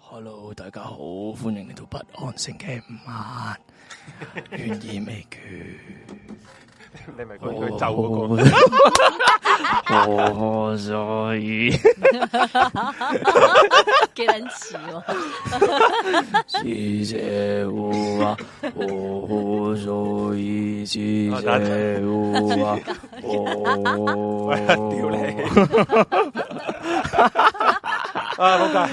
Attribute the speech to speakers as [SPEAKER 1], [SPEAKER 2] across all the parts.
[SPEAKER 1] Hello，大家好，歡迎嚟到不安星期五晚，懸疑未決。
[SPEAKER 2] 你咪講佢
[SPEAKER 1] 我
[SPEAKER 2] 咒嗰個，
[SPEAKER 1] 我所以
[SPEAKER 3] 幾撚似喎，
[SPEAKER 1] 是這屋啊，我所以是這屋啊，我
[SPEAKER 2] 屌你！啊，好介，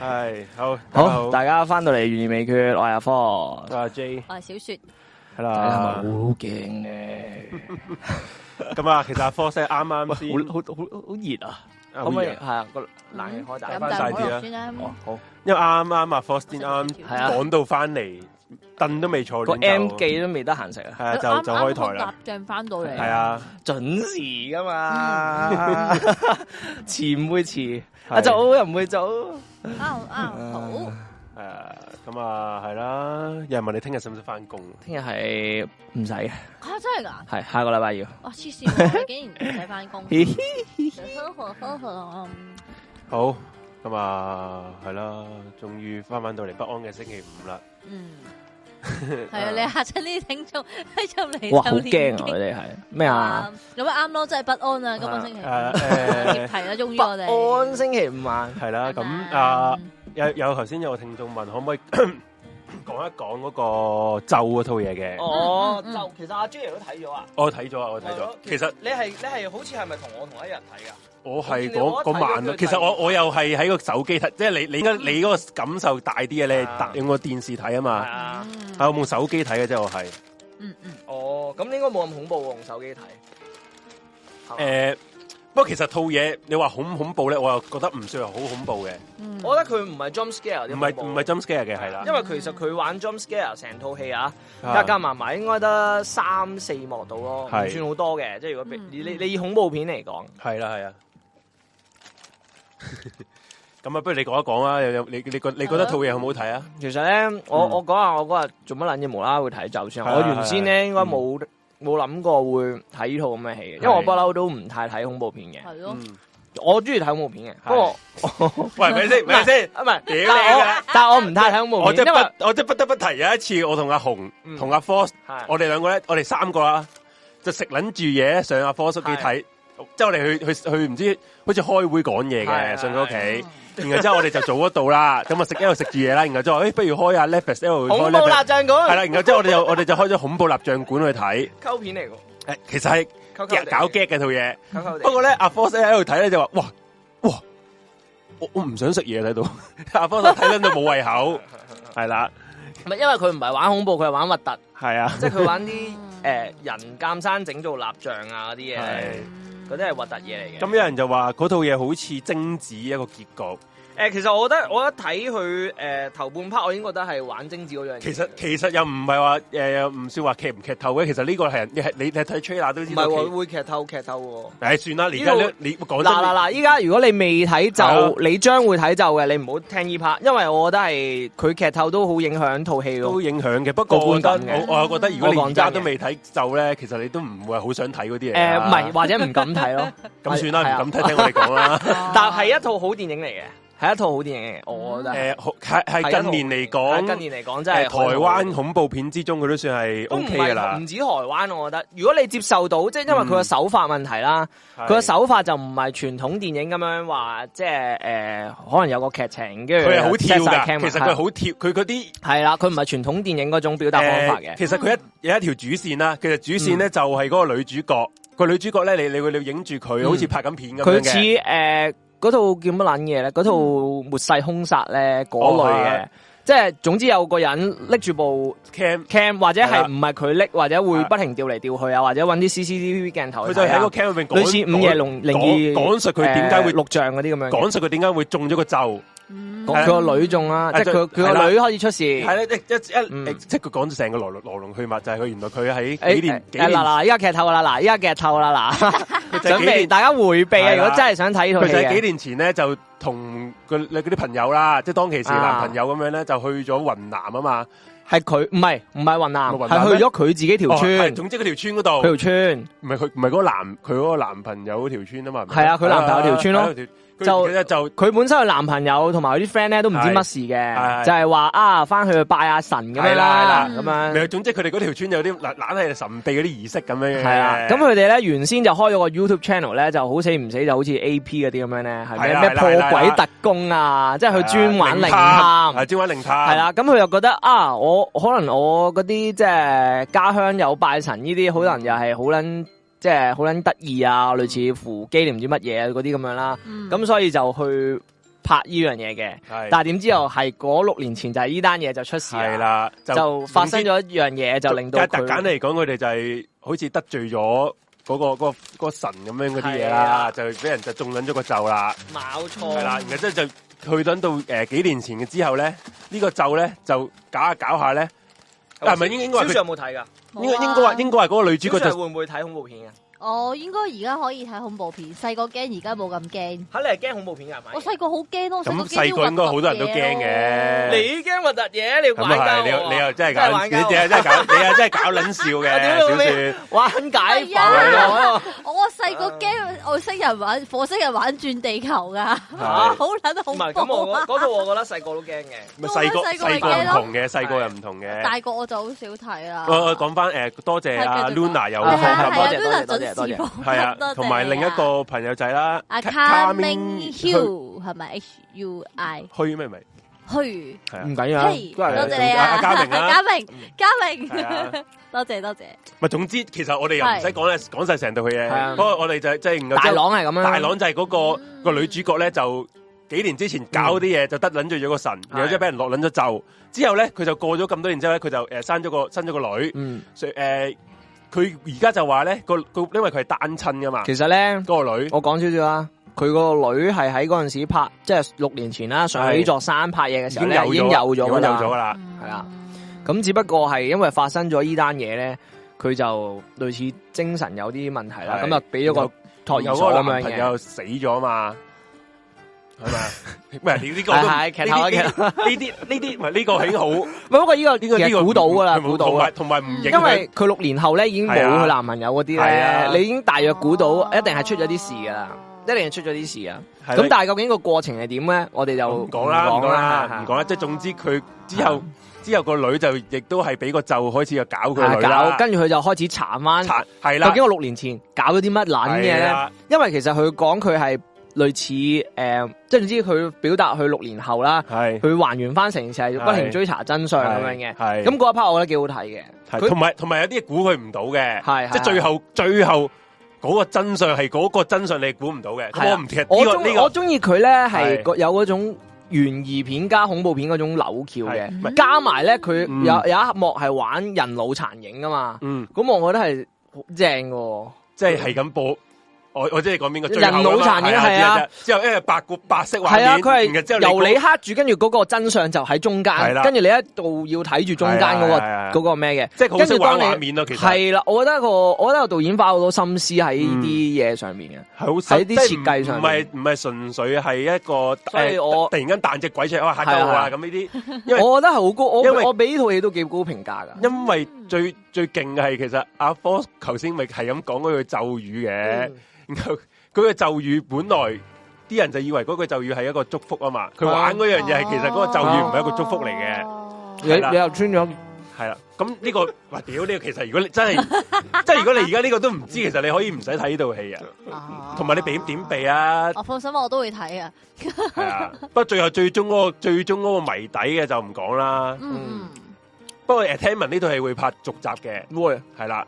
[SPEAKER 2] 係好，大家
[SPEAKER 1] 好，大家翻到嚟懸疑未決，我係阿科，
[SPEAKER 2] 阿 J
[SPEAKER 3] 我係小雪，
[SPEAKER 2] 係
[SPEAKER 1] 大家係咪
[SPEAKER 2] 啦
[SPEAKER 1] 好，驚咧？
[SPEAKER 2] 咁啊，其實阿 Four 啱啱先
[SPEAKER 1] 好好好好熱啊！
[SPEAKER 2] 啊，
[SPEAKER 1] 可唔
[SPEAKER 2] 好
[SPEAKER 1] 可以
[SPEAKER 2] 熱啊
[SPEAKER 1] 係啊個冷氣開大
[SPEAKER 3] 飲
[SPEAKER 2] 翻晒
[SPEAKER 3] 啖可
[SPEAKER 2] 啲啊
[SPEAKER 3] 樂先啦。
[SPEAKER 1] 哦，好。
[SPEAKER 2] 因為啱啱阿 Four 先啱
[SPEAKER 3] 係
[SPEAKER 1] 啊
[SPEAKER 2] 趕到翻嚟，凳都未坐
[SPEAKER 1] 個
[SPEAKER 2] 暖
[SPEAKER 1] M
[SPEAKER 2] 就
[SPEAKER 1] 記都未得閒食啊，
[SPEAKER 2] 係啊，就就開台啦，
[SPEAKER 3] 啱啱搭正翻到嚟，
[SPEAKER 2] 係，啊，
[SPEAKER 1] 準時 噶嘛，遲唔會遲，
[SPEAKER 2] 係
[SPEAKER 1] 啊早又唔會早，
[SPEAKER 3] 啱啱好，
[SPEAKER 2] 係啊，咁啊係啦，有人問你聽日使唔使翻工？
[SPEAKER 1] 聽日係唔使嘅，
[SPEAKER 3] 啊真 係㗎，
[SPEAKER 1] 係下個禮拜要，
[SPEAKER 3] 哇黐線喎，你竟然唔使翻工，
[SPEAKER 1] 嘻嘻
[SPEAKER 2] 好，咁啊係啦，終於翻翻到嚟不安嘅星期五啦。
[SPEAKER 3] 嗯， 係啊，你嚇親呢啲聽眾 喺入 嚟，
[SPEAKER 1] 哇好驚啊！佢！哋係咩啊？
[SPEAKER 3] 啊，咁咪啱咯，真係不安啊！今個星期
[SPEAKER 2] 誒誒
[SPEAKER 3] 係啦，終於
[SPEAKER 1] 不
[SPEAKER 3] 我哋
[SPEAKER 1] 安星期五晚，
[SPEAKER 2] 係啦，咁
[SPEAKER 3] 嗯
[SPEAKER 2] 啊，有有頭先有個聽眾問可唔可以 講一講嗰個咒嗰套嘢嘅？
[SPEAKER 1] 哦，
[SPEAKER 3] 嗯嗯
[SPEAKER 1] 就其實阿 J 都睇咗啊，
[SPEAKER 2] 我睇咗啊，我睇
[SPEAKER 1] 哦
[SPEAKER 2] 咗。其實
[SPEAKER 1] 你係你係好似係咪同我同一人睇噶？
[SPEAKER 2] 我係
[SPEAKER 1] 我
[SPEAKER 2] 嗰
[SPEAKER 1] 見你
[SPEAKER 2] 嗰晚
[SPEAKER 1] 我一睇咗佢，
[SPEAKER 2] 咯
[SPEAKER 1] 嗯
[SPEAKER 2] 其實我我又係喺個手機睇，即係你你應該你嗰個感受大啲嘅咧
[SPEAKER 1] 啊，
[SPEAKER 2] 搭用個電視睇啊
[SPEAKER 1] 係
[SPEAKER 2] 嘛。
[SPEAKER 1] 啊，
[SPEAKER 2] 啊，我用手機睇嘅啫，我係
[SPEAKER 3] 嗯嗯，
[SPEAKER 1] 哦，咁應該冇咁恐怖喎，用手機睇。誒，
[SPEAKER 2] 誒。不過其實套嘢你話恐唔恐怖咧，我又覺得唔算係好恐怖嘅，
[SPEAKER 3] 嗯
[SPEAKER 1] 我覺得佢唔係 jump scare，
[SPEAKER 2] 唔係唔係 jump scare 嘅，係啦
[SPEAKER 1] 因。為其實佢玩 jump scare 成套戲啊，
[SPEAKER 2] 啊
[SPEAKER 1] 加加埋埋應該得三四幕到咯，唔
[SPEAKER 2] 係
[SPEAKER 1] 算好多嘅。即係如果比
[SPEAKER 3] 嗯
[SPEAKER 1] 你你你以恐怖片嚟講，
[SPEAKER 2] 系啦，系啊。 咁啊，不如你講一講啊，有有你你覺你覺得套嘢好唔好睇啊？
[SPEAKER 1] 其實咧，我
[SPEAKER 2] 嗯
[SPEAKER 1] 我嗰日我嗰日做乜撚嘢無啦啦會睇就先。
[SPEAKER 2] 係啊
[SPEAKER 1] 我原先咧
[SPEAKER 2] 係嗯
[SPEAKER 1] 應該冇冇諗過會睇呢套咁嘅戲嘅，因為我不嬲都唔太睇恐怖片嘅。
[SPEAKER 3] 係咯，
[SPEAKER 2] 嗯，
[SPEAKER 1] 我中意睇恐怖片嘅，不過
[SPEAKER 2] 喂， 咪先，咪先，
[SPEAKER 1] 啊唔係，
[SPEAKER 2] 屌
[SPEAKER 1] 但
[SPEAKER 2] 你
[SPEAKER 1] 我
[SPEAKER 2] 啦
[SPEAKER 1] 但我唔太睇恐怖
[SPEAKER 2] 我
[SPEAKER 1] 片，
[SPEAKER 2] 真
[SPEAKER 1] 因為
[SPEAKER 2] 係不，我真係不得不提有一次，我同阿紅
[SPEAKER 1] 嗯
[SPEAKER 2] 同阿 Force，
[SPEAKER 1] 係
[SPEAKER 2] 我哋兩個咧，我哋三個啦，就食撚住嘢上阿 Force 屋企睇，即係我哋去去去唔知好似開會講嘢
[SPEAKER 1] 係啊
[SPEAKER 2] 嘅，上佢屋企
[SPEAKER 3] 係。
[SPEAKER 2] 然後之後我哋就做嗰 度啦，咁啊食一路食住嘢啦，然後之後誒不如開下 l e f e s 一路
[SPEAKER 1] 恐
[SPEAKER 2] 開
[SPEAKER 1] 怖蠟
[SPEAKER 2] Netflix
[SPEAKER 1] 像
[SPEAKER 2] 係
[SPEAKER 1] 館
[SPEAKER 2] 啦，然後之後我哋就我哋就開咗恐怖蠟像館去睇，
[SPEAKER 1] 溝片嚟
[SPEAKER 2] 誒其實係
[SPEAKER 1] 嘅，
[SPEAKER 2] 夾搞 get 嘅套嘢。
[SPEAKER 1] 溝溝地
[SPEAKER 2] 不過咧，阿 Force 喺度睇咧就話：，哇哇，我我唔想食嘢睇到， 阿 Force 睇到冇胃口，係啦，
[SPEAKER 1] 唔係因為佢唔係玩恐怖，佢係玩核突。
[SPEAKER 2] 係啊，
[SPEAKER 1] 即係佢玩啲誒人鑑山整做蠟像啊嗰啲嘢
[SPEAKER 2] 係。
[SPEAKER 1] 嗰啲係核突嘢嚟嘅。
[SPEAKER 2] 咁
[SPEAKER 1] 咁
[SPEAKER 2] 有人就話嗰套嘢好似精子一個結局，
[SPEAKER 1] 誒，其實我覺得我一睇佢誒頭半 part，我已經覺得係玩精子嗰樣嘢。
[SPEAKER 2] 其實其實又唔係話誒唔算話劇唔劇透嘅，其實呢個係人你係你你睇 t r 都
[SPEAKER 1] 唔
[SPEAKER 2] 知
[SPEAKER 1] 係
[SPEAKER 2] 道劇。
[SPEAKER 1] 喎，會劇透劇透喎。
[SPEAKER 2] 誒算啦，你而家
[SPEAKER 1] 呢
[SPEAKER 2] 呢你講
[SPEAKER 1] 嗱
[SPEAKER 2] 真，
[SPEAKER 1] 嗱嗱！依家如果你未睇
[SPEAKER 2] 係啊
[SPEAKER 1] 就，你將會睇就嘅，你唔好聽呢 part，因為我覺得係佢劇透都好影響套戲
[SPEAKER 2] 都
[SPEAKER 1] 咯。
[SPEAKER 2] 影響嘅。不過
[SPEAKER 1] 個觀
[SPEAKER 2] 我覺得
[SPEAKER 1] 感嘅
[SPEAKER 2] 我我覺得如果你
[SPEAKER 1] 我講
[SPEAKER 2] 而家
[SPEAKER 1] 真嘅
[SPEAKER 2] 都未睇就咧，其實你都唔會係好想睇嗰啲嘢
[SPEAKER 1] 誒
[SPEAKER 2] 啊。
[SPEAKER 1] 唔係，或者唔敢睇咯。
[SPEAKER 2] 咁算啦，
[SPEAKER 1] 係
[SPEAKER 2] 唔
[SPEAKER 1] 啊
[SPEAKER 2] 敢睇聽我哋講啦。
[SPEAKER 1] 但係一套好電影嚟嘅，係一套好電影嚟嘅，我覺得係。
[SPEAKER 2] 誒，好係係近年
[SPEAKER 1] 係
[SPEAKER 2] 嚟講
[SPEAKER 1] 近。年嚟講真係
[SPEAKER 2] 誒，台灣恐怖片之中，佢都算係
[SPEAKER 1] 都唔
[SPEAKER 2] OK
[SPEAKER 1] 係
[SPEAKER 2] 噶啦
[SPEAKER 1] 唔。止台灣，我覺得如果你接受到，即係因為佢個手法問題啦，
[SPEAKER 2] 嗯
[SPEAKER 1] 佢
[SPEAKER 2] 係
[SPEAKER 1] 個手法就唔係傳統電影咁樣話，即係誒、呃可能有個劇情，跟住
[SPEAKER 2] 佢係好跳
[SPEAKER 1] set 晒
[SPEAKER 2] 噶，
[SPEAKER 1] camera，
[SPEAKER 2] 其實佢好跳，佢嗰啲
[SPEAKER 1] 係啦，佢唔係傳統電影嗰種表達方法
[SPEAKER 2] 誒，
[SPEAKER 1] 嘅，嗯
[SPEAKER 2] 其實佢一有一條主線啦。其實主線咧就係嗰個女主角，個女主角咧，你你會你會影住佢，
[SPEAKER 1] 嗯
[SPEAKER 2] 好似拍緊片咁樣
[SPEAKER 1] 佢似
[SPEAKER 2] 嘅。
[SPEAKER 1] 誒嗰套叫乜撚嘢咧？嗰套末世兇殺咧嗰
[SPEAKER 2] 哦
[SPEAKER 1] 類
[SPEAKER 2] 係
[SPEAKER 1] 嘅，即係總之有個人拎住部
[SPEAKER 2] cam，
[SPEAKER 1] cam 或者
[SPEAKER 2] 係啦
[SPEAKER 1] 係唔係佢拎，或者會
[SPEAKER 2] 係
[SPEAKER 1] 不停調嚟調去啊，或者揾啲 CCTV 鏡頭
[SPEAKER 2] 佢
[SPEAKER 1] 去
[SPEAKER 2] 就
[SPEAKER 1] 睇啊。
[SPEAKER 2] 喺個 cam 入邊講
[SPEAKER 1] 類似午夜龍靈異
[SPEAKER 2] 講講述佢點解會
[SPEAKER 1] 誒錄像嗰啲咁樣嘅。
[SPEAKER 2] 講述佢點解會中咗個咒。
[SPEAKER 1] 講哦佢個女中啦，
[SPEAKER 2] 係
[SPEAKER 1] 即係佢
[SPEAKER 2] 嗯啊係
[SPEAKER 1] 佢
[SPEAKER 2] 啦
[SPEAKER 1] 個女開始出事。
[SPEAKER 2] 係啦，一一一
[SPEAKER 1] 嗯
[SPEAKER 2] 即係佢講咗成個來來龍去脈，就係佢原來佢喺
[SPEAKER 1] 誒
[SPEAKER 2] 幾年幾
[SPEAKER 1] 誒嗱
[SPEAKER 2] 年，
[SPEAKER 1] 嗱，依家劇透啦，嗱依家劇透啦，嗱
[SPEAKER 2] 佢就係
[SPEAKER 1] 準
[SPEAKER 2] 幾
[SPEAKER 1] 備
[SPEAKER 2] 年，
[SPEAKER 1] 大家回避
[SPEAKER 2] 係啦
[SPEAKER 1] 啊！如果真係想睇呢
[SPEAKER 2] 佢
[SPEAKER 1] 套
[SPEAKER 2] 就
[SPEAKER 1] 戲
[SPEAKER 2] 係幾
[SPEAKER 1] 嘅，
[SPEAKER 2] 年前咧就同佢你嗰啲朋友啦，即係當其時
[SPEAKER 1] 啊
[SPEAKER 2] 男朋友咁樣咧，就去咗雲南啊嘛，
[SPEAKER 1] 系佢唔系唔系云南，
[SPEAKER 2] 咪雲
[SPEAKER 1] 系
[SPEAKER 2] 南咩
[SPEAKER 1] 去咗佢自己條村，
[SPEAKER 2] 哦係
[SPEAKER 1] 佢
[SPEAKER 2] 總之嗰條村嗰度，
[SPEAKER 1] 條村
[SPEAKER 2] 唔係佢唔係嗰個男佢嗰個男朋友條村啊嘛，
[SPEAKER 1] 係啊佢男朋友條村咯
[SPEAKER 2] 就
[SPEAKER 1] 就
[SPEAKER 2] 其實就
[SPEAKER 1] 佢本身佢男朋友同埋佢啲 friend 咧都唔知乜事
[SPEAKER 2] 係
[SPEAKER 1] 嘅，就係話啊翻去拜下神咁
[SPEAKER 2] 係
[SPEAKER 1] 樣
[SPEAKER 2] 啦
[SPEAKER 1] 啦，
[SPEAKER 3] 係啦
[SPEAKER 1] 咁
[SPEAKER 2] 咪
[SPEAKER 1] 樣
[SPEAKER 2] 有總之佢哋嗰條村有啲懶懶係神秘嗰啲儀式咁樣嘅，
[SPEAKER 1] 係啦。咁佢哋咧原先就開咗個 YouTube channel 咧，就好死唔死就好似 A P 嗰啲咁樣咧，係
[SPEAKER 2] 係
[SPEAKER 1] 咩咩
[SPEAKER 2] 啦係啦係啦
[SPEAKER 1] 破鬼特工啊，即係佢專玩靈探。
[SPEAKER 2] 係專玩靈探，
[SPEAKER 1] 系啦，咁佢又覺得啊，我可能我嗰啲即係家鄉有拜神呢啲，可能又係好撚即係好撚得意啊，類似扶基定唔知乜嘢嗰啲咁樣啦。
[SPEAKER 3] 嗯
[SPEAKER 1] 咁所以就去拍呢樣嘢嘅，
[SPEAKER 2] 係，
[SPEAKER 1] 但係點知又係嗰六年前就係呢單嘢就出事
[SPEAKER 2] 係
[SPEAKER 1] 啦，
[SPEAKER 2] 啦，
[SPEAKER 1] 就發生咗一樣嘢就令到
[SPEAKER 2] 但係
[SPEAKER 1] 佢
[SPEAKER 2] 特簡嚟講，佢哋就係好似得罪咗嗰、個嗰、個嗰個神咁樣嗰啲嘢
[SPEAKER 1] 係
[SPEAKER 2] 啦，
[SPEAKER 1] 啊
[SPEAKER 2] 就俾人就中撚咗個咒啦，
[SPEAKER 1] 冇錯
[SPEAKER 2] 係啦，然後之後就去撚到誒、呃、幾年前嘅之後咧，呢、個咒咧就搞下搞下咧，但係咪應應該話
[SPEAKER 1] 小雪有
[SPEAKER 2] 佢
[SPEAKER 1] 冇睇㗎？
[SPEAKER 3] 冇
[SPEAKER 2] 應該
[SPEAKER 3] 啊
[SPEAKER 2] 應該話應該話嗰個女主
[SPEAKER 1] 小
[SPEAKER 2] 角
[SPEAKER 1] 雪
[SPEAKER 2] 就
[SPEAKER 1] 會唔會睇恐怖片啊？
[SPEAKER 3] 我應該哦而家可以睇恐怖片，細個驚，而家冇咁驚。
[SPEAKER 1] 嚇你係驚恐怖片㗎係咪？
[SPEAKER 3] 我細個好驚咯，
[SPEAKER 2] 啊咁
[SPEAKER 3] 細
[SPEAKER 2] 細個
[SPEAKER 3] 個
[SPEAKER 2] 應該好多人都驚嘅
[SPEAKER 1] 你驚核突嘢，你
[SPEAKER 2] 咁
[SPEAKER 1] 玩
[SPEAKER 2] 啊
[SPEAKER 1] 㗎
[SPEAKER 2] 係，你又你又真係
[SPEAKER 1] 真係
[SPEAKER 2] 搞，
[SPEAKER 1] 玩
[SPEAKER 2] 你
[SPEAKER 1] 鳩我
[SPEAKER 2] 又真係搞，你又真係搞撚笑
[SPEAKER 1] 我
[SPEAKER 2] 嘅
[SPEAKER 1] 屌
[SPEAKER 2] 小
[SPEAKER 1] 你老
[SPEAKER 2] 雪
[SPEAKER 1] 味。玩解剖
[SPEAKER 3] 係
[SPEAKER 1] 啊！
[SPEAKER 3] 我細個驚外星人玩火星人玩轉地球噶， 好撚
[SPEAKER 1] 唔係
[SPEAKER 3] 恐
[SPEAKER 1] 咁，
[SPEAKER 3] 怖
[SPEAKER 1] 我
[SPEAKER 3] 啊！
[SPEAKER 1] 嗰套我覺得細個都驚嘅。
[SPEAKER 2] 咪細個
[SPEAKER 3] 細個
[SPEAKER 2] 細個唔
[SPEAKER 3] 咪
[SPEAKER 2] 同嘅，細個又唔同嘅。
[SPEAKER 3] 大個我就好少睇啦。
[SPEAKER 2] 我我哦講翻哦誒，多謝阿
[SPEAKER 3] 係繼續
[SPEAKER 2] Luna 有
[SPEAKER 3] 係
[SPEAKER 1] 好
[SPEAKER 3] 啊
[SPEAKER 1] 好
[SPEAKER 3] 係
[SPEAKER 1] 好
[SPEAKER 3] 啊
[SPEAKER 1] 多
[SPEAKER 2] 分
[SPEAKER 1] 謝
[SPEAKER 3] ，Luna
[SPEAKER 1] 多謝
[SPEAKER 3] 準
[SPEAKER 1] 多
[SPEAKER 3] 時
[SPEAKER 1] 謝
[SPEAKER 3] 播
[SPEAKER 2] 係
[SPEAKER 3] 多謝
[SPEAKER 2] 啊，
[SPEAKER 3] 你
[SPEAKER 2] 同埋另一個朋友仔啦，
[SPEAKER 3] 啊
[SPEAKER 2] Ka-
[SPEAKER 3] Carming
[SPEAKER 2] Carming
[SPEAKER 3] Hugh 係咪 H U I
[SPEAKER 2] 虛咩咪
[SPEAKER 3] 虛？
[SPEAKER 2] 係啊
[SPEAKER 1] 唔，緊要啊，
[SPEAKER 3] 嘿，多謝你
[SPEAKER 2] 啊
[SPEAKER 3] 啊，
[SPEAKER 2] 嘉明啦
[SPEAKER 3] 嘉明，嘉
[SPEAKER 2] 係啊
[SPEAKER 3] 明， 多謝多謝。
[SPEAKER 2] 咪總之其實我哋又唔使講咧，講晒成套戲
[SPEAKER 1] 係啊
[SPEAKER 2] 嘅。不過我哋就即係然後
[SPEAKER 1] 大
[SPEAKER 2] 之後
[SPEAKER 1] 朗係咁樣，
[SPEAKER 2] 大朗就係嗰個
[SPEAKER 3] 嗯
[SPEAKER 2] 個女主角咧，就幾年之前搞啲嘢就得撚咗咗個神，然後之後俾人落撚咗咒，之後咧佢就過咗咁多年之後咧，佢就誒生咗個生咗個女，
[SPEAKER 1] 嗯，
[SPEAKER 2] 所以誒佢而家就話咧個個因為佢係單親噶嘛，
[SPEAKER 1] 其實咧，
[SPEAKER 2] 嗰個女
[SPEAKER 1] 我講少少啦。佢個女係喺嗰陣時拍，即係六年前啦，上去呢座山拍嘢嘅
[SPEAKER 2] 已
[SPEAKER 1] 時候
[SPEAKER 2] 經
[SPEAKER 1] 咧，已經有咗㗎
[SPEAKER 2] 已經有咗
[SPEAKER 1] 啦。
[SPEAKER 2] 噶啦，
[SPEAKER 1] 係啦，
[SPEAKER 3] 嗯
[SPEAKER 1] 咁只不過係因為發生咗呢單嘢咧，佢就類似精神有啲問題啦，
[SPEAKER 2] 係
[SPEAKER 1] 咁就俾咗個托
[SPEAKER 2] 有
[SPEAKER 1] 兒
[SPEAKER 2] 嗰
[SPEAKER 1] 所
[SPEAKER 2] 個
[SPEAKER 1] 咁
[SPEAKER 2] 男
[SPEAKER 1] 樣
[SPEAKER 2] 朋
[SPEAKER 1] 嘅。
[SPEAKER 2] 友死咗嘛，係 咪？唔係你呢個
[SPEAKER 1] 係
[SPEAKER 2] 都
[SPEAKER 1] 係劇透啊劇
[SPEAKER 2] 呢
[SPEAKER 1] 透。
[SPEAKER 2] 啲呢啲呢啲唔係呢個已經好，呢
[SPEAKER 1] 不過呢個呢
[SPEAKER 2] 個
[SPEAKER 1] 個
[SPEAKER 2] 呢個
[SPEAKER 1] 估到㗎啦，
[SPEAKER 2] 唔
[SPEAKER 1] 估到
[SPEAKER 2] 同
[SPEAKER 1] 啊
[SPEAKER 2] 埋。同埋唔影
[SPEAKER 1] 因
[SPEAKER 2] 響
[SPEAKER 1] 為佢六年後咧已經冇
[SPEAKER 2] 係啊
[SPEAKER 1] 佢男朋友嗰啲
[SPEAKER 2] 係啊
[SPEAKER 1] 咧，你已經大約估到一定係出咗啲事噶啦，一定係出咗啲事啊。
[SPEAKER 2] 係啦
[SPEAKER 1] 咁但係究竟個過程係點咧？我哋就
[SPEAKER 2] 唔講啦，唔講啦，唔講
[SPEAKER 1] 講
[SPEAKER 2] 啦。即係總之佢之後之後個女就亦都係俾個咒開始就搞佢女
[SPEAKER 1] 係
[SPEAKER 2] 啦
[SPEAKER 1] 啊搞，，跟住佢就開始查翻，
[SPEAKER 2] 殘係啦
[SPEAKER 1] 究，竟我六年前搞咗啲乜撚嘢咧？
[SPEAKER 2] 係啊啦
[SPEAKER 1] 因為其實佢講佢係類似誒，即係總之佢表達佢六年後啦，
[SPEAKER 2] 係
[SPEAKER 1] 佢還原翻成件事係不停追查真相咁樣嘅。
[SPEAKER 2] 係
[SPEAKER 1] 咁嗰一 part 我覺得幾好睇嘅，
[SPEAKER 2] 係
[SPEAKER 1] 佢
[SPEAKER 2] 同埋同埋有啲嘢估佢唔到嘅，
[SPEAKER 1] 係係
[SPEAKER 2] 即係最後最後嗰個真相係嗰個真相你估唔到嘅。咁
[SPEAKER 1] 係啊
[SPEAKER 2] 我唔其實
[SPEAKER 1] 我
[SPEAKER 2] 呢個
[SPEAKER 1] 中
[SPEAKER 2] 呢
[SPEAKER 1] 我
[SPEAKER 2] 個
[SPEAKER 1] 中意佢咧
[SPEAKER 2] 係
[SPEAKER 1] 係個有嗰種懸疑片加恐怖片嗰種扭橋嘅，
[SPEAKER 2] 係唔係
[SPEAKER 1] 加埋咧佢
[SPEAKER 2] 嗯
[SPEAKER 1] 有有一幕係玩人腦殘影噶嘛，
[SPEAKER 2] 嗯，
[SPEAKER 1] 咁我覺得係好正嘅，
[SPEAKER 2] 即係係咁播。我我即係講邊個最
[SPEAKER 1] 人
[SPEAKER 2] 後啊嘛
[SPEAKER 1] 腦殘影
[SPEAKER 2] 係
[SPEAKER 1] 係啊
[SPEAKER 2] 知知之後因為白個白色畫
[SPEAKER 1] 係
[SPEAKER 2] 面，
[SPEAKER 1] 啊，佢
[SPEAKER 2] 然後之後
[SPEAKER 1] 係由你
[SPEAKER 2] 你
[SPEAKER 1] 黑住，跟住嗰個真相就喺中間
[SPEAKER 2] 係啦，
[SPEAKER 1] 跟住你一度要睇住中間嗰
[SPEAKER 2] 係啊係啊係啊
[SPEAKER 1] 個嗰個咩嘅。
[SPEAKER 2] 即係好
[SPEAKER 1] 跟
[SPEAKER 2] 識
[SPEAKER 1] 住
[SPEAKER 2] 玩
[SPEAKER 1] 當你
[SPEAKER 2] 畫面咯，其實
[SPEAKER 1] 係啦，我覺得個我覺得個導演花好多心思喺呢啲嘢上面嘅，
[SPEAKER 2] 係好深
[SPEAKER 1] 喺啲
[SPEAKER 2] 即係唔
[SPEAKER 1] 設計上
[SPEAKER 2] 唔係唔係純粹係一個，
[SPEAKER 1] 所以我
[SPEAKER 2] 誒突然間彈只鬼出嚟，哇嚇到我
[SPEAKER 1] 係
[SPEAKER 2] 啦
[SPEAKER 1] 啊
[SPEAKER 2] 咁呢啲，因為
[SPEAKER 1] 我覺得係好高，
[SPEAKER 2] 因
[SPEAKER 1] 我
[SPEAKER 2] 為
[SPEAKER 1] 我俾呢套戲都幾高評價噶。
[SPEAKER 2] 因為最最勁嘅係其實阿科頭先咪係咁講嗰句咒語
[SPEAKER 1] 嗯
[SPEAKER 2] 嘅，然後嗰句咒語本來啲人就以為嗰句咒語係一個祝福啊嘛，佢玩嗰樣嘢係其實嗰個咒語唔係一個祝福嚟嘅。
[SPEAKER 1] 啊你
[SPEAKER 2] 係啦
[SPEAKER 1] 你哦又穿咗
[SPEAKER 2] 系啦，咁呢、個，个，哇屌呢、個其實如果你真係，即係如果你而家呢個都唔知，其實你可以唔使睇呢套戲啊，
[SPEAKER 3] 哦
[SPEAKER 2] 同埋你避點避？啊，
[SPEAKER 3] 我放心，我都會睇啊。
[SPEAKER 2] 係啊， 不過最後最終嗰、個最終嗰個謎底嘅就唔講啦。
[SPEAKER 3] 嗯，
[SPEAKER 2] 不過誒呃聽聞呢套戲會拍續集嘅，
[SPEAKER 1] 會。
[SPEAKER 2] 係啦，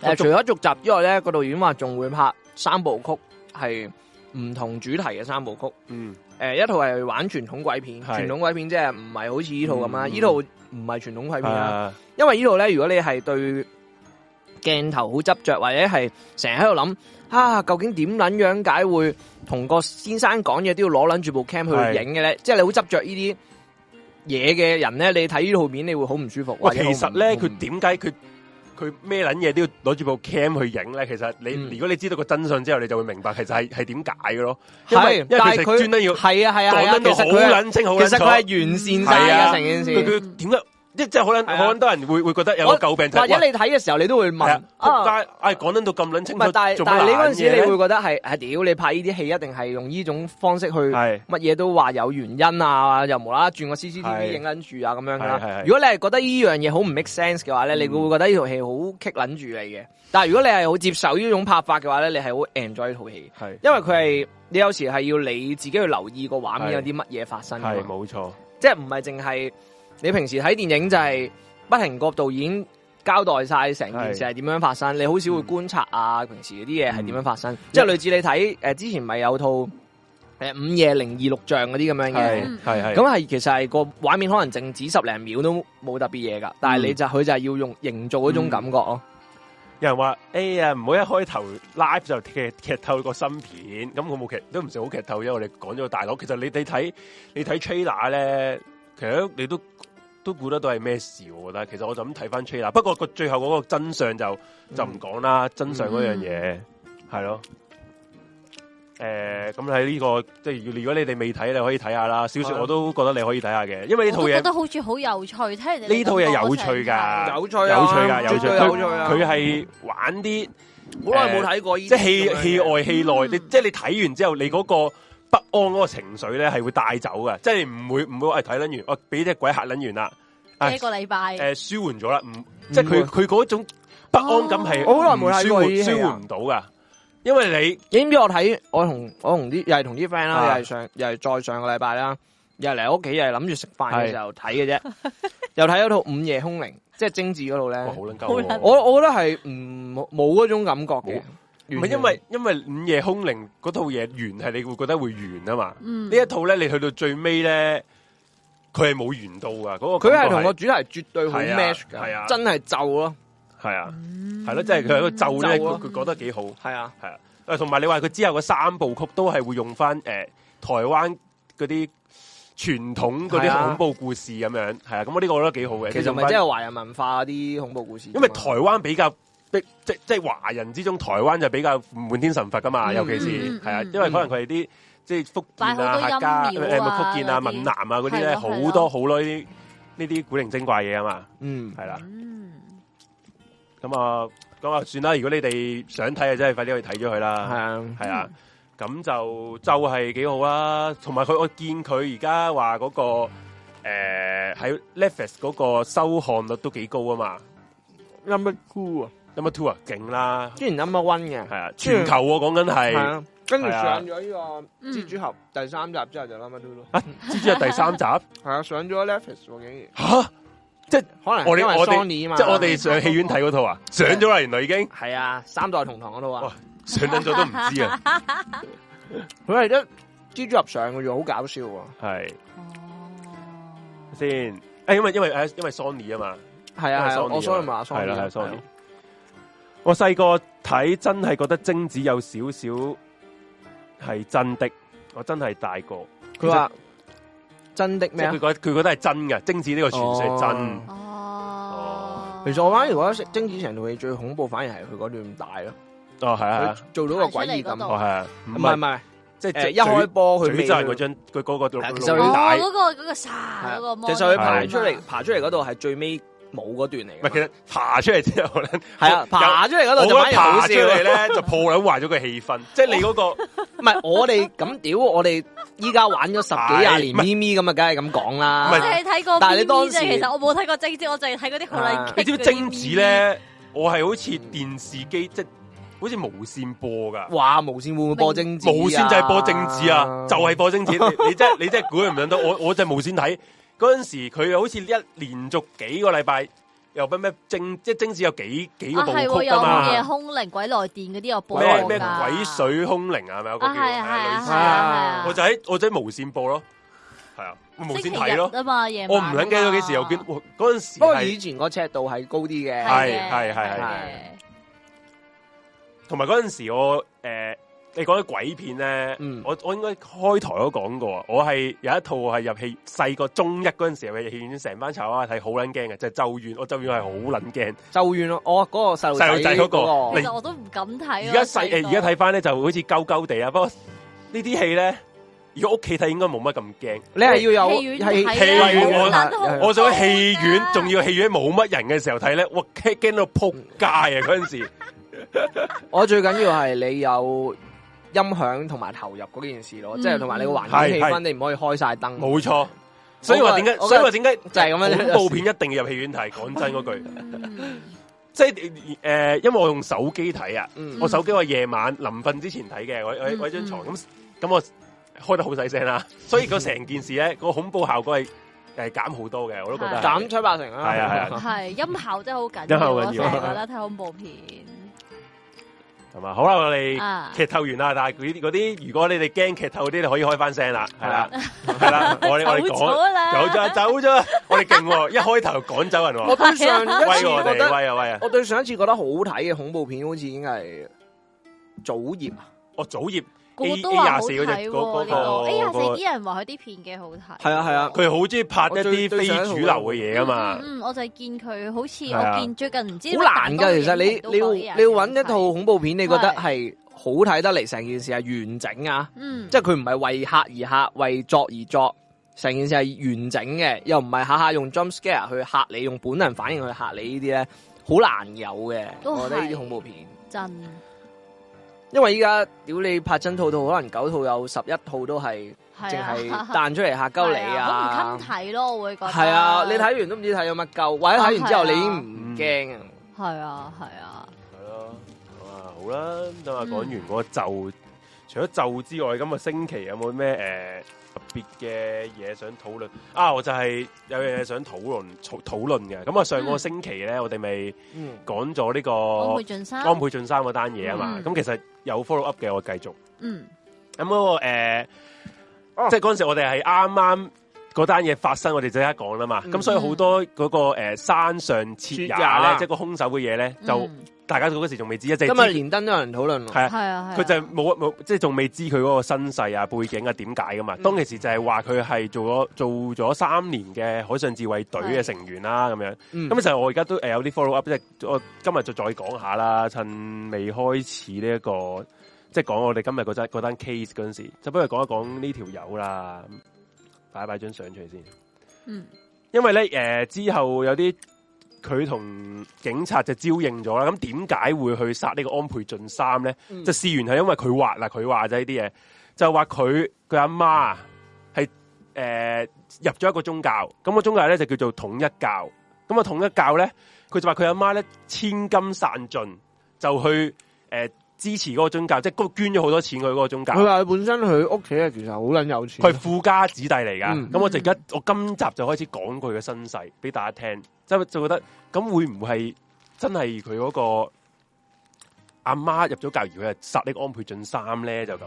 [SPEAKER 1] 诶、除咗續集之外咧，個導演話仲會拍三部曲，係唔同主題嘅三部曲。
[SPEAKER 2] 嗯，
[SPEAKER 1] 诶、一套係玩傳統鬼片，
[SPEAKER 2] 係
[SPEAKER 1] 傳統鬼片即係唔係好似呢套咁啦，
[SPEAKER 2] 嗯
[SPEAKER 1] 呢套唔係傳統鬼片啦，
[SPEAKER 2] 啊
[SPEAKER 1] 因為呢套咧，如果你係對鏡頭好執着，或者係成日喺度諗啊，究竟點撚樣解會同個先生講嘢都要攞撚住部 cam
[SPEAKER 2] 係
[SPEAKER 1] 去影嘅咧？即係你好執着呢啲嘢嘅人咧，你睇呢套片你會好唔舒服。
[SPEAKER 2] 喂，
[SPEAKER 1] 或
[SPEAKER 2] 其
[SPEAKER 1] 者好唔
[SPEAKER 2] 實咧
[SPEAKER 1] 好唔
[SPEAKER 2] 佢點解佢佢咩撚嘢都要攞住部 cam 去影咧，其實你、
[SPEAKER 1] 嗯
[SPEAKER 2] 如果你知道個真相之後，你就會明白其實係係點解嘅咯。因為
[SPEAKER 1] 係
[SPEAKER 2] 因為
[SPEAKER 1] 但
[SPEAKER 2] 其
[SPEAKER 1] 係
[SPEAKER 2] 實專登要
[SPEAKER 1] 係啊係啊係啊，
[SPEAKER 2] 講
[SPEAKER 1] 其
[SPEAKER 2] 得好
[SPEAKER 1] 實佢係
[SPEAKER 2] 撚清好
[SPEAKER 1] 其
[SPEAKER 2] 撚
[SPEAKER 1] 實
[SPEAKER 2] 楚。
[SPEAKER 1] 佢係完善
[SPEAKER 2] 係
[SPEAKER 1] 晒嘅
[SPEAKER 2] 啊
[SPEAKER 1] 成件
[SPEAKER 2] 佢
[SPEAKER 1] 事。
[SPEAKER 2] 佢點解？即即係好撚
[SPEAKER 1] 係啊
[SPEAKER 2] 好撚多人會會覺得有個
[SPEAKER 1] 我
[SPEAKER 2] 舊病就
[SPEAKER 1] 或
[SPEAKER 2] 係
[SPEAKER 1] 者
[SPEAKER 2] 喂
[SPEAKER 1] 你睇嘅時候，你都會
[SPEAKER 2] 係
[SPEAKER 1] 問
[SPEAKER 2] 啊
[SPEAKER 1] 啊
[SPEAKER 2] 仆。街，唉講撚到咁撚清
[SPEAKER 1] 唔
[SPEAKER 2] 楚
[SPEAKER 1] 係，，但係
[SPEAKER 2] 做乜
[SPEAKER 1] 但係你嗰
[SPEAKER 2] 撚
[SPEAKER 1] 陣時，你
[SPEAKER 2] 嘢
[SPEAKER 1] 會
[SPEAKER 2] 呢
[SPEAKER 1] 覺得係係屌，你拍呢啲戲一定係用呢種方式去
[SPEAKER 2] 係
[SPEAKER 1] 乜嘢都話有原因啊，又無啦啦轉個 CCTV
[SPEAKER 2] 係
[SPEAKER 1] 影緊住啊咁樣㗎
[SPEAKER 2] 係係嗯
[SPEAKER 1] 啦。
[SPEAKER 2] 係
[SPEAKER 1] 如果你係覺得呢樣嘢好唔 make sense 嘅話咧，你會覺得呢套戲好棘撚住你嘅。但係如果你係好接受呢種拍法嘅話咧，你係好 enjoy 呢套戲，
[SPEAKER 2] 係
[SPEAKER 1] 因為佢係你有時係要你自己去留意個畫面
[SPEAKER 2] 係
[SPEAKER 1] 有啲乜嘢發生㗎嘛
[SPEAKER 2] 係冇錯，
[SPEAKER 1] 即係唔係淨係你平時睇電影就係不停個導演交代晒成件事係點樣發生，你好少會觀察啊，平時嗰啲嘢係點樣發生，即係類似你睇诶、呃之前咪有套诶、呃午夜零二六像嗰啲咁樣嘅。
[SPEAKER 2] 係係係
[SPEAKER 1] 咁係其實係個畫面可能靜止十零秒都冇特別嘢㗎，但係你就佢就係要用營造嗰種感覺咯。
[SPEAKER 2] 有人話：哎呀，唔好一開頭 live 就劇劇透個新片，咁我冇劇都唔算好劇透，因為我哋講咗個大佬。其實你哋睇你睇 trailer 咧，其實你都都估得到係咩事，我覺得。其實我就咁睇翻 trailer，不過個最後嗰個真相就就唔講啦，真相嗰樣嘢係咯。誒，咁喺呢個即係如果你哋未睇，你可以睇下啦。小
[SPEAKER 1] 係
[SPEAKER 2] 説
[SPEAKER 1] 啊
[SPEAKER 2] 我都覺得你可以睇下嘅，因嗯為呢套
[SPEAKER 3] 我都覺
[SPEAKER 2] 嘢
[SPEAKER 3] 得好似好有趣，睇人哋
[SPEAKER 2] 呢套嘢有趣㗎
[SPEAKER 1] 有趣
[SPEAKER 2] 有
[SPEAKER 1] 啊，
[SPEAKER 2] 趣㗎，有
[SPEAKER 1] 絕
[SPEAKER 2] 趣，
[SPEAKER 1] 對有趣啊！
[SPEAKER 2] 佢佢係玩啲。
[SPEAKER 1] 好耐冇睇過呢啲
[SPEAKER 2] 即係戲
[SPEAKER 1] 咁樣嘅
[SPEAKER 2] 戲外戲內，
[SPEAKER 3] 嗯
[SPEAKER 2] 你即係你睇完之後，你嗰個不安嗰個情緒咧係會帶走嘅，即係唔會唔會誒睇撚完，我俾只鬼嚇撚完啦，
[SPEAKER 3] 一個禮拜，
[SPEAKER 2] 啊誒舒緩咗啦，唔即係佢佢嗰種不安感係
[SPEAKER 1] 哦我好耐冇睇過
[SPEAKER 2] 唔舒
[SPEAKER 1] 呢啲
[SPEAKER 2] 緩舒
[SPEAKER 1] 戲啊
[SPEAKER 2] 緩唔到噶，因為你
[SPEAKER 1] 你知唔知我睇我同我同啲又係同啲 friend 啦，
[SPEAKER 2] 啊
[SPEAKER 1] 又係上又係再上個禮拜啦，又係嚟屋企又係諗住食飯嘅時候睇嘅 啫，又睇咗套《午夜凶鈴》，即係精緻嗰度
[SPEAKER 2] 哇好
[SPEAKER 1] 咧，
[SPEAKER 2] 撚
[SPEAKER 3] 好
[SPEAKER 2] 鳩
[SPEAKER 3] 撚
[SPEAKER 2] 喎，
[SPEAKER 1] 我我覺得係唔冇冇嗰種感覺嘅
[SPEAKER 2] 冇，唔係因為因為午夜空靈嗰套嘢完係你會覺得會完啊嘛，
[SPEAKER 3] 嗯
[SPEAKER 2] 呢一套咧你去到最尾咧，佢係冇完到噶，嗰個
[SPEAKER 1] 佢係
[SPEAKER 2] 感覺
[SPEAKER 1] 同個主題絕對好
[SPEAKER 2] 係啊
[SPEAKER 1] match 㗎，
[SPEAKER 2] 係啊
[SPEAKER 1] 真係就咯，
[SPEAKER 2] 係啊係咯，即係佢喺度咒咧，
[SPEAKER 1] 咒啊
[SPEAKER 2] 佢佢講得幾好。
[SPEAKER 1] 係啊，
[SPEAKER 2] 系啊，誒同埋你話佢之後嘅三部曲都係會用翻诶、誒台灣嗰啲傳統嗰
[SPEAKER 1] 係啊
[SPEAKER 2] 啲恐怖故事咁樣，係啊，咁我呢個我覺得幾好嘅。
[SPEAKER 1] 其實
[SPEAKER 2] 用
[SPEAKER 1] 咪
[SPEAKER 2] 返
[SPEAKER 1] 即係華人文化啲恐怖故事啫嘛，
[SPEAKER 2] 因為台灣比較逼，即即係華人之中，台灣就比較滿天神佛噶嘛，
[SPEAKER 1] 嗯
[SPEAKER 2] 尤其
[SPEAKER 3] 嗯
[SPEAKER 2] 是
[SPEAKER 3] 嗯
[SPEAKER 2] 係啊，
[SPEAKER 3] 嗯
[SPEAKER 2] 因為可能佢哋啲即係福建
[SPEAKER 3] 拜好
[SPEAKER 2] 啊、
[SPEAKER 3] 多
[SPEAKER 2] 客家
[SPEAKER 3] 陰廟啊
[SPEAKER 2] 誒福建啊、
[SPEAKER 3] 嗰啲
[SPEAKER 2] 閩南啊嗰啲
[SPEAKER 3] 係
[SPEAKER 2] 咧，
[SPEAKER 3] 咯
[SPEAKER 2] 好
[SPEAKER 3] 係咯
[SPEAKER 2] 多好多呢啲呢啲古靈精怪嘢啊嘛，
[SPEAKER 1] 嗯
[SPEAKER 2] 係啦。
[SPEAKER 3] 嗯
[SPEAKER 2] 咁啊，咁啊，算啦。如果你哋想睇啊，真係快啲去睇咗佢啦。
[SPEAKER 1] 係啊，
[SPEAKER 2] 系啊，咁就就係幾好啊。同埋佢，我見佢而家話嗰個诶喺 Netflix 嗰個收看率都幾高啊嘛。
[SPEAKER 1] number two 啊，
[SPEAKER 2] Number two 啊，勁啦，
[SPEAKER 1] 之前 number one 嘅
[SPEAKER 2] 係，啊，全球我講緊
[SPEAKER 1] 係
[SPEAKER 2] 係
[SPEAKER 1] 啊，跟住
[SPEAKER 2] 係啊
[SPEAKER 1] 上咗呢個
[SPEAKER 3] 嗯
[SPEAKER 1] 蜘蛛俠第三集之後就 number two 咯，
[SPEAKER 2] 知唔知啊？第 三集吓，
[SPEAKER 1] 係啊，上咗 Netflix 喎竟然。可能
[SPEAKER 2] 我哋
[SPEAKER 1] 因為
[SPEAKER 2] 我哋
[SPEAKER 1] Sony 啊嘛，
[SPEAKER 2] 即係我哋上戲院睇嗰套啊，上咗啦，原來已 經
[SPEAKER 1] 系啊三代同堂嗰套啊
[SPEAKER 2] 哇，上緊咗都唔知啊，
[SPEAKER 1] 佢係得蜘蛛俠上嘅啫，好搞笑啊！
[SPEAKER 2] 係
[SPEAKER 3] 哦
[SPEAKER 2] 先。誒，因為因為誒，因為 Sony 啊嘛，
[SPEAKER 1] 係
[SPEAKER 2] 因為
[SPEAKER 1] 啊，
[SPEAKER 2] Sony
[SPEAKER 1] 我 Sony
[SPEAKER 2] 嘛
[SPEAKER 1] 嘛，Sony
[SPEAKER 2] 係啦係
[SPEAKER 1] 啊
[SPEAKER 2] Sony。我細個睇真係覺得精子有少少係真的，我真係大個。
[SPEAKER 1] 佢話真的
[SPEAKER 2] 即
[SPEAKER 1] 咩
[SPEAKER 2] 係
[SPEAKER 1] 啊
[SPEAKER 2] 佢？覺得佢覺得係真嘅，精子呢個傳說係真。
[SPEAKER 1] 哦
[SPEAKER 3] 哦，
[SPEAKER 1] 其實我反而覺得精子成套戲最恐怖，反而係佢嗰段大咯，
[SPEAKER 2] 哦，係啊，係
[SPEAKER 1] 佢
[SPEAKER 2] 啊
[SPEAKER 1] 做到個詭異
[SPEAKER 3] 行出嚟嗰
[SPEAKER 1] 感。
[SPEAKER 3] 度
[SPEAKER 2] 哦，係啊，
[SPEAKER 1] 唔
[SPEAKER 2] 唔
[SPEAKER 1] 係唔
[SPEAKER 2] 係
[SPEAKER 1] 係，
[SPEAKER 2] 即係
[SPEAKER 1] 誒
[SPEAKER 2] 嘴
[SPEAKER 1] 一開波佢
[SPEAKER 2] 嘴
[SPEAKER 1] 未
[SPEAKER 2] 就係嗰張佢嗰個錄
[SPEAKER 1] 係其實佢
[SPEAKER 2] 錄帶。
[SPEAKER 3] 哦嗰個嗰個沙嗰個
[SPEAKER 1] 係
[SPEAKER 3] mon
[SPEAKER 1] 啊其實佢爬
[SPEAKER 2] 係
[SPEAKER 1] 出嚟爬出嚟嗰度係最尾冇嗰段嚟
[SPEAKER 2] 唔係，其
[SPEAKER 1] 嘅嘛。
[SPEAKER 2] 實爬出嚟之後咧，
[SPEAKER 1] 係啊，爬出嚟
[SPEAKER 2] 有
[SPEAKER 1] 嗰
[SPEAKER 2] 我
[SPEAKER 1] 度
[SPEAKER 2] 覺
[SPEAKER 1] 就
[SPEAKER 2] 得
[SPEAKER 1] 反而好笑啊
[SPEAKER 2] 爬
[SPEAKER 1] 哦
[SPEAKER 2] 出。嚟咧就破撚壞咗個氣氛， 即係你嗰個
[SPEAKER 1] 唔係我 哋咁屌，我哋依家玩咗十幾廿年
[SPEAKER 2] 係唔係
[SPEAKER 1] 咪咪咁啊，梗係咁講啦。
[SPEAKER 2] 唔
[SPEAKER 3] 我
[SPEAKER 2] 係
[SPEAKER 3] 淨係睇過 B
[SPEAKER 1] 但係你
[SPEAKER 3] B
[SPEAKER 1] 當
[SPEAKER 3] 啫，
[SPEAKER 1] 時
[SPEAKER 3] 其實我冇睇過精子，我淨係睇嗰啲好
[SPEAKER 1] 啊
[SPEAKER 3] 撚
[SPEAKER 2] 你
[SPEAKER 3] 激
[SPEAKER 2] 知唔知
[SPEAKER 3] 嗰啲
[SPEAKER 2] 精子咧？我係好似電視機即係好似無線播㗎。
[SPEAKER 1] 哇！無線會唔會播精子、啊？
[SPEAKER 2] 無線就係播政治啊，就係、播政治。你你真係你真係估唔到，我我就無線睇嗰陣時，佢好似一連續幾個禮拜又乜咩政，即係政治有幾幾個
[SPEAKER 3] 啊
[SPEAKER 2] 部
[SPEAKER 3] 係喎，
[SPEAKER 2] 曲噶
[SPEAKER 3] 有夜
[SPEAKER 2] 嘛。
[SPEAKER 3] 空靈、鬼來電嗰啲有播
[SPEAKER 2] 咩咩
[SPEAKER 3] 㗎
[SPEAKER 2] 鬼水空靈啊，係咪有個叫
[SPEAKER 3] 啊係啊係啊
[SPEAKER 2] 類
[SPEAKER 3] 係
[SPEAKER 2] 似啊？
[SPEAKER 3] 啊係啊，
[SPEAKER 2] 我就喺我就喺無線播咯，係啊，無線睇咯
[SPEAKER 3] 星期。日啊嘛，夜晚
[SPEAKER 2] 我唔撚記得咗幾時又見，哇嗰陣時
[SPEAKER 1] 不過以
[SPEAKER 2] 係
[SPEAKER 1] 前個尺度係高啲嘅，
[SPEAKER 2] 係係係
[SPEAKER 1] 係
[SPEAKER 2] 同埋嗰陣時我誒呃你講啲鬼片咧，
[SPEAKER 1] 嗯
[SPEAKER 2] 我我應該開台都講過啊。我係有一套係入戲細個中一嗰陣時候嘅戲院，成班柴娃娃睇好撚驚嘅，就係咒怨。我咒怨係好啊撚驚。
[SPEAKER 1] 咒怨咯，我嗰個細路
[SPEAKER 2] 細路仔嗰個
[SPEAKER 1] 嗰個
[SPEAKER 2] 你
[SPEAKER 3] 其實我都唔敢睇
[SPEAKER 2] 而
[SPEAKER 3] 啊。
[SPEAKER 2] 家細誒，
[SPEAKER 3] 個
[SPEAKER 2] 而家睇翻咧就好似鳩鳩地啊。不過呢啲戲咧，如果屋企睇應該冇乜咁驚。
[SPEAKER 1] 你係要有
[SPEAKER 3] 戲院
[SPEAKER 1] 係
[SPEAKER 3] 睇
[SPEAKER 2] 戲院我
[SPEAKER 3] 啊好撚恐怖
[SPEAKER 2] 我想喺戲院
[SPEAKER 3] 㗎，
[SPEAKER 2] 仲要戲院冇乜人嘅時候睇咧，我驚驚到撲街啊！嗰陣時
[SPEAKER 1] 我最緊要係你有音響同埋投入嗰件事咯，
[SPEAKER 3] 嗯
[SPEAKER 1] 即係同埋你個環境氣
[SPEAKER 2] 係係
[SPEAKER 1] 氛，你唔可以開晒燈。
[SPEAKER 2] 冇錯，所以話點解？
[SPEAKER 1] 我覺得
[SPEAKER 2] 所以話點解就
[SPEAKER 1] 係咁樣
[SPEAKER 2] 恐怖片一定要入戲院睇，講真嗰句。
[SPEAKER 3] 嗯
[SPEAKER 2] 即系诶、呃因為我用手機睇啊，
[SPEAKER 1] 嗯
[SPEAKER 2] 我手機我夜晚臨瞓之前睇嘅，我我
[SPEAKER 3] 嗯
[SPEAKER 2] 我喺張床咁咁我開得好細聲 啦，所以個成件事咧個恐怖效果係诶減好多嘅，我都覺得係
[SPEAKER 1] 減吹八成啦，
[SPEAKER 2] 係啊係
[SPEAKER 3] 係音效真係好緊
[SPEAKER 2] 音效
[SPEAKER 3] 要，
[SPEAKER 2] 緊
[SPEAKER 3] 我
[SPEAKER 2] 要啊
[SPEAKER 3] 成日覺得睇恐怖片
[SPEAKER 2] 係嘛？好啦，我哋
[SPEAKER 3] 啊，
[SPEAKER 2] 劇透完啦，但係嗰啲嗰啲如果你哋驚劇透嗰啲，你可以開翻聲 啦，係啦，係啦，我哋我哋
[SPEAKER 3] 走
[SPEAKER 2] 講
[SPEAKER 3] 咗啦，
[SPEAKER 2] 走咗走咗，我哋勁喎，一開頭趕走人
[SPEAKER 1] 我
[SPEAKER 2] 喎，
[SPEAKER 1] 對上一
[SPEAKER 2] 威
[SPEAKER 1] 次
[SPEAKER 2] 我
[SPEAKER 1] 覺
[SPEAKER 2] 哋
[SPEAKER 1] 得，
[SPEAKER 2] 威啊威啊！
[SPEAKER 1] 我對上一次覺得好睇嘅恐怖片，好似已經係祖葉啊，
[SPEAKER 2] 我祖業
[SPEAKER 3] 個個
[SPEAKER 2] A-
[SPEAKER 3] 都話好
[SPEAKER 2] A24 嗰隻
[SPEAKER 3] 睇
[SPEAKER 2] 嗰
[SPEAKER 3] 喎，
[SPEAKER 2] 嗰
[SPEAKER 3] 呢
[SPEAKER 2] 個
[SPEAKER 3] 個 A 廿四
[SPEAKER 2] 嗰個
[SPEAKER 3] 啲人話佢啲片幾好睇，
[SPEAKER 1] 係啊係啊
[SPEAKER 2] 佢好中意拍一
[SPEAKER 1] 我最
[SPEAKER 2] 啲非主流嘅嘢啊嘛。
[SPEAKER 3] 嗯，嗯我就係見佢好似
[SPEAKER 2] 係啊
[SPEAKER 3] 我見最近唔知
[SPEAKER 1] 好難㗎。其實你你要你要揾一套
[SPEAKER 3] 套，
[SPEAKER 1] 恐怖片，你覺得係好睇得嚟，成件事係完整啊，
[SPEAKER 3] 嗯，
[SPEAKER 1] 即係佢唔係為嚇而嚇，為作而作。成件事係完整嘅，又唔係下下用 jump scare 去嚇你，用本能反應去嚇你呢啲咧，好難有嘅。
[SPEAKER 3] 都係
[SPEAKER 1] 我覺得呢啲恐怖片，
[SPEAKER 3] 真
[SPEAKER 1] 因為依家屌你拍真套套，可能九套有十一套都係淨
[SPEAKER 3] 係
[SPEAKER 1] 係
[SPEAKER 3] 啊，
[SPEAKER 1] 彈出嚟嚇鳩你
[SPEAKER 3] 係好
[SPEAKER 1] 啊
[SPEAKER 3] 唔，襟睇咯，我會覺得
[SPEAKER 1] 係啊，你睇完都唔知睇咗乜鳩，或者睇完之後你已經唔驚啊。
[SPEAKER 3] 係啊係啊，
[SPEAKER 2] 系咯，咁啊好啦，咁啊講完嗰個咒，除咗咒之外，今個星期有冇咩诶特別嘅嘢想討論？啊，我就係有樣嘢想討論討討論嘅。咁啊，上個星期咧，我哋咪
[SPEAKER 1] 嗯，
[SPEAKER 2] 講咗呢
[SPEAKER 3] 安倍
[SPEAKER 2] 個
[SPEAKER 3] 晉三，
[SPEAKER 2] 安倍晋三嗰單嘢啊嘛。
[SPEAKER 3] 嗯
[SPEAKER 2] 咁其實有 follow up 嘅，我繼續。
[SPEAKER 3] 嗯
[SPEAKER 2] 咁嗰個诶，即係嗰阵时我哋係啱啱。嗰單嘢發生，我哋即刻講啦嘛。咁、
[SPEAKER 1] 嗯
[SPEAKER 2] 所以好多嗰、個、呃、山上切
[SPEAKER 1] 切
[SPEAKER 2] 也
[SPEAKER 1] 也啊
[SPEAKER 2] 咧，即係個兇手嘅嘢咧，就、
[SPEAKER 3] 嗯
[SPEAKER 2] 大家嗰時仲未知，一即
[SPEAKER 1] 今
[SPEAKER 2] 係
[SPEAKER 1] 日連登都有人討論喎
[SPEAKER 2] 係啊
[SPEAKER 3] 係啊係啊，
[SPEAKER 2] 佢就係冇冇，即系仲未知佢嗰個身世啊、背景啊、點解噶嘛。
[SPEAKER 1] 嗯
[SPEAKER 2] 當其時就係話佢係做咗做咗三年嘅海上自衛隊嘅成員啦，咁樣。
[SPEAKER 1] 嗯
[SPEAKER 2] 咁其實我而家都诶有啲 follow up，即係我今日就再講下啦，趁未開始呢、一個即係講我哋今日嗰單嗰單 case 嗰阵时，就不如講一講呢條友啦。擺一擺張相出嚟先，
[SPEAKER 3] 嗯
[SPEAKER 2] 因為咧诶、誒之後有啲佢同警察就招應咗啦。咁點解會去殺呢個安倍晉三咧？
[SPEAKER 1] 嗯
[SPEAKER 2] 即係事源係因為佢話嗱，佢話啫呢啲嘢，就話佢佢阿媽係誒入咗一個宗教，咁、個宗教咧就叫做統一教。咁啊統一教咧，佢就話佢阿媽咧千金散盡，就去誒、呃支持嗰個宗教，即係嗰捐咗好多錢去嗰個宗教。
[SPEAKER 1] 佢話佢本身佢屋企啊，其實好撚有錢。
[SPEAKER 2] 佢係富家子弟嚟噶，
[SPEAKER 1] 嗯
[SPEAKER 2] 咁、我就而家我今集就開始講佢嘅身世俾大家聽，即係就覺得咁會唔會係真係佢嗰個阿媽入咗教，而佢係殺呢個安倍晉三咧就咁。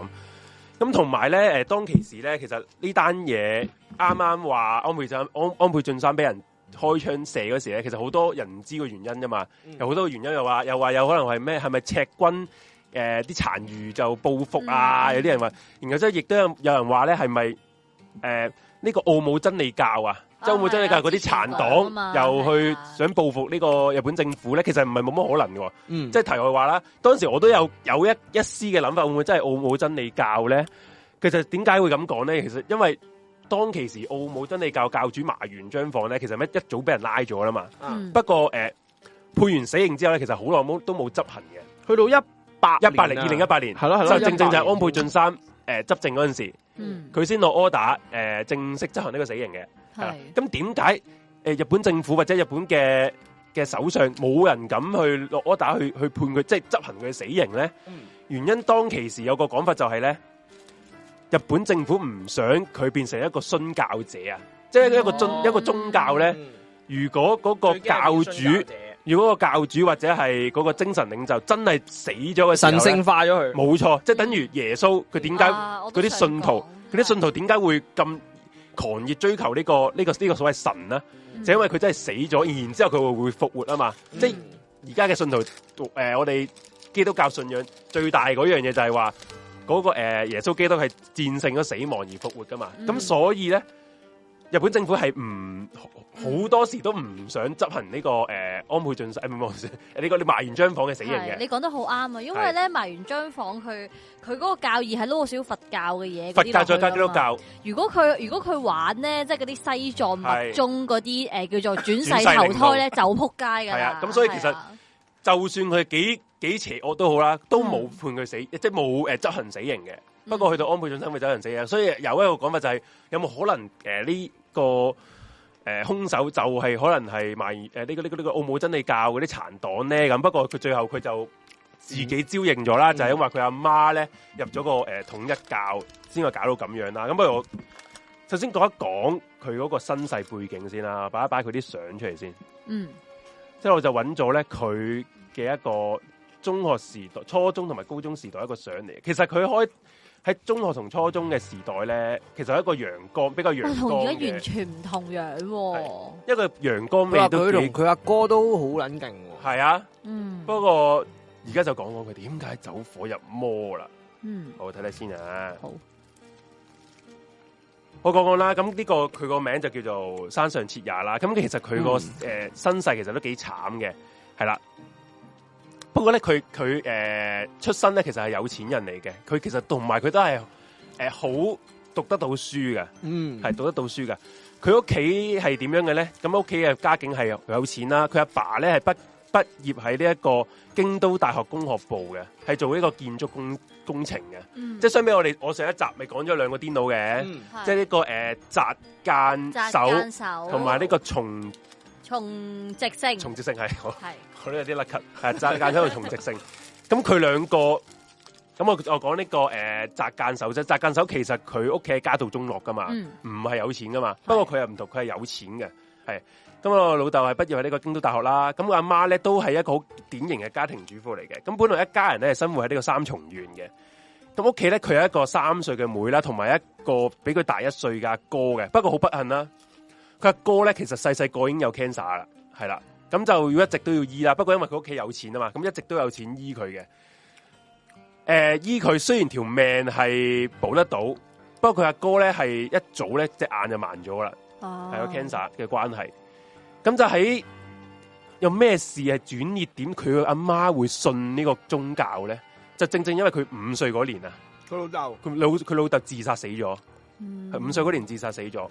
[SPEAKER 2] 咁同埋咧，誒當其時咧，其實呢單嘢啱啱話安倍晉安安倍晉三俾人開槍射嗰時咧，其實好多人唔知個原因啫嘛，
[SPEAKER 1] 嗯
[SPEAKER 2] 有好多原因又話又話有可能係咩係咪赤軍誒啲殘餘就報復啊，
[SPEAKER 3] 嗯
[SPEAKER 2] 有啲人話，然後即係亦都有有人話咧係咪誒呢個奧姆真理教啊？
[SPEAKER 3] 啊
[SPEAKER 2] 即係奧姆真理教嗰啲殘
[SPEAKER 3] 係啊
[SPEAKER 2] 黨又
[SPEAKER 3] 之前講啊嘛係
[SPEAKER 2] 去
[SPEAKER 3] 啊
[SPEAKER 2] 想報復呢個日本政府咧，其實唔係冇乜可能嘅喎。
[SPEAKER 1] 嗯
[SPEAKER 2] 即係題外話啦，當時我都有有一一絲嘅諗法，會唔會真係奧姆真理教咧？其實點解會咁講咧？其實因為當其時奧姆真理教教主麻原彰晃咧，其實一一早俾人拉咗啦嘛。
[SPEAKER 1] 嗯
[SPEAKER 3] 嗯
[SPEAKER 2] 不過誒、呃判完死刑之後咧，其實好耐冇都冇執行嘅。
[SPEAKER 1] 去到一八
[SPEAKER 2] 一八零二零一八年，
[SPEAKER 1] 係咯係咯
[SPEAKER 2] 就正正就係安倍
[SPEAKER 1] 180
[SPEAKER 2] 晉三誒、呃、執政嗰陣時，
[SPEAKER 3] 嗯
[SPEAKER 2] 佢先落 order 誒、呃正式執行呢個死刑嘅。係啦
[SPEAKER 3] 係
[SPEAKER 2] 咁點解誒日本政府或者日本嘅嘅首相冇人敢去落 order 去去判佢，即係執行佢嘅死刑咧？
[SPEAKER 1] 嗯
[SPEAKER 2] 原因當其時有個講法就係咧，日本政府唔想佢變成一個殉教者啊，即係一個宗、
[SPEAKER 3] 哦
[SPEAKER 2] 一個宗教咧。如果嗰個教主，如果個教主或者係嗰個精神領袖真係死咗嘅時候
[SPEAKER 1] 神
[SPEAKER 2] 呢
[SPEAKER 1] 聖化咗佢，
[SPEAKER 2] 冇錯，即係等於耶穌佢點解
[SPEAKER 3] 啊我都
[SPEAKER 2] 嗰啲
[SPEAKER 3] 想
[SPEAKER 2] 信徒
[SPEAKER 3] 講
[SPEAKER 2] 嗰啲信徒點解會咁狂熱追求呢、個呢、個呢、個所謂神啊呢？
[SPEAKER 3] 嗯
[SPEAKER 2] 就因為佢真係死咗，然之後佢會會復活啊嘛。
[SPEAKER 1] 嗯
[SPEAKER 2] 即係呃而家嘅信徒，誒、我哋基督教信仰最大嗰樣嘢就係話，嗰、個、呃、耶穌基督係戰勝咗死亡而復活噶嘛。咁、
[SPEAKER 3] 嗯
[SPEAKER 2] 所以咧，日本政府係唔好好多時都唔想執行呢、個誒、呃安倍晉三，唔係唔係呃呢個你埋完張房嘅死刑
[SPEAKER 3] 係
[SPEAKER 2] 嘅。
[SPEAKER 3] 你講得好啱啊！因為咧埋完張房，佢佢嗰個教義係撈少少佛教嘅嘢，
[SPEAKER 2] 佛教再加
[SPEAKER 3] 基
[SPEAKER 2] 基督。教，
[SPEAKER 3] 如果佢如果佢玩咧，即係嗰啲西藏密
[SPEAKER 2] 係
[SPEAKER 3] 宗嗰啲誒叫做轉
[SPEAKER 2] 轉世
[SPEAKER 3] 世
[SPEAKER 2] 靈童
[SPEAKER 3] 投胎咧，就撲街㗎
[SPEAKER 2] 係
[SPEAKER 3] 啦
[SPEAKER 2] 啊。咁所以其實
[SPEAKER 3] 係啊
[SPEAKER 2] 就算佢幾幾邪惡都好啦，都冇
[SPEAKER 3] 嗯
[SPEAKER 2] 判佢死，即係冇呃誒執行死刑嘅。不過去到安倍晉三會執行死刑，所以有一個講法就係、有冇可能誒呢、個誒、呃、兇手就係可能係埋誒呢個呢、個呢、個奧姆真理教嗰啲殘黨咧咁？不過佢最後佢就自己招認咗啦，就係因為佢阿媽咧入咗個誒、呃、統一教，先會搞到咁樣啦。咁不如我首先講一講佢嗰個身世背景先啦，擺一擺佢啲相出嚟先。
[SPEAKER 3] 嗯
[SPEAKER 2] 之後我就揾咗咧佢嘅一個中學時代、初中同埋高中時代一個相嚟。其實佢開喺中學同初中嘅時代咧，其實係一個陽光比較陽
[SPEAKER 3] 哇
[SPEAKER 2] 光
[SPEAKER 3] 同而家完
[SPEAKER 2] 嘅，
[SPEAKER 3] 全唔同樣喎。
[SPEAKER 2] 一個陽光
[SPEAKER 1] 佢話
[SPEAKER 2] 味
[SPEAKER 1] 佢
[SPEAKER 2] 都
[SPEAKER 1] 同
[SPEAKER 2] 幾
[SPEAKER 1] 佢阿哥都好撚勁喎，
[SPEAKER 2] 係啊。
[SPEAKER 3] 嗯，
[SPEAKER 2] 不過而家就講講佢點解走火入魔啦。
[SPEAKER 3] 嗯
[SPEAKER 2] 我睇睇先啊。
[SPEAKER 3] 好，
[SPEAKER 2] 我講講啦。咁呢、個佢個名就叫做山上徹也啦。咁其實佢個
[SPEAKER 1] 嗯
[SPEAKER 2] 誒身世其實都幾慘嘅，係啦。不過咧，佢佢誒出身咧，其實係有錢人嚟嘅。佢其實同埋佢都係誒好讀得到書嘅，
[SPEAKER 1] 嗯，
[SPEAKER 2] 係讀得到書嘅。佢屋企係點樣嘅咧？咁屋企嘅家境係有錢啦。佢阿爸咧係畢畢業喺呢一個京都大學工學部嘅，係做呢個建築工工程嘅。
[SPEAKER 3] 嗯
[SPEAKER 2] 即係相比我哋，我上一集咪講咗兩個癲佬嘅。
[SPEAKER 1] 嗯
[SPEAKER 2] 即係呢、個誒擲間
[SPEAKER 3] 啊扎
[SPEAKER 2] 手
[SPEAKER 3] 間手嗯
[SPEAKER 2] 同埋呢個重
[SPEAKER 3] 從直性
[SPEAKER 2] 重直性係， 我
[SPEAKER 3] 係
[SPEAKER 2] 我都有啲甩咳，係擲間手同重直性。 咁佢兩個，咁我我講呢、個誒擲間手啫，擲間手其實佢屋企係家道中落噶嘛，
[SPEAKER 3] 嗯
[SPEAKER 2] 唔係有錢噶嘛。不過佢又唔同，佢係有錢嘅，係。咁我老豆係畢業喺呢個京都大學啦，咁我阿媽咧都係一個好典型嘅家庭主婦嚟嘅。咁本來一家人咧係生活喺呢個三重縣嘅。咁屋企咧，佢有一個三歲嘅妹啦，同埋一個比佢大一歲嘅阿哥嘅。不過好不幸啦，佢阿哥咧其實細細個已經有 cancer 啦，係啦，咁就要一直都要醫啦。不過因為佢屋企有錢啊嘛，咁一直都有錢醫佢嘅。誒、醫佢雖然條命係保得到，不過佢阿哥咧係一早咧隻眼就盲咗啦。
[SPEAKER 3] 哦
[SPEAKER 2] 係有 cancer 嘅關係。咁就喺有咩事係轉捩點，佢阿媽會信呢個宗教咧？就正正因為佢五歲嗰年啊，
[SPEAKER 1] 佢老豆
[SPEAKER 2] 佢老佢老豆自殺死咗，
[SPEAKER 3] 嗯
[SPEAKER 2] 係五歲嗰年自殺死咗。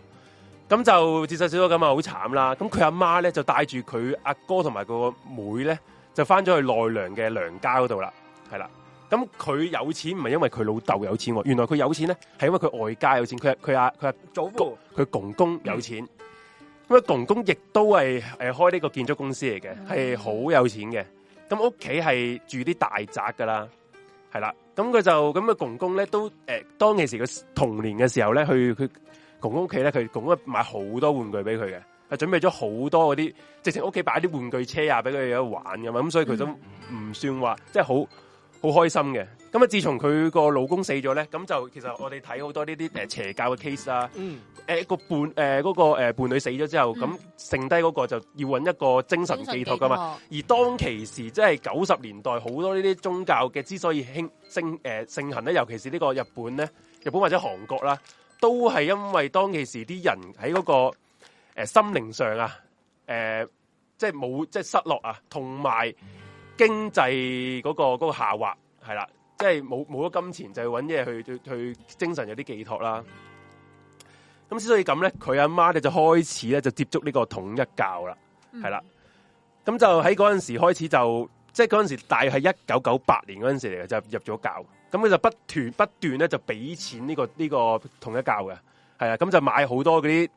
[SPEAKER 2] 咁就自殺死咗，咁啊好慘啦。咁佢阿媽咧就帶住佢阿哥同埋個妹咧，就翻咗去奈良嘅娘家嗰度啦，係啦。咁佢有錢唔係因為佢老豆有錢喎，原來佢有錢咧係因為佢外家有錢，佢佢阿佢阿
[SPEAKER 1] 祖父
[SPEAKER 2] 佢公公有錢，咁啊公公亦都係诶开呢個建築公司嚟嘅，係好有錢嘅。咁屋企係住啲大宅噶啦，係啦。咁佢就咁啊公公咧都诶、呃，当其時佢童年嘅時候咧，去佢公公屋企咧，佢公公買好多玩具俾佢嘅，係準備咗好多嗰啲，直情屋企擺啲玩具車啊，俾佢有得玩噶嘛。咁所以佢都唔算話即係好。好開心嘅，咁啊！自從佢個老公死咗咧，咁就其實我哋睇好多呢啲誒邪教嘅 case 啊啦、
[SPEAKER 1] 嗯
[SPEAKER 2] 诶、個伴诶嗰、個呃伴侶死咗之後，咁、
[SPEAKER 3] 嗯
[SPEAKER 2] 剩低嗰個就要揾一個精神寄託噶嘛。
[SPEAKER 3] 嘛，
[SPEAKER 2] 而當其時，即係九十年代，好多呢啲宗教嘅之所以興盛诶盛行咧，尤其是呢個日本咧，日本或者韓國啦，都係因為當其時啲人喺嗰、個呃心靈上啊，诶、即係冇即係失落啊，同埋經濟嗰、個嗰、個下滑係啦，即係冇冇咗金錢就去揾嘢去去去精神有啲寄託啦。咁之所以咁咧，佢阿媽咧就開始咧就接觸呢個統一教啦。係啦，咁就喺嗰阵时开始就，即系嗰阵时大约系一九九八年嗰阵时嚟嘅，就入咗教。咁佢就不斷不斷咧就俾錢呢、個呢、個統一教嘅，係啊，咁就買好多嗰啲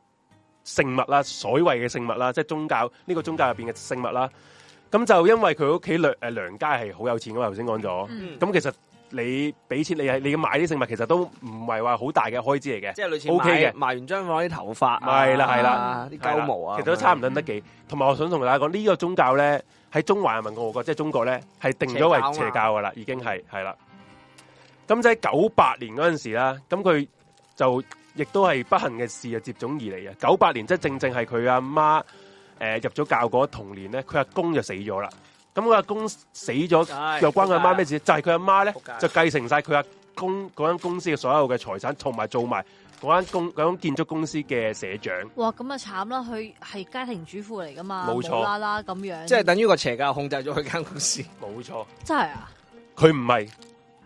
[SPEAKER 2] 聖物啦，所謂嘅聖物啦，即係宗教呢、個宗教入邊嘅聖物啦。咁就因為佢屋企娘誒娘家係好有錢噶嘛，頭先講咗。
[SPEAKER 3] 嗯
[SPEAKER 2] 咁其實你俾錢你係你買啲聖物，其實都唔係話好大嘅開支嚟嘅。
[SPEAKER 1] 即係類似
[SPEAKER 2] O K
[SPEAKER 1] 買
[SPEAKER 2] 嘅
[SPEAKER 1] 埋完張房啲頭髮啊，
[SPEAKER 2] 係啦係
[SPEAKER 3] 啦
[SPEAKER 1] 啲鳩毛啊，
[SPEAKER 2] 其實都差唔多得幾。同埋我想同大家講，呢、個宗教咧喺中華人民共和國，即係中國咧，係定咗為
[SPEAKER 1] 邪教啊
[SPEAKER 2] 邪教噶啦，已經係係啦。咁就喺九八年嗰陣時啦，咁佢就亦都係不幸嘅事啊，接踵而嚟啊。九八年即係正正係佢阿媽誒入咗教嗰童年咧，佢阿公就死咗啦。咁佢阿公死咗
[SPEAKER 1] 唉
[SPEAKER 2] 又關佢阿媽咩事？就係佢阿媽咧
[SPEAKER 1] 仆街
[SPEAKER 2] 就繼承晒佢阿公嗰間公司嘅所有嘅財產，同埋做埋嗰間公嗰間建築公司嘅社長。
[SPEAKER 3] 哇，咁啊慘啦！佢係家庭主婦嚟噶嘛，
[SPEAKER 2] 冇錯
[SPEAKER 3] 無啦啦咁樣，
[SPEAKER 1] 即係等於個邪教控制咗佢間公司。
[SPEAKER 2] 冇錯，
[SPEAKER 3] 真係啊！
[SPEAKER 2] 佢唔係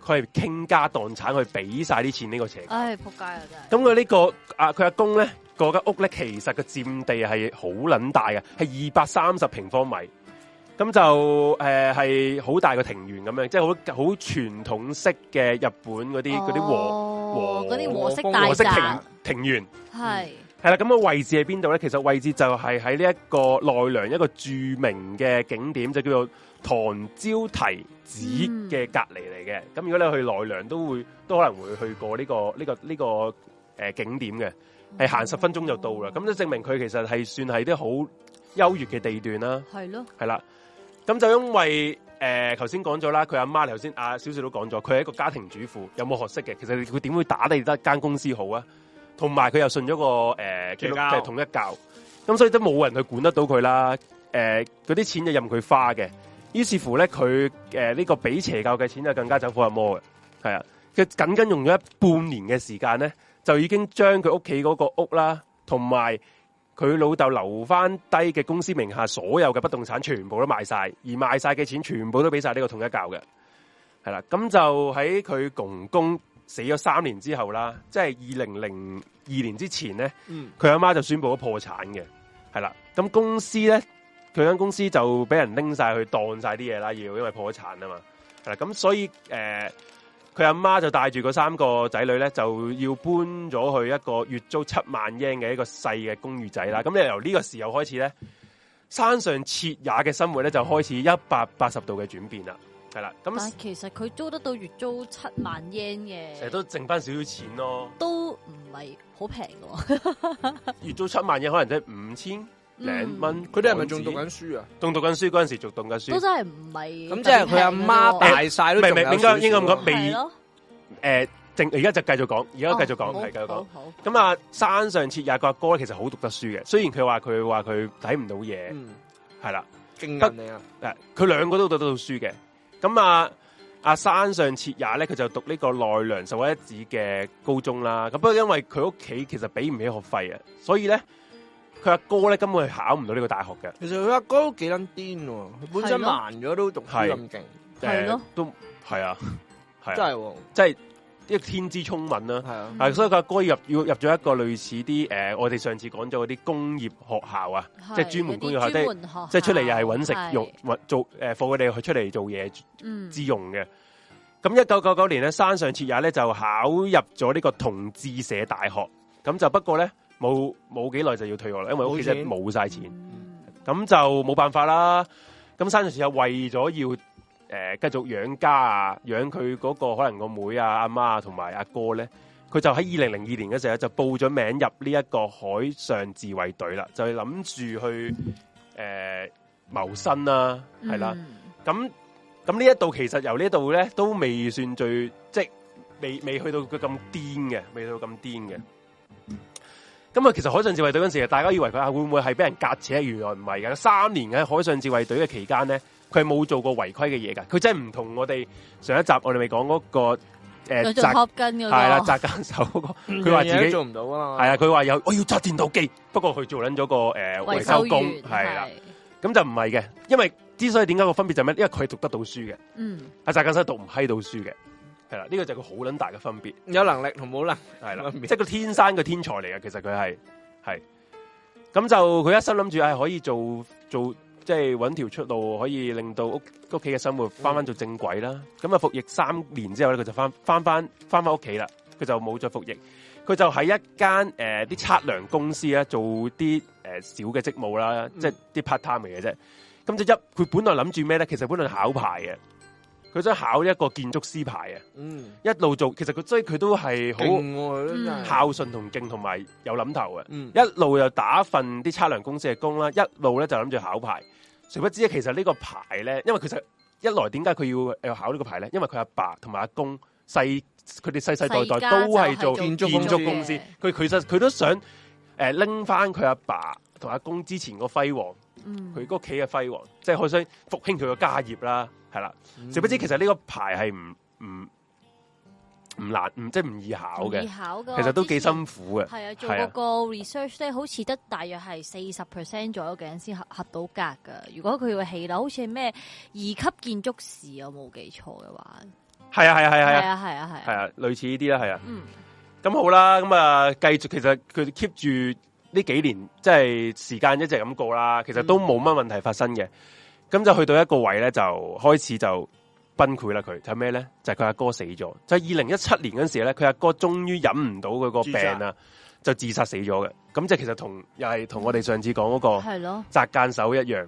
[SPEAKER 2] 佢係傾家蕩產，去俾晒啲錢呢個邪教。
[SPEAKER 3] 唉，仆街啊真係。
[SPEAKER 2] 咁佢呢個啊，佢阿公咧，嗰間屋咧，其實個佔地係好撚大嘅，係二百三十平方米。咁就誒係好大個庭園咁樣，即係好好傳統式嘅日本嗰啲嗰啲和
[SPEAKER 3] 和
[SPEAKER 2] 和
[SPEAKER 3] 嗰啲和式
[SPEAKER 1] 和
[SPEAKER 3] 哦大
[SPEAKER 2] 和式
[SPEAKER 3] 宅
[SPEAKER 2] 庭庭園。
[SPEAKER 3] 係
[SPEAKER 2] 係啦，咁個位置喺邊度咧？其實位置就係喺呢一個奈良一個著名嘅景點，就叫做唐招提寺嘅隔離嚟嘅。咁、如果你去奈良，都會都可能會去過呢、個呢、個呢、個誒、呃景點嘅，係行十分鐘就到啦。咁就證明佢其實係算係啲好優越嘅地段啦。
[SPEAKER 3] 係咯，
[SPEAKER 2] 係啦，咁就因為誒頭先講咗啦，佢阿媽頭先阿小雪都講咗，佢係一個家庭主婦，有冇學識嘅？其實佢點會打理得間公司好啊？同埋佢又信咗個誒基督
[SPEAKER 1] 邪
[SPEAKER 2] 即
[SPEAKER 1] 教
[SPEAKER 2] 係統一教，咁所以都冇人去管得到佢啦。誒嗰啲錢就任佢花嘅，於是乎咧佢誒呢個俾邪教嘅錢就更加走火入魔嘅，係啊，佢僅僅用咗一半年嘅時間咧，就已經將佢屋企嗰個屋啦，同埋。佢老豆留翻低嘅公司名下所有嘅不動產全部都賣晒，而賣晒嘅錢全部都俾晒呢個統一教嘅，係啦。咁就喺佢公公死咗三年之後啦，即係二零零二年之前咧，
[SPEAKER 1] 嗯，
[SPEAKER 2] 佢阿媽就宣布咗破產嘅，係啦。咁公司咧，佢間公司就俾人拎晒去當晒啲嘢啦，要因為破咗產啊嘛，係啦。咁所以誒，佢阿媽就帶住嗰三個仔女咧，就要搬咗去一個月租七萬 yen 嘅一個細嘅公寓仔啦。咁你由呢個時候開始咧，山上徹也嘅生活咧就開始一百八十度嘅轉變啦，係啦。
[SPEAKER 3] 但
[SPEAKER 2] 咁
[SPEAKER 3] 係其實佢租得到月租七萬 yen
[SPEAKER 2] 成日
[SPEAKER 3] 嘅，
[SPEAKER 2] 都剩翻少少錢咯，
[SPEAKER 3] 都唔係好平嘅喎。
[SPEAKER 2] 月租七萬 yen 可能即係五千
[SPEAKER 3] 嗯
[SPEAKER 2] 零蚊。
[SPEAKER 1] 佢哋係咪仲讀緊書啊？
[SPEAKER 2] 仲讀緊書嗰陣時，仲讀緊書
[SPEAKER 3] 都。真係唔係
[SPEAKER 1] 咁即係佢阿媽
[SPEAKER 2] 大
[SPEAKER 1] 大晒都
[SPEAKER 2] 唔係
[SPEAKER 1] 仲
[SPEAKER 2] 唔係
[SPEAKER 1] 有
[SPEAKER 2] 應該應該咁
[SPEAKER 1] 少少
[SPEAKER 2] 講未
[SPEAKER 3] 係咯，
[SPEAKER 2] 诶，正而家就繼續講，而家繼續講，
[SPEAKER 3] 哦
[SPEAKER 2] 係繼續講。。
[SPEAKER 3] 好好
[SPEAKER 2] 咁啊，山上徹也個阿哥咧，其實好讀得書嘅，雖然佢話佢話佢睇唔到嘢，
[SPEAKER 1] 嗯，
[SPEAKER 2] 係啦、
[SPEAKER 1] 勁人嚟啊！
[SPEAKER 2] 誒，佢兩個都讀得到書嘅。咁啊，阿山上徹也咧，佢就讀呢個奈良十一子嘅高中啦。咁不過因為佢屋企其實俾唔起學費啊，所以咧佢阿哥咧根本係考唔到呢個大學嘅。
[SPEAKER 1] 其實佢阿哥都幾撚癲喎，佢本身盲咗都讀書咁勁，
[SPEAKER 3] 係咯
[SPEAKER 2] 誒都係啊，係
[SPEAKER 1] 真
[SPEAKER 2] 啊，
[SPEAKER 1] 係喎，
[SPEAKER 2] 即係一個天資聰敏啦、
[SPEAKER 1] 係啊，
[SPEAKER 2] 啊，所以佢阿哥入要入咗一個類似啲誒、呃我哋上次講咗嗰啲工業學校啊，即係專門工業學校
[SPEAKER 3] 有啲專門學校
[SPEAKER 2] 即係出嚟又係揾食用
[SPEAKER 3] 啊係，
[SPEAKER 2] 揾做誒放佢哋去出嚟做嘢
[SPEAKER 3] 嗯，
[SPEAKER 2] 之用嘅。咁一九九九年咧，山上徹也咧就考入咗呢個同志社大學，咁就不過咧冇冇幾耐就要退學啦，因為屋企真係冇晒錢，
[SPEAKER 3] 嗯
[SPEAKER 2] 咁就冇辦法啦。咁山上徹也為咗要誒、呃、繼續養家啊，養佢嗰個可能個妹啊、阿媽啊同埋阿哥咧，佢就喺二零零二年嘅時候就報咗名入呢一個海上自衛隊啦，就係諗住去誒、呃、謀生啦、係啦。
[SPEAKER 3] 嗯，
[SPEAKER 2] 咁咁呢一度其實由呢度咧都未算最即係未未去到佢咁癲嘅，未到咁癲嘅。咁啊，其實海上自衛隊嗰陣時，大家以為佢啊會唔會係俾人隔扯？原來唔係嘅。三年喺海上自衛隊嘅期間咧，佢係冇做過違規嘅嘢㗎。佢真係唔同我哋上一集我哋咪講嗰個誒
[SPEAKER 3] 有做
[SPEAKER 2] 宅
[SPEAKER 3] top 跟嘅
[SPEAKER 2] 係
[SPEAKER 3] 喎
[SPEAKER 2] 啦，宅間手嗰個佢話自
[SPEAKER 1] 樣嘢都
[SPEAKER 2] 己
[SPEAKER 1] 做唔到啊嘛，
[SPEAKER 2] 係啊，佢話有我要揸電腦機，不過佢做撚咗個誒維
[SPEAKER 3] 維
[SPEAKER 2] 修
[SPEAKER 3] 修
[SPEAKER 2] 工
[SPEAKER 3] 員
[SPEAKER 2] 係啦。，咁就唔係嘅，因為之所以點解個分別就係咩？因為佢係讀得到書嘅，
[SPEAKER 3] 嗯，
[SPEAKER 2] 阿翟近生讀唔閪到書嘅，係啦，呢、個就係個好撚大嘅分別，
[SPEAKER 1] 有能力同冇能力
[SPEAKER 2] 係啦，
[SPEAKER 1] 分別
[SPEAKER 2] 即係個天生嘅天才嚟嘅，其實佢係係，咁就佢一心諗住係可以做做，即係揾條出路，可以令到屋屋企嘅生活翻翻做正軌啦。咁啊服役三年之後咧，佢就翻翻翻翻翻屋企啦，佢就冇再服役，佢就喺一間誒啲測量公司咧做啲誒、呃小嘅職務啦，
[SPEAKER 1] 嗯
[SPEAKER 2] 即係啲 part time 嚟嘅啫。咁就一佢本來諗住咩咧？其實本來考牌嘅，佢想考一個建築師牌嘅，
[SPEAKER 1] 嗯，
[SPEAKER 2] 一路做，其實佢所以佢都係
[SPEAKER 1] 勁啊
[SPEAKER 2] 好
[SPEAKER 1] 喎，真係
[SPEAKER 3] 嗯
[SPEAKER 2] 孝順同勁，同埋有諗頭嘅。
[SPEAKER 1] 嗯，
[SPEAKER 2] 一路又打份啲測量公司嘅工啦，一路咧就諗住考牌。誰不知其實呢個牌咧，因為其實一來點解佢要要考呢個牌咧？因為佢阿爸同埋阿公世佢哋世世代代都係做
[SPEAKER 1] 世家
[SPEAKER 2] 建
[SPEAKER 1] 就係做建
[SPEAKER 2] 築
[SPEAKER 1] 築
[SPEAKER 2] 公
[SPEAKER 1] 公
[SPEAKER 2] 司
[SPEAKER 3] 司，
[SPEAKER 2] 佢其實佢都想誒拎翻佢阿爸同阿公之前個輝煌，
[SPEAKER 3] 嗯，
[SPEAKER 2] 佢屋企嘅輝煌，即係佢想復興佢個家業啦，係啦。
[SPEAKER 1] 嗯
[SPEAKER 2] 誰不知其實呢個牌係唔唔唔難，唔即係唔易考嘅
[SPEAKER 3] 易，考噶，
[SPEAKER 2] 其實都幾辛苦嘅。
[SPEAKER 3] 係啊，做
[SPEAKER 2] 係
[SPEAKER 3] 嗰
[SPEAKER 2] 啊
[SPEAKER 3] 個 research 咧，好似得大約係四十 percent 左右嘅人先合合到格噶。如果佢要起樓，好似係咩二級建築士，我冇記錯嘅話，
[SPEAKER 2] 係啊係啊係啊
[SPEAKER 3] 係
[SPEAKER 2] 係啊
[SPEAKER 3] 啊係啊係
[SPEAKER 2] 係
[SPEAKER 3] 啊，
[SPEAKER 2] 啊，類似呢啲啦係啊。
[SPEAKER 3] 嗯，
[SPEAKER 2] 咁好啦，咁啊，繼續其實佢 keep 住呢幾年，即係時間一直咁過啦，其實都冇乜問題發生嘅。咁就去到一個位咧，就開始就崩潰啦。佢就係咩咧？就係佢阿哥死咗。就係二零一七年嗰陣時咧，佢阿哥終於忍唔到佢個病啊，就自殺死咗嘅。咁就其實同又係同我哋上次講嗰個
[SPEAKER 3] 係咯，
[SPEAKER 2] 擲間手一樣。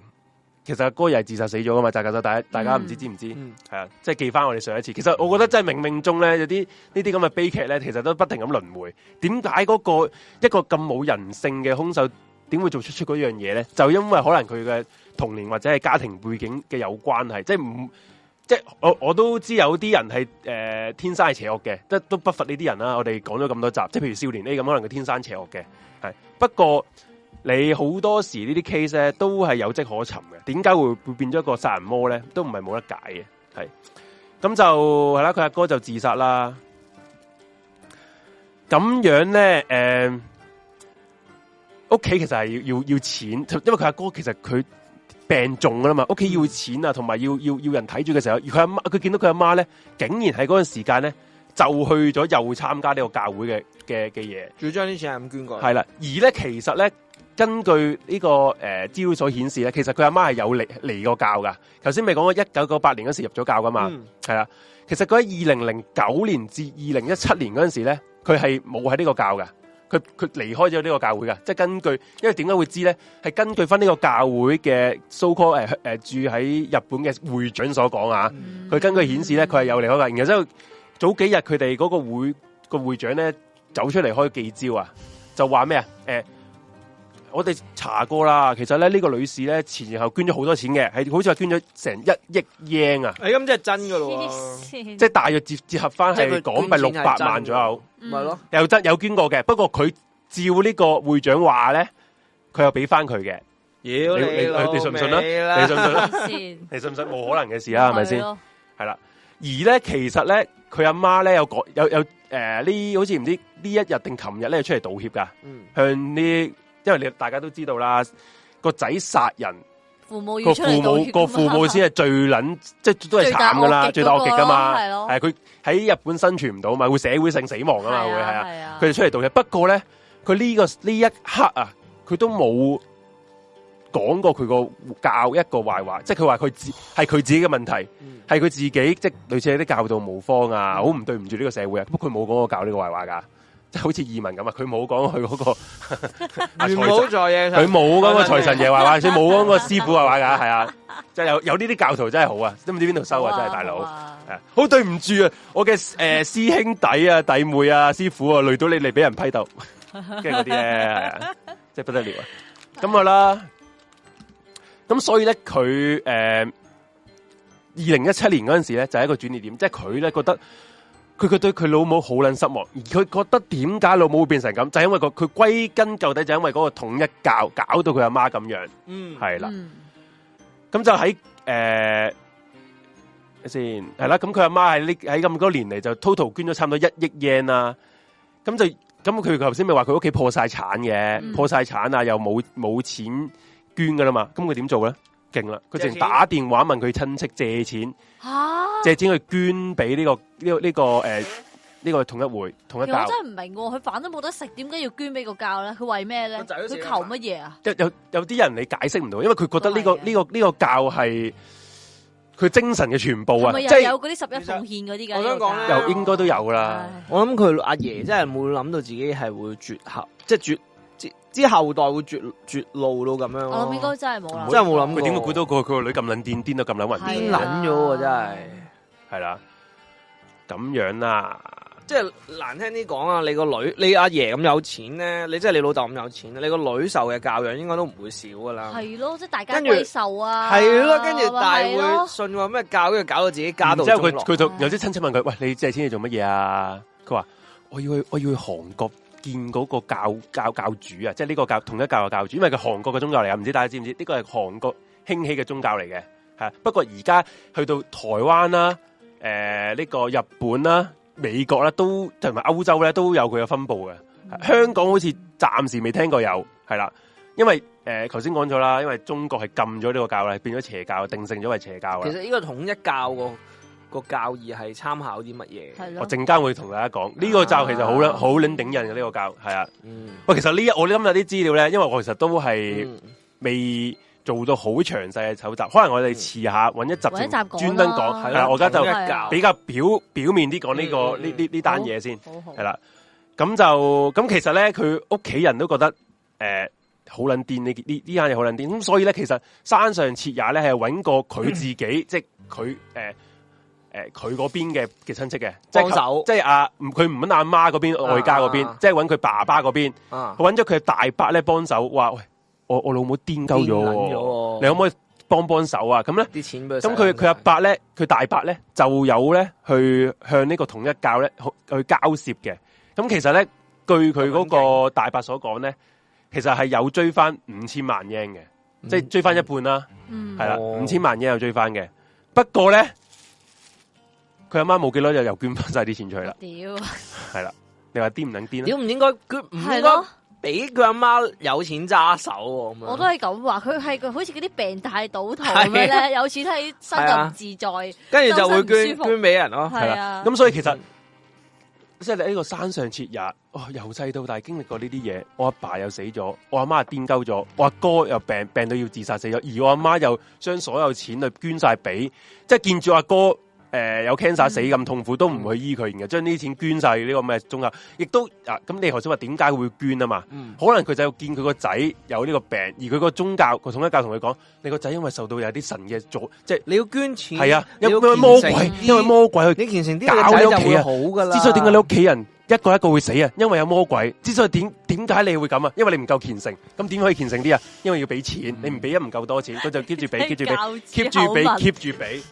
[SPEAKER 2] 其實阿哥又係自殺死咗噶嘛，擲間手大家大家唔知
[SPEAKER 3] 嗯
[SPEAKER 2] 知唔知？
[SPEAKER 1] 嗯，
[SPEAKER 2] 系啊，即系記翻我哋上一次。其實我覺得真係冥冥中咧，有啲呢啲咁嘅悲劇咧，其實都不停咁輪迴。點解嗰個一個咁冇人性嘅兇手，點會做出出嗰樣嘢咧？就因為可能佢嘅童年或者係家庭背景嘅有關係，即系唔即系我我都知有啲人係诶、呃天生係邪惡嘅，即係都不乏呢啲人啦。我哋講咗咁多集，即系譬如少年 A 咁，可能佢天生邪惡嘅，係不過。你好多時呢啲 case 咧都係有跡可尋嘅，點解會會變咗一個殺人魔咧？都唔係冇得解嘅。咁就係啦，佢阿哥就自殺啦。咁樣咧，诶、屋企其實係要要要钱，因為佢阿哥其實佢病重噶啦嘛，屋企要錢啊，同埋要要要人睇住嘅時候，佢阿媽佢見到佢阿媽咧，竟然喺嗰段時間咧就去咗又參加呢個教會嘅嘅嘅嘢。
[SPEAKER 1] 仲要將啲錢係咁捐過去，
[SPEAKER 2] 系啦，而咧其實咧，根據呢、個诶資料所顯示咧，其實佢阿媽係有離離過教噶。頭先咪講過一九九八年嗰時入咗教噶嘛，
[SPEAKER 1] 嗯
[SPEAKER 2] 係啦、其實佢喺二零零九年至二零一七年嗰陣時咧，佢係冇喺呢個教噶。佢佢離開咗呢個教會噶，即係根據，因為點解會知咧？係根據翻呢個教會嘅 so call 誒、誒住喺日本嘅會長所講啊，
[SPEAKER 3] 嗯
[SPEAKER 2] 佢根據顯示咧，佢係有離開㗎。然後之後早幾日佢哋嗰個會個會長咧走出嚟開記招啊，就話咩啊？誒、我哋查過啦，其實咧呢、個女士咧前然後捐咗好多錢嘅，係好似話捐咗成一億 yen 啊，
[SPEAKER 1] 誒咁即係真噶咯
[SPEAKER 3] 黐
[SPEAKER 1] 喎，
[SPEAKER 3] 線
[SPEAKER 2] 即係大約折折合翻係
[SPEAKER 1] 即係佢
[SPEAKER 2] 港幣六
[SPEAKER 1] 捐錢
[SPEAKER 2] 百
[SPEAKER 1] 係真
[SPEAKER 2] 萬左右，
[SPEAKER 3] Ừ,
[SPEAKER 1] 咪咯，
[SPEAKER 2] 有得有捐過嘅。不過佢照呢個會長話咧，佢又俾翻佢嘅，
[SPEAKER 1] 妖
[SPEAKER 2] 你你
[SPEAKER 1] 老
[SPEAKER 2] 你信唔信啦
[SPEAKER 1] 味啦
[SPEAKER 2] 你信唔信 啊？
[SPEAKER 3] 黐線
[SPEAKER 2] 你信唔信冇可能嘅事啦、係咪先？
[SPEAKER 3] 咯
[SPEAKER 2] 系啦。而咧，其實咧，佢阿媽咧有講有有诶，呢、好似唔知呢一日定琴日咧出嚟道歉噶，
[SPEAKER 1] 嗯
[SPEAKER 2] 向呢，因為你大家都知道啦，個仔殺人，
[SPEAKER 3] 父母
[SPEAKER 2] 個
[SPEAKER 3] 要出
[SPEAKER 2] 父
[SPEAKER 3] 嚟道
[SPEAKER 2] 母
[SPEAKER 3] 歉㗎
[SPEAKER 2] 個
[SPEAKER 3] 嘛
[SPEAKER 2] 父 母先係最撚，即係都係慘噶啦，最
[SPEAKER 3] 最
[SPEAKER 2] 大惡
[SPEAKER 3] 大惡
[SPEAKER 2] 極
[SPEAKER 3] 極
[SPEAKER 2] 噶
[SPEAKER 3] 嗰個
[SPEAKER 2] 嘛，
[SPEAKER 3] 咯係咯
[SPEAKER 2] 係佢喺日本生存唔到嘛，會社會性死亡噶嘛，會係啊，
[SPEAKER 3] 係啊，
[SPEAKER 2] 佢哋出嚟道歉。不過咧，佢呢、個呢一刻啊，佢都冇講過佢個教一個壞話，即係佢話佢自係佢自己嘅問題。
[SPEAKER 1] 嗯
[SPEAKER 2] 係佢自己即係類似有啲教導無方啊，好唔對唔住呢個社會啊。不過佢冇講我教呢個壞話噶，即係好似移民咁啊，佢冇講佢嗰個阿
[SPEAKER 1] 元
[SPEAKER 2] 財
[SPEAKER 1] 武
[SPEAKER 2] 神，
[SPEAKER 1] 在嘢上，
[SPEAKER 2] 佢冇講個財神爺壞話，佢冇講個師傅壞話㗎，係啊，即係有有呢啲教徒真係好啊，都唔知邊度收啊，真係大佬。
[SPEAKER 3] 好啊
[SPEAKER 2] 係啊好對唔住啊！我嘅誒、呃、師兄弟啊、弟妹啊、師傅啊，累到你嚟俾人批鬥，跟住嗰啲咧，係啊即係不得了啊！咁噶啦，咁所以咧，佢誒呃二零一七年嗰陣時咧，就係、一個轉捩點，即係佢咧覺得佢佢對佢老母好撚失望，而佢覺得點解老母會變成咁，就係、因為個佢歸根究底就係因為嗰個統一教搞到佢阿媽咁樣，
[SPEAKER 1] 嗯
[SPEAKER 2] 係啦。
[SPEAKER 3] 嗯
[SPEAKER 2] 咁就喺诶先系
[SPEAKER 3] 嗯
[SPEAKER 2] 啦，咁佢阿媽喺呢喺咁多年嚟就 total 捐咗差唔多一億 yen 啦，咁就咁佢頭先咪話佢屋企破晒產嘅，
[SPEAKER 3] 嗯
[SPEAKER 2] 破晒產啊，又冇冇錢捐噶啦嘛，咁佢點做咧？勁啦！佢
[SPEAKER 1] 借
[SPEAKER 2] 淨
[SPEAKER 1] 錢
[SPEAKER 2] 打電話問佢親戚借錢，
[SPEAKER 3] 嚇
[SPEAKER 2] 借錢去捐俾呢、個呢、個呢、個诶呢、個統一會統一
[SPEAKER 3] 其實
[SPEAKER 2] 教
[SPEAKER 3] 我真係唔明喎，佢飯都冇得食，點解要捐俾個教咧？佢為咩咧？
[SPEAKER 1] 個仔都
[SPEAKER 3] 佢
[SPEAKER 1] 死啦
[SPEAKER 3] 求乜嘢啊？
[SPEAKER 2] 有有有啲人你解釋唔到，因為佢覺得呢、個
[SPEAKER 3] 哦都係嘅啊
[SPEAKER 2] 呢、個呢、個教係佢精神嘅全部
[SPEAKER 3] 係
[SPEAKER 2] 啊，
[SPEAKER 3] 咪
[SPEAKER 2] 即
[SPEAKER 3] 又
[SPEAKER 2] 係
[SPEAKER 3] 有嗰啲十一奉獻嗰啲㗎？
[SPEAKER 1] 我想講呢
[SPEAKER 2] 又應該都有
[SPEAKER 3] 噶
[SPEAKER 2] 啦。
[SPEAKER 1] 我諗佢阿爺真係冇諗到自己係會絕後，即係絕之之後代會絕絕路到咁樣
[SPEAKER 3] 我
[SPEAKER 1] 咯。
[SPEAKER 3] 諗應該真係冇啦，
[SPEAKER 1] 真係冇諗過
[SPEAKER 2] 佢點會估到佢佢個女咁撚癲，癲到咁撚
[SPEAKER 1] 癲
[SPEAKER 2] 暈
[SPEAKER 3] 係
[SPEAKER 2] 嘅？
[SPEAKER 3] 啦
[SPEAKER 1] 撚咗喎，真係。
[SPEAKER 2] 係啦，咁樣啦，
[SPEAKER 1] 即係難聽啲講啊，你個女，你阿爺咁有錢咧，你即係你老豆咁有錢，你個女受嘅教養應該都唔會少噶啦。
[SPEAKER 3] 係咯，即係大家
[SPEAKER 1] 跟住
[SPEAKER 3] 歸受啊，
[SPEAKER 1] 係咯，跟
[SPEAKER 3] Ờ,
[SPEAKER 1] 住大
[SPEAKER 3] 咪係啊咯
[SPEAKER 1] 會信話咩教，跟住搞到自己家道
[SPEAKER 2] 然之
[SPEAKER 1] 中
[SPEAKER 2] 後佢
[SPEAKER 1] 落。
[SPEAKER 2] 佢就有啲親戚問佢：，喂，你借錢嚟做乜嘢啊？佢話：我要去我要去韓國見嗰個教教教主啊，即係呢個教同一教嘅教主，因為佢韓國嘅宗教嚟啊，唔知大家知唔知？呢個係韓國興起嘅宗教嚟嘅，係啊不過而家去到台灣啦、誒、呢、個日本啦、美國咧都同埋歐洲咧都有佢嘅分布嘅。香港好似暫時未聽過有，係啦，因為誒頭先講咗啦，因為中國係禁咗呢個教啦，變咗邪教，定性咗為邪教
[SPEAKER 1] 其
[SPEAKER 2] 啦。
[SPEAKER 1] 實呢個統一教個個教義係參考啲乜嘢？
[SPEAKER 3] 系
[SPEAKER 2] 我
[SPEAKER 3] 咯，
[SPEAKER 2] 陣間會同大家講呢、個教其實好撚好撚頂人嘅呢、個教，係啊。
[SPEAKER 1] 嗯，
[SPEAKER 2] 喂，其實呢一我今日啲資料咧，因為我其實都係
[SPEAKER 1] 嗯
[SPEAKER 2] 未做到好詳細嘅搜集，可能我哋遲下揾一集
[SPEAKER 3] 揾一集講
[SPEAKER 2] 專登
[SPEAKER 3] 啦
[SPEAKER 2] 嗯講，係
[SPEAKER 1] 係
[SPEAKER 2] 啦，
[SPEAKER 1] 咯
[SPEAKER 2] 我而家就
[SPEAKER 1] 統一教
[SPEAKER 2] 比較表表面啲講呢個
[SPEAKER 1] 嗯嗯
[SPEAKER 2] 呢
[SPEAKER 1] 嗯
[SPEAKER 2] 呢呢單嘢先。
[SPEAKER 3] 好好
[SPEAKER 2] 系啦，咁就咁其實咧，佢屋企人都覺得诶好撚癲呢呢呢單嘢好撚癲，咁所以咧其實山上徹也咧係揾過佢自己，即係佢诶诶佢嗰邊嘅嘅親戚嘅，即係
[SPEAKER 1] 幫手
[SPEAKER 2] 即係啊唔佢唔揾阿媽嗰邊外家嗰邊，
[SPEAKER 1] 啊啊
[SPEAKER 2] 即係揾佢爸爸嗰邊，
[SPEAKER 1] 啊，
[SPEAKER 2] 佢揾咗佢大伯咧幫手，話喂我我老母癲鳩咗
[SPEAKER 1] 癲撚咗
[SPEAKER 2] 喎，
[SPEAKER 1] 喎
[SPEAKER 2] 你可唔可以幫幫手啊？咁咧。
[SPEAKER 1] 啲錢俾
[SPEAKER 2] 咁佢佢阿伯咧，佢大伯咧就有咧去向呢個統一教咧去去交涉嘅。咁其實咧，據佢嗰個大伯所講咧，其實係有追翻五千萬 yen 嘅，
[SPEAKER 1] 嗯
[SPEAKER 2] 即係追翻一半啦，
[SPEAKER 3] 嗯，
[SPEAKER 2] 係啦，
[SPEAKER 1] 哦
[SPEAKER 2] 五千萬 yen 有追翻嘅。不過咧，佢阿媽冇幾耐就又捐翻晒啲錢出去啦，
[SPEAKER 3] 屌，
[SPEAKER 2] 係啦。你話癲唔撚啊癲咧
[SPEAKER 1] 屌？唔應該佢唔
[SPEAKER 3] 係
[SPEAKER 1] 應
[SPEAKER 3] 咯
[SPEAKER 1] 該俾佢阿媽有錢揸手喎咁樣
[SPEAKER 3] 我都係咁話，佢
[SPEAKER 2] 嗯
[SPEAKER 3] 係佢好似嗰啲病態賭徒咁樣
[SPEAKER 2] 啊
[SPEAKER 3] 咧，有錢喺身就唔自在，
[SPEAKER 1] 跟住就會
[SPEAKER 3] 周身唔
[SPEAKER 1] 捐
[SPEAKER 3] 舒服
[SPEAKER 1] 捐俾人咯。嗯
[SPEAKER 2] 係
[SPEAKER 3] 係啊，
[SPEAKER 2] 咁所以其實即係你呢個山上徹也，哦，由細到大經歷過呢啲嘢。我阿爸又死咗，我阿媽又癲鳩咗，我阿哥又病病到要自殺死咗，而我阿媽又將所有錢去捐晒俾，即係見住阿哥诶、呃有 cancer 死咁痛苦，都唔去醫佢，然後將呢啲錢捐晒呢個咩中合，亦都啊咁你頭先話點解會捐啊嘛？
[SPEAKER 1] 嗯
[SPEAKER 2] 可能佢就見佢個仔有呢個病，而佢個宗教個統一教同佢講，你個仔因為受到有啲神嘅阻，即係
[SPEAKER 1] 你要捐錢，
[SPEAKER 2] 係啊，
[SPEAKER 1] 你
[SPEAKER 2] 因
[SPEAKER 1] 要
[SPEAKER 2] 為魔鬼
[SPEAKER 1] 虔誠，
[SPEAKER 2] 因為魔鬼去
[SPEAKER 1] 你虔誠啲，
[SPEAKER 2] 搞
[SPEAKER 1] 你個
[SPEAKER 2] 你
[SPEAKER 1] 仔
[SPEAKER 2] 屋
[SPEAKER 1] 就
[SPEAKER 2] 企
[SPEAKER 1] 會
[SPEAKER 2] 啊
[SPEAKER 1] 好噶啦。
[SPEAKER 2] 之所以點解你屋企人一個一個會死啊？因為有魔鬼。之所以點點解你會咁啊？因為你唔夠虔誠。咁點可以虔誠啲啊？因為要俾
[SPEAKER 1] 嗯
[SPEAKER 2] 錢，你唔俾一唔夠多錢，佢就 keep 住俾，keep 住俾，keep 住俾，keep 住俾，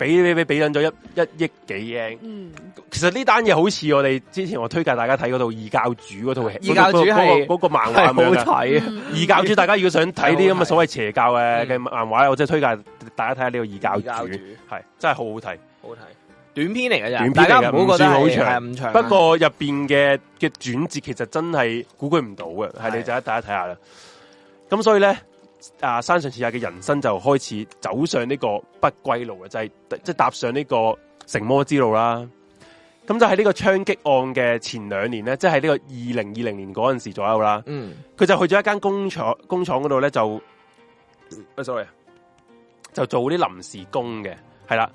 [SPEAKER 2] 俾俾俾俾撚咗一一億幾 yen。
[SPEAKER 3] 嗯，
[SPEAKER 2] 其實呢單嘢好似我哋之前我推介大家睇嗰套《異教主》嗰套戲，
[SPEAKER 1] 異教主
[SPEAKER 2] 嗰個嗰
[SPEAKER 1] 係
[SPEAKER 2] 個嗰個漫
[SPEAKER 1] 係
[SPEAKER 2] 畫咁樣㗎
[SPEAKER 1] 好睇啊？
[SPEAKER 3] 嗯
[SPEAKER 2] 異教主，大家如果想睇啲咁嘅所謂邪教嘅
[SPEAKER 1] 嗯
[SPEAKER 2] 嘅漫畫，我真係推介大家睇下呢個異教
[SPEAKER 1] 異教
[SPEAKER 2] 主
[SPEAKER 1] 主，
[SPEAKER 2] 係真係好好睇。
[SPEAKER 1] 好睇，短片嚟嘅
[SPEAKER 2] 短
[SPEAKER 1] 咋，
[SPEAKER 2] 片
[SPEAKER 1] 大
[SPEAKER 2] 嚟㗎
[SPEAKER 1] 家唔好覺得係
[SPEAKER 2] 唔算好長
[SPEAKER 1] 係唔長啊。
[SPEAKER 2] 不過入边嘅嘅轉折其實真係估佢唔到嘅，係
[SPEAKER 1] 係
[SPEAKER 2] 你就一大家睇下啦。咁所以咧，啊山上徹也嘅人生就開始走上呢個不歸路嘅，就係即係踏上呢個成魔之路啦。咁就喺呢個槍擊案嘅前兩年咧，即係呢個二零二零年嗰陣時左右啦，
[SPEAKER 1] 嗯，
[SPEAKER 2] 佢就去咗一間工廠工廠嗰度咧就，誒 sorry，就做啲臨時工嘅，係啦。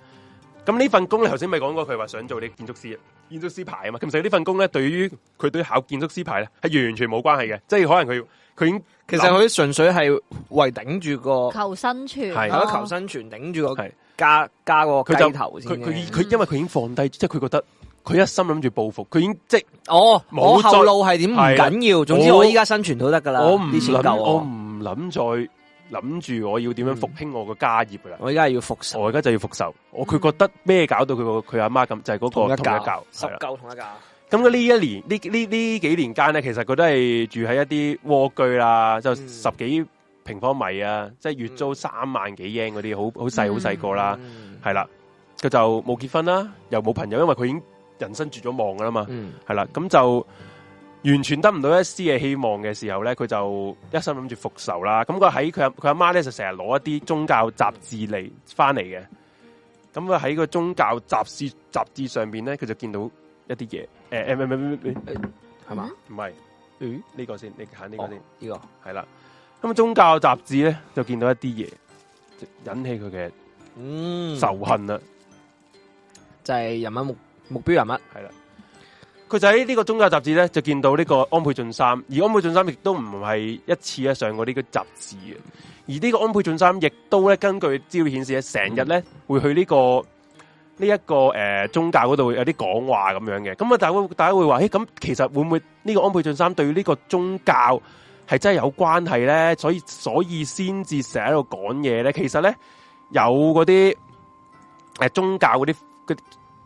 [SPEAKER 2] 咁呢份工咧，頭先咪講過佢話想做啲建築師，建築師牌啊嘛。其實呢份工咧，對於佢對考建築師牌咧係完全冇關係嘅，即係可能佢佢已經
[SPEAKER 1] 其實佢純粹係為頂住個
[SPEAKER 3] 求生存，哦
[SPEAKER 2] 係
[SPEAKER 1] 係咯，求，生存頂住個
[SPEAKER 2] 係
[SPEAKER 1] 加加個
[SPEAKER 2] 佢就
[SPEAKER 1] 雞頭先
[SPEAKER 2] 佢
[SPEAKER 1] 嘅。
[SPEAKER 2] 佢佢因為佢已經放低，即係佢覺得佢一心諗住報復，佢已經即係
[SPEAKER 1] 哦，
[SPEAKER 2] 冇
[SPEAKER 1] 我
[SPEAKER 2] 再
[SPEAKER 1] 後路係點唔
[SPEAKER 2] 係啦
[SPEAKER 1] 緊要，總之
[SPEAKER 2] 我
[SPEAKER 1] 我依家生存都得噶啦。
[SPEAKER 2] 我唔
[SPEAKER 1] 啲錢夠
[SPEAKER 2] 諗我
[SPEAKER 1] 我，
[SPEAKER 2] 唔諗再諗住我要點樣復興我個家業噶啦。
[SPEAKER 1] 我依家係要復仇，
[SPEAKER 2] 我而家就要復仇，我佢覺得咩搞到佢個佢阿媽咁，就係嗰個統一教
[SPEAKER 1] 十
[SPEAKER 2] 係啦。
[SPEAKER 1] 夠同一教。
[SPEAKER 2] 咁呢一年呢呢呢幾年間咧，其實佢都係住喺一啲蝸居啦，就
[SPEAKER 1] 嗯
[SPEAKER 2] 十幾平方米啊，即係月租三萬幾 yen 嗰啲，好好細好細個啦，
[SPEAKER 1] 嗯
[SPEAKER 2] 係啦。佢就冇結婚啦，又冇朋友，因為佢已經人生絕咗望噶啦嘛，
[SPEAKER 1] 嗯，
[SPEAKER 2] 係啦。咁就完全得唔到一絲嘅希望嘅時候咧，佢就一心諗住復仇啦。咁佢喺佢阿佢阿媽咧就成日攞一啲宗教雜誌嚟翻嚟嘅。咁佢喺個宗教雜誌雜誌上邊咧，佢就見到一啲嘢。誒誒唔係唔係唔係
[SPEAKER 1] 係嘛？
[SPEAKER 2] 唔係，嗯，呢個先，你行呢個先，
[SPEAKER 1] 呢個
[SPEAKER 2] 係啦。咁宗教雜誌咧就見到一啲嘢，就引起佢嘅
[SPEAKER 1] 嗯
[SPEAKER 2] 仇恨啦，
[SPEAKER 1] 就係人物目目標人物。
[SPEAKER 2] 係啦。佢就喺呢個宗教雜誌咧就見到呢個安倍晉三，而安倍晉三亦都唔係一次咧上過呢個雜誌嘅，而呢個安倍晉三亦都咧根據資料顯示咧，成日咧會去呢、個呢一、個呃宗教嗰度有啲講話咁樣嘅。咁啊，大家會大家會話，誒咁其實會唔會呢個安倍晉三對呢個宗教係真係有關係咧？所以所以先至成日喺度講嘢咧。其實咧有嗰啲誒宗教嗰啲嗰啲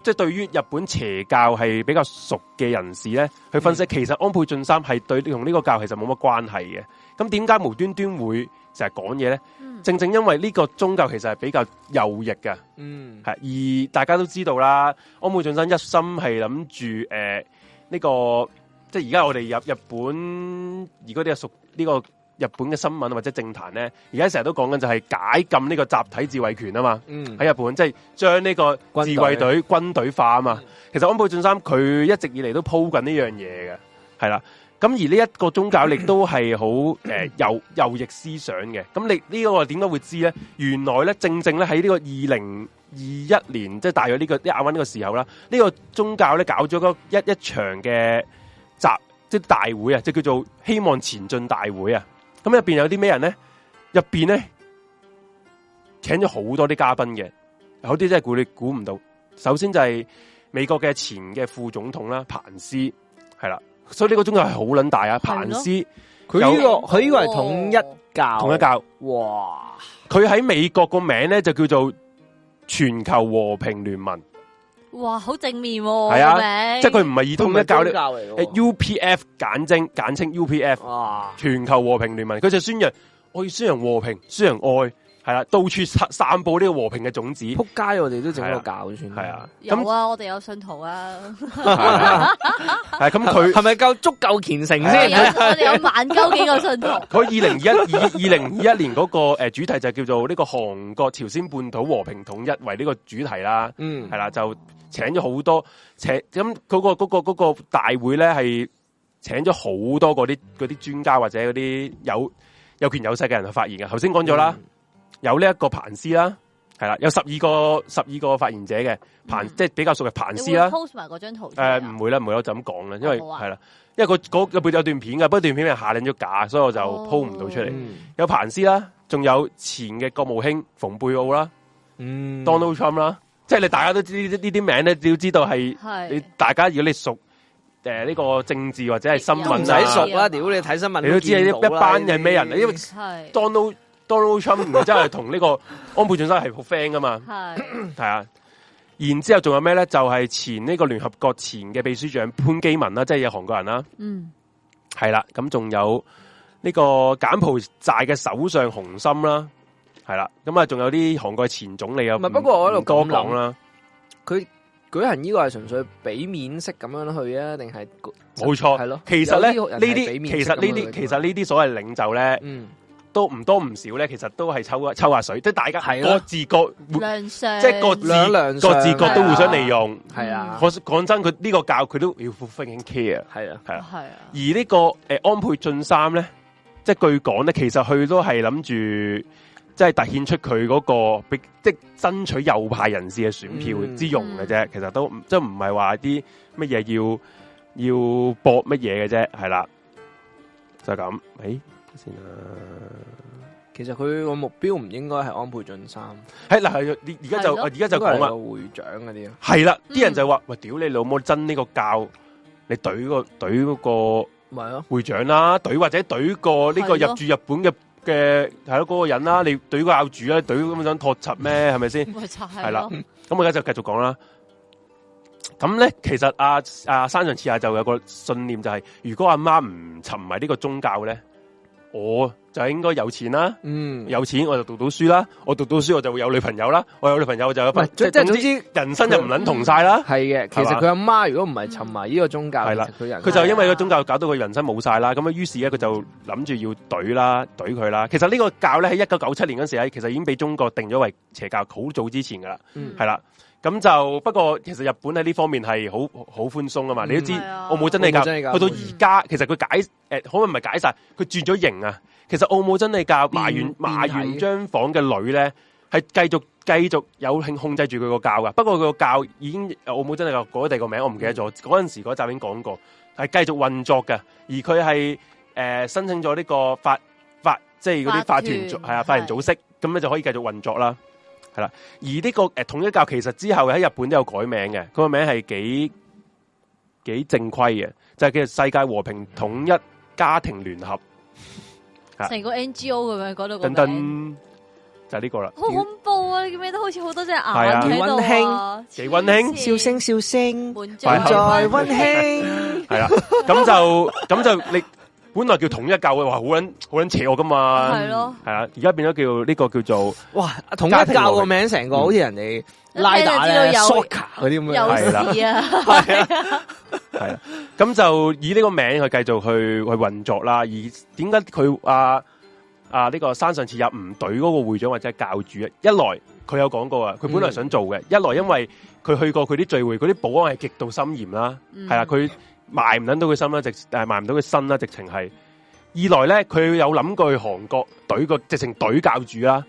[SPEAKER 2] 即係對於日本邪教係比較熟嘅人士咧，去分析、其實安倍晉三係對同呢個教其實冇乜關係嘅。咁點解無端端會成日講嘢咧，
[SPEAKER 3] 嗯
[SPEAKER 2] 正正因為呢個宗教其實係比較右翼嘅，
[SPEAKER 1] 嗯，
[SPEAKER 2] 係而大家都知道啦，安倍晉三一心係諗住誒呢個，即係而家我哋日日本而嗰啲係屬呢個日本嘅新聞或者政壇咧，而家成日都講緊就係解禁呢個集體自衛權啊嘛。
[SPEAKER 1] 嗯，
[SPEAKER 2] 喺日本，即係將呢個自衛隊軍隊化啊嘛。其實安倍晉三佢一直以嚟都鋪緊呢樣嘢嘅，係啦。咁而呢一個宗教亦都係好誒右右翼思想嘅。咁你呢、個點解會知咧？原來咧正正咧喺呢個二零二一年，即係大約呢、個一亞運呢個時候啦，呢、個宗教咧搞咗個一一場嘅集即係大會啊，即係叫做希望前進大會啊。咁入邊有啲咩人咧？入邊咧請咗好多啲嘉賓嘅，有啲真係估你估唔到。首先就係美國嘅前嘅副總統啦，彭斯係啦，所以呢個宗教係好撚大啊！
[SPEAKER 3] 係咯
[SPEAKER 2] 彭斯
[SPEAKER 1] 佢呢個佢呢個係統一教，
[SPEAKER 2] 統一，教，
[SPEAKER 1] 哇，
[SPEAKER 2] 佢喺美國個名咧就叫做全球和平聯盟，
[SPEAKER 3] 哇，好正面喎，
[SPEAKER 2] 係啊
[SPEAKER 3] 個名
[SPEAKER 2] 即係佢唔係以統一教呢
[SPEAKER 1] 教嚟
[SPEAKER 2] 誒
[SPEAKER 1] 嘅，
[SPEAKER 2] UPF 簡稱簡稱 UPF
[SPEAKER 1] 哇，
[SPEAKER 2] 全球和平聯盟，佢就宣揚我要宣揚和平，宣揚愛，係啦，到處散散佈呢個和平嘅種子，
[SPEAKER 1] 仆街，我哋都整個教算，
[SPEAKER 2] 係啊，
[SPEAKER 3] 有
[SPEAKER 2] 咁
[SPEAKER 3] 啊，我哋有信徒 啊，
[SPEAKER 2] 係咁佢
[SPEAKER 1] 係咪夠足夠虔誠
[SPEAKER 3] 我哋
[SPEAKER 1] 先？
[SPEAKER 2] 啊
[SPEAKER 3] 有啊我哋有萬鳩幾 個信徒，
[SPEAKER 2] 佢二零二一二二零二一年嗰個诶主題就叫做呢個韓國朝鮮半島和平統一為呢個主題啦，
[SPEAKER 1] 嗯
[SPEAKER 2] 係，啦，就請咗好多請咁嗰、個嗰、個嗰、個大會咧係請咗好多嗰啲嗰啲專家或者嗰啲有有權有勢嘅人去發言嘅。頭先講咗啦，有呢一個彭斯啦，係啦，有十二個十二個發言者嘅彭，
[SPEAKER 3] 嗯
[SPEAKER 2] 即係比較熟嘅彭
[SPEAKER 3] 你
[SPEAKER 2] 斯
[SPEAKER 3] 會
[SPEAKER 2] 啦。
[SPEAKER 3] post 埋嗰張圖出嚟
[SPEAKER 2] 诶，
[SPEAKER 3] 啊
[SPEAKER 2] 啊唔、會啦，唔會啦，我就咁講啦，因為
[SPEAKER 3] 好啊
[SPEAKER 2] 係啦，因為嗰嗰有有段片嘅，不過段片係下撚咗架，所以我就
[SPEAKER 3] 哦
[SPEAKER 2] po 唔到出嚟。
[SPEAKER 1] 嗯
[SPEAKER 2] 有彭斯啦，仲有前嘅國務卿蓬佩奧啦、
[SPEAKER 1] 嗯
[SPEAKER 2] Donald Trump 啦，即係你大家都知呢啲呢啲名咧，你要知道係
[SPEAKER 3] 係
[SPEAKER 2] 你大家如果你熟诶呢個政治或者係新
[SPEAKER 1] 都唔
[SPEAKER 2] 聞
[SPEAKER 1] 使
[SPEAKER 2] 啊，
[SPEAKER 1] 熟啦，屌你睇新聞
[SPEAKER 2] 你都知係
[SPEAKER 1] 見到
[SPEAKER 2] 一
[SPEAKER 1] 啦
[SPEAKER 2] 班係咩人嚟因為
[SPEAKER 3] 係
[SPEAKER 2] Donald Donald Trump 唔係真係同呢個安倍晉三係好 friend 噶嘛，
[SPEAKER 3] 係
[SPEAKER 2] 係啊。然之後仲有咩咧？就係前呢個聯合國前嘅秘書長潘基文啦，即係韓國人啦。
[SPEAKER 3] 嗯
[SPEAKER 2] 系啦，咁仲有呢個柬埔寨嘅首相洪森啦，係啦，咁啊仲有啲韓國前總理啊，
[SPEAKER 1] 唔係不過我喺度
[SPEAKER 2] 唔
[SPEAKER 1] 咁諗
[SPEAKER 2] 多講啦，
[SPEAKER 1] 佢舉行呢個係純粹俾面式咁樣去啊，定係
[SPEAKER 2] 冇錯
[SPEAKER 1] 係咯？
[SPEAKER 2] 哦其實咧
[SPEAKER 1] 有
[SPEAKER 2] 呢
[SPEAKER 1] 人係俾
[SPEAKER 2] 啲，
[SPEAKER 1] 面
[SPEAKER 2] 其
[SPEAKER 1] 色
[SPEAKER 2] 實
[SPEAKER 1] 咁
[SPEAKER 2] 呢
[SPEAKER 1] 樣去
[SPEAKER 2] 啲，其實呢啲所謂領袖咧，
[SPEAKER 1] 嗯
[SPEAKER 2] 都唔多唔少咧，其實都係抽啊抽下水，即係大家
[SPEAKER 1] 係啦
[SPEAKER 2] 各自各
[SPEAKER 3] 亮相
[SPEAKER 2] 即係各自
[SPEAKER 1] 兩兩相
[SPEAKER 2] 各自各都互相利用。
[SPEAKER 1] 係啊
[SPEAKER 3] 嗯
[SPEAKER 2] 我講真，佢呢個教佢都要 fucking care，
[SPEAKER 1] 係啊，
[SPEAKER 2] 係啊。
[SPEAKER 3] 係啊
[SPEAKER 2] 而呢、個诶、呃安倍晉三咧，即係據講咧，其實佢都係諗住即係突顯出佢嗰、個比即係爭取右派人士嘅選票
[SPEAKER 1] 嗯
[SPEAKER 2] 之用嘅啫。其實都唔即係唔係話啲乜嘢要要搏乜嘢嘅啫，係啦，就係咁。誒、先啊啦，
[SPEAKER 1] 其實佢個目標唔應該係安倍晉三，
[SPEAKER 2] 係嗱，係而而家就
[SPEAKER 3] 係咯
[SPEAKER 2] 我而家就講啦，
[SPEAKER 1] 應該係個會長嗰啲咯。
[SPEAKER 2] 係啦，啲人
[SPEAKER 3] 嗯
[SPEAKER 2] 就話：喂，屌你老母，真呢個教，你懟個懟嗰、個。
[SPEAKER 1] 咪咯，
[SPEAKER 2] 会长啦，隊或者隊個呢個
[SPEAKER 3] 係咯
[SPEAKER 2] 入住日本嘅嘅係咯嗰個人啦，你隊個咬住啦，隊咁想托柒咩？係咪先？咁
[SPEAKER 3] 咪就
[SPEAKER 2] 係
[SPEAKER 3] 係
[SPEAKER 2] 啦
[SPEAKER 3] 咯，
[SPEAKER 2] 我而家就繼續講啦。咁咧，其實阿阿山上次下啊就有個信念就係、如果阿媽唔沉迷呢個宗教咧，我就應該有錢啦，
[SPEAKER 1] 嗯，
[SPEAKER 2] 有錢我就讀到書啦，我讀到書我就會有女朋友啦，我有女朋友我就有
[SPEAKER 1] 唔係
[SPEAKER 2] 份，
[SPEAKER 1] 即
[SPEAKER 2] 即
[SPEAKER 1] 係
[SPEAKER 2] 係
[SPEAKER 1] 即係
[SPEAKER 2] 總
[SPEAKER 1] 總
[SPEAKER 2] 之
[SPEAKER 1] 之。
[SPEAKER 2] 人生就唔撚同晒啦。
[SPEAKER 1] 係嘅，其實佢阿媽如果唔係沉迷呢個宗教，
[SPEAKER 2] 係啦
[SPEAKER 1] 其實佢人啊
[SPEAKER 2] 佢就因為個宗教搞到佢人生冇晒啦，咁啊於是咧佢就諗住要懟啦，懟佢啦。其實呢個教咧喺一九九七年嗰時咧，其實已經俾中國定咗為邪教，好早之前噶啦，
[SPEAKER 1] 嗯
[SPEAKER 2] 係啦。咁就不過其實日本喺呢方面係好好寬鬆啊嘛，你都知
[SPEAKER 3] 嗯係啊嗯
[SPEAKER 2] 澳門真理教
[SPEAKER 1] 澳門真理
[SPEAKER 2] 去
[SPEAKER 1] 教
[SPEAKER 2] 到而家，其實佢解誒可能唔係解晒，佢轉咗型啊。其實澳門真理教
[SPEAKER 1] 變
[SPEAKER 2] 麻完麻
[SPEAKER 1] 變體
[SPEAKER 2] 完張房嘅女咧，係繼續繼續有興控制住佢個教噶。不過佢個教已經呃澳門真理教改咗第二個名，我唔記得咗。嗰陣時嗰集已經講過，係繼續運作嘅，而佢係誒申請咗呢個法法，即係嗰啲法
[SPEAKER 3] 法
[SPEAKER 2] 團組
[SPEAKER 3] 團
[SPEAKER 2] 係啊法團組織，咁咧就可以繼續運作啦。係啦，而呢、個誒、呃、統一教其實之後喺日本都有改名嘅，佢個名係幾幾正規嘅，就係、叫世界和平統一家庭聯合
[SPEAKER 3] 成個 NGO 咁樣講到個
[SPEAKER 2] 等
[SPEAKER 3] 名。
[SPEAKER 2] 等，就係呢個啦。
[SPEAKER 3] 好恐怖啊！你見唔見到好似好多隻眼
[SPEAKER 2] 係啊
[SPEAKER 3] 喺度啊？
[SPEAKER 2] 幾溫馨
[SPEAKER 3] 黐
[SPEAKER 2] 幾
[SPEAKER 3] 線
[SPEAKER 1] 笑聲，
[SPEAKER 3] 滿足
[SPEAKER 2] 快
[SPEAKER 1] 在
[SPEAKER 2] 口
[SPEAKER 1] 温馨。
[SPEAKER 2] 系啦，咁就咁就你本來叫統一教會，哇，好撚好撚邪惡噶嘛，
[SPEAKER 3] 係咯，
[SPEAKER 2] 係啊，而家變咗叫呢個叫做
[SPEAKER 1] 哇！統一教個名成個好似人哋拉打咧
[SPEAKER 3] 一聽就知道有
[SPEAKER 1] soccer 嗰啲咁
[SPEAKER 3] 有
[SPEAKER 1] 樣，
[SPEAKER 2] 係啦
[SPEAKER 3] 事啊，
[SPEAKER 2] 係啦，咁就以呢個名去繼續去去運作啦。而點解佢啊啊呢、個山上次入唔隊嗰個會長或者係教主啊？一來佢有講過啊，佢本來想做嘅；一來因為佢去過佢啲聚會，嗰啲保安係極度森嚴啦，
[SPEAKER 3] 嗯
[SPEAKER 2] 係啦、佢埋唔撚到佢心啦，直誒埋唔到佢身啦，直情係。二來咧，佢有諗過去韓國隊個直情隊教主啦。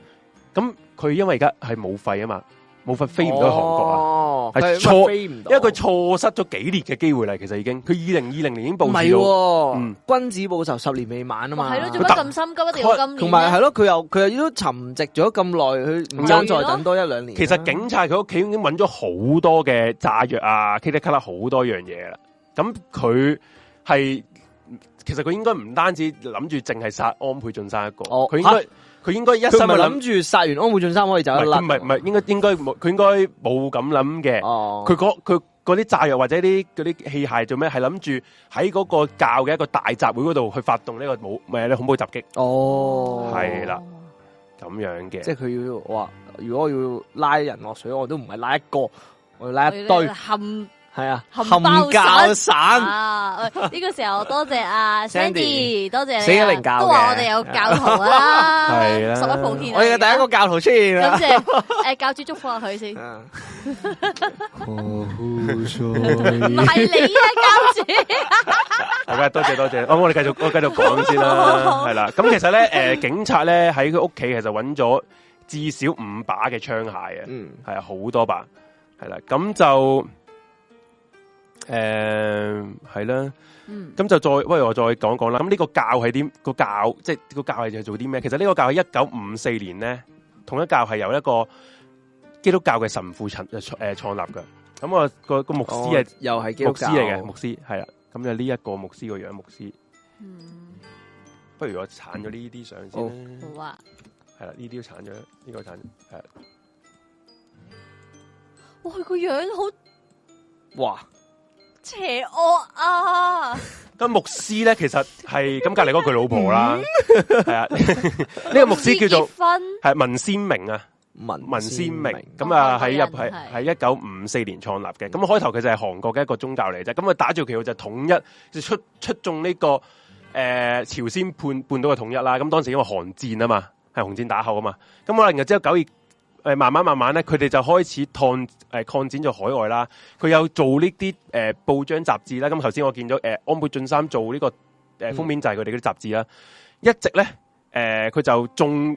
[SPEAKER 2] 咁佢因為而家係冇肺啊嘛，冇肺飛唔到去韓國啊。
[SPEAKER 1] 國
[SPEAKER 2] 係
[SPEAKER 1] 係
[SPEAKER 2] 錯
[SPEAKER 1] 飛唔到，
[SPEAKER 2] 因為佢錯失咗幾年嘅機會啦，其實已經佢二零二零年已經
[SPEAKER 1] 唔
[SPEAKER 2] 報
[SPEAKER 1] 係
[SPEAKER 2] 紙到，嗯
[SPEAKER 1] 喎，君子報仇十年未晚啊嘛，
[SPEAKER 3] 係咯，做乜咁心急一定要今年
[SPEAKER 1] 同埋
[SPEAKER 3] 咧
[SPEAKER 1] 係咯，佢又佢又都沉寂咗咁耐，佢唔爭再等多一兩年啦。
[SPEAKER 2] 其實警察佢屋企已經揾咗好多嘅炸藥啊、k 哩卡啦好多樣嘢啦。咁佢係其實佢應該唔單止諗住淨係殺安倍晉三一個，
[SPEAKER 1] 哦
[SPEAKER 2] 佢、應該佢應該一心
[SPEAKER 1] 佢
[SPEAKER 2] 去
[SPEAKER 1] 唔係諗
[SPEAKER 2] 諗，
[SPEAKER 1] 住殺完安倍晉三可以走
[SPEAKER 2] 唔
[SPEAKER 1] 得
[SPEAKER 2] 係
[SPEAKER 1] 甩㗎
[SPEAKER 2] 佢唔
[SPEAKER 1] 嘛，
[SPEAKER 2] 係唔係應該應該冇佢應該冇咁諗嘅。
[SPEAKER 1] 哦，
[SPEAKER 2] 佢嗰佢嗰啲炸藥或者啲嗰啲器械做咩？係諗住喺嗰個教嘅一個大集會嗰度去發動呢個武誒恐怖襲擊
[SPEAKER 1] 哦，
[SPEAKER 2] 係啦咁樣嘅。
[SPEAKER 1] 即係佢要話，如果我要拉人落水，我都唔係拉一個，我要拉
[SPEAKER 3] 我
[SPEAKER 1] 一
[SPEAKER 3] 要
[SPEAKER 1] 堆，
[SPEAKER 3] 冚
[SPEAKER 1] 係啊，
[SPEAKER 3] 冚包
[SPEAKER 1] 冚教散，
[SPEAKER 3] 啊！喂呢個時候多謝阿
[SPEAKER 1] Sandy
[SPEAKER 3] Sandy，多謝你啊
[SPEAKER 1] 死咗靈教嘅
[SPEAKER 3] 都話我哋有教 徒啦，
[SPEAKER 2] 係啦
[SPEAKER 3] 十分抱歉啊。
[SPEAKER 1] 我哋嘅第一個教徒啊出現
[SPEAKER 3] 而家，
[SPEAKER 1] 啦
[SPEAKER 3] 咁。謝 誒教主祝福下佢先，
[SPEAKER 1] 嗯
[SPEAKER 3] 唔係你 啊，教主。
[SPEAKER 2] 大家多謝多謝，咁哦我哋繼續我繼續講先啦，係啦。咁其實咧，诶、警察咧喺佢屋企其實揾咗至少五把嘅槍械啊，
[SPEAKER 1] 嗯，
[SPEAKER 2] 係啊，好多把，係啦。咁就诶係啦，
[SPEAKER 3] 嗯
[SPEAKER 2] 咁就再不如我再講講啦。咁呢個教係點？個教即係個教係做啲咩？其實呢個教喺一九五四年咧，統一教係由一個基督教嘅神父陳诶創立嘅。咁我個個牧師係
[SPEAKER 1] 哦又係基督
[SPEAKER 2] 牧師
[SPEAKER 1] 教
[SPEAKER 2] 嚟嘅，牧師係啦。咁就呢一個牧師個樣，牧師。
[SPEAKER 3] 嗯，
[SPEAKER 2] 不如我鏟咗呢啲相
[SPEAKER 1] 哦
[SPEAKER 2] 先啦，
[SPEAKER 3] 好啊。
[SPEAKER 2] 係啦，呢啲都鏟咗，呢個鏟係啦
[SPEAKER 3] 哇，佢個樣好
[SPEAKER 1] 哇，
[SPEAKER 3] 邪惡啊！
[SPEAKER 2] 咁牧師咧，其實係咁隔離嗰個佢老婆啦，係啊，呢個牧師叫做
[SPEAKER 3] 結婚，
[SPEAKER 2] 係文先明啊，
[SPEAKER 1] 文
[SPEAKER 2] 文先
[SPEAKER 1] 先
[SPEAKER 2] 明，咁啊喺日
[SPEAKER 3] 韓國
[SPEAKER 2] 係
[SPEAKER 3] 人
[SPEAKER 2] 喺一九五四年創立嘅，咁開頭佢就係韓國嘅一個宗教嚟啫，咁佢打住旗號就統一，就出出眾呢、個呃朝鮮半半島嘅統一啦，咁當時因為韓戰啊嘛，係韓戰打後啊嘛，咁可能然之後九月。誒慢慢慢慢咧，佢哋就開始擴誒、呃、擴展咗海外啦。佢有做呢啲誒報章雜誌啦。咁頭先我見咗誒、呃安倍晉三做呢、個誒、呃封面就係佢哋嗰啲雜誌啦。一直咧誒佢就仲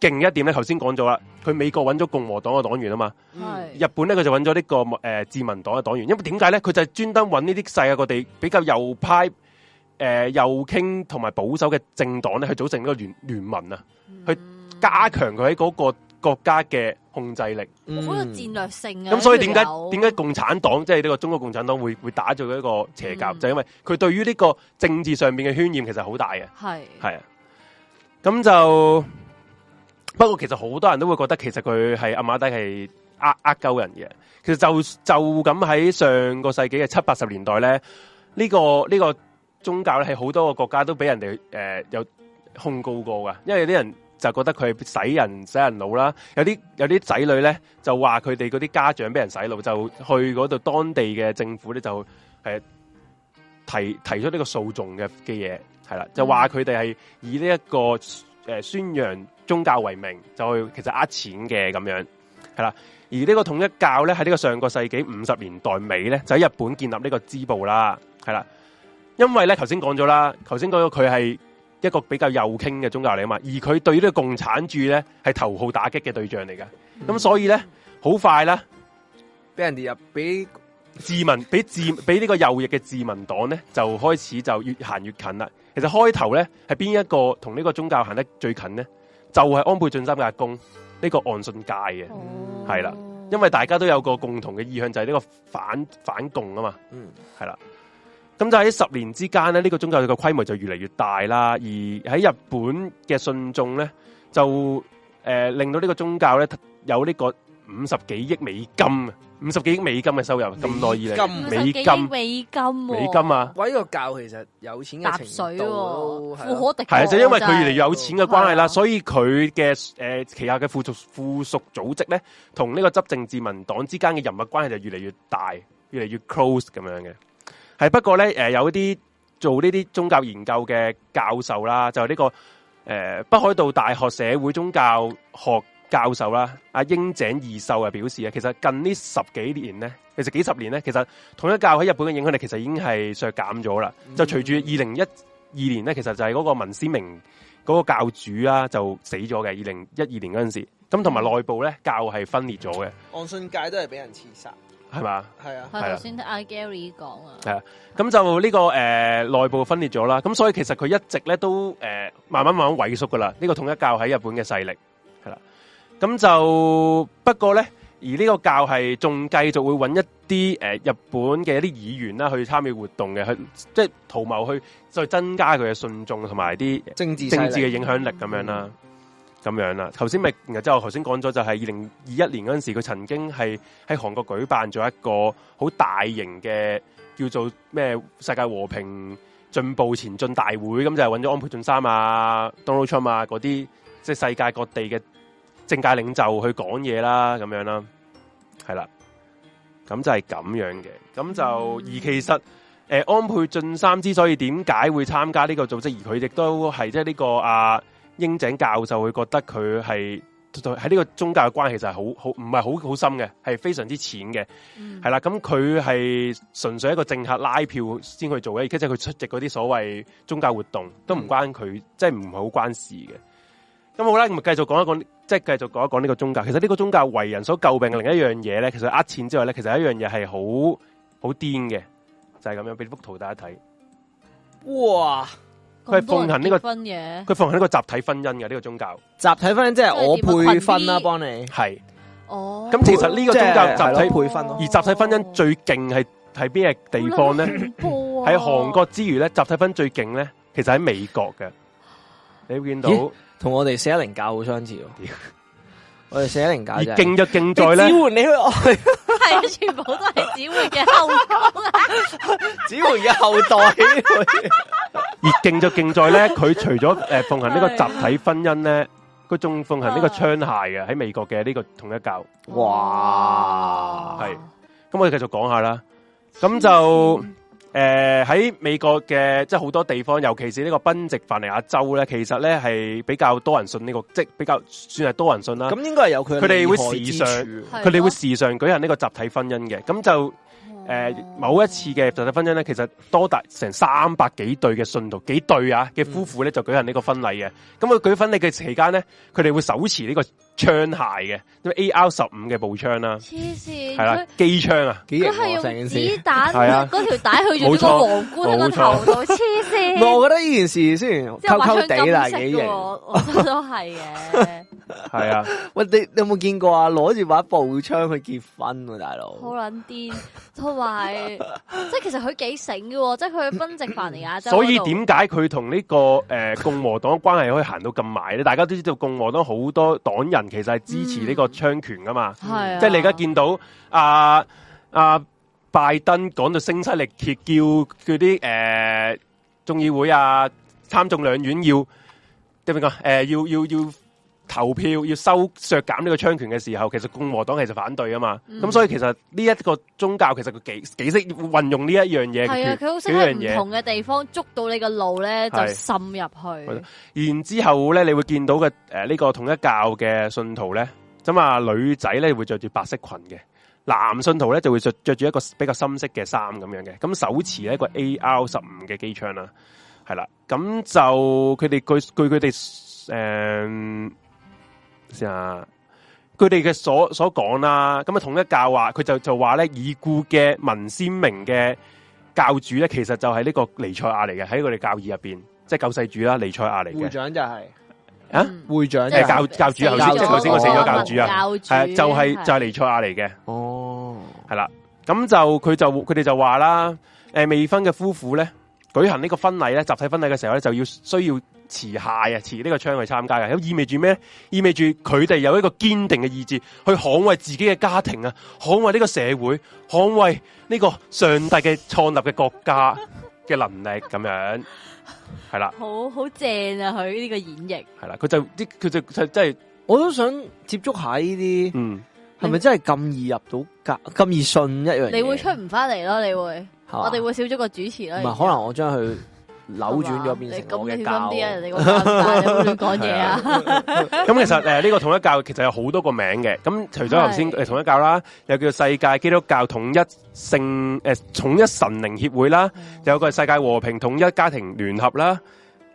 [SPEAKER 2] 勁一點咧，頭先講咗啦，佢美國揾咗共和黨嘅黨員啊嘛，
[SPEAKER 1] 嗯
[SPEAKER 2] 日本咧佢就揾咗呢個誒、呃自民黨嘅黨員，因為點解咧？佢就係專登揾呢啲世界各地比較右派、誒、右傾同埋保守嘅政黨咧，去組成呢個聯聯盟啊，
[SPEAKER 3] 嗯
[SPEAKER 2] 去加強佢喺嗰個國家嘅控制力。
[SPEAKER 1] 嗯
[SPEAKER 3] 好有戰略性啊！
[SPEAKER 2] 咁所以點解
[SPEAKER 3] 呢條友
[SPEAKER 2] 點解共產黨即係呢個中國共產黨會會打造一個邪教，
[SPEAKER 3] 嗯
[SPEAKER 2] 就因為佢對於呢個政治上面嘅渲染其實好大嘅。
[SPEAKER 3] 係
[SPEAKER 2] 系啊，咁就不過其實好多人都會覺得其實佢係阿馬低係呃呃鳩人嘅。其實就就咁喺上個世紀嘅七八十年代咧，呢、個呢、個宗教咧喺好多個國家都俾人哋誒、呃有控告過噶，因為有啲人就覺得佢係洗人洗人腦啦，有啲有啲仔女咧就話佢哋嗰啲家長俾人洗腦，就去嗰度當地嘅政府咧就誒、呃提提出呢個訴訟嘅嘅嘢，係啦，就話佢哋係以呢、一個誒、呃宣揚宗教為名，就去其實呃錢嘅咁樣。而呢個統一教咧喺呢個上個世紀五十年代尾咧，就喺日本建立呢個支部啦，係啦。因為咧頭先講咗啦，頭先講咗佢係一個比較右傾嘅宗教嚟啊嘛，而佢對呢個共產主義咧係頭號打擊嘅對象嚟嘅，咁、所以咧好快啦，
[SPEAKER 1] 俾人哋入俾
[SPEAKER 2] 自民俾自俾呢個右翼嘅自民黨咧就開始就越行越近啦。其實開頭咧係邊一個同呢個宗教行得最近呢？就係、安倍晉三嘅阿公呢、個岸信介嘅。
[SPEAKER 3] 哦
[SPEAKER 2] 係啦因為大家都有個共同嘅意向，就係、呢個反反共啊嘛，
[SPEAKER 1] 嗯
[SPEAKER 2] 係啦。咁就喺十年之間咧，呢、個宗教嘅規模就越嚟越大啦。而喺日本嘅信眾咧，就誒、呃令到呢個宗教咧有呢個五十幾億美金啊，五十幾億美金嘅收入，咁耐以嚟，
[SPEAKER 1] 金
[SPEAKER 3] 五
[SPEAKER 2] 美
[SPEAKER 3] 十幾億
[SPEAKER 2] 金啊
[SPEAKER 3] 美金喎，
[SPEAKER 2] 美金啊，
[SPEAKER 1] 喂，呢個教其實有錢
[SPEAKER 3] 搭
[SPEAKER 1] 嘅程
[SPEAKER 3] 水喎，
[SPEAKER 1] 度都係
[SPEAKER 3] 富
[SPEAKER 1] 咯
[SPEAKER 3] 可敵國
[SPEAKER 2] 係啊，就因為佢越嚟越
[SPEAKER 3] 真係
[SPEAKER 2] 有錢嘅關係
[SPEAKER 3] 係啊
[SPEAKER 2] 啦，所以佢嘅诶旗下嘅附屬附屬組織咧，同呢個執政自民黨之間嘅人物關係就越嚟越大，越嚟越 close 咁樣嘅。係不過咧，诶、有一啲做呢啲宗教研究嘅教授啦，就係呢、個个呃北海道大學社會宗教學教授啦，阿英井義秀啊表示啊，其實近呢十幾年咧，其實幾十年咧，其實統一教喺日本嘅影響力其實已經係削減咗啦。就隨住二零一二年咧，其實就係嗰個文思明嗰個教主啦、就死咗嘅。二零一二年嗰陣時，咁同埋內部咧教係分裂咗嘅，
[SPEAKER 1] 岸信界都係俾人刺殺，
[SPEAKER 2] 係嘛？
[SPEAKER 1] 係啊，
[SPEAKER 2] 係
[SPEAKER 3] 係
[SPEAKER 2] 啊
[SPEAKER 3] 頭先阿 Gary 講啊，
[SPEAKER 2] 咁就呢、個誒、呃、內部分裂咗啦，咁所以其實佢一直咧都誒、呃慢慢慢慢萎縮噶啦，呢、個統一教喺日本嘅勢力係啦。咁就不過咧，而呢個教係仲繼續會揾一啲誒、呃日本嘅一啲議員啦去參與活動嘅，去即係圖謀去再增加佢嘅信眾同埋啲
[SPEAKER 1] 政治
[SPEAKER 2] 政治嘅
[SPEAKER 1] 嘅
[SPEAKER 2] 影響力咁樣啦，咁樣啦。頭先咪，然後之後頭先講咗就係二零二一年嗰陣時，佢曾經係喺韓國舉辦咗一個好大型嘅叫做咩世界和平進步前進大會，咁就係揾咗安倍晉三啊、Donald Trump 啊嗰啲即係世界各地嘅政界領袖去講嘢啦，咁樣啦，係啦，咁就係咁樣嘅，咁就、而其實。诶、呃安倍晉三之所以點解會參加呢個組織，而佢亦都係即係呢個啊英井教授會覺得佢係喺呢個宗教嘅關係其實係好好唔係好好深嘅，係非常之淺嘅，
[SPEAKER 3] 嗯
[SPEAKER 2] 係啦。咁佢係純粹一個政客拉票先去做嘅，而且即係佢出席嗰啲所謂宗教活動都唔關佢，即係唔係好關事嘅。咁好啦，咁咪繼續講一講，即係繼續講一講呢個宗教。其實呢個宗教為人所詬病嘅另一樣嘢咧，其實呃錢之外咧，其實有一樣嘢係好好癲嘅，就係咁樣俾幅圖大家睇。
[SPEAKER 1] 哇！
[SPEAKER 2] 佢係
[SPEAKER 3] 咁多
[SPEAKER 2] 奉
[SPEAKER 3] 人
[SPEAKER 2] 行呢個
[SPEAKER 3] 結婚嘅，
[SPEAKER 2] 佢奉行呢個集體婚姻嘅呢、個宗教
[SPEAKER 1] 集體婚姻即係我配婚啦，
[SPEAKER 3] 啊即係點啊群啲
[SPEAKER 1] 幫你。
[SPEAKER 2] 係。
[SPEAKER 3] 哦，
[SPEAKER 2] 咁其實呢個宗教集
[SPEAKER 1] 即
[SPEAKER 2] 體
[SPEAKER 1] 係係咯配婚咯
[SPEAKER 2] 而集體婚姻最勁係喺邊嘅地方咧？喺
[SPEAKER 3] 喺
[SPEAKER 2] 韓國之餘咧，集體婚最勁咧，其實喺美國嘅。你會見到
[SPEAKER 1] 咦同我哋四一零教好相似喎
[SPEAKER 2] 屌。
[SPEAKER 1] 我哋四一零教
[SPEAKER 2] 而
[SPEAKER 1] 就係
[SPEAKER 2] 勁就勁在
[SPEAKER 1] 你
[SPEAKER 2] 咧，
[SPEAKER 1] 指你去愛，
[SPEAKER 3] 係啊，全部都係姊妹嘅後宮啊，
[SPEAKER 1] 指換嘅後代。
[SPEAKER 2] 而勁就勁在 咧，佢除咗誒奉行呢個集體婚姻咧，佢仲奉
[SPEAKER 3] 啊
[SPEAKER 2] 行呢個槍械嘅喺美國嘅呢個統一教。
[SPEAKER 1] 哇
[SPEAKER 2] 係啊咁我哋繼續講下啦。咁就誒喺、美國嘅即係好多地方，尤其是呢個賓夕凡尼亞州咧，其實咧係比較多人信呢、個，即係比較算係多人信啦。
[SPEAKER 1] 咁應該係有佢嘅
[SPEAKER 2] 佢哋會
[SPEAKER 1] 厲害之
[SPEAKER 2] 時尚
[SPEAKER 1] 處
[SPEAKER 3] 係
[SPEAKER 2] 佢哋
[SPEAKER 3] 咯
[SPEAKER 2] 會時常舉行呢個集體婚姻嘅，咁就誒、呃某一次嘅集體婚姻咧，其實多達成三百幾對嘅信徒幾對啊嘅夫婦咧，就舉行呢個婚禮嘅。咁佢舉婚禮嘅期間咧，佢哋會手持呢個槍械嘅，因為 AR 十五嘅步槍啦，
[SPEAKER 3] 黐線，
[SPEAKER 2] 係啦
[SPEAKER 3] 佢，
[SPEAKER 2] 機槍啊。
[SPEAKER 1] 幾型
[SPEAKER 3] 佢係
[SPEAKER 1] 喎成件
[SPEAKER 3] 用子
[SPEAKER 1] 事。
[SPEAKER 3] 彈
[SPEAKER 2] 係啊
[SPEAKER 3] 嗰條帶去咗
[SPEAKER 2] 冇
[SPEAKER 3] 呢
[SPEAKER 2] 錯
[SPEAKER 3] 個皇冠喺個
[SPEAKER 2] 冇
[SPEAKER 3] 頭
[SPEAKER 2] 錯
[SPEAKER 3] 度，黐線。
[SPEAKER 1] 我覺得呢件事雖然
[SPEAKER 3] 之後
[SPEAKER 1] 溝
[SPEAKER 3] 畫
[SPEAKER 1] 溝
[SPEAKER 3] 槍
[SPEAKER 1] 地啦，
[SPEAKER 3] 金色
[SPEAKER 1] 幾
[SPEAKER 3] 嘅喎，
[SPEAKER 1] 型。
[SPEAKER 3] 我覺得都係 嘅，
[SPEAKER 2] 係啊，
[SPEAKER 1] 喂，你你有冇見過啊？攞住把步槍去結婚喎，大佬。
[SPEAKER 3] 好撚癲。同埋，即係其實佢幾醒嘅喎，即係佢去賓夕凡尼亞州嗰度。
[SPEAKER 2] 所以點解佢同呢個誒、呃共和黨關係可以行到咁埋咧？大家都知道共和黨好多黨人其實係支持呢個槍權噶嘛。
[SPEAKER 3] 嗯係啊？
[SPEAKER 2] 即係你而家見到啊啊拜登講到聲嘶力竭，叫嗰啲呃誒眾議會啊參眾兩院要點講？誒、呃要要要投票要收削減呢個槍權嘅時候，其實共和黨其實反對啊嘛。
[SPEAKER 3] 嗯
[SPEAKER 2] 咁、所以其實呢一個宗教其實佢幾幾識運用呢一樣嘢
[SPEAKER 3] 係啊，
[SPEAKER 2] 嘅權，
[SPEAKER 3] 佢好識
[SPEAKER 2] 幾
[SPEAKER 3] 喺
[SPEAKER 2] 樣
[SPEAKER 3] 唔
[SPEAKER 2] 嘢。
[SPEAKER 3] 同嘅地方捉到你個路咧，就
[SPEAKER 2] 係
[SPEAKER 3] 滲入去。
[SPEAKER 2] 然之後咧，你會見到嘅誒呢個統一教嘅信徒咧，咁啊女仔咧會着住白色裙嘅，男信徒咧就會着着住一個比較深色嘅衫咁樣嘅，咁手持一個 AR 十五嘅機槍啦，係啦，咁就佢哋據據佢哋誒先啊。佢哋嘅所所講啦，咁啊統一教話佢就就話咧已故嘅文鮮明嘅教主咧，其實就係呢個尼賽亞嚟嘅，喺佢哋教義入邊，即係救世主啦，尼賽亞嚟
[SPEAKER 1] 會
[SPEAKER 2] 嘅。
[SPEAKER 1] 長就係
[SPEAKER 2] 啊
[SPEAKER 3] 嗯
[SPEAKER 1] 會長就
[SPEAKER 2] 即係
[SPEAKER 1] 係
[SPEAKER 2] 教教主頭
[SPEAKER 1] 先即係頭先我死咗教主
[SPEAKER 2] 啊
[SPEAKER 3] 教主
[SPEAKER 2] 係啊就係、就係、尼賽亞嚟嘅，
[SPEAKER 1] 哦，
[SPEAKER 2] 係啦。咁就佢就佢哋就話啦，誒、未婚嘅夫婦咧，舉行呢個婚禮咧，集體婚禮嘅時候咧，就要需要持械啊，持呢個槍去參加嘅，咁意味住咩？意味住佢哋有一個堅定嘅意志去捍衛自己嘅家庭啊，捍衛呢個社會，捍衛呢個上帝嘅創立嘅國家嘅能力咁樣，係啦，
[SPEAKER 3] 好好正啊！佢呢個演繹，
[SPEAKER 2] 係啦，佢就啲佢就就真係
[SPEAKER 1] 我都想接觸下呢啲，
[SPEAKER 2] 嗯，
[SPEAKER 1] 係咪真係咁易入到格，咁易信一樣嘢？
[SPEAKER 3] 你會出唔翻嚟咯？你會，
[SPEAKER 2] 啊
[SPEAKER 1] 係嘛
[SPEAKER 3] 我哋會少咗個主持
[SPEAKER 1] 唔
[SPEAKER 3] 啦。
[SPEAKER 1] 係可能我將佢扭
[SPEAKER 3] 而家
[SPEAKER 1] 轉咗，
[SPEAKER 3] 係嘛
[SPEAKER 1] 變
[SPEAKER 3] 你
[SPEAKER 1] 成我
[SPEAKER 3] 咁
[SPEAKER 1] 嘅
[SPEAKER 3] 你小心啲啊！
[SPEAKER 1] 教。
[SPEAKER 3] 你個尷尬，你唔好亂講嘢啊！
[SPEAKER 2] 咁其實呃誒呢個統一教其實有好多個名嘅，咁除咗頭先誒
[SPEAKER 3] 係
[SPEAKER 2] 統一教啦，又叫世界基督教統一聖誒、呃統一神靈協會啦，有個世界和平統一家庭聯合啦，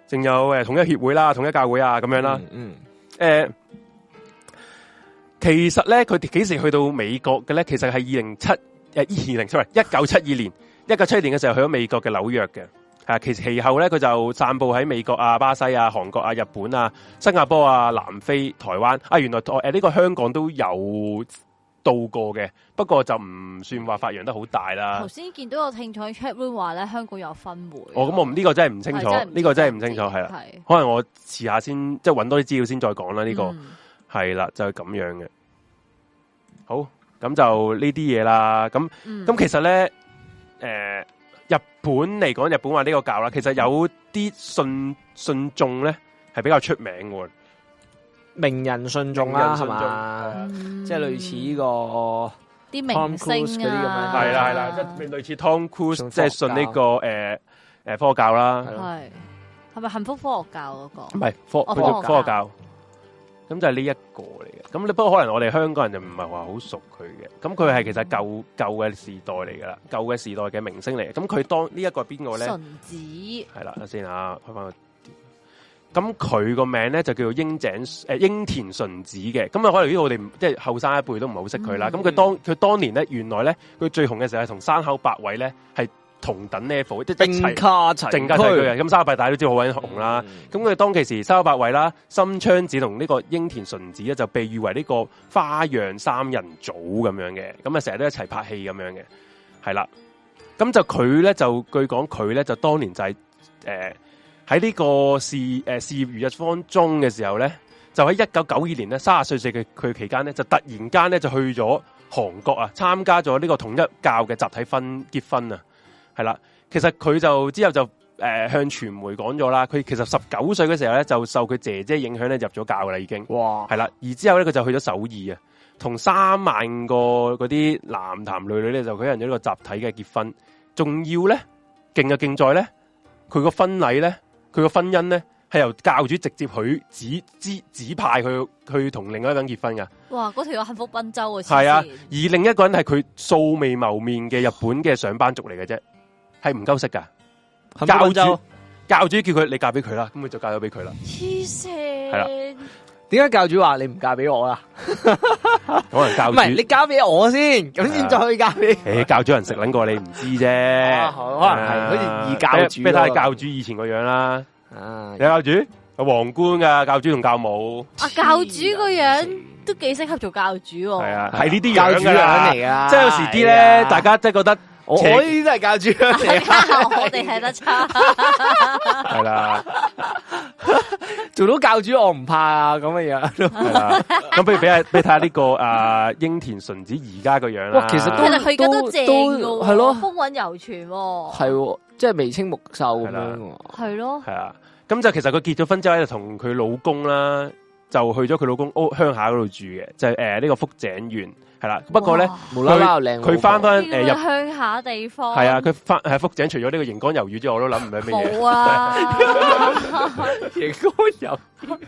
[SPEAKER 2] 仲有誒、統一協會啦、統一教會啊咁樣啦，
[SPEAKER 1] 嗯，
[SPEAKER 2] 誒、呃其實咧佢哋幾時去到美國嘅咧？其實係二零七誒呃二零 sorry 一九七二年一九七二年嘅時候去咗美國嘅紐約嘅。啊，其其後咧，佢就散佈喺美國啊、巴西啊、韓國啊、日本啊、新加坡啊、南非、台灣啊，原來誒呢、個香港都有到過嘅，不過就唔算話發揚得好大啦
[SPEAKER 3] 頭。先見到有聽眾喺 chat room 話咧，香港有分會。
[SPEAKER 2] 哦我咁我唔呢個真係唔清楚，
[SPEAKER 3] 係真係唔知
[SPEAKER 2] 呢個真係唔清楚，係啦。
[SPEAKER 3] 係
[SPEAKER 2] 可能我遲下先，即係揾多啲資料先再講啦。呢、個
[SPEAKER 3] 嗯
[SPEAKER 2] 係啦，就係、咁樣嘅。好，咁就呢啲嘢啦。咁
[SPEAKER 3] 嗯
[SPEAKER 2] 咁其實咧，诶、日本嚟講，日本話呢個教啦，其實有啲信信眾咧係比較出名嘅
[SPEAKER 1] 名人信眾
[SPEAKER 2] 名
[SPEAKER 1] 啦，
[SPEAKER 2] 人
[SPEAKER 1] 係
[SPEAKER 2] 信眾
[SPEAKER 1] 嘛？
[SPEAKER 3] 嗯
[SPEAKER 1] 即係類似呢
[SPEAKER 2] 哦
[SPEAKER 1] 個。
[SPEAKER 3] 啲
[SPEAKER 1] Tom Cruise
[SPEAKER 3] 明
[SPEAKER 1] 嗰
[SPEAKER 3] 星
[SPEAKER 1] 啲咁樣
[SPEAKER 3] 啊，
[SPEAKER 2] 係啦係啦，即係類似 Tom Cruise
[SPEAKER 1] 信
[SPEAKER 2] 即係信呢、個诶诶、誒科學教啦，
[SPEAKER 1] 係
[SPEAKER 3] 係係咪幸福科學教嗰個
[SPEAKER 2] 唔？係科佢
[SPEAKER 3] 哦
[SPEAKER 2] 做
[SPEAKER 3] 科
[SPEAKER 2] 科
[SPEAKER 3] 學
[SPEAKER 2] 學
[SPEAKER 3] 教
[SPEAKER 2] 教。咁就係呢一個嚟嘅，咁你不過可能我哋香港人就唔係話好熟佢嘅，咁佢係其實舊舊嘅時代嚟噶啦，舊嘅時代嘅明星嚟嘅，咁佢當呢一個係邊個咧？
[SPEAKER 3] 純子係
[SPEAKER 2] 系啦，等先啊，開翻個。咁佢個名咧就叫做英井诶、英田純子嘅，咁啊可能呢個我哋唔即係後生一輩都唔係好識佢啦。咁佢、
[SPEAKER 1] 嗯
[SPEAKER 2] 當佢當年咧，原來咧佢最紅嘅時候係同山口百惠咧係同等 level，即係一
[SPEAKER 1] 定
[SPEAKER 2] 齊
[SPEAKER 1] 卡齊
[SPEAKER 2] 正加齊佢嘅。咁山口百惠大家都知好鬼紅啦。
[SPEAKER 1] 嗯
[SPEAKER 2] 咁佢當其時山口百惠啦、深昌子同呢個英田純子咧就被譽為呢個花樣三人組咁樣嘅，咁啊成日都一齊拍戲咁樣嘅，係啦。咁就佢咧就據講佢咧就當年就係誒喺呢個事誒、呃事業如日方中嘅時候咧，就喺一九九二年咧三十歲歲嘅佢期間咧就突然間咧就去咗韓國啊，參加咗呢個統一教嘅集體婚結婚啊，係啦。其實佢就之後就誒、呃向傳媒講咗啦，佢其實十九歲嘅時候咧，就受佢姐姐影響咧入咗教㗎啦，已經
[SPEAKER 1] 哇，
[SPEAKER 2] 係啦。而之後咧，佢就去咗首爾啊，同三萬個嗰啲男男女女咧，就舉行咗一個集體嘅結婚，仲要咧勁嘅勁在咧，佢個婚禮咧，佢個婚姻咧係由教主直接許指指指派佢去同另外一個人結婚㗎。
[SPEAKER 3] 哇！嗰條友幸福賓州啊，
[SPEAKER 2] 係啊
[SPEAKER 3] 黐線，
[SPEAKER 2] 而另一個人係佢素未謀面嘅日本嘅上班族嚟嘅啫，係唔鳩識㗎。教
[SPEAKER 1] 教
[SPEAKER 2] 主
[SPEAKER 1] 主
[SPEAKER 2] 教主叫佢你嫁俾佢啦，咁佢就嫁咗俾 佢啦。
[SPEAKER 3] 黐
[SPEAKER 2] 係
[SPEAKER 3] 線，
[SPEAKER 1] 點解教主話你唔嫁俾我啦？啊
[SPEAKER 2] 可能教
[SPEAKER 1] 唔
[SPEAKER 2] 主啊
[SPEAKER 1] 係你嫁俾我先，咁先再去嫁俾。
[SPEAKER 2] 诶，教主人食撚過你唔知啫，
[SPEAKER 1] 啊可能係好似
[SPEAKER 2] 啊
[SPEAKER 1] 二教主
[SPEAKER 2] 咩睇下
[SPEAKER 1] 咯
[SPEAKER 2] 教主以前個樣啦，
[SPEAKER 1] 啊
[SPEAKER 2] 你教主有皇冠噶，教主同教母
[SPEAKER 3] 啊教主個樣都幾適合做教主喎，
[SPEAKER 2] 係啊，係呢啲
[SPEAKER 1] 哦教
[SPEAKER 2] 樣
[SPEAKER 1] 主
[SPEAKER 2] 㗎啦
[SPEAKER 1] 樣嚟啊噶，
[SPEAKER 2] 即係有時啲咧，大家啊即係 覺得
[SPEAKER 1] 我
[SPEAKER 2] 邪
[SPEAKER 1] 我呢啲都係教主樣嚟㗎，
[SPEAKER 3] 我哋睇得差，
[SPEAKER 2] 係啦，
[SPEAKER 1] 做到教主我唔怕啊，咁嘅樣。
[SPEAKER 2] 係啦，咁不如俾下俾睇下呢個啊英田純子而家個樣啦
[SPEAKER 1] 哇，其實
[SPEAKER 3] 其
[SPEAKER 1] 都
[SPEAKER 3] 實佢而家都正㗎
[SPEAKER 1] 都
[SPEAKER 3] 喎，
[SPEAKER 1] 係咯
[SPEAKER 3] 風韻猶存喎，
[SPEAKER 1] 係喎，即係眉清目秀咁樣喎。
[SPEAKER 3] 係咯，
[SPEAKER 2] 係啊，咁就其實佢結咗婚之後咧，就同佢老公啦，就去咗佢老公屋鄉下嗰度住嘅，就係诶呢個福井縣係啦，不過咧
[SPEAKER 3] 哇
[SPEAKER 1] 無啦啦又靚老婆，
[SPEAKER 2] 佢 翻翻
[SPEAKER 3] 呢
[SPEAKER 2] 诶
[SPEAKER 3] 個
[SPEAKER 2] 入。
[SPEAKER 3] 鄉下地方
[SPEAKER 2] 系啊，佢翻系福井，除咗呢個熒光魷魚之外，我都諗唔起咩嘢，
[SPEAKER 3] 冇啊，
[SPEAKER 1] 熒光油，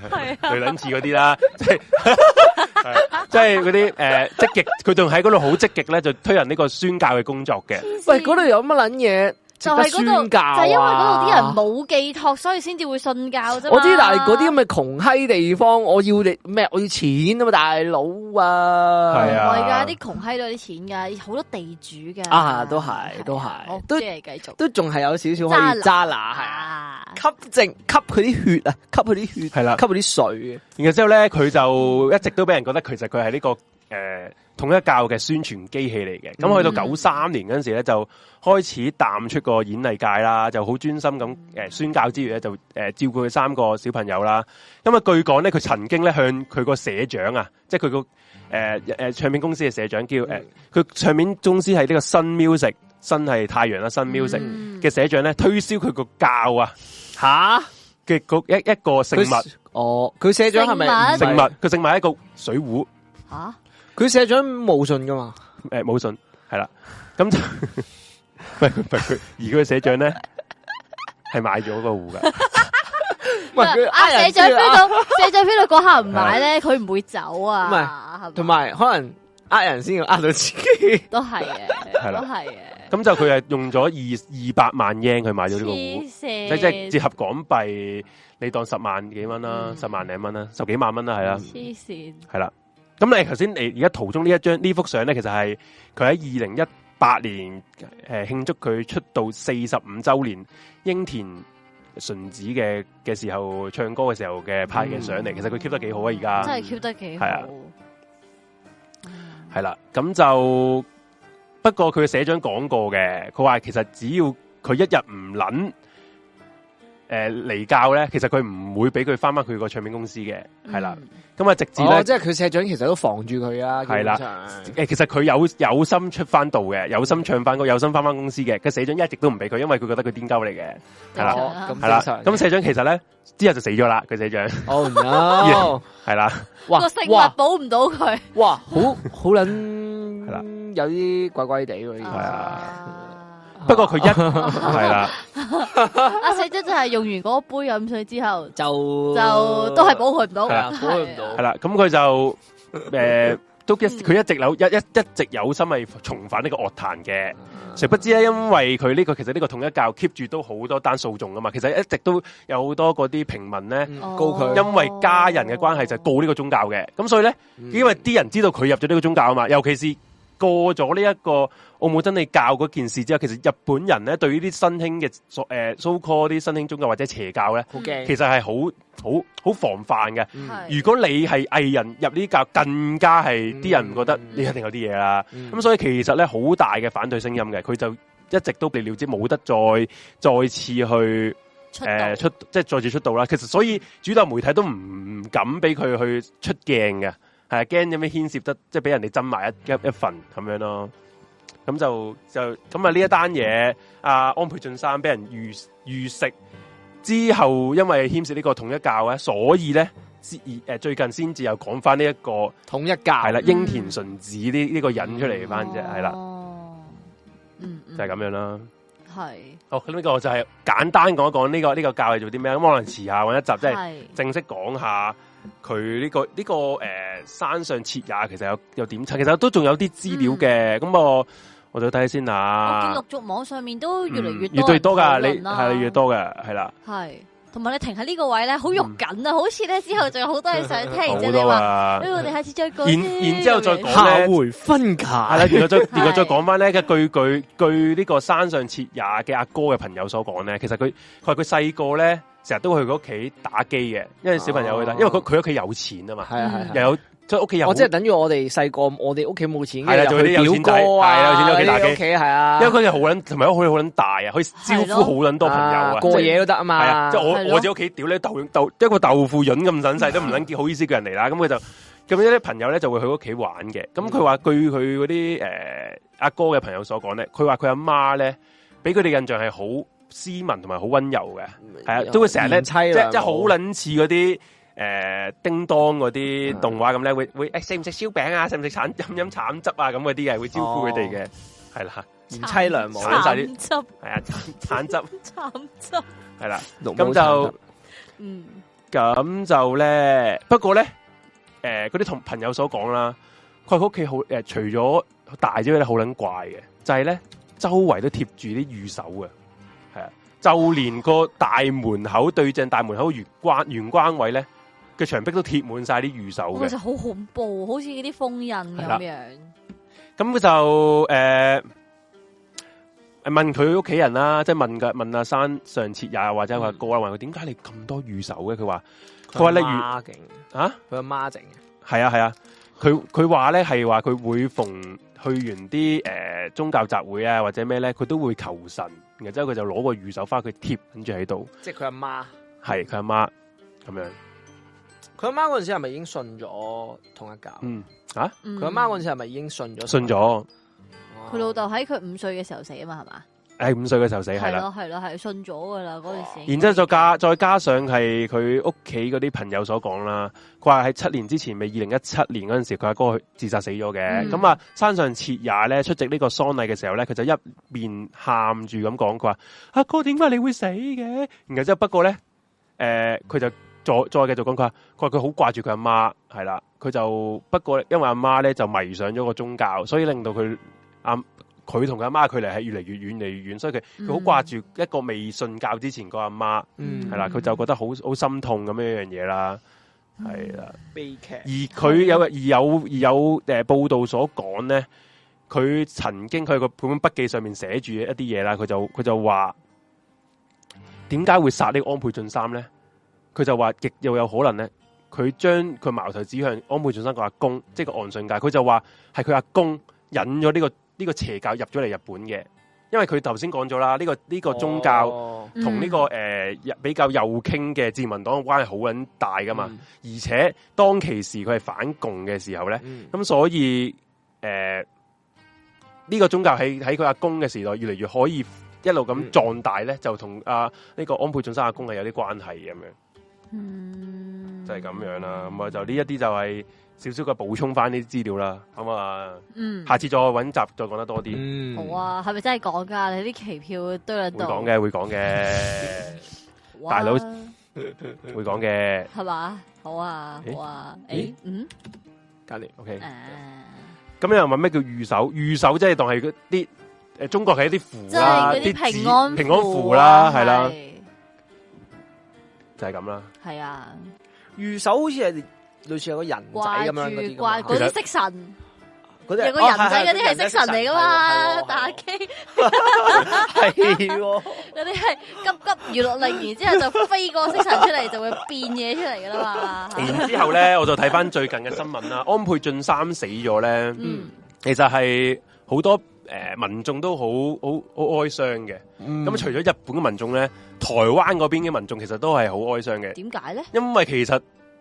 [SPEAKER 3] 係啊，
[SPEAKER 2] 雷撚似嗰啲啦，即係 係啊即係嗰啲诶积极，佢仲喺嗰度好積極咧，就推行呢個宣教嘅工作嘅，
[SPEAKER 1] 喂，嗰度有乜撚嘢？
[SPEAKER 3] 就
[SPEAKER 1] 係
[SPEAKER 3] 係嗰度，就
[SPEAKER 1] 教啊
[SPEAKER 3] 係因為嗰度啲人冇寄託，所以先至會信教啫嘛
[SPEAKER 1] 我知，但係嗰啲咁嘅窮閪地方，我要你咩？我要錢啊嘛，大佬啊！
[SPEAKER 2] 係啊
[SPEAKER 3] 唔係㗎，啲窮閪都有啲錢㗎，好多地主㗎。
[SPEAKER 1] 啊都係
[SPEAKER 3] 係啊
[SPEAKER 1] 都係
[SPEAKER 3] 我
[SPEAKER 1] 都
[SPEAKER 3] 即係繼續
[SPEAKER 1] 都仲係有少少可以渣拿係啊，
[SPEAKER 3] 啊，
[SPEAKER 1] 吸淨吸佢啲血啊，吸佢啲血
[SPEAKER 2] 係啦
[SPEAKER 1] 吸佢啲水
[SPEAKER 2] 然後之後咧，佢就一直都俾人覺得其實佢係呢個诶统一教嘅宣傳機器嚟嘅。咁去到
[SPEAKER 3] 嗯
[SPEAKER 2] 九三年嗰陣時咧，就開始淡出個演藝界啦，就好專心咁诶宣教之餘咧，就诶照顧佢三個小朋友啦。因為據講咧，佢曾經咧向佢個社長啊，即係佢個诶诶唱片公司嘅社長叫诶，佢、唱片公司係呢個新 music，新係太陽啦，新 music
[SPEAKER 3] 嗯
[SPEAKER 2] 嘅社長咧推銷佢個教啊。
[SPEAKER 1] 吓，
[SPEAKER 2] 嘅嗰一一個食物食
[SPEAKER 1] 哦，佢社長係咪唔
[SPEAKER 3] 食
[SPEAKER 1] 係
[SPEAKER 2] 物，？佢食物係一個水壺，
[SPEAKER 3] 吓
[SPEAKER 1] 佢社長無信噶嘛？
[SPEAKER 2] 诶冇信係啦，咁就唔係佢唔係佢，而佢嘅社長咧係買咗個壺 噶，
[SPEAKER 1] 喂，佢
[SPEAKER 3] 阿
[SPEAKER 1] 呃
[SPEAKER 3] 社
[SPEAKER 1] 人
[SPEAKER 3] 長
[SPEAKER 1] 知啊
[SPEAKER 3] feel 到，社長 feel 到嗰下唔買咧，佢唔會走
[SPEAKER 1] 唔係
[SPEAKER 3] 啊，係
[SPEAKER 1] 同
[SPEAKER 3] 嘛
[SPEAKER 1] 埋可能呃人先要呃到自己。
[SPEAKER 3] 都係嘅，
[SPEAKER 2] 係啦
[SPEAKER 3] 都係嘅。
[SPEAKER 2] 咁就佢係用咗二二百萬 yen 去買咗呢個壺，
[SPEAKER 3] 黐線，
[SPEAKER 2] 即即係折合港幣你當十萬幾蚊啦，
[SPEAKER 3] 嗯
[SPEAKER 2] 十萬零蚊啦，十幾萬蚊啦，係啦，
[SPEAKER 3] 黐線，
[SPEAKER 2] 係啦。咁你頭先你而家途中呢一張呢幅相咧，其實係佢喺二零一八年诶庆、慶祝佢出道四十五周年英田純子嘅嘅時候唱歌嘅時候嘅拍嘅相嚟，其實佢 keep 得幾好啊，而
[SPEAKER 3] 嗯真
[SPEAKER 2] 家
[SPEAKER 3] 係 keep 得幾好。
[SPEAKER 2] 係啊係啦，咁就不過佢嘅社長講過嘅，佢話其實只要佢一日唔捻诶離教咧，其實佢唔會俾佢翻翻佢個唱片公司嘅，係啦，
[SPEAKER 3] 嗯，
[SPEAKER 2] 咁啊直至
[SPEAKER 1] 哦，
[SPEAKER 2] 咧。
[SPEAKER 1] 即係佢社長其實都防住佢啊。
[SPEAKER 2] 係啦
[SPEAKER 1] 基本上，
[SPEAKER 2] 诶，其實佢有有心出翻道嘅，有心唱翻歌，有心翻翻公司嘅。個社長一直都唔俾佢，因為佢覺得佢癲鳩嚟嘅，係啦
[SPEAKER 3] 正
[SPEAKER 1] 哦咁
[SPEAKER 3] 常啦
[SPEAKER 2] 係啦
[SPEAKER 1] 正。常
[SPEAKER 2] 咁社長其實咧之後就死咗啦，佢社長
[SPEAKER 1] 哦 no！
[SPEAKER 2] 係啦，
[SPEAKER 1] 哇
[SPEAKER 3] 個性物
[SPEAKER 1] 哇
[SPEAKER 3] 保唔到佢，
[SPEAKER 1] 哇， 好好捻系
[SPEAKER 2] 啦，
[SPEAKER 1] 有啲怪怪地喎。呢個
[SPEAKER 2] 係啊
[SPEAKER 3] 啊
[SPEAKER 1] 哦
[SPEAKER 2] 不過 佢一係啦，
[SPEAKER 3] 阿四姐就係用完嗰杯飲水之後，
[SPEAKER 1] 就
[SPEAKER 3] 就都係保佢唔到，
[SPEAKER 1] 係啊保佢唔到
[SPEAKER 2] 係啦，咁佢就诶、都一佢一直有一一一直有心係重返呢個樂壇嘅。誰不知咧，因為佢呢、個其實呢個統一教 keep 住都好多單訴訟噶嘛，其實一直都有好多嗰啲平民咧，
[SPEAKER 1] 嗯
[SPEAKER 3] 哦
[SPEAKER 1] 告佢，
[SPEAKER 2] 因為家人嘅關係就告呢個宗教嘅，咁所以咧。
[SPEAKER 1] 嗯
[SPEAKER 2] 因為啲人知道佢入咗呢個宗教啊嘛，尤其是過咗呢一個澳門真理教嗰件事之後，其實日本人咧對呢啲新興嘅所诶 so call 啲新興宗教或者邪教咧，
[SPEAKER 1] 好驚，
[SPEAKER 2] 其實係好好好防範嘅。
[SPEAKER 1] 嗯
[SPEAKER 3] 係
[SPEAKER 2] 如果你係藝人入呢啲教，更加係啲人覺得
[SPEAKER 1] 嗯
[SPEAKER 2] 你一定有啲嘢啦。
[SPEAKER 1] 嗯
[SPEAKER 2] 咁所以其實咧好大嘅反對聲音嘅，佢就一直都被了知冇得再再次去
[SPEAKER 3] 出
[SPEAKER 2] 诶、
[SPEAKER 3] 道
[SPEAKER 2] 呃出即係再次出道啦。其實所以主流媒體都唔敢俾佢去出鏡嘅，係驚有咩牽涉得即係俾人哋爭埋一一一份咁樣咯。咁就就咁啊！呢一單嘢，阿安倍晉三俾人預預食之後，因為牽涉呢個統一教咧，所以咧，先而誒最近先至又講翻呢一個
[SPEAKER 1] 統一教
[SPEAKER 2] 係啦，
[SPEAKER 3] 嗯
[SPEAKER 2] 英田純子呢呢個人出嚟翻啫，係啦，
[SPEAKER 3] 哦嗯，
[SPEAKER 2] 就係咁樣啦。
[SPEAKER 3] 咁，系
[SPEAKER 2] 好，哦咁呢個就係簡單講一講呢個呢個教係做啲咩。咁可能遲下揾一集即係。
[SPEAKER 3] 系
[SPEAKER 2] 正式講下佢呢、個呢、個呃山上徹也其實有有點襯，其實都仲有啲資料嘅。
[SPEAKER 3] 嗯
[SPEAKER 2] 咁、我我再睇下先
[SPEAKER 3] 我見
[SPEAKER 2] 啊
[SPEAKER 3] 陸。續網上面都越嚟
[SPEAKER 2] 嗯
[SPEAKER 3] 越
[SPEAKER 2] 越多
[SPEAKER 3] 多人啊討
[SPEAKER 2] 㗎，
[SPEAKER 3] 論
[SPEAKER 2] 你
[SPEAKER 3] 啦
[SPEAKER 2] 係越多嘅，係啦，
[SPEAKER 3] 係同埋你停喺呢個位咧，好肉緊啊！好似咧之後仲有好多嘢想聽，然
[SPEAKER 2] 嗯好
[SPEAKER 3] 之後你
[SPEAKER 2] 多
[SPEAKER 3] 話，
[SPEAKER 2] 啊
[SPEAKER 3] 哎。我哋下次再講
[SPEAKER 2] 然
[SPEAKER 3] 先
[SPEAKER 2] 然之後再
[SPEAKER 3] 咁樣
[SPEAKER 2] 講
[SPEAKER 1] 下回分解，
[SPEAKER 2] 係啦，然後再然後再
[SPEAKER 3] 係
[SPEAKER 2] 講翻咧嘅據據據呢個山上徹也嘅阿哥嘅朋友所講咧，其實佢佢話佢細個咧成日都去佢屋企打機嘅，因為小朋友去打，
[SPEAKER 1] 哦
[SPEAKER 2] 因為佢佢屋企有錢啊嘛，
[SPEAKER 1] 係啊係啊。
[SPEAKER 2] 又有即係屋企有
[SPEAKER 3] 哦
[SPEAKER 1] 我即係等於我哋細個，我哋屋企冇錢
[SPEAKER 2] 係啦
[SPEAKER 1] 嘅，
[SPEAKER 2] 做啲有
[SPEAKER 1] 又去
[SPEAKER 2] 錢仔
[SPEAKER 1] 表哥啊，
[SPEAKER 2] 係啦有錢仔屋企打機
[SPEAKER 1] 屋企係啊，
[SPEAKER 2] 因為佢哋好撚，同埋屋企好撚大啊，佢招呼好撚多朋友啊，
[SPEAKER 1] 啊過夜都得啊
[SPEAKER 2] 係啊，
[SPEAKER 1] 嘛，
[SPEAKER 2] 即係
[SPEAKER 3] 係
[SPEAKER 2] 我
[SPEAKER 3] 咯
[SPEAKER 2] 我自己屋企屌咧豆豆一個豆腐潤咁撚細都唔撚好意思叫人嚟啦，咁佢就咁啲朋友咧就會去屋企玩嘅。咁佢話據佢嗰啲誒阿哥嘅朋友所講咧，佢話佢阿媽咧俾佢哋印象係好斯文同埋好温柔嘅，係啊，都會成日咧
[SPEAKER 1] 賢
[SPEAKER 2] 即
[SPEAKER 1] 妻良
[SPEAKER 2] 係
[SPEAKER 1] 母
[SPEAKER 2] 即係好撚似嗰啲。誒、叮當嗰啲動畫咁咧，會會誒食唔食燒餅啊，食唔食橙飲飲橙汁啊咁嗰啲嘅，會招呼佢哋嘅，係啦，
[SPEAKER 1] 賢妻良母，
[SPEAKER 2] 慘晒啲
[SPEAKER 3] 慘汁
[SPEAKER 2] 係啊，橙橙汁
[SPEAKER 3] 慘汁，
[SPEAKER 2] 係啦，
[SPEAKER 1] 綠
[SPEAKER 2] 咁
[SPEAKER 1] 帽
[SPEAKER 2] 就。
[SPEAKER 3] 嗯，
[SPEAKER 2] 咁就咧，不過咧，诶、嗰啲同朋友所講啦，佢話佢屋企好诶、誒除咗大之外咧，好撚怪嘅，就係呢，咧周圍都貼住啲御手嘅，係啊，就連個大門口對正大門口玄關玄關位咧嘅牆壁都貼滿晒啲御手
[SPEAKER 3] 我
[SPEAKER 2] 嘅
[SPEAKER 3] 其實，好恐怖，好似嗰啲封印咁
[SPEAKER 2] 係啦
[SPEAKER 3] 樣。
[SPEAKER 2] 咁佢就诶。誒問佢屋企人啦，即係問嘅問阿山上次也或者佢阿哥啦，問佢點解你咁多御手嘅？佢話佢
[SPEAKER 1] 佢
[SPEAKER 2] 話例如
[SPEAKER 1] 阿媽勁，
[SPEAKER 2] 啊，
[SPEAKER 1] 佢阿媽整嘅，
[SPEAKER 2] 系啊系啊，佢佢话咧係話佢會逢去完啲诶、呃宗教集會啊或者咩咧，佢都會求神，然之後佢就攞個御手花佢貼跟住喺度，
[SPEAKER 1] 即係佢阿媽。
[SPEAKER 2] 係佢阿媽咁樣。
[SPEAKER 1] 佢阿媽嗰陣時係咪已經信咗統一教？
[SPEAKER 2] 嗯，
[SPEAKER 1] 佢阿媽嗰陣時係咪已經信咗？
[SPEAKER 2] 信。咗，
[SPEAKER 3] 佢老豆喺佢五歲嘅時候死啊嘛，係嘛？
[SPEAKER 2] 诶五歲嘅時候死係
[SPEAKER 3] 係
[SPEAKER 2] 啦。
[SPEAKER 3] 咯，係咯，係信咗噶啦嗰陣時。
[SPEAKER 2] 然之後再加再加上係佢屋企嗰啲朋友所講啦，佢話喺七年之前，咪二零一七年嗰陣時，佢阿哥去自殺死咗嘅。
[SPEAKER 3] 嗯
[SPEAKER 2] 咁、啊，山上徹也咧出席呢個喪禮嘅時候咧，佢就一面喊住咁講，佢話：阿哥點解你會死嘅？然後之後不過咧，誒、佢就再再繼續講，佢話佢話佢好掛住佢阿媽，係啦，佢就不過因為阿媽咧就迷上咗個宗教，所以令到佢阿佢同佢阿媽距離係越嚟越遠，越嚟越遠，所以佢佢好掛住一個未信教之前個阿媽。
[SPEAKER 1] 嗯
[SPEAKER 2] 系啦，佢就覺得好好心痛咁樣樣嘢啦，係啦。
[SPEAKER 1] 悲劇。
[SPEAKER 2] 而佢有而有而有诶報道所講咧，佢曾經佢個本筆記上面寫住一啲嘢啦，佢就佢就話點解會殺呢個安倍晉三咧？佢就話極又有可能咧，佢將佢矛頭指向安倍晉三個阿公，即係個岸信介。佢就話係佢阿公引咗呢、個呢、個邪教入咗嚟日本嘅，因為佢頭先講咗啦，呢、個呢、個宗教。
[SPEAKER 1] 哦
[SPEAKER 3] 嗯
[SPEAKER 2] 同呢、個诶、呃比較右傾嘅自民黨嘅關係好撚大噶嘛，
[SPEAKER 1] 嗯
[SPEAKER 2] 而且當其時佢係反共嘅時候咧，
[SPEAKER 1] 嗯
[SPEAKER 2] 咁所以诶呢、個宗教喺喺佢阿公嘅時代越嚟越可以一路咁
[SPEAKER 1] 嗯
[SPEAKER 2] 壯大咧，就同啊呢個安倍晉三阿公係有啲關係咁樣，
[SPEAKER 3] 嗯
[SPEAKER 2] 就係咁樣啦。咁啊就呢一啲就係少少嘅補充翻呢啲資料啦。咁啊，
[SPEAKER 3] 嗯，
[SPEAKER 2] 下次再揾集再講得多啲，
[SPEAKER 1] 嗯
[SPEAKER 3] 好，啊，係咪真係講㗎？你啲期票堆喺
[SPEAKER 2] 會
[SPEAKER 3] 度，
[SPEAKER 2] 講嘅會講嘅
[SPEAKER 3] 哇
[SPEAKER 2] 大佬會講嘅。
[SPEAKER 3] 係嘛？好啊，
[SPEAKER 2] 咦
[SPEAKER 3] 好啊，
[SPEAKER 2] 咦
[SPEAKER 3] 誒，嗯，
[SPEAKER 1] 隔離
[SPEAKER 2] OK。
[SPEAKER 3] 誒，
[SPEAKER 2] 咁有人問咩叫御守？御守即係當係嗰啲诶，中國係一啲
[SPEAKER 3] 即
[SPEAKER 2] 符
[SPEAKER 3] 係
[SPEAKER 2] 啦，
[SPEAKER 3] 嗰啲
[SPEAKER 2] 啲
[SPEAKER 3] 平
[SPEAKER 2] 紙
[SPEAKER 3] 安
[SPEAKER 2] 平安符
[SPEAKER 3] 符
[SPEAKER 2] 啦，
[SPEAKER 3] 啊
[SPEAKER 2] 係啦，
[SPEAKER 3] 係
[SPEAKER 2] 就係咁啦。
[SPEAKER 3] 係啊，
[SPEAKER 1] 御手好似係類似係個人仔
[SPEAKER 3] 掛
[SPEAKER 1] 咁樣嗰啲㗎
[SPEAKER 3] 住
[SPEAKER 1] 嘛
[SPEAKER 3] 掛嗰
[SPEAKER 2] 其實
[SPEAKER 3] 啲色神，
[SPEAKER 1] 嗰啲係
[SPEAKER 3] 有個人
[SPEAKER 1] 哦
[SPEAKER 3] 仔嗰啲係
[SPEAKER 1] 係
[SPEAKER 3] 色神嚟㗎嘛，打機
[SPEAKER 1] 係 喎，
[SPEAKER 3] 嗰啲係急急娛樂令，然之後就飛個色神出嚟，就會變嘢出嚟㗎啦嘛。
[SPEAKER 2] 然之後咧，我就睇翻最近嘅新聞 啦。安倍晉三死咗咧，
[SPEAKER 3] 嗯
[SPEAKER 2] 其實係好多诶、呃民眾都好好好哀傷嘅。咁、
[SPEAKER 1] 咁
[SPEAKER 2] 除咗日本嘅民眾咧，台灣嗰邊嘅民眾其實都係好哀傷嘅，
[SPEAKER 3] 點解咧？
[SPEAKER 2] 因為其實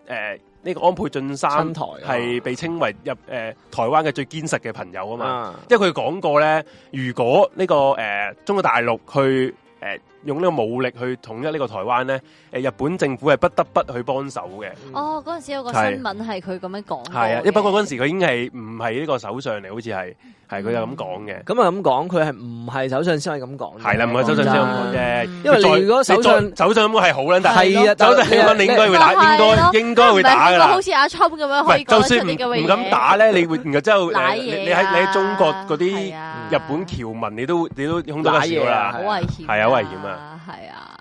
[SPEAKER 2] 诶呢、個安倍晉三
[SPEAKER 1] 親台啊
[SPEAKER 2] 係被稱為入诶、台灣嘅最堅實嘅朋友啊嘛。
[SPEAKER 1] 啊
[SPEAKER 2] 因為佢講過咧，如果呢、個誒、呃中國大陸去誒、呃用呢個武力去統一呢個台灣咧，誒、日本政府係不得不去幫手嘅。
[SPEAKER 3] 哦，嗰陣時有個新
[SPEAKER 2] 嗯係
[SPEAKER 3] 聞係佢咁樣講過
[SPEAKER 2] 係啊，
[SPEAKER 3] 嘅
[SPEAKER 2] 因不過嗰陣時佢已經係唔係呢個首相嚟，好似係係佢就咁講嘅。
[SPEAKER 1] 咁啊咁講，佢係唔係首相先可以咁講？
[SPEAKER 2] 係啦，唔係首相先咁講啫。
[SPEAKER 1] 因為
[SPEAKER 2] 再
[SPEAKER 1] 你如果首相
[SPEAKER 2] 你再首相咁係好撚，但係
[SPEAKER 1] 係啊，但
[SPEAKER 2] 首相咁你應該會打，
[SPEAKER 3] 但係
[SPEAKER 2] 應
[SPEAKER 3] 咯
[SPEAKER 2] 該應該會打㗎
[SPEAKER 3] 唔係個個
[SPEAKER 2] 啦
[SPEAKER 3] 好。似阿春咁樣
[SPEAKER 2] 唔
[SPEAKER 3] 可以
[SPEAKER 2] 係，
[SPEAKER 3] 講
[SPEAKER 2] 就
[SPEAKER 3] 得出
[SPEAKER 2] 算唔
[SPEAKER 3] 啲咁嘅嘢
[SPEAKER 2] 唔敢打咧，你會然後之 後
[SPEAKER 3] 賴
[SPEAKER 2] 誒你
[SPEAKER 3] 嘢
[SPEAKER 2] 你喺你喺
[SPEAKER 3] 啊
[SPEAKER 2] 中國嗰
[SPEAKER 3] 係
[SPEAKER 2] 啲
[SPEAKER 3] 啊
[SPEAKER 2] 日本僑民，你都你都空多吉少啦
[SPEAKER 3] 好
[SPEAKER 1] 賴嘢啊。
[SPEAKER 3] 危險，
[SPEAKER 2] 係啊好危險啊，
[SPEAKER 3] 係啊。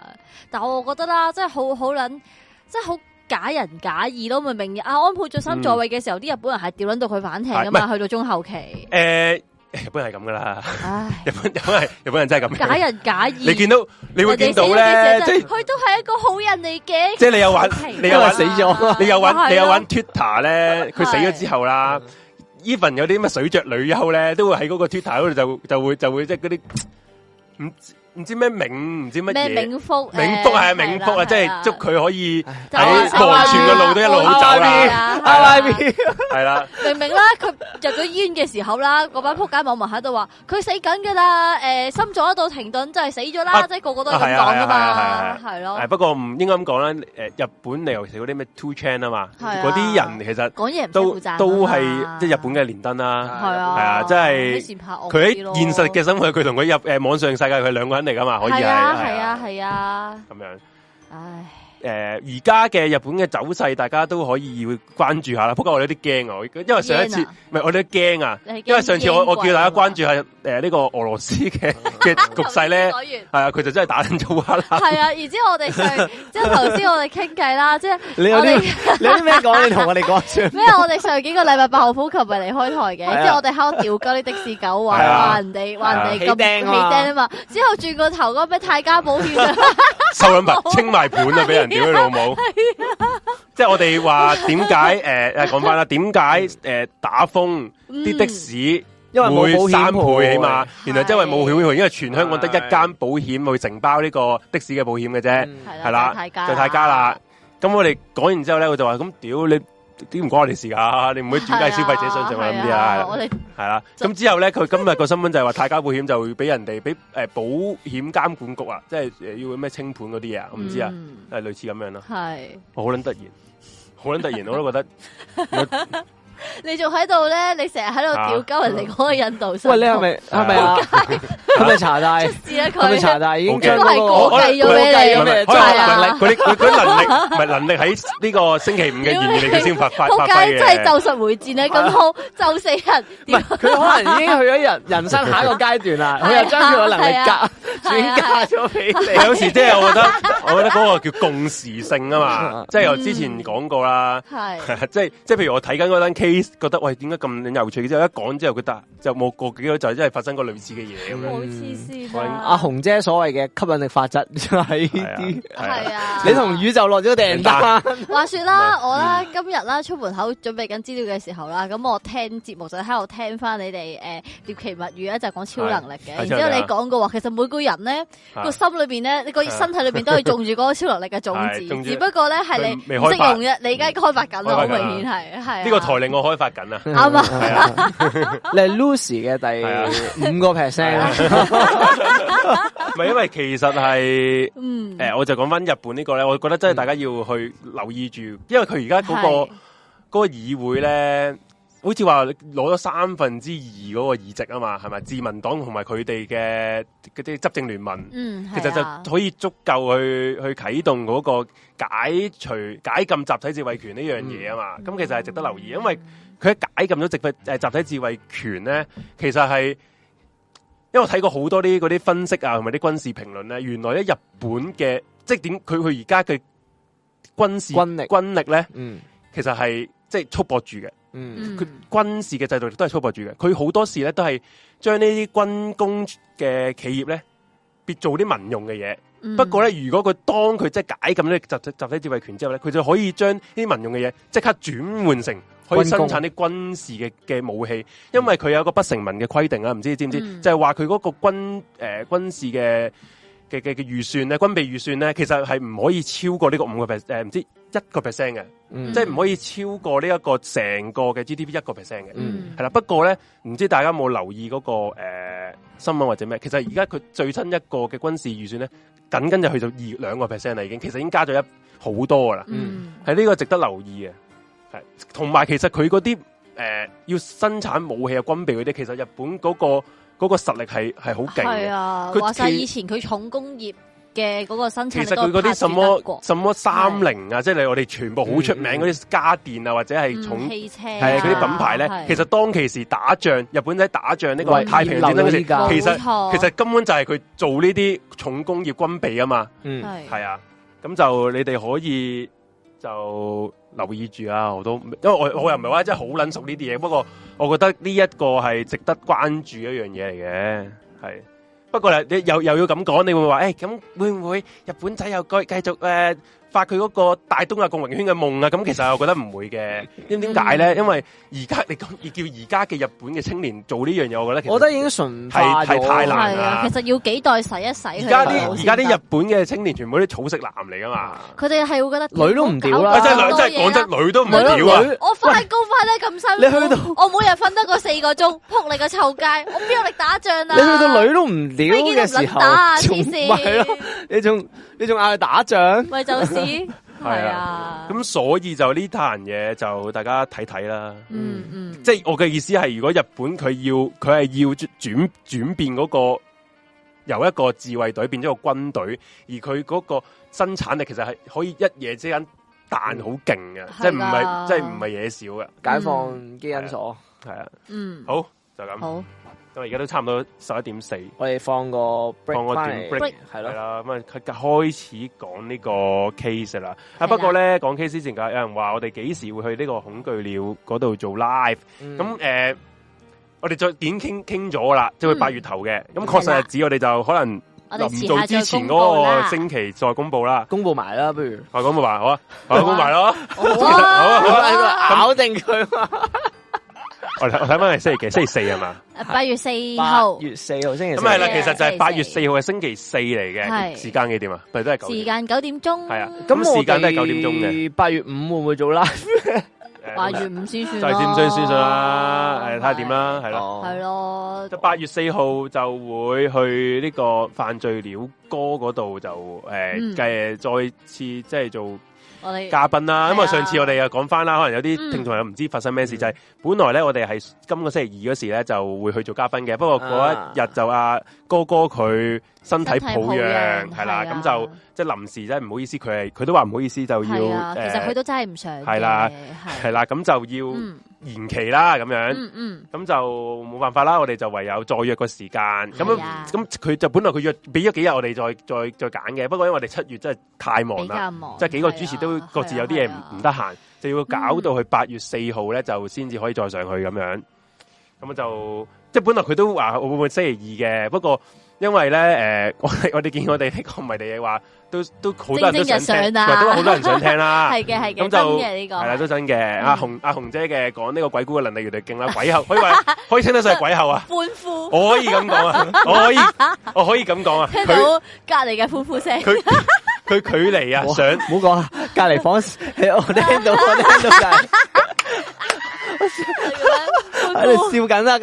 [SPEAKER 3] 但我覺得啦，真係好好撚，真係好假人假意咯。明明阿安倍晉三在位嘅時候，啲日本人係屌撚到佢反艇㗎嘛，去到中 後期，
[SPEAKER 2] 誒，日本係咁㗎啦。
[SPEAKER 3] 唉，
[SPEAKER 2] 日本日本係日本人真係咁
[SPEAKER 3] 假
[SPEAKER 2] 樣。
[SPEAKER 3] 人假意。
[SPEAKER 2] 你見到你會見到
[SPEAKER 3] 人
[SPEAKER 2] 咧
[SPEAKER 3] 哋，死咗嘅
[SPEAKER 2] 即
[SPEAKER 3] 時
[SPEAKER 2] 係
[SPEAKER 3] 候真係佢都係一個好人嚟嘅。
[SPEAKER 2] 即係你 有玩
[SPEAKER 3] 好奇
[SPEAKER 2] 你有玩
[SPEAKER 3] 怪啊
[SPEAKER 1] 死咗
[SPEAKER 2] 你有玩你有。
[SPEAKER 3] 係
[SPEAKER 2] 玩
[SPEAKER 3] 啊
[SPEAKER 2] Twitter 咧，佢死咗之後啦，even 有啲咩水着女優咧，都會喺嗰個 Twitter 嗰度就就會就會即係嗰啲唔知唔知咩冥唔知乜
[SPEAKER 3] 咩
[SPEAKER 2] 嘢
[SPEAKER 3] 冥福？
[SPEAKER 2] 冥福係冥福啊，即係祝
[SPEAKER 3] 捉
[SPEAKER 2] 佢可以
[SPEAKER 3] 就話
[SPEAKER 2] 喺無全嘅路都一路好走 啦，
[SPEAKER 3] 啦
[SPEAKER 1] I V
[SPEAKER 2] 係啦，
[SPEAKER 3] 明明啦，佢入咗醫院嘅時候啦，嗰班撲街網民喺度話佢死緊噶啦，诶、心臟一度停頓真係死咗啦，
[SPEAKER 2] 啊
[SPEAKER 3] 即係個個都係咁
[SPEAKER 2] 啊係
[SPEAKER 3] 講
[SPEAKER 2] 啊
[SPEAKER 3] 噶
[SPEAKER 2] 係
[SPEAKER 3] 嘛
[SPEAKER 2] 啊，
[SPEAKER 3] 係
[SPEAKER 2] 誒
[SPEAKER 3] 咯，
[SPEAKER 2] 不過唔應該咁講啦，誒日本你尤其是嗰啲咩 Two Chain 啊嘛，
[SPEAKER 3] 係啊
[SPEAKER 2] 嗰啲人其實
[SPEAKER 3] 講嘢唔
[SPEAKER 2] 都
[SPEAKER 3] 使負責
[SPEAKER 2] 都係即係日本
[SPEAKER 3] 嘅，
[SPEAKER 2] 嘅連登啦。
[SPEAKER 3] 係啊，
[SPEAKER 2] 係啊真係
[SPEAKER 3] 欺善怕惡
[SPEAKER 2] 佢喺
[SPEAKER 3] 啲咯
[SPEAKER 2] 現實嘅生活，佢同佢入誒網上世界，佢係兩個人嚟噶嘛，可以係
[SPEAKER 3] 係啊係啊
[SPEAKER 2] 啊
[SPEAKER 3] 係啊，
[SPEAKER 2] 咁樣。
[SPEAKER 3] 唉，
[SPEAKER 2] 誒呃而家嘅日本嘅走勢，大家都可以會關注下啦。不過我哋有啲驚啊我，因為上一次
[SPEAKER 3] 驚啊
[SPEAKER 2] 唔係我哋都驚啊，
[SPEAKER 3] 你係驚
[SPEAKER 2] 因為上次我我叫大家關注
[SPEAKER 3] 驚
[SPEAKER 2] 下誒呢個俄羅斯 嘅嘅局勢咧，
[SPEAKER 3] 頭
[SPEAKER 2] 係
[SPEAKER 3] 先講
[SPEAKER 2] 啊，佢就真係打緊咗啦。
[SPEAKER 3] 完係啊，然之後我哋上即係頭先我哋傾偈啦，即係
[SPEAKER 1] 你有啲
[SPEAKER 3] 我哋
[SPEAKER 1] 你有啲咩講？你同我哋講先。
[SPEAKER 3] 咩？我哋上幾個禮拜八號風球咪嚟開台
[SPEAKER 1] 係啊
[SPEAKER 3] 嘅，之後我哋喺度屌鳩啲的士狗話
[SPEAKER 2] 係啊
[SPEAKER 3] 話人哋話人哋咁
[SPEAKER 1] 起釘
[SPEAKER 3] 起
[SPEAKER 1] 啊
[SPEAKER 3] 釘啊嘛，之後轉個頭嗰個咩泰家保險啊， 啊
[SPEAKER 2] 收撚埋清埋盤啊，俾人屌你老母！即係我哋話 點解诶诶講翻啦，點解
[SPEAKER 3] 嗯
[SPEAKER 2] 诶打風啲的士？
[SPEAKER 1] 因為冇保險
[SPEAKER 2] 會三倍起碼，原來因為
[SPEAKER 3] 啊係
[SPEAKER 2] 冇險賠，因為全香港得一
[SPEAKER 1] 係
[SPEAKER 2] 間保險去承包呢個的士嘅保險嘅啫。
[SPEAKER 1] 嗯
[SPEAKER 2] 係啦
[SPEAKER 3] 太加
[SPEAKER 2] 就太加啦。咁我哋講完之後咧，我就話：咁屌你點唔關我哋事㗎？你唔會轉介消費者身上啊咁啲
[SPEAKER 3] 係
[SPEAKER 2] 啊，
[SPEAKER 3] 我哋
[SPEAKER 2] 係啦。咁之後咧，佢 今日個新聞就係話太加保險就俾人哋俾誒保險監管局啊，即係誒要咩清盤嗰啲嘢啊，我唔知啊，
[SPEAKER 3] 嗯
[SPEAKER 2] 誒類似咁樣啦。
[SPEAKER 3] 係
[SPEAKER 2] 我好撚突然，好撚突然，我都覺 得
[SPEAKER 3] 你仲喺度咧？你成日喺度屌鳩人哋嗰個印度神
[SPEAKER 1] 喂，你係
[SPEAKER 3] 童
[SPEAKER 1] 咪係咪啊？係咪查大？
[SPEAKER 3] 出
[SPEAKER 1] 係
[SPEAKER 3] 事啊
[SPEAKER 1] 咪查
[SPEAKER 3] 佢？
[SPEAKER 1] 大已經
[SPEAKER 2] 好驚
[SPEAKER 1] 將嗰
[SPEAKER 3] 應該係
[SPEAKER 1] 個
[SPEAKER 3] 我
[SPEAKER 2] 我
[SPEAKER 3] 計咗
[SPEAKER 1] 俾你
[SPEAKER 2] 唔係唔係
[SPEAKER 1] 真係
[SPEAKER 3] 啊
[SPEAKER 2] 佢能力，佢佢佢能力唔係能力喺呢個星期五嘅原理佢先發發
[SPEAKER 3] 仆
[SPEAKER 2] 發揮嘅。
[SPEAKER 3] 街
[SPEAKER 2] 啊
[SPEAKER 3] 真係咒術回戰咧，咁好咒死人，
[SPEAKER 1] 唔係佢可能已經去咗 人人生下一個階段 啦，佢又將佢嘅能力
[SPEAKER 3] 係啊
[SPEAKER 1] 夾轉嫁咗俾你。
[SPEAKER 2] 有時即係我覺得，我覺得嗰個叫共時性啊 嘛，
[SPEAKER 3] 嗯
[SPEAKER 2] 即係我之前講過啦。
[SPEAKER 3] 係
[SPEAKER 2] 即係即係譬如我睇緊嗰單 case，覺得喂點解咁有趣？之後一講之後，覺得就冇過幾多就真係發生過類似嘅嘢咁樣。
[SPEAKER 3] 好黐線啊！
[SPEAKER 1] 阿紅姐所謂嘅吸引力法 則就係呢啲，
[SPEAKER 3] 係
[SPEAKER 2] 係啊，
[SPEAKER 3] 啊，
[SPEAKER 1] 你同宇宙落咗訂單，
[SPEAKER 3] 话说啦，我啦今日啦出門口準備緊資料嘅時候啦，咁我聽節目就喺度聽翻你哋诶獵奇物語啊咧，就講超能力嘅。
[SPEAKER 2] 係
[SPEAKER 3] 然之后你講過話，其實每個人咧
[SPEAKER 2] 係啊
[SPEAKER 3] 個心裏边咧，你個
[SPEAKER 2] 係
[SPEAKER 3] 身體裏边都係種住嗰個超能力嘅
[SPEAKER 2] 係
[SPEAKER 3] 種
[SPEAKER 2] 種
[SPEAKER 3] 子，
[SPEAKER 2] 住
[SPEAKER 3] 只不過咧係你
[SPEAKER 2] 未
[SPEAKER 3] 唔識
[SPEAKER 2] 開發嗯
[SPEAKER 3] 用啫，你而家開發緊啦，
[SPEAKER 2] 開發
[SPEAKER 3] 好
[SPEAKER 2] 緊啦
[SPEAKER 3] 明顯係係啊
[SPEAKER 2] 呢個台令我開發緊啊，
[SPEAKER 3] 啱啊，
[SPEAKER 2] 係 啊，
[SPEAKER 1] 你係 Lucy 嘅第五個 percent，
[SPEAKER 2] 唔係因為其實係。
[SPEAKER 3] 嗯
[SPEAKER 2] 誒、，我就講翻日本呢個咧，我覺得真係大家要去留意住，因為佢而家嗰個
[SPEAKER 3] 係
[SPEAKER 2] 嗰個議會咧，好似話攞咗三分之二嗰個議席啊嘛，係咪？自民黨同埋佢哋嘅嗰啲執政聯盟，
[SPEAKER 3] 嗯，
[SPEAKER 2] 其
[SPEAKER 3] 係
[SPEAKER 2] 實
[SPEAKER 3] 啊
[SPEAKER 2] 就可以足夠去去啟動嗰個解除解禁集體自衛權呢樣嘢啊
[SPEAKER 1] 嗯
[SPEAKER 2] 嘛。咁、其實係值得留意，因為佢一解禁咗集體誒集體自衛權咧，其實係因為我睇過好多啲嗰啲分析啊，同埋啲軍事評論咧，原來咧日本嘅即係點佢佢而家嘅軍事
[SPEAKER 1] 軍力
[SPEAKER 2] 軍力咧，
[SPEAKER 1] 嗯
[SPEAKER 2] 其實係即係束縛住嘅。
[SPEAKER 1] 嗯
[SPEAKER 3] 嗯
[SPEAKER 2] 佢軍事嘅制度都係粗暴住嘅，佢好多時咧都係將呢啲軍工嘅企業咧，別做啲民用嘅嘢。
[SPEAKER 3] 嗯
[SPEAKER 2] 不過咧，如果佢當佢即係解禁呢集集體自衛權之後咧，佢就可以將呢啲民用嘅嘢即刻轉換成可以
[SPEAKER 1] 軍
[SPEAKER 2] 生
[SPEAKER 1] 工
[SPEAKER 2] 產啲軍事嘅嘅武器，因為佢有一個不成文嘅規定啊，唔知你知唔知？
[SPEAKER 3] 嗯
[SPEAKER 2] 就係話佢嗰個軍誒、呃、軍事嘅。嘅嘅嘅預算咧，軍備預算咧，其實係唔可以超過呢個五個 percent，誒唔知一個 percent 嘅，
[SPEAKER 1] 嗯
[SPEAKER 2] 即係唔可以超過呢一個成個嘅 GDP 一個 percent 嘅。
[SPEAKER 3] 嗯
[SPEAKER 2] 係啦，不過咧，唔知大家有冇留意嗰、個呃新聞或者咩？其實而家佢最新一個嘅軍事預算咧，緊緊就去到二兩個 percent 啦，已經其實已經加咗一好多噶啦，
[SPEAKER 3] 嗯
[SPEAKER 2] 係呢個值得留意嘅。係，同埋其實佢嗰啲誒要生產武器啊、軍備嗰啲，其實日本嗰、個嗰、個實力係係好勁
[SPEAKER 3] 係
[SPEAKER 2] 嘅。
[SPEAKER 3] 啊，
[SPEAKER 2] 佢
[SPEAKER 3] 話晒
[SPEAKER 2] 其
[SPEAKER 3] 以前佢重工業嘅嗰個生產
[SPEAKER 2] 其
[SPEAKER 3] 力
[SPEAKER 2] 實
[SPEAKER 3] 都係
[SPEAKER 2] 佢嗰
[SPEAKER 3] 拍
[SPEAKER 2] 啲
[SPEAKER 3] 住
[SPEAKER 2] 什
[SPEAKER 3] 德
[SPEAKER 2] 麼
[SPEAKER 3] 國
[SPEAKER 2] 什麼三菱啊，即係我哋全部好出名
[SPEAKER 1] 嗯嗯
[SPEAKER 2] 嗰啲家電啊，或者係
[SPEAKER 3] 嗯
[SPEAKER 2] 重
[SPEAKER 3] 汽車
[SPEAKER 2] 系嗰啲品牌
[SPEAKER 3] 啊
[SPEAKER 2] 咧，其實當其時打仗，日本仔打仗呢個
[SPEAKER 1] 喂
[SPEAKER 2] 太平洋戰爭嗰時，
[SPEAKER 1] 留到
[SPEAKER 3] 依
[SPEAKER 2] 其
[SPEAKER 3] 家
[SPEAKER 2] 實
[SPEAKER 3] 冇錯
[SPEAKER 2] 其實根本就係佢做呢啲重工業軍備啊嘛，
[SPEAKER 1] 嗯，
[SPEAKER 3] 係
[SPEAKER 2] 係啊，咁就你哋可以就留意住啊，我都因為我我又唔係話真係好撚熟呢啲嘢，不過我覺得呢一個係值得關注一樣嘢嚟嘅，係。不過呢你又又要咁講，你會話誒咁會唔會日本仔又繼繼續誒、呃發佢嗰個大東亞共榮圈嘅夢啊？咁其實我覺得唔會嘅，因為點解咧？因為而家你講要叫而家嘅日本嘅青年做呢樣嘢，我覺得其實
[SPEAKER 1] 我覺得已經純化
[SPEAKER 2] 係係太
[SPEAKER 1] 咗
[SPEAKER 2] 難。
[SPEAKER 3] 係
[SPEAKER 2] 啦
[SPEAKER 3] 啊，其實要幾代洗一洗
[SPEAKER 2] 而
[SPEAKER 3] 佢
[SPEAKER 2] 家
[SPEAKER 3] 哋
[SPEAKER 2] 啲
[SPEAKER 3] 腦
[SPEAKER 2] 而
[SPEAKER 3] 先得。
[SPEAKER 2] 家啲日本嘅青年全部都草食男嚟噶嘛？
[SPEAKER 3] 佢哋係會覺得
[SPEAKER 1] 女都唔屌啦
[SPEAKER 2] 喂，
[SPEAKER 1] 啊
[SPEAKER 2] 真係
[SPEAKER 3] 係
[SPEAKER 2] 女真係講真，女都唔
[SPEAKER 3] 女
[SPEAKER 2] 屌啊！
[SPEAKER 1] 女
[SPEAKER 3] 我翻工翻得咁辛苦，
[SPEAKER 1] 你去到
[SPEAKER 3] 我每日瞓得個四個鐘，撲你個臭街，我邊有力打仗啊？
[SPEAKER 1] 你去到女都唔屌
[SPEAKER 3] 你
[SPEAKER 1] 嘅
[SPEAKER 3] 見到唔
[SPEAKER 1] 時
[SPEAKER 3] 撚
[SPEAKER 1] 候
[SPEAKER 3] 打啊，黐
[SPEAKER 1] 仲咪 係咯
[SPEAKER 3] 線，
[SPEAKER 1] 你仲你仲嗌佢打仗？
[SPEAKER 3] 咪就是係
[SPEAKER 2] 係
[SPEAKER 3] 啊，
[SPEAKER 2] 咁所以就呢壇嘢就大家睇睇啦。
[SPEAKER 3] 嗯嗯，
[SPEAKER 2] 即係我嘅意思係，如果日本佢要佢係要轉轉變嗰、個由一個自衛隊變咗個軍隊，而佢嗰個生產力其實係可以一夜之間彈好勁嘅，
[SPEAKER 3] 係㗎
[SPEAKER 2] 即係唔係即係唔係嘢少嘅，
[SPEAKER 1] 解放基因所，
[SPEAKER 2] 係啊，
[SPEAKER 3] 嗯
[SPEAKER 2] 好就咁。
[SPEAKER 3] 好
[SPEAKER 2] 咁而家都差唔多十一點四，
[SPEAKER 1] 我哋放個 break
[SPEAKER 2] 放個
[SPEAKER 1] 返
[SPEAKER 2] 短
[SPEAKER 1] 嚟
[SPEAKER 2] break
[SPEAKER 1] 係
[SPEAKER 2] 係
[SPEAKER 1] 咯，
[SPEAKER 2] 啦，咁啊佢開始講呢個 case 啦。
[SPEAKER 3] 係啦
[SPEAKER 2] 啊，不過咧講 case 之前，有人話我哋幾時會去呢個恐懼鳥嗰度做 live？
[SPEAKER 1] 嗯
[SPEAKER 2] 咁诶、呃我哋再點傾傾咗啦，即係
[SPEAKER 3] 嗯
[SPEAKER 2] 八月頭嘅。咁
[SPEAKER 3] 嗯
[SPEAKER 2] 確
[SPEAKER 3] 係啦
[SPEAKER 2] 實日子，我哋就可能
[SPEAKER 3] 我哋
[SPEAKER 2] 临
[SPEAKER 3] 遲
[SPEAKER 2] 做
[SPEAKER 3] 下
[SPEAKER 2] 之
[SPEAKER 3] 再
[SPEAKER 2] 前
[SPEAKER 3] 公布
[SPEAKER 2] 嗰
[SPEAKER 3] 啦
[SPEAKER 2] 个。星期再公布啦。
[SPEAKER 1] 公布埋啦，不如
[SPEAKER 2] 我公布埋好啊，我公布埋咯。
[SPEAKER 1] 好
[SPEAKER 3] 好
[SPEAKER 1] 啦，呢個
[SPEAKER 3] 啊，
[SPEAKER 1] 咬定佢啊
[SPEAKER 2] 我睇我睇翻系星期幾？星期四係嘛？
[SPEAKER 3] 八月四號
[SPEAKER 1] 八月四號星期
[SPEAKER 2] 咁
[SPEAKER 1] 四
[SPEAKER 2] 係啦，
[SPEAKER 3] 係啊
[SPEAKER 2] 其實就係八月
[SPEAKER 3] 星期四
[SPEAKER 2] 四號係星期四嚟嘅，
[SPEAKER 3] 係
[SPEAKER 2] 時間幾點啊？咪都係九
[SPEAKER 3] 時
[SPEAKER 2] 點。
[SPEAKER 3] 間九點鐘，
[SPEAKER 2] 係啊
[SPEAKER 1] 咁我
[SPEAKER 2] 時間都係九點鐘
[SPEAKER 1] 嘅。八月五會唔會做啦？
[SPEAKER 2] 誒
[SPEAKER 3] 八月五先算
[SPEAKER 2] 就係
[SPEAKER 3] 咯，
[SPEAKER 2] 點相先算啦，誒睇下點啦，係啦。
[SPEAKER 1] 係
[SPEAKER 3] 係咯
[SPEAKER 2] 即，八月四號就會去呢個犯罪了歌嗰度就誒
[SPEAKER 3] 嗯
[SPEAKER 2] 嘅再次即係做
[SPEAKER 3] 我哋
[SPEAKER 2] 嘉賓啦。因
[SPEAKER 3] 係
[SPEAKER 2] 為
[SPEAKER 3] 啊
[SPEAKER 2] 上次我哋又講翻啦，可能有啲
[SPEAKER 3] 嗯
[SPEAKER 2] 聽眾又唔知發生咩事，就係本來咧我哋係今個星期二嗰時咧就會去做嘉賓嘅，不過
[SPEAKER 3] 啊
[SPEAKER 2] 嗰一日就阿哥哥佢身體抱恙係
[SPEAKER 3] 啊
[SPEAKER 2] 啦，咁就即係臨時真係唔好意思，佢係佢都話唔好意思就要
[SPEAKER 3] 係啊，其實佢
[SPEAKER 2] 誒
[SPEAKER 3] 都真係唔想嘅，
[SPEAKER 2] 係啦係
[SPEAKER 3] 係，
[SPEAKER 2] 啦，咁就要
[SPEAKER 3] 嗯
[SPEAKER 2] 延期啦咁樣。
[SPEAKER 3] 嗯嗯，
[SPEAKER 2] 咁就冇辦法啦，我哋就唯有再約個時間。咁
[SPEAKER 3] 係
[SPEAKER 2] 樣
[SPEAKER 3] 啊
[SPEAKER 2] 咁佢就本來佢約俾咗幾日，我哋再再再揀嘅。不過因為我哋七月真係太忙
[SPEAKER 3] 比
[SPEAKER 2] 啦，
[SPEAKER 3] 較忙，
[SPEAKER 2] 即係幾個主持都
[SPEAKER 3] 係啊
[SPEAKER 2] 各自有啲嘢
[SPEAKER 3] 係啊嗯
[SPEAKER 2] 唔唔得閒，就要搞到去八月四號咧就先至可以再上去咁樣。咁就即係本來佢都話會唔會星期二嘅，不過因為咧誒、呃我哋 我哋見我哋呢個迷你嘢話都都好多人都想
[SPEAKER 3] 蒸蒸日
[SPEAKER 2] 聽，
[SPEAKER 3] 上啊
[SPEAKER 2] 都好多人想聽 啦。
[SPEAKER 3] 係嘅係
[SPEAKER 2] 咁
[SPEAKER 3] 嘅，真
[SPEAKER 2] 就
[SPEAKER 3] 嘅呢個
[SPEAKER 2] 係啦，都真嘅。阿紅阿紅姐嘅講呢個鬼故嘅能力越嚟越勁啦，鬼后可以話可以稱得上係鬼后啊！
[SPEAKER 3] 歡呼，
[SPEAKER 2] 我可以咁講啊，我可以我可以咁講啊，
[SPEAKER 3] 聽到
[SPEAKER 2] 佢
[SPEAKER 3] 隔離嘅歡呼聲，
[SPEAKER 2] 佢佢距離啊
[SPEAKER 1] 哇
[SPEAKER 2] 上
[SPEAKER 1] 唔好講啦，隔離房我聽到 我聽到隔離喺度笑緊啦，隔
[SPEAKER 3] 咁樣歡呼，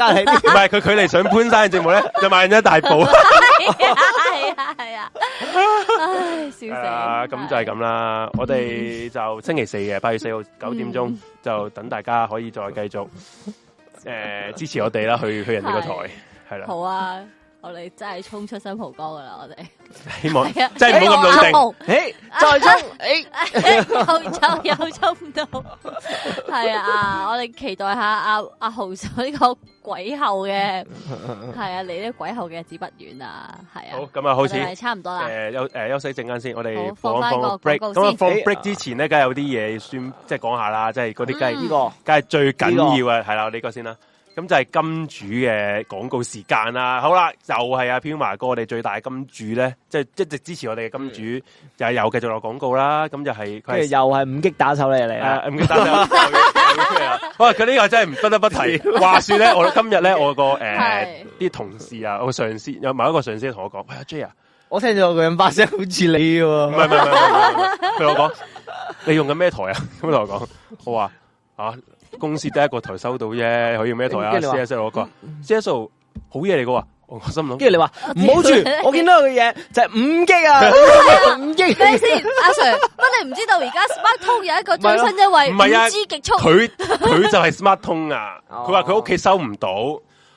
[SPEAKER 1] 離啲
[SPEAKER 2] 唔係佢距離上潘山嘅節目咧就慢咗一大步。
[SPEAKER 3] 係啊係啊係啊，唉，笑死，
[SPEAKER 2] 係啊，咁就係咁啦。我哋就星期四嘅八月四號九點鐘
[SPEAKER 3] 嗯
[SPEAKER 2] 就等大家可以再繼續誒支持我哋啦，去去人哋個台
[SPEAKER 3] 係
[SPEAKER 2] 係啦。
[SPEAKER 3] 好啊！我哋真係衝出新蒲江噶啦，我哋
[SPEAKER 2] 希望
[SPEAKER 3] 係啊
[SPEAKER 2] 真係唔好咁老定。
[SPEAKER 1] 誒再 衝誒。
[SPEAKER 3] 又又又抽唔到，係啊！我哋期待下阿阿豪所呢個鬼后 嘅，係啊，你呢個鬼后嘅日子不遠啊，係啊
[SPEAKER 2] 好，，咁啊，好
[SPEAKER 3] 我
[SPEAKER 2] 似
[SPEAKER 3] 哋係差唔多啦，
[SPEAKER 2] 诶呃休诶休息陣間先，我哋
[SPEAKER 3] 好
[SPEAKER 2] 放一
[SPEAKER 3] 放返
[SPEAKER 2] 放個
[SPEAKER 3] 個
[SPEAKER 2] break。
[SPEAKER 3] 廣
[SPEAKER 2] 咁
[SPEAKER 3] 告
[SPEAKER 2] 啊
[SPEAKER 3] 先，
[SPEAKER 2] 放
[SPEAKER 1] 誒
[SPEAKER 2] break 之前咧，梗係有啲嘢算即係講下啦，即係嗰啲梗係
[SPEAKER 1] 呢
[SPEAKER 3] 嗯
[SPEAKER 1] 個
[SPEAKER 2] 梗係最緊要嘅，係啦，我呢個先啦。咁就係金主嘅廣告時間啦。好啦，就係阿飄麻哥，我哋最大金主咧，即係一直支持我哋嘅金主，就係又繼續落廣告啦。咁就
[SPEAKER 1] 跟
[SPEAKER 2] 係佢
[SPEAKER 1] 住
[SPEAKER 2] 嗯係啊
[SPEAKER 1] 又係五擊打手嚟嚟啦，
[SPEAKER 2] 誒唔記得 啦。哇！佢呢個真係唔不得不提。話說咧，我今日咧，我個誒
[SPEAKER 3] 係
[SPEAKER 2] 啲同事啊，我上司有某一個上司同我講：，喂阿 J 啊！
[SPEAKER 1] 我聽咗佢把聲好似你
[SPEAKER 2] 唔係唔係唔係唔係唔係唔
[SPEAKER 1] 喎，
[SPEAKER 2] 係，佢同我講你用緊咩台啊？咁佢同我講，我話啊公司得一個台收到啫，佢要咩台啊
[SPEAKER 1] 跟住你話
[SPEAKER 2] ？C S 我講 C S 好嘢嚟嘅喎，我心諗
[SPEAKER 1] 跟住你話唔好 住，我見到佢嘅嘢就係五 擊啊，五
[SPEAKER 3] 咩
[SPEAKER 1] 擊
[SPEAKER 3] 先？阿 Sir，乜你唔知道而家 Smart 通有一個最新優惠
[SPEAKER 2] 唔係啊
[SPEAKER 3] 五 G 極速，
[SPEAKER 2] 佢佢就係 Smart 通啊，
[SPEAKER 1] 哦
[SPEAKER 2] 佢話佢屋企收唔到，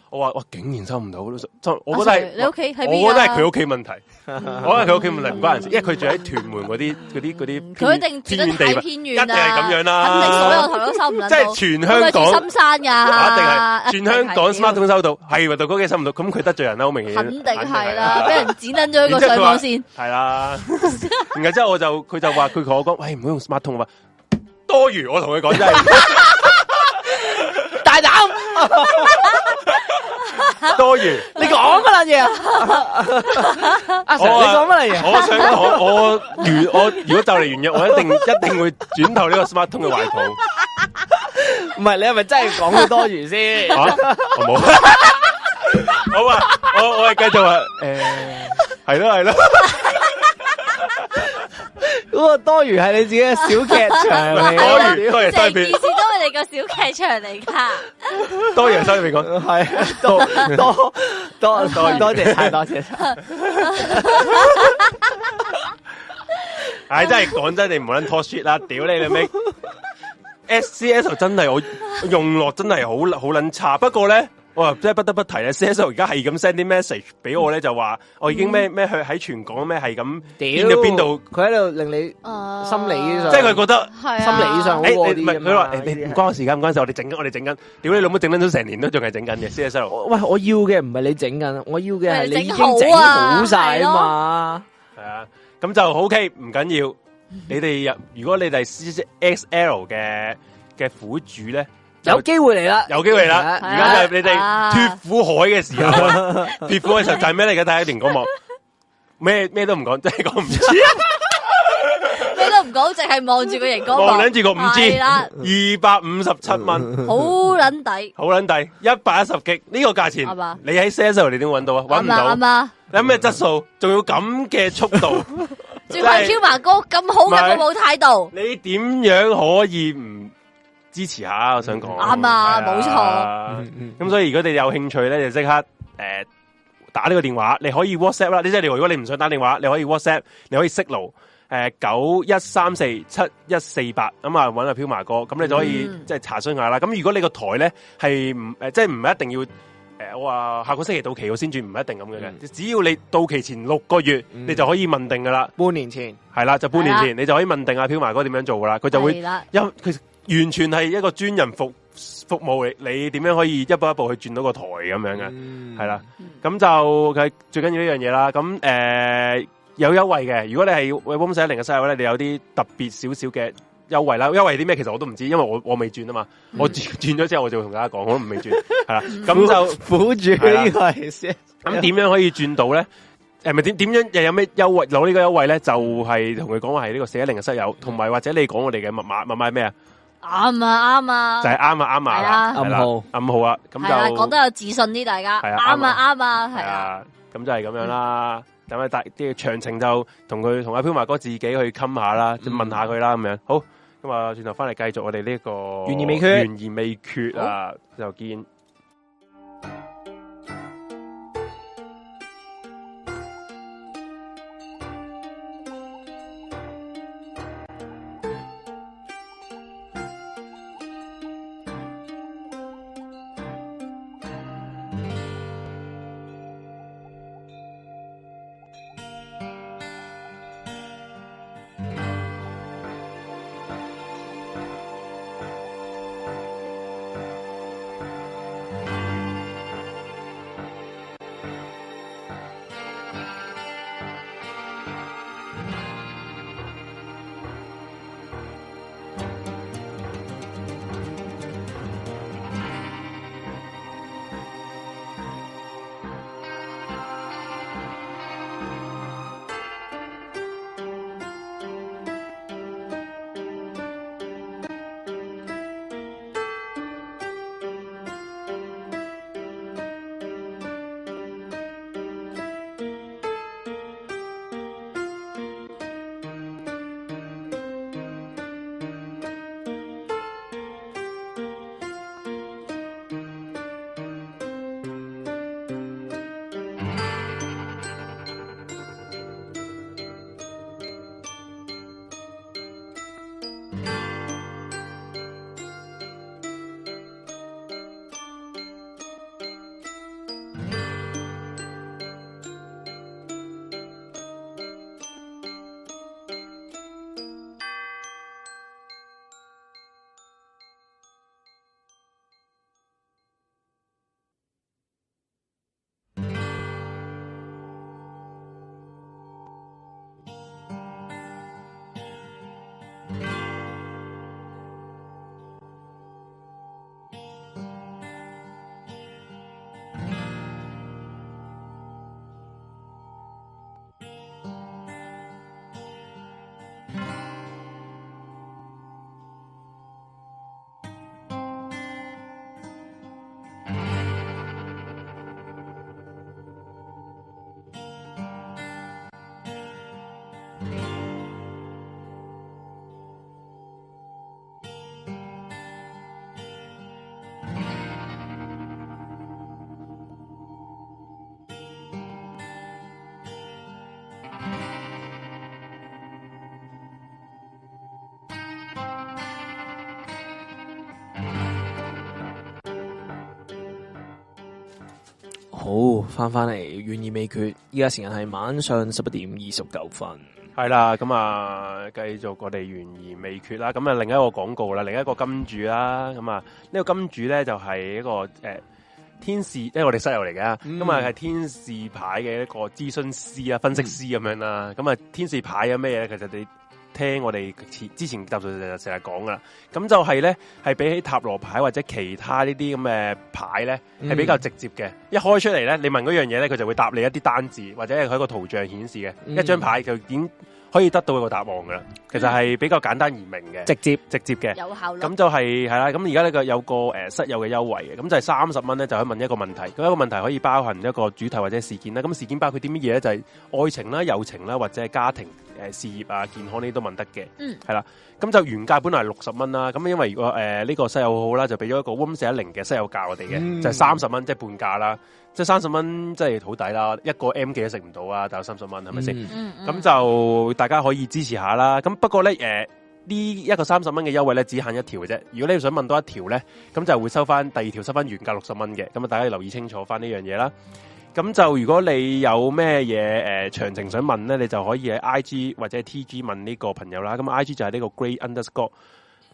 [SPEAKER 2] 我話哇竟然收唔到，真我覺得
[SPEAKER 3] 阿 Sir，
[SPEAKER 2] 係
[SPEAKER 3] 你屋企喺邊
[SPEAKER 2] 我覺得係
[SPEAKER 3] 啊
[SPEAKER 2] 佢屋企問題，我覺得佢屋企問題唔關人事，因為佢住喺屯門嗰啲嗰啲嗰啲
[SPEAKER 3] 嗯佢一定住
[SPEAKER 2] 偏
[SPEAKER 3] 得
[SPEAKER 2] 遠地
[SPEAKER 3] 太
[SPEAKER 2] 方，
[SPEAKER 3] 偏
[SPEAKER 2] 一
[SPEAKER 3] 遠啊
[SPEAKER 2] 定係咁樣啦，
[SPEAKER 3] 肯定所有台都收唔
[SPEAKER 2] 即
[SPEAKER 3] 撚到。
[SPEAKER 2] 係全香
[SPEAKER 3] 佢
[SPEAKER 2] 港
[SPEAKER 3] 住。深山㗎，
[SPEAKER 2] 啊，一定係全香 港 smart 通收到，係唯獨嗰幾收唔到，咁佢得罪人啦，好明顯。
[SPEAKER 3] 肯定係啦， 俾人剪撚咗
[SPEAKER 2] 然
[SPEAKER 3] 個
[SPEAKER 2] 之後
[SPEAKER 3] 上
[SPEAKER 2] 佢話
[SPEAKER 3] 網線，
[SPEAKER 2] 係啦。然後之後我就佢就話佢同我講，喂唔好用 smart 通啊，多餘。我同佢講 真係
[SPEAKER 1] 大膽，
[SPEAKER 2] 多餘。
[SPEAKER 1] 你講乜撚 嘢啊？阿 Sir，
[SPEAKER 2] 我
[SPEAKER 1] 你
[SPEAKER 2] 啊
[SPEAKER 1] 講乜撚嘢？
[SPEAKER 2] 我想講，我如我如果就嚟完約，我一定一定會轉投呢個 smart 通嘅懷 抱。
[SPEAKER 1] 唔係你係咪真係講佢多餘先？
[SPEAKER 2] 啊，我冇。 好啊，我我係繼續啊，誒係咯係咯。
[SPEAKER 1] 嗰個多餘係你自己嘅小劇 場嚟
[SPEAKER 2] 多
[SPEAKER 1] 嘅，
[SPEAKER 2] 餘多謝
[SPEAKER 3] 成
[SPEAKER 2] 西
[SPEAKER 3] 件
[SPEAKER 2] 片
[SPEAKER 3] 事都係你個小劇場嚟㗎。
[SPEAKER 2] 多餘收你講。
[SPEAKER 1] 係多多多
[SPEAKER 2] 多餘
[SPEAKER 1] 多謝晒，多謝晒。
[SPEAKER 2] 唉，真系講真，你唔好撚拖 shit 啦，屌你你咩 S C S 真係我用落真係好好撚差，不過咧。我又真係不得不提咧，C S 而家係咁 send 啲 message 俾我咧，就話哦我已
[SPEAKER 1] 嗯
[SPEAKER 2] 經咩咩去喺全港咩係咁
[SPEAKER 1] 屌
[SPEAKER 2] 邊度邊度，
[SPEAKER 1] 佢喺度令你心
[SPEAKER 3] 心
[SPEAKER 1] 理上
[SPEAKER 2] 即係佢覺得
[SPEAKER 3] 係
[SPEAKER 1] 心理上好
[SPEAKER 2] 诶，誒
[SPEAKER 1] 過
[SPEAKER 2] 你
[SPEAKER 1] 啲
[SPEAKER 2] 唔
[SPEAKER 1] 㗎
[SPEAKER 2] 係佢話哎
[SPEAKER 1] 嘛
[SPEAKER 2] 誒你
[SPEAKER 1] 呢啲啊
[SPEAKER 2] 唔
[SPEAKER 1] 係
[SPEAKER 2] 關我事㗎，唔關事，我哋整緊我哋整緊，屌你老母整緊咗成年都仲係整緊嘅 C S
[SPEAKER 1] 我喂，我要嘅唔係你整緊，我要嘅係你已經整
[SPEAKER 3] 喂整好啊
[SPEAKER 1] 好晒啊嘛。
[SPEAKER 2] 系啊，咁就 OK，唔緊要。你哋入，如果你哋 C X L 嘅嘅苦主咧，就
[SPEAKER 1] 有機會嚟啦，
[SPEAKER 2] 有機會啦！
[SPEAKER 1] 係啊
[SPEAKER 2] 而家就係你哋
[SPEAKER 3] 啊
[SPEAKER 2] 脱苦海嘅時候啊，脱苦嘅時候就係咩嚟嘅？大家連講幕咩咩都唔講，真係講唔知。啊
[SPEAKER 3] 咩都唔講，淨係望住個熒光幕，
[SPEAKER 2] 望撚住個五 G
[SPEAKER 3] 係啦，
[SPEAKER 2] 二百五十七蚊，
[SPEAKER 3] 好撚抵，
[SPEAKER 2] 好撚抵，一百一十 G 呢個價錢
[SPEAKER 3] 係嘛，
[SPEAKER 2] 你喺 sales 你點搵到啊？搵唔
[SPEAKER 3] 啊啱啊啱
[SPEAKER 2] 到，
[SPEAKER 3] 啊！
[SPEAKER 2] 有咩質素？仲要咁嘅速 度，
[SPEAKER 3] 仲要
[SPEAKER 2] 真係
[SPEAKER 3] 係 Q 麻哥咁好嘅服務態度，
[SPEAKER 2] 你點樣可以唔支持下？我想講
[SPEAKER 3] 啱啊冇錯
[SPEAKER 2] 係啊咁所以如果你哋有興趣咧，就即刻诶、呃打呢個電話，你可以 WhatsApp 啦。你即係如果你唔想打電話，你可以 WhatsApp，你可以 Signal 诶九一三四七一四八咁啊，揾阿飄麻哥，咁你就可以
[SPEAKER 3] 嗯
[SPEAKER 2] 即係查詢下啦。咁如果你個台咧係唔诶，即係唔一定要。诶、我話下個星期到期我先轉，唔一定咁嘅嘅。
[SPEAKER 3] 嗯
[SPEAKER 2] 只要你到期前六個月，
[SPEAKER 1] 嗯
[SPEAKER 2] 你就可以問定噶啦。
[SPEAKER 1] 半年前
[SPEAKER 2] 係啦，就半年
[SPEAKER 3] 係啊
[SPEAKER 2] 前你就可以問定阿飄麻哥點樣做噶啦，佢就會
[SPEAKER 3] 係啦，
[SPEAKER 2] 因佢完全係一個專人服服務你，你點樣可以一步一步去轉到個台咁樣嘅，
[SPEAKER 1] 系
[SPEAKER 2] 係啦、咁就佢最緊要呢樣嘢啦。咁诶、呃有優惠嘅，如果你係 w o m 一零嘅室友咧，你有啲特別少少嘅優惠啦。優惠啲咩？其實我都唔知，因為我我未轉啊嘛。我轉轉咗之後，我就會同大家講，我都唔未轉。係啦，咁就
[SPEAKER 1] 苦住呢个系先，
[SPEAKER 2] 咁點樣可以轉到咧？誒咪點點樣又有咩優惠攞呢個優惠咧？就係同佢講話係呢個四一零嘅室友，同埋或者你講我哋嘅密碼密碼係咩啊？
[SPEAKER 3] 啱啊啱啊，
[SPEAKER 2] 就係啱啊啱啊係
[SPEAKER 3] 係啊
[SPEAKER 2] 啦
[SPEAKER 1] 暗號
[SPEAKER 2] 暗號啊，咁
[SPEAKER 3] 係啦，
[SPEAKER 2] 就
[SPEAKER 3] 講得有自信啲，大家
[SPEAKER 2] 係啊
[SPEAKER 3] 啱啊啱啊，
[SPEAKER 2] 係
[SPEAKER 3] 係啊，
[SPEAKER 2] 啊，咁就係咁樣啦。咁啊，大啲詳情就同佢同阿飄華哥自己去冚下
[SPEAKER 1] 嗯
[SPEAKER 2] 啦，即係問下佢啦咁樣。好，咁啊，轉頭翻嚟繼續我哋呢個
[SPEAKER 1] 懸疑未決
[SPEAKER 2] 懸疑未決啊，就見。
[SPEAKER 1] 好翻翻嚟，悬而未决。依家时间系晚上十一点二十九分。
[SPEAKER 2] 系啦，咁啊，繼續我哋懸而未決啦。咁啊，另一個廣告啦，另一個金主啦，咁啊，呢、個金主咧就係一個诶、呃天使，即係我哋室友嚟嘅，咁啊係天使牌嘅一個諮詢師啊、分析師咁樣啦。咁啊，天使牌有咩嘢呢？其實你聽我哋前之前集數成日成日講噶啦。咁就係咧，係比起塔羅牌或者其他呢啲咁嘅牌咧，係比較直接嘅。一開出嚟咧，你問嗰樣嘢咧，佢就會答你一啲單字或者係佢一個圖像顯示嘅、
[SPEAKER 1] 嗯
[SPEAKER 2] 一張牌，就已經可以得到一個答案噶啦。其實係比較簡單易明嘅，
[SPEAKER 1] 直接
[SPEAKER 2] 直接嘅。
[SPEAKER 3] 嗯有效率。
[SPEAKER 2] 咁就係係啦，咁而家呢個有個誒、呃室友嘅優惠嘅，咁就係三十蚊咧，就可以問一個問題，咁一個問題可以包含一個主題或者事件啦。咁事件包括啲乜嘢咧？就係、愛情啦、友情啦，或者係家庭、誒、事業啊、健康呢啲都問得嘅。
[SPEAKER 3] 嗯，
[SPEAKER 2] 係啦。咁就原價本來係六十蚊啦，咁因為如果誒呢、個室友好啦，就俾咗一個 w o m 四一零嘅室友價我哋嘅，
[SPEAKER 1] 嗯
[SPEAKER 2] 就係三十蚊，即係半價啦。即係三十蚊，即係好抵啦，一個 M 記都食唔到啊，但有三十蚊係咪先？
[SPEAKER 3] 嗯，嗯
[SPEAKER 2] 咁就大家可以支持下啦。咁不過咧，誒、呢一個三十蚊嘅優惠咧，只限一條嘅啫。如果你想問多一條咧，咁就會收翻第二條收翻原價六十蚊嘅。咁啊，大家要留意清楚翻呢樣嘢啦。咁就如果你有咩嘢誒呃詳情想問咧，你就可以喺 I G 或者 T G 問呢個朋友啦。咁啊 I G 就係呢個 Great Underscore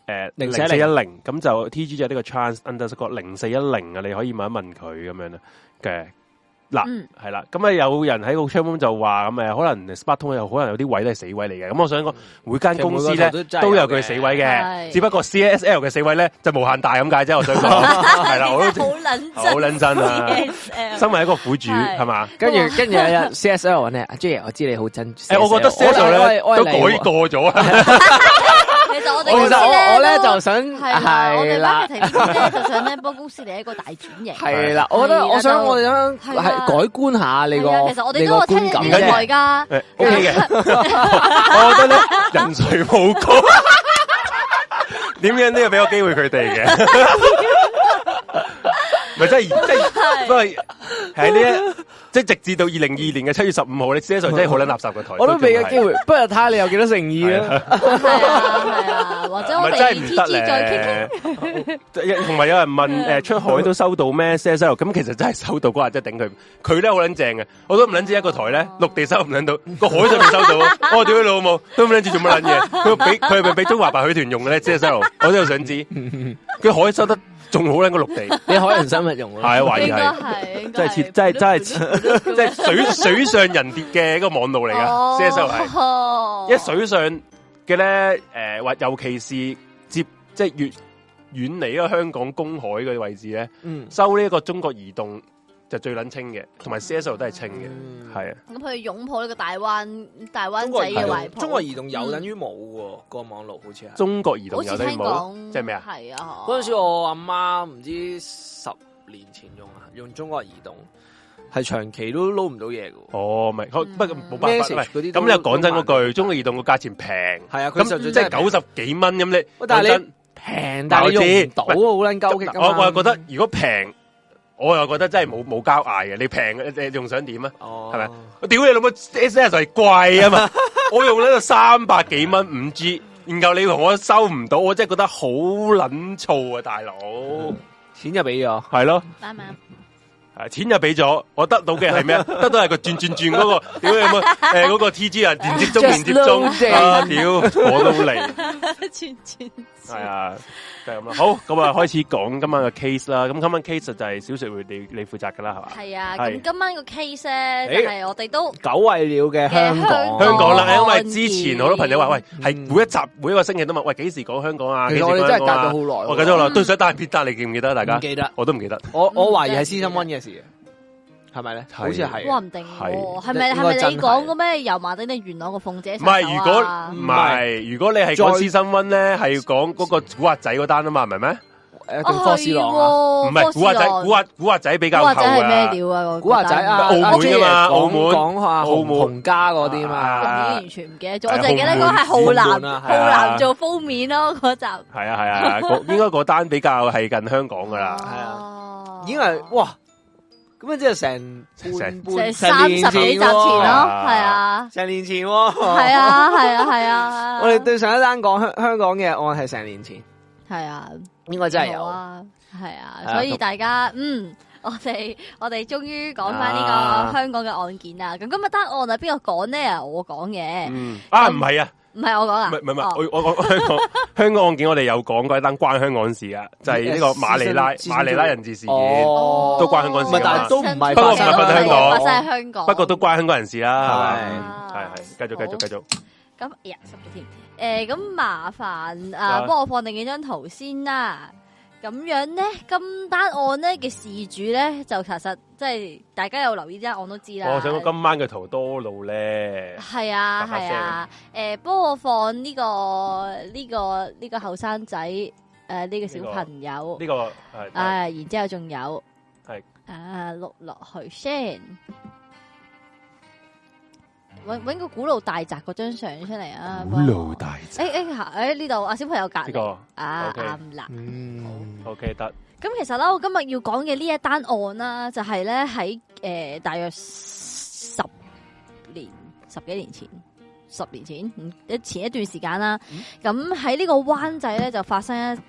[SPEAKER 2] 誒零
[SPEAKER 1] 0410
[SPEAKER 2] 四一零，咁就 T G 就係呢個 Chance Underscore 零四一零啊，你可以問一問佢咁樣啦嘅。嗱，
[SPEAKER 3] 嗯
[SPEAKER 2] 係啦，咁啊有人喺個 c h a room 就話咁誒，可能 Spark 通有可能有啲位都係死位嚟嘅。咁我想講，每間公司咧
[SPEAKER 1] 其實每個都真係有嘅
[SPEAKER 2] 都有佢死位嘅，
[SPEAKER 3] 係
[SPEAKER 2] 只不過 CSL 嘅死位咧就無限大咁解啫。我想 講係啦，我
[SPEAKER 3] 真係
[SPEAKER 2] 都
[SPEAKER 3] 好撚
[SPEAKER 2] 好撚真啊！
[SPEAKER 3] 真
[SPEAKER 2] 身為一個苦主
[SPEAKER 3] 係
[SPEAKER 2] 係嘛？
[SPEAKER 1] 跟住跟住有一日 CSL 揾你，阿 J，我知你好 真。
[SPEAKER 2] 誒，我覺得 CSL 咧都改過咗
[SPEAKER 1] 我其
[SPEAKER 2] 啊。
[SPEAKER 3] 其實我哋公司
[SPEAKER 1] 實我我咧
[SPEAKER 3] 都
[SPEAKER 1] 就想
[SPEAKER 3] 係啦，我
[SPEAKER 1] 係
[SPEAKER 3] 哋
[SPEAKER 1] 啦
[SPEAKER 3] marketing 公司咧就想咧幫公司嚟一個大轉型。
[SPEAKER 1] 係啦，我覺得
[SPEAKER 3] 係啦
[SPEAKER 1] 我想
[SPEAKER 3] 就
[SPEAKER 1] 我哋想
[SPEAKER 3] 係啦
[SPEAKER 1] 係改觀下你
[SPEAKER 3] 係
[SPEAKER 1] 個
[SPEAKER 3] 啊，其實我
[SPEAKER 1] 你
[SPEAKER 3] 哋都
[SPEAKER 1] 個
[SPEAKER 3] 有聽
[SPEAKER 1] 觀
[SPEAKER 3] 呢
[SPEAKER 1] 感
[SPEAKER 3] 個
[SPEAKER 1] 啫
[SPEAKER 3] 台。噶。
[SPEAKER 2] 誒，OK 嘅，我覺得咧人誰冇過，點樣都要俾個機會佢哋嘅。 咪真係真係，不過喺呢一即係直至到二零二二年嘅七月十五號咧，C S 真係好撚垃圾個台，
[SPEAKER 1] 我都俾
[SPEAKER 2] 仲
[SPEAKER 1] 個
[SPEAKER 2] 係
[SPEAKER 1] 機。會，不過睇下你有幾多誠意
[SPEAKER 2] 係
[SPEAKER 1] 啦。
[SPEAKER 3] 係啊係啊，或者我
[SPEAKER 2] 咪
[SPEAKER 3] 哋
[SPEAKER 2] 真係唔
[SPEAKER 3] T G
[SPEAKER 2] 得
[SPEAKER 3] 再
[SPEAKER 2] 咧，同埋有人問誒出海都收到咩 C S L？咁其實真係收到嗰日真係頂佢，佢咧好撚正嘅，我都唔撚知一個台咧陸地收唔撚到，個海上面收到，我屌佢老母，都唔撚知做乜撚嘢，佢 俾佢係咪俾中華白海豚用嘅咧 C S L？我都有想知，佢海收得仲好撚過 陸地，
[SPEAKER 1] 你海洋生物用
[SPEAKER 2] 係
[SPEAKER 1] 啦，
[SPEAKER 2] 懷
[SPEAKER 3] 傾，
[SPEAKER 2] 疑
[SPEAKER 3] 應該
[SPEAKER 2] 係。
[SPEAKER 3] 係應該
[SPEAKER 2] 真係切，真係真係 切，真係水水上人跌嘅一個網路嚟噶，C S L 係。
[SPEAKER 3] 哦
[SPEAKER 2] 一水上嘅咧，诶、或尤其是接即系越遠離咗香港公海嘅位置咧，
[SPEAKER 1] 嗯，
[SPEAKER 2] 收呢一個中國移動就最撚清嘅，同埋 CSL 都係清
[SPEAKER 1] 嗯
[SPEAKER 2] 嘅，係啊，
[SPEAKER 3] 咁佢擁抱呢個大灣大灣
[SPEAKER 1] 中國
[SPEAKER 3] 仔
[SPEAKER 1] 移
[SPEAKER 3] 嘅
[SPEAKER 1] 動
[SPEAKER 3] 懷抱。
[SPEAKER 1] 中國移動有等於冇喎，個網路好似係。
[SPEAKER 2] 中國移動
[SPEAKER 3] 好
[SPEAKER 2] 有
[SPEAKER 3] 似
[SPEAKER 2] 得
[SPEAKER 3] 聽
[SPEAKER 2] 冇，
[SPEAKER 3] 講
[SPEAKER 2] 即係咩啊？
[SPEAKER 3] 係啊，
[SPEAKER 1] 嗰陣時我阿媽唔知十年前用啊，用中國移動係長期都撈唔到嘢嘅喎。
[SPEAKER 2] 哦，咪好
[SPEAKER 3] 嗯
[SPEAKER 2] 不過冇辦法，
[SPEAKER 1] Message
[SPEAKER 2] 喂
[SPEAKER 1] 嗰啲都
[SPEAKER 2] 咁你又講真嗰
[SPEAKER 1] 都慢
[SPEAKER 2] 句，中國移動個價錢平，
[SPEAKER 1] 係啊，佢就
[SPEAKER 2] 咁即係九十幾蚊咁你
[SPEAKER 1] 喂，但係
[SPEAKER 2] 講
[SPEAKER 1] 你
[SPEAKER 2] 真
[SPEAKER 1] 平，但係你用唔到啊，好撚鳩激㗎
[SPEAKER 2] 我
[SPEAKER 1] 嘛
[SPEAKER 2] 我又覺得如果平，我又覺得真係冇冇交嗌嘅，你平你你仲想點啊？
[SPEAKER 1] 哦，
[SPEAKER 2] 係咪我屌你老母，S S 係貴啊 嘛！我用呢個三百幾蚊五 G，然後你同我收唔到，我真係覺得好撚燥啊，大佬！
[SPEAKER 1] 錢就俾咗，
[SPEAKER 2] 係咯，
[SPEAKER 3] 啱唔啱？
[SPEAKER 2] 啊錢就俾咗，我得到嘅係 咩？啊得到係個轉轉轉嗰個，屌你 老母，誒嗰個 T G 啊，連接中
[SPEAKER 1] Just
[SPEAKER 2] 連接中
[SPEAKER 1] loading
[SPEAKER 2] 啊，屌我都嚟，
[SPEAKER 3] 轉轉
[SPEAKER 2] 係啊，就係咁啦。好，咁啊開始講今晚嘅 case 啦。咁今晚 case 就係小說會你你負責噶啦，係嘛？
[SPEAKER 3] 係啊，
[SPEAKER 2] 係
[SPEAKER 3] 咁今晚個 case 咧就係我哋都
[SPEAKER 1] 久違了嘅香港，
[SPEAKER 2] 香港啦，因
[SPEAKER 3] 哦
[SPEAKER 2] 為之前好多朋友話，喂，係
[SPEAKER 1] 嗯
[SPEAKER 2] 每一集每一個星期都問，喂，幾時講香港啊？
[SPEAKER 1] 其
[SPEAKER 2] 幾時
[SPEAKER 1] 實我
[SPEAKER 2] 講
[SPEAKER 1] 哋真係隔
[SPEAKER 2] 香港啊
[SPEAKER 1] 咗好耐喎，
[SPEAKER 2] 我記得好耐，都想單撇單，你記唔記得啊？大家
[SPEAKER 1] 唔記得，
[SPEAKER 2] 我都唔記得，
[SPEAKER 1] 我我懷疑係 season one 嘅事啊嘅，係咪咧？
[SPEAKER 2] 係啊
[SPEAKER 1] 好似係啊
[SPEAKER 3] 話唔定喎，
[SPEAKER 2] 係
[SPEAKER 3] 係咪
[SPEAKER 1] 應該
[SPEAKER 3] 係咪
[SPEAKER 1] 真
[SPEAKER 3] 你
[SPEAKER 1] 係
[SPEAKER 3] 講嘅咩？油麻地定元朗個鳳姐
[SPEAKER 2] 唔
[SPEAKER 3] 殺手啊？
[SPEAKER 2] 係如果唔係，如果你係講
[SPEAKER 1] 再
[SPEAKER 2] 私生温咧，係講嗰個古惑仔嗰單啊嘛，唔係咩？
[SPEAKER 1] 誒，同
[SPEAKER 3] 哦
[SPEAKER 1] 科斯朗啊，
[SPEAKER 2] 唔
[SPEAKER 3] 係
[SPEAKER 2] 係
[SPEAKER 3] 喎
[SPEAKER 2] 古惑仔，古
[SPEAKER 3] 科士
[SPEAKER 2] 惑古惑仔比
[SPEAKER 3] 朗
[SPEAKER 2] 較後
[SPEAKER 3] 古惑仔係
[SPEAKER 2] 啊
[SPEAKER 3] 咩。料啊？
[SPEAKER 1] 古惑仔啊，
[SPEAKER 2] 唔係澳門㗎嘛
[SPEAKER 1] 啊
[SPEAKER 2] 澳門
[SPEAKER 1] 講下
[SPEAKER 2] 澳
[SPEAKER 1] 澳
[SPEAKER 2] 門
[SPEAKER 1] 門洪家嗰啲嘛。
[SPEAKER 3] 我已
[SPEAKER 2] 啊
[SPEAKER 3] 經完全唔記得咗，
[SPEAKER 2] 係
[SPEAKER 3] 我淨係記得嗰個係
[SPEAKER 1] 澳
[SPEAKER 3] 浩
[SPEAKER 1] 門
[SPEAKER 3] 南，
[SPEAKER 1] 啊
[SPEAKER 3] 浩
[SPEAKER 1] 係
[SPEAKER 2] 啊
[SPEAKER 3] 南做封面咯嗰集。
[SPEAKER 2] 係啊係 啊，嗰應該嗰單比較係近香港噶啦，
[SPEAKER 1] 係
[SPEAKER 3] 啊
[SPEAKER 1] 已經係哇，咁啊，即係成
[SPEAKER 2] 成
[SPEAKER 1] 半
[SPEAKER 3] 成
[SPEAKER 1] 半
[SPEAKER 3] 三十幾集前咯，
[SPEAKER 2] 喎
[SPEAKER 3] 係啊，
[SPEAKER 1] 成年前喎，
[SPEAKER 3] 係啊，係啊，係啊，
[SPEAKER 1] 我哋對上一單講香香港嘅案係成年前，
[SPEAKER 3] 係啊，
[SPEAKER 1] 應該真係
[SPEAKER 3] 好
[SPEAKER 1] 有。
[SPEAKER 3] 啊，係啊
[SPEAKER 1] 係，啊
[SPEAKER 3] 所以
[SPEAKER 1] 咁
[SPEAKER 3] 大家嗯。我哋 我哋終於講翻呢
[SPEAKER 1] 啊
[SPEAKER 3] 個香港嘅案件啦，咁今日單案啊，邊個講呢？我講嘅，
[SPEAKER 2] 嗯啊唔係啊。
[SPEAKER 3] 唔係我講啊，
[SPEAKER 2] 唔係唔係唔
[SPEAKER 3] 哦
[SPEAKER 2] 係，我我我香港香港案件，我哋有講過一單關香港事啊，就係呢個馬 尼拉
[SPEAKER 1] 先
[SPEAKER 2] 馬尼拉人質事件，
[SPEAKER 1] 哦
[SPEAKER 2] 都關香港事㗎嘛
[SPEAKER 1] 唔係但係都唔係
[SPEAKER 2] 不過唔係發生喺香港
[SPEAKER 3] 發生喺香港，
[SPEAKER 2] 不過都關香港人事啦，係咪？
[SPEAKER 3] 啊
[SPEAKER 2] 係係，繼續繼續繼續，
[SPEAKER 3] 咁哎呀濕咗添。诶、咁麻煩啊，
[SPEAKER 2] 啊
[SPEAKER 3] 幫我放定幾張圖先啦。咁樣咧，今單案咧嘅事主咧，就其實即係大家有留意呢單案都知啦。
[SPEAKER 2] 我想講今晚嘅圖多路 咧，
[SPEAKER 3] 系
[SPEAKER 2] 啪
[SPEAKER 3] 啊
[SPEAKER 2] 啪聲
[SPEAKER 3] 系啊，诶，幫我放呢個呢個呢個後生仔诶呢個小朋友，
[SPEAKER 2] 呢個係係
[SPEAKER 3] 啊，然之后仲有
[SPEAKER 2] 係
[SPEAKER 3] 啊碌落去先，搵
[SPEAKER 2] 嗯
[SPEAKER 3] 搵個古老大宅嗰張相出嚟啊！
[SPEAKER 4] 老大隻
[SPEAKER 3] 诶诶诶呢度啊小朋友隔
[SPEAKER 2] 呢
[SPEAKER 3] 離
[SPEAKER 2] 個
[SPEAKER 3] 啊
[SPEAKER 2] OK
[SPEAKER 3] 啱啦。
[SPEAKER 1] 嗯，
[SPEAKER 2] OK 得，
[SPEAKER 3] 咁其實啦，我今日要講嘅呢一單案啦，就係咧喺诶大約十年、十幾年前、十年前，嗯，前一段時間啦。咁喺呢個灣仔咧就發生一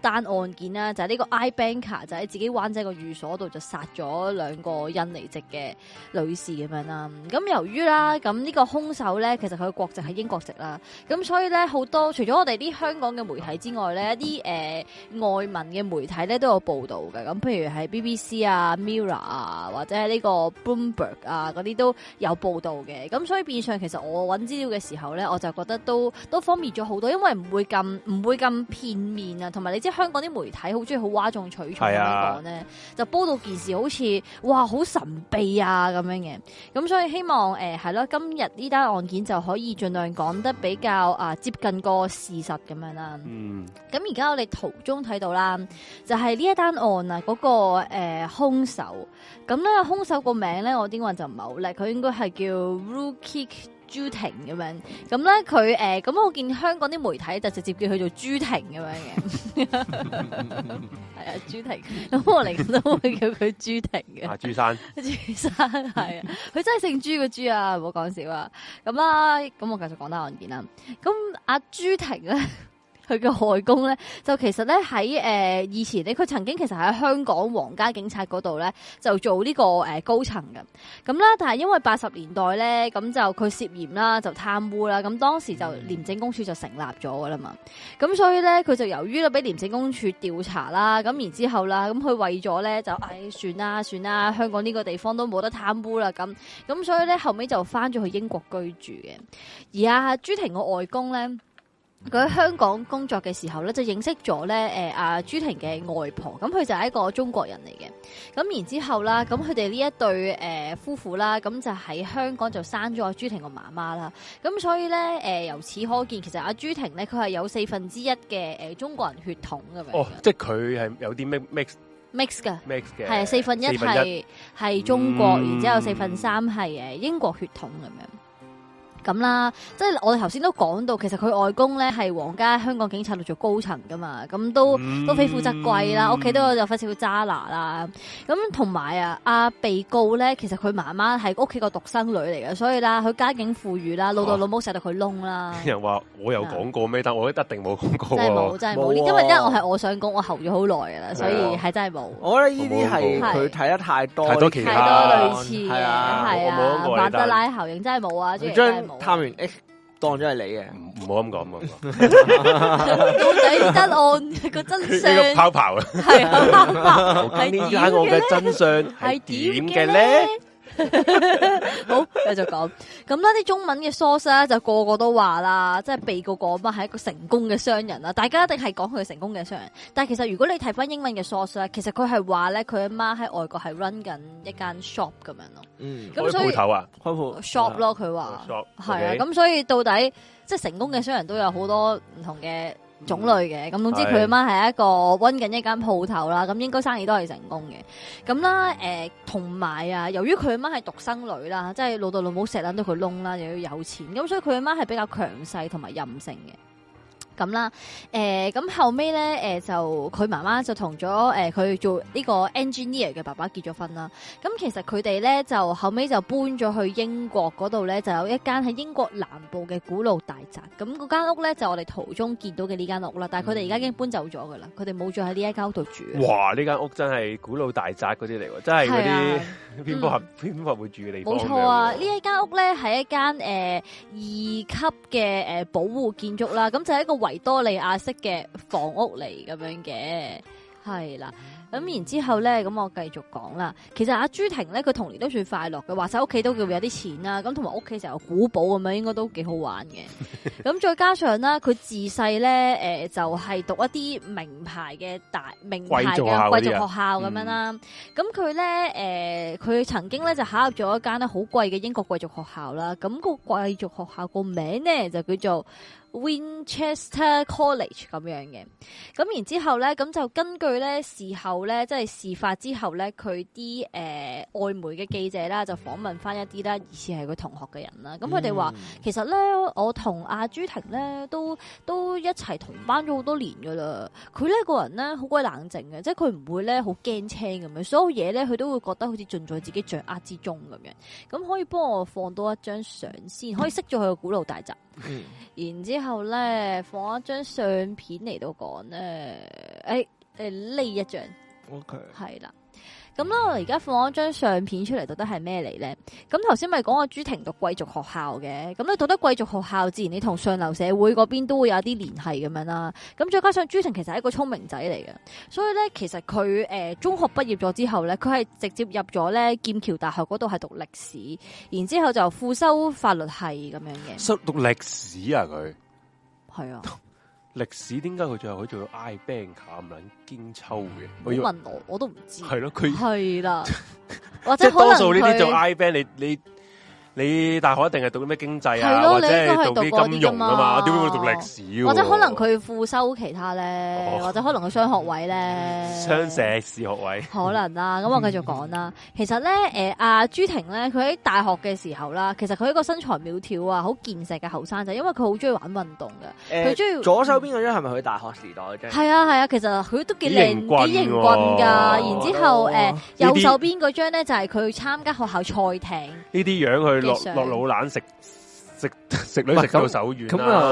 [SPEAKER 3] 單案件啦，就係呢個 I banker 就喺自己灣仔個寓所度就殺咗兩個印尼籍嘅女士咁樣啦。咁由於啦，咁呢個兇手咧，其實佢嘅國籍係英國籍啦，咁所以咧好多除咗我哋啲香港嘅媒體之外咧，一啲诶。呃外文嘅媒體咧都有報導嘅，咁譬如係 BBC 啊、Mirror 啊，或者係呢個 Bloomberg 啊嗰啲都有報導嘅，咁所以變相其實我揾資料嘅時候咧，我就覺得都都方便咗好多，因為唔會咁唔會咁片面啊，同埋你知香港啲媒體好中意好哗眾取寵咁
[SPEAKER 2] 係
[SPEAKER 3] 樣
[SPEAKER 2] 啊
[SPEAKER 3] 講咧，就報導件事好似哇好神秘啊咁樣嘅。咁所以希望誒係咯，今日呢單案件就可以盡量講得比較啊接近個事實咁樣啦。
[SPEAKER 2] 嗯，
[SPEAKER 3] 咁而家我哋途中睇到啦，就係呢一單案啊，嗰、個誒兇手，咁咧兇手個名咧，我英文就唔係好叻，佢應該係叫 Rukik。朱婷咁樣，咁咧佢誒，咁、我見香港啲媒體就直接叫佢做朱婷咁樣嘅，係啊朱婷，咁我嚟緊都會叫佢朱婷嘅。
[SPEAKER 2] 阿朱 生
[SPEAKER 3] 朱生係啊，佢真係姓朱個朱啊，唔好講笑啊。咁啦，咁我繼續講單案件啦。咁阿朱婷咧， 佢嘅外公咧，就其實咧喺诶以前咧，佢曾經其實喺香港皇家警察嗰度咧，就做呢、個个呃高層嘅。咁啦，但係因為八十年代咧，咁就佢涉嫌啦，就貪污啦。咁當時就廉政公署就成立咗噶啦嘛。咁所以咧，佢就由於咧俾廉政公署調查啦，咁然之後啦，咁佢為咗咧就唉、算啦算啦，香港呢個地方都冇得貪污啦咁，咁所以咧後尾就翻咗去英國居住嘅。而阿、朱婷個外公咧。佢喺香港工作嘅時候咧，就認識咗咧誒阿朱婷嘅外婆，咁佢就係一個中國人嚟嘅。咁然之後啦，咁佢哋呢一對誒、呃夫婦啦，咁就喺香港就生咗阿朱婷個媽媽啦。咁所以咧，誒、由此可見，其實阿朱婷咧，佢係有四分之一嘅誒、呃中國人血統咁樣嘅、
[SPEAKER 2] 哦，即係佢係有啲 mix mix
[SPEAKER 3] mix 噶。
[SPEAKER 2] mix 嘅，
[SPEAKER 3] 係四分一
[SPEAKER 2] 四分
[SPEAKER 3] 係係中國，
[SPEAKER 2] 嗯
[SPEAKER 3] 然之後四分三係誒英國血統咁樣。咁啦，即係我哋頭先都講到，其實佢外公咧係皇家香港警察度做高層噶嘛，咁都、
[SPEAKER 2] 嗯
[SPEAKER 3] 都非富則貴啦，屋企都有份少渣拿啦。咁同埋啊，阿被告咧，其實佢媽媽係屋企個獨生女嚟嘅，所以啦，佢家境富裕啦，老豆
[SPEAKER 2] 哦
[SPEAKER 3] 老母錫到佢 窿啦。
[SPEAKER 2] 有人話我有講過咩？但我一定冇講過
[SPEAKER 3] 真係冇，
[SPEAKER 2] 喎。
[SPEAKER 3] 真係
[SPEAKER 1] 冇
[SPEAKER 3] 冇呢，因為因為
[SPEAKER 1] 喎
[SPEAKER 3] 我係我想講，我候咗好耐噶啦，所以
[SPEAKER 2] 係啊
[SPEAKER 3] 係真係冇。
[SPEAKER 1] 我覺得呢啲係
[SPEAKER 3] 好好好
[SPEAKER 1] 佢睇得太多，
[SPEAKER 2] 太多其
[SPEAKER 3] 太
[SPEAKER 2] 他
[SPEAKER 3] 多類似嘅，
[SPEAKER 1] 係啊，
[SPEAKER 3] 係
[SPEAKER 2] 我冇諗
[SPEAKER 3] 啊，
[SPEAKER 2] 過呢
[SPEAKER 3] 曼德
[SPEAKER 2] 單
[SPEAKER 3] 拉效應真係冇啊，即
[SPEAKER 1] 你
[SPEAKER 3] 係真
[SPEAKER 1] 將
[SPEAKER 3] 係 冇。
[SPEAKER 1] 探員 X 當咗係你嘅。
[SPEAKER 2] 唔唔好咁講，唔 好咁講，
[SPEAKER 3] 到底呢單案個真 相
[SPEAKER 2] 呢個拋拋啊！
[SPEAKER 3] 係啊，
[SPEAKER 2] 咁呢
[SPEAKER 3] 係
[SPEAKER 2] 單案嘅真相
[SPEAKER 3] 係
[SPEAKER 2] 係點
[SPEAKER 3] 點
[SPEAKER 2] 嘅
[SPEAKER 3] 嘅
[SPEAKER 2] 咧
[SPEAKER 3] 咧？？ 好，繼續講。咁啦，啲中文嘅 source 咧就個個都話啦，即係被告嗰班係一個成功嘅商人啦，大家一定係講佢係成功嘅商人。但係其實如果你睇翻英文嘅 source 咧，其實佢係話咧佢阿媽喺外國係 run 緊一間 shop 咁樣咯
[SPEAKER 1] 嗯，
[SPEAKER 3] 咁所以
[SPEAKER 2] 開鋪頭啊
[SPEAKER 1] 開鋪
[SPEAKER 3] shop。咯，佢話。
[SPEAKER 2] ，shop，
[SPEAKER 3] 系啊，
[SPEAKER 2] OK
[SPEAKER 3] 咁所以到底即系成功嘅商人都有好多唔同嘅種類嘅，咁總之佢阿媽係一個温緊一間鋪頭啦，咁應該生意都係成功嘅。咁啦，誒同埋啊，由於佢阿媽係獨生女啦，即係老豆老母錫撚到佢窿啦，又要有錢，咁所以佢阿媽係比較強勢同埋任性嘅。咁啦，誒、咁後尾咧，誒、就佢媽媽就同咗誒佢做呢個 engineer 嘅爸爸結咗婚啦。咁其實佢哋咧就後尾就搬咗去英國嗰度咧，就有一間喺英國南部嘅古老大宅。咁嗰間屋咧就我哋途中見到嘅呢間屋啦，但係佢哋而家已經搬走咗噶啦，佢哋冇再喺呢一間屋度住。
[SPEAKER 2] 哇！呢間屋真係古老大宅嗰啲嚟喎，真係嗰
[SPEAKER 3] 係
[SPEAKER 2] 啲
[SPEAKER 3] 啊。
[SPEAKER 2] 蝙蝠俠蝙蝠俠會住嘅地方
[SPEAKER 3] 冇
[SPEAKER 2] 咁樣喎。
[SPEAKER 3] 錯啊！呢一間屋咧係一間誒、呃二級嘅誒、呃保護建築啊啦，咁就係一個維多利亞式嘅房屋嚟咁樣嘅，係啦。咁然之後咧，咁我繼續講啦。其實阿朱婷咧，佢童年都算快樂嘅，話晒屋企都叫有啲錢啦。咁同埋屋企成有古堡咁樣，應該都幾好玩 嘅。咁再加上啦，佢自細咧誒就係、讀一啲名牌嘅大名牌
[SPEAKER 2] 貴族學
[SPEAKER 3] 嘅
[SPEAKER 2] 校嗰啲啊嗯
[SPEAKER 3] 貴族學校咁樣啦。咁佢咧誒，佢、曾經咧就考入咗一間咧好貴嘅英國貴族學校啦。咁、個貴族學校個名咧就叫做 Winchester College 咁樣嘅。咁然之後咧，咁就根據咧事後咧，即係事發之後咧，佢啲誒外媒嘅記者啦，就訪問翻一啲啦，以前係佢同學嘅人啦。咁佢哋話。其實咧，我同阿朱婷咧都都一齊同班咗好多年噶啦。佢呢個人咧好鬼冷靜嘅，即係佢唔會咧好驚青咁樣，所有嘢咧佢都會覺得好似盡在自己掌握之中咁樣。咁可以幫我放多一張相先，可以熄咗佢嘅古老大閘。
[SPEAKER 1] 嗯
[SPEAKER 3] 然之後咧放一張相片嚟到講咧，誒誒呢一張。
[SPEAKER 1] ，OK，
[SPEAKER 3] 系啦。咁啦，我而家放咗張相片出嚟，到底係咩嚟咧？咁頭先咪講過朱婷讀貴族學校嘅，咁你啊讀得貴族學校，自然你同上流社會嗰邊都會有啲聯繫咁樣啦。咁再加上朱婷其實係一個聰明仔嚟嘅，所以咧其實佢誒、呃中學畢業咗之後咧，佢係直接入咗咧劍橋大學嗰度係讀歷史，然之後就副修法律系咁樣嘅，
[SPEAKER 2] 修讀歷史啊佢。
[SPEAKER 3] 係啊，
[SPEAKER 2] 歷史點解佢最後可以做到 I band 卡咁撚堅抽嘅？
[SPEAKER 3] 我
[SPEAKER 2] 我要
[SPEAKER 3] 問我我都唔知，
[SPEAKER 2] 哎係咯，佢
[SPEAKER 3] 係 啦，或
[SPEAKER 2] 即
[SPEAKER 3] 者
[SPEAKER 2] 係
[SPEAKER 3] 可
[SPEAKER 2] 多
[SPEAKER 3] 能
[SPEAKER 2] 數呢啲呃
[SPEAKER 3] 佢
[SPEAKER 2] 做 I band，你你你大學一定係讀啲咩經濟
[SPEAKER 3] 係
[SPEAKER 2] 啊，
[SPEAKER 3] 咯
[SPEAKER 2] 或者
[SPEAKER 3] 你應該
[SPEAKER 2] 係
[SPEAKER 3] 係
[SPEAKER 2] 讀
[SPEAKER 3] 讀嗰啲
[SPEAKER 2] 啲金融啊
[SPEAKER 3] 㗎嘛
[SPEAKER 2] 嘛，點會讀歷史喎？
[SPEAKER 3] 或者可能佢副修其他咧，
[SPEAKER 2] 哦
[SPEAKER 3] 或者可能佢雙學位咧，
[SPEAKER 2] 雙碩士學位，
[SPEAKER 3] 可能啦。咁我
[SPEAKER 2] 嗯
[SPEAKER 3] 繼續講啦。其實咧，誒、阿朱婷咧，佢喺大學嘅時候啦，其實佢係一個身材苗條啊，好健碩嘅後生仔，因為佢好中意玩運動嘅，佢
[SPEAKER 1] 誒，
[SPEAKER 3] 中意。
[SPEAKER 1] 呃左手邊嗰張係咪佢大學時代嗰張？
[SPEAKER 3] 係啊係啊，其實佢都幾
[SPEAKER 2] 幾型
[SPEAKER 3] 靚，
[SPEAKER 2] 棍
[SPEAKER 3] 幾型棍㗎。然
[SPEAKER 2] 喎哦
[SPEAKER 3] 之後誒、
[SPEAKER 1] 呢
[SPEAKER 3] 右手邊嗰張咧就係佢參加學校賽艇。
[SPEAKER 2] 呢啲樣佢
[SPEAKER 3] 嘅相
[SPEAKER 2] 落落老蘭食食食女
[SPEAKER 1] 喂
[SPEAKER 2] 食到
[SPEAKER 1] 咁
[SPEAKER 2] 手軟
[SPEAKER 1] 咁
[SPEAKER 2] 啦，
[SPEAKER 3] 啊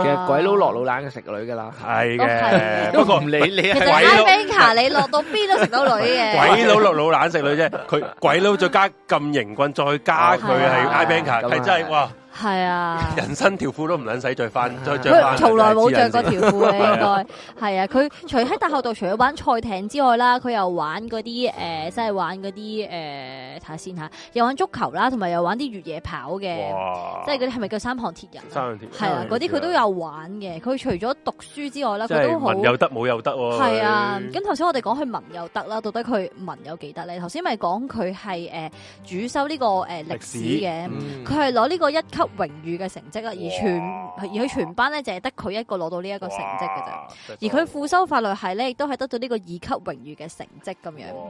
[SPEAKER 1] 啊，其實鬼佬落老懶嘅食女噶啦，
[SPEAKER 2] 係
[SPEAKER 3] 都
[SPEAKER 2] 嘅。
[SPEAKER 3] 係
[SPEAKER 2] 不過
[SPEAKER 1] 唔理你
[SPEAKER 3] 其實
[SPEAKER 2] 鬼佬
[SPEAKER 3] i b a n k a 你落到邊都食到女 嘅。
[SPEAKER 2] 鬼佬落老懶食女啫，佢鬼佬再加咁型棍，再加佢係
[SPEAKER 3] 係啊
[SPEAKER 2] I band 卡，
[SPEAKER 1] 咁啊
[SPEAKER 2] 係真係哇！
[SPEAKER 3] 係 啊。
[SPEAKER 2] 人生條褲都唔撚使再翻，再着
[SPEAKER 3] 佢
[SPEAKER 2] 翻。
[SPEAKER 3] 從來冇着
[SPEAKER 2] 真
[SPEAKER 3] 過
[SPEAKER 2] 係
[SPEAKER 3] 條
[SPEAKER 2] 黐撚線
[SPEAKER 3] 褲嘅，
[SPEAKER 2] 係啊
[SPEAKER 3] 應該係啊！佢除喺大學度，除咗玩賽艇之外啦，佢又玩嗰啲誒，即係玩嗰啲誒，呃睇下先嚇，又玩足球啦，同埋又玩啲越野跑嘅，
[SPEAKER 2] 哇！
[SPEAKER 3] 即係嗰啲係咪叫三項鐵人啊？
[SPEAKER 2] 三樣條
[SPEAKER 3] 係啊，嗰啲佢都有玩嘅。佢除咗讀書之外啦，
[SPEAKER 2] 即
[SPEAKER 3] 佢
[SPEAKER 2] 係
[SPEAKER 3] 都好
[SPEAKER 2] 文又得，武又得喎。
[SPEAKER 3] 係啊。
[SPEAKER 2] 佢
[SPEAKER 3] 咁頭先我哋講佢文又得啦，到底佢文有幾得咧？頭先咪講佢係誒主修呢個誒歷
[SPEAKER 2] 歷
[SPEAKER 3] 史
[SPEAKER 2] 史
[SPEAKER 3] 嘅。
[SPEAKER 1] 嗯
[SPEAKER 3] 佢係攞呢個一級榮譽嘅成績啊，而全
[SPEAKER 2] 哇
[SPEAKER 3] 而佢全班咧就係得佢一個攞到呢一個成績嘅啫。
[SPEAKER 2] 哇
[SPEAKER 3] 而佢副修法律系咧，亦都係得到呢個二級榮譽嘅成績咁樣。
[SPEAKER 2] 哇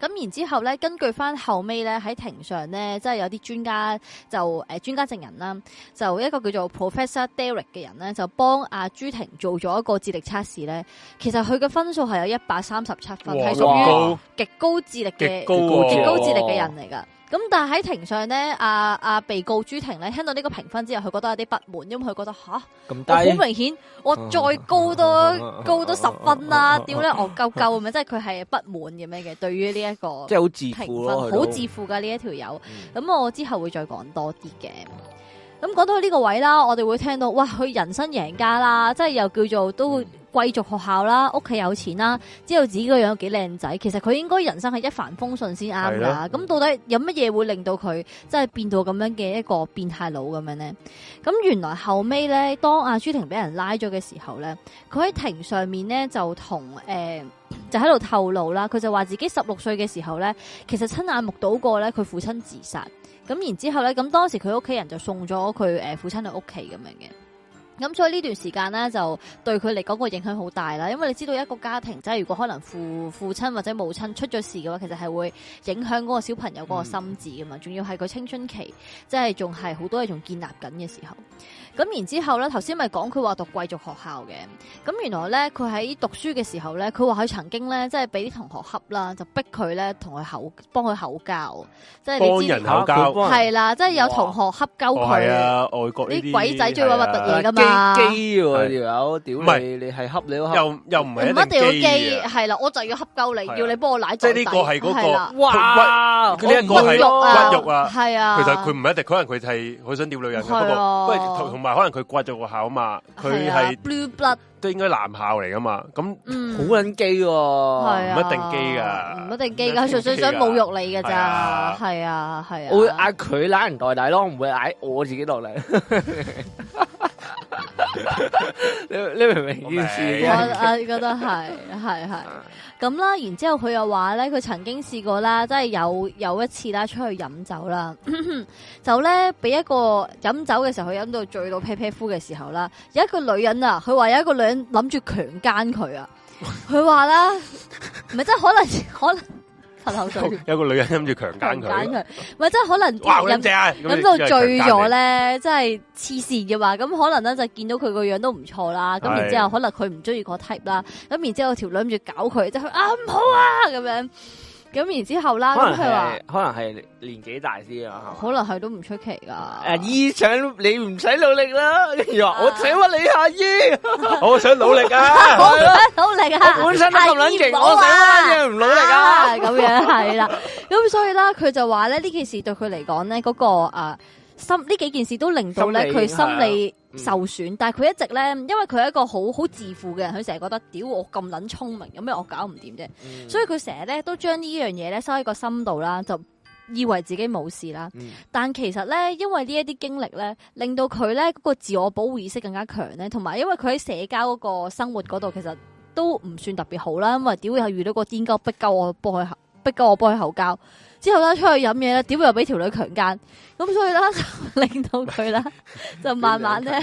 [SPEAKER 3] 咁然之後咧，根據翻後尾咧喺庭上咧，即係有啲專家就誒、呃、專家證人啦，就一個叫做 Professor Derek 嘅人咧，就幫阿朱婷做咗一個智力測試咧。其實佢嘅分數係有一百三十七分，係
[SPEAKER 2] 哇
[SPEAKER 1] 於
[SPEAKER 2] 咁
[SPEAKER 3] 屬
[SPEAKER 2] 高
[SPEAKER 3] 於極高智力嘅
[SPEAKER 2] 極高
[SPEAKER 1] 哦
[SPEAKER 2] 喎
[SPEAKER 3] 極高智力嘅人嚟噶。咁但係喺庭上咧，阿、阿被告朱婷咧聽到呢個評分之後，佢覺得有啲不滿，因為佢覺得吓。
[SPEAKER 1] 咁
[SPEAKER 3] 我好
[SPEAKER 1] 低，
[SPEAKER 3] 明顯，我再高多 高多十分啦，屌咧我夠夠咁樣，即係佢係不滿咁樣嘅，對於呢一個
[SPEAKER 1] 即係好自負
[SPEAKER 3] 評
[SPEAKER 1] 咯，
[SPEAKER 3] 分
[SPEAKER 1] 佢都
[SPEAKER 3] 好自負噶呢一條友。
[SPEAKER 1] 嗯
[SPEAKER 3] 咁我之後會再講多啲嘅。咁講到呢個位啦，我哋會聽到哇，佢人生贏家啦，即係又叫做都
[SPEAKER 2] 嗯
[SPEAKER 3] 貴族學校啦，屋企有錢啦，知道自己個樣有幾靚仔，其實佢應該人生係一帆風順先啱
[SPEAKER 2] 係
[SPEAKER 3] 㗎。
[SPEAKER 2] 啦
[SPEAKER 3] 咁到底有乜嘢會令到佢即係變到咁樣嘅一個變態佬咁樣呢？咁原來後尾咧，當阿朱婷俾人拉咗嘅時候咧，佢喺庭上面咧就同誒、呃就喺度透露啦，佢就話自己十六歲嘅時候咧，其實親眼目睹過咧佢父親自殺。咁然之後咧，咁當時佢屋企人就送咗佢誒父親去屋企咁樣嘅。咁所以呢段時間咧，就對佢嚟講個影響好大啦。因為你知道一個家庭，即係如果可能父父親或者母親出咗事嘅話，其實係會影響嗰個小朋友嗰個心智噶嘛。仲要係佢青春期，即係仲係好多嘢仲建立緊嘅時候。咁然之後咧，頭先咪講佢話讀貴族學校嘅。咁原來咧，佢喺讀書嘅時候咧，佢話佢曾經咧，即係俾啲同學恰啦，就逼佢咧同佢口幫佢口交，即係你
[SPEAKER 2] 幫
[SPEAKER 3] 知
[SPEAKER 2] 人口交，
[SPEAKER 1] 幫人
[SPEAKER 3] 系啦，即係有同學恰鳩
[SPEAKER 2] 哦係
[SPEAKER 3] 佢，
[SPEAKER 2] 啊，外國呢
[SPEAKER 3] 啲鬼仔最
[SPEAKER 2] 係
[SPEAKER 3] 搵
[SPEAKER 2] 啊
[SPEAKER 3] 核突嘢㗎嘛嘛。
[SPEAKER 1] 基基喎
[SPEAKER 2] 係
[SPEAKER 1] 條友，屌
[SPEAKER 2] 唔係
[SPEAKER 1] 你，你係恰你都恰。
[SPEAKER 2] 又又唔
[SPEAKER 3] 唔
[SPEAKER 2] 係
[SPEAKER 3] 一定要
[SPEAKER 2] 定基
[SPEAKER 3] 基，
[SPEAKER 2] 嘅，
[SPEAKER 3] 係啦，我就要恰鳩你
[SPEAKER 2] 係，啊
[SPEAKER 3] 要你幫我奶
[SPEAKER 2] 即
[SPEAKER 3] 袋
[SPEAKER 2] 係
[SPEAKER 3] 底。
[SPEAKER 2] 呢個係嗰個
[SPEAKER 3] 係啦
[SPEAKER 1] 哇！
[SPEAKER 2] 呢一個係
[SPEAKER 3] 屈辱啊，
[SPEAKER 2] 屈辱啊
[SPEAKER 3] 係啊。
[SPEAKER 2] 其實佢唔一定，可能佢係好想屌女人嘅，
[SPEAKER 3] 係
[SPEAKER 2] 不過
[SPEAKER 3] 啊
[SPEAKER 2] 不過同同埋可能佢掛咗個校啊嘛，佢
[SPEAKER 3] 係啊
[SPEAKER 2] 係
[SPEAKER 3] blue blood，
[SPEAKER 2] 都應該男校嚟噶嘛，咁
[SPEAKER 3] 嗯，
[SPEAKER 1] 好撚基喎，
[SPEAKER 3] 係啊，
[SPEAKER 2] 唔一定基㗎
[SPEAKER 3] 唔一
[SPEAKER 2] 唔一
[SPEAKER 3] 定基
[SPEAKER 2] 定基㗎
[SPEAKER 3] 㗎，純粹想侮辱你㗎
[SPEAKER 2] 係啊
[SPEAKER 3] 咋，係啊，係啊。
[SPEAKER 1] 我會嗌佢揦人袋底咯，唔會嗌我自己落嚟。你你明唔明呢件
[SPEAKER 2] 我
[SPEAKER 3] 啊
[SPEAKER 2] 明
[SPEAKER 1] 事？
[SPEAKER 3] 我我覺得係係係
[SPEAKER 2] 啊
[SPEAKER 3] 咁啦，然之後佢又話咧，佢曾經試過啦，即係有有一次啦，出去飲酒啦， 就咧俾一個飲酒嘅時候，佢飲到醉到啤啤呼嘅時候啦，有一個女人啊，佢話有一個女人諗住強姦佢啊，佢 話啦，唔係即係可能可能吞口水，
[SPEAKER 2] 有個女人諗住強
[SPEAKER 3] 強
[SPEAKER 2] 姦
[SPEAKER 3] 姦
[SPEAKER 2] 佢，
[SPEAKER 3] 佢，唔係即係可能
[SPEAKER 2] 哇好
[SPEAKER 3] 飲
[SPEAKER 2] 撚正啊！咁
[SPEAKER 3] 飲
[SPEAKER 2] 你
[SPEAKER 3] 到
[SPEAKER 2] 真係強姦
[SPEAKER 3] 醉
[SPEAKER 2] 你
[SPEAKER 3] 咗，咧，真係黐線嘅話，咁可能咧就見到佢個樣都唔錯啦，咁
[SPEAKER 2] 係
[SPEAKER 3] 然之後可能佢唔中意個 type 啦，咁然之後條女諗住搞佢，即係佢啊唔好啊咁樣，咁然之後啦，
[SPEAKER 1] 可
[SPEAKER 3] 咁
[SPEAKER 1] 能
[SPEAKER 3] 佢話
[SPEAKER 1] 係可能係年紀大啲啊。
[SPEAKER 3] 可能係都唔出奇噶，
[SPEAKER 1] 誒，醫生你唔使努力啦，跟住話我請屈你下醫，
[SPEAKER 2] 我想努 力啊！
[SPEAKER 3] 好努力啊，
[SPEAKER 1] 本身都咁撚勁，我
[SPEAKER 3] 想
[SPEAKER 1] 請屈你唔努力啊！
[SPEAKER 3] 啊咁樣係啦，咁所以啦，佢就話咧呢件事對佢嚟講咧嗰個啊心呢幾件事都令到咧
[SPEAKER 1] 心理
[SPEAKER 3] 佢
[SPEAKER 1] 影響
[SPEAKER 3] 心理
[SPEAKER 1] 嗯
[SPEAKER 3] 受損，但係佢一直咧，因為佢係一個好好自負嘅人，佢成日覺得屌我咁撚聰明，有咩我搞唔掂啫，所以佢成日咧都將呢樣嘢咧收喺個心度啦，就。以為自己冇事啦，
[SPEAKER 1] 嗯
[SPEAKER 3] 但其實咧，因為呢一啲經歷咧，令到佢咧嗰個自我保護意識更加強咧，同埋因為佢喺社交嗰個生活嗰度，其實都唔算特別好啦，因為屌又遇到個癲鳩逼鳩我幫佢口逼鳩我幫佢口交，之後咧出去飲嘢咧，屌又俾條女強姦，咁所以咧就令到佢啦，就慢慢 咧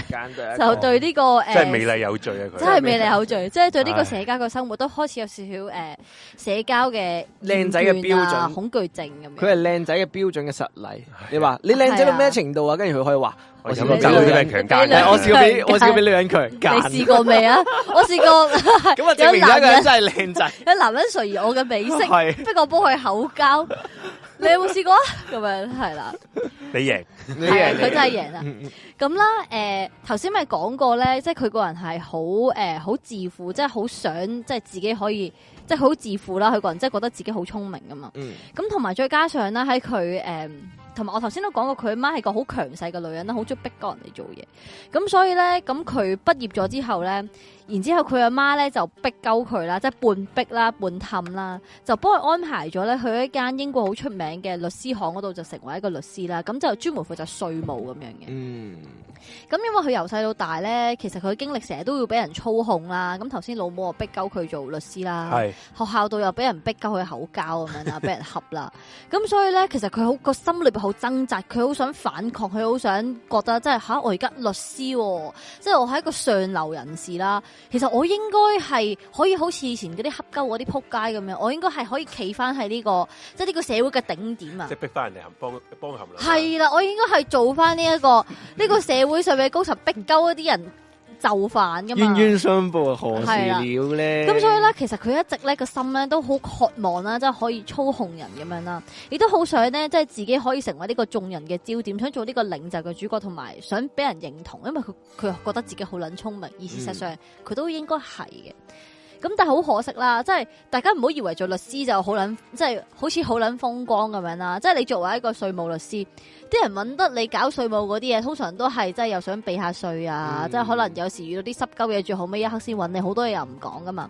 [SPEAKER 3] 就對呢、個誒。
[SPEAKER 2] 真係美麗有罪啊！
[SPEAKER 3] 真
[SPEAKER 2] 佢
[SPEAKER 3] 係美麗有罪，即係對呢
[SPEAKER 2] 唉
[SPEAKER 3] 個社交嘅生活都開始有少少诶社交嘅
[SPEAKER 1] 靚仔嘅標準
[SPEAKER 3] 厭倦啊恐懼症咁樣。
[SPEAKER 1] 佢係靚仔嘅標準嘅實例。你話你靚仔到咩程度啊？跟住佢可以話
[SPEAKER 2] 我
[SPEAKER 1] 試
[SPEAKER 2] 飲
[SPEAKER 1] 過
[SPEAKER 2] 咗
[SPEAKER 1] 俾女
[SPEAKER 2] 酒都俾
[SPEAKER 1] 人
[SPEAKER 2] 人強姦
[SPEAKER 3] 你兩
[SPEAKER 2] 嘅，
[SPEAKER 1] 我試過俾
[SPEAKER 3] 強姦
[SPEAKER 1] 我試過俾女人強姦。
[SPEAKER 3] 你試過未啊？ 我試過，
[SPEAKER 1] 咁啊，證
[SPEAKER 3] 有
[SPEAKER 1] 明咗一
[SPEAKER 3] 男
[SPEAKER 1] 個人
[SPEAKER 3] 人
[SPEAKER 1] 真係靚仔。
[SPEAKER 3] 有男人垂我嘅美色，
[SPEAKER 1] 係
[SPEAKER 3] 不過幫佢口 交，你有冇試過啊？咁樣係啦，
[SPEAKER 2] 你贏，
[SPEAKER 1] 你
[SPEAKER 3] 係啊
[SPEAKER 1] 贏
[SPEAKER 3] 佢真係贏啦。
[SPEAKER 1] 嗯嗯
[SPEAKER 3] 咁啦，誒頭先咪講過咧，即係佢個人係好誒好自負，即係好想即係自己可以，即係好自負啦。佢個人即係覺得自己好聰明啊嘛。
[SPEAKER 1] 嗯
[SPEAKER 3] 咁同埋再加上咧喺佢呃誒，同埋我頭先都講過，佢媽係個好強勢嘅女人啦，好中意逼個人嚟做嘢。咁所以咧，咁佢畢業咗之後咧，然之後佢阿媽咧就逼鳩佢啦，即係半逼啦、半氹啦，就幫佢安排咗咧去一間英國好出名嘅律師行嗰度就成為一個律師啦。咁就專門負責稅務咁樣嘅。
[SPEAKER 1] 嗯，
[SPEAKER 3] 咁因為佢由細到大咧，其實佢經歷成日都要俾人操控啦。咁頭先老母又啊逼鳩佢做律師啦。
[SPEAKER 2] 係
[SPEAKER 3] 學校度又俾人逼鳩佢口交咁樣啦，俾人恰啦。 咁所以咧，其實佢好個心裏邊好掙扎，佢好想反抗，佢好想覺得即係吓我而家律師、喎，即係我係一個上流人士啦。其實我應該係可以好似以前嗰啲恰鳩嗰啲撲街咁樣，我應該係可以企翻喺呢個即係呢個社會嘅頂點啊
[SPEAKER 2] 即係！逼翻人哋含幫幫含啦。
[SPEAKER 3] 係啦，我應該係做翻呢一個呢個社會上面嘅高層逼鳩一啲人就範噶嘛。
[SPEAKER 1] 冤冤相報啊何時
[SPEAKER 3] 係啦
[SPEAKER 1] 了咧？
[SPEAKER 3] 啊咁所以咧，其實佢一直咧個心咧都好渴望啦，即係可以操控人咁樣啦，亦都好想咧，即係自己可以成為呢個眾人嘅焦點，想做呢個領袖嘅主角，同埋想俾人認同，因為佢佢覺得自己好撚聰明，而事實上佢都應該係嘅。咁但係好可惜啦，即係大家唔好以為做律師就好撚，即係好似好撚風光咁樣啦。即係你作為一個稅務律師，啲人揾得你搞稅務嗰啲嘢，通常都係即係又想避下税啊，
[SPEAKER 1] 嗯
[SPEAKER 3] 即係可能有時遇到啲濕鳩嘢，最後尾一刻先揾你，好多嘢又唔講噶嘛。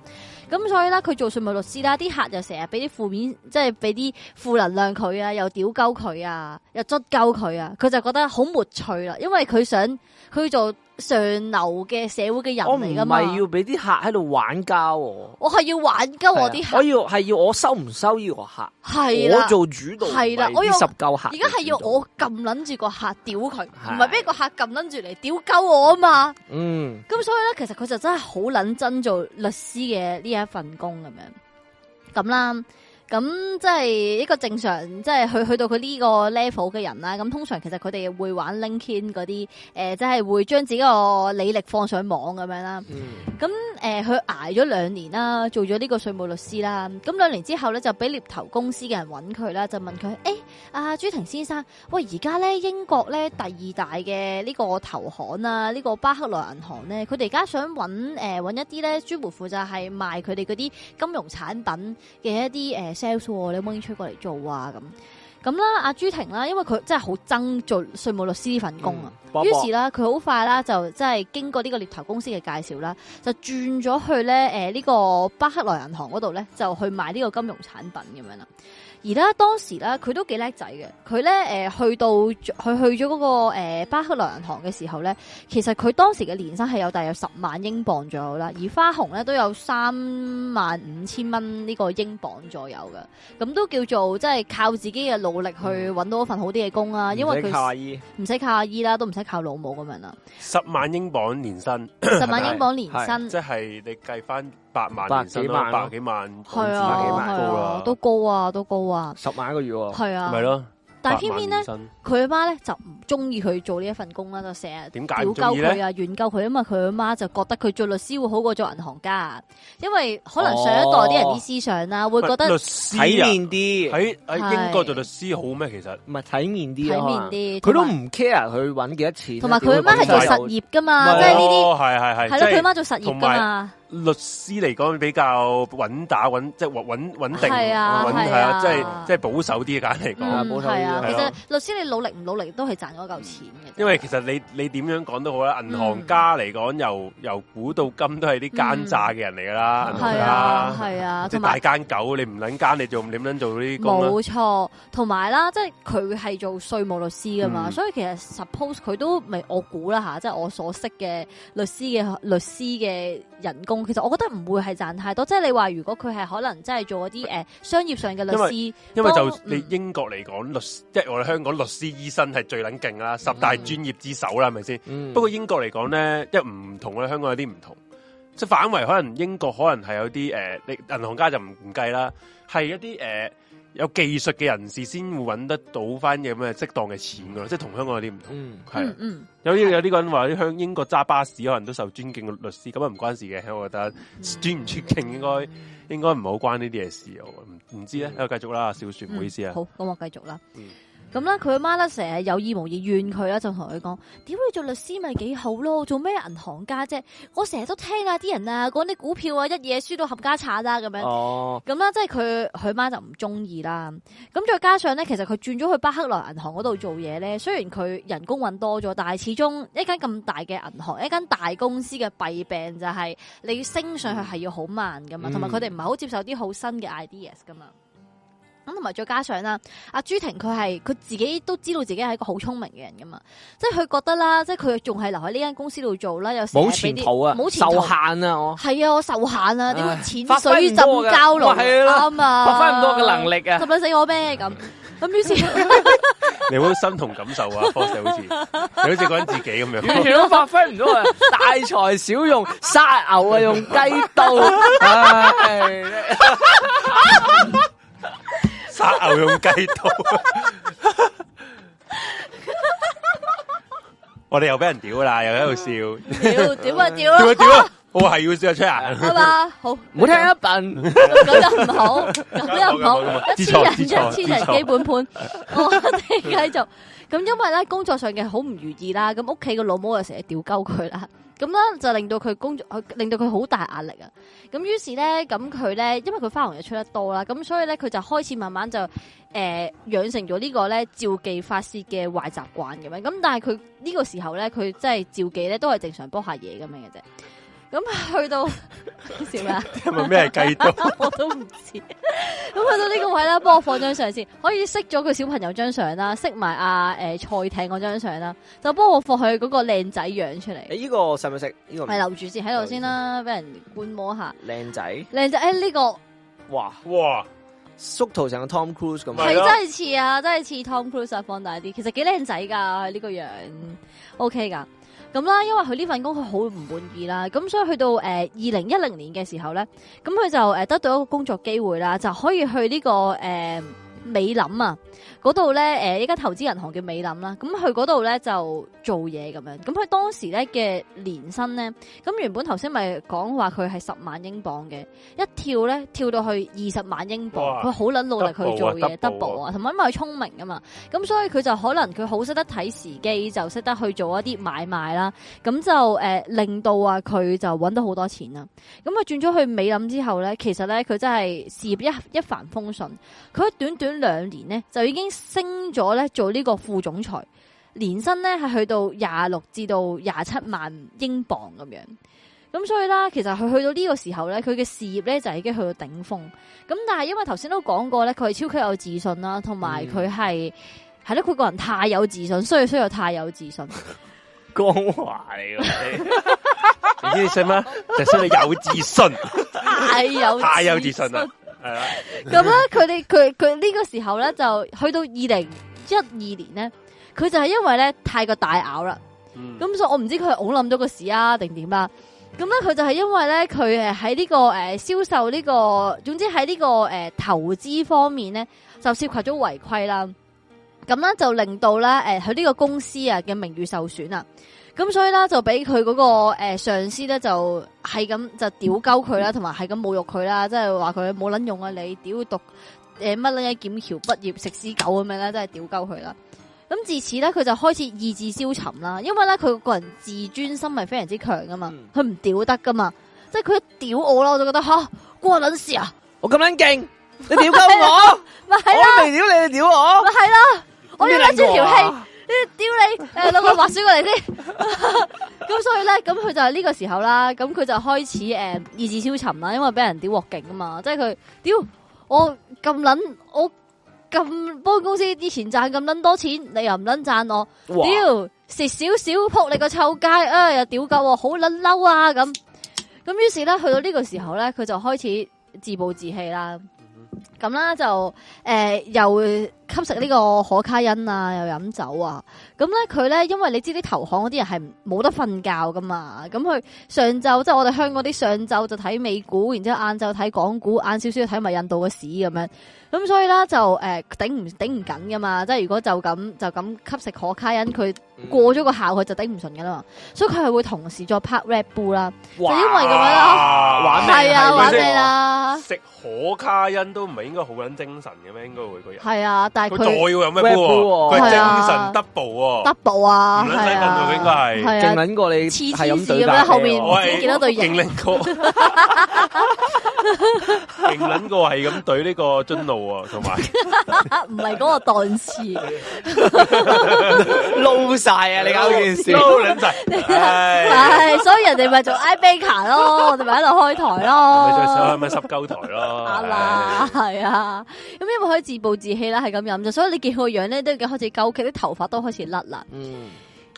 [SPEAKER 3] 咁所以咧，佢做稅務律師啦，啲客又成日俾啲負面，即係俾啲負能量佢啊，又屌鳩佢啊，又捽鳩佢啊，佢就覺得好沒趣啦，因為佢想佢做上流嘅社會嘅人
[SPEAKER 1] 我唔
[SPEAKER 3] 嚟噶嘛。
[SPEAKER 1] 係要俾啲客喺度玩交喎。
[SPEAKER 3] 我係要玩鳩我啲
[SPEAKER 1] 係啊
[SPEAKER 3] 客，
[SPEAKER 1] 我要係要我收唔收呢個客？
[SPEAKER 3] 係
[SPEAKER 1] 我
[SPEAKER 3] 啦，
[SPEAKER 1] 做主導，
[SPEAKER 3] 係啦
[SPEAKER 1] 唔係
[SPEAKER 3] 我要
[SPEAKER 1] 啲十嚿客。
[SPEAKER 3] 而家係要我，撳撚住個客屌佢，
[SPEAKER 1] 係
[SPEAKER 3] 唔係俾個客撳撚住嚟屌鳩我啊嘛。
[SPEAKER 1] 嗯，
[SPEAKER 3] 咁所以咧，其實佢就真係好撚真做律師嘅呢一份工咁樣咁啦。咁即係一個正常，即係去去到佢呢個 level 嘅人啦。咁通常其實佢哋會玩呃 LinkedIn 嗰啲，誒、即係會將自己個履歷放上網咁樣啦。
[SPEAKER 1] 嗯
[SPEAKER 3] 咁誒、誒佢捱咗兩年啦，做咗呢個稅務律師啦。咁兩年之後咧，就俾獵頭公司嘅人揾佢啦，就問佢：誒、阿朱婷先生，喂，而家咧英國咧第二大嘅呢個投行啊，呢、個巴克萊銀行咧，佢哋而家想揾誒揾一啲咧專門負責係賣佢哋嗰啲金融產品嘅一啲誒呃 sales，喎你有冇興趣過嚟做啊？咁咁啦，阿朱婷啦，因為佢真係好憎做稅務律師呢份工啊。
[SPEAKER 1] 波
[SPEAKER 3] 於
[SPEAKER 1] 波
[SPEAKER 3] 是啦，佢好快啦，就即係經過呢個獵頭公司嘅介紹啦，就轉咗去咧誒呢個巴克萊銀行嗰度咧，就去買呢個金融產品咁樣啦。而咧當時咧，佢都幾叻仔嘅，佢咧誒去到佢去咗嗰、個、呃、巴克萊銀行嘅時候咧，其實佢當時嘅年薪係有大約十萬英鎊左右啦，而花紅咧都有三萬五千蚊呢個英鎊左右嘅，咁都叫做即係靠自己嘅努力去揾到一份好啲嘅工啦，因為
[SPEAKER 1] 嗯唔使靠啊
[SPEAKER 3] 佢
[SPEAKER 1] 阿姨，
[SPEAKER 3] 唔使靠阿姨啦，都唔使靠老母咁樣啦。
[SPEAKER 2] 十萬英鎊年薪，
[SPEAKER 3] 十萬英鎊年
[SPEAKER 2] 即
[SPEAKER 3] 薪，
[SPEAKER 2] 係你計翻八萬
[SPEAKER 1] 百
[SPEAKER 2] 年薪
[SPEAKER 1] 幾
[SPEAKER 2] 咯，
[SPEAKER 1] 萬咯
[SPEAKER 2] 百幾萬港紙
[SPEAKER 3] 係
[SPEAKER 1] 百幾
[SPEAKER 3] 啊，
[SPEAKER 1] 萬
[SPEAKER 2] 高
[SPEAKER 3] 係啊
[SPEAKER 2] 啦，，
[SPEAKER 3] 都高啊，都高啊，
[SPEAKER 1] 十萬一個月喎，
[SPEAKER 3] 係啊，
[SPEAKER 2] 咪咯。
[SPEAKER 3] 但係偏偏咧，
[SPEAKER 2] 8萬年薪
[SPEAKER 3] 佢阿媽咧就唔中意佢做呢一份工啦，就成日
[SPEAKER 2] 點解
[SPEAKER 3] 屌
[SPEAKER 2] 唔
[SPEAKER 3] 鳩
[SPEAKER 2] 中意
[SPEAKER 3] 佢
[SPEAKER 2] 咧？
[SPEAKER 3] 啊，怨鳩佢，因為佢阿媽就覺得佢做律師會好過做銀行家啊，因為可能上一代啲人啲思想啦，會覺得
[SPEAKER 2] 律
[SPEAKER 1] 體
[SPEAKER 2] 師啊
[SPEAKER 1] 面啲，
[SPEAKER 2] 喺喺英國
[SPEAKER 3] 係
[SPEAKER 2] 做律師好咩？其實
[SPEAKER 1] 唔係體面
[SPEAKER 3] 體
[SPEAKER 1] 啲啊，可能
[SPEAKER 3] 面啲，
[SPEAKER 1] 佢都
[SPEAKER 3] 同埋
[SPEAKER 1] 唔 care 佢揾幾多錢啊，
[SPEAKER 3] 同埋佢阿媽係做
[SPEAKER 1] 屌佢
[SPEAKER 3] 實業噶嘛，
[SPEAKER 1] 係
[SPEAKER 3] 即係呢啲
[SPEAKER 2] 哦，係係係，
[SPEAKER 3] 係咯，
[SPEAKER 2] 即
[SPEAKER 3] 佢
[SPEAKER 2] 係
[SPEAKER 3] 阿媽做實業噶嘛，
[SPEAKER 2] 律師嚟講比較穩打穩，即係穩穩定，
[SPEAKER 3] 係啊
[SPEAKER 2] 穩
[SPEAKER 3] 係
[SPEAKER 2] 係
[SPEAKER 3] 啊
[SPEAKER 2] 啊，即係即係保守啲嘅簡單嚟講。
[SPEAKER 3] 嗯
[SPEAKER 1] 保守
[SPEAKER 3] 係啊，
[SPEAKER 1] 啲
[SPEAKER 3] 其
[SPEAKER 2] 係咯
[SPEAKER 3] 實律師你努力唔努力都係賺嗰嚿錢嘅，
[SPEAKER 2] 因為其實你你點樣講都好啦，銀行家嚟講，由由古到今都係啲奸詐嘅人嚟噶啦，銀行
[SPEAKER 3] 係啊
[SPEAKER 2] 家
[SPEAKER 3] 係啊，
[SPEAKER 2] 即
[SPEAKER 3] 同
[SPEAKER 2] 係
[SPEAKER 3] 埋
[SPEAKER 2] 大。奸狗，你唔撚奸，你做點撚做呢啲工啊？
[SPEAKER 3] 冇錯，同埋啦，即係佢係做稅務律師噶嘛，
[SPEAKER 2] 嗯
[SPEAKER 3] 所以其實 suppose 佢都咪我估啦吓，即係我所識嘅律師嘅律師嘅人工，其實我覺得唔會係賺太多。即係你話如果佢係可能真係做嗰啲誒商業上嘅律師，
[SPEAKER 2] 因為就
[SPEAKER 3] 幫
[SPEAKER 2] 你
[SPEAKER 3] 嗯
[SPEAKER 2] 英國嚟講，律師即係我哋香港律師、醫生係最撚勁啦，十大
[SPEAKER 3] 嗯
[SPEAKER 2] 專業之首啦，係咪先？
[SPEAKER 1] 嗯
[SPEAKER 2] 不過英國嚟講咧，一唔同咧，香港有啲唔同，即係反為可能英國可能係有啲誒、呃你銀行家就唔唔計啦，係一啲誒、呃有技術嘅人士先會揾得到翻嘅咁嘅適當嘅錢噶咯，即係同香港有啲唔同。
[SPEAKER 1] 嗯
[SPEAKER 2] 係
[SPEAKER 3] 嗯
[SPEAKER 2] 啊
[SPEAKER 3] 嗯，
[SPEAKER 2] 有啲有啲個人話啲香英國揸巴士可能都受尊敬嘅律師，咁啊唔關事嘅，我覺
[SPEAKER 3] 嗯
[SPEAKER 2] 得尊唔尊敬應該應該唔好關呢啲嘢事，我唔唔知咧，繼續啦，小雪唔好意思啊
[SPEAKER 3] 嗯，好，咁我繼續啦
[SPEAKER 2] 嗯。
[SPEAKER 3] 咁啦，佢阿媽咧成日有意無意怨佢啦，就同佢講：屌你做律師咪幾好咯，做咩銀行家啫？我成日都聽啊啲人啊講啲股票啊一嘢輸到冚家產啊咁樣。
[SPEAKER 1] 哦，
[SPEAKER 3] 咁啦，即係佢佢媽就唔中意啦。咁再加上咧，其實佢轉咗去巴克萊銀行嗰度做嘢咧，雖然佢人工揾多咗，但係始終一間咁大嘅銀行，一間大公司嘅弊病就係你升上去係要好慢噶嘛，
[SPEAKER 1] 嗯
[SPEAKER 3] 同埋佢哋唔係好接受啲好新嘅 ideas 噶嘛。咁同埋再加上啦，阿朱婷佢係佢自己都知道自己係一個好聰明嘅人噶嘛，即係佢覺得啦，即係佢仲係留喺呢間公司度做啦，有時
[SPEAKER 1] 冇
[SPEAKER 3] 係俾
[SPEAKER 1] 前
[SPEAKER 3] 啲
[SPEAKER 1] 途啊，
[SPEAKER 3] 冇前
[SPEAKER 1] 受
[SPEAKER 3] 途
[SPEAKER 1] 限啊，我
[SPEAKER 3] 系啊，我受限啊，點會
[SPEAKER 1] 唉
[SPEAKER 3] 淺
[SPEAKER 1] 發揮
[SPEAKER 3] 水
[SPEAKER 1] 唔
[SPEAKER 3] 浸
[SPEAKER 1] 到我嘅
[SPEAKER 3] 蛟龍
[SPEAKER 1] 咪係咯
[SPEAKER 3] 啱啊，
[SPEAKER 1] 發揮唔到我嘅能力啊
[SPEAKER 3] 氹，撚死我咩咁？咁於是
[SPEAKER 2] 你好心同感受啊 f o 好 似你好似講緊自己咁樣
[SPEAKER 1] 完。全都發揮唔到啊！大材小用，殺牛啊用雞刀，唉，
[SPEAKER 2] 杀牛用鸡刀。 我哋又俾人屌啦，又喺度笑，
[SPEAKER 3] 屌屌啊屌
[SPEAKER 2] 屌啊
[SPEAKER 3] 啊，
[SPEAKER 2] 屌啊！我系要笑出嚟，
[SPEAKER 3] 係嘛？好，
[SPEAKER 1] 唔好聽啊一笨，
[SPEAKER 3] 咁又唔好，咁又唔
[SPEAKER 2] 咁又
[SPEAKER 3] 好
[SPEAKER 2] 唔 好，
[SPEAKER 3] 一
[SPEAKER 2] 知
[SPEAKER 3] 千
[SPEAKER 2] 錯
[SPEAKER 3] 人
[SPEAKER 2] 知錯
[SPEAKER 3] 一千人
[SPEAKER 2] 知錯
[SPEAKER 3] 基本盤， 哦我哋繼續。咁因為咧工作上嘅好唔如意啦，咁屋企嘅老母又成日屌鳩佢啦， 咁咧就令到佢工作，令到佢好大壓力啊。咁於是咧，咁佢咧，因為佢花紅又出得多啦，咁所以咧佢就開始慢慢就誒、呃、養成咗呢個咧照記發泄嘅壞習慣咁樣。咁但係佢呢個時候咧，佢真係照記咧都係正常幫下嘢咁樣嘅啫。咁去到 笑咩啊？
[SPEAKER 2] 係咪咩系鸡刀？
[SPEAKER 3] 我都唔知。咁去到呢個位啦，幫我放張相先，可以熄咗佢小朋友張相啦，熄埋阿诶蔡艇嗰張相啦，就幫我放佢嗰個靚仔樣出嚟，
[SPEAKER 1] 你呢個使唔使？呢個唔
[SPEAKER 3] 咪留哎住先喺度先啦，俾人觀摩下。
[SPEAKER 1] 靚仔，
[SPEAKER 3] 靚仔哎诶，呢、個
[SPEAKER 1] 哇，
[SPEAKER 2] 哇！
[SPEAKER 1] 縮圖成個 Tom Cruise 咁
[SPEAKER 2] 係
[SPEAKER 3] 係
[SPEAKER 1] 啊，
[SPEAKER 2] 咯
[SPEAKER 3] 真係似啊，真係似 Tom Cruise 啊，放大啲，其實幾靚仔噶呢個樣，OK 噶。咁啦，因為佢呢份工佢好唔滿意啦，咁所以去到誒二零一呃零年嘅時候咧，咁佢就誒得到一個工作機會啦，就可以去呢、個誒、呃美林啊，嗰度咧誒一間投資銀行叫美林啦，咁佢嗰度咧就做嘢咁樣，咁佢當時咧嘅年薪咧，咁原本頭先咪講話佢係十萬英鎊嘅，一跳咧跳到去二十萬英鎊，
[SPEAKER 2] 哇
[SPEAKER 3] 佢好撚努力去做嘢
[SPEAKER 2] double 啊
[SPEAKER 3] double 啊，同埋因為佢聰明啊嘛，咁所以佢就可能佢好識得睇時機，就識得去做一啲買賣啦，咁就誒、呃令到啊佢就揾到好多錢啦，咁佢轉咗去美林之後咧，其實咧佢真係事業一一帆風順。佢喺短短兩年呢，就已經升咗咧做呢個副總裁，年薪呢係去到廿六至到廿七萬英鎊咁樣。咁所以啦，其實佢去到呢個時候咧，佢嘅事業咧就已經去到頂峰。咁但係因為頭先都講過咧，佢係超級有自信啦，同埋
[SPEAKER 2] 嗯
[SPEAKER 3] 佢係係咯，佢個人太有自信，所以需要太有自信。
[SPEAKER 1] 光華嚟嘅，
[SPEAKER 2] 你知你信咩？就信你有自 信，
[SPEAKER 3] 太有
[SPEAKER 2] 太有自信啦，系啦，
[SPEAKER 3] 咁咧，佢哋佢佢呢個時候咧，就去到二零一二年咧，佢就係因為咧太過大咬啦。
[SPEAKER 2] 嗯
[SPEAKER 3] 咁所以我唔知佢係㧬冧咗個市啊，定點啦。咁咧佢就係因為咧佢誒喺呢個誒銷售呢、個，總之喺呢、個誒、呃投資方面咧就涉及咗違規啦。咁咧就令到咧誒佢呢個公司啊嘅名譽受損啦。咁所以啦，就俾佢嗰個呃上司咧，就係咁就屌鳩佢啦，同埋係咁侮辱佢啦，即係話佢冇撚用啊！你屌讀誒乜撚嘢劍橋畢業食屎狗咁樣啦，真係屌鳩佢啦。咁自此咧，佢就開始意志消沉啦，因為咧佢個人自尊心係非常之強噶嘛
[SPEAKER 1] 嗯，
[SPEAKER 3] 佢唔屌得噶嘛，即係佢一屌我啦，我就覺得吓關我撚事啊，
[SPEAKER 1] 我咁撚 勁，你屌鳩我，
[SPEAKER 3] 咪係
[SPEAKER 1] 我都未屌你，你屌我，
[SPEAKER 3] 咪係啦，我要
[SPEAKER 1] 咁
[SPEAKER 3] 拎
[SPEAKER 1] 你
[SPEAKER 3] 住條
[SPEAKER 1] 兩個
[SPEAKER 3] 氣
[SPEAKER 1] 啊。
[SPEAKER 3] 屌 你！誒，攞個滑水過嚟先。 咁所以咧，咁佢就係呢個時候啦，咁佢就開始誒、意志消沉啦，因為俾人屌鑊勁啊嘛，即係佢屌我咁撚，我咁幫公司以前賺咁撚多錢，你又唔撚賺我，
[SPEAKER 1] 哇
[SPEAKER 3] 屌蝕少少撲你個臭街啊！又屌鳩我，好撚嬲啊咁。咁於是咧，去到呢個時候咧，佢就開始自暴自棄啦。咁啦就誒、又吸食呢個可卡因啊，又飲酒啊。咁咧佢咧，因為你知啲投行嗰啲人係唔冇得瞓覺噶嘛，咁佢上晝即係我哋香港啲上晝就睇美股，然之後晏晝睇港股，晏少少睇埋印度嘅市咁樣。咁所以啦就誒、頂唔頂唔緊噶嘛，即係如果就咁就咁吸食可卡因，佢過咗個效佢就頂唔順噶啦嘛，所以佢係會同時再拍 Red Bull 啦，
[SPEAKER 1] 就
[SPEAKER 3] 就因為咁樣
[SPEAKER 2] 啦
[SPEAKER 1] 玩命
[SPEAKER 3] 係啊
[SPEAKER 1] 係
[SPEAKER 3] 玩
[SPEAKER 1] 咪
[SPEAKER 3] 你
[SPEAKER 1] 先
[SPEAKER 3] 啦，
[SPEAKER 2] 啊食可卡因都唔係應該好撚精神嘅咩？應該會個人。
[SPEAKER 3] 係啊，但係
[SPEAKER 2] 佢再
[SPEAKER 3] 佢
[SPEAKER 2] 要有咩
[SPEAKER 1] Red
[SPEAKER 2] 波
[SPEAKER 1] Bull
[SPEAKER 2] 喎？佢係
[SPEAKER 3] 係
[SPEAKER 2] 精
[SPEAKER 3] 啊
[SPEAKER 2] 神 double 喎，
[SPEAKER 3] double 啊，
[SPEAKER 2] 唔撚使
[SPEAKER 3] 係
[SPEAKER 2] 瞓到應該
[SPEAKER 3] 啊，
[SPEAKER 2] 係。
[SPEAKER 3] 係
[SPEAKER 1] 勁
[SPEAKER 3] 啊，
[SPEAKER 1] 撚過你
[SPEAKER 3] 黐黐
[SPEAKER 1] 係咁對
[SPEAKER 3] 線咁樣
[SPEAKER 1] 白
[SPEAKER 3] 後面
[SPEAKER 2] 我係
[SPEAKER 3] 見到對翼
[SPEAKER 2] 勁撚過，勁撚過係咁對呢個樽路啊，同埋
[SPEAKER 3] 啊唔係嗰個檔次。
[SPEAKER 1] 撈晒啊！你搞件事，
[SPEAKER 2] 都撚滯，唉，
[SPEAKER 3] 唉，所以人哋咪做 i baker 咯，我哋咪喺度開台
[SPEAKER 2] 咪再
[SPEAKER 3] 咯
[SPEAKER 2] 上，咪十鳩台咯，
[SPEAKER 3] 啱啦，係啊。咁因為佢自暴自棄啦，係咁飲啫，所以你見佢個樣咧都已經開始鳩棘，啲頭髮都開始甩啦。
[SPEAKER 1] 嗯，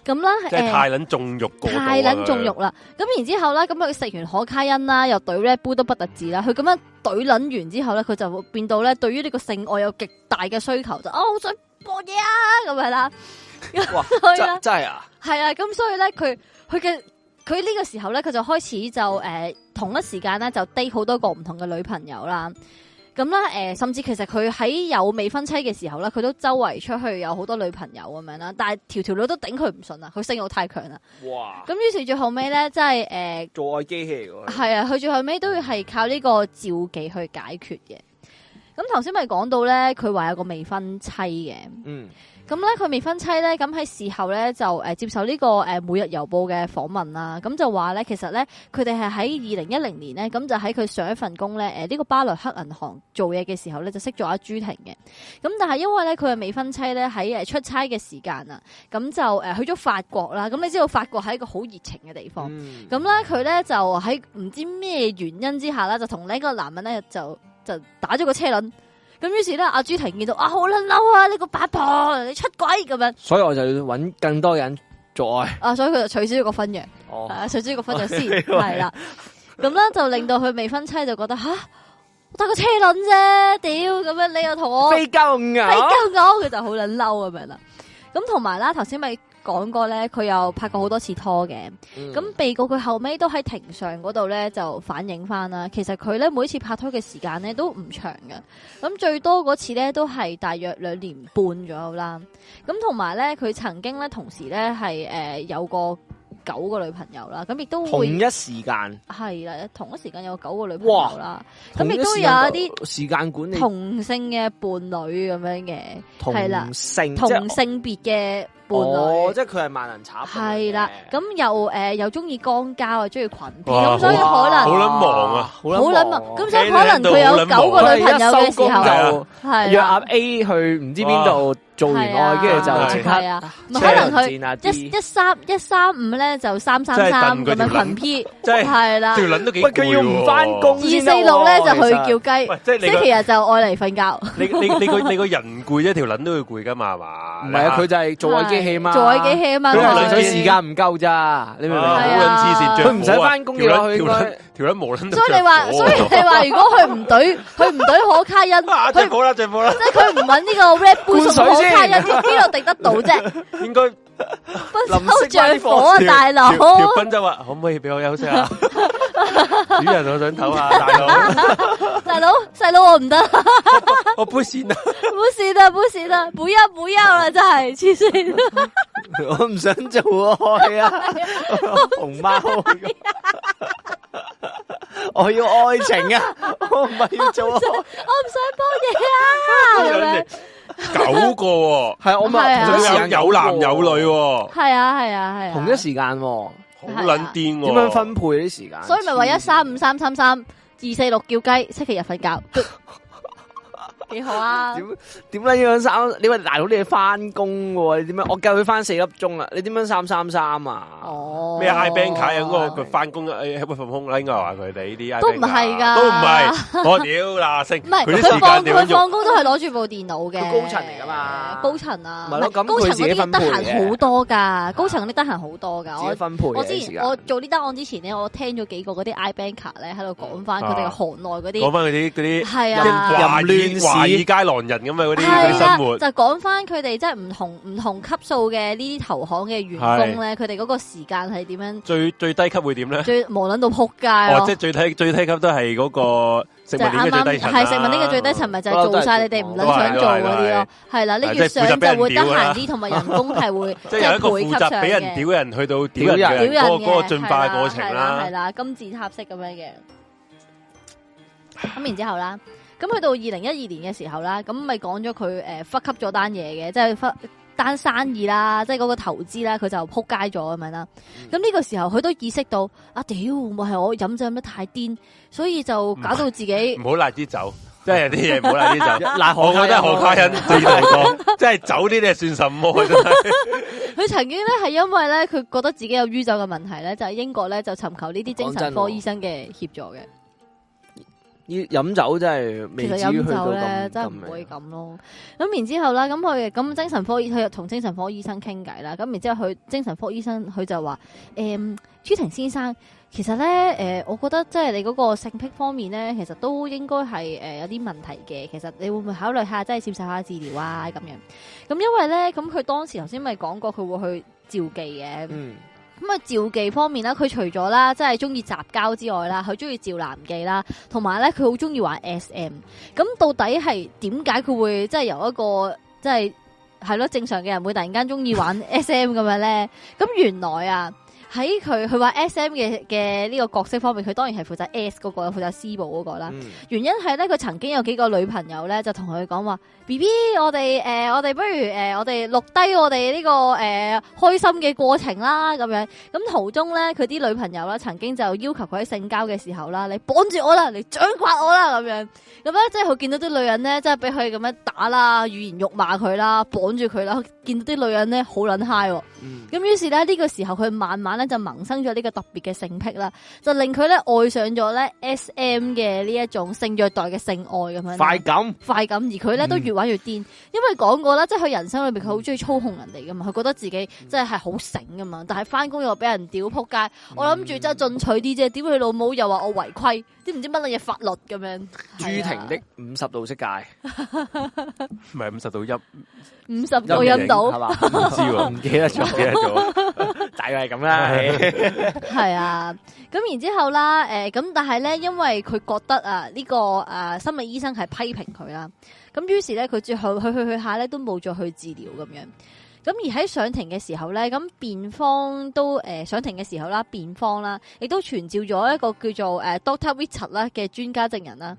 [SPEAKER 3] 咁啦，
[SPEAKER 2] 唉，即係
[SPEAKER 3] 誒
[SPEAKER 2] 太撚縱欲過度啊
[SPEAKER 3] 太撚縱欲啦。咁然之後咧，咁佢食完可卡因啦，又懟 Red Bull 都不特止啦。佢咁樣懟撚完之後咧，佢就會變到咧對於呢個性愛有極大嘅需求，就啊好想搏嘢啊咁樣啦。
[SPEAKER 1] 哇，
[SPEAKER 3] 係啦
[SPEAKER 1] 真真係啊，
[SPEAKER 3] 系啊，咁所以咧，佢佢嘅佢呢個時候咧，佢就開始就誒、呃同一時間咧就 date 好多個唔同嘅女朋友啦。咁啦，誒、甚至其實佢喺有未婚妻嘅時候咧，佢都周圍出去有好多女朋友咁樣啦，但係條條女都頂佢唔順啊，佢性慾太強啦。
[SPEAKER 1] 哇，
[SPEAKER 3] 咁於是最後尾咧，即係誒。呃
[SPEAKER 1] 做愛機器嚟㗎，
[SPEAKER 3] 係啊，佢最後尾都要係靠呢個召妓去解決嘅。咁頭先咪講到咧，佢話有個未婚妻嘅，
[SPEAKER 1] 嗯，
[SPEAKER 3] 咁咧佢未婚妻咧，咁喺事後咧就誒、呃接受呢、個誒、呃每日郵報嘅訪問啦，咁就話咧其實咧佢哋係喺二零一零年咧，咁就喺佢上一份工咧誒呢、個巴雷克銀行做嘢嘅時候咧就識咗阿朱婷嘅，咁但係因為咧佢嘅未婚妻咧喺呃誒出差嘅時間啊，咁就誒、呃去咗法國啦，咁你知道法國係一個好熱情嘅地方。
[SPEAKER 1] 嗯
[SPEAKER 3] 咁咧，佢咧就喺唔知咩原因之下咧，就同呢個男人咧就就打咗個車輪。咁於是咧，阿朱婷見到啊，好撚嬲啊！呢個八婆，你出軌咁樣
[SPEAKER 1] 所以我就要揾更多人做愛，
[SPEAKER 3] 啊，所以佢就取消咗個婚約，
[SPEAKER 1] 哦啊
[SPEAKER 3] 係，啊取消咗個 婚約先係啦。咁咧就令到佢未婚妻就覺得吓，啊我打個車輪啫，屌咁樣你又同我
[SPEAKER 1] 飛鳩
[SPEAKER 3] 俾
[SPEAKER 1] 牛，
[SPEAKER 3] 鳩我，佢就好撚嬲咁樣啦。咁同埋啦，頭先咪講過咧，佢又拍過好多次拖嘅。
[SPEAKER 1] 嗯
[SPEAKER 3] 咁被告佢後尾都喺庭上嗰度咧就反映翻啦，其實佢咧每次拍拖嘅時間咧都唔長嘅，咁最多嗰次咧都係大約兩年半左右啦。咁同埋咧，佢曾經咧同時咧係誒有過九個女朋友啦，咁亦都
[SPEAKER 1] 同
[SPEAKER 3] 會
[SPEAKER 1] 一時間，
[SPEAKER 3] 係啦，同一時間有九個女朋友啦，咁
[SPEAKER 1] 同
[SPEAKER 3] 亦
[SPEAKER 1] 一
[SPEAKER 3] 都
[SPEAKER 1] 時
[SPEAKER 3] 有
[SPEAKER 1] 間
[SPEAKER 3] 一啲
[SPEAKER 1] 時間管理
[SPEAKER 3] 同性嘅伴侶咁樣嘅，係啦
[SPEAKER 1] 同性
[SPEAKER 3] 同
[SPEAKER 1] 嗯即係
[SPEAKER 3] 性別嘅伴侶
[SPEAKER 1] 哦，。即係佢係萬能插
[SPEAKER 3] 系啦，咁又诶、呃又中意光膠啊，中意裙邊，
[SPEAKER 2] 哇
[SPEAKER 3] 咁所以可能
[SPEAKER 2] 好撚忙啊，
[SPEAKER 1] 好
[SPEAKER 3] 好
[SPEAKER 1] 撚忙
[SPEAKER 3] 撚忙，
[SPEAKER 1] 啊
[SPEAKER 3] 咁所以可能佢有九個女朋友嘅時
[SPEAKER 2] 係啊
[SPEAKER 3] 候，
[SPEAKER 1] 就
[SPEAKER 3] 係
[SPEAKER 1] 約阿
[SPEAKER 3] 啦，
[SPEAKER 1] A 去唔知邊度做完愛，跟住就即刻
[SPEAKER 3] 係啊，咪可能佢
[SPEAKER 1] 車輪戰啊
[SPEAKER 3] 一一三一三五咧就三三
[SPEAKER 2] 真係
[SPEAKER 3] 三
[SPEAKER 2] 燉
[SPEAKER 3] 咁
[SPEAKER 2] 佢條
[SPEAKER 3] 樣
[SPEAKER 2] 撚
[SPEAKER 3] 群 P，
[SPEAKER 2] 真係
[SPEAKER 3] 係啦，
[SPEAKER 2] 條
[SPEAKER 3] 二
[SPEAKER 2] 捻都幾
[SPEAKER 1] 喂佢要
[SPEAKER 2] 攰喎
[SPEAKER 1] 唔返工
[SPEAKER 3] 四六咧就去叫雞
[SPEAKER 2] 喂，即係你
[SPEAKER 3] 星
[SPEAKER 2] 個
[SPEAKER 3] 期日就愛嚟瞓覺。
[SPEAKER 2] 你你你個你個人攰啫，條撚都會攰噶嘛，係嘛？
[SPEAKER 1] 唔係啊，佢就係做愛機器嘛，
[SPEAKER 3] 做愛機器啊嘛，
[SPEAKER 2] 佢
[SPEAKER 1] 佢
[SPEAKER 2] 係
[SPEAKER 1] 純
[SPEAKER 3] 所
[SPEAKER 1] 粹
[SPEAKER 3] 以
[SPEAKER 1] 時間唔夠咋，你明唔明
[SPEAKER 2] 好
[SPEAKER 3] 係
[SPEAKER 1] 啊？
[SPEAKER 3] 啊
[SPEAKER 2] 撚黐線，着
[SPEAKER 1] 佢唔使返工嘅話佢應該
[SPEAKER 2] 條撚條撚無撚都
[SPEAKER 3] 所 以你話，
[SPEAKER 2] 着火
[SPEAKER 3] 所以你話，如果佢唔懟，佢唔懟可卡因，
[SPEAKER 2] 啊，着
[SPEAKER 3] 佢
[SPEAKER 2] 火啦，着火啦，
[SPEAKER 3] 即係佢唔揾呢個 Red Bull 送可卡因，
[SPEAKER 1] 灌
[SPEAKER 3] 邊度滴得到 啫？
[SPEAKER 2] 應該
[SPEAKER 3] 不收着 火啊，大佬！
[SPEAKER 2] 條條賓州話可唔可以俾我休息 啊？主人，我想唞下，大佬，
[SPEAKER 3] 大佬，細佬我唔得， 唔
[SPEAKER 2] 我杯線啊！
[SPEAKER 3] 好事啦，唔好事啦，不要不要啦，真係黐 線。
[SPEAKER 1] 我唔想做愛啊， 熊貓，啊 我要愛情啊，我唔係要做愛。
[SPEAKER 3] 我唔 想幫你啊，咁樣
[SPEAKER 2] 九個喎，
[SPEAKER 1] 系我
[SPEAKER 3] 係啊
[SPEAKER 1] 咪同一時間
[SPEAKER 2] 仲有有男有女，喎，
[SPEAKER 3] 係啊係啊係啊，
[SPEAKER 1] 同一時間喎，
[SPEAKER 2] 好撚癲喎！
[SPEAKER 1] 點樣分配啲時間？
[SPEAKER 3] 所以咪話一三五三三三二四六叫雞，星期日瞓 覺，幾好啊！
[SPEAKER 1] 點點撚樣三？你話大佬你係翻工喎，你點樣？我計佢翻四粒鐘啊，你點樣三三三啊？
[SPEAKER 3] 哦，
[SPEAKER 2] 咩 I bank 卡啊？嗰個佢翻工誒喺份工啦，應該話佢哋呢啲 I
[SPEAKER 3] 都唔係㗎
[SPEAKER 2] 都唔係。我屌啦，星
[SPEAKER 3] 唔係
[SPEAKER 2] 佢啲
[SPEAKER 3] 佢放
[SPEAKER 2] 時間點
[SPEAKER 3] 佢
[SPEAKER 2] 樣用？
[SPEAKER 3] 放工都係攞住部電腦嘅，
[SPEAKER 1] 佢高層嚟㗎嘛
[SPEAKER 3] 高層啊，
[SPEAKER 1] 咪咯
[SPEAKER 3] 唔係
[SPEAKER 1] 咁佢
[SPEAKER 3] 高層
[SPEAKER 1] 自己
[SPEAKER 3] 嗰啲
[SPEAKER 1] 分
[SPEAKER 3] 得
[SPEAKER 1] 配
[SPEAKER 3] 閒
[SPEAKER 1] 嘅
[SPEAKER 3] 好多㗎，高層嗰啲得閒好多㗎，
[SPEAKER 1] 自己
[SPEAKER 3] 我。
[SPEAKER 1] 分配
[SPEAKER 3] 我
[SPEAKER 1] 嘅
[SPEAKER 3] 之
[SPEAKER 1] 時
[SPEAKER 3] 前
[SPEAKER 1] 間
[SPEAKER 3] 我做呢單案之前咧，我聽咗幾個嗰啲 I banker 咧喺度講翻佢哋嘅
[SPEAKER 2] 啊
[SPEAKER 3] 行內嗰
[SPEAKER 2] 講
[SPEAKER 3] 啲，
[SPEAKER 2] 翻佢啲嗰啲
[SPEAKER 3] 係
[SPEAKER 2] 即係
[SPEAKER 3] 啊，
[SPEAKER 2] 華爾
[SPEAKER 1] 淫亂史
[SPEAKER 2] 華爾街狼人咁啊！嗰啲嗰
[SPEAKER 3] 係
[SPEAKER 2] 啲
[SPEAKER 3] 啦，
[SPEAKER 2] 生活
[SPEAKER 3] 就講翻佢哋即係唔同唔同級數嘅呢啲投行嘅員工咧，佢哋嗰個時間係點樣
[SPEAKER 2] 最最低級會點咧？
[SPEAKER 3] 最無論到撲街
[SPEAKER 2] 哦，即係
[SPEAKER 3] 咯。
[SPEAKER 2] 最低最低級都係嗰個食物
[SPEAKER 3] 就係
[SPEAKER 2] 鏈
[SPEAKER 3] 啱
[SPEAKER 2] 嘅最
[SPEAKER 3] 啱
[SPEAKER 2] 低層啊
[SPEAKER 3] 係食物呢個最低層，咪就係做晒你哋唔撚想做嗰啲咯，係啦，你越想就會得閒啲，同埋人工係會
[SPEAKER 2] 即係由一個
[SPEAKER 3] 倍級
[SPEAKER 2] 負
[SPEAKER 3] 上
[SPEAKER 2] 責俾人
[SPEAKER 3] 嘅，
[SPEAKER 2] 屌人去到
[SPEAKER 1] 屌
[SPEAKER 2] 屌人
[SPEAKER 3] 屌
[SPEAKER 2] 嘅
[SPEAKER 3] 人
[SPEAKER 2] 人嗰個嗰
[SPEAKER 3] 嘅
[SPEAKER 2] 個進化過程
[SPEAKER 3] 啦，係
[SPEAKER 2] 啦。
[SPEAKER 3] 啦，金字塔式咁樣嘅。咁然之後啦，咁去到二零一二年嘅時候啦，咁咪講咗佢誒忽吸咗單嘢嘅，即係忽單生意啦，即係嗰個投資啦，佢就撲街咗咁樣啦。咁呢個時候佢都意識到啊，屌，咪係我飲酒飲得太癲，所以就搞到 自己
[SPEAKER 2] 唔好賴啲酒，即係有啲嘢唔好賴 啲酒。
[SPEAKER 1] 嗱，
[SPEAKER 2] 我覺得何嘉欣對你嚟講，即係酒呢啲係算什 麼啊真係。
[SPEAKER 3] 佢曾經咧係因為咧佢覺得自己有酗酒嘅問題咧，就喺英國咧就尋求呢啲精
[SPEAKER 1] 講
[SPEAKER 3] 神
[SPEAKER 1] 真
[SPEAKER 3] 科
[SPEAKER 1] 喎
[SPEAKER 3] 醫生嘅協助嘅。
[SPEAKER 1] 飲酒真係未
[SPEAKER 3] 其
[SPEAKER 1] 至
[SPEAKER 3] 實
[SPEAKER 1] 於
[SPEAKER 3] 飲
[SPEAKER 1] 去到
[SPEAKER 3] 酒
[SPEAKER 1] 咁
[SPEAKER 3] 咧真係唔會咁咯。咁然之後啦，咁佢咁精神科醫佢又同精神科醫生傾偈啦。咁然之後佢精神科醫生佢就話：誒、嗯朱婷先生，其實咧誒、我覺得即係你嗰個性癖方面咧，其實都應該係誒、有啲問題嘅。其實你會唔會考慮下，即係接受下治療啊咁樣？咁因為咧，咁佢當時頭先咪講過佢會去照記嘅。
[SPEAKER 1] 嗯，
[SPEAKER 3] 咁啊，召妓方面啦，佢除咗啦，即係中意雜交之外啦，佢中意召男妓啦，同埋咧佢好中意玩 S.M。咁到底係點解佢會即係由一個即係係咯正常嘅人會突然間中意玩 S.M 咁樣咧？咁原來啊喺佢佢話 S.M 嘅嘅呢個角色方面，佢當然係負責 S 嗰、個，負責施暴嗰個啦。
[SPEAKER 1] 嗯
[SPEAKER 3] 原因係咧，佢曾經有幾個女朋友咧，就同佢講話：B B，我哋誒、呃我哋不如誒、呃我哋錄低我哋呢、個誒、呃、開心嘅過程啦，咁樣。咁途中咧，佢啲女朋友啦，曾經就要求佢喺性交嘅時候啦，你綁住我啦，你掌摑我啦，咁樣。咁咧，即係佢見到啲女人咧，即係俾佢咁樣打啦，語言辱罵佢啦，綁住佢啦。見到啲女人咧，好撚嗨喎。
[SPEAKER 1] 嗯
[SPEAKER 3] 咁於是咧，呢、個時候佢慢慢咧咧就萌生咗呢個特別嘅性癖啦，就令佢咧愛上咗咧 S.M. 嘅呢一種性虐待嘅性愛咁樣啦。
[SPEAKER 1] 快感，
[SPEAKER 3] 快感，而佢咧都越玩越癲，因為講過啦，即係佢人生裏邊佢好中意操控人哋噶嘛，佢覺得自己真係係好醒噶嘛，但係翻工又俾人屌撲街，我諗住真係進取啲啫，點佢老母又話我違規，啲唔知乜嘢法律咁樣。
[SPEAKER 1] 朱婷的五十度色戒，
[SPEAKER 2] 唔係五十到一，唔
[SPEAKER 3] 五十度飲到，
[SPEAKER 1] 係嘛？
[SPEAKER 2] 知喎，唔
[SPEAKER 1] 唔記得咗，
[SPEAKER 2] 記得咗。
[SPEAKER 1] 大概係咁啦。唉
[SPEAKER 3] 係啊，咁然之後啦，誒、咁但係咧，因為佢覺得啊，呢、個啊心理醫生係批評佢啦，咁於是咧佢最後去去去下咧都冇再去治療咁樣。咁而喺上庭嘅時候咧，咁辯方都誒、上庭嘅時候啦，辯方啦，亦都傳召咗一個叫做誒、Doctor Richard 啦嘅專家證人
[SPEAKER 1] 嗯
[SPEAKER 3] 啦，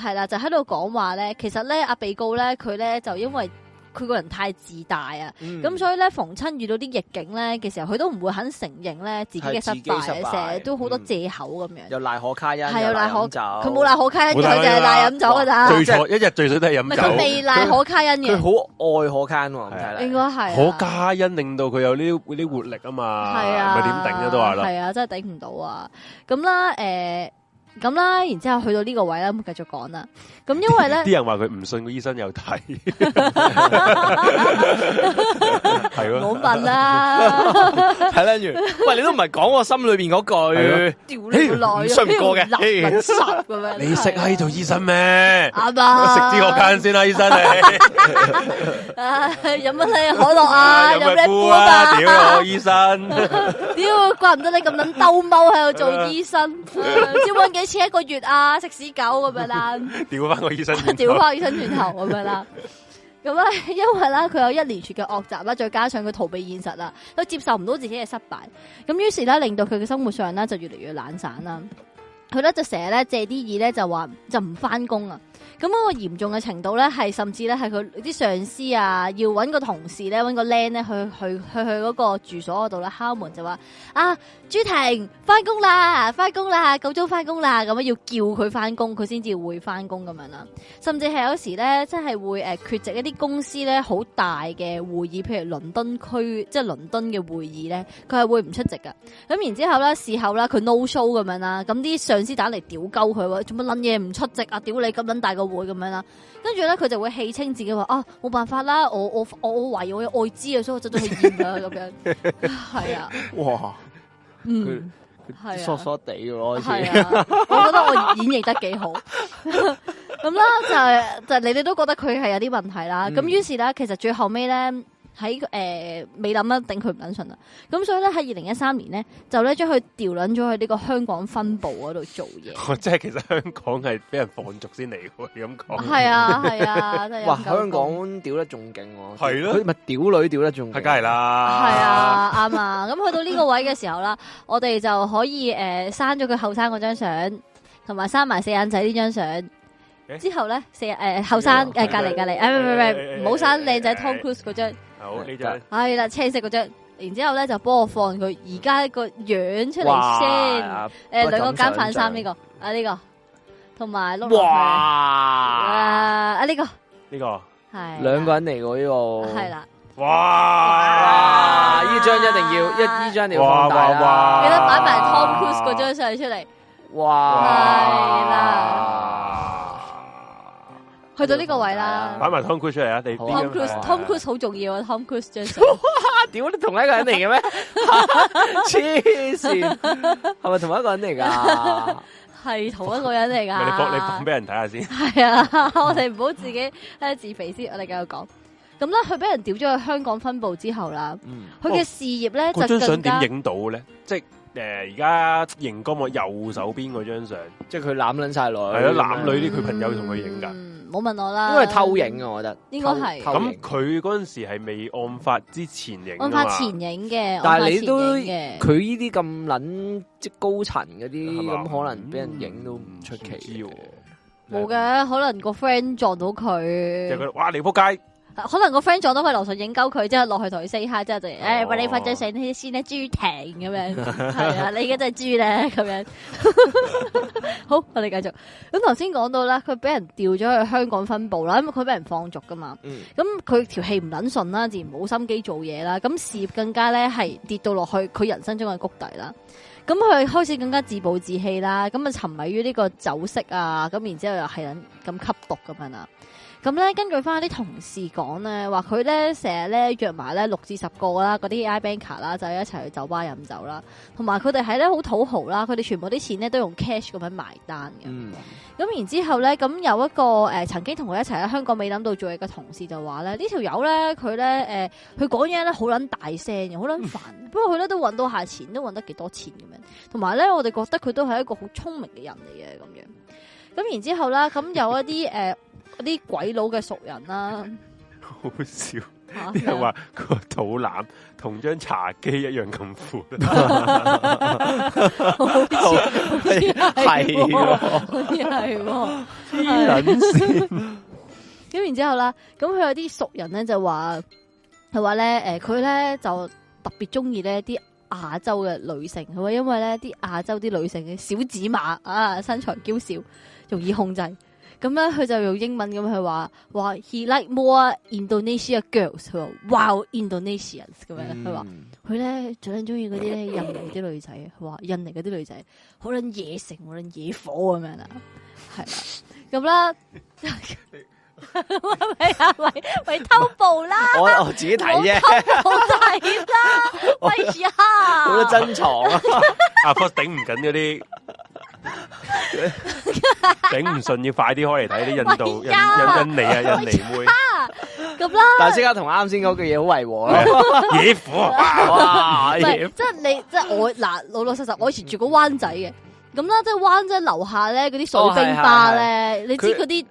[SPEAKER 3] 係啦，就喺度講話咧，其實咧阿被告咧佢咧就因為佢個人太自大啊。
[SPEAKER 1] 嗯
[SPEAKER 3] 咁、所以咧，逢親遇到啲逆境咧嘅時候，佢都唔會肯承認咧自己嘅失
[SPEAKER 1] 係自己
[SPEAKER 3] 敗，
[SPEAKER 1] 失敗
[SPEAKER 3] 成日都好多藉口咁樣。
[SPEAKER 1] 又賴可卡因，
[SPEAKER 3] 係又賴可
[SPEAKER 1] 飲酒
[SPEAKER 3] 佢冇賴可卡因，
[SPEAKER 2] 冇
[SPEAKER 3] 佢
[SPEAKER 2] 賴
[SPEAKER 3] 就係賴飲酒㗎咋。
[SPEAKER 2] 醉
[SPEAKER 3] 唔
[SPEAKER 2] 坐一日醉水都係飲
[SPEAKER 3] 係佢
[SPEAKER 2] 酒。
[SPEAKER 3] 未賴可卡因
[SPEAKER 1] 佢
[SPEAKER 3] 嘅，
[SPEAKER 1] 好愛可卡因喎，咁睇嚟
[SPEAKER 3] 應該係啊
[SPEAKER 2] 可嘉欣令到佢有呢啲呢啲活力啊嘛，
[SPEAKER 3] 係啊，
[SPEAKER 2] 咪點頂啊都話啦，
[SPEAKER 3] 係啊，真係頂唔到啊！咁啦，誒，咁啦，然之後去到呢個位啦，咁繼續講啦。咁因 為咧
[SPEAKER 2] 啲人話佢唔信個醫生 有睇，係咯，
[SPEAKER 3] 冇問 啦，
[SPEAKER 1] 睇得完。喂，你都唔係講我心裏邊嗰
[SPEAKER 2] 係
[SPEAKER 1] 句，
[SPEAKER 3] 屌你個
[SPEAKER 1] 唔
[SPEAKER 3] 內啊
[SPEAKER 1] 信唔過嘅嘿
[SPEAKER 3] 垃圾咁樣。
[SPEAKER 2] 你識閪做
[SPEAKER 3] 度
[SPEAKER 2] 醫生咩？
[SPEAKER 3] 啱啊！
[SPEAKER 2] 食支可嘉欣先啦，醫生你。
[SPEAKER 3] 唉飲乜你可樂 啊，
[SPEAKER 2] 有
[SPEAKER 3] 飲
[SPEAKER 2] 咩
[SPEAKER 3] 咩
[SPEAKER 2] 菇
[SPEAKER 3] 杯
[SPEAKER 2] 啊？
[SPEAKER 3] 啊！
[SPEAKER 2] 屌我醫 生，
[SPEAKER 3] 屌，怪唔得你咁撚兜踎喺度
[SPEAKER 2] 啊
[SPEAKER 3] 做醫生，唔知搵幾錢一個月啊？食屎狗咁樣啊啦，
[SPEAKER 2] 屌翻個醫生轉頭，
[SPEAKER 3] 屌翻醫生轉頭咁樣啦。咁咧，因為啦，佢有一連串嘅惡習啦，再加上佢逃避現實啦，佢接受唔到自己嘅失敗，咁於是咧令到佢嘅生活上咧就越嚟越懶散啦。佢咧就成日咧借啲意咧就話就唔翻工啊。咁嗰個嚴重嘅程度咧，係甚至咧係佢啲上司啊，要揾個同事咧，揾個僆咧去去去去嗰個住所嗰度咧敲門就話啊朱婷翻工啦，翻工啦，夠鐘翻工啦，咁樣要叫佢翻工，佢先至會翻工咁樣啦。甚至係有時咧，真係會誒、呃缺席一啲公司咧好大嘅會議，譬如倫敦區即係倫敦嘅會議咧，佢係會唔出席噶。咁然之後咧，事後啦，佢 no show 咁樣啦，咁啲上司打嚟屌鳩佢喎，做乜撚嘢唔出席啊？屌你咁撚大個會咁樣啦，跟住咧佢就會戲稱自己話啊，冇辦法啦，我我我我懷疑我有愛滋啊，所以我走咗去驗啦咁樣，係啊，
[SPEAKER 1] 哇，
[SPEAKER 3] 嗯，
[SPEAKER 1] 佢
[SPEAKER 3] 係
[SPEAKER 1] 疏
[SPEAKER 3] 啊。
[SPEAKER 1] 疏地嘅咯，好
[SPEAKER 3] 係
[SPEAKER 1] 似
[SPEAKER 3] 啊，我覺得我演繹得幾好。 咁啦，就係就係你哋都覺得佢係有啲問題啦。咁、
[SPEAKER 1] 嗯
[SPEAKER 3] 於是咧，其實最後尾咧喺呃誒美林啦，啊頂佢唔撚順啦。咁所以咧喺二零一三年咧，就咧將佢調撚咗去呢個香港分部嗰度做嘢。
[SPEAKER 2] 我真係其實香港係俾人放逐先嚟嘅喎，你咁講
[SPEAKER 3] 係啊係啊，真係
[SPEAKER 1] 哦哇，
[SPEAKER 3] 陰
[SPEAKER 1] 香
[SPEAKER 3] 公公
[SPEAKER 1] 港屌得仲勁喎，
[SPEAKER 2] 係咯
[SPEAKER 1] 佢咪屌女屌得仲勁，
[SPEAKER 2] 係梗係啦，
[SPEAKER 3] 係，啊，啱啊。咁去到呢個位嘅時候啦，我哋就可以誒刪咗佢後生嗰張相，同埋刪埋四眼仔呢張相。
[SPEAKER 2] 誒
[SPEAKER 3] 之後咧，四誒後生誒呃
[SPEAKER 2] 係
[SPEAKER 3] 隔離隔離，
[SPEAKER 2] 係
[SPEAKER 3] 誒唔唔
[SPEAKER 2] 係
[SPEAKER 3] 唔，唔好刪
[SPEAKER 2] 係
[SPEAKER 3] 靚仔
[SPEAKER 2] 係
[SPEAKER 3] Tom Cruise 嗰張，
[SPEAKER 2] 好呢張
[SPEAKER 3] 係啦，青色嗰張。然之後咧就幫我放佢而家個樣出嚟先。
[SPEAKER 1] 哇，
[SPEAKER 3] 誒
[SPEAKER 1] 不
[SPEAKER 3] 兩個
[SPEAKER 1] 敢
[SPEAKER 3] 揀反
[SPEAKER 1] 想
[SPEAKER 3] 衫呢個啊呢個，同埋碌落去啊
[SPEAKER 1] 哇，
[SPEAKER 3] 啊呢個
[SPEAKER 2] 呢個，
[SPEAKER 3] 係
[SPEAKER 1] 兩個人嚟喎呢個，
[SPEAKER 3] 係。啦，
[SPEAKER 1] 哇！
[SPEAKER 2] 哇，
[SPEAKER 1] 呢張一定要一呢張一定要放
[SPEAKER 2] 哇
[SPEAKER 1] 大
[SPEAKER 2] 哇哇
[SPEAKER 3] 記得擺埋
[SPEAKER 2] 啊
[SPEAKER 3] Tom Cruise 嗰張相出嚟。係
[SPEAKER 1] 哇！
[SPEAKER 3] 去到呢個位啦
[SPEAKER 2] 擺埋 Tom Cruise 出嚟啊，你
[SPEAKER 3] Tom
[SPEAKER 1] 呢張
[SPEAKER 3] Cruise
[SPEAKER 1] 係
[SPEAKER 3] Tom Cruise 好重要啊，Tom Cruise 張相。
[SPEAKER 1] 啊！屌，你同一個人嚟嘅 咩？黐線，係咪同一個人嚟噶？
[SPEAKER 3] 系同一個人嚟
[SPEAKER 2] 咪你放你
[SPEAKER 3] 噶
[SPEAKER 2] 放，俾人睇下先，
[SPEAKER 3] 係啊， 我哋唔好自己喺度自肥先，我哋繼續講。咁咧，佢俾人調咗去香港分部之後啦，
[SPEAKER 1] 嗯，
[SPEAKER 3] 佢嘅事業咧
[SPEAKER 2] 哦嗰
[SPEAKER 3] 就
[SPEAKER 2] 張相
[SPEAKER 3] 更加
[SPEAKER 2] 點影到咧？即係誒而家熒光幕右手邊嗰張相，
[SPEAKER 1] 即係佢攬撚晒女，
[SPEAKER 2] 係咯攬女
[SPEAKER 1] 啲，
[SPEAKER 2] 啲佢朋友同佢影㗎
[SPEAKER 3] 嗯冇問我啦，
[SPEAKER 1] 因為偷影啊，我覺得
[SPEAKER 3] 應該係
[SPEAKER 1] 偷偷
[SPEAKER 2] 咁
[SPEAKER 1] 影
[SPEAKER 2] 佢嗰陣時係未案發之前影㗎
[SPEAKER 3] 案
[SPEAKER 2] 嘛
[SPEAKER 3] 發前影嘅，
[SPEAKER 1] 但係你都
[SPEAKER 3] 案發前影嘅，
[SPEAKER 1] 佢呢啲咁撚即係高層嗰啲，
[SPEAKER 2] 係嘛嗯
[SPEAKER 1] 咁可能俾人影都唔出奇
[SPEAKER 2] 唔知
[SPEAKER 1] 嘅
[SPEAKER 2] 喎
[SPEAKER 3] 冇嘅，可能個 friend 撞到佢
[SPEAKER 2] 就覺，得哇你仆街，
[SPEAKER 3] 可能個 friend 撞到佢樓上影鳩佢，之後落去同佢 say hi，之後就诶，
[SPEAKER 2] 哦
[SPEAKER 3] 喂你快啲上啲先咧，朱婷咁樣，係啊，你而家真係豬咧咁樣。 好，我哋繼續。咁頭先講到啦，佢俾人調咗去香港分部啦，因為佢俾人放逐噶嘛。
[SPEAKER 1] 嗯
[SPEAKER 3] 咁佢條氣唔撚順啦，自然冇心機做嘢啦。咁事業更加咧係跌到落去佢人生中嘅谷底啦。咁佢開始更加自暴自棄啦，咁啊沉迷於呢個酒色啊，咁然之後又係咁咁吸毒咁樣啦。咁咧根據翻啲同事講咧，話佢咧成日咧約埋咧六至十個啦，嗰啲 I banker 啦，就一齊去酒吧飲酒啦，同埋佢哋係咧好土豪啦，佢哋全部啲錢咧都用 cash 咁樣埋單嘅。
[SPEAKER 1] 嗯，
[SPEAKER 3] 咁然之後咧，咁有一個誒、呃曾經同佢一齊喺香港美林度做嘢嘅同事就話咧，呢條友咧佢咧誒佢講嘢咧好撚大聲嘅，好撚煩。不過佢咧都揾到下錢，都揾得幾多錢咁樣。同埋咧，我哋覺得佢都係一個好聰明嘅人嚟嘅咁樣。咁然之後啦，咁有一啲誒嗰啲鬼佬嘅熟人啦，
[SPEAKER 2] 好笑。
[SPEAKER 3] 嚇
[SPEAKER 2] 啲人話個肚腩同張茶幾一樣咁闊，
[SPEAKER 3] 好似好似係
[SPEAKER 1] 係
[SPEAKER 3] 喎
[SPEAKER 1] 喎
[SPEAKER 3] 好似係喎。
[SPEAKER 1] 嗯
[SPEAKER 2] 黐撚線
[SPEAKER 3] 咁然之後啦，咁佢有啲熟人咧就話，佢話咧誒佢咧就特別中意呢啲亞洲嘅女性，佢話因為咧啲亞洲啲女性嘅小指馬啊，身材嬌小，容易控制。咁咧佢就用英文咁佢話話 he like more Indonesia girls，佢話 wow Indonesians 咁樣
[SPEAKER 1] 嗯
[SPEAKER 3] 咧，佢話。佢咧最撚中意嗰啲咧印尼啲女仔，佢話印尼嗰啲女仔好撚野性，好撚野火咁樣啦，係 啦，咁啦，喂啊喂喂偷步啦，
[SPEAKER 1] 我我自己睇啫，
[SPEAKER 3] 好睇啦， 喂呀，
[SPEAKER 1] 好多珍藏 啊，
[SPEAKER 2] 阿 Fox 頂唔緊嗰啲， 頂唔順要快啲開嚟睇啲印度、
[SPEAKER 3] 喂呀
[SPEAKER 2] 印印印尼啊、印尼妹
[SPEAKER 3] 咁啦，
[SPEAKER 1] 但係即刻同啱先嗰句嘢好違和 咯，
[SPEAKER 2] 野火，哇
[SPEAKER 1] 哇！
[SPEAKER 3] 唔係即係你即係 我嗱老老實實，我以前住過灣仔嘅。咁啦，即係灣仔樓下咧，嗰啲水冰巴咧，你知
[SPEAKER 1] 佢
[SPEAKER 3] 嗰啲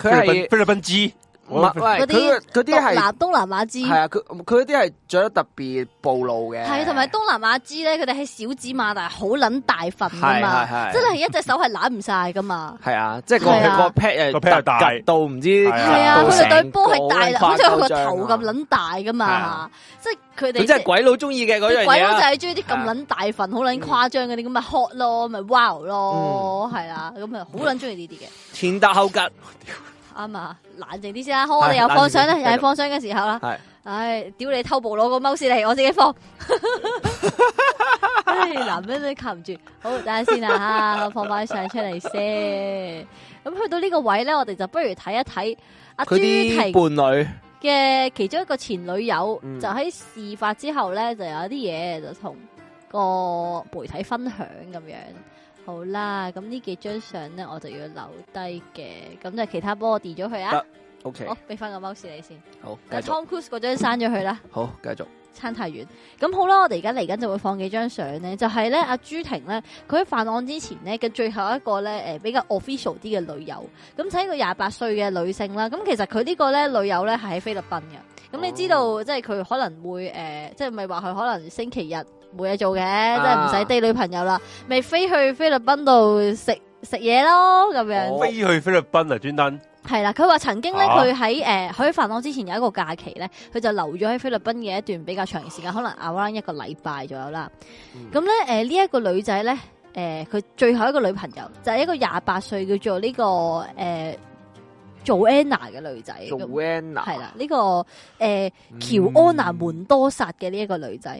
[SPEAKER 1] 佢
[SPEAKER 2] 菲律
[SPEAKER 1] 係
[SPEAKER 2] 賓菲律賓 G，
[SPEAKER 1] 唔係
[SPEAKER 3] 嗰
[SPEAKER 1] 喂
[SPEAKER 3] 啲
[SPEAKER 1] 佢嗰啲係
[SPEAKER 3] 南東南亞之
[SPEAKER 1] 係啊，佢佢嗰啲係着得特別暴露嘅，
[SPEAKER 3] 係，同埋東南亞支咧，佢哋係小指馬，但係好撚大份噶
[SPEAKER 1] 係
[SPEAKER 3] 嘛，
[SPEAKER 1] 係係
[SPEAKER 3] 真係一隻手係攬唔晒噶嘛。
[SPEAKER 1] 係啊，即係個
[SPEAKER 3] 係啊
[SPEAKER 1] 個 pad
[SPEAKER 2] 個 pad 又大
[SPEAKER 1] 到唔知
[SPEAKER 2] 係
[SPEAKER 3] 係啊，
[SPEAKER 2] 到
[SPEAKER 3] 佢
[SPEAKER 1] 成
[SPEAKER 3] 哋對波係大啦，
[SPEAKER 1] 個
[SPEAKER 3] 好似佢個
[SPEAKER 1] 誇張啊
[SPEAKER 3] 頭咁撚大噶
[SPEAKER 1] 係
[SPEAKER 3] 嘛
[SPEAKER 1] 啊，
[SPEAKER 3] 即係佢哋
[SPEAKER 1] 咁即係鬼佬中意嘅嗰樣啊嗯
[SPEAKER 3] 啲
[SPEAKER 1] 嘢
[SPEAKER 3] 鬼佬就
[SPEAKER 1] 啦。
[SPEAKER 3] 係中意啲咁撚大份、好撚誇張嗰啲咁咪 hot 咯，咪 wow
[SPEAKER 1] 嗯
[SPEAKER 3] 咯，係啦，咁咪好撚中意呢啲嘅。
[SPEAKER 1] 前搭後吉，
[SPEAKER 3] 啱啊，冷靜啲先啦。好，我哋又放相啦，
[SPEAKER 1] 冷靜
[SPEAKER 3] 又
[SPEAKER 1] 啲
[SPEAKER 3] 係放相嘅時候啦。
[SPEAKER 1] 係
[SPEAKER 3] 唉，屌你偷步攞個踎屎嚟，我自己放。 唉，男人你靠唔住。好，等下先啊，吓，我放翻相出嚟先。咁去到呢個位咧，我哋就不如睇一睇阿朱
[SPEAKER 1] 佢啲
[SPEAKER 3] 婷
[SPEAKER 1] 伴侶
[SPEAKER 3] 嘅其中一個前女友，
[SPEAKER 1] 嗯
[SPEAKER 3] 就喺事發之後咧，就有一啲嘢就同個媒體分享咁樣。好啦，咁呢幾張相咧，我就要留低嘅。咁就其他幫我 delete 咗佢啊
[SPEAKER 1] 得。，OK，
[SPEAKER 3] 好，俾翻個 mouse 你先。
[SPEAKER 1] 好，繼
[SPEAKER 3] 但
[SPEAKER 1] 續，
[SPEAKER 3] Tom Cruise 嗰張刪咗佢啦，
[SPEAKER 1] 好，繼續，
[SPEAKER 3] 差太遠。咁好啦，我哋而家嚟緊就會放幾張相咧，就係咧阿朱婷咧，佢喺犯案之前咧嘅最後一個咧誒、呃比較 official 啲嘅女友，咁就係一個廿八歲嘅女性啦。咁其實佢呢個咧女友咧係喺菲律賓嘅。咁你知道、即係佢可能會誒、呃即係咪話佢可能星期日冇嘢做嘅，
[SPEAKER 1] 啊
[SPEAKER 3] 即係唔使 d 女朋友啦，咪飛去菲律賓度食食嘢咯咁樣。
[SPEAKER 1] 哦
[SPEAKER 2] 飛去菲律賓啊，專登
[SPEAKER 3] 係啦，佢話曾經咧，
[SPEAKER 2] 啊
[SPEAKER 3] 佢喺誒佢喺犯案之前有一個假期咧，佢就留咗喺菲律賓嘅一段比較長嘅時間，可能 around 一個禮拜左右啦。咁咧誒呢一個女仔咧，誒、佢最後一個女朋友就係、一個廿八歲叫做呢、個誒、Joanna 嘅女仔，
[SPEAKER 1] 做啊
[SPEAKER 3] 係
[SPEAKER 1] Wenna
[SPEAKER 3] 啦，呢、個誒。呃喬安娜門多薩嘅呢一個女仔。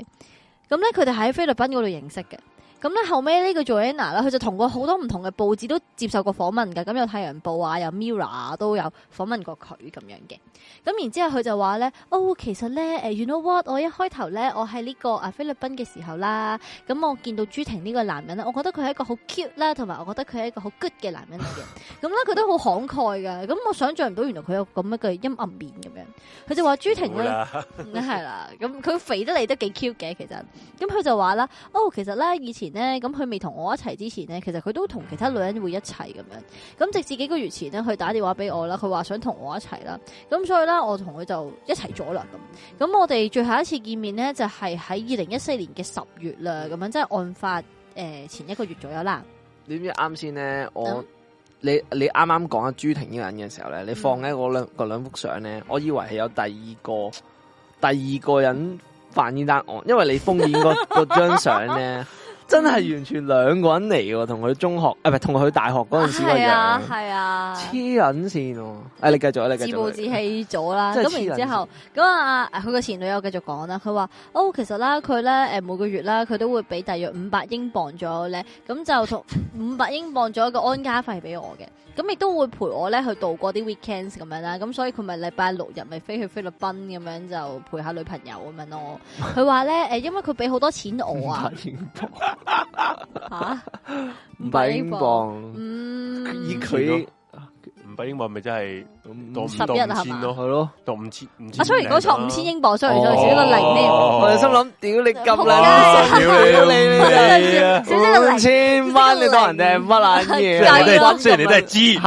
[SPEAKER 3] 咁咧，佢哋喺菲律賓嗰度認識嘅。咁咧後尾呢個 Joanna 啦，佢就同過好多唔同嘅報紙都接受過訪問嘅，咁有《太陽報》啊，有《Mirror》啊，都有訪問過佢咁樣嘅。咁然之後佢就話咧，哦，其實咧，誒，you know what？我一開頭咧，我喺呢個啊菲律賓嘅時候啦，咁我見到朱婷呢個男人咧，我覺得佢係一個好 cute 啦，同埋我覺得佢係一個好 good 嘅男人嚟嘅。咁咧佢都好慷慨嘅，咁我想象唔到原來佢有咁樣嘅陰暗面咁樣。佢就話朱婷
[SPEAKER 2] 好
[SPEAKER 3] 咧。
[SPEAKER 2] 啦，
[SPEAKER 3] 係啦，咁佢肥得嚟都幾 cute 嘅，其實。咁佢就話啦，哦，其實咧以前咧，咁佢未同我一齊之前咧，其實佢都同其他女人會一齊咁樣。咁直至幾個月前咧，佢打電話俾我啦，佢話想同我一齊啦。咁所以咧，我同佢就一齊咗啦。咁咁我哋最後一次見面咧，就係喺二零一四年嘅十月啦。咁樣即係案發誒、呃前一個月左右啦。嗯
[SPEAKER 1] 你知唔知啱先咧？我你你啱啱講阿朱婷呢個人嘅時候咧，你放喺嗰兩嗰兩幅相咧，我以為係有第二個第二個人犯呢單案，因為你封面嗰 嗰張相咧，真係完全兩個人嚟嘅，同佢中學啊，唔係同佢大學嗰陣時個
[SPEAKER 3] 係啊，
[SPEAKER 1] 樣，
[SPEAKER 3] 係啊。
[SPEAKER 1] 黐撚線喎！誒，你繼續啊，你
[SPEAKER 3] 自
[SPEAKER 1] 繼
[SPEAKER 3] 暴
[SPEAKER 1] 續。
[SPEAKER 3] 自棄咗啦，
[SPEAKER 1] 真係
[SPEAKER 3] 咁
[SPEAKER 1] 黐
[SPEAKER 3] 然之
[SPEAKER 1] 撚
[SPEAKER 3] 後，咁啊，佢個前女友繼續講啦，佢話：哦，其實啦，佢咧誒每個月啦，佢都會俾大約五百英鎊左右咧，咁 就同五百英鎊左右嘅安家費俾我嘅，咁亦都會陪我咧去度過啲 weekends 咁樣啦，咁所以佢咪禮拜六日咪飛去菲律賓咁樣就陪下女朋友咁樣 咯。佢話咧誒，因為佢俾好多錢我啊，
[SPEAKER 1] 英鎊，
[SPEAKER 3] 嚇，
[SPEAKER 1] 五百英鎊，
[SPEAKER 3] 嗯，
[SPEAKER 1] 以佢
[SPEAKER 2] 唔俾英文咪真係當
[SPEAKER 3] 十一啊
[SPEAKER 2] 五當五千
[SPEAKER 1] 係
[SPEAKER 2] 咯，
[SPEAKER 1] 咯。
[SPEAKER 2] 當五千五千零啦。
[SPEAKER 3] 啊，雖然講錯五千英鎊，sorry，
[SPEAKER 1] 哦
[SPEAKER 3] sorry，少咗個零添。
[SPEAKER 2] 哦
[SPEAKER 1] 我哋心諗，屌你咁
[SPEAKER 3] 仆
[SPEAKER 1] 撚
[SPEAKER 3] 街
[SPEAKER 2] 屌你
[SPEAKER 1] 屌
[SPEAKER 2] 老味啊
[SPEAKER 3] 少咗個
[SPEAKER 1] 五
[SPEAKER 3] 零
[SPEAKER 1] 千蚊你當人哋係乜撚啊
[SPEAKER 2] 雖然你
[SPEAKER 3] 計
[SPEAKER 2] 都
[SPEAKER 3] 咯
[SPEAKER 2] 係
[SPEAKER 1] 嘢？
[SPEAKER 2] 雖然你都係知，
[SPEAKER 1] 係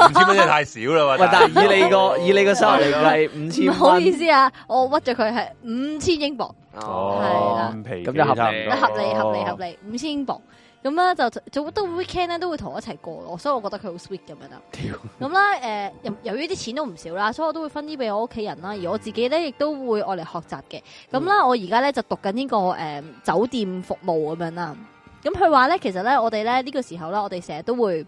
[SPEAKER 3] 啊
[SPEAKER 2] 五千蚊真係太少啦。
[SPEAKER 1] 喂，但係以你個以你個收入嚟計，五千
[SPEAKER 3] 唔
[SPEAKER 1] 蚊，
[SPEAKER 3] 好意，思啊，我屈咗佢係五千英鎊，係啦
[SPEAKER 2] 哦，五皮
[SPEAKER 1] 咁就合理
[SPEAKER 2] 幾差唔多
[SPEAKER 3] 合理合理合理，五千英鎊。咁咧就做到 weekend 咧都會同我一齊過咯，所以我覺得佢好 sweet 咁樣啦。啊咁啦，誒、由由於啲錢都唔少啦，所以我都會分啲俾我屋企人啦，而我自己咧亦都會愛嚟學習嘅。咁啦，我而家咧就讀緊呢、個誒、酒店服務咁樣啦。咁佢話咧，其實咧我哋咧呢、個時候啦，我哋成日都會。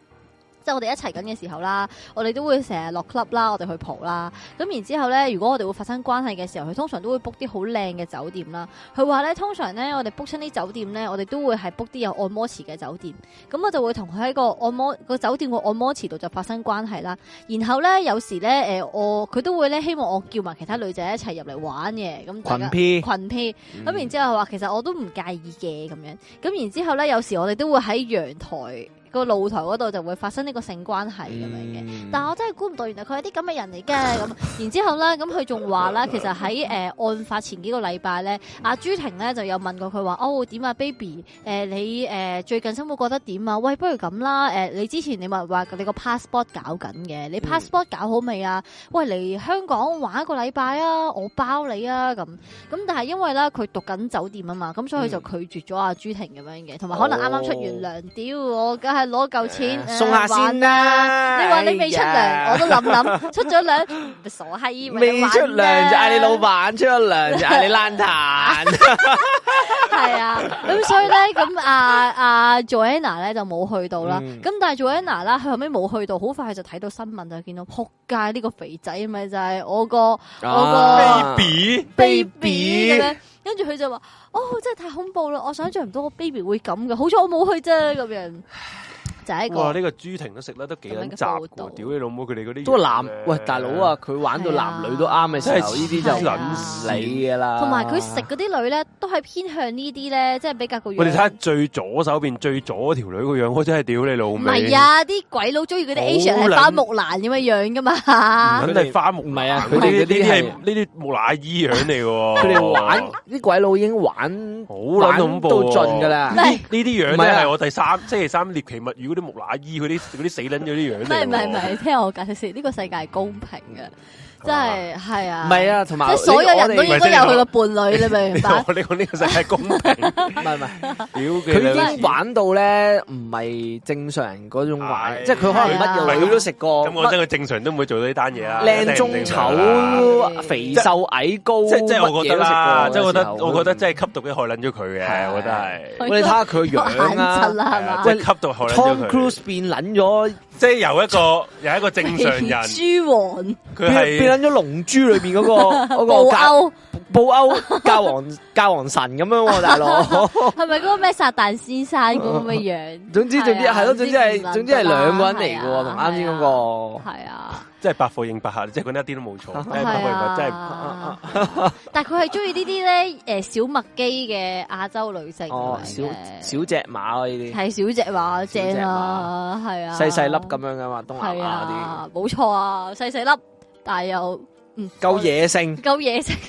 [SPEAKER 3] 即係我哋一齊緊嘅時候啦，我哋都會成日落 club 啦，我哋去蒲啦。咁然之後咧，如果我哋會發生關係嘅時候，佢通常都會 book 啲好靚嘅酒店啦。佢話咧，通常咧我哋 book 親啲酒店咧，我哋都會係 book 啲有按摩池嘅酒店。咁我就會同佢喺個按摩個酒店個按摩池度就發生關係啦。然後咧有時咧誒、呃我佢都會咧希望我叫埋其他女仔一齊入嚟玩嘅。咁大家
[SPEAKER 1] 群 P
[SPEAKER 3] 群 P。咁
[SPEAKER 1] 嗯
[SPEAKER 3] 然之後話其實我都唔介意嘅咁樣，咁然之後咧有時我哋都會喺陽台個露台嗰度就會發生呢個性關係咁樣嘅。
[SPEAKER 1] 嗯
[SPEAKER 3] 但我真係估唔到，原來佢係啲咁嘅人嚟嘅咁。 然之後咧，咁佢仲話啦，其實喺誒、呃案發前幾個禮拜咧，阿朱婷咧就有問過佢話：哦點啊，baby，誒、你誒、呃最近生活過得點啊？喂，不如咁啦，誒、你之前你咪話你個 passport 搞緊嘅，
[SPEAKER 1] 嗯
[SPEAKER 3] 你 passport 搞好未啊？喂，嚟香港玩一個禮拜啊，我包你啊咁。咁但係因為咧佢讀緊酒店啊嘛，咁所
[SPEAKER 1] 嗯
[SPEAKER 3] 以佢就拒絕咗阿朱婷咁樣嘅，同
[SPEAKER 1] 哦
[SPEAKER 3] 埋可能啱啱出完糧，屌我梗係攞夠錢
[SPEAKER 1] 送下先。
[SPEAKER 3] 呃玩
[SPEAKER 1] 啦。
[SPEAKER 3] 你話你未出
[SPEAKER 1] 哎
[SPEAKER 3] 糧，
[SPEAKER 1] 呀
[SPEAKER 3] 我都諗諗，出 咗糧咪傻閪，咪
[SPEAKER 1] 未
[SPEAKER 3] 玩
[SPEAKER 1] 出糧就嗌你老
[SPEAKER 3] 咩，
[SPEAKER 1] 闆，出咗糧就嗌你爛彈。
[SPEAKER 3] 係啊，咁所以咧，咁啊啊 Joanna 咧就冇去到啦，
[SPEAKER 1] 嗯
[SPEAKER 3] 咁但係 Joanna 啦，佢後尾冇去到，好快就睇到新聞就見到，仆街呢個肥仔咪就係 我個
[SPEAKER 1] 啊
[SPEAKER 2] B
[SPEAKER 3] baby 咁樣。跟住佢就話：哦，真係太恐怖啦！我想象唔到我 baby 會咁嘅，好彩我冇去啫，咁 樣就係一
[SPEAKER 2] 哇！
[SPEAKER 3] 個
[SPEAKER 2] 呢個朱婷都食得都幾撚雜
[SPEAKER 3] 咁樣嘅報
[SPEAKER 2] 喎
[SPEAKER 3] 導
[SPEAKER 2] 屌你老母！佢哋嗰啲
[SPEAKER 1] 都係男
[SPEAKER 2] 嘢呢
[SPEAKER 1] 喂大佬啊，，佢玩到男女都啱嘅時候，呢啲就
[SPEAKER 3] 係啊
[SPEAKER 1] 唔理噶啦。
[SPEAKER 3] 同埋佢食嗰啲女咧，都係偏向呢啲咧，即係比較個樣
[SPEAKER 2] 我哋睇下最左手邊最左條女個樣，我真係屌你老味！
[SPEAKER 3] 唔係，啊，啲鬼佬中意嗰啲 Asian
[SPEAKER 2] 好撚
[SPEAKER 3] 係花木蘭咁嘅樣 噶嘛，
[SPEAKER 2] 肯定係花木
[SPEAKER 1] 唔係啊
[SPEAKER 2] 佢
[SPEAKER 1] 佢
[SPEAKER 2] 哋
[SPEAKER 1] 哋
[SPEAKER 2] 呢
[SPEAKER 1] 嗰
[SPEAKER 2] 啲
[SPEAKER 1] 啲係
[SPEAKER 2] 係呢啲木乃伊樣嚟嘅喎。
[SPEAKER 1] 佢哋玩啲鬼佬已經玩
[SPEAKER 2] 好撚恐怖
[SPEAKER 1] 玩
[SPEAKER 2] 喎
[SPEAKER 1] 到盡㗎啦
[SPEAKER 2] 呢呢啲樣
[SPEAKER 1] 唔係
[SPEAKER 2] 咧
[SPEAKER 1] 啊
[SPEAKER 2] 係我第三星期三獵奇物語嗰啲木乃伊嗰啲嗰啲死撚咗啲樣嚟
[SPEAKER 3] 唔
[SPEAKER 2] 喎。
[SPEAKER 3] 係唔係唔係，聽我解釋先，呢個世界係公平嘅，真係係啊，
[SPEAKER 1] 唔係，啊，同
[SPEAKER 3] 即
[SPEAKER 1] 埋
[SPEAKER 3] 係所有人都
[SPEAKER 1] 我哋
[SPEAKER 3] 應該有佢個伴侶，你明 唔明 白？
[SPEAKER 2] 我哋講呢個世界公平，屌
[SPEAKER 1] 唔係唔係。
[SPEAKER 2] 佢
[SPEAKER 1] 佢已經玩到咧，唔係正常人嗰種
[SPEAKER 2] 唉
[SPEAKER 1] 玩，即係佢可能
[SPEAKER 3] 啊
[SPEAKER 1] 乜嘢女都食過，
[SPEAKER 2] 啊咁我
[SPEAKER 1] 乜
[SPEAKER 2] 真係正常都唔會做到呢單嘢啊啦。
[SPEAKER 1] 靚中
[SPEAKER 2] 一定唔正常啦啊
[SPEAKER 1] 醜、肥瘦矮高，
[SPEAKER 2] 即即係我覺得
[SPEAKER 1] 乜
[SPEAKER 2] 啦，
[SPEAKER 1] 嘢
[SPEAKER 2] 即係
[SPEAKER 1] 都食過嘅時
[SPEAKER 2] 我覺得
[SPEAKER 1] 候
[SPEAKER 2] 我覺得真係吸毒嘅害撚咗佢嘅，
[SPEAKER 1] 係
[SPEAKER 2] 我覺得係。
[SPEAKER 1] 我哋睇下佢個
[SPEAKER 3] 有限
[SPEAKER 1] 樣
[SPEAKER 3] 制
[SPEAKER 1] 啊
[SPEAKER 3] 啦，係 嘛
[SPEAKER 2] 即？係吸毒害撚
[SPEAKER 1] ，Tom
[SPEAKER 2] 咗佢，
[SPEAKER 1] Cruise 變撚咗，
[SPEAKER 2] 即係由一個由一個正常人，
[SPEAKER 3] 豬王
[SPEAKER 2] 佢
[SPEAKER 1] 變
[SPEAKER 2] 係
[SPEAKER 1] 變撚咗龍珠裏邊嗰 個嗰
[SPEAKER 3] 布
[SPEAKER 1] 個教
[SPEAKER 3] 歐
[SPEAKER 1] 布歐教皇 教皇神咁樣喎，大佬。
[SPEAKER 3] 係咪嗰個咩撒旦先生嗰個咁嘅 樣？
[SPEAKER 1] 總之總之
[SPEAKER 3] 係啊
[SPEAKER 1] 係咯，總之係
[SPEAKER 3] 唔知唔
[SPEAKER 1] 總之係
[SPEAKER 3] 得啦
[SPEAKER 1] 兩個人嚟嘅
[SPEAKER 3] 係啊
[SPEAKER 1] 喎，同啱先嗰
[SPEAKER 3] 係
[SPEAKER 1] 個。
[SPEAKER 3] 啊，
[SPEAKER 2] 即係百貨應百客，即係佢一啲都冇
[SPEAKER 1] 哦
[SPEAKER 2] 錯，
[SPEAKER 3] 係
[SPEAKER 2] 真係百貨應百
[SPEAKER 3] 啊，
[SPEAKER 2] 真係
[SPEAKER 1] 啊
[SPEAKER 3] 但係佢係中意呢啲咧，诶，小麥基嘅亞洲女性
[SPEAKER 1] 哦，
[SPEAKER 3] 嚟
[SPEAKER 1] 小
[SPEAKER 3] 嘅
[SPEAKER 1] 小隻馬啊呢啲。
[SPEAKER 3] 系小只话
[SPEAKER 1] 小隻
[SPEAKER 3] 正啊，系啊，
[SPEAKER 1] 細細粒咁樣噶嘛，東南
[SPEAKER 3] 係
[SPEAKER 1] 亞嗰啲
[SPEAKER 3] 啊，冇錯啊，細細粒，但係又嗯
[SPEAKER 1] 夠，野性，
[SPEAKER 3] 夠嘢食。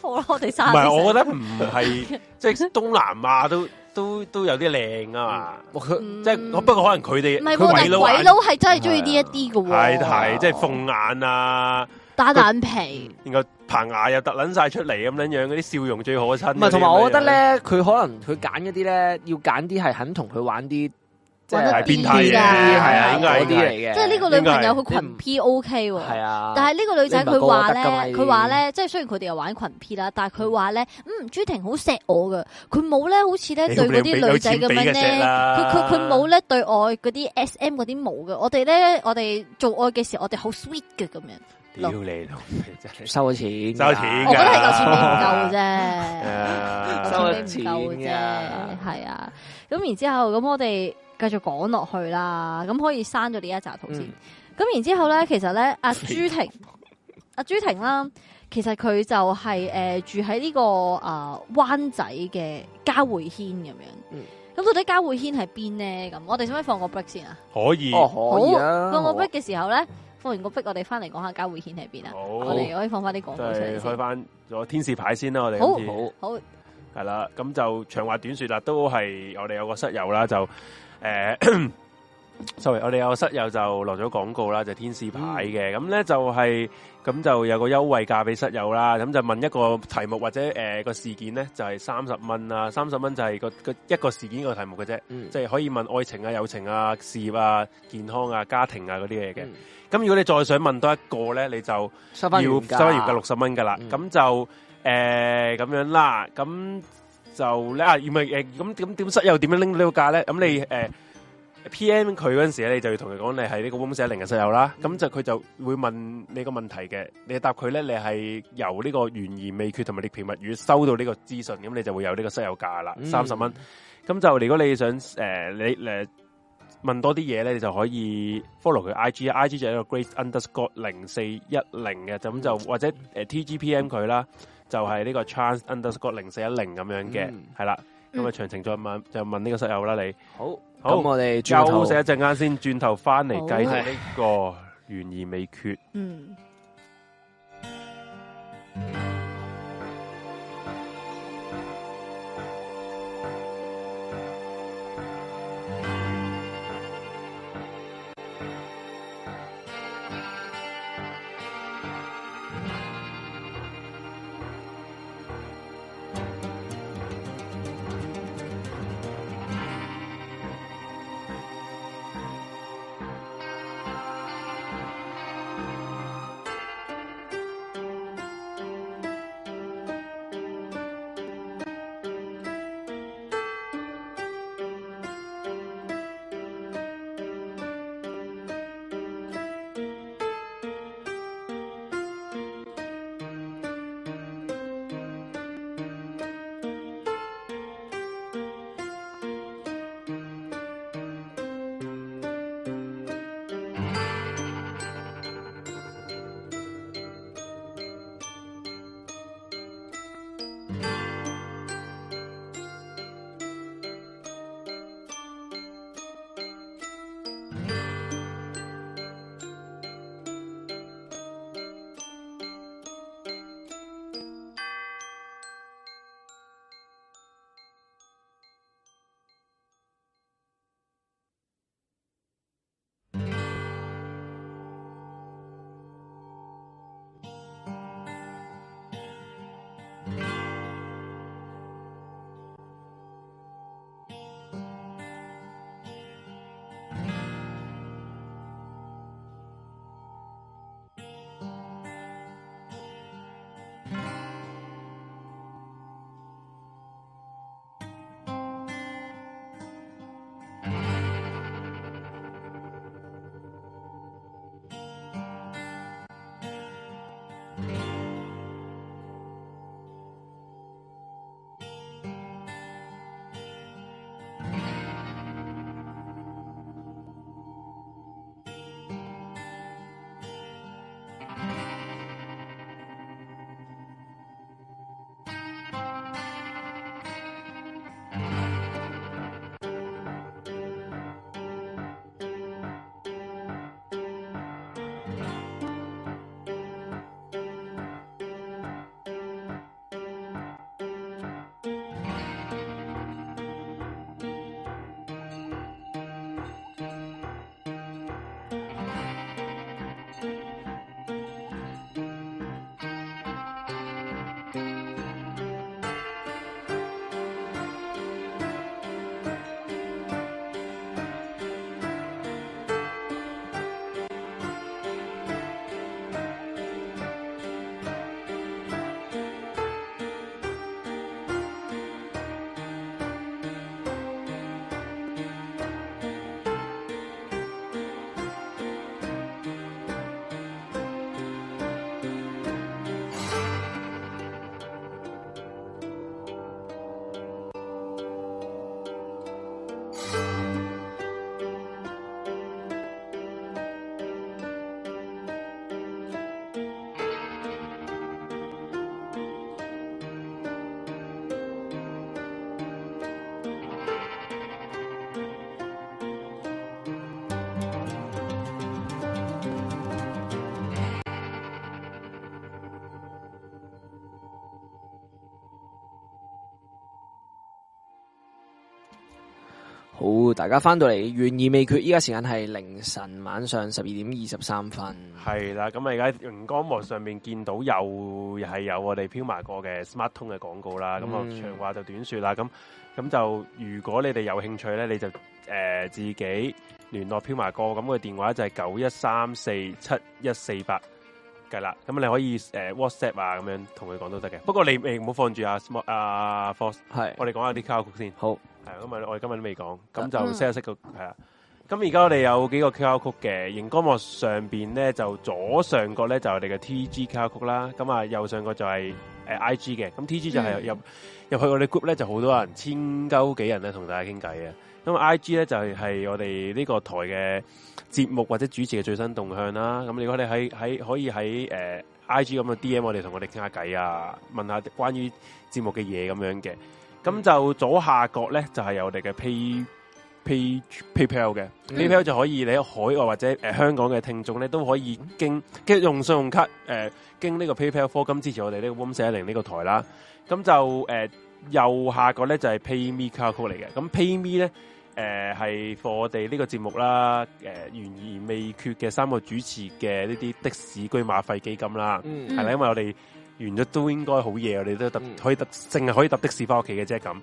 [SPEAKER 3] 好啦，我哋
[SPEAKER 2] 唔
[SPEAKER 3] 三
[SPEAKER 2] 係，我覺得唔係，即係東南亞都都都有啲靚啊
[SPEAKER 1] 哇佢
[SPEAKER 2] 嘛，即係不過可能佢哋
[SPEAKER 3] 嗯唔係喎，
[SPEAKER 2] 佢
[SPEAKER 3] 但
[SPEAKER 2] 鬼
[SPEAKER 3] 係
[SPEAKER 2] 佬
[SPEAKER 3] 鬼
[SPEAKER 2] 眼
[SPEAKER 3] 佬係真係中意呢一啲
[SPEAKER 2] 係
[SPEAKER 3] 嘅喎，
[SPEAKER 2] 係即係
[SPEAKER 1] 哦
[SPEAKER 2] 鳳眼啊，
[SPEAKER 3] 打蛋
[SPEAKER 1] 嗯
[SPEAKER 3] 皮，
[SPEAKER 2] 然後棚牙又突撚晒出嚟咁樣樣，嗰啲笑容最可親嗰啲咁樣樣。
[SPEAKER 1] 唔係同埋我覺得咧，佢可能佢揀嗰啲咧，要揀啲係肯同佢玩啲即係
[SPEAKER 3] 玩得
[SPEAKER 2] 係變
[SPEAKER 3] 癲
[SPEAKER 2] 態嘅，
[SPEAKER 3] 㗎
[SPEAKER 2] 係啊，應該係
[SPEAKER 1] 嗰啲嚟嘅，
[SPEAKER 3] 即係呢個女朋友佢群 P O K 喎。
[SPEAKER 1] 係啊，
[SPEAKER 3] 但係呢個女仔佢話咧
[SPEAKER 1] 你唔係個個得㗎，嘛
[SPEAKER 3] 佢話咧，即係雖然佢哋又玩群 P 啦，但係佢話咧，嗯，朱婷好錫我噶，佢冇咧，好似咧對嗰啲女仔咁樣咧，佢佢佢冇咧對我嗰啲 S M 嗰啲冇嘅，我哋咧我哋做愛嘅時候，我哋好 sweet 嘅咁樣，
[SPEAKER 2] 屌你老 味真係
[SPEAKER 1] 收咗錢㗎，
[SPEAKER 2] 收錢㗎
[SPEAKER 3] 我覺得係嚿錢你唔夠
[SPEAKER 2] 誒
[SPEAKER 3] 啫，
[SPEAKER 1] 收
[SPEAKER 3] 嚿錢你唔夠啫，係啊，咁然之後咁我哋繼續講落去啦，咁可以刪咗呢一集圖先
[SPEAKER 1] 嗯。
[SPEAKER 3] 咁然之後咧，其實咧，阿朱婷，阿朱婷啦，其實佢就係、呃住喺呢、個啊灣仔嘅嘉匯軒咁樣。
[SPEAKER 1] 嗯
[SPEAKER 3] 咁到底嘉匯軒係邊呢？咁我哋使唔使放個 break 先啊？
[SPEAKER 2] 可以，
[SPEAKER 1] 哦，可以啊，
[SPEAKER 3] 放個 break 嘅時候咧，放完個 break 我哋翻嚟講下嘉匯軒喺邊啊。
[SPEAKER 2] 好
[SPEAKER 3] 我哋可以放翻啲廣
[SPEAKER 2] 就
[SPEAKER 3] 告出嚟
[SPEAKER 2] 係
[SPEAKER 3] 先
[SPEAKER 2] 開。翻咗天使牌先啦，我哋
[SPEAKER 3] 好
[SPEAKER 2] 今次
[SPEAKER 3] 好，
[SPEAKER 2] 係啦，咁就長話短說啦，都係我哋有個室友啦，就诶、sorry，我哋有個室友就落咗廣告啦，就天使
[SPEAKER 1] 嗯
[SPEAKER 2] 牌嘅，咁咧、就係咁就有個優惠價俾室友啦，咁就問一個題目或者诶個、事件咧就係三十蚊啦，三十蚊就係個個一個事件一個題目嘅啫，
[SPEAKER 1] 嗯
[SPEAKER 2] 即係可以問愛情啊、友情啊、事業啊、健康啊、家庭啊嗰啲嘢嘅。
[SPEAKER 1] 嗯
[SPEAKER 2] 咁、如果你再想問多一個咧，你就
[SPEAKER 1] 收
[SPEAKER 2] 要
[SPEAKER 1] 翻
[SPEAKER 2] 收
[SPEAKER 1] 原
[SPEAKER 2] 翻原價六十蚊噶啦，
[SPEAKER 1] 嗯
[SPEAKER 2] 咁、就诶咁、樣啦，咁就咧啊，唔係诶，咁咁點室友點樣拎呢個價咧？咁你诶、P.M. 佢嗰陣時咧，你就要同佢講你係呢個 w o m 四一零嘅室友啦。
[SPEAKER 1] 嗯
[SPEAKER 2] 咁就佢就會問你個問題嘅，你答佢咧，你係由呢個懸而未決同埋獵奇物語收到呢個資訊，咁你就會有呢個室友價
[SPEAKER 1] 嗯
[SPEAKER 2] 啦，三十蚊。咁就如果你想诶、呃你诶、問多啲嘢咧，你就可以 follow 佢 I G 啊，I G 就係一個 Grace Underscore 零四一零嘅，咁
[SPEAKER 1] 嗯
[SPEAKER 2] 就或者诶、T G P M 佢啦，就係呢個 Chance Underscore 零四一零咁樣嘅
[SPEAKER 1] 嗯，
[SPEAKER 2] 係啦、咁啊
[SPEAKER 3] 嗯
[SPEAKER 2] 詳情再問就問呢個室友啦，你
[SPEAKER 1] 好，
[SPEAKER 2] 好
[SPEAKER 1] 咁我哋轉
[SPEAKER 2] 休
[SPEAKER 1] 頭
[SPEAKER 2] 息一陣間先，轉頭翻嚟繼續呢個懸而未決。
[SPEAKER 3] 嗯。
[SPEAKER 5] 天
[SPEAKER 1] 好，大家翻到嚟，懸而未決。依家時間係凌晨晚上十二點二十三分。
[SPEAKER 2] 系啦，咁啊而家熒光幕上面見到又又係有我哋飄埋過嘅 Smart 通嘅廣告啦，咁啊
[SPEAKER 1] 嗯
[SPEAKER 2] 長話就短说啦，咁咁就如果你哋有興趣咧，你就诶、呃自己聯絡飄埋哥，咁佢電話就係九一三四七一四八㗎啦，咁你可以诶、呃 WhatsApp 啊咁樣同佢講都得嘅，不過你你唔好放住啊 Smart 啊 Force，
[SPEAKER 1] 係
[SPEAKER 2] 我哋講下啲卡拉曲先。
[SPEAKER 1] 好，
[SPEAKER 2] 系咁啊！我哋今日都未講，咁
[SPEAKER 3] 嗯
[SPEAKER 2] 就識一識個係啦。咁而家我哋有幾個 QR code 嘅，熒光幕上边咧就左上角咧就係我哋嘅 TG QR code 啦，咁啊右上角就係诶 IG 嘅，咁 TG 就係
[SPEAKER 3] 嗯
[SPEAKER 2] 入入去我哋 group 咧就好多人千鳩幾人咧同大家傾偈嘅，咁啊 IG 咧就係係我哋呢個台嘅節目或者主持嘅最新動向啦。咁如果你喺喺可以喺诶、呃 IG 咁嘅 DM 我哋同我哋傾下偈啊，問下關於節目嘅嘢咁樣嘅。咁就左下角咧就係有我哋嘅 Pay Pay PayPal 嘅、
[SPEAKER 1] 嗯
[SPEAKER 2] PayPal 就可以你喺海外或者誒、呃香港嘅聽眾咧都可以經經用信用卡誒、呃、經呢個 PayPal 科金支持我哋呢個 Room 四一零呢個台啦。咁就誒、呃右下角咧就係、PayMe 卡曲嚟嘅，咁 PayMe 咧。誒呃係 for 我哋呢個節目啦，誒、懸而未決嘅三個主持嘅呢啲的士居馬費基金啦，
[SPEAKER 1] 嗯
[SPEAKER 3] 嗯
[SPEAKER 2] 係啦，因為我哋完咗都應該好夜，我哋都搭
[SPEAKER 1] 嗯
[SPEAKER 2] 可以搭，淨係可以搭的士翻屋企嘅啫咁。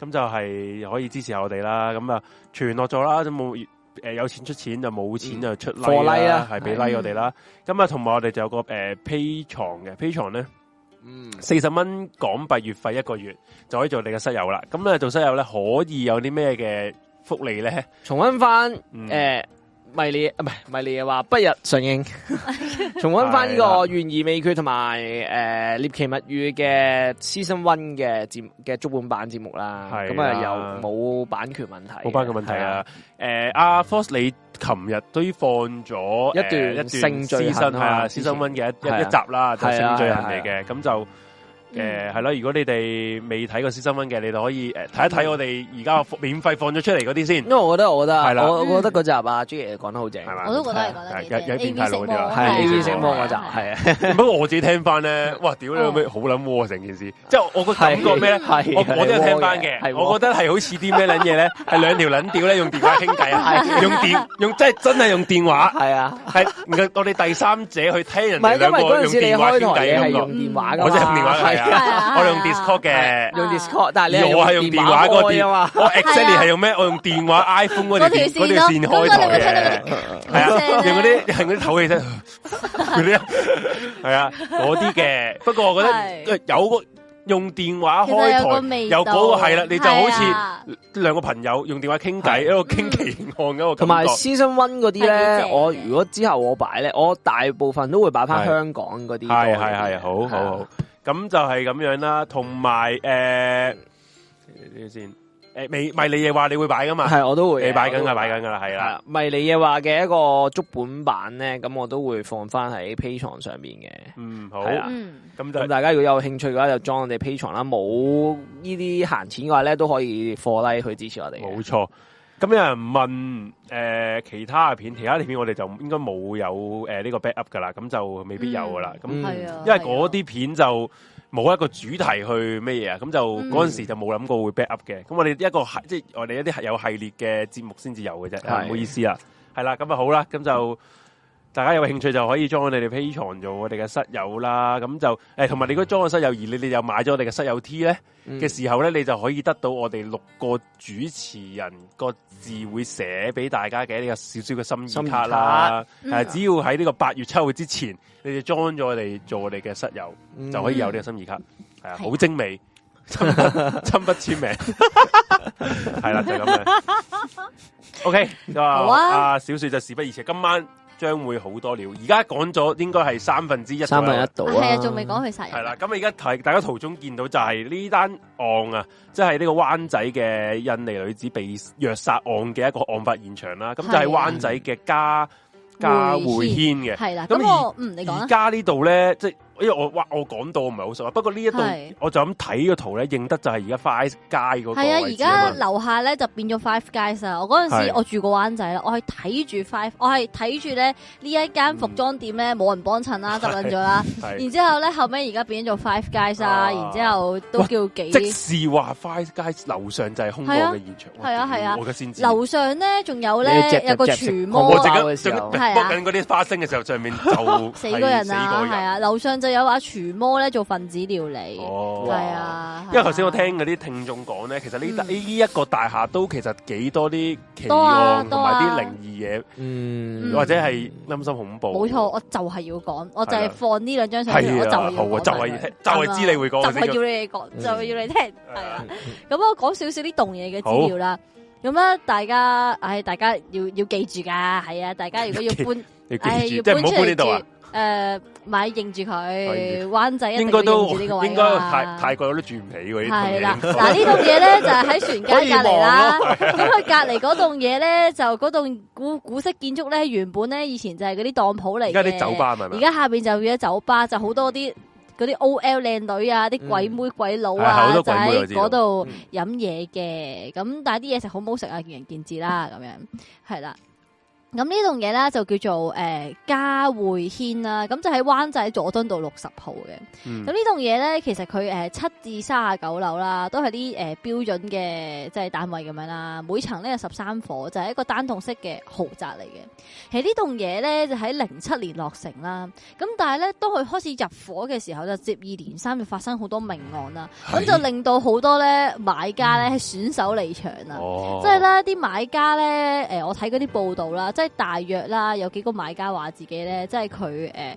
[SPEAKER 2] 咁就係可以支持下我哋啦。咁啊，全落咗啦，都冇誒有錢出錢就冇錢就出
[SPEAKER 1] 嗯 for like 嗯啦
[SPEAKER 2] 啦，係俾 like 我哋啦。咁啊，同埋我哋就有個誒 pay 床嘅 pay 床咧，
[SPEAKER 1] 嗯，
[SPEAKER 2] 四十蚊港幣月費一個月就可以做你嘅室友啦。咁咧做室友咧可以有啲咩嘅福利咧？
[SPEAKER 1] 重温翻
[SPEAKER 2] 嗯
[SPEAKER 1] 诶。呃迷你啊唔系迷你嘅話，不日上 映，重温翻呢個
[SPEAKER 2] 係啦
[SPEAKER 1] 《懸而未決》同埋诶《獵奇物語》嘅 Season One 嘅節目嘅足本版節目啦，
[SPEAKER 2] 係啦
[SPEAKER 1] 咁啊又冇版權問題嘅，
[SPEAKER 2] 冇班嘅問題
[SPEAKER 1] 係
[SPEAKER 2] 啊！誒，阿 Force 你琴日都放咗
[SPEAKER 1] 一段
[SPEAKER 2] 誒一段
[SPEAKER 1] 性罪行啊
[SPEAKER 2] 係
[SPEAKER 1] 之
[SPEAKER 2] 啊，私
[SPEAKER 1] 前
[SPEAKER 2] 生温嘅一
[SPEAKER 1] 係啊
[SPEAKER 2] 一一集啦，就
[SPEAKER 1] 係啊
[SPEAKER 2] 性罪
[SPEAKER 1] 係
[SPEAKER 2] 行
[SPEAKER 1] 啊嗯
[SPEAKER 2] 嚟嘅，咁就。誒係啦，如果你哋未睇過私生温嘅，你就可以誒睇一睇我哋而家免費放咗出嚟嗰啲先
[SPEAKER 1] 因。為我覺得我覺
[SPEAKER 2] 係
[SPEAKER 1] 得
[SPEAKER 2] 啦
[SPEAKER 1] 我我覺得嗰集啊 J 爺講得好正，
[SPEAKER 2] 係嘛
[SPEAKER 3] 我都覺得係講得幾
[SPEAKER 2] 有
[SPEAKER 3] 正
[SPEAKER 2] 有變
[SPEAKER 3] AV
[SPEAKER 2] 態佬嗰啲
[SPEAKER 1] 係
[SPEAKER 2] 啊係
[SPEAKER 1] A V
[SPEAKER 2] 啊
[SPEAKER 1] 星
[SPEAKER 2] 魔
[SPEAKER 1] 夢嗰集，係啊，
[SPEAKER 2] 不過我自己聽翻咧，哇！屌你老味，好撚窩啊成件事，即係我個感覺咩咧？
[SPEAKER 1] 哦係啊
[SPEAKER 2] 我我都有
[SPEAKER 1] 係
[SPEAKER 2] 聽翻
[SPEAKER 1] 係
[SPEAKER 2] 嘅，
[SPEAKER 1] 喎
[SPEAKER 2] 我覺得係好似啲咩撚嘢咧，係兩條撚屌咧用電話傾偈啊，用電用真係真係用電話。
[SPEAKER 1] 係啊。
[SPEAKER 2] 系我哋第三者去聽人
[SPEAKER 1] 唔係，因為
[SPEAKER 2] 哋兩個
[SPEAKER 1] 嗰
[SPEAKER 2] 用
[SPEAKER 1] 陣時你
[SPEAKER 2] 電話
[SPEAKER 1] 開
[SPEAKER 2] 傾
[SPEAKER 1] 台嘢
[SPEAKER 2] 偈
[SPEAKER 1] 係
[SPEAKER 2] 嘅感
[SPEAKER 1] 用
[SPEAKER 2] 覺，
[SPEAKER 1] 電話噶嘛，
[SPEAKER 2] 我真係用電話係
[SPEAKER 3] 係啊
[SPEAKER 2] 啊，我用 Discord 嘅
[SPEAKER 3] 係，
[SPEAKER 1] 啊用 Discord，但係你
[SPEAKER 2] 我係用電話嗰
[SPEAKER 1] 嗰
[SPEAKER 2] 個電
[SPEAKER 1] 啊嘛，
[SPEAKER 2] 我 exactly 係用咩？我用電話 iPhone 嗰條
[SPEAKER 3] 嗰條
[SPEAKER 2] 電
[SPEAKER 3] 線
[SPEAKER 2] 嗰
[SPEAKER 3] 咯
[SPEAKER 2] 條線開
[SPEAKER 1] 嗯
[SPEAKER 3] 咁所以你會
[SPEAKER 2] 台嘅，係啊，
[SPEAKER 3] 聲
[SPEAKER 2] 用嗰
[SPEAKER 3] 咧
[SPEAKER 2] 啲係嗰啲唞氣聲，嗰啲係啊，嗰啲嘅。不過我覺得
[SPEAKER 3] 係
[SPEAKER 2] 有個用電話
[SPEAKER 3] 其實
[SPEAKER 2] 開
[SPEAKER 3] 有個
[SPEAKER 2] 台，
[SPEAKER 3] 味道，
[SPEAKER 2] 有嗰個係啦，你就好
[SPEAKER 3] 係
[SPEAKER 2] 似
[SPEAKER 3] 啊
[SPEAKER 2] 兩個朋友用電話傾偈，一個
[SPEAKER 3] 嗯
[SPEAKER 2] 傾奇案嗰個
[SPEAKER 1] 同埋
[SPEAKER 2] 感覺。
[SPEAKER 1] Season One 嗰啲
[SPEAKER 3] 係幾
[SPEAKER 1] 咧，
[SPEAKER 3] 正嘅
[SPEAKER 1] 我如果之後我擺咧，我大部分都會擺翻香港嗰啲歌嗰
[SPEAKER 2] 系
[SPEAKER 1] 啲。
[SPEAKER 2] 系系，好
[SPEAKER 1] 係啊
[SPEAKER 2] 好好，咁就係咁樣啦。同埋诶，呢先诶，未咪你嘢話你會擺噶嘛？
[SPEAKER 1] 係我都會嘅。
[SPEAKER 2] 你擺
[SPEAKER 1] 我
[SPEAKER 2] 緊噶，
[SPEAKER 1] 都會
[SPEAKER 2] 擺緊。噶啦，係
[SPEAKER 1] 係
[SPEAKER 2] 啦。
[SPEAKER 1] 啊，迷你嘅話嘅一個足本版咧，咁我都會放翻喺 P 床上面嘅。
[SPEAKER 2] 嗯，好，
[SPEAKER 1] 係啊
[SPEAKER 3] 嗯
[SPEAKER 2] 咁
[SPEAKER 1] 咁
[SPEAKER 2] 就
[SPEAKER 1] 大家如果有興趣嘅話，就裝我哋 P 床啦。冇呢啲閒錢嘅話咧，都可以貨 like 去支持我哋嘅。
[SPEAKER 2] 冇錯。咁有人問诶，其他嘅片，其他嘅片我哋就應該冇有诶呢個 back up 噶啦，咁就未必有噶啦。咁
[SPEAKER 1] 嗯
[SPEAKER 3] 係啊，
[SPEAKER 2] 因為嗰啲片就冇一個主題去咩嘢啊，咁就
[SPEAKER 3] 嗯
[SPEAKER 2] 嗰陣時就冇諗過會 back up 嘅。咁我哋一個系即係我哋一啲有系列嘅節目先至有嘅啫，
[SPEAKER 1] 係
[SPEAKER 2] 唔好意思啊。係啦，咁啊好啦，咁就大家有興趣就可以 join 我哋哋 P 床做我哋嘅室友啦。咁就誒同埋你如果 join 我室友，而你哋又買咗我哋嘅室友 T 咧
[SPEAKER 1] 嗯
[SPEAKER 2] 嘅時候咧，你就可以得到我哋六個主持人各自會寫俾大家嘅呢個少少嘅心
[SPEAKER 1] 心
[SPEAKER 2] 意
[SPEAKER 1] 意
[SPEAKER 2] 卡
[SPEAKER 1] 卡
[SPEAKER 2] 啦。
[SPEAKER 3] 嗯
[SPEAKER 2] 誒，只要喺呢個八月七號之前，你哋 join 咗我哋做我哋嘅室友。
[SPEAKER 1] 嗯
[SPEAKER 2] 就可以有呢個心意卡，係啊，
[SPEAKER 3] 係啊
[SPEAKER 2] 好精美，親筆親筆簽名，係啦，就係咁樣。OK，咁
[SPEAKER 3] 好
[SPEAKER 2] 啊，
[SPEAKER 3] 啊
[SPEAKER 2] 阿小雪就事不宜遲，今晚將會好多料。而家講咗應該係三分之一，
[SPEAKER 1] 三分一。度
[SPEAKER 3] 係啊，仲未講佢殺人，
[SPEAKER 2] 係啦，咁啊而家睇大家途中見到就係呢單案啊，即係呢個灣仔嘅印尼女子被虐殺案嘅一個案發現場啦。咁就係
[SPEAKER 3] 係啊
[SPEAKER 2] 灣仔嘅嘉嘉
[SPEAKER 3] 會
[SPEAKER 2] 會軒嘅。
[SPEAKER 3] 係啦，
[SPEAKER 2] 咁
[SPEAKER 3] 咁我嗯你講
[SPEAKER 2] 而
[SPEAKER 3] 啦，
[SPEAKER 2] 家呢度咧，即係因為我哇我講到唔係好熟啊，不過呢一度
[SPEAKER 3] 係
[SPEAKER 2] 我就咁睇個圖咧，認得就係而家 Five 街嗰個
[SPEAKER 3] 係啊，
[SPEAKER 2] 位
[SPEAKER 3] 而
[SPEAKER 2] 置啊
[SPEAKER 3] 家
[SPEAKER 2] 嘛
[SPEAKER 3] 樓下咧就變咗 Five Guys 啊啦。我嗰陣時
[SPEAKER 2] 係
[SPEAKER 3] 我住過灣仔啦，我係睇住 Five，我係睇住咧呢一間服裝店咧冇人幫襯啦，執撚咗啦。
[SPEAKER 2] 係
[SPEAKER 3] 然之後咧後尾而家變咗做 Five Guys 啦，
[SPEAKER 2] 啊
[SPEAKER 3] 然之後都叫
[SPEAKER 2] 即
[SPEAKER 3] 幾
[SPEAKER 2] 是話 Five 街樓上就係空
[SPEAKER 3] 係啊
[SPEAKER 2] 降嘅現場，哇
[SPEAKER 3] 係啊係啊
[SPEAKER 2] 我而家先知。
[SPEAKER 3] 樓上咧仲有
[SPEAKER 1] 你隻
[SPEAKER 3] 咧有個
[SPEAKER 1] 隻食
[SPEAKER 3] 廚
[SPEAKER 1] 漢堡
[SPEAKER 2] 我
[SPEAKER 3] 魔
[SPEAKER 2] 即
[SPEAKER 3] 啊。
[SPEAKER 2] 刻
[SPEAKER 1] 嘅
[SPEAKER 2] 即
[SPEAKER 1] 時候
[SPEAKER 2] 刻
[SPEAKER 3] 係
[SPEAKER 2] 剝
[SPEAKER 3] 啊
[SPEAKER 2] 緊嗰啲花生嘅時候，上面 就係
[SPEAKER 3] 死個人啊，
[SPEAKER 2] 死個
[SPEAKER 3] 係啊，樓上就有阿廚魔咧做分子料理，
[SPEAKER 2] 哦
[SPEAKER 3] 係啊。
[SPEAKER 2] 因為頭先我
[SPEAKER 3] 係啊
[SPEAKER 2] 聽嗰啲聽眾講咧，其實呢
[SPEAKER 3] 嗯
[SPEAKER 2] 呢一個大廈都其實幾多啲奇
[SPEAKER 3] 多啊
[SPEAKER 2] 案
[SPEAKER 3] 多
[SPEAKER 2] 同埋
[SPEAKER 3] 啊
[SPEAKER 2] 啲靈異
[SPEAKER 1] 嗯
[SPEAKER 2] 嘢，或者係陰森恐怖。
[SPEAKER 3] 冇錯，我就係要講，我就
[SPEAKER 2] 係
[SPEAKER 3] 係
[SPEAKER 2] 啦
[SPEAKER 3] 放呢兩張相出嚟，我
[SPEAKER 2] 係
[SPEAKER 3] 就
[SPEAKER 2] 啊，
[SPEAKER 3] 係
[SPEAKER 2] 好
[SPEAKER 3] 要
[SPEAKER 2] 啊，
[SPEAKER 3] 講
[SPEAKER 2] 就
[SPEAKER 3] 埋
[SPEAKER 2] 係
[SPEAKER 3] 佢
[SPEAKER 2] 就係知你會講
[SPEAKER 3] 就
[SPEAKER 2] 嘅先
[SPEAKER 3] 係要你哋講，
[SPEAKER 1] 嗯
[SPEAKER 3] 就係要你聽，係啊。
[SPEAKER 2] 係
[SPEAKER 3] 咁我講少少呢棟嘢嘅資料啦。咁咧，大家，唉，大家要要記住㗎，係啊，大家如果要搬，
[SPEAKER 2] 你記
[SPEAKER 3] 唉，
[SPEAKER 2] 住，即
[SPEAKER 3] 要
[SPEAKER 2] 係
[SPEAKER 3] 搬
[SPEAKER 2] 唔好
[SPEAKER 3] 出
[SPEAKER 2] 搬
[SPEAKER 3] 嚟
[SPEAKER 2] 呢度啊
[SPEAKER 3] 住。，誒，咪認住
[SPEAKER 2] 認
[SPEAKER 3] 佢，灣仔一定
[SPEAKER 2] 應
[SPEAKER 3] 要
[SPEAKER 2] 該都
[SPEAKER 3] 認住呢個位啊
[SPEAKER 2] 應
[SPEAKER 3] 㗎
[SPEAKER 2] 該
[SPEAKER 3] 嘛
[SPEAKER 2] 泰泰國有都住唔起喎
[SPEAKER 3] 係
[SPEAKER 2] 呢
[SPEAKER 3] 啦，
[SPEAKER 2] 啲
[SPEAKER 3] 嗱呢棟嘢咧就係喺船
[SPEAKER 1] 可以
[SPEAKER 3] 街隔離啦
[SPEAKER 1] 望。
[SPEAKER 3] 咁佢隔離嗰棟嘢咧，就嗰棟古古式建築咧，原本咧以前就係嗰啲當鋪嚟
[SPEAKER 2] 而
[SPEAKER 3] 嘅。
[SPEAKER 2] 家啲酒，吧係咪
[SPEAKER 3] 而
[SPEAKER 2] 咪？
[SPEAKER 3] 家下邊就變咗酒吧，就好多啲嗰啲 OL 靚女啊，啲鬼妹鬼佬
[SPEAKER 2] 嗯係
[SPEAKER 3] 啊，
[SPEAKER 2] 好多
[SPEAKER 3] 就
[SPEAKER 2] 鬼妹
[SPEAKER 3] 喺
[SPEAKER 2] 我知道
[SPEAKER 3] 嗰度飲嘢嘅。咁但係啲嘢食好唔好食啊，見仁見智啦。咁樣係啦。咁呢棟嘢咧就叫做誒嘉匯軒啦，咁就喺灣仔佐敦道六十號嘅。咁
[SPEAKER 2] 嗯
[SPEAKER 3] 呢棟嘢咧，其實佢誒七至三十九樓啦，都係啲誒標準嘅即係單位咁樣啦。每層咧有十三伙，就係、一個單棟式嘅豪宅嚟嘅。其實呢棟嘢咧就喺零七年落成啦。咁但係咧，當佢開始入伙嘅時候，就接二連三就發生好多命案啦。咁就令到好多咧買家咧係損手離場啦。
[SPEAKER 2] 哦
[SPEAKER 3] 即啊係，咧，啲買家咧，誒、我睇嗰啲報道啦，即係大約啦，有幾個買家話自己咧，即係佢誒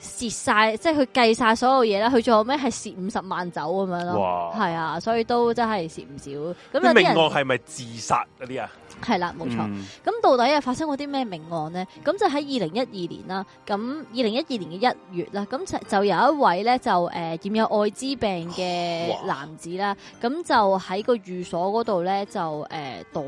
[SPEAKER 3] 蝕晒，即係佢計晒所有嘢啦，佢最後尾係蝕五十萬走咁樣咯，
[SPEAKER 2] 哇！
[SPEAKER 3] 係啊，所以都真係蝕唔少。咁有
[SPEAKER 2] 啲命
[SPEAKER 3] 啲
[SPEAKER 2] 案
[SPEAKER 3] 人
[SPEAKER 2] 係咪自殺嗰啲啊？
[SPEAKER 3] 係啦，冇錯。
[SPEAKER 2] 嗯
[SPEAKER 3] 咁到底係發生過啲咩命案呢？咁就喺二零一二年啦，咁二零一二年嘅一月啦，咁就就有一位咧就誒、呃染有艾滋病嘅男子啦，咁就喺個寓所嗰度咧就誒墮，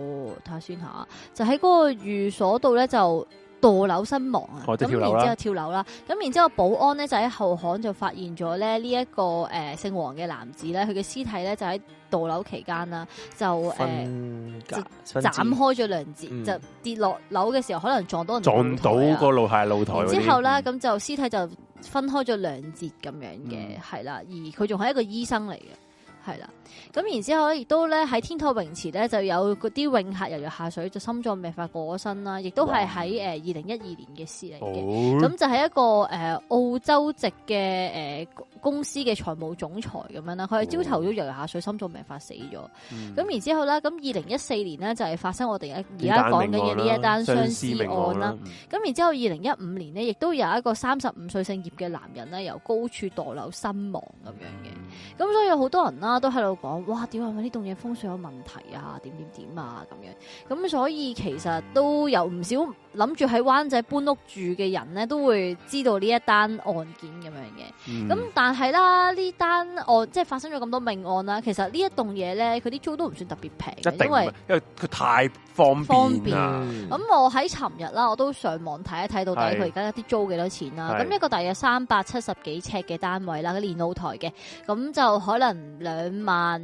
[SPEAKER 3] 睇下先嚇，就喺嗰個寓所度咧就。墮樓身亡啊！
[SPEAKER 2] 哦即
[SPEAKER 3] 咁、
[SPEAKER 2] 係跳樓
[SPEAKER 3] 然
[SPEAKER 2] 啦
[SPEAKER 3] 之後跳樓啦，咁然之後保安咧就喺後巷就發現咗咧呢一、個誒、呃姓黃嘅男子咧，佢嘅屍體咧就喺墮樓期間啦，就誒。呃
[SPEAKER 1] 分隔分
[SPEAKER 3] 斬
[SPEAKER 1] 支
[SPEAKER 3] 開咗兩截，
[SPEAKER 1] 嗯
[SPEAKER 3] 就跌落樓嘅時候，可能撞到人
[SPEAKER 2] 撞到個
[SPEAKER 3] 個。
[SPEAKER 2] 露台露台嗰
[SPEAKER 3] 啊然
[SPEAKER 2] 啲嗯
[SPEAKER 3] 之後咧，咁就屍體就分開咗兩截咁樣
[SPEAKER 2] 嗯
[SPEAKER 3] 嘅，係啦、而佢仲係一個醫生嚟嘅，係啦。咁然之後咧，亦都咧喺天台泳池咧就有嗰啲泳客游游下水，就心臟病發過咗身啦，亦都係喺誒二零一二年嘅事嚟嘅。咁
[SPEAKER 2] 哦，
[SPEAKER 3] 就係一個誒、呃澳洲籍嘅誒、呃公司嘅財務總裁咁樣啦，佢係朝
[SPEAKER 2] 哦
[SPEAKER 3] 頭早游游下水，心臟病發死咗。咁
[SPEAKER 2] 嗯
[SPEAKER 3] 然之後咧，咁二零一四年咧就係發生我哋而
[SPEAKER 2] 呢
[SPEAKER 3] 家
[SPEAKER 2] 單
[SPEAKER 3] 講緊
[SPEAKER 2] 命
[SPEAKER 3] 嘅
[SPEAKER 2] 案啦
[SPEAKER 3] 呢一單
[SPEAKER 2] 相
[SPEAKER 3] 相
[SPEAKER 2] 思
[SPEAKER 3] 思
[SPEAKER 2] 命
[SPEAKER 3] 案啦
[SPEAKER 2] 啦。，
[SPEAKER 3] 咁然之後二零一五年呢，亦都有一個三十五歲姓葉嘅男人咧，由高處墮樓身亡咁樣嘅。咁所以有好多人啦，都喺度講，哇，點解呢棟嘢風水有問題啊？點點點啊咁樣。咁所以其實都有唔少諗住喺灣仔搬屋住嘅人呢，都會知道呢一單案件咁樣嘅。
[SPEAKER 2] 嗯
[SPEAKER 3] 咁但係啦，呢單案即係發生咗咁多命案啦，其實呢一棟嘢咧，佢啲租都唔算特別平
[SPEAKER 2] 一
[SPEAKER 3] 嘅，
[SPEAKER 2] 定
[SPEAKER 3] 因
[SPEAKER 2] 唔係
[SPEAKER 3] 為
[SPEAKER 2] 因為佢太方
[SPEAKER 3] 方
[SPEAKER 2] 便啊
[SPEAKER 3] 便
[SPEAKER 2] 啦，
[SPEAKER 3] 咁我喺尋日啦，我都上網睇一睇到底
[SPEAKER 2] 係
[SPEAKER 3] 佢而家啲租幾多錢啦。
[SPEAKER 2] 係
[SPEAKER 3] 咁一個大約三百七十幾尺嘅單位啦，連露台嘅，咁就可能兩萬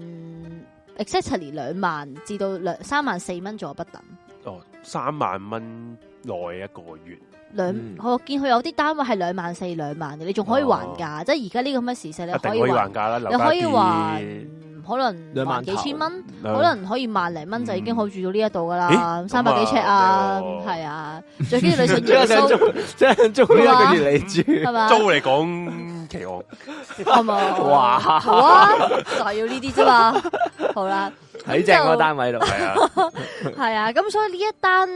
[SPEAKER 3] exactly 兩萬至到兩三萬四蚊左右不等。
[SPEAKER 2] 哦，三萬蚊內一個月，
[SPEAKER 3] 兩、
[SPEAKER 1] 嗯
[SPEAKER 3] 我見佢有啲單位係兩萬四兩萬嘅，你仲可以還價，即係而家呢個咁嘅時勢，
[SPEAKER 2] 哦一
[SPEAKER 3] 你
[SPEAKER 2] 定
[SPEAKER 3] 可
[SPEAKER 2] 可
[SPEAKER 3] 以
[SPEAKER 2] 以
[SPEAKER 3] 還
[SPEAKER 2] 還，價啦，
[SPEAKER 3] 你
[SPEAKER 2] 留
[SPEAKER 3] 可
[SPEAKER 2] 翻
[SPEAKER 3] 以還可能
[SPEAKER 1] 兩萬
[SPEAKER 3] 還幾千
[SPEAKER 1] 頭
[SPEAKER 3] 蚊。可能可以萬零蚊就已經可以住到呢一度噶啦，
[SPEAKER 2] 咦
[SPEAKER 3] 三百幾尺嗯啊，
[SPEAKER 2] 咁啊
[SPEAKER 3] 係啊， 最緊要你信
[SPEAKER 1] 即
[SPEAKER 3] 耶
[SPEAKER 1] 係想
[SPEAKER 3] 穌
[SPEAKER 1] 租，即係啊租呢一個月嚟住。
[SPEAKER 3] 係嘛？
[SPEAKER 2] 租嚟講奇案，
[SPEAKER 3] 係嘛？
[SPEAKER 1] 哇
[SPEAKER 3] 好啊，就係要呢啲啫嘛。好啦，
[SPEAKER 1] 喺正個單位度，
[SPEAKER 2] 係 啊，
[SPEAKER 3] 係啊，咁所以呢一單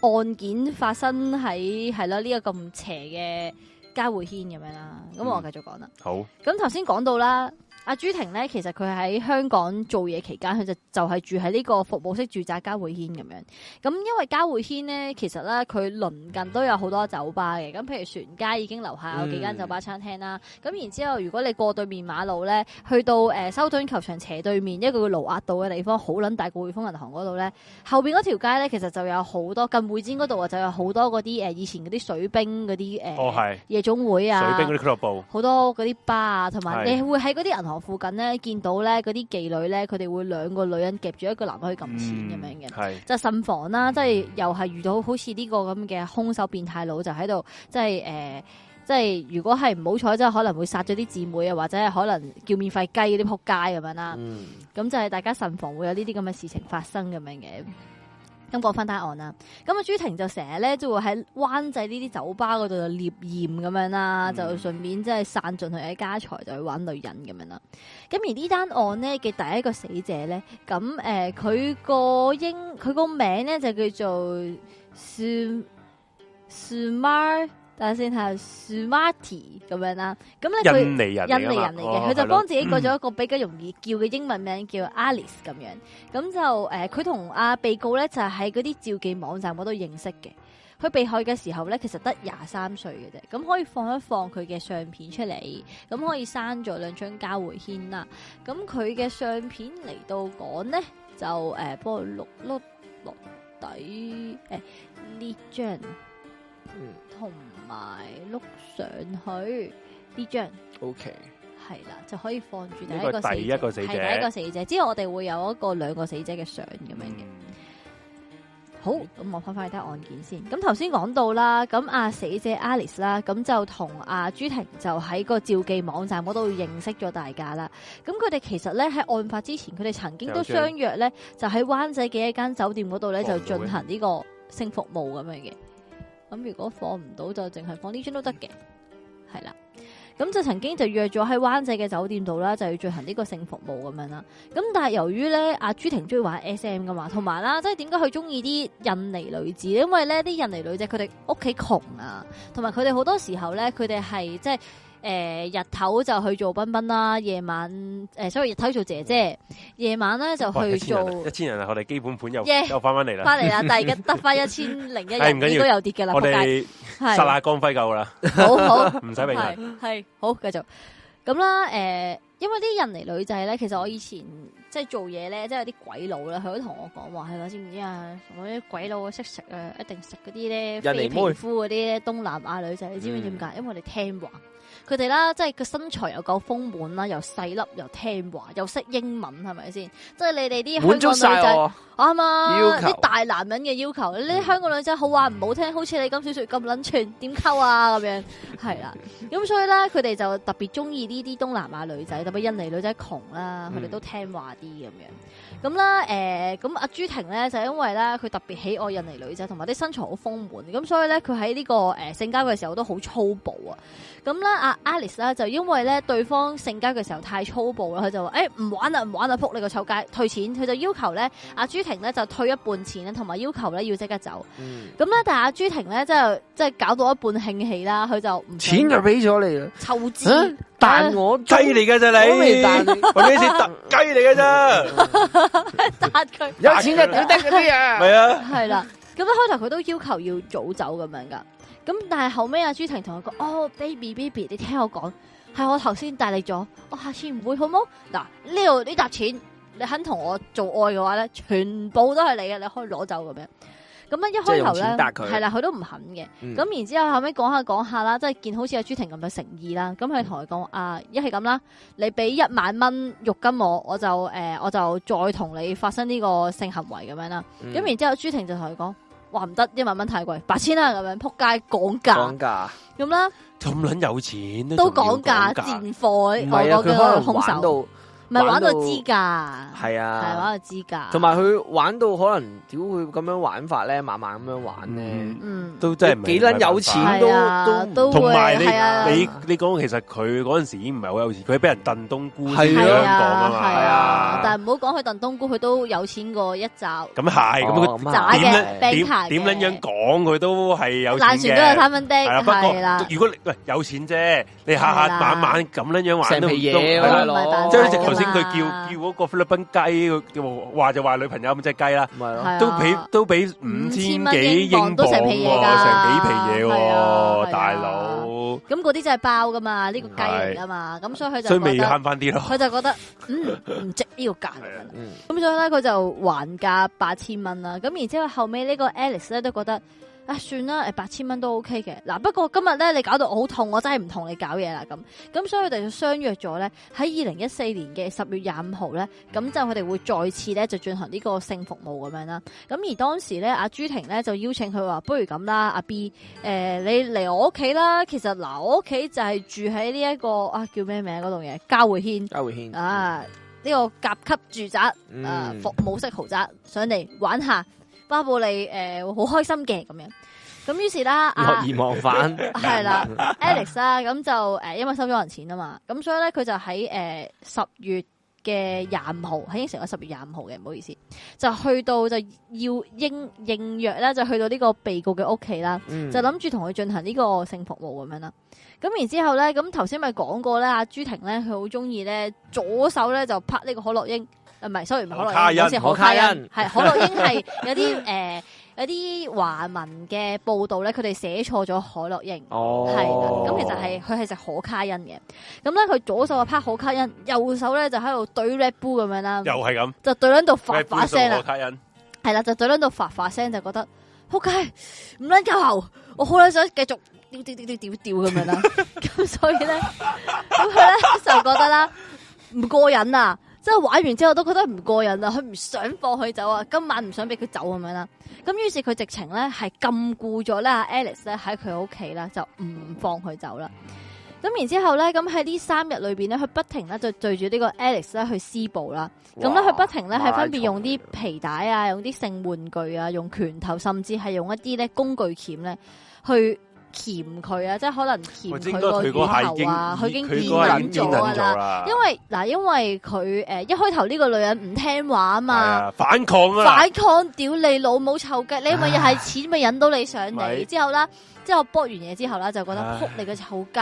[SPEAKER 3] 案件發生喺係咯呢個嗯咁邪嘅嘉匯軒咁樣啦。咁我繼續講啦。
[SPEAKER 2] 好，
[SPEAKER 3] 咁頭先講到啦，阿朱婷咧，其實佢喺香港做嘢期間，佢就就係住喺呢個服務式住宅交匯軒咁樣。咁因為交匯軒咧，其實咧佢鄰近都有好多酒吧嘅。咁譬如船街已經樓下有幾
[SPEAKER 2] 嗯
[SPEAKER 3] 間酒吧餐廳啦。咁、然之後，如果你過對面馬路咧，去到誒、呃修頓球場斜對面一個叫盧押道嘅地方，好撚大個匯豐銀行嗰度咧，後邊嗰條街咧其實就有好多近會展嗰度啊，就有好多嗰啲誒以前嗰啲水兵嗰啲誒。
[SPEAKER 2] 哦係
[SPEAKER 3] 夜總會啊，
[SPEAKER 2] 水兵嗰啲俱樂部，
[SPEAKER 3] 好多嗰啲巴啊，同埋
[SPEAKER 2] 係
[SPEAKER 3] 你會喺嗰啲銀行附近咧見到咧嗰啲妓女咧，佢哋會兩個女人夾住一個男人去撳錢咁
[SPEAKER 2] 嗯
[SPEAKER 3] 樣嘅。
[SPEAKER 2] 嘅，系
[SPEAKER 3] 就慎防啦，即係又係遇到好似呢個咁嘅兇手變態佬，就喺度即係誒、呃即係如果係唔好彩，即係可能會殺咗啲姊妹啊，或者係可能叫免費雞嗰啲仆街咁樣啦。
[SPEAKER 1] 嗯，
[SPEAKER 3] 咁就係大家慎防會有呢啲咁嘅事情發生咁樣嘅。咁講翻單案啦，咁啊朱婷就成日咧就會喺灣仔呢啲酒吧嗰度就獵豔咁樣啦，
[SPEAKER 2] 嗯
[SPEAKER 3] 就順便即係散盡佢嘅家財，就去玩女人咁樣啦。咁而呢單案呢嘅第一個死者咧，咁誒佢個英佢個名咧就叫做 Su Sumar，等下先睇下 Sumarti 咁樣啦。咁咧佢
[SPEAKER 2] 印尼人
[SPEAKER 3] 印尼人嚟嘅，佢就幫
[SPEAKER 2] 幫
[SPEAKER 3] 自己改咗一個比較容易叫嘅英文名叫 Alice 咁樣，咁就誒佢同阿被告咧就係喺嗰啲召妓網站嗰度認識嘅。佢被害嘅時候咧，其實得廿三歲嘅啫，咁可以放一放佢嘅相片出嚟，咁可以刪咗兩張交回軒啦。咁佢嘅相片嚟到講咧，就誒幫佢碌碌落底誒呢張，
[SPEAKER 1] 嗯
[SPEAKER 3] 同埋碌上去呢張。
[SPEAKER 1] ，OK，
[SPEAKER 3] 系啦，就可以放住第
[SPEAKER 2] 呢
[SPEAKER 3] 一
[SPEAKER 2] 個
[SPEAKER 3] 個
[SPEAKER 2] 第一個死
[SPEAKER 3] 死
[SPEAKER 2] 者
[SPEAKER 3] 者，係第一個死者。之後我哋會有一個兩個死者嘅相咁樣嘅。好，
[SPEAKER 2] 嗯
[SPEAKER 3] 咁我翻翻去睇案件先。咁頭先講到啦，咁啊死者 Alice 啦，咁就同阿朱婷就喺個召妓網站嗰度認識咗大家啦。咁佢哋其實咧喺案發之前，佢哋曾經都
[SPEAKER 2] 就有
[SPEAKER 3] 相約咧，就喺灣仔嘅一間酒店嗰度咧
[SPEAKER 2] 放
[SPEAKER 3] 就
[SPEAKER 2] 唔到嘅
[SPEAKER 3] 進行呢個性服務咁樣嘅。咁如果放唔到就淨係放呢張都得嘅，
[SPEAKER 2] 嗯
[SPEAKER 3] 係啦。咁就曾經就約咗喺灣仔嘅酒店度啦，就要進行呢個性服務咁樣啦。咁但係由於咧，阿朱婷中意玩 S.M. 噶嘛，同埋啦，即係點解佢中意啲印尼女子？因為咧啲印尼女仔佢哋屋企窮啊，同埋佢哋好多時候咧，佢哋係即係。誒、日頭就去做賓賓啦，夜晚誒所以日頭做姐姐，夜晚咧就
[SPEAKER 2] 哇
[SPEAKER 3] 去
[SPEAKER 2] 一千人啊
[SPEAKER 3] 做
[SPEAKER 2] 一千人啊！我哋基本盤又
[SPEAKER 3] Yeah
[SPEAKER 2] 又翻翻嚟啦，
[SPEAKER 3] 翻嚟啊啦，但係而家得翻一千零 一
[SPEAKER 2] 哎係唔緊要
[SPEAKER 3] 日，應該有跌嘅啦，
[SPEAKER 2] 我
[SPEAKER 3] 仆街
[SPEAKER 2] 哋殺
[SPEAKER 3] 係
[SPEAKER 2] 下光輝夠啦，
[SPEAKER 3] 好好。
[SPEAKER 2] 唔使平衡。
[SPEAKER 3] 係系好，繼續咁啦。诶、因為啲印尼女仔咧，其實我以前即係做嘢咧，即係有啲鬼佬咧，佢都同我講話，係咪知
[SPEAKER 1] 嗯
[SPEAKER 3] 唔知啊？我啲鬼佬識食啊，一定食嗰啲咧
[SPEAKER 1] 印尼
[SPEAKER 3] 非皮
[SPEAKER 1] 妹嗯
[SPEAKER 3] 膚嗰啲咧東南亞女仔，你知唔知點解？因為我哋聽話。佢哋啦，即係個身材又夠豐滿啦，又細粒，又聽話，又識英文，係咪先？即係你哋
[SPEAKER 1] 滿
[SPEAKER 3] 啲
[SPEAKER 1] 足
[SPEAKER 3] 香港
[SPEAKER 1] 晒
[SPEAKER 3] 女仔
[SPEAKER 1] 我，
[SPEAKER 3] 啱啊！
[SPEAKER 1] 要求
[SPEAKER 3] 啲大男人嘅要求，呢啲香港女仔好話唔好聽，好似你咁小說咁撚串，點溝啊咁樣，係 啦。咁所以咧，佢哋就特別中意呢啲東南亞女仔，特別印尼女仔窮啦，
[SPEAKER 1] 嗯
[SPEAKER 3] 佢哋都聽話啲咁樣。咁啦，誒、咁阿朱婷咧就因為咧佢特別喜愛印尼女仔，同埋啲身材好豐滿，咁所以咧佢喺呢個誒、性交嘅時候都好粗暴啊。咁咧，阿 Alice 咧就因為咧對方性交嘅時候太粗暴啊啦，佢就話：，誒、唔玩啦，唔玩啦，撲你個臭街，退錢。佢就要求咧，阿朱婷咧就退一半錢咧，同埋要求咧要即刻走。
[SPEAKER 1] 嗯，
[SPEAKER 3] 咁咧，但係阿朱婷咧，即係即係搞到一半興起啦，佢就唔
[SPEAKER 1] 錢就俾咗你啦，
[SPEAKER 3] 臭資
[SPEAKER 1] 啊但我
[SPEAKER 2] 雞嚟 嘅咋
[SPEAKER 1] 我未
[SPEAKER 2] 你
[SPEAKER 1] 彈，你
[SPEAKER 2] 我呢次特雞嚟嘅咋，
[SPEAKER 3] 打佢，
[SPEAKER 1] 有錢 就屌得嗰啲啊，
[SPEAKER 2] 咪啊，
[SPEAKER 3] 係啦。咁一開頭佢都要求要早走咁樣噶，咁但係後尾阿朱婷同佢講：，哦，baby baby，你聽我講，係我頭先帶你咗，我下次唔會好冇。嗱，呢度呢沓錢，你肯同我做愛嘅話咧，全部都係你嘅，你可以攞走咁樣。咁啊咧一
[SPEAKER 1] 即係
[SPEAKER 3] 開頭
[SPEAKER 1] 用
[SPEAKER 3] 咧，
[SPEAKER 1] 錢搭佢
[SPEAKER 3] 係啦，佢都唔肯嘅。
[SPEAKER 1] 嗯
[SPEAKER 3] 咁然之後後尾講下講下啦，即係見好似阿朱婷咁有誠意啦，咁佢同佢講啊，一係咁啦，你俾一萬蚊肉金我，我就誒、
[SPEAKER 1] 嗯
[SPEAKER 3] 呃我就再同你發生呢個性行為咁樣啦。
[SPEAKER 1] 嗯
[SPEAKER 3] 咁、然之後朱婷就同佢講話唔得，一萬蚊太貴，八千啦咁樣，撲街講價
[SPEAKER 1] 講價，
[SPEAKER 3] 咁啦，
[SPEAKER 2] 咁撚有錢
[SPEAKER 3] 都講價
[SPEAKER 2] 價，
[SPEAKER 3] 賤貨，
[SPEAKER 1] 唔
[SPEAKER 3] 外
[SPEAKER 1] 係啊，佢可能
[SPEAKER 3] 國嘅兇
[SPEAKER 1] 玩到
[SPEAKER 3] 手。唔唔係玩到
[SPEAKER 1] 玩到
[SPEAKER 3] 知㗎，
[SPEAKER 1] 係啊
[SPEAKER 3] 係玩到知㗎，
[SPEAKER 1] 同埋佢玩到可能，屌佢咁樣玩法咧，慢慢咁樣玩哦咧，
[SPEAKER 3] 嗯。
[SPEAKER 2] 都真係
[SPEAKER 1] 幾撚有錢
[SPEAKER 3] 係啊
[SPEAKER 1] 都
[SPEAKER 3] 都
[SPEAKER 1] 都
[SPEAKER 3] 會
[SPEAKER 2] 同埋你
[SPEAKER 3] 係啊
[SPEAKER 2] 你你講其實佢嗰陣時已經唔係好有錢，佢係俾人燉冬菇先
[SPEAKER 1] 係
[SPEAKER 2] 嚟
[SPEAKER 3] 係
[SPEAKER 2] 香港
[SPEAKER 3] 啊，
[SPEAKER 2] 啊
[SPEAKER 3] 係啊
[SPEAKER 2] 嘛，，
[SPEAKER 3] 但係唔好講佢燉冬菇，佢都有錢過一罩
[SPEAKER 2] 咁係咁佢
[SPEAKER 1] 哦咁啊
[SPEAKER 3] 渣
[SPEAKER 2] 點咧
[SPEAKER 3] 嘅 冰
[SPEAKER 2] 點
[SPEAKER 3] 牌
[SPEAKER 2] 點撚樣講佢都係有錢
[SPEAKER 3] 爛船
[SPEAKER 2] 嘅。
[SPEAKER 3] 都有他們的，
[SPEAKER 2] 係啦，不
[SPEAKER 3] 係啦
[SPEAKER 2] 過，如果你喂有錢啫，你下
[SPEAKER 3] 係啦
[SPEAKER 2] 下晚晚咁樣樣玩
[SPEAKER 1] 成
[SPEAKER 2] 都
[SPEAKER 1] 皮嘢啊喎
[SPEAKER 2] 都係
[SPEAKER 1] 大
[SPEAKER 2] 啦
[SPEAKER 3] 啦
[SPEAKER 1] 佬，
[SPEAKER 2] 即係好
[SPEAKER 3] 係
[SPEAKER 2] 似
[SPEAKER 3] 啊
[SPEAKER 2] 頭先佢叫
[SPEAKER 3] 嘛
[SPEAKER 2] 叫嗰個菲律賓雞，佢話就話女朋友咁只雞啦，
[SPEAKER 1] 咪咯，
[SPEAKER 3] 係啊
[SPEAKER 2] 都俾都俾五
[SPEAKER 3] 千
[SPEAKER 2] 千
[SPEAKER 3] 蚊
[SPEAKER 2] 幾
[SPEAKER 3] 英鎊
[SPEAKER 2] 英
[SPEAKER 3] 都
[SPEAKER 2] 鎊
[SPEAKER 3] 成皮嘢㗎
[SPEAKER 2] 喎，成幾皮嘢
[SPEAKER 3] 係啊係啊
[SPEAKER 2] 喎，大佬，
[SPEAKER 3] 咁嗰啲真係包㗎嘛，呢個雞嚟㗎嘛，咁所以佢就
[SPEAKER 2] 所以咪
[SPEAKER 3] 覺得，
[SPEAKER 2] 慳翻啲咯。
[SPEAKER 3] 佢就覺得，嗯，唔值呢個價嚟㗎啦。
[SPEAKER 1] 嗯，
[SPEAKER 3] 咁所以咧，佢就還價八千蚊啦。咁然之後後尾呢個 Alice 咧都覺得啊，算啦，誒八千蚊都 OK 嘅。嗱，不過今日咧你搞到我好痛，我真係唔同你搞嘢啦咁。咁所以佢哋就相約咗咧，喺二零一四年嘅十月廿五號咧，咁就佢哋會再次咧就進行呢個性服務咁樣啦。咁而當時咧，阿朱婷咧就邀請佢話，不如咁啦，阿 B，誒、你嚟我屋企啦。其實嗱，我屋企就係住喺呢一個啊叫咩名嗰棟嘢，交匯軒
[SPEAKER 1] 嘉慧軒，
[SPEAKER 3] 啊，呢、個甲級住宅。誒、
[SPEAKER 1] 嗯
[SPEAKER 3] 呃服務式豪宅上嚟玩下，巴布利誒會好、開心嘅咁樣。咁於是啦，啊
[SPEAKER 1] 樂而忘返，
[SPEAKER 3] 係啦 Alex 啦，咁就誒、因為收咗人錢啊嘛，咁所以咧佢就喺誒十月嘅廿五號，喺應承咗十月廿五號嘅，唔好意思，就去到就要應應約啦，就去到呢個被告嘅屋企啦。
[SPEAKER 1] 嗯，
[SPEAKER 3] 就諗住同佢進行呢個性服務咁樣啦。咁然之後咧，咁頭先咪講過咧，阿朱婷咧，佢好中意咧，左手咧就拍呢個可樂英，啊唔係，sorry 唔係可
[SPEAKER 2] 可卡
[SPEAKER 3] 樂
[SPEAKER 2] 因
[SPEAKER 3] 英，好似可
[SPEAKER 1] 可卡
[SPEAKER 3] 卡
[SPEAKER 1] 因
[SPEAKER 3] 因，係 可樂英係有啲誒有啲華文嘅報道咧，佢哋寫錯咗可樂英。
[SPEAKER 1] 哦，
[SPEAKER 3] 係啦，咁其實係佢係食可卡因嘅，咁咧佢左手啊拍可卡因，右手咧就喺度懟 Red Bull 咁樣啦
[SPEAKER 2] 又，係咁，
[SPEAKER 3] 就懟喺度發
[SPEAKER 2] 喂
[SPEAKER 3] 發聲啊
[SPEAKER 2] 潘
[SPEAKER 3] 啦
[SPEAKER 2] 素可。卡因
[SPEAKER 3] 系啦，就嘴撚到發發聲，就覺得仆街唔撚夠喉，我好撚想繼續吊吊吊吊吊吊咁樣啦。咁所以咧，咁佢咧就覺得啦，唔過癮啊！即係玩完之後都覺得唔過癮啊，佢唔想放佢走啊，今晚唔想俾佢走咁樣啦。咁於是佢直情咧係禁錮咗咧阿 Alice 咧喺佢屋企啦，就唔放佢走啦。咁然之後咧，咁喺呢三日裏邊咧，佢不停咧就對住呢個 Alex 咧去施暴啦。咁咧，佢不停咧係分別用啲皮帶啊，用啲性玩具啊，用拳頭，甚至係用一啲咧工具鉗咧去鉗佢啊，即係可能鉗
[SPEAKER 2] 喂
[SPEAKER 3] 佢
[SPEAKER 2] 應該
[SPEAKER 3] 個
[SPEAKER 2] 佢
[SPEAKER 3] 乳
[SPEAKER 2] 嗰下已
[SPEAKER 3] 頭
[SPEAKER 2] 經
[SPEAKER 3] 啊，佢已經變
[SPEAKER 2] 佢嗰下已
[SPEAKER 3] 撚
[SPEAKER 2] 經
[SPEAKER 3] 咗
[SPEAKER 2] 癲
[SPEAKER 3] 㗎
[SPEAKER 2] 撚咗
[SPEAKER 3] 啦。
[SPEAKER 2] 啦，
[SPEAKER 3] 因為嗱，因為佢誒一開頭呢個女人唔聽話啊
[SPEAKER 2] 係
[SPEAKER 3] 嘛。
[SPEAKER 2] 啊反抗啦，
[SPEAKER 3] 反抗屌你老母臭雞，你咪又係錢咪引到你上嚟
[SPEAKER 2] 咪
[SPEAKER 3] 之後啦，之後搏完嘢之後啦，就覺得
[SPEAKER 2] 唉
[SPEAKER 3] 扑你個臭街，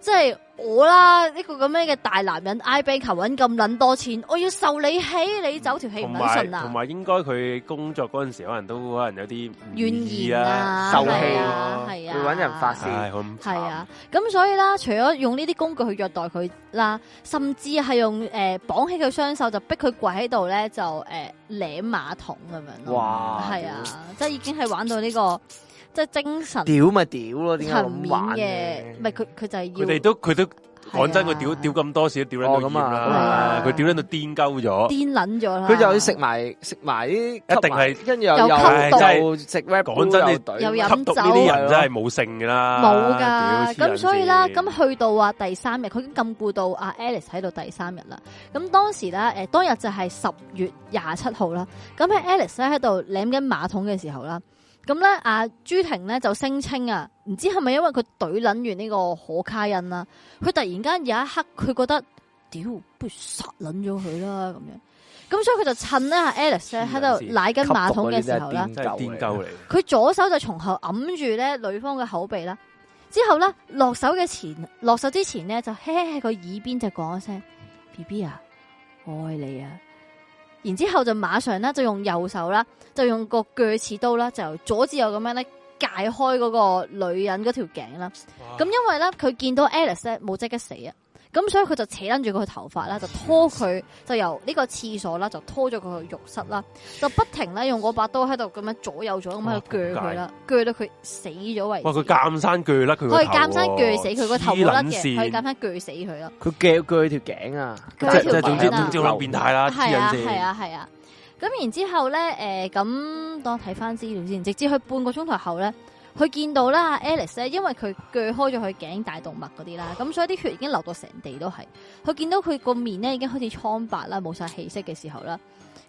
[SPEAKER 3] 即係我啦呢、個咁樣嘅大男人 I bank 求揾咁撚多錢，我要受你氣，你走條氣
[SPEAKER 2] 同
[SPEAKER 3] 唔
[SPEAKER 2] 埋
[SPEAKER 3] 撚順
[SPEAKER 2] 同
[SPEAKER 3] 啊！
[SPEAKER 2] 埋應該佢工作嗰陣時，可能都可能有啲唔
[SPEAKER 3] 怨
[SPEAKER 2] 意
[SPEAKER 3] 言啊，
[SPEAKER 1] 受氣
[SPEAKER 3] 係啊
[SPEAKER 2] 啊，
[SPEAKER 3] 係啊，
[SPEAKER 1] 會揾人發泄
[SPEAKER 2] 唉，咁
[SPEAKER 3] 系啊，咁所以啦，除咗用呢啲工具去虐待佢啦，甚至係用诶綁、起佢雙手，就逼佢跪喺度咧，就诶舐馬桶咁樣咯。
[SPEAKER 1] 哇，
[SPEAKER 3] 系啊，即係已經係玩到呢、個即係精神
[SPEAKER 1] 屌，屌咪屌咯，點解
[SPEAKER 3] 層
[SPEAKER 1] 咁
[SPEAKER 3] 面
[SPEAKER 1] 玩
[SPEAKER 3] 嘅，唔係佢佢就係
[SPEAKER 2] 佢
[SPEAKER 3] 要
[SPEAKER 2] 哋都佢都
[SPEAKER 3] 係啊
[SPEAKER 2] 講真，佢屌屌咁多次都屌
[SPEAKER 1] 哦
[SPEAKER 2] 撚到
[SPEAKER 1] 咁
[SPEAKER 2] 厭
[SPEAKER 1] 啊
[SPEAKER 3] 係啊
[SPEAKER 2] 啦，佢屌撚到癲鳩咗。
[SPEAKER 3] 癲撚咗啦，
[SPEAKER 1] 佢就要食埋食埋啲，一
[SPEAKER 2] 定係
[SPEAKER 1] 跟住又
[SPEAKER 3] 又
[SPEAKER 1] 又
[SPEAKER 3] 吸毒
[SPEAKER 1] 又食 rap，
[SPEAKER 2] 講真你
[SPEAKER 1] 隊
[SPEAKER 3] 又飲
[SPEAKER 2] 吸毒呢啲人真係冇性噶啦，
[SPEAKER 3] 冇噶，
[SPEAKER 2] 屌
[SPEAKER 3] 咁所以啦，咁
[SPEAKER 2] 黐
[SPEAKER 3] 去到啊第三日，佢已經禁錮到阿 Alice 喺度第三日啦。咁當時咧，誒當日就係十月廿七號啦。咁喺 Alice 咧喺度舐緊馬桶嘅時候啦，咁咧阿朱婷咧就聲稱啊，唔知係咪因為佢懟撚完呢個可卡因啦，佢突然間有一刻佢覺得，屌，不如殺撚咗佢啦咁樣。咁所以佢就趁咧阿 Alice 咧喺度舐緊馬桶嘅時候啦。
[SPEAKER 2] 線啊真係癲鳩嚟。
[SPEAKER 3] 佢左手就從後揞住咧女方嘅口鼻啦，之後咧落手嘅前落手之前咧就嘿嘿喺佢耳邊就講一聲 B B 啊，我愛你啊，然之後就馬上咧就用右手啦，就用個鋸齒刀啦，就由左至右咁樣咧解開嗰個女人嗰條頸啦。
[SPEAKER 2] 啊
[SPEAKER 3] 咁因為咧，佢見到 Alice 咧冇即刻死啊，咁所以佢就扯撚住佢頭髮啦，就拖佢，就由呢個廁所啦，就拖咗佢去浴室啦，就不停咧用嗰把刀喺度咁樣左右左右咁喺度鋸佢啦，鋸到佢死咗為止。
[SPEAKER 2] 哇！佢監生鋸甩佢個頭
[SPEAKER 3] 佢
[SPEAKER 2] 喎，
[SPEAKER 3] 係監生鋸死佢個頭冇甩嘅，
[SPEAKER 2] 黐撚
[SPEAKER 3] 佢係監
[SPEAKER 2] 線
[SPEAKER 3] 生鋸死佢咯。
[SPEAKER 1] 佢鋸鋸條頸啊，
[SPEAKER 3] 鋸
[SPEAKER 2] 即
[SPEAKER 3] 條
[SPEAKER 2] 即係
[SPEAKER 3] 頸
[SPEAKER 2] 總之
[SPEAKER 3] 啊
[SPEAKER 2] 總之好撚變態啦，黐
[SPEAKER 3] 係
[SPEAKER 2] 撚
[SPEAKER 3] 啊係
[SPEAKER 2] 線。
[SPEAKER 3] 啊係啊，咁然之後咧，誒咁當我睇翻資料先，直至去半個鐘頭後咧，佢見到啦阿 Alice 咧，因為佢鋸開咗佢頸大動脈嗰啲啦，咁所以啲血已經流到成地都係。佢見到佢個面咧已經開始蒼白啦，冇晒氣息嘅時候啦，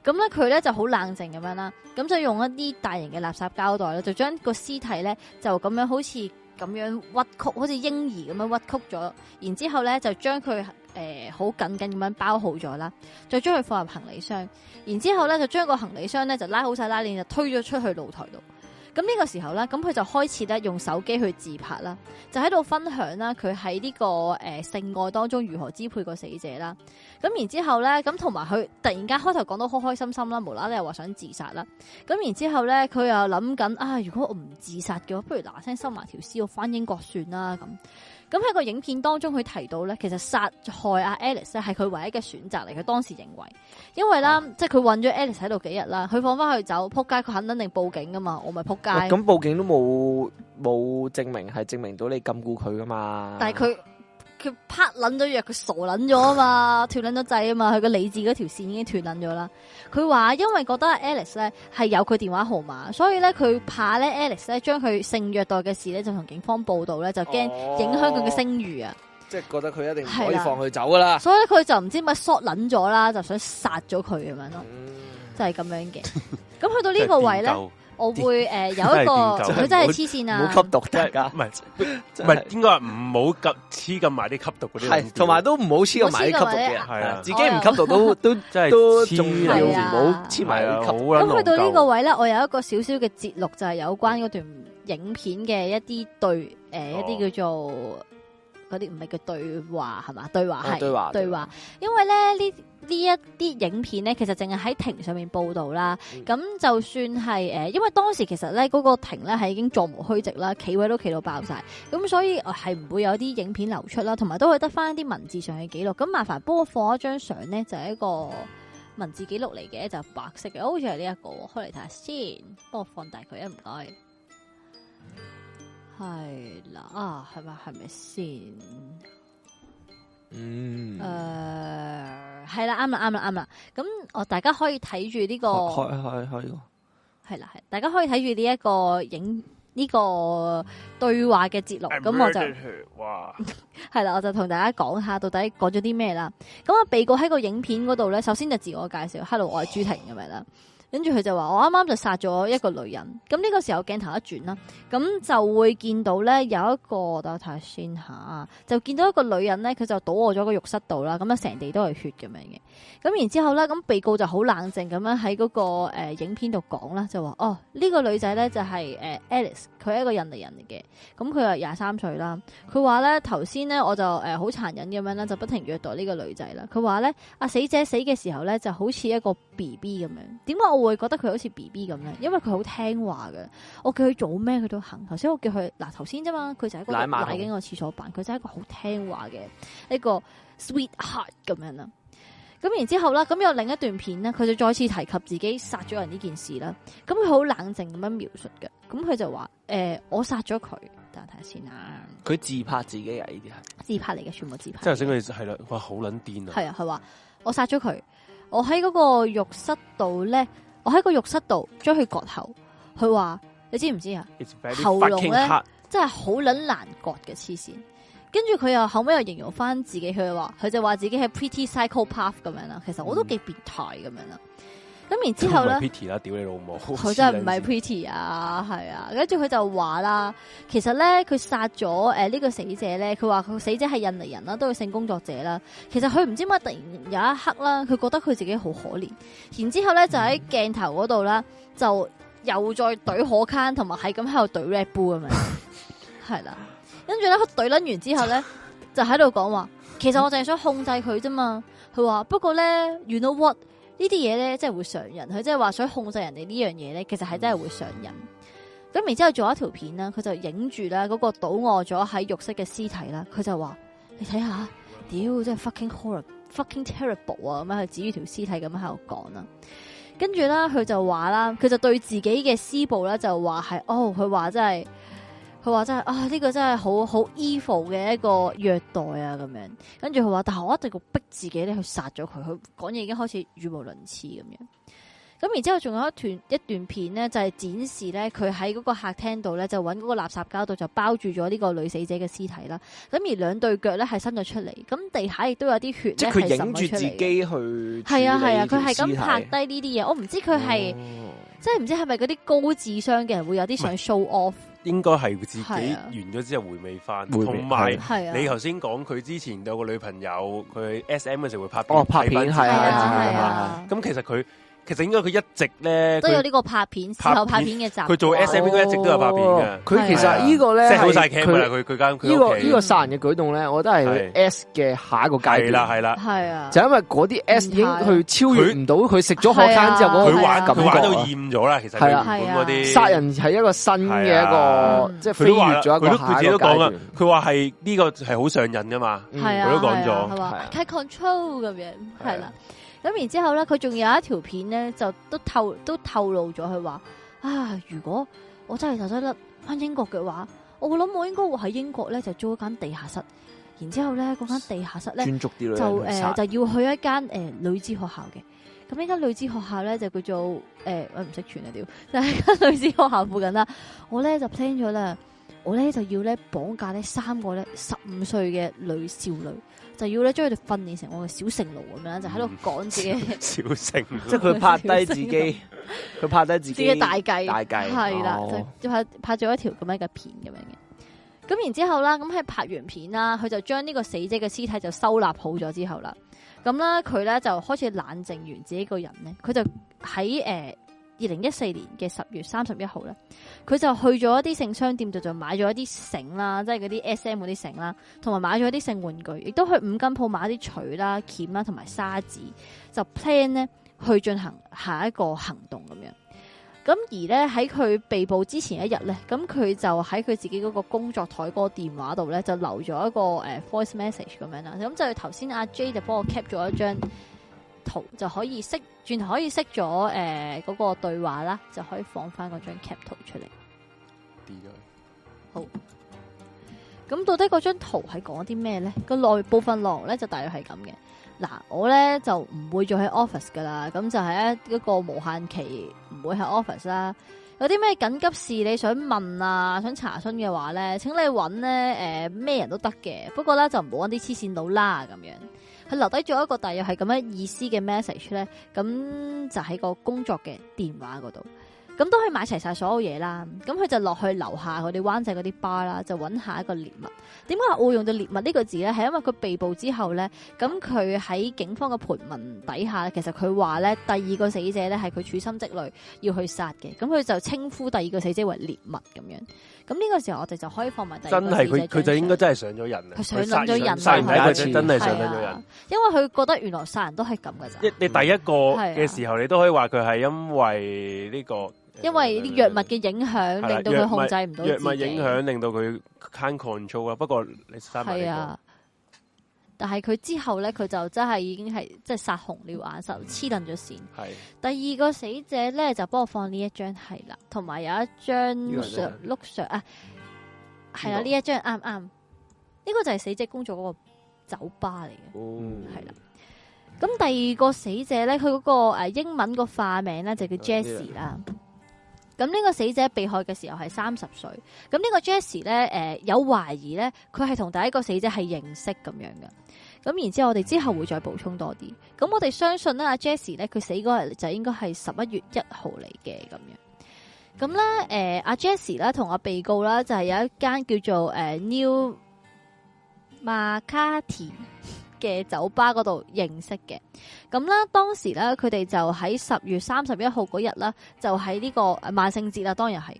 [SPEAKER 3] 咁咧佢咧就好冷靜咁樣啦，咁就用一啲大型嘅垃圾膠袋咧，就將個屍體咧就咁樣好似咁樣屈曲，好似嬰兒咁樣屈曲咗，然之後咧就將佢誒好緊緊咁樣包好咗啦，再將佢放入行李箱。然之後咧就將個行李箱咧就拉好晒拉鏈，就推咗出去露台度。咁呢個時候咧，咁佢就開始咧用手機去自拍啦，就喺度分享啦佢喺呢個誒、呃性愛當中如何支配個死者啦。咁然之後咧，咁同埋佢突然間開頭講到開開心心啦，無啦啦又話想自殺啦。咁然之後咧，佢又諗緊啊，如果我唔自殺嘅話，不如嗱聲收埋條屍，我翻英國算啦咁。咁喺個影片當中，佢提到咧，其實殺害阿 Alice 咧係佢唯一嘅選擇嚟，佢當時認為。因為啦，即係佢韞咗 Alice 喺度幾日啦，佢放翻佢走，扑街佢肯肯定報警噶嘛，我咪扑街。
[SPEAKER 1] 哦咁報警都冇冇證明係證明到你禁錮佢噶嘛？
[SPEAKER 3] 但係佢佢拍捻咗藥，佢傻捻咗啊嘛，斷捻咗掣啊嘛，佢個理智嗰條線已經斷捻咗啦。佢話因為覺得 Alice 咧係有佢電話號碼，所以咧佢怕咧 Alice 咧將佢性虐待嘅事咧就同警方報道咧，就驚
[SPEAKER 1] 哦
[SPEAKER 3] 影響佢嘅聲譽啊。
[SPEAKER 1] 即係覺得佢一定唔
[SPEAKER 3] 係啦
[SPEAKER 1] 可以放佢走噶啦。
[SPEAKER 3] 所以咧佢就唔知乜 short 捻咗啦，就想殺咗佢咁樣咯，就係咁樣嘅。咁去到呢個位咧。我會誒、呃有一個
[SPEAKER 2] 真
[SPEAKER 3] 佢
[SPEAKER 2] 係
[SPEAKER 3] 真係黐線
[SPEAKER 1] 唔
[SPEAKER 3] 啊！
[SPEAKER 1] 好吸毒
[SPEAKER 2] 真
[SPEAKER 1] 大
[SPEAKER 2] 係
[SPEAKER 1] 家
[SPEAKER 2] 唔，係
[SPEAKER 1] 唔
[SPEAKER 2] 唔係，應該話唔好及黐咁埋啲吸毒嗰啲論調，
[SPEAKER 1] 係同埋都唔好黐咁埋啲吸毒嘅人，
[SPEAKER 3] 唔
[SPEAKER 2] 好黐咁埋啲係啊
[SPEAKER 1] 自己唔吸毒都都
[SPEAKER 2] 真係
[SPEAKER 1] 都
[SPEAKER 2] 黐
[SPEAKER 1] 仲要
[SPEAKER 3] 係
[SPEAKER 1] 唔
[SPEAKER 3] 啊
[SPEAKER 1] 好黐埋
[SPEAKER 2] 係啊
[SPEAKER 1] 啲
[SPEAKER 2] 好
[SPEAKER 1] 吸毒。
[SPEAKER 2] 撚
[SPEAKER 3] 咁去到呢個
[SPEAKER 2] 戇鳩
[SPEAKER 3] 位咧，我有一個少少嘅節錄，就係有關嗰段影片嘅一啲對誒、呃
[SPEAKER 2] 哦
[SPEAKER 3] 一啲叫做嗰啲唔係叫對話係嘛？對話
[SPEAKER 1] 啊
[SPEAKER 3] 係
[SPEAKER 1] 對話
[SPEAKER 3] 對話，因為咧呢呢一啲影片咧，其實淨係喺庭上面報導啦。
[SPEAKER 1] 嗯
[SPEAKER 3] 咁、就算係誒、呃因為當時其實咧嗰、個庭咧係已經座無虛席啦，企位都企到爆晒。咁所以呃係唔會有啲影片流出啦，同埋都會得翻一啲文字上嘅記錄。咁麻煩幫我放一張相咧，就係、一個。文字記錄嚟嘅，就白色嘅，好似係呢一個喎，開嚟睇下先，幫我放大佢啊，唔該。係啦，啊，係咪係咪先？
[SPEAKER 1] 嗯
[SPEAKER 3] 誒、呃係啦，啱啦，啱啦，啱啦。咁我大家可以睇住呢個，
[SPEAKER 1] 哦開開開開
[SPEAKER 3] 係啦，係，大家可以睇住呢一個影呢、個對話嘅節錄。
[SPEAKER 2] I
[SPEAKER 3] 咁我就
[SPEAKER 2] murdered her，哇，
[SPEAKER 3] 係啦，我就同大家講下到底講咗啲咩啦。咁啊，被告喺個影片嗰度咧，首先就自我介紹，Hello，我係朱婷咁樣啦。跟住佢就話：我啱啱就殺咗一個女人。咁呢個時候鏡頭一轉啦，咁就會見到咧有一個，等我睇下先下，就見到一個女人咧，佢就倒卧咗個浴室度啦，咁啊成地都係血咁樣嘅。咁然之後咧，咁被告就好冷靜咁樣喺嗰個、呃、影片度講啦，就話：哦，呢、個女仔咧就係、呃 Alice，佢係一個印尼人嚟嘅，咁佢係廿三歲啦。佢話咧頭先咧我就誒好殘忍咁樣啦，就不停虐待呢個女仔啦。佢話咧阿死者死嘅時候咧就好似一個 B B 咁樣。點解我會覺得佢好似 B B 咁咧？因為佢好聽話嘅。我叫佢做咩佢都肯。頭先我叫佢嗱頭先啫嘛，佢就喺嗰
[SPEAKER 1] 奶
[SPEAKER 3] 度
[SPEAKER 1] 媽
[SPEAKER 3] 奶緊個廁所板，佢就係一個好聽話嘅一個 sweetheart 咁樣啦。咁然之後啦，咁有另一段片咧，佢就再次提及自己殺咗人呢件事啦。咁佢好冷靜咁樣描述嘅，咁佢就話：誒、我殺咗佢，等我睇下先啊。
[SPEAKER 1] 佢自拍自己啊！呢啲係
[SPEAKER 3] 自拍嚟嘅，全部自拍。
[SPEAKER 2] 即係頭先佢係啦，哇，好撚癲啊！
[SPEAKER 3] 係啊，佢話我殺咗佢，我喺嗰個浴室度咧，我喺個浴室度將佢割喉。佢話你知唔知啊？
[SPEAKER 2] It's very
[SPEAKER 3] 喉嚨
[SPEAKER 2] fucking
[SPEAKER 3] 咧
[SPEAKER 2] hard
[SPEAKER 3] 真係好撚難割嘅黐線。跟住佢又後尾又形容翻自己，佢話佢就話自己係 pretty psychopath 咁樣啦。其實我都幾變態咁樣啦。咁然之後咧
[SPEAKER 2] 都唔係。Pity 啦，屌你老 母！
[SPEAKER 3] 佢真係唔係 pretty 啊，係啊，跟住佢就話啦，其實咧佢殺咗誒呢個死者咧，佢話佢死者係印尼人啦，都係性工作者啦。其實佢唔知點解突然有一刻啦，佢覺得佢自己好可憐，然之後咧就喺鏡頭嗰度啦，就又再懟可卡，同埋係咁喺度懟 Red Bull 咁樣，係啦。跟住咧佢懟撚完之後咧，就喺度講話，其實我淨係想控制佢啫嘛。佢話不過咧，you know what？呢啲嘢咧，真係會上癮。佢即係話想控制人哋呢樣嘢咧，其實係真係會上癮。咁然之後做一條片啦，佢就影住啦嗰個倒卧咗喺浴室嘅屍體啦，佢就話：你睇下，屌真係 fucking horror。fucking terrible 啊！咁樣佢指住條屍體咁樣喺度講啦，跟住啦，佢就話啦，佢就對自己嘅施暴咧就話係，哦，佢話真係，佢話真係啊，呢、個真係好好 evil 嘅一個虐待啊咁樣。跟住佢話，但係我一定要逼自己咧去殺咗佢，佢講嘢已經開始語無倫次咁樣。咁然之後仲有一段一段片咧，就係、展示咧佢喺嗰個客廳度咧，就揾嗰個垃圾膠袋就包住咗呢個女死者嘅屍體啦。咁而兩對腳咧係伸咗出嚟，咁地下亦都有啲血
[SPEAKER 1] 即
[SPEAKER 3] 咧
[SPEAKER 1] 係
[SPEAKER 3] 係
[SPEAKER 1] 佢
[SPEAKER 3] 滲
[SPEAKER 1] 影
[SPEAKER 3] 咗
[SPEAKER 1] 住
[SPEAKER 3] 出
[SPEAKER 1] 自
[SPEAKER 3] 嚟
[SPEAKER 1] 己
[SPEAKER 3] 嘅。
[SPEAKER 1] 去處
[SPEAKER 3] 係啊係啊，
[SPEAKER 1] 理條
[SPEAKER 3] 佢係
[SPEAKER 1] 屍
[SPEAKER 3] 咁
[SPEAKER 1] 體
[SPEAKER 3] 拍低呢啲嘢，我唔知佢係、
[SPEAKER 1] 哦
[SPEAKER 3] 即係唔知係咪嗰啲高智商嘅人會有啲想 show off，
[SPEAKER 2] 应该系自己
[SPEAKER 3] 係啊
[SPEAKER 2] 完咗之後回味翻，
[SPEAKER 4] 回味
[SPEAKER 2] 同埋
[SPEAKER 4] 係
[SPEAKER 3] 係啊，
[SPEAKER 2] 你頭先講佢之前有個女朋友，佢 S M 嘅時候會拍
[SPEAKER 1] 哦拍片
[SPEAKER 2] 睇
[SPEAKER 1] 係
[SPEAKER 2] 返
[SPEAKER 3] 係
[SPEAKER 1] 啊
[SPEAKER 2] 自
[SPEAKER 1] 係啊
[SPEAKER 2] 己
[SPEAKER 3] 啊
[SPEAKER 2] 嘅
[SPEAKER 3] 係
[SPEAKER 2] 嘛
[SPEAKER 3] 啊，
[SPEAKER 2] 咁其實佢其實應該佢一直咧，
[SPEAKER 3] 都有
[SPEAKER 2] 佢
[SPEAKER 3] 呢個拍片事
[SPEAKER 2] 拍
[SPEAKER 3] 後拍
[SPEAKER 2] 片
[SPEAKER 3] 片嘅習慣。
[SPEAKER 2] 佢做 S M 應該一直都有拍片
[SPEAKER 1] 哦
[SPEAKER 2] 嘅，
[SPEAKER 1] 佢其
[SPEAKER 2] 係啊
[SPEAKER 1] 實呢個咧
[SPEAKER 2] 即係好
[SPEAKER 1] 係
[SPEAKER 2] 晒 cam 啦，
[SPEAKER 1] 佢
[SPEAKER 2] 佢佢間佢
[SPEAKER 1] 呢個呢
[SPEAKER 2] 個
[SPEAKER 1] 個殺人嘅舉動咧，我覺得係佢 S 嘅下一個階
[SPEAKER 2] 係啦
[SPEAKER 1] 段。
[SPEAKER 2] 係啦，
[SPEAKER 3] 係啊，
[SPEAKER 1] 就因為嗰啲 S 已經去超越唔到佢食咗
[SPEAKER 3] 係
[SPEAKER 1] 學
[SPEAKER 3] 啊
[SPEAKER 1] 餐之後嗰
[SPEAKER 2] 佢
[SPEAKER 1] 個
[SPEAKER 2] 玩
[SPEAKER 1] 感
[SPEAKER 2] 佢玩到
[SPEAKER 1] 覺
[SPEAKER 2] 厭咗啦，其實佢
[SPEAKER 1] 係啊
[SPEAKER 2] 原本嗰
[SPEAKER 1] 啊。
[SPEAKER 2] 啲
[SPEAKER 1] 殺。人係一個新嘅一
[SPEAKER 2] 係啊
[SPEAKER 1] 個，
[SPEAKER 3] 嗯
[SPEAKER 1] 即係
[SPEAKER 2] 佢
[SPEAKER 1] 飛越
[SPEAKER 2] 都話啦，
[SPEAKER 1] 咗一
[SPEAKER 2] 佢
[SPEAKER 1] 個
[SPEAKER 2] 都
[SPEAKER 1] 下一
[SPEAKER 2] 佢自己
[SPEAKER 1] 個
[SPEAKER 2] 都
[SPEAKER 1] 階
[SPEAKER 2] 講啦
[SPEAKER 1] 段。，
[SPEAKER 2] 佢話係呢個係好上癮噶嘛，
[SPEAKER 1] 嗯
[SPEAKER 3] 係啊，
[SPEAKER 2] 佢都講咗
[SPEAKER 3] 係啊佢話
[SPEAKER 1] 係
[SPEAKER 3] c control 咁樣，
[SPEAKER 2] 係啊
[SPEAKER 3] 係啦。咁然之後咧，佢仲有一條片咧，就都透都透露咗佢話啊，如果我真係頭先甩翻英國嘅話，我諗我應該會喺英國咧就租一間地下室，然之後咧嗰間地下室咧。
[SPEAKER 1] 專逐啲女
[SPEAKER 3] 就誒、
[SPEAKER 1] 人
[SPEAKER 3] 就要去一間誒、女子學校嘅。咁呢間女子學校咧就叫做誒、我唔識串啊屌，就係、間女子學校附近啦。我咧就 plan 咗啦，我咧就要咧綁架呢三個咧十五歲嘅女少女，就要咧將佢哋訓練成我嘅小成奴咁樣啦，就喺度講自 己
[SPEAKER 2] 小成
[SPEAKER 1] 即係佢拍低自 己，佢拍低自
[SPEAKER 3] 自
[SPEAKER 1] 己
[SPEAKER 3] 己嘅大計，
[SPEAKER 1] 大計
[SPEAKER 3] 係啦，
[SPEAKER 1] 哦
[SPEAKER 3] 就就拍拍咗一條咁樣嘅片咁樣嘅。咁然之後啦，咁喺拍完片啦，佢就將呢個死者嘅屍體就收納好咗之後啦，咁啦佢咧就開始冷靜完自己個人咧，佢就喺誒二零一四年嘅十月三十一號咧，佢就去咗一啲性商店度就買咗一啲繩啦，即係嗰啲 S.M 嗰啲繩啦，同埋買咗啲性玩具，亦都去五金鋪買啲錘啦、鉗啦同埋砂紙，就 plan 咧去進行下一個行動咁樣。咁而咧喺佢被捕之前一日咧，咁佢就喺佢自己嗰個工作台嗰個電話度咧，就留咗一個誒、呃 voice message 咁樣啦。咁就頭先阿 J 就幫我 cap 咗一張圖，就可以熄轉頭可以熄咗誒嗰個對話啦，就可以放翻嗰張 cap 圖出嚟。咁到底嗰張圖係講啲咩咧？個內部分內容咧就大約係咁嘅。嗱，我咧就唔會再喺 office 噶啦，咁就係一一個無限期唔會喺 office 啦。有啲咩緊急事你想問啊，想查詢嘅話咧，請你揾咧誒咩人都得嘅，不過咧就唔好揾啲黐線佬啦咁樣。佢留低咗一個大約係咁樣意思嘅 message 咧，咁就喺個工作嘅電話嗰度。咁都可以買齊晒所有嘢啦。咁佢就落去樓下佢哋灣仔嗰啲巴啦，就揾下一個獵物。點解我會用到獵物呢個字咧？係因為佢被捕之後咧，咁佢喺警方嘅盤問底下，其實佢話咧第二個死者咧係佢處心積慮要去殺嘅，咁佢就稱呼第二個死者為獵物咁樣。咁呢個時候我哋就可以放埋第二
[SPEAKER 2] 真
[SPEAKER 3] 個
[SPEAKER 2] 係
[SPEAKER 3] 死者
[SPEAKER 2] 佢佢
[SPEAKER 3] 張
[SPEAKER 2] 就應
[SPEAKER 3] 相
[SPEAKER 2] 該真係上咗人啊！
[SPEAKER 3] 佢上
[SPEAKER 2] 殺
[SPEAKER 3] 咗人啊
[SPEAKER 2] 殺完第一個就真係
[SPEAKER 3] 係
[SPEAKER 2] 上咗
[SPEAKER 3] 啊
[SPEAKER 2] 人。，
[SPEAKER 3] 因為佢覺得原來殺人都係咁噶咋
[SPEAKER 2] 一，你第一個
[SPEAKER 3] 係啊
[SPEAKER 2] 嘅時候，你都可以話佢係因為呢個
[SPEAKER 3] 因為啲藥物嘅影響
[SPEAKER 2] 呃係啦
[SPEAKER 3] 令到佢控制唔到
[SPEAKER 2] 藥物
[SPEAKER 3] 自己
[SPEAKER 2] 影響，令到佢 can control 啊。不過你三埋
[SPEAKER 3] 係
[SPEAKER 2] 呢
[SPEAKER 3] 啊，但係佢之後咧，佢就真係已經係即係殺紅了眼，手黐撚咗線。
[SPEAKER 2] 個係
[SPEAKER 3] 第二個死者咧就幫我放呢一張係啦，同埋有一張相碌相啊，係
[SPEAKER 1] 邊
[SPEAKER 3] 啦
[SPEAKER 1] 個
[SPEAKER 3] 呢一張啱啱，呢、個就係死者工作嗰個酒吧嚟嘅，
[SPEAKER 1] 嗯
[SPEAKER 3] 係啦。咁第二個死者咧，佢嗰、個呃英文個化名咧就叫 Jessie 啦。咁呢個死者被害嘅時候係三十歲，咁呢個 Jessie 咧，誒、有懷疑咧，佢係同第一個死者係認識咁樣嘅。咁然之後，我哋之後會再補充多啲。咁我哋相信咧，阿 Jessie 咧，佢死嗰日就應該係十一月一號嚟嘅咁樣。咁咧，誒、阿 Jessie 啦，同阿被告啦，就係、有一間叫做誒、呃 New Macati 嘅酒吧嗰度認識嘅。咁啦，當時咧，佢哋就喺十月三十一號嗰日啦，就喺呢、個呃萬聖節啦，當然係。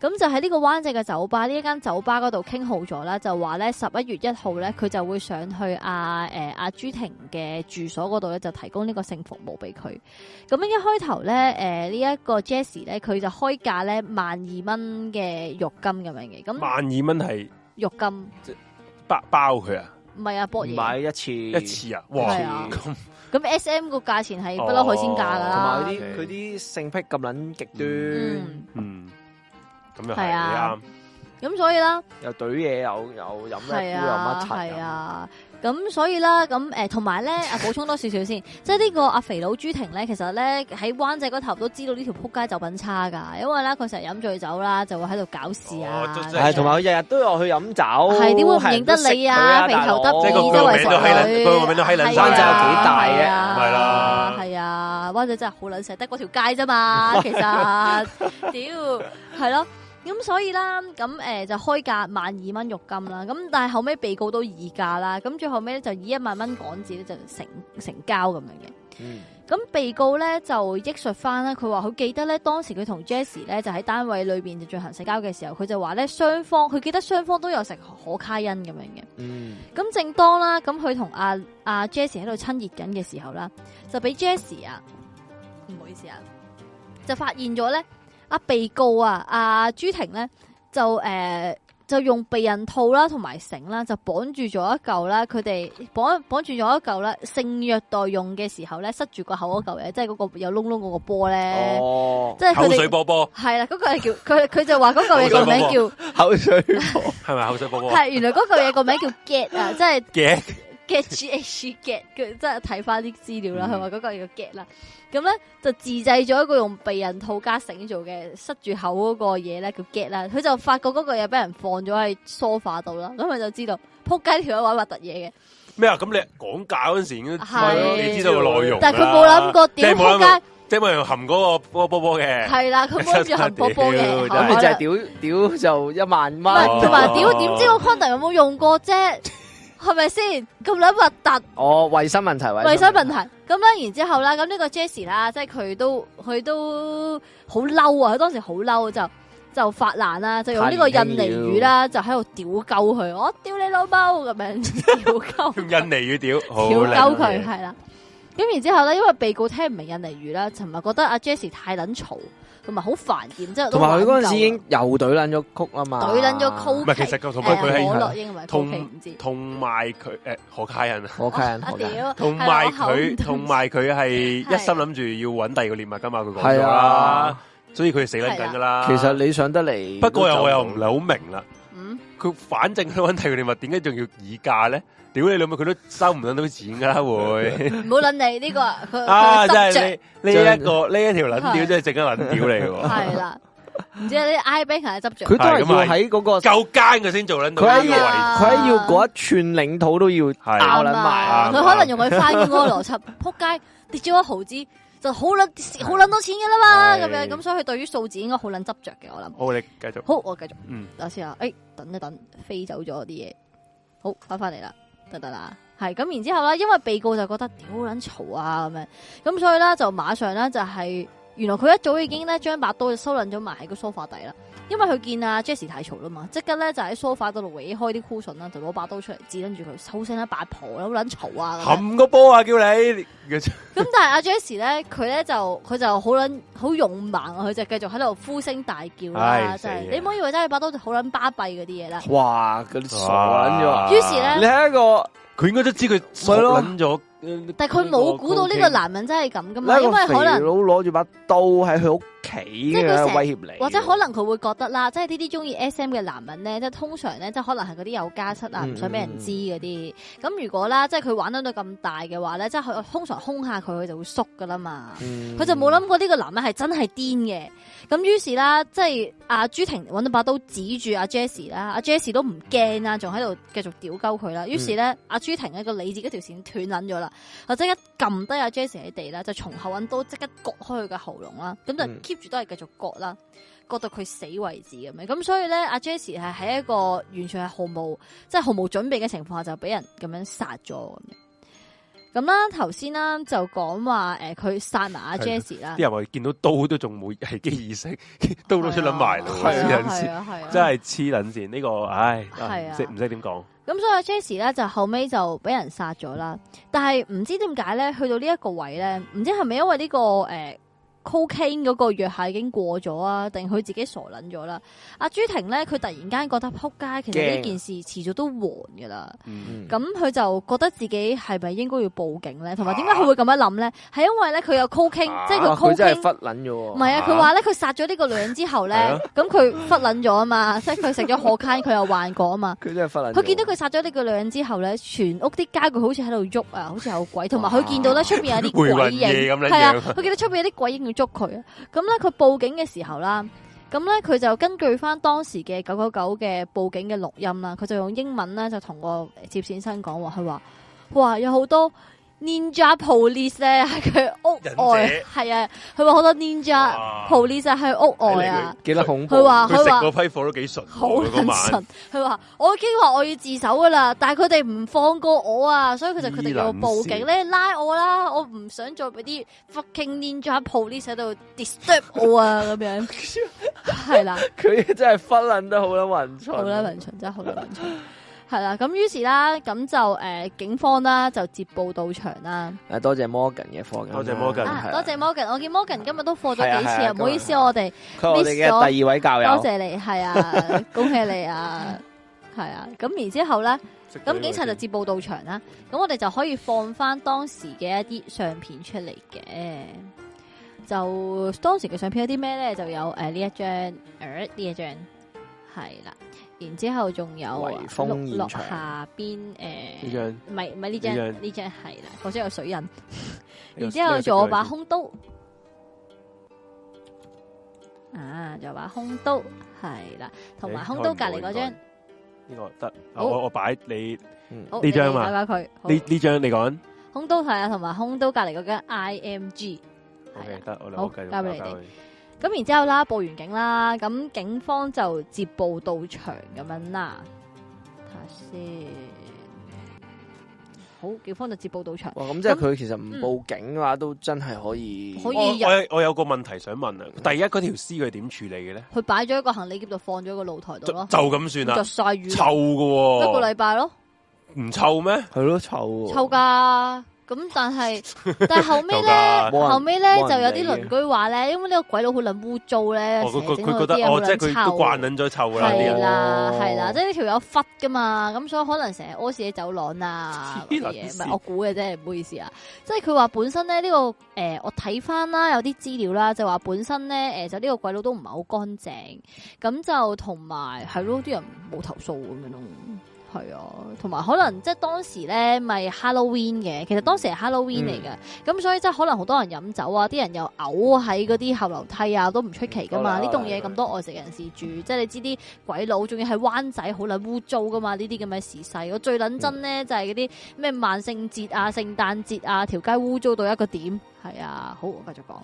[SPEAKER 3] 咁就喺呢個灣仔嘅酒吧，呢一間酒吧嗰度傾好咗啦，就話咧十一月一號咧，佢就會上去阿誒阿朱婷嘅住所嗰度咧，就提供呢個性服務俾佢。咁樣一開頭咧，誒、呢、一個 Jesse 咧，佢就開價咧萬二蚊嘅浴金咁樣嘅，咁
[SPEAKER 2] 萬二蚊係
[SPEAKER 3] 浴金
[SPEAKER 2] 包包佢啊，
[SPEAKER 3] 唔係啊博嘢，
[SPEAKER 1] 買一次
[SPEAKER 2] 一次啊，哇！
[SPEAKER 3] 係啊
[SPEAKER 2] 咁
[SPEAKER 3] 咁 S.M 個價錢係不嬲海鮮價
[SPEAKER 1] 同埋
[SPEAKER 3] 㗎啦
[SPEAKER 1] 嗰，
[SPEAKER 2] 啊
[SPEAKER 1] 啲佢啲性癖咁撚極
[SPEAKER 3] 嗯
[SPEAKER 1] 端，，
[SPEAKER 2] 嗯，咁又
[SPEAKER 3] 係
[SPEAKER 2] 係
[SPEAKER 3] 啊
[SPEAKER 2] 你啱。
[SPEAKER 3] 咁所以啦。
[SPEAKER 1] 又懟嘢又又飲咩
[SPEAKER 3] 係
[SPEAKER 1] 杯又乜
[SPEAKER 3] 啊，
[SPEAKER 1] 柒
[SPEAKER 3] 係
[SPEAKER 1] 咁，
[SPEAKER 3] 啊，咁所以啦，咁誒同埋咧，啊補充多少少先，即係呢個阿肥佬朱婷咧，其實咧喺灣仔嗰頭都知道呢條撲街酒品差㗎，因為咧佢成日飲醉酒啦，就會喺度搞事啊
[SPEAKER 2] 哦，即係
[SPEAKER 1] 系，同埋我日日都有去飲酒，
[SPEAKER 3] 係點會唔
[SPEAKER 1] 係人
[SPEAKER 3] 認得
[SPEAKER 1] 都識
[SPEAKER 3] 你啊？肥
[SPEAKER 1] 佢
[SPEAKER 3] 頭得
[SPEAKER 1] 大佬
[SPEAKER 2] 即係個
[SPEAKER 3] 意
[SPEAKER 2] 佢個
[SPEAKER 3] 周圍
[SPEAKER 2] 名
[SPEAKER 3] 食
[SPEAKER 2] 都閪撚
[SPEAKER 3] 佢，
[SPEAKER 2] 佢個名都閪撚
[SPEAKER 3] 係啊啊
[SPEAKER 1] 灣仔有幾大嘅
[SPEAKER 2] 係啦
[SPEAKER 3] 係啊，灣仔真係好撚細，得嗰條街啫 嘛，其實屌係咯。咁所以啦，咁誒、就開價萬二蚊肉金啦，咁但係後尾被告都議價啦，咁最後尾咧就以一萬蚊港紙咧就成成交咁樣嘅。
[SPEAKER 1] 嗯
[SPEAKER 3] 咁被告咧就憶述翻啦，佢話佢記得咧當時佢同 Jesse 咧就喺單位裏邊就進行社交嘅時候，佢就話咧雙方佢記得雙方都有食可卡因咁樣嘅。
[SPEAKER 1] 嗯，
[SPEAKER 3] 咁正當啦，咁佢同阿阿 Jesse 喺度親熱緊嘅時候啦，就俾 Jesse 啊，唔好意思啊，就發現咗咧，阿被告啊，阿朱婷咧就诶、呃就用避孕套啦，同埋繩啦，就綁住咗一嚿啦，佢哋綁綁住咗一嚿啦，性虐待用嘅時候咧，塞住個口嗰嚿嘢，即係嗰個有窿窿嗰個波咧，
[SPEAKER 1] 哦，
[SPEAKER 3] 即係佢
[SPEAKER 2] 口水
[SPEAKER 3] 哋
[SPEAKER 2] 波波
[SPEAKER 3] 係啦，嗰、個係叫佢佢就話嗰嚿嘢個名
[SPEAKER 2] 口水
[SPEAKER 3] 叫
[SPEAKER 1] 口水
[SPEAKER 2] 係咪口水波波？
[SPEAKER 3] 係原來嗰嚿嘢個名叫 get 啊，即係。
[SPEAKER 2] 嘅
[SPEAKER 3] get G H E get，佢真係睇翻啲資料啦，
[SPEAKER 2] 嗯
[SPEAKER 3] 佢話嗰個叫 get 啦，咁咧就自製咗一個用避孕套加繩做嘅塞住口嗰個嘢咧叫 get 啦，佢就發覺嗰個嘢俾人放咗喺 sofa 度啦，咁佢就知道撲街呢條友玩核突嘢嘅，
[SPEAKER 2] 咩啊？咁你講價嗰陣時已經
[SPEAKER 3] 係
[SPEAKER 2] 你知道個內容啦，
[SPEAKER 3] 但係佢冇諗過
[SPEAKER 2] 啊即係
[SPEAKER 3] 屌
[SPEAKER 2] 冇
[SPEAKER 3] 撲
[SPEAKER 2] 諗
[SPEAKER 3] 街，
[SPEAKER 2] 過，即係冇人含嗰個波波波嘅，
[SPEAKER 3] 係啦，佢摸住含波波嘅，
[SPEAKER 2] 屌
[SPEAKER 1] 咁
[SPEAKER 3] 好
[SPEAKER 1] 你就
[SPEAKER 3] 啦
[SPEAKER 1] 係屌屌就一萬蚊，
[SPEAKER 3] 唔係同埋
[SPEAKER 2] 哦
[SPEAKER 3] 屌點知個 condom 有冇用過啫，係咪先咁撚核突？
[SPEAKER 1] 哦，衛生問題，
[SPEAKER 3] 衛
[SPEAKER 1] 衛生
[SPEAKER 3] 生問題，咁咧，然之後啦，咁呢個 Jesse 啦，即係佢都佢都好嬲啊！佢當時好嬲，就就發爛啦，就用呢個印尼語啦，就喺度屌鳩佢，我屌你老母咁 樣屌鳩
[SPEAKER 2] 用印尼語屌，好
[SPEAKER 3] 屌鳩
[SPEAKER 2] 靚
[SPEAKER 3] 佢，係啦。咁然之後咧，因為被告聽唔明印尼語啦，尋日覺得阿 Jesse 太撚嘈，同埋好煩厭，之後都
[SPEAKER 1] 同埋佢嗰
[SPEAKER 3] 玩
[SPEAKER 1] 陣
[SPEAKER 3] 夠
[SPEAKER 1] 時已經又懟撚咗曲啊嘛，
[SPEAKER 3] 懟撚咗 c
[SPEAKER 2] 唔係其實個同埋佢
[SPEAKER 3] 可
[SPEAKER 2] 係
[SPEAKER 3] 樂英文 c
[SPEAKER 2] 同
[SPEAKER 3] 唔知。
[SPEAKER 2] 同埋佢誒何家人啊。
[SPEAKER 1] 我契人，
[SPEAKER 3] 啊
[SPEAKER 1] 我契人
[SPEAKER 3] 屌！
[SPEAKER 2] 同
[SPEAKER 3] 係啦
[SPEAKER 2] 埋
[SPEAKER 3] 我口唔
[SPEAKER 2] 佢，
[SPEAKER 3] 通
[SPEAKER 2] 同埋佢係
[SPEAKER 3] 係
[SPEAKER 2] 一心諗住要揾第二個獵物噶嘛，佢講咗
[SPEAKER 1] 係
[SPEAKER 2] 啦
[SPEAKER 1] 啊，，
[SPEAKER 2] 所以佢死撚緊噶啦。
[SPEAKER 1] 其實你上得嚟，
[SPEAKER 2] 不過又我又唔係好明啦，
[SPEAKER 3] 嗯
[SPEAKER 2] 佢反正佢揾第二個獵物，點解仲要議價咧？屌你老母，佢都收唔撚到錢噶啦，會
[SPEAKER 3] 唔好撚你呢個佢佢
[SPEAKER 2] 啊！
[SPEAKER 3] 執
[SPEAKER 2] 真
[SPEAKER 3] 着
[SPEAKER 2] 係呢呢一個呢一條撚屌真係正一撚屌嚟喎，
[SPEAKER 3] 系啦，唔知啲 I bank 係執着，
[SPEAKER 1] 佢都係要喺嗰個，佢
[SPEAKER 2] 夠奸佢先做撚到呢個位
[SPEAKER 1] 佢係
[SPEAKER 2] 置
[SPEAKER 3] 要。
[SPEAKER 1] 喺要嗰一寸領土都要
[SPEAKER 2] 係
[SPEAKER 1] 咬撚埋，
[SPEAKER 3] 啊佢可能用佢翻工嗰個邏輯，扑街跌咗一毫子就好捻好捻多錢噶啦嘛，
[SPEAKER 2] 係
[SPEAKER 3] 咁樣咁所以佢對於數字應該好捻執着嘅，我諗。
[SPEAKER 2] 好，你繼續，
[SPEAKER 3] 好，我繼續
[SPEAKER 2] 嗯，
[SPEAKER 3] 等先啊，诶，等一等，飛走咗啲嘢，好翻翻嚟啦，得得啦。係咁，然之後啦，因為被告就覺得屌撚嘈啊咁樣，咁所以啦就馬上啦就係、原來佢一早已經咧將把刀就收撚咗埋喺個 sofa 底啦，因為佢見啊 Jesse 太嘈啦嘛，即刻咧就喺 sofa 度搲開啲 cushion 啦，就攞把刀出嚟指撚住佢，收聲啦，八婆啦，好撚嘈啊咁樣
[SPEAKER 2] 冚個波啊！叫你，佢
[SPEAKER 3] 咁但係阿 Jesse 咧，佢咧就佢就好撚好勇猛啊，佢就繼續喺度呼聲大叫啦，
[SPEAKER 2] 唉
[SPEAKER 3] 真係
[SPEAKER 2] 死啊
[SPEAKER 3] 你唔好以為真係把刀就好撚巴閉嗰啲 嘢啦。
[SPEAKER 1] 哇！嗰啲傻撚咗，
[SPEAKER 3] 於是咧
[SPEAKER 1] 你係一個。
[SPEAKER 2] 啊佢應該都知佢傻撚咗，
[SPEAKER 3] 但係佢冇估到呢個男人真係咁噶嘛，因為可
[SPEAKER 1] 一個肥
[SPEAKER 3] 能
[SPEAKER 1] 佬攞住把刀喺佢屋企嘅威脅
[SPEAKER 3] 係佢成
[SPEAKER 1] 你，
[SPEAKER 3] 或者可能佢會覺得啦，即係呢啲中意 S.M 嘅男人咧，即係通常咧，即係可能係嗰啲有家室啊，
[SPEAKER 1] 嗯
[SPEAKER 3] 唔想俾人知嗰啲。咁如果啦，即係佢玩得到咁大嘅話咧，即係佢通常兇下佢，佢就會縮噶啦嘛。
[SPEAKER 1] 嗯
[SPEAKER 3] 佢就冇諗過呢個男人係真係癲嘅。咁於是啦，即係阿朱婷揾到把刀指住阿 Jesse 啦，阿 Jesse 都唔驚啦，仲喺度繼續屌鳩佢啦。於是咧，阿朱婷呢個理智嗰條線斷撚咗啦，就即刻撳低阿 Jesse 喺地啦，就從後揾刀即刻割開佢嘅喉嚨啦，咁就
[SPEAKER 1] 嗯
[SPEAKER 3] keep 住都係繼續割啦。割到佢死為止咁樣，咁所以咧，阿 Jesse 係喺一個完全係毫無即係毫無準備嘅情況下就俾人咁樣殺咗咁樣。咁啦，頭先啦就講話誒，佢殺埋阿
[SPEAKER 2] 係
[SPEAKER 3] Jesse 啦
[SPEAKER 2] 啲，人話見到刀都仲冇危機意識， 刀都出撚埋咯，
[SPEAKER 3] 係
[SPEAKER 2] 黐撚
[SPEAKER 3] 啊係
[SPEAKER 2] 線，
[SPEAKER 3] 啊係啊，
[SPEAKER 2] 真係黐撚線呢個，唉，
[SPEAKER 3] 係
[SPEAKER 2] 唔
[SPEAKER 3] 啊
[SPEAKER 2] 識唔識點講，
[SPEAKER 3] 咁所以阿 Jesse 咧就後尾就俾人殺咗啦，但係唔知點解咧，去到呢一個位咧，唔知係咪因為呢、個誒、呃 cocaine 嗰個藥效已經過咗啊，定佢自己傻撚咗啦？阿朱婷咧，佢突然間覺得撲街，其實呢件事遲早都完噶啦。
[SPEAKER 2] 嗯
[SPEAKER 3] 咁佢就覺得自己係咪應該要報警咧？同埋點解佢會咁樣諗咧？係因為咧佢有 cocaine，、
[SPEAKER 2] 啊
[SPEAKER 3] 即係
[SPEAKER 1] 哇
[SPEAKER 3] 佢
[SPEAKER 1] 佢真
[SPEAKER 3] cocaine
[SPEAKER 1] 係忽撚咗喎。
[SPEAKER 3] 唔係啊，佢話咧佢殺咗呢個女人之後
[SPEAKER 2] 係
[SPEAKER 3] 咧
[SPEAKER 2] 啊，
[SPEAKER 3] 咁佢忽撚咗啊嘛，即係佢食咗可卡因，佢又患過啊嘛。
[SPEAKER 1] 佢真係忽撚咗。
[SPEAKER 3] 佢見到佢殺咗呢個女人之後咧，全屋啲家具好似喺度喐啊，好似有鬼，同埋佢見到咧出邊 有啲
[SPEAKER 2] 回魂
[SPEAKER 3] 鬼影，
[SPEAKER 2] 夜咁樣
[SPEAKER 3] 係啊，
[SPEAKER 2] 樣
[SPEAKER 3] 佢見到出邊有啲鬼影要捉佢啊。咁咧佢報警嘅時候啦，咁咧佢就根據翻當時嘅九九九嘅報警嘅錄音啦，佢就用英文咧就同個接線生講話，佢話：哇，有好多 ninja police 咧喺佢屋外
[SPEAKER 2] 忍，
[SPEAKER 3] 係啊，佢話好多 ninja
[SPEAKER 2] 哇
[SPEAKER 3] police 喺屋外
[SPEAKER 2] 睇嚟
[SPEAKER 3] 啊
[SPEAKER 2] 佢。
[SPEAKER 1] 幾得恐怖。
[SPEAKER 3] 佢話
[SPEAKER 2] 佢食嗰批貨都幾純喎，
[SPEAKER 3] 好
[SPEAKER 2] 嗰
[SPEAKER 3] 撚
[SPEAKER 2] 晚
[SPEAKER 3] 神，佢話我已經話我要自首噶啦，但係佢哋唔放過我啊，所以佢就佢哋要我報
[SPEAKER 2] 依撚線
[SPEAKER 3] 警咧，拉我啦，我唔想再俾啲 fucking ninja police 喺度 disturb 我啊，咁樣係啦，
[SPEAKER 1] 佢真係忽撚得好啦，混蠢。
[SPEAKER 3] 好啦，文祥真係好啦，文祥係啦，咁於是啦，咁就诶警方啦就接報到場啦，
[SPEAKER 1] 啊，多謝 Morgan 嘅課金啦，
[SPEAKER 2] 多謝 Morgan
[SPEAKER 3] 啊
[SPEAKER 1] 係
[SPEAKER 3] 多謝 Morgan，我見 Morgan 今日都課
[SPEAKER 1] 係啊
[SPEAKER 3] 咗幾次
[SPEAKER 1] 係啊哎
[SPEAKER 3] 啊，唔好意思，我哋。
[SPEAKER 1] 佢係我哋嘅第二位教友，
[SPEAKER 3] 多謝你，係啊，恭喜你啊，係啊，咁然之後咧，咁警察就接報到場啦，咁我哋就可以放翻當時嘅一啲相片出嚟嘅。就當時嘅相片有啲咩咧？就有誒呢一張，呃呢一張係啦，然之後仲有
[SPEAKER 1] 圍封
[SPEAKER 3] 落
[SPEAKER 1] 現
[SPEAKER 3] 落
[SPEAKER 1] 場
[SPEAKER 3] 下邊誒
[SPEAKER 2] 呢張
[SPEAKER 3] 唔係唔係呢張
[SPEAKER 2] 呢張
[SPEAKER 3] 呢張係啦，嗰張有水印，
[SPEAKER 2] 呢個
[SPEAKER 3] 然之後仲有把空刀，啊，仲有把空刀係啦，同埋
[SPEAKER 2] 誒
[SPEAKER 3] 空刀隔離嗰
[SPEAKER 2] 開
[SPEAKER 3] 張
[SPEAKER 2] 唔，呢個得，啊
[SPEAKER 3] 好
[SPEAKER 2] 我我擺你
[SPEAKER 1] 嗯
[SPEAKER 3] 好
[SPEAKER 2] 呢張
[SPEAKER 3] 哦你
[SPEAKER 2] 嘛
[SPEAKER 3] 哋搞搞佢，好
[SPEAKER 2] 呢呢張你講
[SPEAKER 3] 空刀係啊，同埋空刀隔離嗰張 IMG 係
[SPEAKER 2] ，OK
[SPEAKER 3] 啦。
[SPEAKER 2] 得，我哋
[SPEAKER 3] 好
[SPEAKER 2] 我繼續
[SPEAKER 3] 交俾你
[SPEAKER 2] 交
[SPEAKER 3] 哋
[SPEAKER 2] 俾
[SPEAKER 3] 咁然之後啦，報完警啦，咁警方就接報到場咁樣啦，睇下先。好，警方就接報到場，
[SPEAKER 1] 哇，咁即係佢其實唔報警嘅話，都真係可以。
[SPEAKER 3] 可以
[SPEAKER 2] 嗯我我有我有個問題想問啊，第一嗰條屍佢點處理嘅咧？
[SPEAKER 3] 佢擺咗一個行李箧度，放咗喺個露台度
[SPEAKER 2] 就
[SPEAKER 3] 咯，
[SPEAKER 2] 就咁算
[SPEAKER 3] 着
[SPEAKER 2] 啦，
[SPEAKER 3] 晒雨，
[SPEAKER 2] 臭啊嘅
[SPEAKER 3] 一個
[SPEAKER 2] 喎，
[SPEAKER 3] 禮拜咯。
[SPEAKER 2] 唔臭咩？
[SPEAKER 1] 係咯，臭
[SPEAKER 2] 哦
[SPEAKER 1] 喎
[SPEAKER 3] 臭噶。咁 但係但係後尾
[SPEAKER 2] 臭㗎
[SPEAKER 3] 咧，
[SPEAKER 1] 冇人
[SPEAKER 3] 後尾咧
[SPEAKER 1] 冇人
[SPEAKER 3] 就有啲
[SPEAKER 1] 理嘅
[SPEAKER 3] 鄰居話咧，因為呢個鬼佬好撚污糟咧，
[SPEAKER 2] 啊哦，佢佢
[SPEAKER 3] 成日整
[SPEAKER 2] 佢
[SPEAKER 3] 到
[SPEAKER 2] 覺得
[SPEAKER 3] 啲嘢好
[SPEAKER 2] 哦，即係
[SPEAKER 3] 撚
[SPEAKER 2] 佢都
[SPEAKER 3] 臭。啊
[SPEAKER 2] 慣撚咗臭啦啲
[SPEAKER 3] 係
[SPEAKER 2] 人。
[SPEAKER 3] 啦
[SPEAKER 1] 哦
[SPEAKER 3] 係啦，即係呢條友忽噶嘛，咁所以可能成日屙屎喺走廊啊
[SPEAKER 2] 黐
[SPEAKER 3] 嗰
[SPEAKER 2] 撚
[SPEAKER 3] 啲嘢，唔
[SPEAKER 2] 線
[SPEAKER 3] 係我估嘅啫，唔好意思啊。即係佢話本身咧呢個诶，我睇翻啦，有啲資料啦，就話本身咧诶就呢個鬼佬都唔係好乾淨，咁就同埋係咯，啲人冇投訴咁樣咯。係啊，同埋可能即係當時咧，咪 Halloween 嘅，其實當時係
[SPEAKER 1] 嗯
[SPEAKER 3] Halloween 嚟嘅，咁、所以即係可能好多人飲酒啊，啲人又嘔喺嗰啲後樓梯啊，都唔出奇噶嘛。
[SPEAKER 1] 好
[SPEAKER 3] 呢
[SPEAKER 1] 啦
[SPEAKER 3] 棟嘢咁多外籍人士住，即係你知啲鬼佬，仲要係灣仔好撚污糟噶嘛，呢啲咁嘅時勢。我最撚真
[SPEAKER 1] 嗯
[SPEAKER 3] 咧就係嗰啲咩萬聖節啊、聖誕節啊，條街污糟到一個點。係啊，好，我繼續講。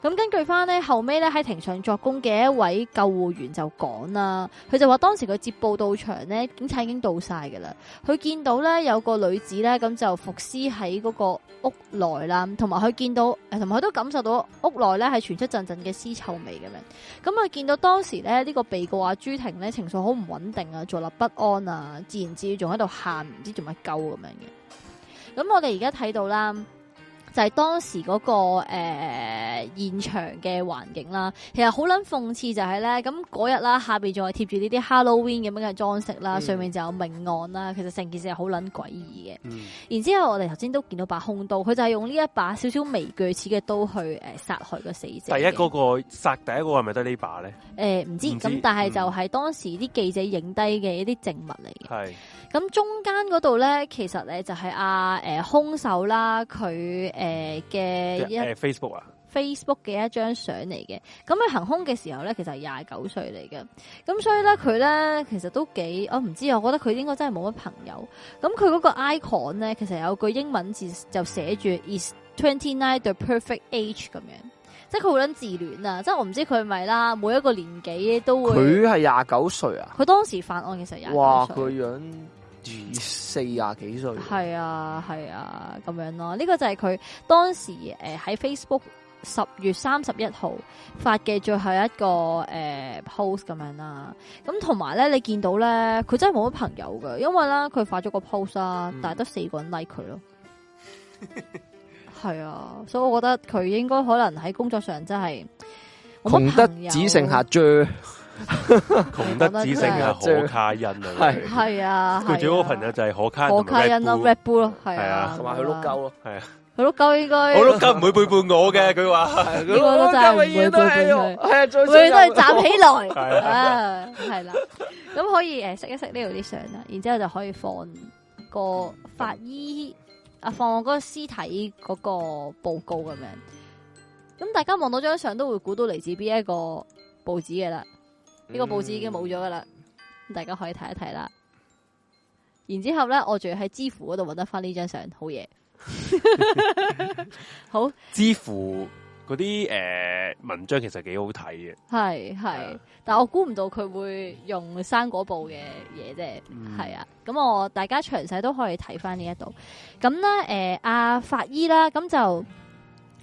[SPEAKER 3] 咁根據翻咧後尾咧喺庭上作供嘅一位救護員就講啦，佢就話當時佢接報到場咧，警察已經到晒㗎啦。佢見到咧有個女子咧咁就伏屍喺嗰個屋內啦，同埋佢見到誒同埋佢都感受到屋內咧係傳出陣陣嘅屍臭味咁樣。咁佢啊見到當時咧呢、呢個被告阿朱婷咧情緒好唔穩定啊，坐立不安啊，自言自語仲喺度喊，唔知做乜鳩咁樣嘅。咁我哋而家睇到啦。就係當時嗰、個誒、呃、現場嘅環境啦，其實好撚諷刺就係咧，咁嗰日啦，下邊仲係貼住呢啲 Halloween 咁樣嘅裝飾啦，
[SPEAKER 1] 嗯
[SPEAKER 3] 上面就有命案啦，其實成件事係好撚詭異嘅。
[SPEAKER 2] 嗯
[SPEAKER 3] 然之後我哋頭先都見到把兇刀，佢就係用呢一把少少微鋸齒嘅刀去誒、呃、殺害個死者嘅。
[SPEAKER 2] 第一嗰個殺第一個係咪得呢把咧？
[SPEAKER 3] 呃唔知
[SPEAKER 2] 唔知
[SPEAKER 3] 咁，但係
[SPEAKER 2] 嗯
[SPEAKER 3] 就係當時啲記者影低嘅一啲證物嚟嘅。
[SPEAKER 2] 係
[SPEAKER 3] 咁中間嗰度咧，其實咧就係阿誒兇手啦，佢誒嘅一
[SPEAKER 2] 誒 Facebook 啊，
[SPEAKER 3] Facebook 嘅一張相嚟嘅。咁佢行兇嘅時候咧，其實係廿九歲嚟嘅。咁所以咧，佢咧其實都幾，我唔知啊，我覺得佢應該真係冇乜朋友。咁佢嗰個 icon 咧，其實有句英文字就寫住 is twenty nine the perfect age 咁樣，即係佢好撚自戀啊！即係我唔知佢係咪啦，每一個年紀都會。
[SPEAKER 1] 佢係廿九歲啊！
[SPEAKER 3] 佢當時犯案嘅時候廿
[SPEAKER 1] 哇，
[SPEAKER 3] 九
[SPEAKER 1] 佢
[SPEAKER 3] 歲。
[SPEAKER 1] 樣二四廿幾歲，
[SPEAKER 3] 係啊，係啊，咁樣咯。呢、個就係佢當時诶喺、Facebook 十月三十一號發嘅最後一個诶、呃 post 咁樣啦。咁同埋咧，你見到咧，佢真係冇乜朋友噶，因為咧佢發咗個 post 啦，
[SPEAKER 1] 嗯
[SPEAKER 3] 但係得四個人 like 佢咯。係啊，所以我覺得佢應該可能喺工作上真係冇乜
[SPEAKER 1] 窮得
[SPEAKER 3] 朋友
[SPEAKER 1] 只剩下啫，
[SPEAKER 2] 窮得只剩下可卡因啊！
[SPEAKER 1] 係
[SPEAKER 2] 佢
[SPEAKER 3] 係啊，係啊
[SPEAKER 2] 佢最好嘅朋友就係可卡因
[SPEAKER 3] 何
[SPEAKER 2] 同
[SPEAKER 3] 卡
[SPEAKER 2] 埋
[SPEAKER 3] 因咯
[SPEAKER 2] Red
[SPEAKER 3] ，Red Bull 咯，係
[SPEAKER 2] 係啊
[SPEAKER 3] 啊，
[SPEAKER 1] 同埋佢碌鳩咯，
[SPEAKER 2] Bull 係啊，
[SPEAKER 3] 佢碌鳩應該
[SPEAKER 2] 我都鳩唔會背叛我嘅，佢話。
[SPEAKER 1] 呢
[SPEAKER 3] 個都真係唔會
[SPEAKER 1] 永遠都係
[SPEAKER 3] 背叛
[SPEAKER 1] 係 啊，最
[SPEAKER 3] 永遠都係
[SPEAKER 1] 衰
[SPEAKER 3] 站 起
[SPEAKER 2] 係
[SPEAKER 3] 來啊，係啦，咁可以诶識一識呢度啲相啦，然之后就可以放個法醫啊，放嗰個屍體嗰個報告咁樣。咁大家望到張相都會估到嚟自邊一個報紙嘅啦，呢、個報紙已經冇咗噶啦，咁大家可以睇一睇啦。然之后咧，我仲要喺知乎嗰度搵得翻呢張相，好嘢。好，
[SPEAKER 2] 知乎嗰啲诶文章其實幾好睇嘅，
[SPEAKER 3] 系
[SPEAKER 2] 啊
[SPEAKER 3] 系，但我估唔到佢會用生果報嘅嘢啫，
[SPEAKER 2] 嗯
[SPEAKER 3] 係啊。咁我大家詳細都可以睇翻呢一度。咁咧，诶、阿法醫啦，咁就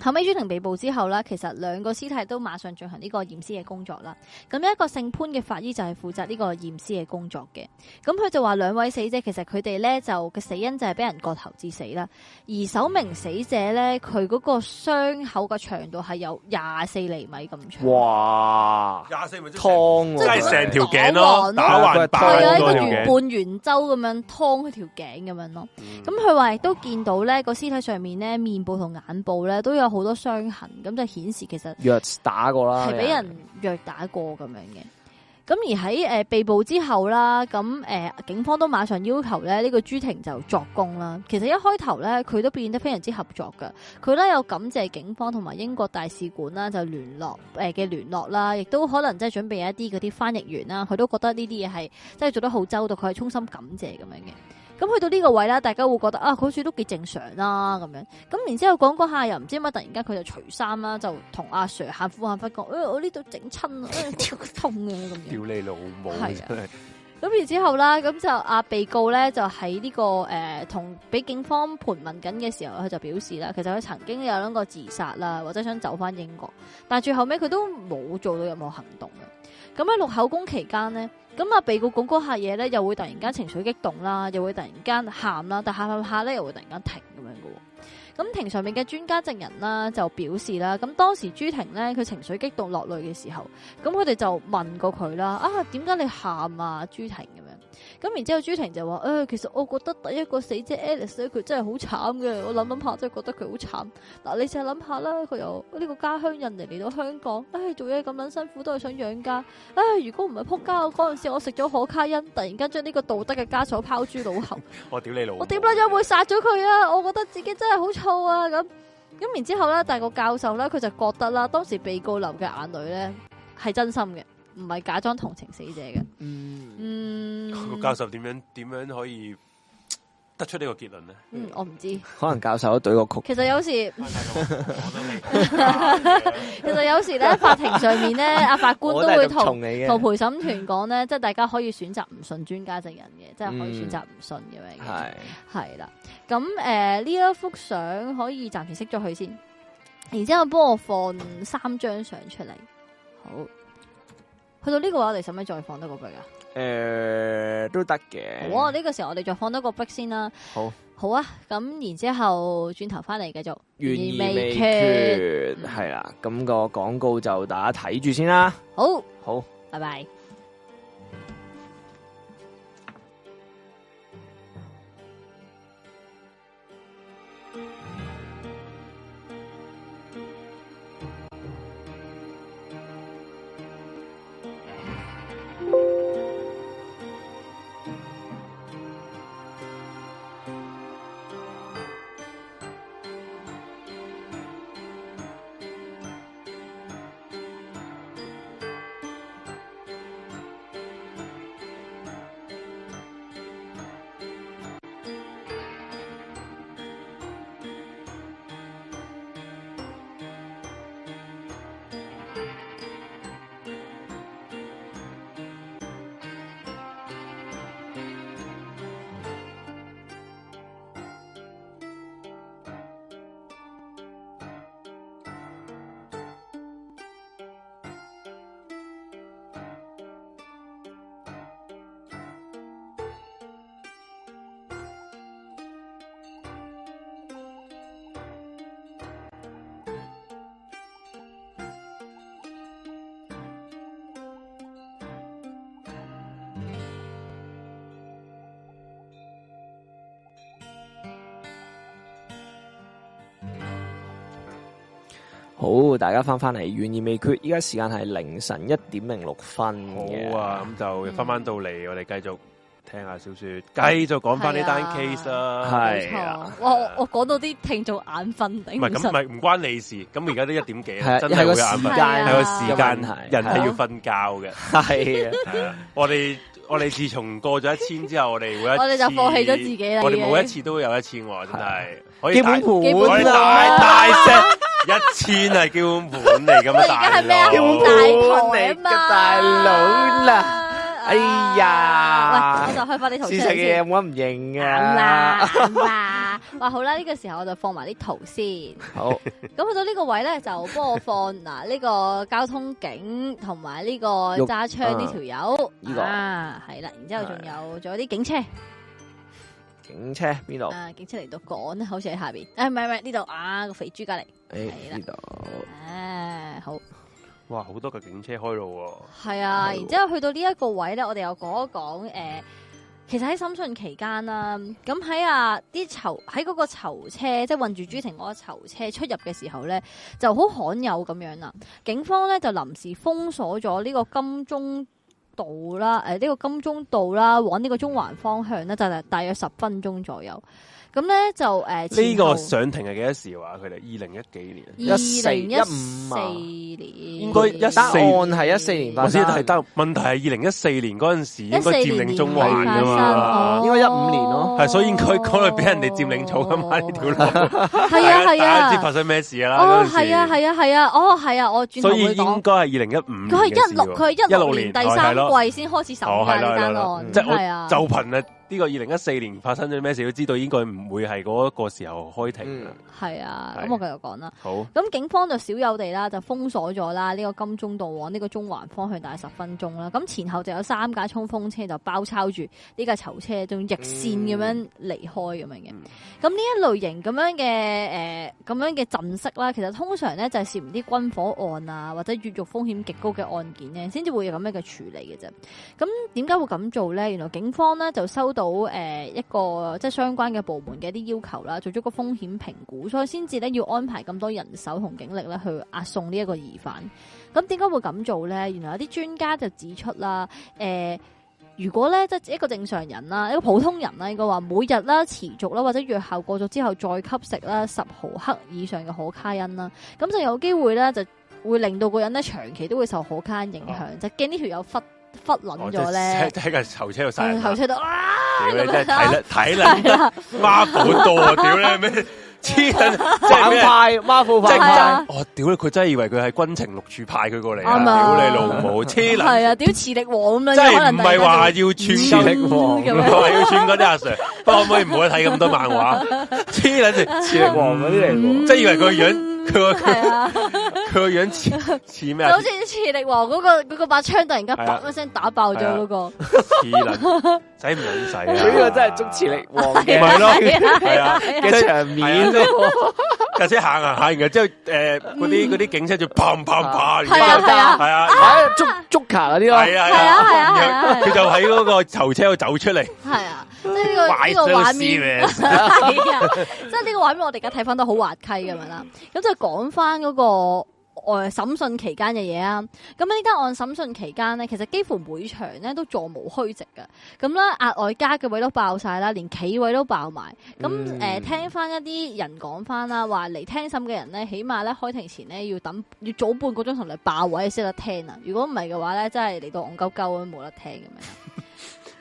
[SPEAKER 3] 後尾朱婷被捕之後啦，其實兩個屍體都馬上進行呢個驗屍嘅工作啦。咁一個姓潘嘅法醫就係負責呢個驗屍嘅工作嘅。咁佢就話兩位死者其實佢哋咧就嘅死因就係俾人割頭致死啦。而首名死者咧，佢嗰個傷口嘅長度係有廿四厘米咁長。
[SPEAKER 1] 哇，
[SPEAKER 2] 廿四咪即
[SPEAKER 1] 湯
[SPEAKER 2] 係成條頸
[SPEAKER 3] 即係咁樣
[SPEAKER 2] 咯，打橫
[SPEAKER 3] 系
[SPEAKER 2] 打
[SPEAKER 3] 啊，
[SPEAKER 1] 係
[SPEAKER 3] 一個
[SPEAKER 2] 嗰條頸。
[SPEAKER 3] 圓半圓周咁樣劏佢條頸咁樣咯。
[SPEAKER 2] 嗯
[SPEAKER 3] 咁佢話亦都見到咧個屍體上面咧面部同眼部咧都有好多傷痕，咁就顯示其實
[SPEAKER 1] 藥打過啦，
[SPEAKER 3] 係啊俾啊人虐打過咁樣嘅。咁而喺誒、呃被捕之後啦，咁誒、呃警方都馬上要求咧呢、個朱婷就作供啦。其實一開頭咧佢都變得非常之合作嘅，佢咧有感謝警方同埋英國大使館啦就聯絡呃誒嘅、聯絡啦，亦都可能即係準備一啲嗰啲翻譯員啦，佢都覺得呢啲嘢係即係做得好周到，佢係衷心感謝咁樣嘅。咁去到呢個位啦，大家會覺得啊，佢好似都幾正常啦咁樣。咁然之後講嗰下又唔知點解突然間佢就除衫啦，就同阿 Sir 喊苦喊忽講，誒、我呢度整親啊，誒痛啊咁樣。
[SPEAKER 2] 屌你老母！
[SPEAKER 3] 係啊
[SPEAKER 2] 真係
[SPEAKER 3] 咁然之後啦，咁就阿被告咧就喺呢、個誒同俾警方盤問緊嘅時候，佢就表示啦，其實佢曾經有諗過自殺啦，或者想走翻英國，但係最後尾佢都冇做到任何行動嘅。咁喺錄口供期間呢，咁啊阿被告講嗰下嘢咧，又會突然間情緒激動啦，又會突然間喊啦，但喊喊下咧又會突然間停咁樣嘅喎。咁庭上面嘅專家證人啦，就表示啦，咁當時朱婷咧，佢情緒激動落淚嘅時候，咁佢哋就問過佢啦，啊點解你喊啊朱婷咁樣？咁然之後朱婷就話：，誒、呃其實我覺得第一個死者 Alice 咧，佢真係好慘嘅，我諗諗下真係覺得佢好慘。嗱，你試下諗下啦，佢由呢個家鄉人哋嚟到香港，唉、做嘢咁撚辛苦都係想養家，唉、如果唔係撲街，我嗰陣時我食咗可卡因，突然間將呢個道德嘅枷鎖拋諸腦後。
[SPEAKER 2] 我屌你老母！
[SPEAKER 3] 我點啦，有會殺咗佢啊！我覺得自己真係好燥啊咁。咁然之後咧，但係個教授咧，佢就覺得啦，當時被告流嘅眼淚咧係真心嘅，唔係假裝同情死者嘅。
[SPEAKER 1] 嗯，
[SPEAKER 3] 嗯，
[SPEAKER 2] 個教授點樣點樣可以得出呢個結論 咧？
[SPEAKER 3] 嗯，我唔知。
[SPEAKER 1] 可能教授都懟個曲，
[SPEAKER 3] 其實有時，
[SPEAKER 2] 我都未
[SPEAKER 3] 其實有時咧，法庭上面咧，阿法官都會
[SPEAKER 1] 我係讀
[SPEAKER 3] 同
[SPEAKER 1] 蟲你嘅
[SPEAKER 3] 同陪審團講咧，即係大家可以選擇唔信專家證人嘅，即係可以選擇唔信咁樣嘅。
[SPEAKER 1] 係
[SPEAKER 3] 係啦，咁诶呢一幅相可以暫時熄咗佢先，然之后幫我放三張相出嚟。好，去到呢個位我哋使唔使再放多個 break 啊？
[SPEAKER 1] 诶都得嘅，
[SPEAKER 3] 好啊，呢、個時候我哋再放多個 break 先啦。
[SPEAKER 1] 好，
[SPEAKER 3] 好啊，咁然之后转头翻嚟繼續。
[SPEAKER 1] 悬而
[SPEAKER 3] 未
[SPEAKER 1] 未
[SPEAKER 3] 決
[SPEAKER 1] 決係啦，咁個廣告就大家睇住先啦，
[SPEAKER 3] 好，
[SPEAKER 1] 好。
[SPEAKER 3] 拜拜。
[SPEAKER 5] Hãy subscribe cho kênh Ghiền Mì Gõ Để không bỏ lỡ
[SPEAKER 1] 好，大家翻翻嚟，懸而未決。依家時間係凌晨一點零六分嘅。
[SPEAKER 2] 好啊，咁就翻翻到嚟，我哋繼續聽下小說，繼續講翻呢單
[SPEAKER 3] 係啊
[SPEAKER 2] case 啦。
[SPEAKER 1] 係
[SPEAKER 3] 冇錯
[SPEAKER 1] 啊
[SPEAKER 3] 哇！我我講到啲聽眾眼瞓頂
[SPEAKER 2] 唔
[SPEAKER 3] 唔
[SPEAKER 2] 係咁，唔
[SPEAKER 3] 順，
[SPEAKER 2] 係唔關你事。咁而家都一點幾
[SPEAKER 1] 係
[SPEAKER 2] 啦，
[SPEAKER 1] 啊
[SPEAKER 2] 真係
[SPEAKER 1] 係
[SPEAKER 2] 會
[SPEAKER 1] 個
[SPEAKER 2] 有眼
[SPEAKER 1] 時
[SPEAKER 2] 瞓
[SPEAKER 3] 係，
[SPEAKER 1] 間啊
[SPEAKER 2] 係個時間
[SPEAKER 1] 嘅問，題
[SPEAKER 2] 人係要瞓
[SPEAKER 3] 係
[SPEAKER 2] 覺嘅。
[SPEAKER 1] 係啊，
[SPEAKER 2] 係啊我哋我哋自從過咗一千之後，我哋每一
[SPEAKER 3] 我哋就放棄咗自己啦
[SPEAKER 2] 我哋每
[SPEAKER 3] 已
[SPEAKER 2] 一
[SPEAKER 3] 經
[SPEAKER 2] 次都有一千喎，真係可以
[SPEAKER 1] 基
[SPEAKER 2] 大
[SPEAKER 1] 本
[SPEAKER 3] 基
[SPEAKER 2] 我
[SPEAKER 3] 本
[SPEAKER 2] 哋
[SPEAKER 1] 盤
[SPEAKER 3] 啦
[SPEAKER 2] 大
[SPEAKER 1] 啦，
[SPEAKER 2] 大聲一千係叫盤嚟咁
[SPEAKER 3] 我
[SPEAKER 2] 啊！
[SPEAKER 3] 而家係咩
[SPEAKER 2] 大佬
[SPEAKER 3] 啊？大台啊嘛，啊
[SPEAKER 1] 大佬啦哎呀
[SPEAKER 3] 喂，我就開翻啲圖出
[SPEAKER 1] 事
[SPEAKER 3] 嚟
[SPEAKER 1] 實嘅
[SPEAKER 3] 先
[SPEAKER 1] 嘢。冇得唔認
[SPEAKER 3] 啱
[SPEAKER 1] 啊。
[SPEAKER 3] 啦，啱啦。哇，好啦，呢個時候我就放埋啲圖先。
[SPEAKER 1] 好，
[SPEAKER 3] 咁 去到呢個位咧，就幫我放嗱呢個交通警同埋呢個
[SPEAKER 1] 肉
[SPEAKER 3] 揸槍呢條友，
[SPEAKER 1] 呢個
[SPEAKER 3] 啊係啦，然之後仲有仲有啲警車
[SPEAKER 1] 警車邊度？
[SPEAKER 3] 啊，警車嚟到趕，好似喺下邊，誒唔係唔係呢度啊個肥豬隔離，
[SPEAKER 1] 誒
[SPEAKER 3] 係啦
[SPEAKER 1] 呢度。
[SPEAKER 3] 誒好
[SPEAKER 2] 哇，好多架警車開路
[SPEAKER 3] 係啊，
[SPEAKER 1] 係喎
[SPEAKER 3] 然之後去到呢一個位咧，我哋又講一講誒。其實喺審訊期間啦，咁喺啊啲囚喺嗰個囚車，即係運住朱婷嗰個囚車出入嘅時候咧，就好罕有咁樣啦。警方咧就臨時封鎖咗呢個金鐘道啦，誒、呢、個金鐘道啦，往呢個中環方向咧，就係大約十分鐘左右。咁咧就誒
[SPEAKER 2] 喎。呢個
[SPEAKER 3] 前
[SPEAKER 2] 上庭係幾多時話？佢哋二零一幾年，
[SPEAKER 3] 後
[SPEAKER 1] 14
[SPEAKER 3] 二零
[SPEAKER 1] 15啊
[SPEAKER 3] 一四年，
[SPEAKER 2] 應該14
[SPEAKER 1] 單案係一四年
[SPEAKER 2] 我
[SPEAKER 1] 發
[SPEAKER 2] 知
[SPEAKER 1] 生，
[SPEAKER 2] 但係得問題係二零一四年嗰陣時應該
[SPEAKER 3] 14
[SPEAKER 2] 佔領中
[SPEAKER 3] 年
[SPEAKER 2] 環
[SPEAKER 3] 發
[SPEAKER 2] 噶
[SPEAKER 3] 生
[SPEAKER 2] 嘛
[SPEAKER 3] 哦，
[SPEAKER 1] 應該15年咯
[SPEAKER 2] 係所以應該講係俾人哋佔領咗噶嘛呢條路。
[SPEAKER 3] 係啊
[SPEAKER 2] 大
[SPEAKER 3] 係
[SPEAKER 2] 家知
[SPEAKER 3] 啊，
[SPEAKER 2] 發生咩事啦。
[SPEAKER 3] 哦
[SPEAKER 2] 嗰陣時
[SPEAKER 3] 係啊係啊係啊，哦係啊，我轉頭
[SPEAKER 2] 所以
[SPEAKER 3] 會
[SPEAKER 2] 應
[SPEAKER 3] 講。
[SPEAKER 2] 該係二零一五。
[SPEAKER 3] 佢係一六，佢係一六年第三
[SPEAKER 2] 哦係咯
[SPEAKER 3] 季先開始審
[SPEAKER 2] 哦
[SPEAKER 3] 㗎
[SPEAKER 2] 係啦
[SPEAKER 3] 呢單
[SPEAKER 2] 係啦
[SPEAKER 3] 案，
[SPEAKER 2] 即係我
[SPEAKER 3] 係啊，
[SPEAKER 2] 就憑啊呢個二零一四年發生咗咩事，都知道應該唔會係嗰個時候開庭啦。
[SPEAKER 3] 係啊，
[SPEAKER 2] 係
[SPEAKER 3] 咁我繼續講啦。
[SPEAKER 2] 好，
[SPEAKER 3] 咁警方就少有地啦，就封鎖咗啦呢個金鐘道往呢個中環方向大約十分鐘啦。咁前後就有三架衝鋒車就包抄住呢架囚車，仲逆線咁樣離開咁樣嘅。
[SPEAKER 2] 嗯
[SPEAKER 3] 咁呢一類型咁樣嘅誒咁樣嘅陣式啦，其實通常咧就係涉嫌啲軍火案啊，或者越獄風險極高嘅案件咧，先至會有咁樣嘅處理嘅啫。咁點解會咁做咧？原來警方咧就收到誒、呃一個即係相關嘅部門嘅一啲要求啦，做咗個風險評估，所以先至咧要安排咁多人手同警力咧去押送呢一個疑犯。咁點解會咁做咧？原來有啲專家就指出啦，誒、如果咧即係一個正常人啦，一個普通人啦，應該話每日啦持續啦或者藥效過咗之後再吸食啦十毫克以上嘅可卡因啦，咁就有機會咧就會令到個人咧長期都會受可卡因影響，就驚呢條友忽忽撚
[SPEAKER 2] 哦
[SPEAKER 3] 咗咧。
[SPEAKER 2] 即係喺架囚車度殺
[SPEAKER 3] 上
[SPEAKER 2] 人
[SPEAKER 3] 頭
[SPEAKER 2] 啦。
[SPEAKER 3] 車度啊，
[SPEAKER 2] 屌你真係
[SPEAKER 3] 咁樣
[SPEAKER 2] 睇睇啦
[SPEAKER 3] 係啦，
[SPEAKER 2] 孖寶多啊！屌你 咩黐撚即係
[SPEAKER 1] 反
[SPEAKER 2] 咩？
[SPEAKER 1] 派 Marvel
[SPEAKER 2] 即
[SPEAKER 1] 反
[SPEAKER 2] 係
[SPEAKER 3] 係
[SPEAKER 1] 派，
[SPEAKER 3] 啊
[SPEAKER 2] 真我屌你！佢真係以為佢係軍情六處派佢過嚟啊！
[SPEAKER 3] 啱
[SPEAKER 2] 屌
[SPEAKER 3] 啊
[SPEAKER 2] 你老母黐撚
[SPEAKER 3] 係啊，屌磁力王咁樣，
[SPEAKER 2] 真係
[SPEAKER 3] 可
[SPEAKER 2] 唔
[SPEAKER 3] 能
[SPEAKER 2] 係話
[SPEAKER 3] 突
[SPEAKER 2] 要
[SPEAKER 1] 磁
[SPEAKER 2] 串
[SPEAKER 1] 力王
[SPEAKER 2] 唔係要串嗰啲阿 Sir，不過可唔可以唔好睇咁多漫畫？黐撚 線，
[SPEAKER 1] 磁力王嗰啲嚟喎。
[SPEAKER 2] 即係以為佢個樣，佢個佢
[SPEAKER 3] 然間係啊，
[SPEAKER 2] 佢個樣似似咩
[SPEAKER 3] 就
[SPEAKER 2] 啊
[SPEAKER 3] 好？似磁力王嗰個嗰個把槍突然間
[SPEAKER 2] 係啊
[SPEAKER 3] 砰一聲打爆咗嗰個，
[SPEAKER 2] 似 撚使唔撚使啊？
[SPEAKER 1] 佢呢個真係捉磁力王
[SPEAKER 2] 唔係
[SPEAKER 1] 嘅
[SPEAKER 2] 咯
[SPEAKER 3] 係啊係啊
[SPEAKER 2] 係啊
[SPEAKER 1] 嘅場
[SPEAKER 2] 係啊
[SPEAKER 1] 面
[SPEAKER 2] 即。 係架車行行下，然後之後誒嗰啲嗰啲警車就砰砰砰，
[SPEAKER 3] 係啊係啊
[SPEAKER 2] 係啊。
[SPEAKER 1] 啊，捉捉卡嗰啲
[SPEAKER 2] 係
[SPEAKER 1] 咯，
[SPEAKER 2] 啊
[SPEAKER 3] 係啊係啊係啊
[SPEAKER 2] 佢就喺嗰個囚車度走出嚟，
[SPEAKER 3] 係啊，即係呢個 呢
[SPEAKER 2] 壞
[SPEAKER 3] 個畫
[SPEAKER 2] 咗
[SPEAKER 3] 面。
[SPEAKER 2] 咩？
[SPEAKER 3] 係啊，即係呢個畫面我哋而家睇翻都好滑稽咁樣啦。咁就講翻嗰個誒審訊期間嘅嘢啊。咁呢單案審訊期間呢，其實幾乎每場呢都座無虛席嘅。咁啦，額外加嘅位都爆晒啦，連企位都爆埋。咁誒、
[SPEAKER 1] 嗯
[SPEAKER 3] 呃，聽翻一啲人講翻啦，話嚟聽審嘅人呢，起碼咧開庭前呢要等要早半個鐘同你爆位先得聽啊。如果唔係嘅話咧，真係嚟到戇鳩鳩咁冇得聽咁樣。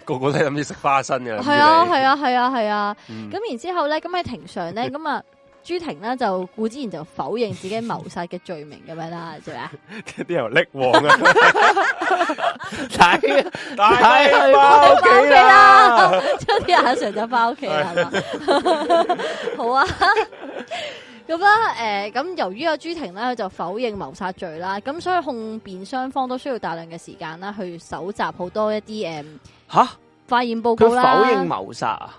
[SPEAKER 2] 個個都係諗住食花生嘅，
[SPEAKER 3] 係啊，係啊，係啊，係啊。
[SPEAKER 2] 嗯，
[SPEAKER 3] 咁然之後咧，咁喺庭上咧，咁啊朱婷呢，就顧之然就否認自己謀殺嘅罪名咁樣啦，係咪啊？
[SPEAKER 2] 啲人力旺啊，
[SPEAKER 1] 睇
[SPEAKER 2] 大
[SPEAKER 1] 係
[SPEAKER 2] 包
[SPEAKER 3] 翻屋企啦，將啲阿 Sir 就翻屋企啦，係嘛？好啊。咁啦，誒、咁由於阿朱婷呢，佢就否認謀殺罪啦，咁所以控辯雙方都需要大量嘅時間啦，去搜集好多一啲誒、
[SPEAKER 1] 吓，
[SPEAKER 3] 化驗報
[SPEAKER 1] 佢
[SPEAKER 3] 告啦，
[SPEAKER 1] 否認謀殺啊，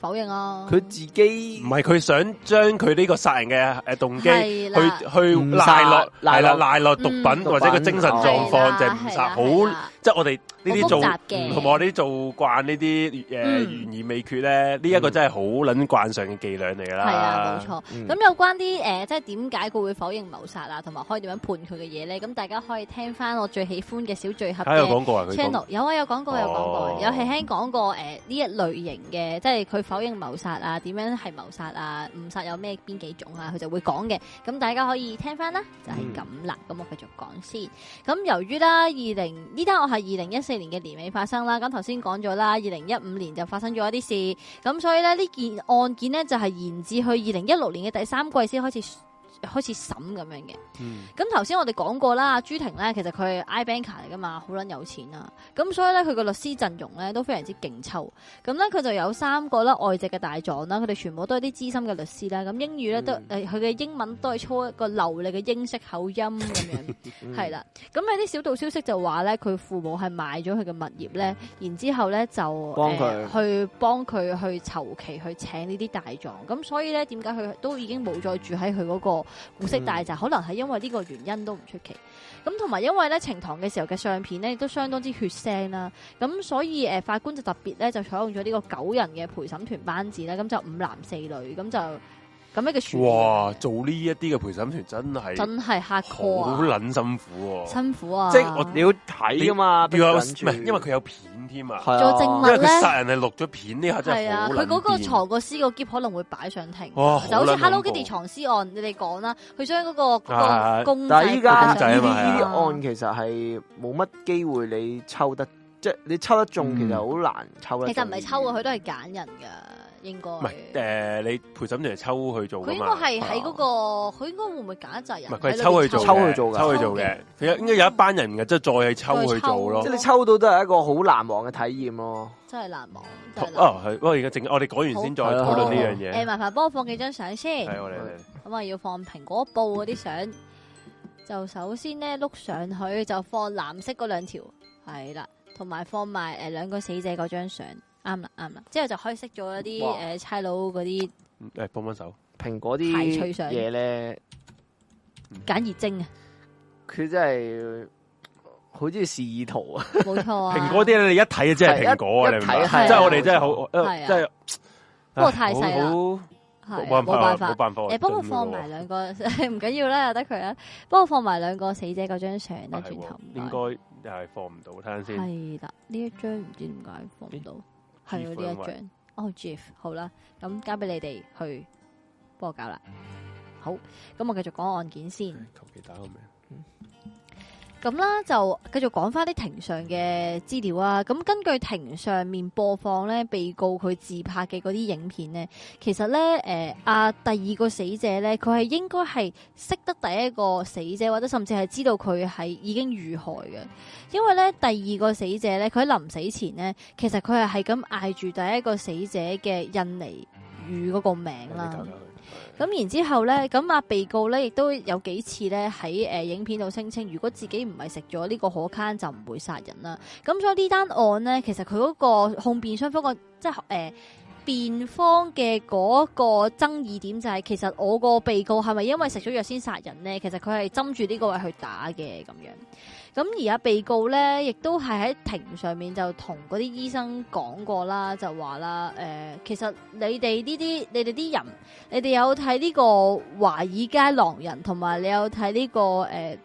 [SPEAKER 3] 否認啊，
[SPEAKER 1] 佢自己
[SPEAKER 2] 唔係佢想將佢呢個殺人嘅诶动機去
[SPEAKER 3] 係啦
[SPEAKER 2] 去
[SPEAKER 1] 誤
[SPEAKER 2] 賴落
[SPEAKER 1] 殺
[SPEAKER 2] 係
[SPEAKER 1] 賴
[SPEAKER 2] 啦
[SPEAKER 1] 落
[SPEAKER 2] 賴落毒
[SPEAKER 3] 嗯
[SPEAKER 2] 品
[SPEAKER 1] 毒
[SPEAKER 2] 或者個
[SPEAKER 1] 品
[SPEAKER 2] 精神狀況就係誤殺，
[SPEAKER 3] 係
[SPEAKER 2] 好
[SPEAKER 3] 啦
[SPEAKER 2] 即係我哋呢啲做
[SPEAKER 3] 好複雜嘅
[SPEAKER 2] 同埋我哋啲做慣呢啲诶
[SPEAKER 3] 嗯
[SPEAKER 2] 懸而未決咧，呢一個真係好撚慣上嘅伎倆嚟㗎啦。
[SPEAKER 3] 係啊，冇錯。
[SPEAKER 1] 嗯
[SPEAKER 3] 咁有關啲誒、呃即係點解佢會否認謀殺啊，同埋可以點樣判佢嘅嘢咧？咁大家可以聽翻我最喜歡嘅小聚合
[SPEAKER 2] 睇下有
[SPEAKER 3] 嘅
[SPEAKER 2] 講過啊，佢講
[SPEAKER 3] channel，有啊有講過有講過
[SPEAKER 2] 哦，
[SPEAKER 3] 有輕輕講過誒呢一類型嘅，即係佢否認謀殺啊，點樣係謀殺啊，誤殺有咩邊幾種啊，佢就會講嘅。咁大家可以聽翻啦，就
[SPEAKER 2] 嗯
[SPEAKER 3] 係咁啦。咁我繼續講先。咁由於啦，二零呢單我係二零一四年嘅年尾發生啦，咁頭先講咗啦，二零一五年就發生咗一啲事。咁所以咧呢件案件咧就係延至去二零一六年嘅第三季先開始開始審咁樣嘅。
[SPEAKER 2] 嗯
[SPEAKER 3] 咁頭先我哋講過啦，朱婷咧其實佢係 I banker 嚟噶嘛，好撚有錢啊。咁所以咧佢個律師陣容咧都非常之勁抽。咁咧佢就有三個啦外籍嘅大狀啦，佢哋全部都係啲資深嘅律師啦。咁英語咧都誒
[SPEAKER 1] 嗯
[SPEAKER 3] 佢嘅英文都係操一個流利嘅英式口音咁樣。
[SPEAKER 1] 嗯
[SPEAKER 3] 係啦，咁有啲小道消息就話咧，佢父母係賣咗佢嘅物業咧，然之後咧就
[SPEAKER 1] 幫嗯佢
[SPEAKER 3] 呃去幫佢去籌期去請呢啲大狀，咁所以咧點解佢都已經冇再住喺佢嗰個古色大
[SPEAKER 1] 嗯
[SPEAKER 3] 宅，可能係因為呢個原因都唔出奇。咁同埋因為咧呈堂嘅時候嘅相片咧，亦都相當之血腥啦。咁所以誒、呃法官就特別咧就採用咗呢個九人嘅陪審團班子咧，咁就五男四女，咁就咁樣嘅處理，
[SPEAKER 2] 哇，做呢一啲嘅陪審團真係
[SPEAKER 3] 真係嚇
[SPEAKER 2] 好
[SPEAKER 3] 過啊，
[SPEAKER 2] 撚辛苦喎。
[SPEAKER 3] 辛苦啊！
[SPEAKER 1] 即系我你要睇噶嘛，
[SPEAKER 2] 要有唔
[SPEAKER 1] 逼緊住
[SPEAKER 2] 係因為佢有片添啊。
[SPEAKER 1] 係啊
[SPEAKER 3] 做證
[SPEAKER 2] 因
[SPEAKER 3] 物
[SPEAKER 2] 為佢
[SPEAKER 3] 咧
[SPEAKER 2] 殺人係錄咗片呢下真
[SPEAKER 3] 係
[SPEAKER 2] 係
[SPEAKER 3] 啊，
[SPEAKER 2] 好
[SPEAKER 3] 佢
[SPEAKER 2] 撚
[SPEAKER 3] 嗰個
[SPEAKER 2] 癲
[SPEAKER 3] 藏個屍個箧可能會擺上庭，
[SPEAKER 2] 哇
[SPEAKER 3] 就好似
[SPEAKER 2] 撚
[SPEAKER 3] Hello
[SPEAKER 2] 恐怖
[SPEAKER 3] Kitty 藏屍案，你哋講啦，佢將嗰個嗰
[SPEAKER 2] 啊
[SPEAKER 3] 個公仔
[SPEAKER 1] 但系依家呢
[SPEAKER 2] 公
[SPEAKER 3] 擺上
[SPEAKER 2] 仔
[SPEAKER 1] 啲
[SPEAKER 2] 啊
[SPEAKER 3] 庭
[SPEAKER 2] 嘛係啊
[SPEAKER 1] 呢啲案其實係冇乜機會你抽得，即係你抽得中
[SPEAKER 4] 嗯
[SPEAKER 1] 其實好難抽得中。
[SPEAKER 3] 其實唔係抽嘅，佢都係揀人㗎，應該。
[SPEAKER 2] 唔係誒，你陪審團係抽佢做
[SPEAKER 3] 佢
[SPEAKER 2] 㗎
[SPEAKER 3] 應該
[SPEAKER 2] 嘛？啊
[SPEAKER 3] 係喺嗰個，佢應該會唔會揀一紮人？
[SPEAKER 2] 唔係佢係抽佢做
[SPEAKER 3] 喺裏
[SPEAKER 2] 嘅，
[SPEAKER 3] 邊
[SPEAKER 1] 抽佢做㗎
[SPEAKER 2] 抽佢做嘅。佢應該有一班人嘅，即係再去抽佢做
[SPEAKER 1] 即
[SPEAKER 2] 咯
[SPEAKER 1] 係。你抽到都係一個好難忘嘅體驗咯。
[SPEAKER 3] 真係難忘，真係難忘。
[SPEAKER 2] 哦，係，不過而家正，我哋講完先再
[SPEAKER 1] 好
[SPEAKER 3] 啊
[SPEAKER 2] 討論呢樣
[SPEAKER 3] 誒，
[SPEAKER 2] 嘢。
[SPEAKER 3] 麻煩幫我放幾張相先，
[SPEAKER 2] 係我哋我哋
[SPEAKER 3] 咁啊要放蘋果報嗰啲相。就首先咧碌上去就放藍色嗰兩條，係啦，同埋放埋誒兩個死者嗰張相，啱啦啱啦，之後就可以熄咗一啲
[SPEAKER 1] 哇
[SPEAKER 3] 誒差佬嗰啲
[SPEAKER 2] 嗯誒幫幫手。
[SPEAKER 1] 蘋果
[SPEAKER 3] 排
[SPEAKER 1] 啲
[SPEAKER 3] 除上
[SPEAKER 1] 嘢咧，
[SPEAKER 3] 簡易 精啊，
[SPEAKER 1] 佢真係好似示意圖啊！
[SPEAKER 3] 冇錯啊。
[SPEAKER 2] 蘋果啲咧，你一睇就知係蘋果啊！
[SPEAKER 1] 係一
[SPEAKER 2] 你明白
[SPEAKER 1] 一睇
[SPEAKER 3] 係啊
[SPEAKER 2] 即係我哋真係好，呃
[SPEAKER 3] 係啊
[SPEAKER 2] 真係。
[SPEAKER 3] 不過太細啦
[SPEAKER 2] 唉好
[SPEAKER 3] 係
[SPEAKER 2] 好
[SPEAKER 3] 啊
[SPEAKER 2] 冇
[SPEAKER 3] 冇
[SPEAKER 2] 辦法，
[SPEAKER 3] 辦法
[SPEAKER 2] 冇。辦法。
[SPEAKER 3] 誒，幫我放埋兩個， 唔緊要啦，由得佢啊。幫我放埋兩個死者嗰張相
[SPEAKER 2] 啊
[SPEAKER 3] 啦，
[SPEAKER 2] 係
[SPEAKER 3] 轉頭
[SPEAKER 2] 喎
[SPEAKER 3] 唔該
[SPEAKER 2] 應該又係放唔到，睇下先。
[SPEAKER 3] 係啦，呢一張唔知點解放唔到，
[SPEAKER 2] GIF
[SPEAKER 3] 係啊呢
[SPEAKER 2] 因
[SPEAKER 3] 一
[SPEAKER 2] 為
[SPEAKER 3] 張。哦，GIF 好啦，咁交俾你哋去幫我搞啦。好，咁我繼續講案件先。
[SPEAKER 2] 嗯求其打個名。
[SPEAKER 3] 咁啦，就繼續講翻啲庭上嘅資料啊。咁根據庭上面播放咧，被告佢自拍嘅嗰啲影片咧，其實咧，誒、啊第二個死者咧，佢係應該係識得第一個死者，或者甚至係知道佢係已經遇害嘅。因為咧，第二個死者咧，佢喺臨死前咧，其實佢係係咁嗌住第一個死者嘅印尼語嗰個名啦。
[SPEAKER 2] 咁
[SPEAKER 3] 咁然之後咧，咁啊被告咧亦都有幾次咧喺誒影片度聲稱，如果自己唔係食咗呢個可卡因就唔會殺人啦。咁所以呢單案咧，其實佢嗰個控辯雙方個即係誒。呃辯方嘅嗰個爭議點就係、其實我個被告係咪因為食咗藥先殺人呢？其實佢係針住呢個位去打嘅咁樣。咁而家被告咧，亦都係喺庭上面就同嗰啲醫生講過啦，就話啦，誒、呃其實你哋呢啲你哋啲人你哋有睇呢個華爾街狼人，同埋你有睇呢、個誒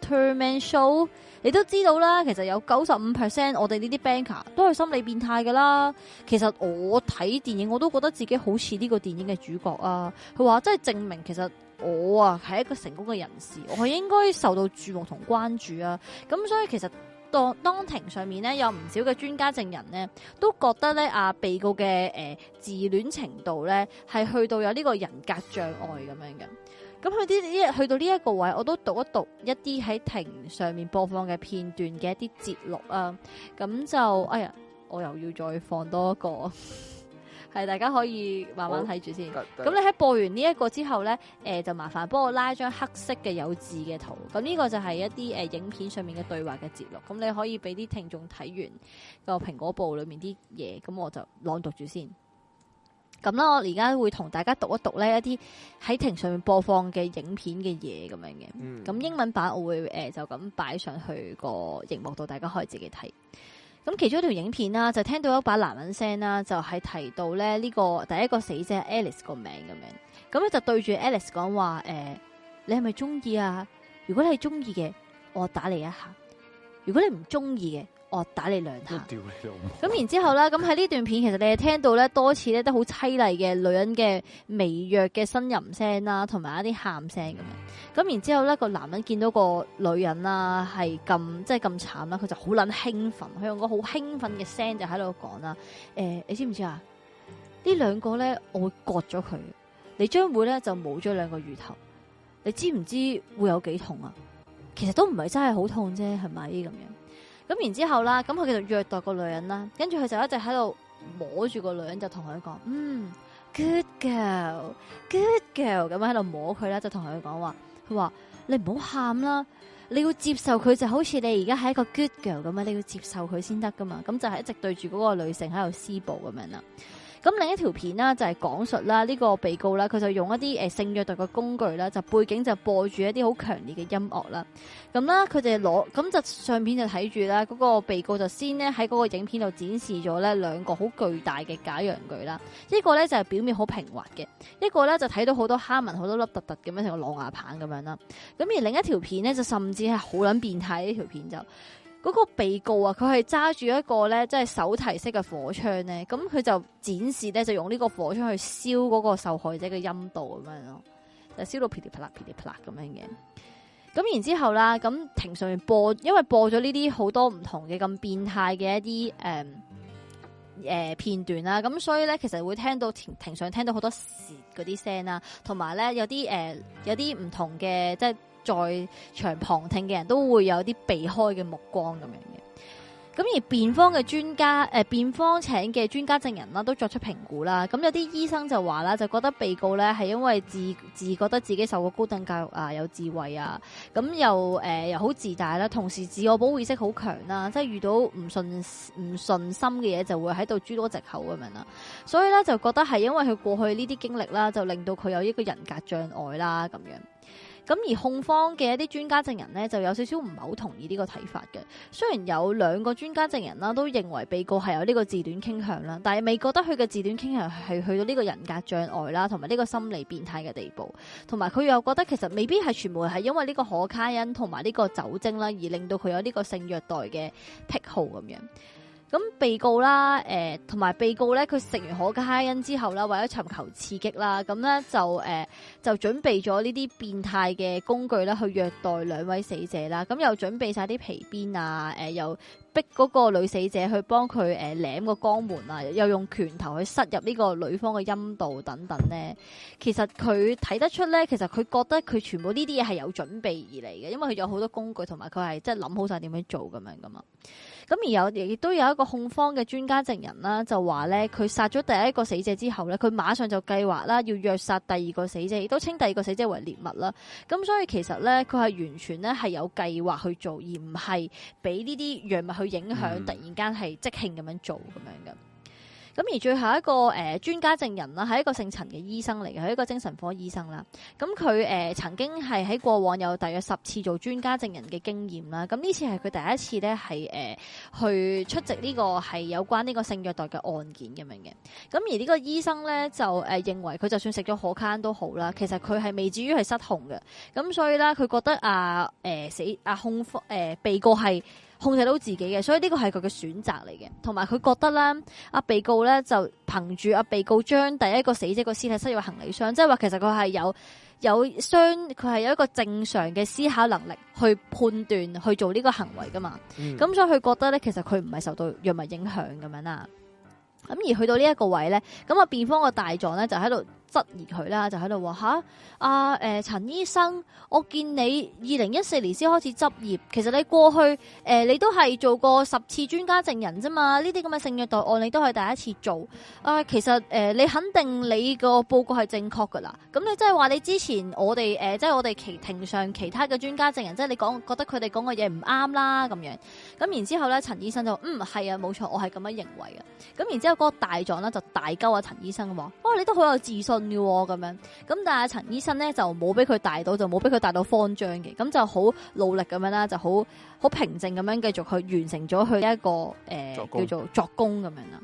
[SPEAKER 3] Terman Show，你都知道啦。其實有九十五 percent 我哋呢啲 banker 都係心理變態噶啦。其實我睇電影我都覺得自己好似呢個電影嘅主角啊。佢話真係證明其實。我啊係一個成功嘅人士，我係應該受到注目同關注啊。咁所以其實當當庭上面咧有唔少嘅專家證人咧，都覺得咧啊被告嘅誒、呃自戀程度咧係去到有呢個人格障礙咁樣嘅。咁佢啲呢去到呢一個位，我都讀一讀一啲喺庭上面播放嘅片段嘅一啲節錄啊。咁就哎呀，我又要再放多一個， 係大家可以慢慢睇住先。 咁你喺播完呢一個之後咧，誒、就麻煩幫我拉張黑色嘅有字嘅圖。咁呢個就係一啲誒、呃影片上面嘅對話嘅節錄。咁你可以俾啲聽眾睇完個蘋果報裏面啲嘢，咁我就朗讀住先。咁啦，我而家會同大家讀一讀呢一啲喺庭上面播放嘅影片嘅嘢咁樣嘅。
[SPEAKER 1] 嗯
[SPEAKER 3] 咁英文版我會誒、呃就咁擺上去個熒幕度，大家可以自己睇。咁其中一條影片啦，就聽到一把男人聲啦，就係、提到咧呢、個呃第一個死者 Alice 個名咁樣，咁咧就對住 Alice 講話誒，呃你係咪中意啊？如果你係中意嘅，我打你一下；如果你唔中意嘅，我打你兩下。
[SPEAKER 2] 屌你老母！
[SPEAKER 3] 咁然之後咧，咁喺呢段片其實你係聽到咧多次咧都好凄厲嘅女人嘅微弱嘅呻吟聲啦，同埋一啲喊聲咁樣。咁然之後咧，個男人見到個女人啦係咁即係咁慘啊啦，佢就好撚興奮，佢用個好興奮嘅聲就喺度講啦。誒、你知唔知啊？呢兩個咧，我會割咗佢，你將會咧就冇咗兩個乳頭。你知唔知會有幾痛啊？其實都唔係真係好痛啫，係咪咁樣？咁然之後啦，咁佢繼續虐待個女人啦，跟住佢就一直喺度摸住個女人，就同佢講，嗯，good girl，good girl，咁樣喺度摸佢啦，就同佢講話，佢話你唔好喊啦，你要接受佢就好似你而家係一個 good girl 咁啊樣，你要接受佢先得噶嘛，咁就係一直對住嗰個女性喺度施暴咁樣啦。咁另一條片啦，就係講述啦呢個被告啦，佢就用一啲誒呃性虐待嘅工具啦，就背景就播住一啲好強烈嘅音樂啦。咁啦，佢哋攞咁就相片就睇住啦，嗰、個被告就先呢喺嗰個影片度展示咗呢兩個好巨大嘅假陽具啦，一個呢就係、表面好平滑嘅，一個呢就睇到好多蝦紋好多粒突突咁樣成個狼牙棒咁樣啦。咁而另一條片呢，就甚至係好撚變態呢條片就。嗰個被告啊，佢係揸住一個咧，即係手提式嘅火槍咧，咁佢就展示咧，就用呢個火槍去燒嗰個受害者嘅陰道咁樣咯，就燒到噼里啪啦、噼里啪啦咁樣嘅。咁然之後啦，咁庭上面播，因為播咗呢啲好多唔同嘅咁變態嘅一啲誒誒呃片段啦，咁所以咧其實會聽到庭庭上聽到好多舌嗰啲聲啦，同埋咧有啲誒、呃有啲唔同嘅即係在場旁聽嘅人都會有啲避開嘅目光咁樣嘅。咁而辯方嘅專家，誒、呃、辯方請嘅專家證人啦，都作出評估啦。咁有啲醫生就話啦，就覺得被告咧係因為自自覺得自己受過高等教育啊，有智慧啊，咁又誒、呃又好自大啦，同時自我保護意識好強啦，即係遇到唔順唔順心嘅嘢就會喺度諸多藉口咁樣啦。所以咧就覺得係因為佢過去呢啲經歷啦，就令到佢有一個人格障礙啦咁樣。咁而控方嘅一啲專家證人呢，就有少少唔係好同意呢個睇法嘅。雖然有兩個專家證人啦，都認為被告係有呢個自戀傾向啦，但係未覺得佢嘅自戀傾向係去到呢個人格障礙啦，同埋呢個心理變態嘅地步。同埋佢又覺得其實未必係全部係因為呢個可卡因同埋呢個酒精啦，而令到佢有呢個性虐待嘅癖好咁樣。咁被告啦，誒同埋被告咧，佢食完可卡因之後啦，為咗尋求刺激啦，咁咧就誒、呃就準備咗呢啲變態嘅工具啦，去虐待兩位死者啦。咁又準備晒啲皮鞭啊，誒、又逼嗰個女死者去幫佢誒舐個肛門啊，又用拳頭去塞入呢個女方嘅陰道等等咧。其實佢睇得出咧，其實佢覺得佢全部呢啲嘢係有準備而嚟嘅，因為佢有好多工具同埋佢係即係諗好晒點樣做咁樣噶嘛。咁而有亦都有一個控方嘅專家證人啦，就話咧佢殺咗第一個死者之後咧，佢馬上就計劃啦要虐殺第二個死者，亦都稱第二個死者為獵物啦。咁所以其實咧佢係完全咧係有計劃去做，而唔係俾呢啲藥物去影響，
[SPEAKER 2] 嗯
[SPEAKER 3] 突然間係即興咁樣做咁樣嘅。咁而最後一個誒、呃、專家證人啦，係一個姓陳嘅醫生嚟嘅，係一個精神科醫生啦。咁佢誒曾經係喺過往有大約十次做專家證人嘅經驗啦。咁呢次係佢第一次咧係誒去出席呢個係有關呢個性虐待嘅案件咁樣嘅。咁而呢個醫生咧就誒、呃、認為佢就算食咗可卡因都好啦，其實佢係未至於係失控嘅。咁所以啦，佢覺得啊誒、呃死啊控方誒、呃被告係。控制到自己嘅，所以呢個係佢嘅選擇嚟嘅，同埋佢覺得咧，阿被告咧就憑住阿被告將第一個死者個屍體塞入行李箱，即係話其實佢係有有相，佢係有一個正常嘅思考能力去判斷去做呢個行為噶嘛。
[SPEAKER 1] 嗯
[SPEAKER 3] 咁、所以佢覺得咧，其實佢唔係受到藥物影響咁樣啦。咁而去到呢一個位咧，咁啊辯方個大狀咧就喺度質疑佢啦，就喺度話吓阿誒陳醫生，我見你二零一四年先開始執業，其實你過去誒、呃你都係做過十次專家證人啫嘛，呢啲咁嘅性虐待案你都係第一次做啊、其實誒、呃你肯定你個報告係正確噶啦，咁你即係話你之前我哋誒、呃即係我哋其庭上其他嘅專家證人，即係你講覺得佢哋講嘅嘢唔啱啦咁樣，咁然之後咧陳醫生就嗯係啊冇錯，我係咁樣認為嘅。啊咁然之後嗰個大狀咧就大鳩阿陳醫生話：，哇，你都好有自信嘅喎咁樣。咁但係陳醫生咧就冇俾佢大到，就冇俾佢大到慌張嘅，咁就好努力咁樣啦，就好好平靜咁樣繼續去完成咗佢一個誒、呃
[SPEAKER 2] 作供
[SPEAKER 3] 叫做作供咁樣啦。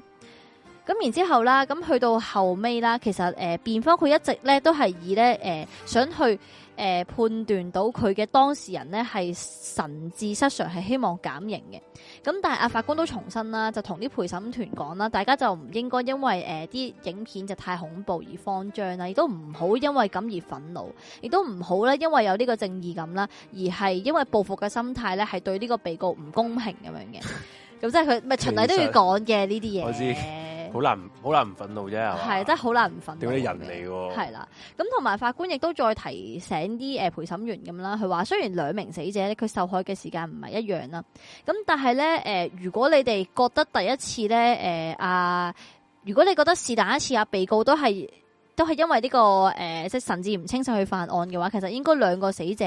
[SPEAKER 3] 咁然之後啦，咁去到後尾啦，其實誒、呃、辯方佢一直咧都係以咧誒、呃想去誒、呃判斷到佢嘅當事人咧係神志失常，係希望減刑嘅。咁但係阿法官都重申啦，就同啲陪審團講啦，大家就唔應該因為誒呃啲、影片就太恐怖而慌張啦，亦都唔好因為咁而憤怒，亦都唔好咧因為有呢個正義感啦，而係因為報復嘅心態咧係對呢個被告唔公平咁樣 嘅。咁即係佢咪循例都要講嘅呢啲嘢。
[SPEAKER 2] 我知好難好難唔憤怒啫，係嘛
[SPEAKER 3] 係真係好難唔憤怒
[SPEAKER 2] 屌
[SPEAKER 3] 嘅。
[SPEAKER 2] 你人嚟喎
[SPEAKER 3] 係啦，咁同埋法官亦都再提醒啲呃誒陪審員咁啦，佢話雖然兩名死者咧佢受害嘅時間唔係一樣啦，咁但係咧誒，如果你哋覺得第一次咧誒啊，如果你覺得是但一次啊，被告都係。都係因為呢、個誒、呃即係神志唔清醒去犯案嘅話，其實應該兩個死者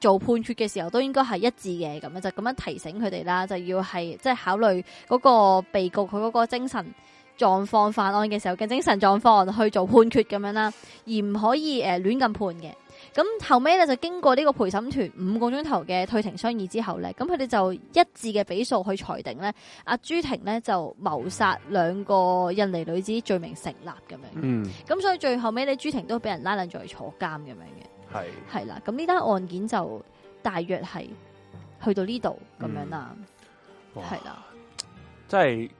[SPEAKER 3] 做判決嘅時候都應該係一致嘅，咁樣就咁樣提醒佢哋啦，就要係即係考慮嗰個被告佢嗰個精神狀況犯案嘅時候嘅精神狀況去做判決咁樣啦，而唔可以誒、呃、亂咁判嘅。咁後尾咧就經過呢個陪審團五個鐘頭嘅退庭商議之後咧，咁佢哋就一致嘅比數去裁定咧，阿朱婷咧就謀殺兩個印尼女子罪名成立咁樣。
[SPEAKER 2] 嗯，
[SPEAKER 3] 咁所以最後尾咧，朱婷都俾人拉撚咗去坐監咁樣嘅，
[SPEAKER 2] 係
[SPEAKER 3] 係啦。咁呢單案件就大約係去到呢度咁樣啦，
[SPEAKER 2] 嗯哇
[SPEAKER 3] 係啦，
[SPEAKER 2] 真係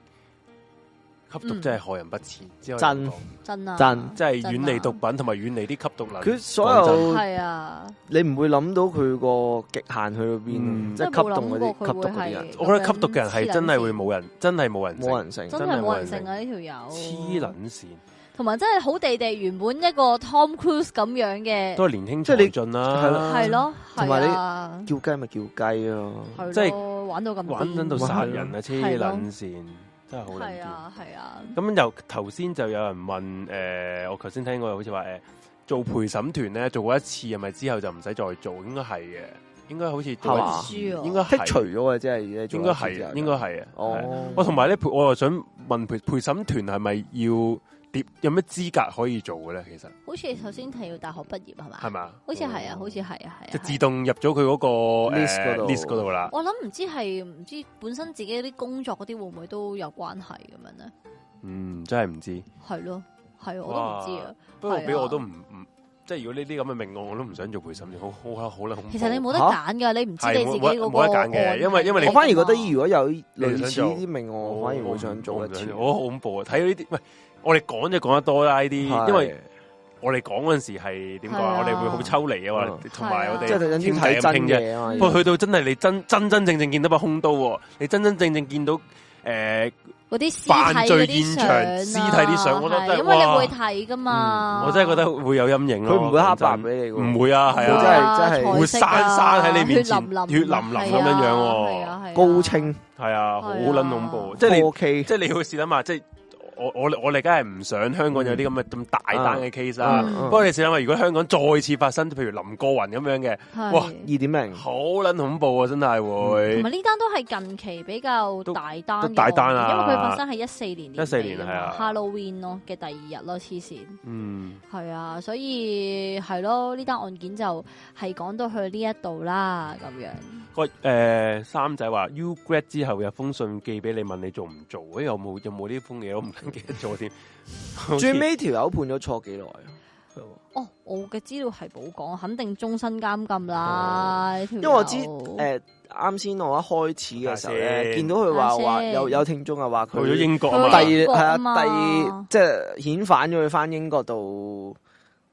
[SPEAKER 2] 吸毒
[SPEAKER 3] 嗯
[SPEAKER 2] 真係害人不淺，只可
[SPEAKER 1] 真
[SPEAKER 2] 以咁講
[SPEAKER 3] 真啊，
[SPEAKER 1] 真
[SPEAKER 2] 真係遠離
[SPEAKER 3] 啊
[SPEAKER 2] 毒品同埋遠離啲吸毒能。
[SPEAKER 1] 佢所有
[SPEAKER 3] 係啊，
[SPEAKER 1] 你唔會諗到佢個極限去到邊，
[SPEAKER 2] 嗯
[SPEAKER 1] 即係吸毒嗰啲吸毒嗰啲人，
[SPEAKER 2] 我覺得吸毒嘅人係真係會冇人，真係冇人性，
[SPEAKER 1] 冇人性。
[SPEAKER 3] 真
[SPEAKER 2] 真
[SPEAKER 3] 係
[SPEAKER 2] 係
[SPEAKER 3] 冇
[SPEAKER 2] 冇
[SPEAKER 3] 人
[SPEAKER 2] 人
[SPEAKER 3] 性
[SPEAKER 2] 性
[SPEAKER 3] 啊！呢條友
[SPEAKER 2] 黐撚線，
[SPEAKER 3] 同埋真係好地地，原本一個 Tom Cruise 咁樣嘅，
[SPEAKER 2] 都係年輕
[SPEAKER 1] 即係你
[SPEAKER 2] 才俊
[SPEAKER 1] 係咯
[SPEAKER 2] 啦，
[SPEAKER 3] 哦係咯，
[SPEAKER 1] 同
[SPEAKER 3] 係
[SPEAKER 1] 埋你
[SPEAKER 3] 啊，
[SPEAKER 1] 叫雞咪叫雞咯，
[SPEAKER 3] 係
[SPEAKER 2] 即係
[SPEAKER 3] 咯玩到咁癲，
[SPEAKER 2] 玩緊到殺人
[SPEAKER 1] 嗯
[SPEAKER 2] 啊，
[SPEAKER 3] 係
[SPEAKER 2] 黐
[SPEAKER 3] 咯
[SPEAKER 2] 撚線，真係好撚
[SPEAKER 3] 係
[SPEAKER 2] 癲。
[SPEAKER 3] 啊係啊，
[SPEAKER 2] 咁由頭先就有人問誒、呃我頭先聽過好似話誒，做陪審團咧做過一次，係咪之後就唔使再做？應該係嘅，應該好似做
[SPEAKER 1] 係
[SPEAKER 2] 一
[SPEAKER 1] 嘛
[SPEAKER 2] 次，
[SPEAKER 3] 輸啊
[SPEAKER 2] 應該
[SPEAKER 1] 剔除
[SPEAKER 2] 係，
[SPEAKER 1] 咗啊！即係你做
[SPEAKER 2] 應
[SPEAKER 1] 一
[SPEAKER 2] 該
[SPEAKER 1] 次之後
[SPEAKER 2] 係，應該係啊。係
[SPEAKER 1] 哦，
[SPEAKER 2] 我同埋咧，陪我又想問陪陪審團係咪要碟有咩資格可以做嘅咧？其實
[SPEAKER 3] 好似頭先提到大學畢業係嘛？
[SPEAKER 2] 係嘛？
[SPEAKER 3] 好似係啊，
[SPEAKER 1] 哦
[SPEAKER 3] 好似係啊，係啊，
[SPEAKER 2] 即係
[SPEAKER 3] 係啊
[SPEAKER 2] 自動入咗佢嗰個
[SPEAKER 1] List
[SPEAKER 2] 呃
[SPEAKER 1] 嗰度
[SPEAKER 2] list 嗰度啦。
[SPEAKER 3] 我諗唔知係唔知本身自己啲工作嗰啲會唔會都有關係咁樣咧？
[SPEAKER 2] 嗯，真係唔知。
[SPEAKER 3] 係咯，係我都唔知啊。
[SPEAKER 2] 不過俾
[SPEAKER 3] 係啊
[SPEAKER 2] 我都唔唔，即係如果呢啲咁嘅命案，我都唔想做陪審團，好好好好啦。恐怖
[SPEAKER 3] 其實你冇得
[SPEAKER 1] 嚇
[SPEAKER 3] 揀噶，你唔知
[SPEAKER 2] 係
[SPEAKER 3] 你自己
[SPEAKER 2] 冇
[SPEAKER 3] 嗰
[SPEAKER 2] 得
[SPEAKER 3] 個
[SPEAKER 2] 冇得揀嘅
[SPEAKER 3] 案啊哦
[SPEAKER 2] 因為因為你
[SPEAKER 1] 我反而覺
[SPEAKER 3] 係
[SPEAKER 1] 得如果有
[SPEAKER 2] 你
[SPEAKER 1] 類似
[SPEAKER 2] 想
[SPEAKER 1] 呢
[SPEAKER 2] 做
[SPEAKER 1] 啲命案，我反而會想做一次。
[SPEAKER 2] 哦我好恐怖啊！睇到呢啲，喂，我哋講就講得多啦呢啲，
[SPEAKER 1] 係
[SPEAKER 2] 因為我哋講嗰陣時係點講
[SPEAKER 3] 係啊
[SPEAKER 2] 啊？我哋會好抽離啊嘛
[SPEAKER 1] 嗯，
[SPEAKER 2] 同埋我
[SPEAKER 3] 係啊
[SPEAKER 1] 即係
[SPEAKER 2] 哋。
[SPEAKER 1] 等啲睇真嘢啊
[SPEAKER 2] 不過
[SPEAKER 1] 嘛。
[SPEAKER 2] 去到真係你真真真正正見到把兇刀喎，你真真正正見到誒，
[SPEAKER 3] 嗰啲
[SPEAKER 2] 犯罪
[SPEAKER 3] 現
[SPEAKER 2] 現場屍體啲相我覺得真係
[SPEAKER 3] 因為你
[SPEAKER 2] 哇嗯
[SPEAKER 3] 會睇噶嘛。
[SPEAKER 2] 我真係覺
[SPEAKER 1] 嗯
[SPEAKER 2] 得會有陰影咯。
[SPEAKER 1] 佢唔會黑白
[SPEAKER 2] 講真
[SPEAKER 1] 俾你㗎喎
[SPEAKER 2] 唔會啊，係
[SPEAKER 1] 真
[SPEAKER 2] 啊，
[SPEAKER 1] 係真係
[SPEAKER 3] 彩色啊
[SPEAKER 2] 活生生喺你面前
[SPEAKER 3] 血淋淋啊
[SPEAKER 2] 血淋淋咁樣樣喎
[SPEAKER 3] 係啊係啊
[SPEAKER 1] 高清
[SPEAKER 2] 係啊，好
[SPEAKER 3] 係啊
[SPEAKER 2] 撚恐怖，即係你
[SPEAKER 1] 4K，
[SPEAKER 2] 即係你要試諗下，即係我我我哋梗係唔想香港有啲咁嘅咁大單嘅 case 啦。
[SPEAKER 3] 嗯
[SPEAKER 2] 不過你試諗下，如果香港再次發生，譬如林過雲咁樣嘅，
[SPEAKER 3] 係
[SPEAKER 2] 哇
[SPEAKER 1] 二點零，
[SPEAKER 2] 好撚恐怖啊！真係
[SPEAKER 3] 同
[SPEAKER 2] 會
[SPEAKER 3] 埋呢單都係近期比較大單
[SPEAKER 2] 都
[SPEAKER 3] 嘅
[SPEAKER 2] 都大單啊
[SPEAKER 3] 因為佢發生係一四年底
[SPEAKER 2] 14年
[SPEAKER 3] 啊
[SPEAKER 2] 係啊
[SPEAKER 3] 嘛，Halloween 咯嘅第二日咯，黐線。
[SPEAKER 2] 嗯
[SPEAKER 3] 係啊，所以係咯，呢單案件就係講到去呢一度啦，咁樣
[SPEAKER 2] 個誒三仔話 U grad 之後有封信寄俾你問你做唔做？誒有冇有冇呢封嘢？我唔記得咗 添。
[SPEAKER 1] 最尾條友判咗錯幾耐啊？
[SPEAKER 3] 哦，我嘅資料係冇講，肯定終身監禁啦。因
[SPEAKER 1] 哦因為我知誒啱先我一開始嘅時候
[SPEAKER 2] 睇下
[SPEAKER 1] 咧，
[SPEAKER 2] 先
[SPEAKER 1] 見到佢話
[SPEAKER 3] 睇下
[SPEAKER 1] 話
[SPEAKER 3] 先
[SPEAKER 1] 有有聽眾啊話
[SPEAKER 2] 去
[SPEAKER 1] 佢
[SPEAKER 2] 咗英國啊
[SPEAKER 3] 佢
[SPEAKER 2] 嘛
[SPEAKER 3] 去
[SPEAKER 1] 第
[SPEAKER 3] 英國
[SPEAKER 1] 係
[SPEAKER 3] 啊
[SPEAKER 1] 啊
[SPEAKER 3] 嘛
[SPEAKER 1] 第即係遣返咗去翻英國度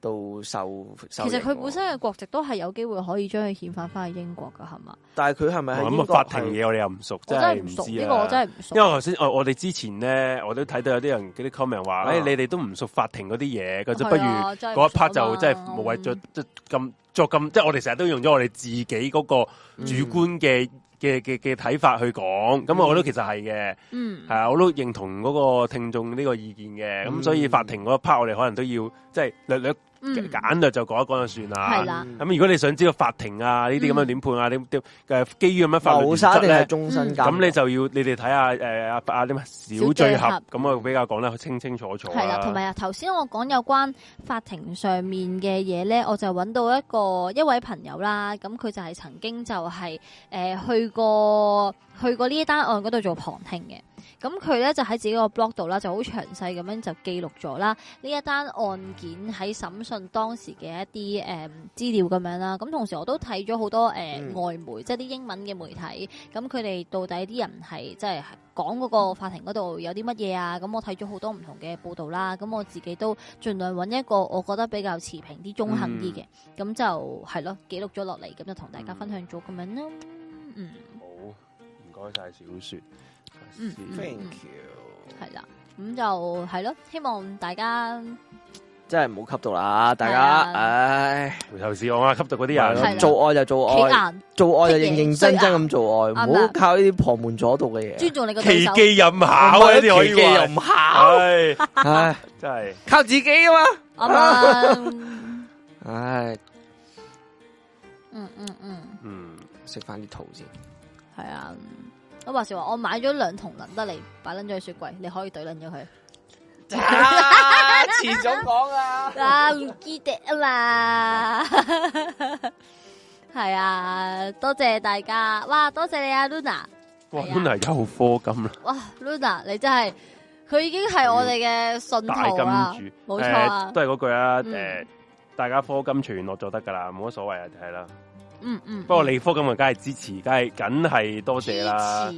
[SPEAKER 1] 度受受
[SPEAKER 3] 其
[SPEAKER 1] 刑喎。
[SPEAKER 3] 實佢本身嘅國籍都係有機會可以將佢遣返翻去英國噶，係嘛？
[SPEAKER 1] 但係佢係咪喺
[SPEAKER 2] 咁
[SPEAKER 1] 英
[SPEAKER 2] 啊，
[SPEAKER 1] 國
[SPEAKER 2] 法庭
[SPEAKER 1] 係
[SPEAKER 2] 嘢我哋又唔熟，
[SPEAKER 3] 我真
[SPEAKER 2] 係
[SPEAKER 3] 係
[SPEAKER 2] 唔
[SPEAKER 3] 唔熟
[SPEAKER 2] 知
[SPEAKER 3] 呢
[SPEAKER 2] 啊。
[SPEAKER 3] 個，我真係唔熟
[SPEAKER 2] 因。為頭先我我哋之前咧，我都睇到有啲人嗰啲 comment 話，
[SPEAKER 1] 啊
[SPEAKER 2] 誒你哋都唔熟法庭嗰啲嘢，咁就不如
[SPEAKER 3] 係啊真係唔
[SPEAKER 2] 嗰一 part
[SPEAKER 3] 熟啊
[SPEAKER 2] 就
[SPEAKER 3] 嘛
[SPEAKER 2] 真係無謂作作咁作咁，即係我哋成日都用咗我哋自己嗰個
[SPEAKER 3] 嗯
[SPEAKER 2] 主觀嘅嘅嘅嘅睇法去講，咁我覺得其實係嘅，
[SPEAKER 3] 嗯
[SPEAKER 2] 係，啊，我都認同嗰個聽眾呢個意見嘅，咁所以法庭嗰一 part 我哋可能都要即係略略
[SPEAKER 3] 嗯，
[SPEAKER 2] 簡略就講一講就算啦。
[SPEAKER 3] 係啦，
[SPEAKER 2] 咁如果你想知道法庭啊呢啲咁嘅
[SPEAKER 3] 嗯
[SPEAKER 2] 亂判啊，點點誒基於咁樣法律
[SPEAKER 1] 謀
[SPEAKER 2] 原則
[SPEAKER 1] 殺定係
[SPEAKER 2] 咧，
[SPEAKER 1] 終身監獄？
[SPEAKER 2] 咁你就要你哋睇下誒阿阿啲咩小罪
[SPEAKER 3] 小
[SPEAKER 2] 合
[SPEAKER 3] 罪
[SPEAKER 2] 咁啊，比較講得清清楚楚
[SPEAKER 3] 係啦，同埋啊，頭先我講有關法庭上面嘅嘢咧，我就揾到一個一位朋友啦，咁佢就係曾經就係、呃去過去過呢單案嗰度做旁聽嘅，咁佢咧就喺自己個 blog 度啦，就好詳細咁樣就記錄咗啦呢一單案件喺審訊當時嘅一啲誒、呃、資料咁樣啦，咁同時我都睇咗好多誒、呃
[SPEAKER 1] 嗯
[SPEAKER 3] 外媒，即係啲英文嘅媒體。咁佢哋到底啲人係即係講嗰個法庭嗰度有啲乜嘢啊？咁我睇咗好多唔同嘅報道啦，咁我自己都盡量揾一個我覺得比較持平啲、中肯啲嘅，咁、就係咯，記錄咗落嚟，咁就同大家分享咗咁樣咯。嗯，
[SPEAKER 2] 好，唔該晒小雪。
[SPEAKER 3] 嗯嗯
[SPEAKER 1] Thank you，
[SPEAKER 3] 係啦，咁就係咯，希望大家
[SPEAKER 1] 真係唔好吸毒啦，大
[SPEAKER 3] 係
[SPEAKER 1] 家
[SPEAKER 3] 啊
[SPEAKER 1] 唉，
[SPEAKER 2] 頭先我啊吸毒嗰啲
[SPEAKER 3] 係
[SPEAKER 2] 人
[SPEAKER 3] 啦，
[SPEAKER 1] 做愛就做
[SPEAKER 3] 企
[SPEAKER 1] 愛，
[SPEAKER 3] 硬，
[SPEAKER 1] 做愛就認
[SPEAKER 3] 剔嘢
[SPEAKER 1] 認真真咁做愛，
[SPEAKER 3] 啱
[SPEAKER 1] 唔
[SPEAKER 3] 啦
[SPEAKER 1] 好靠呢啲旁門左道嘅嘢
[SPEAKER 3] 尊。重你個對
[SPEAKER 2] 奇
[SPEAKER 3] 手。
[SPEAKER 2] 技淫巧啊！呢啲可以
[SPEAKER 1] 奇技
[SPEAKER 2] 話
[SPEAKER 1] 又唔巧，
[SPEAKER 2] 啊唉，
[SPEAKER 3] 啊
[SPEAKER 1] 唉，
[SPEAKER 2] 真係
[SPEAKER 1] 靠自己啊嘛。
[SPEAKER 3] 啱啊
[SPEAKER 1] 唉，
[SPEAKER 3] 嗯嗯嗯，
[SPEAKER 2] 嗯，
[SPEAKER 1] 食翻啲圖先。
[SPEAKER 3] 係啊。我話時話，我買咗兩桶輪得嚟，擺撚咗喺雪櫃，你可以懟撚咗佢。
[SPEAKER 1] 迟早讲啊。
[SPEAKER 3] 啊，唔記得啊嘛， 係啊，多謝大家，哇，多謝你啊，Luna，
[SPEAKER 2] 哇
[SPEAKER 3] 係啊
[SPEAKER 2] ，Luna 又科金啦，
[SPEAKER 3] 哇，Luna，你真係，佢已經係我哋嘅信徒
[SPEAKER 2] 大
[SPEAKER 3] 啦
[SPEAKER 2] 金，主，
[SPEAKER 3] 冇錯啊
[SPEAKER 2] 誒都係嗰句啊，
[SPEAKER 3] 嗯
[SPEAKER 2] 誒，大家科金全落就得噶啦，冇乜所謂啊，係啦。
[SPEAKER 3] 嗯嗯，
[SPEAKER 2] 不過你科金啊，梗係支持，梗係梗係多
[SPEAKER 3] 支
[SPEAKER 2] 謝啦，
[SPEAKER 3] 持，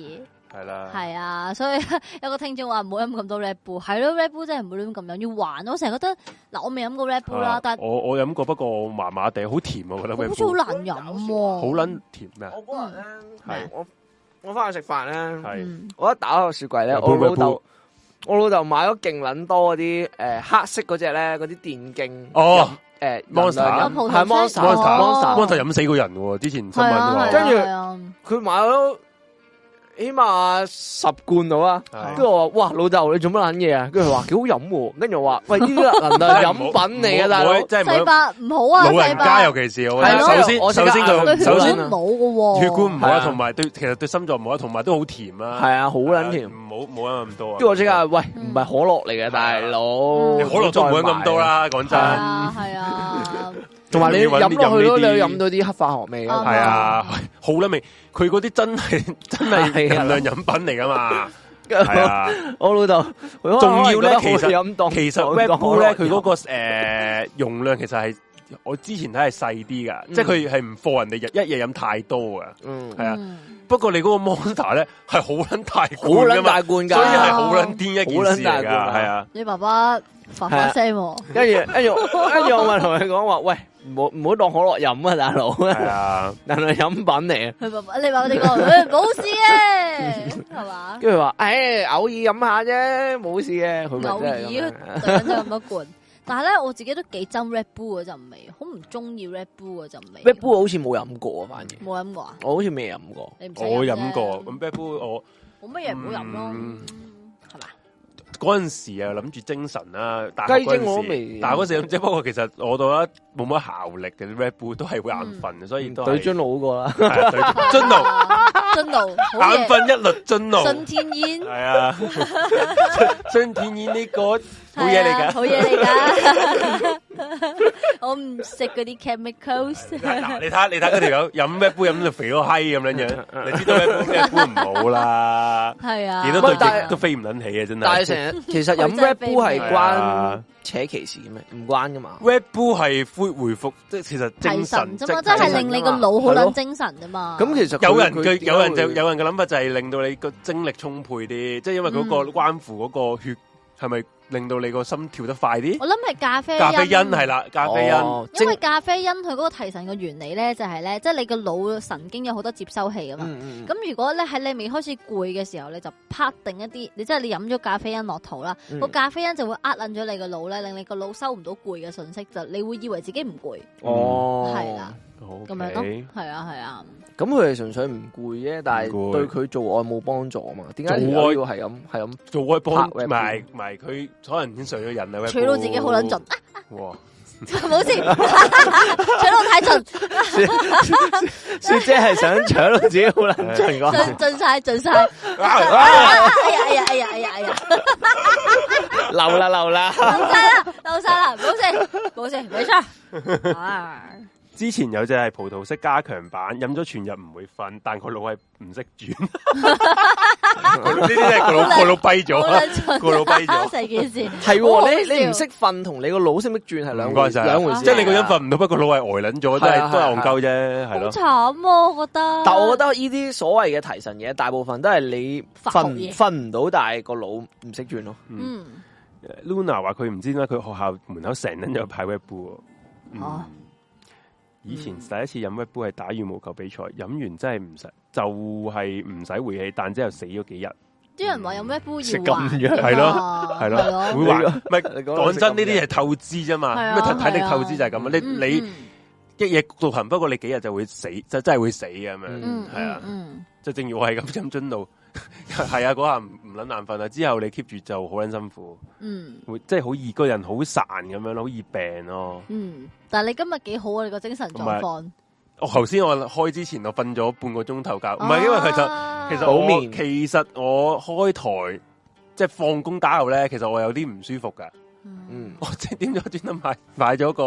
[SPEAKER 2] 係啦，
[SPEAKER 3] 係啊，所以 有個聽眾話唔好飲咁多 Red Bull，係咯，Red Bull 真係唔好亂咁飲，要還，我成日覺得，嗱，我未飲過 Red Bull 啦
[SPEAKER 2] 啊，
[SPEAKER 3] 但係
[SPEAKER 2] 我我飲過，不過我麻麻地，好甜啊，我覺得
[SPEAKER 3] 好
[SPEAKER 2] Red
[SPEAKER 3] 似好
[SPEAKER 2] Bull
[SPEAKER 3] 難飲喎，
[SPEAKER 2] 好，撚甜咩啊？
[SPEAKER 1] 我嗰日咧
[SPEAKER 2] 係，
[SPEAKER 1] 我我翻去食飯咧，
[SPEAKER 2] 係
[SPEAKER 3] 嗯
[SPEAKER 1] 我一打開個雪櫃咧，
[SPEAKER 2] 喂
[SPEAKER 1] 我
[SPEAKER 2] 杯
[SPEAKER 1] 老
[SPEAKER 2] 喂
[SPEAKER 1] 豆我老豆買咗勁撚多嗰啲誒黑色嗰只咧，嗰啲電競呃
[SPEAKER 2] 哦
[SPEAKER 1] 誒
[SPEAKER 2] Monster
[SPEAKER 3] 有葡萄
[SPEAKER 1] 係
[SPEAKER 3] 汁
[SPEAKER 1] Monster
[SPEAKER 2] Monster
[SPEAKER 1] Monster，
[SPEAKER 2] ，Monster 飲死個人喎，之前新聞
[SPEAKER 3] 係
[SPEAKER 2] 都
[SPEAKER 3] 啊，
[SPEAKER 2] 話
[SPEAKER 3] 係啊，
[SPEAKER 1] 跟住
[SPEAKER 3] 係啊
[SPEAKER 1] 佢買咗起碼十罐到啊。跟
[SPEAKER 2] 係
[SPEAKER 1] 住我話：哇，老豆你做乜撚嘢啊？跟住佢話幾好飲喎。跟住我話：喂，呢啲能量飲品 嚟嘅，大佬
[SPEAKER 2] 唔好。真係
[SPEAKER 3] 細
[SPEAKER 2] 唔好
[SPEAKER 3] 伯唔好啊，
[SPEAKER 2] 老
[SPEAKER 3] 細
[SPEAKER 2] 人家尤
[SPEAKER 3] 伯，
[SPEAKER 2] 其是我覺得
[SPEAKER 3] 係咯
[SPEAKER 2] 首先
[SPEAKER 1] 我食
[SPEAKER 2] 首先
[SPEAKER 1] 晏
[SPEAKER 2] 佢
[SPEAKER 3] 佢
[SPEAKER 2] 首
[SPEAKER 3] 血
[SPEAKER 2] 先
[SPEAKER 3] 管唔好嘅喎，
[SPEAKER 2] 血管唔好
[SPEAKER 1] 係
[SPEAKER 2] 啦，
[SPEAKER 1] 啊
[SPEAKER 2] 同埋對其實對心臟唔好啦，同埋都好甜啊，
[SPEAKER 1] 係啊，好撚
[SPEAKER 2] 係
[SPEAKER 1] 甜
[SPEAKER 2] 啊。唔好冇飲咁多啊，
[SPEAKER 1] 跟住我即刻，喂，
[SPEAKER 3] 嗯
[SPEAKER 1] 唔係可樂嚟嘅，大佬，
[SPEAKER 2] 嗯你可樂都唔會咁多。啦，講
[SPEAKER 3] 係
[SPEAKER 2] 真。
[SPEAKER 3] 啊，係啊，
[SPEAKER 1] 同埋你飲落去咯，
[SPEAKER 2] 飲
[SPEAKER 1] 你
[SPEAKER 2] 呢啲
[SPEAKER 1] 飲到啲黑化學味
[SPEAKER 3] 啱
[SPEAKER 1] 啊。
[SPEAKER 2] 系啊，好啦味，佢嗰啲真系 真系
[SPEAKER 1] 啊
[SPEAKER 2] 能量饮品嚟噶嘛，系啊。
[SPEAKER 1] 我老豆佢
[SPEAKER 2] 仲要咧
[SPEAKER 1] 可能覺得
[SPEAKER 2] 其實
[SPEAKER 1] 好飲當
[SPEAKER 2] 其實
[SPEAKER 1] 當
[SPEAKER 2] Red
[SPEAKER 1] 當
[SPEAKER 2] Bull 咧，佢
[SPEAKER 1] 可樂
[SPEAKER 2] 嗰個诶容量其實係我之前睇係細啲噶，
[SPEAKER 1] 嗯
[SPEAKER 2] 即係佢係唔放人哋日一夜飲太多噶。
[SPEAKER 1] 嗯
[SPEAKER 2] 係啊
[SPEAKER 3] 嗯
[SPEAKER 2] 不過你嗰個 Monster 咧係好撚大
[SPEAKER 1] 好
[SPEAKER 2] 罐㗎
[SPEAKER 1] 撚
[SPEAKER 2] 嘛
[SPEAKER 1] 大，罐
[SPEAKER 2] 所以係
[SPEAKER 1] 㗎。
[SPEAKER 2] 好撚癲一件事
[SPEAKER 1] 好
[SPEAKER 2] 嚟
[SPEAKER 1] 撚
[SPEAKER 2] 噶，
[SPEAKER 1] 大罐
[SPEAKER 2] 係啊。
[SPEAKER 3] 你爸爸發發聲喎，
[SPEAKER 1] 跟住跟住跟住我咪同佢講話，喂，唔好唔好當可樂飲啊，大佬，
[SPEAKER 2] 係啊，
[SPEAKER 1] 能量飲品嚟嘅。
[SPEAKER 3] 佢爸爸，你話我哋講，誒 冇事嘅，係嘛？
[SPEAKER 1] 跟住佢話，唉，偶爾飲下啫，冇事嘅。佢
[SPEAKER 3] 偶
[SPEAKER 1] 咪
[SPEAKER 3] 爾
[SPEAKER 1] 真係咁
[SPEAKER 3] 就
[SPEAKER 1] 樣
[SPEAKER 3] 飲咗咁多罐，但係咧我自己都幾憎 Red Bull 嗰陣味，好唔中意 Red Bull 嗰陣味。
[SPEAKER 1] Red Bull 好似冇飲過啊，反而
[SPEAKER 3] 冇飲過啊？
[SPEAKER 1] 我好似未飲過。
[SPEAKER 3] 你唔使
[SPEAKER 2] 我
[SPEAKER 3] 啫
[SPEAKER 2] 飲
[SPEAKER 1] 啊
[SPEAKER 2] 過咁 Red Bull，我
[SPEAKER 3] 冇乜嘢唔好飲咯
[SPEAKER 2] 嗯，
[SPEAKER 3] 係嘛？
[SPEAKER 2] 嗰陣時啊諗住精神啊啦，但
[SPEAKER 1] 雞精我都未
[SPEAKER 2] 但係嗰時飲啫，不過其實我到得冇乜效力嘅 Red Bull 都係會眼瞓嘅，所以都
[SPEAKER 1] 嗯對樽
[SPEAKER 2] 係
[SPEAKER 1] 佬好過啦，
[SPEAKER 2] 係啊 對樽樽奴。
[SPEAKER 3] 啊真道好嘢
[SPEAKER 2] 眼瞓一律尊奴，
[SPEAKER 3] 信天煙
[SPEAKER 2] 系。啊，信天燕呢個 好嘢嚟
[SPEAKER 3] 係啊
[SPEAKER 2] 㗎。
[SPEAKER 3] 好嘢嚟 噶。我唔食嗰 啲 chemicals，
[SPEAKER 2] 嗱，你睇下，你睇嗰條友飲咩杯飲到肥到閪咁樣樣，你知道咩杯咩杯唔好啦，
[SPEAKER 3] 係啊，
[SPEAKER 2] 幾
[SPEAKER 1] 唔
[SPEAKER 2] 多對
[SPEAKER 1] 係但係
[SPEAKER 2] 翼都飛唔撚起啊！真
[SPEAKER 1] 但係
[SPEAKER 2] 係。
[SPEAKER 1] 成日其實飲
[SPEAKER 3] 佢真係
[SPEAKER 1] Red
[SPEAKER 3] 避
[SPEAKER 1] Bull 係
[SPEAKER 3] 唔
[SPEAKER 2] 係
[SPEAKER 1] 關
[SPEAKER 2] 啊
[SPEAKER 1] 扯歧視嘅咩？唔關噶嘛。
[SPEAKER 2] Red Bull 係恢回復，即係其實
[SPEAKER 3] 提
[SPEAKER 2] 精
[SPEAKER 3] 神
[SPEAKER 2] 神
[SPEAKER 3] 啫嘛，
[SPEAKER 2] 即
[SPEAKER 3] 真
[SPEAKER 2] 係
[SPEAKER 3] 係令你個腦好撚精神啫嘛。
[SPEAKER 1] 咁其實佢
[SPEAKER 2] 有人
[SPEAKER 1] 佢
[SPEAKER 2] 嘅有人就有人嘅諗法就係令到你個精力充沛啲，即係因為嗰個
[SPEAKER 3] 嗯
[SPEAKER 2] 關乎嗰個血係咪令到你個心跳得快啲。
[SPEAKER 3] 我啊諗係咖啡
[SPEAKER 2] 咖啡因係啦，咖啡因
[SPEAKER 1] 哦
[SPEAKER 3] 因為
[SPEAKER 1] 精
[SPEAKER 3] 咖啡因佢嗰個提神嘅原理咧，就係咧，即係你個腦神經有好多接收器噶嘛。
[SPEAKER 1] 嗯嗯
[SPEAKER 3] 咁、如果咧喺你未開始攰嘅時候，你就啪定一啲，你即係你飲咗咖啡因落肚啦，
[SPEAKER 1] 嗯
[SPEAKER 3] 個、咖啡因就會呃撚咗你個腦咧，令你個腦收唔到攰嘅信息，就你會以為自己唔攰，
[SPEAKER 1] 哦，
[SPEAKER 3] 係啦、咁樣咯
[SPEAKER 2] OK，
[SPEAKER 3] 係啊係啊，
[SPEAKER 1] 咁佢係純粹唔攰啫，但
[SPEAKER 2] 唔
[SPEAKER 1] 係
[SPEAKER 2] 攰
[SPEAKER 1] 對佢做愛冇幫助嘛？點解
[SPEAKER 2] 做
[SPEAKER 1] 條
[SPEAKER 2] 愛
[SPEAKER 1] 友要係咁係咁？
[SPEAKER 2] 做開幫
[SPEAKER 1] 拍 rap
[SPEAKER 2] 埋埋佢，可能已經上咗癮啦。
[SPEAKER 3] 取到自己好撚盡，啊
[SPEAKER 2] 哇！
[SPEAKER 3] 冇事，取到太盡，
[SPEAKER 1] 雪姐係想搶到自己好撚盡嗰
[SPEAKER 3] 盡盡晒盡晒，啊哎呀哎呀哎呀哎呀哎呀，
[SPEAKER 1] 流啦流啦。
[SPEAKER 3] 漏晒啦漏晒啦，冇事冇事，冇錯啊。
[SPEAKER 2] 之前有隻係葡萄式加強版，飲咗全日唔會瞓，但個腦係唔識 轉。個腦呢啲真係個腦個腦跛
[SPEAKER 3] 好
[SPEAKER 2] 咗，
[SPEAKER 3] 撚蠢
[SPEAKER 2] 個腦跛咗
[SPEAKER 3] 成件事
[SPEAKER 1] 係
[SPEAKER 3] 好好
[SPEAKER 1] 喎，你
[SPEAKER 3] 笑
[SPEAKER 1] 你唔識瞓同你個腦識唔識轉係兩
[SPEAKER 2] 唔
[SPEAKER 1] 回
[SPEAKER 2] 該
[SPEAKER 1] 事，
[SPEAKER 2] 晒。
[SPEAKER 1] 兩回事。
[SPEAKER 2] 即係你個人瞓，唔到，不過腦係呆撚咗，真
[SPEAKER 1] 係啊
[SPEAKER 2] 係都
[SPEAKER 1] 係
[SPEAKER 2] 係
[SPEAKER 1] 啊
[SPEAKER 2] 戇鳩啫，係
[SPEAKER 3] 好
[SPEAKER 2] 咯。
[SPEAKER 3] 慘啊！我覺得，
[SPEAKER 1] 但我覺得呢啲所謂嘅提神嘢，大部分都係你
[SPEAKER 3] 發
[SPEAKER 1] 瞓
[SPEAKER 3] 夢
[SPEAKER 1] 唔
[SPEAKER 3] 嘢
[SPEAKER 1] 瞓唔到，但係個腦唔識轉咯。
[SPEAKER 3] 嗯，
[SPEAKER 2] Luna 話佢唔知點解佢學校門口成日有派 Red Bull 喎。嗯
[SPEAKER 3] 哦
[SPEAKER 2] 以前第一次飲 Red Bull 係打羽毛球比賽，飲完真係唔使，就係唔使回氣，但之後死咗幾日，
[SPEAKER 3] 啲人話有咩杯
[SPEAKER 2] 食
[SPEAKER 3] 要
[SPEAKER 2] 咁
[SPEAKER 3] 還
[SPEAKER 2] 樣
[SPEAKER 3] 㗎嘛
[SPEAKER 2] 係咯
[SPEAKER 3] Ờ.
[SPEAKER 2] 係咯，會還。唔係
[SPEAKER 1] 你講到
[SPEAKER 2] 講真，呢
[SPEAKER 1] 食咁
[SPEAKER 2] 啲係透支啫嘛，
[SPEAKER 3] 係啊
[SPEAKER 2] 咩體體
[SPEAKER 3] 係
[SPEAKER 2] 力
[SPEAKER 3] 啊
[SPEAKER 2] 透支就係咁啊！
[SPEAKER 3] 嗯
[SPEAKER 2] 你你
[SPEAKER 3] 嗯
[SPEAKER 2] 一夜焗到痕，不過你幾日就會死，就真係會死嘅咁樣。
[SPEAKER 3] 嗯
[SPEAKER 2] 係啊
[SPEAKER 3] 嗯
[SPEAKER 2] 就正如我係咁飲樽露， 係啊，嗰下唔唔撚眼瞓啊，之後你 keep 住就好撚辛苦，
[SPEAKER 3] 嗯
[SPEAKER 2] 會即係好易個人好散咁樣咯，好易病咯。
[SPEAKER 3] 嗯，但係你今日幾好啊？你個精神狀況，
[SPEAKER 2] 我頭先我開之前我瞓咗半個鐘頭覺，唔係因為佢就。
[SPEAKER 3] 啊
[SPEAKER 2] 其實
[SPEAKER 1] 補
[SPEAKER 2] 我
[SPEAKER 1] 眠
[SPEAKER 2] 其實我開台即係放工打後咧，其實我有啲唔舒服噶。
[SPEAKER 1] 嗯，
[SPEAKER 2] 我即係點咗專登買買咗個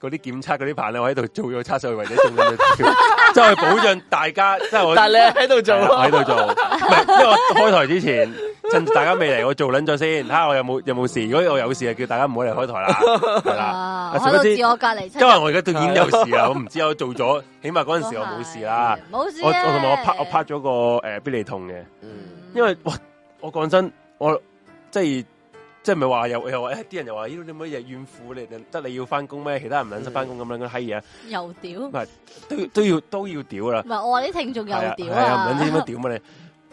[SPEAKER 2] 嗰啲檢測嗰啲棒咧，我喺度做咗測試，為咗中咗隻票， 即係保障大家。即係我
[SPEAKER 1] 但係你喺度做
[SPEAKER 2] 係
[SPEAKER 1] 咯
[SPEAKER 2] 啊我喺。度做，唔係因為我開台之前，趁大家未嚟，我做撚咗先，睇下我有冇有冇事。如果我有事，就叫大家唔好嚟開台啦，係啦。
[SPEAKER 3] 啊
[SPEAKER 2] 啊
[SPEAKER 3] 我喺
[SPEAKER 2] 殊不
[SPEAKER 3] 度
[SPEAKER 2] 知
[SPEAKER 3] 自我隔離，
[SPEAKER 2] 因為我而家都已經有事啊啦，我唔知我做咗，起碼嗰陣時我冇事啦。
[SPEAKER 3] 都係，冇事
[SPEAKER 2] 我我
[SPEAKER 3] 啊
[SPEAKER 2] 同埋我拍我拍，咗個誒必理痛嘅。
[SPEAKER 3] Ừ.
[SPEAKER 1] 嗯
[SPEAKER 2] 因為哇，我講真，我即係即係咪話又又話誒啲人又話咦你乜嘢怨婦你哋得你要翻工咩？其他人唔撚使翻工咁樣嘅閪嘢，
[SPEAKER 3] 又屌，唔
[SPEAKER 2] 都要都要都要屌啦，
[SPEAKER 3] 係我話啲聽眾又
[SPEAKER 2] 係啊
[SPEAKER 3] 屌
[SPEAKER 2] 係啊，唔撚知點樣
[SPEAKER 3] 啊，
[SPEAKER 2] 屌乜你，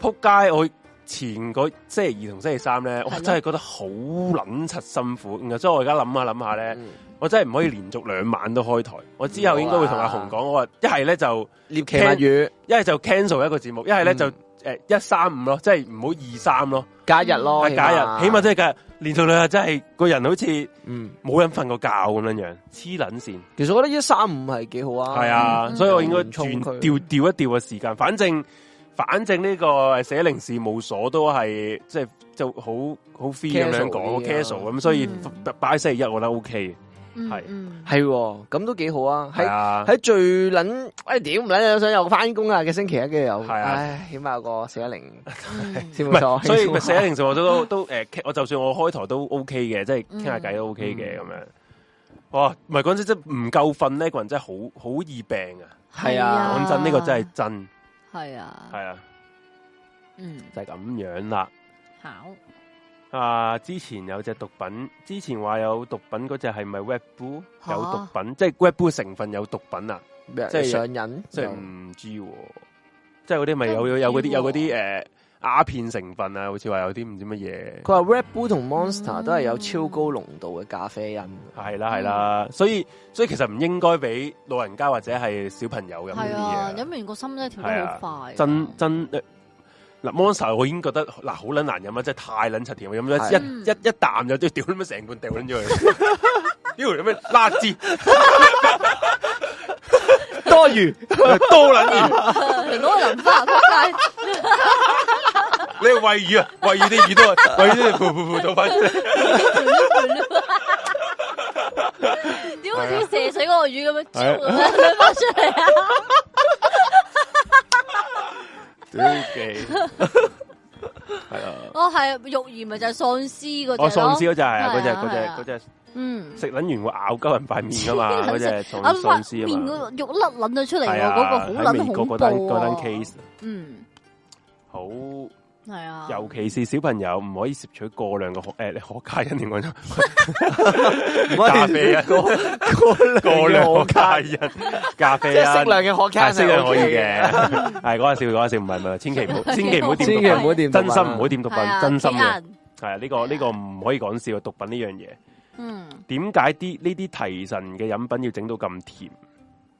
[SPEAKER 2] 仆街我。前個星期二同星期三咧，我
[SPEAKER 3] 係咯
[SPEAKER 2] 真係覺得好撚柒辛苦，然後所以我而家諗下諗下
[SPEAKER 1] 嗯
[SPEAKER 2] 咧，我真係唔可以連續兩晚都開台。我之後應該會同阿紅講，我話一係咧就
[SPEAKER 1] 獵奇物語
[SPEAKER 2] 一係就 cancel 一個節目，一係咧就
[SPEAKER 1] 嗯哦
[SPEAKER 2] 誒一三五咯，即係唔好二三咯。
[SPEAKER 1] 假日咯，
[SPEAKER 2] 啊假日，起碼真係假日，連續兩日真係個人好似
[SPEAKER 1] 嗯。
[SPEAKER 2] 冇人瞓過覺咁樣樣，黐撚線，
[SPEAKER 1] 其實我覺得一三五係幾好啊。
[SPEAKER 2] 係啊，
[SPEAKER 3] 嗯
[SPEAKER 2] 所以我應該
[SPEAKER 1] 嗯
[SPEAKER 2] 轉
[SPEAKER 1] 佢
[SPEAKER 2] 調調一調嘅時間，反正反正呢個寫零事務所都係即係就好好 free 咁樣
[SPEAKER 1] Casual
[SPEAKER 2] 講
[SPEAKER 1] 啲啊
[SPEAKER 2] casual 咁，所以
[SPEAKER 3] 嗯
[SPEAKER 2] 擺星期一我覺得 OK
[SPEAKER 3] ừ,
[SPEAKER 2] 係
[SPEAKER 3] 嗯
[SPEAKER 1] 係喎，咁都幾好啊。
[SPEAKER 2] 係
[SPEAKER 1] 喺
[SPEAKER 2] 啊，
[SPEAKER 1] 喺最撚哎屌唔撚想有翻工啊嘅星期一嘅又，
[SPEAKER 2] 係啊
[SPEAKER 1] 唉，起碼有個四一零
[SPEAKER 3] 嗯
[SPEAKER 1] 先
[SPEAKER 2] 唔
[SPEAKER 1] 冇錯。
[SPEAKER 2] 係，所以咪寫零事務所都都誒，傾我就算我開台都 OK 嘅，即係
[SPEAKER 1] 嗯
[SPEAKER 2] 傾下偈都 OK 嘅咁樣。哇，唔係嗰陣時真係唔夠瞓呢個人真係好好易病啊！
[SPEAKER 1] 係啊
[SPEAKER 2] 講真，呢個真係真
[SPEAKER 3] 係啊，
[SPEAKER 2] 係啊。
[SPEAKER 3] 嗯，
[SPEAKER 2] 就係咁樣啦。
[SPEAKER 3] 好，
[SPEAKER 2] 啊，之前有隻毒品，之前話有毒品嗰隻係咪 Red Bull
[SPEAKER 3] 嚇
[SPEAKER 2] 有毒品，即係 Red Bull 成分有毒品啊？
[SPEAKER 1] 咩
[SPEAKER 2] 即係
[SPEAKER 1] 上癮，
[SPEAKER 2] 即係唔知喎，即係嗰啲咪有
[SPEAKER 3] 真係唔
[SPEAKER 2] 有
[SPEAKER 3] 知
[SPEAKER 2] 有嗰啲有嗰
[SPEAKER 3] 喎
[SPEAKER 2] 啲誒鴉片成分啊，好似話有啲唔知乜嘢。
[SPEAKER 1] 佢話 Red Bull 同 Monster 都係有超高濃度嘅咖啡因。
[SPEAKER 2] 係啦係啦，所以所以其實唔應該俾老人家或者係小朋友飲呢
[SPEAKER 3] 係啊，
[SPEAKER 2] 啲嘢
[SPEAKER 3] 飲
[SPEAKER 2] 啊。
[SPEAKER 3] 完個心真係跳得好快，
[SPEAKER 2] 真真誒嗱 Monster 我已經覺得嗱好撚難飲啊，真係太撚柒甜，我飲咗
[SPEAKER 1] 係
[SPEAKER 2] 一一一啖就屌你媽成罐掉撚咗佢，屌你媽辣枝。
[SPEAKER 1] 多餘，
[SPEAKER 2] 多撚魚，
[SPEAKER 3] 攞個淋花撲街。
[SPEAKER 2] 你係餵魚啊？餵魚啲魚 都係餵魚都係噗噗噗倒翻出嚟，
[SPEAKER 3] 点解好似射死嗰個魚咁樣招佢翻出嚟啊？
[SPEAKER 2] 屌記，係啊！
[SPEAKER 3] 哦，係肉兒咪就係喪屍嗰只
[SPEAKER 2] 我喪屍
[SPEAKER 3] 屍
[SPEAKER 2] 嗰只係啊，嗰只
[SPEAKER 3] 係啊係啊
[SPEAKER 2] 嗰只嗰只
[SPEAKER 3] 嗯，
[SPEAKER 2] 食撚完會咬鳩人塊面噶嘛，嗰只喪
[SPEAKER 3] 啊
[SPEAKER 2] 喪
[SPEAKER 3] 塊
[SPEAKER 2] 屍
[SPEAKER 3] 面
[SPEAKER 2] 啊嘛，
[SPEAKER 3] 個肉甩撚咗出嚟喎，
[SPEAKER 2] 係
[SPEAKER 3] 嗰個
[SPEAKER 2] 啊，
[SPEAKER 3] 好
[SPEAKER 2] 喺
[SPEAKER 3] 撚
[SPEAKER 2] 美國
[SPEAKER 3] 恐
[SPEAKER 2] 嗰
[SPEAKER 3] 怖
[SPEAKER 2] 單嗰單
[SPEAKER 3] 啊！
[SPEAKER 2] case
[SPEAKER 3] 嗯，
[SPEAKER 2] 好
[SPEAKER 3] 系啊，
[SPEAKER 2] 尤其是小朋友唔可以攝取過量嘅可诶、可卡因點講咗？咖啡因過量可卡因，咖啡
[SPEAKER 1] 即
[SPEAKER 2] 因
[SPEAKER 1] 系适量嘅可卡
[SPEAKER 2] 啊
[SPEAKER 1] 因
[SPEAKER 2] 適
[SPEAKER 1] 係
[SPEAKER 2] 量可以
[SPEAKER 1] OK
[SPEAKER 2] 嘅。係講下笑，講下笑，唔係唔係，千祈唔好，千祈唔好掂
[SPEAKER 1] 千
[SPEAKER 2] 毒
[SPEAKER 1] 祈唔
[SPEAKER 2] 品，
[SPEAKER 1] 好掂，
[SPEAKER 2] 真心唔好掂毒
[SPEAKER 3] 係
[SPEAKER 2] 品，
[SPEAKER 3] 啊
[SPEAKER 2] 真心
[SPEAKER 3] 幾
[SPEAKER 2] 嘅
[SPEAKER 3] 人
[SPEAKER 2] 係啊！呢個呢個唔可以講笑，毒品呢樣嘢。
[SPEAKER 3] 嗯，
[SPEAKER 2] 點解啲呢啲提神嘅飲品要整到咁甜？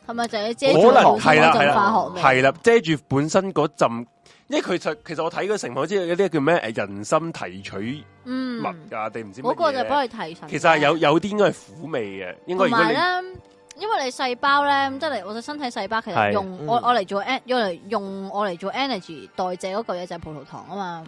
[SPEAKER 3] 系咪就要
[SPEAKER 2] 可
[SPEAKER 3] 遮住
[SPEAKER 2] 能
[SPEAKER 3] 好
[SPEAKER 2] 係啦係
[SPEAKER 3] 做化
[SPEAKER 2] 啦
[SPEAKER 3] 学味？
[SPEAKER 2] 係啦，遮住本身嗰陣，因為佢就其實我睇個成分，我知道有啲叫咩誒人參提取
[SPEAKER 3] 嗯
[SPEAKER 2] 物，啊，定唔知乜
[SPEAKER 3] 嗰
[SPEAKER 2] 嘢
[SPEAKER 3] 個
[SPEAKER 2] 咧
[SPEAKER 3] 就幫佢提神嘅。
[SPEAKER 2] 其實係有有啲應該係苦味嘅，應該如
[SPEAKER 3] 同
[SPEAKER 2] 果
[SPEAKER 3] 埋
[SPEAKER 2] 你
[SPEAKER 3] 咧，因為你細胞咧，即係我哋身體細胞，其實
[SPEAKER 2] 係
[SPEAKER 3] 用
[SPEAKER 1] 嗯
[SPEAKER 3] 我我嚟做 en，用嚟用我嚟做 energy 代謝嗰嚿嘢就係葡萄糖啊嘛。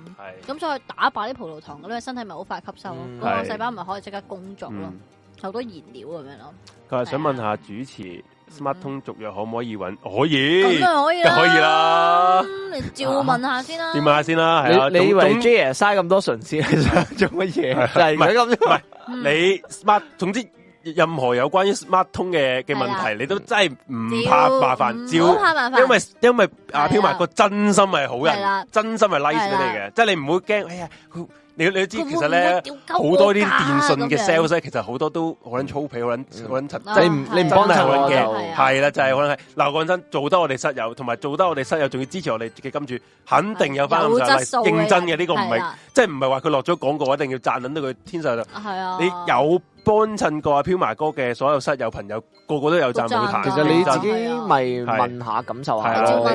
[SPEAKER 2] 係
[SPEAKER 3] 咁所以打敗啲葡萄糖，咁你身體咪好快吸收咯，
[SPEAKER 1] 嗯
[SPEAKER 3] 咁我
[SPEAKER 2] 係
[SPEAKER 3] 細胞咪可以即刻工作咯
[SPEAKER 2] 嗯，
[SPEAKER 3] 好多燃料咁樣咯，
[SPEAKER 2] 佢話想問
[SPEAKER 3] 係
[SPEAKER 2] 下主持 Smart 通續約可唔可以揾？可以
[SPEAKER 3] 嗯咁，啊咪可以啦，
[SPEAKER 2] 可以啦
[SPEAKER 3] 嗯，你照問下先啦，
[SPEAKER 2] 點下先啦，係啊，
[SPEAKER 1] 你你以
[SPEAKER 2] 總
[SPEAKER 1] 為
[SPEAKER 2] 總
[SPEAKER 1] J 爺嘥咁多唇舌係想做乜嘢？就係咁
[SPEAKER 2] 唔係
[SPEAKER 1] 樣，
[SPEAKER 3] 嗯？
[SPEAKER 2] 你 Smart，總之任何有關於 Smart 通嘅嘅問
[SPEAKER 3] 係
[SPEAKER 2] 題，
[SPEAKER 3] 啦
[SPEAKER 2] 你都真係唔
[SPEAKER 3] 照
[SPEAKER 2] 怕麻煩，
[SPEAKER 3] 唔好
[SPEAKER 2] 照。
[SPEAKER 3] 怕麻煩，
[SPEAKER 2] 因為因啊為阿
[SPEAKER 3] 係
[SPEAKER 2] 飄
[SPEAKER 3] 啦
[SPEAKER 2] 麥個真心係好
[SPEAKER 3] 係啦
[SPEAKER 2] 人，真心係 nice 俾
[SPEAKER 3] 係啦
[SPEAKER 2] 你嘅，即係你唔會驚。哎呀，佢你你都知
[SPEAKER 3] 佢會
[SPEAKER 2] 其實
[SPEAKER 3] 唔會
[SPEAKER 2] 咧
[SPEAKER 3] 屌鳩
[SPEAKER 2] 好
[SPEAKER 3] 我
[SPEAKER 2] 多啲
[SPEAKER 3] 㗎
[SPEAKER 2] 電信嘅
[SPEAKER 3] 啊咁樣
[SPEAKER 2] sales 咧，其實好多都好撚粗鄙，好撚好撚柒
[SPEAKER 3] 啊
[SPEAKER 1] 你唔你唔幫
[SPEAKER 2] 真係
[SPEAKER 1] 襯
[SPEAKER 2] 好
[SPEAKER 1] 我
[SPEAKER 2] 撚
[SPEAKER 1] 就
[SPEAKER 3] 係啊
[SPEAKER 2] 系啦，就係可能係嗱，講真，做得我哋室友，同埋做得我哋室友，仲要支持我哋嘅金主，肯定有翻咁上
[SPEAKER 3] 啊質素
[SPEAKER 2] 下認真嘅
[SPEAKER 3] 人
[SPEAKER 2] 呢個唔
[SPEAKER 3] 係
[SPEAKER 2] 係，
[SPEAKER 3] 啦
[SPEAKER 2] 即係唔係話佢落咗廣告一定要讚撚到佢天上度。
[SPEAKER 3] 係啊，
[SPEAKER 2] 你有幫襯過阿飄麻哥嘅所有室友朋友，個個都有讚
[SPEAKER 3] 都讚
[SPEAKER 2] 冇彈。
[SPEAKER 3] 㗎
[SPEAKER 1] 其實你
[SPEAKER 2] 真
[SPEAKER 1] 自己咪問下感受
[SPEAKER 2] 係
[SPEAKER 1] 下
[SPEAKER 2] 啦
[SPEAKER 3] 照
[SPEAKER 1] 咯
[SPEAKER 3] 問。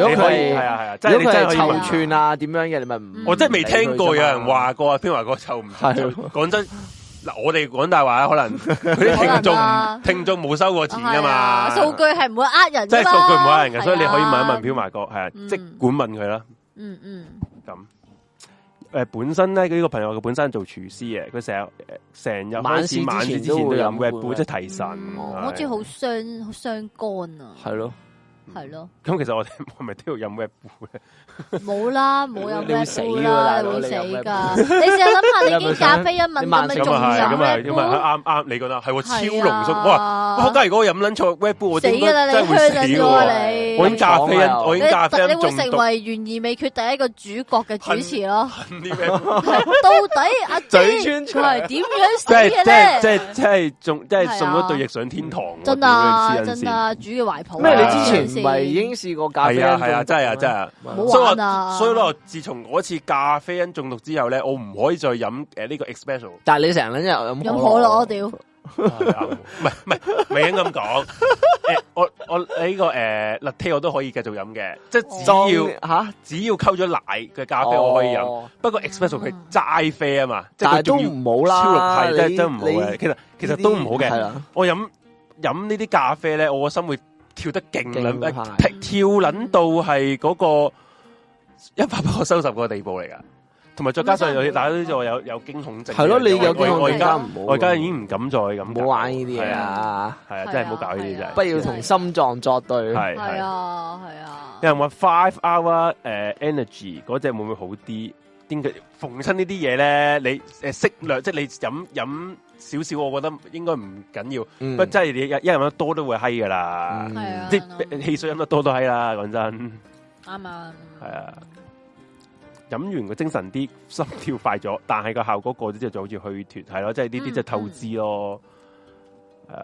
[SPEAKER 1] 如
[SPEAKER 2] 你
[SPEAKER 3] 咯
[SPEAKER 1] 果佢
[SPEAKER 2] 你可以係啊係啊，即係
[SPEAKER 1] 如
[SPEAKER 2] 你
[SPEAKER 1] 果
[SPEAKER 2] 真
[SPEAKER 1] 佢係
[SPEAKER 2] 係可以
[SPEAKER 3] 抽
[SPEAKER 1] 臭
[SPEAKER 2] 問
[SPEAKER 3] 唔。
[SPEAKER 1] 串啊點樣嘅，你咪唔
[SPEAKER 2] 我真係未聽過有人話過阿飄麻哥臭唔
[SPEAKER 1] 係
[SPEAKER 2] 臭。講真，嗱，我哋講大話啊 可能佢啲聽
[SPEAKER 3] 可能
[SPEAKER 2] 眾
[SPEAKER 3] 啦啊
[SPEAKER 2] 聽眾冇收過錢
[SPEAKER 3] 係
[SPEAKER 2] 噶
[SPEAKER 3] 啊
[SPEAKER 2] 嘛。
[SPEAKER 3] 數據係唔會呃人㗎嘛，
[SPEAKER 2] 即係數據唔可能
[SPEAKER 3] 係
[SPEAKER 2] 嘅，
[SPEAKER 3] 啊
[SPEAKER 2] 所以你可以問一問飄麻哥，係啊，
[SPEAKER 3] 嗯
[SPEAKER 2] 即管問佢啦。
[SPEAKER 3] 嗯嗯。
[SPEAKER 2] 咁诶、本身咧呢、個朋友佢本身係做廚師嘅，佢成日呃成日
[SPEAKER 1] 晚市
[SPEAKER 2] 晚
[SPEAKER 1] 之
[SPEAKER 2] 市
[SPEAKER 1] 前
[SPEAKER 2] 晚市之
[SPEAKER 1] 都
[SPEAKER 2] 前都
[SPEAKER 1] 會
[SPEAKER 2] 飲
[SPEAKER 1] 飲
[SPEAKER 2] Red
[SPEAKER 1] 杯
[SPEAKER 2] Bull，即係提神。啊
[SPEAKER 3] 嗯
[SPEAKER 2] 係
[SPEAKER 3] 我好似好傷好傷肝啊，
[SPEAKER 1] 係咯，
[SPEAKER 3] 係咯，
[SPEAKER 2] 咁，其實我哋 係咪都要飲 Red Bull 咧？
[SPEAKER 3] 冇啦，冇有
[SPEAKER 1] 你
[SPEAKER 3] 咩
[SPEAKER 1] 會死
[SPEAKER 3] 杯
[SPEAKER 1] 㗎
[SPEAKER 3] 啦，
[SPEAKER 1] 大
[SPEAKER 3] 你
[SPEAKER 1] 佬
[SPEAKER 3] 會
[SPEAKER 1] 你
[SPEAKER 3] 死
[SPEAKER 1] 有咩
[SPEAKER 3] 㗎。你試下諗下，
[SPEAKER 1] 你係
[SPEAKER 3] 你已
[SPEAKER 1] 咪
[SPEAKER 3] 經
[SPEAKER 1] 想
[SPEAKER 3] 咖啡因敏感，
[SPEAKER 1] 你
[SPEAKER 3] 你
[SPEAKER 1] 慢
[SPEAKER 3] 仲
[SPEAKER 2] 咁啊係，咁啊係
[SPEAKER 3] 飲
[SPEAKER 2] 咁啊啱啱你覺得係喎，超濃縮哇！
[SPEAKER 3] 哇
[SPEAKER 2] 仆街！如果我飲撚錯 Red Bull，我
[SPEAKER 3] 啊死
[SPEAKER 2] 應
[SPEAKER 3] 㗎啦！
[SPEAKER 2] 該真係
[SPEAKER 3] 你
[SPEAKER 2] 會
[SPEAKER 3] hurt
[SPEAKER 2] 死
[SPEAKER 3] 緊
[SPEAKER 2] 嘅
[SPEAKER 3] 我
[SPEAKER 2] 喎。
[SPEAKER 3] 啊你，
[SPEAKER 2] 我已經咖啡因，我已
[SPEAKER 3] 你
[SPEAKER 2] 經咖啡因
[SPEAKER 3] 你會
[SPEAKER 2] 中
[SPEAKER 3] 成
[SPEAKER 2] 毒。
[SPEAKER 3] 為懸而未決第一個主角嘅主持咯。
[SPEAKER 2] 啲 Red Bull
[SPEAKER 3] 到底 阿 J
[SPEAKER 1] 嘴
[SPEAKER 3] 佢
[SPEAKER 1] 穿
[SPEAKER 3] 係點樣死
[SPEAKER 2] 即係
[SPEAKER 3] 嘅
[SPEAKER 2] 即係即
[SPEAKER 3] 咧？
[SPEAKER 2] 係即係中即係送
[SPEAKER 3] 係啊
[SPEAKER 2] 咗對翼上天堂喎。
[SPEAKER 3] 真
[SPEAKER 2] 屌
[SPEAKER 3] 啊
[SPEAKER 2] 你黐撚線
[SPEAKER 3] 真！啊，主嘅懷抱啊。
[SPEAKER 1] 咩？
[SPEAKER 2] 係啊
[SPEAKER 1] 你之前唔係已經
[SPEAKER 3] 先
[SPEAKER 1] 試過咖啡因
[SPEAKER 2] 係啊係啊，
[SPEAKER 1] 中毒
[SPEAKER 2] 真係
[SPEAKER 1] 咩
[SPEAKER 2] 啊真係啊。
[SPEAKER 3] 唔好
[SPEAKER 2] 所以
[SPEAKER 3] 玩啊
[SPEAKER 2] 我所以咧，我自從嗰次咖啡因中毒之後咧，我唔可以再飲誒呢個 espresso。
[SPEAKER 1] 但係你成日日飲
[SPEAKER 3] 飲可樂啊屌！
[SPEAKER 2] 唔係唔係，未應咁講。誒，我我呢個誒 latte 我都可以繼續飲嘅，即係只要
[SPEAKER 1] 裝吓
[SPEAKER 2] 只要溝咗奶嘅咖啡我可以飲。
[SPEAKER 1] 哦
[SPEAKER 2] 不過 espresso 佢齋啡啊嘛，即
[SPEAKER 1] 但
[SPEAKER 2] 係佢
[SPEAKER 1] 係都
[SPEAKER 2] 仲要
[SPEAKER 1] 唔好
[SPEAKER 2] 超濃
[SPEAKER 1] 啦，
[SPEAKER 2] 係真
[SPEAKER 1] 你
[SPEAKER 2] 真唔好
[SPEAKER 1] 你
[SPEAKER 2] 嘅。其實其實都唔好
[SPEAKER 1] 係啊
[SPEAKER 2] 嘅。
[SPEAKER 1] 啦，
[SPEAKER 2] 我飲飲呢啲咖啡咧，我個心會跳得勁撚
[SPEAKER 1] 勁啊快
[SPEAKER 2] 劈跳撚到係嗰個一百百收拾個地步嚟㗎。同埋再加上有大家都知道我有有驚恐症，
[SPEAKER 1] 係咯，你有
[SPEAKER 2] 我
[SPEAKER 1] 啲
[SPEAKER 2] 我我
[SPEAKER 1] 我
[SPEAKER 2] 而
[SPEAKER 1] 而
[SPEAKER 2] 家
[SPEAKER 1] 家唔好，
[SPEAKER 2] 我而家已經唔敢再咁
[SPEAKER 1] 唔
[SPEAKER 2] 搞，
[SPEAKER 1] 好玩呢啲嘢啊！
[SPEAKER 2] 係啊！係啊，真係唔好搞呢啲真係。
[SPEAKER 1] 不要同心臟作對。
[SPEAKER 2] 係
[SPEAKER 3] 係
[SPEAKER 2] 係。
[SPEAKER 3] 啊係啊
[SPEAKER 2] 有。人話 Five Hour 誒 Energy 嗰只會唔會好啲？點解逢親呢啲嘢咧？你誒適量，即係你飲飲少少，我覺得應該唔緊要。
[SPEAKER 1] 嗯
[SPEAKER 2] 不過真係你一一飲得多都會閪噶啦，
[SPEAKER 1] 嗯
[SPEAKER 3] 係啊，
[SPEAKER 2] 即
[SPEAKER 3] 啱
[SPEAKER 2] 係汽水飲得多都閪啦。講真，
[SPEAKER 3] 啱啊，
[SPEAKER 2] 係啊。飲完個精神啲，心跳快咗，但係個效果過咗之後就好似虛脫，係咯，即係呢
[SPEAKER 3] 嗯
[SPEAKER 2] 啲即係透支咯。誒、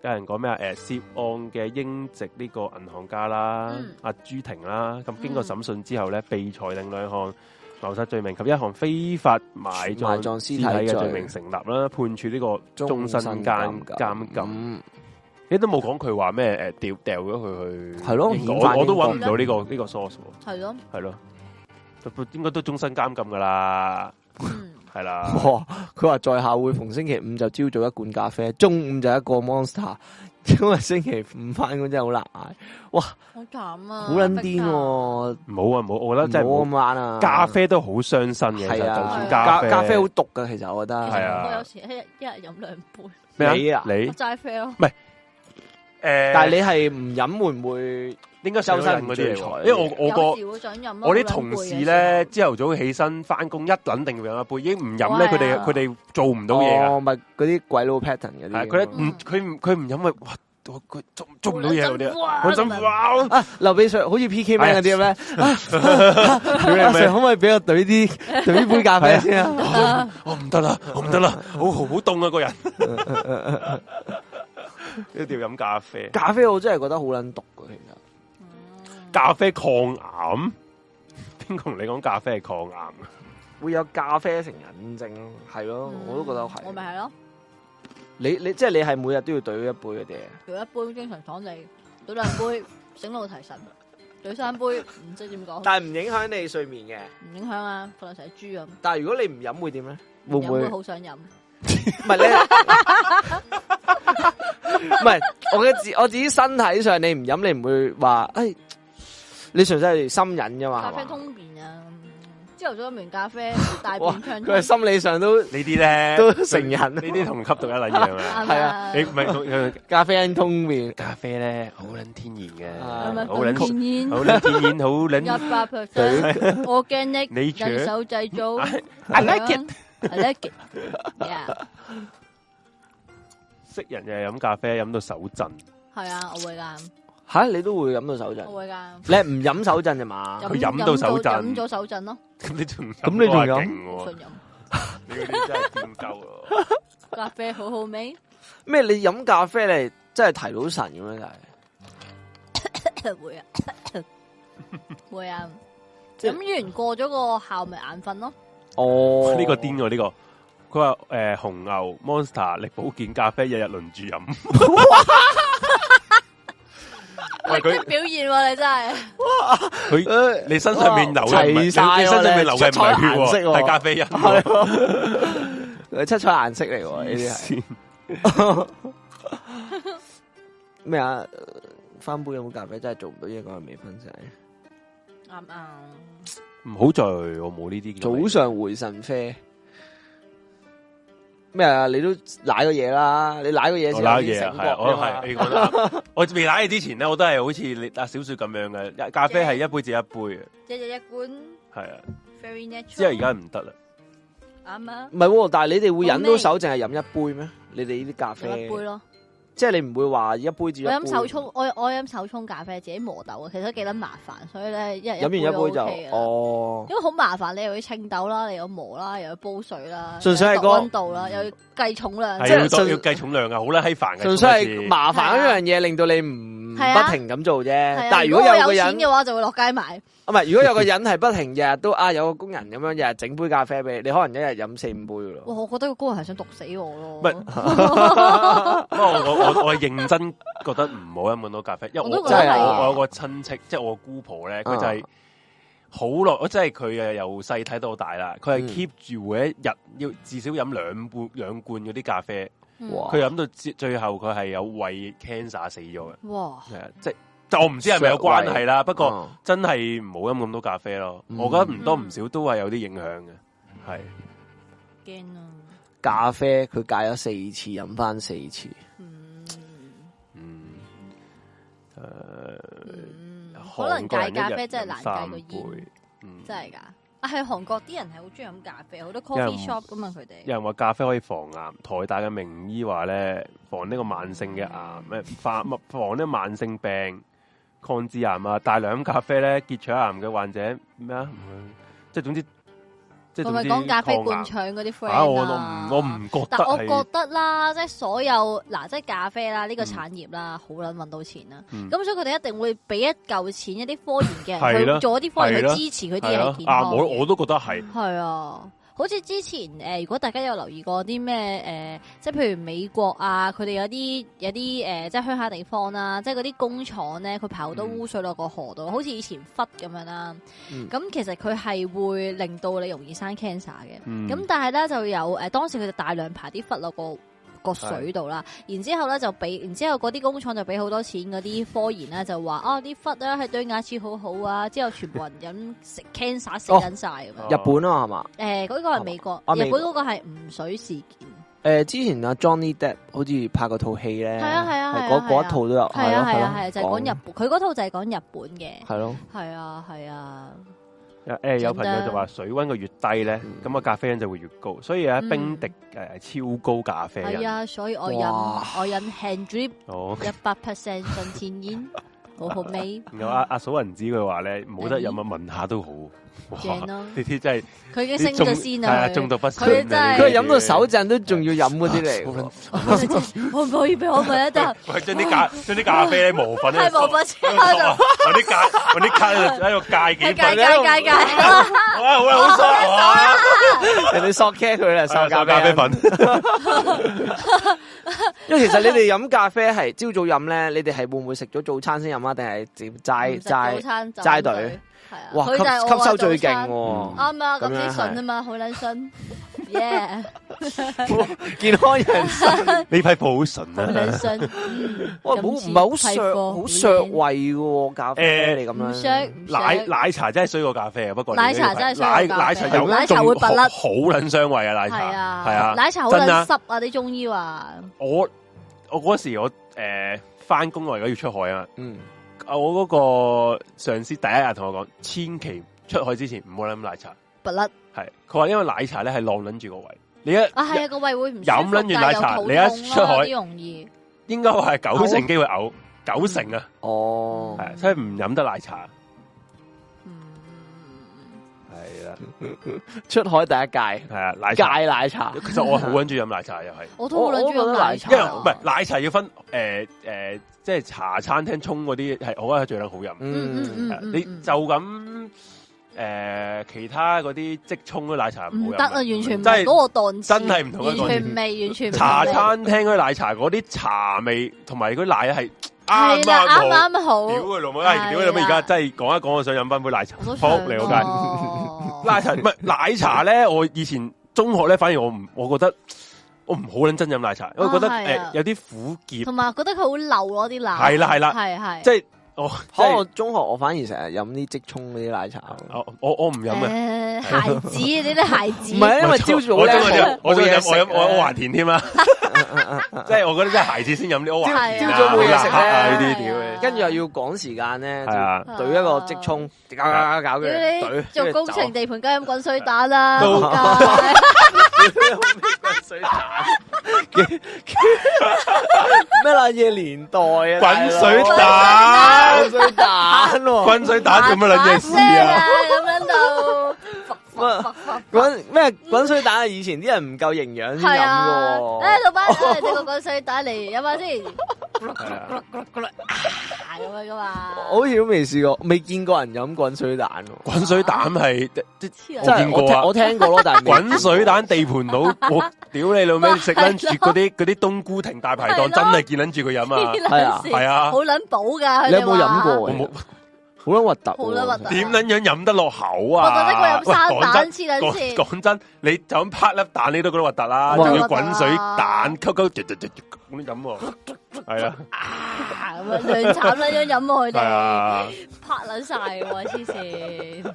[SPEAKER 2] 有人講咩啊？誒、涉案嘅英籍呢個銀行家啦，
[SPEAKER 3] 嗯
[SPEAKER 2] 阿朱婷啦，咁經過
[SPEAKER 3] 嗯
[SPEAKER 2] 審訊之後咧，被裁定兩項謀殺罪名及一項非法埋葬
[SPEAKER 1] 埋葬屍體
[SPEAKER 2] 屍體嘅
[SPEAKER 1] 罪
[SPEAKER 2] 罪名成立啦，判處呢個終身監監禁。
[SPEAKER 1] 嗯
[SPEAKER 2] 你都冇講佢話咩？誒掉掉咗佢去
[SPEAKER 1] 係咯
[SPEAKER 2] 英國
[SPEAKER 1] 遣返
[SPEAKER 2] 我我都
[SPEAKER 1] 英國
[SPEAKER 2] 揾唔到呢、個呢、個 source 喎。
[SPEAKER 3] 係咯，
[SPEAKER 2] 系咯，都都应该都终身监禁噶啦，
[SPEAKER 3] 嗯
[SPEAKER 2] 系啦，
[SPEAKER 1] 哇！佢話在下會逢星期五就朝早一罐咖啡，中午就一個 monster，因為星期五翻工真係好難捱，
[SPEAKER 3] 好慘啊，
[SPEAKER 1] 好撚癲喎！
[SPEAKER 2] 唔好啊，唔好，我觉得真系
[SPEAKER 1] 唔好
[SPEAKER 2] 唔
[SPEAKER 1] 咁
[SPEAKER 2] 好
[SPEAKER 1] 玩啊！
[SPEAKER 2] 咖啡都好傷身嘅，其實
[SPEAKER 1] 係
[SPEAKER 2] 就
[SPEAKER 1] 啊
[SPEAKER 2] 算，
[SPEAKER 1] 咖
[SPEAKER 2] 咖
[SPEAKER 1] 咖啡好毒噶，其實我覺得
[SPEAKER 3] 其實
[SPEAKER 2] 係啊
[SPEAKER 3] 我有時一日一日飲兩杯，
[SPEAKER 2] 咩
[SPEAKER 1] 你
[SPEAKER 2] 啊
[SPEAKER 1] 啊？
[SPEAKER 2] 你
[SPEAKER 3] 我齋啡咯，
[SPEAKER 2] 诶，
[SPEAKER 1] 但係你係唔飲會唔會？
[SPEAKER 2] 你应该周身嗰
[SPEAKER 1] 周
[SPEAKER 2] 啲嚟
[SPEAKER 1] 身唔聚財
[SPEAKER 2] 喎，因為我我
[SPEAKER 3] 有
[SPEAKER 2] 個
[SPEAKER 3] 時會想飲咯。
[SPEAKER 2] 我啲同
[SPEAKER 3] 啊
[SPEAKER 2] 事咧，朝頭早起身翻工一撚定要飲一杯，已經唔飲咧，佢哋
[SPEAKER 3] 哇
[SPEAKER 2] 佢哋做唔到嘢噶，
[SPEAKER 1] 哦，咪嗰啲鬼佬 pattern 嗰
[SPEAKER 2] 係
[SPEAKER 1] 啲。
[SPEAKER 2] 佢咧唔佢唔佢唔飲咪哇我佢捉捉唔到嘢嗰啲啊，
[SPEAKER 3] 好
[SPEAKER 2] 好
[SPEAKER 3] 辛
[SPEAKER 2] 辛
[SPEAKER 3] 苦啊
[SPEAKER 2] 苦啊！
[SPEAKER 1] 啊，劉備上好似 P K
[SPEAKER 2] 哎
[SPEAKER 1] man
[SPEAKER 2] 呀
[SPEAKER 1] 嗰啲咁咧，
[SPEAKER 2] 屌你
[SPEAKER 1] 阿 Sir
[SPEAKER 2] 咩
[SPEAKER 1] 可？唔可以俾我懟啲懟啲杯咖啡先啊？
[SPEAKER 2] 我唔得啦，我唔得啦，好好好冻啊個人，一定要飲咖啡，
[SPEAKER 1] 咖啡我真係覺得好撚毒嘅，其實
[SPEAKER 2] 咖啡抗癌。邊個同你講咖啡係抗癌？
[SPEAKER 1] 會有咖啡成癮症，係咯，我都覺得
[SPEAKER 3] 嗯我
[SPEAKER 1] 係。
[SPEAKER 3] 咪係咯，
[SPEAKER 1] 你你即係你係每日都要懟一杯嘅嘢。
[SPEAKER 3] 做一杯經常躺地，倒兩 杯醒腦提神，倒三杯唔知點講，
[SPEAKER 1] 但係唔影響你睡眠嘅。
[SPEAKER 3] 唔影響啊，瞓到成隻豬咁，
[SPEAKER 1] 但係如果你唔飲會點咧？會唔
[SPEAKER 3] 有
[SPEAKER 1] 會
[SPEAKER 3] 會？好想飲？
[SPEAKER 1] 唔係咧， 唔係我嘅自我自己身體上你唔飲，你唔會話，哎，你純粹係心癮啫嘛。
[SPEAKER 3] 咖
[SPEAKER 1] 係
[SPEAKER 3] 啡
[SPEAKER 1] 嘛
[SPEAKER 3] 通便啊！朝頭早飲完咖 啡，大
[SPEAKER 1] 哇
[SPEAKER 3] 便暢
[SPEAKER 1] 佢係
[SPEAKER 3] 通，
[SPEAKER 1] 心理上都
[SPEAKER 2] 呢啲咧
[SPEAKER 1] 都成癮
[SPEAKER 2] 呢啲同吸毒一撚樣 啊！
[SPEAKER 3] 啱
[SPEAKER 1] 係
[SPEAKER 3] 啊
[SPEAKER 1] 啊
[SPEAKER 2] 你唔係
[SPEAKER 1] 咖啡因通便。
[SPEAKER 2] 咖啡咧，好撚天然
[SPEAKER 1] 啊
[SPEAKER 3] 係咪
[SPEAKER 2] 嘅，好撚
[SPEAKER 3] 天然
[SPEAKER 2] 好撚天然，好
[SPEAKER 3] 一
[SPEAKER 2] 撚
[SPEAKER 3] 百 percent organic，
[SPEAKER 2] Nature
[SPEAKER 3] 人手製造
[SPEAKER 2] I like it
[SPEAKER 3] it，I like it，yeah，
[SPEAKER 2] 識人又係飲咖啡，飲到手震。
[SPEAKER 3] 係啊，我會㗎，
[SPEAKER 1] 吓，你都會飲到手震？
[SPEAKER 3] 我會㗎。
[SPEAKER 1] 你係唔飲手震啫嘛？
[SPEAKER 2] 佢飲到手震
[SPEAKER 3] 飲咗手震咯，
[SPEAKER 2] 咁你仲
[SPEAKER 1] 咁你仲有
[SPEAKER 2] 飲
[SPEAKER 3] 好
[SPEAKER 2] 多啊勁喎你
[SPEAKER 3] 想飲
[SPEAKER 2] 嗰啲真係癲鳩喎！
[SPEAKER 3] 咖啡好好味，
[SPEAKER 1] 咩？你飲咖啡你係真係提到神咁樣就係，
[SPEAKER 3] 會 啊，會啊，
[SPEAKER 1] 即係
[SPEAKER 3] 飲完過咗個效咪眼瞓咯，
[SPEAKER 1] 哦，
[SPEAKER 2] 呢個癲喎，呢個。佢話誒紅牛 Monster 力保健咖啡日日 輪住飲。喂
[SPEAKER 3] 即係
[SPEAKER 2] 佢
[SPEAKER 3] 表現喎你真係，
[SPEAKER 2] 佢
[SPEAKER 1] 誒
[SPEAKER 2] 你身上面流嘅唔係，你
[SPEAKER 1] 呃齊晒喎
[SPEAKER 2] 身上面流嘅唔係
[SPEAKER 1] 你出彩顏色
[SPEAKER 2] 血喎，
[SPEAKER 1] 喎
[SPEAKER 2] 係咖啡因喎。
[SPEAKER 1] 係喎七彩顏色嚟喎，呢啲係啊
[SPEAKER 2] 黐
[SPEAKER 1] 咩啊？翻杯飲咖啡真係做唔到嘢，講係未婚仔。
[SPEAKER 3] 啱啱。
[SPEAKER 2] 唔好醉，我冇呢啲。
[SPEAKER 1] 早上回神啡咩啊？你都舐過嘢啦，你舐過嘢
[SPEAKER 2] 我
[SPEAKER 1] 先
[SPEAKER 2] 拉
[SPEAKER 1] 有啲
[SPEAKER 2] 嘢
[SPEAKER 1] 醒
[SPEAKER 2] 啊，
[SPEAKER 1] 覺
[SPEAKER 2] 係
[SPEAKER 1] 㗎
[SPEAKER 2] 我
[SPEAKER 1] 嘛
[SPEAKER 2] 係你講得啱。 我未拉嘢之前咧，我都係好似你阿小雪咁樣嘅，咖啡係一杯接一杯嘅，
[SPEAKER 3] 一日一罐
[SPEAKER 2] 係啊。
[SPEAKER 3] very natural。
[SPEAKER 2] 之後而家唔得啦，
[SPEAKER 3] 啱啊，
[SPEAKER 1] 唔係喎，但係你哋會飲到手淨係飲一杯咩？你哋呢啲咖
[SPEAKER 3] 飲一
[SPEAKER 1] 啡
[SPEAKER 3] 杯，咯。
[SPEAKER 1] 即係你唔會話一杯至一
[SPEAKER 3] 我
[SPEAKER 1] 杯。
[SPEAKER 3] 飲手沖，我我飲手沖咖啡，自己磨豆啊，其實都幾撚麻煩，所以咧一日
[SPEAKER 1] 飲完一杯
[SPEAKER 3] 就 OK
[SPEAKER 1] 就
[SPEAKER 3] 噶啦
[SPEAKER 1] 哦，
[SPEAKER 3] 因為好麻煩，你又要清豆啦，你又要磨啦，又要煲水啦，
[SPEAKER 1] 純粹係
[SPEAKER 3] 又
[SPEAKER 1] 個
[SPEAKER 3] 要度溫度啦，又要計重量，
[SPEAKER 1] 即
[SPEAKER 2] 係
[SPEAKER 1] 係
[SPEAKER 2] 要多
[SPEAKER 1] 純
[SPEAKER 2] 要計重量啊，好啦，閪煩嘅。
[SPEAKER 1] 純粹係
[SPEAKER 2] 做
[SPEAKER 1] 麻煩一樣嘢，令到你唔
[SPEAKER 3] 啊係啊
[SPEAKER 1] 不停咁做啫。
[SPEAKER 3] 係啊
[SPEAKER 1] 但係如
[SPEAKER 3] 如
[SPEAKER 1] 果
[SPEAKER 3] 我
[SPEAKER 1] 有個
[SPEAKER 3] 有錢
[SPEAKER 1] 人
[SPEAKER 3] 嘅話，就會落街買。
[SPEAKER 1] 唔係，如果有個人係不停日日都啊有個工人咁樣日日整杯咖啡俾你，你可能一日飲四五杯噶咯。
[SPEAKER 3] 哇！我覺得個工人係想毒死我
[SPEAKER 2] 唔
[SPEAKER 3] 咯
[SPEAKER 2] 係。不過我我我係認真覺得唔好飲咁多咖啡，因為我
[SPEAKER 3] 我都
[SPEAKER 1] 覺得係啊
[SPEAKER 2] 我我有個親戚，即係我姑婆咧，佢就係好耐，我真係佢誒由細睇到我大啦，佢係
[SPEAKER 1] 嗯
[SPEAKER 2] keep 住每一日要至少飲兩罐兩罐嗰啲咖啡，
[SPEAKER 3] 嗯
[SPEAKER 1] 哇
[SPEAKER 2] 佢飲到至最後佢係有胃 cancer 死咗嘅，
[SPEAKER 3] 哇！
[SPEAKER 2] 係啊，即係但我唔知係咪有關係啦，不過。
[SPEAKER 1] 嗯
[SPEAKER 2] 真係唔好飲咁多咖啡咯，
[SPEAKER 1] 嗯
[SPEAKER 2] 我覺得唔多唔少都係有啲影響嘅，係
[SPEAKER 3] 驚啊！
[SPEAKER 1] 咖啡佢戒咗四次，飲翻四次。
[SPEAKER 3] 嗯
[SPEAKER 2] 嗯誒，
[SPEAKER 3] 嗯可能
[SPEAKER 2] 韓國人
[SPEAKER 3] 戒
[SPEAKER 2] 一日
[SPEAKER 3] 咖啡真係
[SPEAKER 2] 飲
[SPEAKER 3] 難
[SPEAKER 2] 三
[SPEAKER 3] 戒
[SPEAKER 2] 杯
[SPEAKER 3] 個煙，，
[SPEAKER 2] 嗯
[SPEAKER 3] 真係㗎。啊，係韓國啲人係好中意飲咖啡，好多
[SPEAKER 2] 因為
[SPEAKER 3] coffee
[SPEAKER 2] 唔
[SPEAKER 3] shop 噶嘛，佢哋。
[SPEAKER 2] 有人話咖啡可以防癌，台大嘅名醫話咧防呢個慢性嘅癌，咩防防呢個慢性病、抗致癌啊，大量飲咖啡咧結腸癌嘅患者咩啊，唔會即係總之即係
[SPEAKER 3] 佢
[SPEAKER 2] 總
[SPEAKER 3] 咪
[SPEAKER 2] 之
[SPEAKER 3] 講咖啡
[SPEAKER 2] 抗癌
[SPEAKER 3] 灌腸嗰啲 friend
[SPEAKER 2] 啊，我
[SPEAKER 3] 啊
[SPEAKER 2] 我唔我唔覺得
[SPEAKER 3] 但我
[SPEAKER 2] 係
[SPEAKER 3] 覺得啦，即係所有嗱，即係咖啡啦，呢個產業啦，好撚揾到錢啦。
[SPEAKER 2] 嗯
[SPEAKER 3] 咁所以佢哋一定會俾一嚿錢一啲科研嘅
[SPEAKER 2] 係
[SPEAKER 3] 人
[SPEAKER 2] 啦
[SPEAKER 3] 去做一啲科研
[SPEAKER 2] 係啦
[SPEAKER 3] 去支持佢啲
[SPEAKER 2] 係
[SPEAKER 3] 嘢
[SPEAKER 2] 啊
[SPEAKER 3] 健
[SPEAKER 2] 啊，
[SPEAKER 3] 康
[SPEAKER 2] 我
[SPEAKER 3] 嘅。
[SPEAKER 2] 我都覺得係。
[SPEAKER 3] 係啊，好似之前誒、呃如果大家有留意過啲咩誒，即係譬如美國啊，佢哋有啲有啲誒、呃即係鄉下地方啦、即係嗰啲工廠咧，佢排好多
[SPEAKER 2] 嗯
[SPEAKER 3] 污水落個河度，好似以前忽咁樣啦。
[SPEAKER 1] 嗯
[SPEAKER 3] 咁、其實佢係會令到你容易生 cancer 嘅。
[SPEAKER 2] 嗯
[SPEAKER 3] 咁但係咧就有誒、呃，當時佢就大量排啲忽落個個水度啦，然之後咧就俾，然之後嗰啲工廠就俾好多錢嗰啲科研咧就話啊啲忽咧係對牙齒好好啊，之後全部人飲食 cancer 死緊晒咁樣。
[SPEAKER 2] 哦
[SPEAKER 1] 日本啊嘛係嘛？
[SPEAKER 3] 誒呃嗰個係美國，
[SPEAKER 1] 啊
[SPEAKER 3] 日
[SPEAKER 1] 美
[SPEAKER 3] 本
[SPEAKER 1] 國
[SPEAKER 3] 嗰個係吳水事件，
[SPEAKER 1] 诶、之前阿 Johnny Depp 好似拍過套戲咧，
[SPEAKER 3] 係啊係啊係啊
[SPEAKER 1] 嗰
[SPEAKER 3] 係
[SPEAKER 1] 嗰
[SPEAKER 3] 啊
[SPEAKER 1] 一套都有，
[SPEAKER 3] 係啊係啊係啊，就係
[SPEAKER 1] 係咯
[SPEAKER 3] 講日，本，佢嗰套就係講日本嘅，
[SPEAKER 1] 係咯，
[SPEAKER 3] 係啊係啊，
[SPEAKER 2] 誒、誒、有朋友就話水温個越低咧，咁、個咖啡因就會越高，所以啊
[SPEAKER 3] 嗯
[SPEAKER 2] 冰滴誒、超高咖啡
[SPEAKER 3] 系
[SPEAKER 2] 因。
[SPEAKER 3] 啊，所以我饮
[SPEAKER 1] 哇
[SPEAKER 3] 我饮 hand drip
[SPEAKER 2] 哦，
[SPEAKER 3] 一百 percent 純天然， 好好味，
[SPEAKER 2] 然後阿阿嫂銀子佢話咧冇得飲啊，聞下都好。哇！
[SPEAKER 3] 哎正
[SPEAKER 2] 呢
[SPEAKER 3] 咯。
[SPEAKER 2] 啲真係
[SPEAKER 3] 佢已經
[SPEAKER 2] 你
[SPEAKER 3] 升
[SPEAKER 2] 中
[SPEAKER 3] 咗先
[SPEAKER 2] 係
[SPEAKER 3] 啦
[SPEAKER 2] 啊，，中毒不深啊。
[SPEAKER 3] 佢真係
[SPEAKER 1] 佢係飲到手震都仲要飲嗰啲嚟
[SPEAKER 4] 啊，
[SPEAKER 3] 佢 可唔可以俾我咪一啊啖？
[SPEAKER 2] 喂，將啲咖將啲咖啡咧磨粉咧
[SPEAKER 3] 係冇法
[SPEAKER 2] 喺度
[SPEAKER 3] 喺度，
[SPEAKER 2] 揾啲咖揾啲咖喺度戒
[SPEAKER 3] 係
[SPEAKER 2] 幾
[SPEAKER 3] 戒
[SPEAKER 2] 份
[SPEAKER 3] 戒哦戒戒，
[SPEAKER 2] 哇！好啦，好爽啊！
[SPEAKER 1] 喎，人哋索 K 佢啦，
[SPEAKER 2] 收
[SPEAKER 1] 收咖
[SPEAKER 2] 咖
[SPEAKER 1] 啡
[SPEAKER 2] 啡
[SPEAKER 1] 因。
[SPEAKER 2] 粉，
[SPEAKER 1] 因為其實你哋飲咖啡係朝早飲咧，你哋係會唔會食咗早餐先飲啊？定係直接
[SPEAKER 3] 唔
[SPEAKER 1] 齋
[SPEAKER 3] 食早
[SPEAKER 1] 齋？
[SPEAKER 3] 餐就
[SPEAKER 1] 齋隊
[SPEAKER 3] 係啊，
[SPEAKER 1] 哇，
[SPEAKER 3] 佢就係
[SPEAKER 1] 吸
[SPEAKER 3] 我
[SPEAKER 1] 吸收
[SPEAKER 3] 話
[SPEAKER 1] 最
[SPEAKER 3] 早
[SPEAKER 1] 勁
[SPEAKER 3] 餐
[SPEAKER 1] 喎，
[SPEAKER 3] 啱啊，咁
[SPEAKER 1] 咁樣
[SPEAKER 3] 啲筍啊嘛，好撚筍，yeah，
[SPEAKER 1] 健康人士。
[SPEAKER 2] 呢批铺好純
[SPEAKER 3] 好
[SPEAKER 2] 啊！
[SPEAKER 3] 撚筍，嗯
[SPEAKER 1] 哇，
[SPEAKER 3] 咁
[SPEAKER 1] 冇唔係好
[SPEAKER 3] 先批
[SPEAKER 1] 削，
[SPEAKER 3] 貨
[SPEAKER 1] 好
[SPEAKER 3] 會
[SPEAKER 1] 削
[SPEAKER 3] 靚
[SPEAKER 1] 胃嘅喎，咖啡你咁
[SPEAKER 3] 唔
[SPEAKER 1] 樣。
[SPEAKER 3] 削唔削
[SPEAKER 2] 奶奶茶真係衰過咖啡啊！不過你
[SPEAKER 3] 奶茶真係衰過
[SPEAKER 2] 奶
[SPEAKER 3] 咖
[SPEAKER 2] 茶
[SPEAKER 3] 啡
[SPEAKER 2] 有
[SPEAKER 3] 奶茶
[SPEAKER 2] 仲
[SPEAKER 3] 會拔甩
[SPEAKER 2] 好撚傷胃啊！奶
[SPEAKER 3] 係
[SPEAKER 2] 茶
[SPEAKER 3] 啊，
[SPEAKER 2] 係啊，
[SPEAKER 3] 奶茶好
[SPEAKER 2] 真
[SPEAKER 3] 撚
[SPEAKER 2] 啊
[SPEAKER 3] 濕啊，啲中醫話
[SPEAKER 2] 我我嗰時我誒翻工我而家要出海啊！
[SPEAKER 1] 嗯，
[SPEAKER 2] 我嗰個上司第一日同我講，千祈出海之前唔好飲奶茶，
[SPEAKER 3] 不甩
[SPEAKER 2] 係佢話因為奶茶咧係浪撚住個胃，你一
[SPEAKER 3] 啊，係啊，個胃會唔舒
[SPEAKER 2] 飲撚
[SPEAKER 3] 服
[SPEAKER 2] 完奶茶
[SPEAKER 3] 㗎
[SPEAKER 2] 你一
[SPEAKER 3] 有肚
[SPEAKER 2] 出
[SPEAKER 3] 痛
[SPEAKER 2] 海
[SPEAKER 3] 咯，啲容易
[SPEAKER 2] 應該話係九成機會嘔，九成啊，
[SPEAKER 1] 哦，
[SPEAKER 2] 係所以唔飲得奶茶。
[SPEAKER 3] 嗯
[SPEAKER 2] 係啦，
[SPEAKER 1] 出海第一屆
[SPEAKER 2] 係啊，奶茶。
[SPEAKER 1] 戒奶 茶，
[SPEAKER 2] 其實我好撚中意飲奶茶，又 係，
[SPEAKER 3] 我都好撚中意
[SPEAKER 1] 我我覺
[SPEAKER 3] 飲
[SPEAKER 1] 得
[SPEAKER 3] 奶
[SPEAKER 1] 奶
[SPEAKER 3] 茶，
[SPEAKER 1] 茶
[SPEAKER 2] 因為唔係奶茶要分誒誒，即係茶餐廳沖嗰啲係我覺得最撚好飲。
[SPEAKER 3] 嗯嗯嗯
[SPEAKER 2] 係啊
[SPEAKER 3] 嗯
[SPEAKER 2] 你
[SPEAKER 3] 嗯
[SPEAKER 2] 就咁誒其他嗰啲即沖嘅奶茶好
[SPEAKER 3] 唔
[SPEAKER 2] 飲
[SPEAKER 3] 得啊，完全
[SPEAKER 2] 真
[SPEAKER 3] 唔係
[SPEAKER 2] 係
[SPEAKER 3] 嗰個檔次，
[SPEAKER 2] 真係唔同嘅
[SPEAKER 3] 完
[SPEAKER 2] 檔
[SPEAKER 3] 全
[SPEAKER 2] 次。
[SPEAKER 3] 唔味，完全唔
[SPEAKER 2] 茶
[SPEAKER 3] 味
[SPEAKER 2] 餐廳嗰啲奶茶嗰啲茶味同埋嗰啲奶係啱
[SPEAKER 3] 係
[SPEAKER 2] 啱
[SPEAKER 3] 啦，
[SPEAKER 2] 好。
[SPEAKER 3] 啱啱好，
[SPEAKER 2] 屌佢老母，唉屌你老母！
[SPEAKER 3] 係啊
[SPEAKER 2] 而家真係講一講，我想飲翻杯奶茶，
[SPEAKER 3] 我都
[SPEAKER 2] 扑
[SPEAKER 3] 想
[SPEAKER 2] 你老街！
[SPEAKER 3] 咯
[SPEAKER 2] 奶茶唔係奶茶咧，我以前中學咧，反而我唔，我覺得我唔好撚真飲奶茶，因為覺得
[SPEAKER 3] 啊係啊
[SPEAKER 2] 誒有啲苦澀，
[SPEAKER 3] 同埋覺得佢好流咯啲奶，
[SPEAKER 2] 係啦係啦
[SPEAKER 3] 係係，
[SPEAKER 2] 即係我即
[SPEAKER 1] 可能
[SPEAKER 2] 係
[SPEAKER 1] 我中學我反而成日飲啲即沖嗰啲奶茶。
[SPEAKER 2] 我我我唔飲嘅。
[SPEAKER 3] 誒孩子呢啲孩子，
[SPEAKER 1] 唔係因為
[SPEAKER 2] 我
[SPEAKER 1] 朝早
[SPEAKER 2] 我
[SPEAKER 1] 咧
[SPEAKER 2] 中意飲，我中意
[SPEAKER 1] 冇嘢
[SPEAKER 2] 飲，我飲
[SPEAKER 1] 食啊
[SPEAKER 2] 我
[SPEAKER 1] 咧
[SPEAKER 2] 我華田添啦，
[SPEAKER 3] 嗯
[SPEAKER 2] 即係我覺得真係孩子先飲啲我華田啊，
[SPEAKER 1] 朝早冇嘢食咧
[SPEAKER 2] 啊呢啲屌
[SPEAKER 3] 係啊
[SPEAKER 2] 你，
[SPEAKER 1] 跟住又要趕時間咧，
[SPEAKER 2] 係啊
[SPEAKER 1] 就懟一個即沖，搞搞搞搞嘅，
[SPEAKER 3] 屌
[SPEAKER 1] 懟
[SPEAKER 3] 你做工程
[SPEAKER 1] 地
[SPEAKER 3] 地盤梗係咁滾水蛋啦，
[SPEAKER 2] 都
[SPEAKER 3] 仆街
[SPEAKER 1] 水蛋，咩爛嘢年代啊？
[SPEAKER 2] 滾水
[SPEAKER 1] 大佬滾，水
[SPEAKER 2] 蛋
[SPEAKER 1] 蛋喎，
[SPEAKER 2] 滾水蛋做乜撚嘢事啊？
[SPEAKER 3] 咁樣 就
[SPEAKER 1] 乜滾咩滾水蛋啊？以前啲人唔夠營養先
[SPEAKER 3] 係啊
[SPEAKER 1] 飲嘅，喎
[SPEAKER 3] 誒老闆，誒你個滾水蛋嚟飲下先，啊咁樣噶嘛，
[SPEAKER 1] 我好似都未試過，未見過人飲滾水蛋喎。
[SPEAKER 2] 滾水蛋係即即
[SPEAKER 3] 黐
[SPEAKER 2] 我
[SPEAKER 1] 真
[SPEAKER 3] 撚
[SPEAKER 1] 係
[SPEAKER 2] 見過啊
[SPEAKER 1] 聽我聽過咯，但係未
[SPEAKER 2] 滾水蛋地盤 佬，我屌你老味食撚住嗰啲嗰啲冬菇亭大排檔，
[SPEAKER 3] 係咯
[SPEAKER 2] 真係見撚住佢飲啊！
[SPEAKER 3] 黐
[SPEAKER 1] 係啊
[SPEAKER 3] 撚線
[SPEAKER 2] 係啊
[SPEAKER 3] 好撚補噶，佢
[SPEAKER 1] 你
[SPEAKER 3] 哋
[SPEAKER 1] 有冇飲
[SPEAKER 3] 話
[SPEAKER 1] 過？
[SPEAKER 2] 我冇
[SPEAKER 1] 好撚核突喎，
[SPEAKER 3] 好撚核突
[SPEAKER 2] 點撚樣飲得落口
[SPEAKER 3] 我覺得佢
[SPEAKER 2] 啊！
[SPEAKER 3] 飲生
[SPEAKER 2] 喂
[SPEAKER 3] 蛋黐撚
[SPEAKER 2] 講真
[SPEAKER 3] 線
[SPEAKER 2] 講講真，你就咁拍粒蛋，你都覺得核突啦，
[SPEAKER 1] 哇
[SPEAKER 2] 仲要滾水蛋，溝溝滴滴滴滴咁樣 飲喎，係啊，
[SPEAKER 3] 啊咁樣兩慘撚樣飲喎
[SPEAKER 2] 係
[SPEAKER 3] 佢哋。
[SPEAKER 2] 啊，
[SPEAKER 3] 拍撚晒喎，黐線！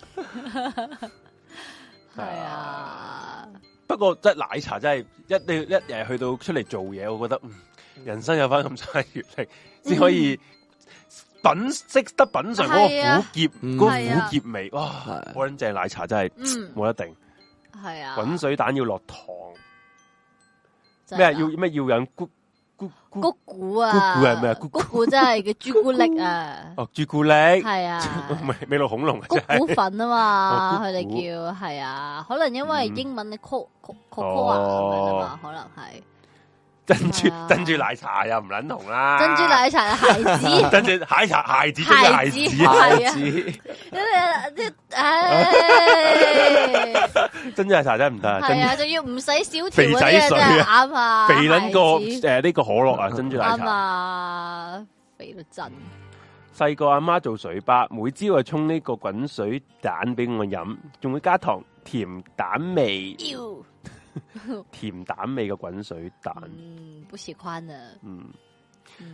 [SPEAKER 3] 係啊，
[SPEAKER 2] 不過即係奶茶真係一你一日去到出嚟做嘢，我覺得嗯，人生有翻咁差閱歷，先可以品識得品嚐嗰
[SPEAKER 3] 係啊
[SPEAKER 2] 個苦澀，
[SPEAKER 1] 嗯
[SPEAKER 2] 嗰個
[SPEAKER 3] 係啊
[SPEAKER 2] 苦澀味，哇！
[SPEAKER 1] 係
[SPEAKER 2] 我諗正奶茶真係
[SPEAKER 3] 嗯，
[SPEAKER 2] 冇得定，
[SPEAKER 3] 係啊，
[SPEAKER 2] 滾水蛋要落糖，
[SPEAKER 3] 真係
[SPEAKER 2] 咩
[SPEAKER 3] 啊
[SPEAKER 2] 要咩要飲咕咕
[SPEAKER 3] 谷
[SPEAKER 2] 咕
[SPEAKER 3] 古啊？
[SPEAKER 2] 谷古係咩啊谷
[SPEAKER 3] 谷古真係嘅朱古力啊，
[SPEAKER 2] 哦朱古力。
[SPEAKER 3] 係啊，
[SPEAKER 2] 美美露恐龍啊
[SPEAKER 3] 谷
[SPEAKER 2] 真係
[SPEAKER 3] 古粉啊嘛，
[SPEAKER 2] 哦
[SPEAKER 3] 佢哋
[SPEAKER 2] 谷古
[SPEAKER 3] 叫係啊，可能因
[SPEAKER 2] 嗯
[SPEAKER 3] 為
[SPEAKER 2] 哦
[SPEAKER 3] 英文嘅 co co cocoa 啊咁樣啊嘛，可能係
[SPEAKER 2] 珍珠
[SPEAKER 3] 係啊
[SPEAKER 2] 珍珠奶茶又唔撚紅啦，
[SPEAKER 3] 珍珠奶茶係孩 子，
[SPEAKER 2] 珍珠蟹茶蟹子中嘅蟹
[SPEAKER 3] 蟹
[SPEAKER 2] 子，
[SPEAKER 3] 係啊
[SPEAKER 1] 子
[SPEAKER 3] 因為啲唉。
[SPEAKER 2] 珍珠奶茶真係唔得啊，
[SPEAKER 3] 系
[SPEAKER 2] 珍
[SPEAKER 3] 啊，
[SPEAKER 2] 珠
[SPEAKER 3] 仲要唔使少條
[SPEAKER 2] 肥
[SPEAKER 3] 嗰
[SPEAKER 2] 仔
[SPEAKER 3] 啲啊，
[SPEAKER 2] 水
[SPEAKER 3] 真
[SPEAKER 2] 啊
[SPEAKER 3] 係啱 啊！
[SPEAKER 2] 肥撚
[SPEAKER 3] 孩
[SPEAKER 2] 過
[SPEAKER 3] 子嗯
[SPEAKER 2] 诶呢個可樂啊，珍珠奶
[SPEAKER 3] 啱
[SPEAKER 2] 茶。
[SPEAKER 3] 啊，肥到震，
[SPEAKER 2] 細個阿媽做水吧，每朝係沖呢個滾水蛋俾我飲，仲會加糖甜蛋味，
[SPEAKER 3] 妖，
[SPEAKER 2] 甜蛋味嘅滾水蛋。
[SPEAKER 3] 嗯，不喜歡啊，
[SPEAKER 2] 嗯，
[SPEAKER 3] 嗯，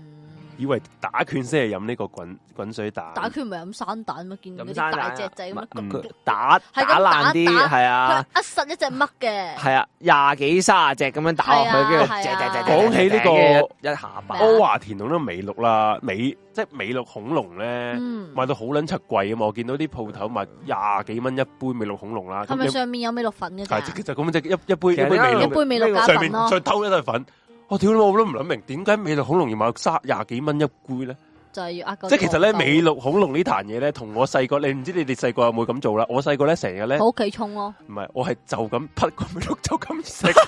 [SPEAKER 2] 以為打拳先係飲呢個滾滾水蛋，
[SPEAKER 3] 打拳咪飲生蛋咩？見到
[SPEAKER 1] 飲
[SPEAKER 3] 啲
[SPEAKER 1] 生蛋啊
[SPEAKER 3] 大隻仔咁樣
[SPEAKER 2] 嗯
[SPEAKER 3] 咁，
[SPEAKER 1] 打
[SPEAKER 3] 係咁
[SPEAKER 1] 打爛啲，
[SPEAKER 3] 打打
[SPEAKER 1] 係啊
[SPEAKER 3] 佢。一實一隻乜嘅，
[SPEAKER 1] 系啊，廿幾卅隻咁樣打落去，跟住
[SPEAKER 3] 係啊
[SPEAKER 1] 隻隻
[SPEAKER 3] 係
[SPEAKER 1] 隻
[SPEAKER 3] 啊
[SPEAKER 2] 講起呢個
[SPEAKER 1] 隻一下巴，
[SPEAKER 2] 歐華田龍都美祿啦，美即係美祿恐龍咧，
[SPEAKER 3] 嗯，
[SPEAKER 2] 賣到好撚柒貴啊嘛！我見到啲鋪頭賣廿幾蚊一杯美祿恐龍啦，
[SPEAKER 3] 係
[SPEAKER 2] 咁
[SPEAKER 3] 咪
[SPEAKER 2] 樣
[SPEAKER 3] 上面有美祿粉嘅咋？
[SPEAKER 2] 係就咁即係一一杯一杯
[SPEAKER 1] 其實
[SPEAKER 2] 美
[SPEAKER 3] 一
[SPEAKER 2] 祿
[SPEAKER 1] 呢。
[SPEAKER 3] 杯美祿加
[SPEAKER 2] 上
[SPEAKER 3] 粉
[SPEAKER 2] 面
[SPEAKER 3] 咯，
[SPEAKER 2] 再偷一堆粉。我屌我都唔諗明，點解美樂恐龍要賣三廿幾蚊一杯咧？
[SPEAKER 3] 就係要呃嗰啲
[SPEAKER 2] 即係其實咧，
[SPEAKER 3] 戇鳩
[SPEAKER 2] 美樂恐龍呢壇嘢咧，同我細個，你唔知你哋細個有冇咁做啦？我細個咧成日咧，
[SPEAKER 3] 喺
[SPEAKER 2] 唔
[SPEAKER 3] 屋企沖咯，
[SPEAKER 2] 係我係就咁匹個美樂就咁 食。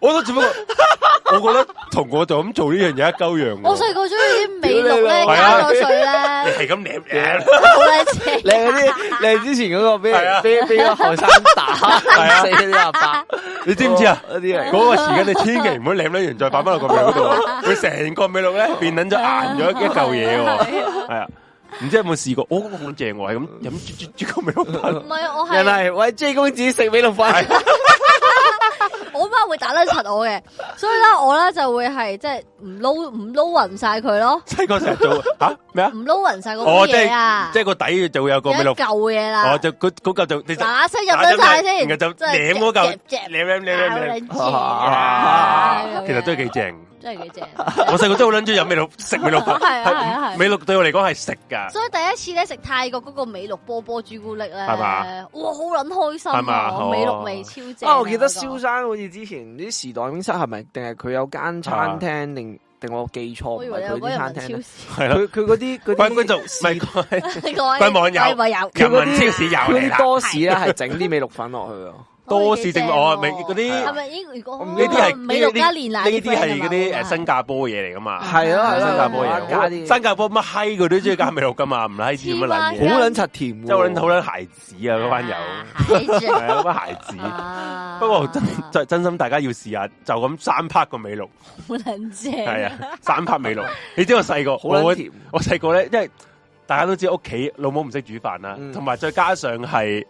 [SPEAKER 2] 我都只不過，我覺得同我就咁做呢樣嘢一鳩樣喎。
[SPEAKER 3] 我細個中意啲美祿咧
[SPEAKER 2] 係啊
[SPEAKER 3] 加咗水咧，
[SPEAKER 2] 你係咁舐舐，
[SPEAKER 3] 好靚正。
[SPEAKER 1] 你嗰啲哎你之前嗰個俾
[SPEAKER 2] 係啊
[SPEAKER 1] 俾俾個後生打
[SPEAKER 2] 啊
[SPEAKER 1] 死啲阿伯，
[SPEAKER 2] 你知唔知啊？
[SPEAKER 1] 嗰啲嚟
[SPEAKER 2] 嗰個時間你千祈唔好舐舐完再擺翻落個美樂 度啊，佢成個美樂咧變撚咗硬咗一嚿嘢 喎。系啊，唔知有冇試過？我好正喎，係咁飲啜啜啜個 美祿
[SPEAKER 3] 唔
[SPEAKER 2] 粉，
[SPEAKER 3] 係我
[SPEAKER 1] 人
[SPEAKER 3] 係
[SPEAKER 1] 係喂 J 公子食俾老闆，
[SPEAKER 3] 我媽會打得柒我嘅，所以咧我咧就會係即係唔撈唔撈匀晒佢咯，
[SPEAKER 2] 細個成日做吓咩啊
[SPEAKER 3] 唔？撈匀晒嗰
[SPEAKER 2] 哦，
[SPEAKER 3] 啲
[SPEAKER 2] 即係
[SPEAKER 3] 嘢啊，
[SPEAKER 2] 即係個底就會有個
[SPEAKER 3] 有一
[SPEAKER 2] 美
[SPEAKER 3] 嚿
[SPEAKER 2] 祿，
[SPEAKER 3] 嘢
[SPEAKER 2] 哦
[SPEAKER 3] 啦，，
[SPEAKER 2] 就嗰嗰嚿就你就
[SPEAKER 3] 嗱嗱聲入得晒先，
[SPEAKER 2] 然後就
[SPEAKER 3] 真係
[SPEAKER 2] 舐嗰嚿
[SPEAKER 3] 夾夾夾
[SPEAKER 2] 舐舐舐舐
[SPEAKER 3] 咬
[SPEAKER 2] 舐
[SPEAKER 3] 撚住 啊
[SPEAKER 2] 哇，其實都係幾正。
[SPEAKER 3] 真係幾正。
[SPEAKER 2] 我細個都好撚中意飲美祿，食美祿粉，
[SPEAKER 3] 係啊係啊係啊
[SPEAKER 2] 係美祿對我嚟講係食㗎，
[SPEAKER 3] 所以第一次咧食泰國嗰個美樂波波朱古力咧，
[SPEAKER 2] 係嘛
[SPEAKER 3] 哇好撚開心
[SPEAKER 2] 係嘛
[SPEAKER 3] 啊！
[SPEAKER 2] 哦
[SPEAKER 3] 美樂味超正
[SPEAKER 1] 啊！我記得
[SPEAKER 3] 嗰
[SPEAKER 1] 蕭
[SPEAKER 3] 個
[SPEAKER 1] 生好似之前唔知時代冰室係咪定係佢有間餐廳定定我記錯唔
[SPEAKER 3] 我以為你
[SPEAKER 1] 係
[SPEAKER 3] 有
[SPEAKER 1] 佢
[SPEAKER 3] 嗰
[SPEAKER 1] 啲餐
[SPEAKER 3] 人
[SPEAKER 1] 廳
[SPEAKER 3] 民超
[SPEAKER 1] 呢。
[SPEAKER 3] 市，
[SPEAKER 2] 係
[SPEAKER 1] 佢
[SPEAKER 2] 咯。
[SPEAKER 1] 佢嗰啲 嗰
[SPEAKER 2] 關
[SPEAKER 1] 啲
[SPEAKER 2] 觀眾唔係佢
[SPEAKER 3] 你講
[SPEAKER 2] 佢網友
[SPEAKER 3] 你網友
[SPEAKER 2] 人民超 市又
[SPEAKER 1] 佢
[SPEAKER 2] 嚟
[SPEAKER 1] 啲
[SPEAKER 2] 啦，
[SPEAKER 1] 多士咧係整啲美祿粉落去啊！
[SPEAKER 2] 多士正我明嗰
[SPEAKER 1] 係
[SPEAKER 2] 啲
[SPEAKER 3] 係
[SPEAKER 2] 呢
[SPEAKER 3] 咪應？如果
[SPEAKER 1] 呢
[SPEAKER 2] 啲係
[SPEAKER 3] 美樂加煉奶
[SPEAKER 2] 呢啲係
[SPEAKER 3] 係
[SPEAKER 2] 嗰啲誒新加坡嘢嚟㗎嘛。
[SPEAKER 1] 係啊係啊，
[SPEAKER 2] 新加坡
[SPEAKER 3] 嘢
[SPEAKER 2] 人，
[SPEAKER 1] 加
[SPEAKER 2] 好
[SPEAKER 1] 啲
[SPEAKER 2] 新加坡乜閪佢都中意加美樂噶嘛，唔閪知乜撚
[SPEAKER 3] 黐孖筋
[SPEAKER 2] 嘢，
[SPEAKER 1] 好撚柒甜喎，
[SPEAKER 2] 真係撚好撚孩子啊嗰班友，
[SPEAKER 3] 友
[SPEAKER 2] 係啊嗰班孩子。
[SPEAKER 3] 啊
[SPEAKER 2] 不過真真真心，大家要試下，就咁三 part 個美樂，
[SPEAKER 3] 好撚正，
[SPEAKER 2] 係啊，三 part 美樂。你知我細個，
[SPEAKER 1] 好撚
[SPEAKER 2] 我
[SPEAKER 1] 甜。
[SPEAKER 2] 我細個咧，因為大家都知屋企老母唔識煮飯啦
[SPEAKER 1] 嗯，
[SPEAKER 2] 同埋再加上係。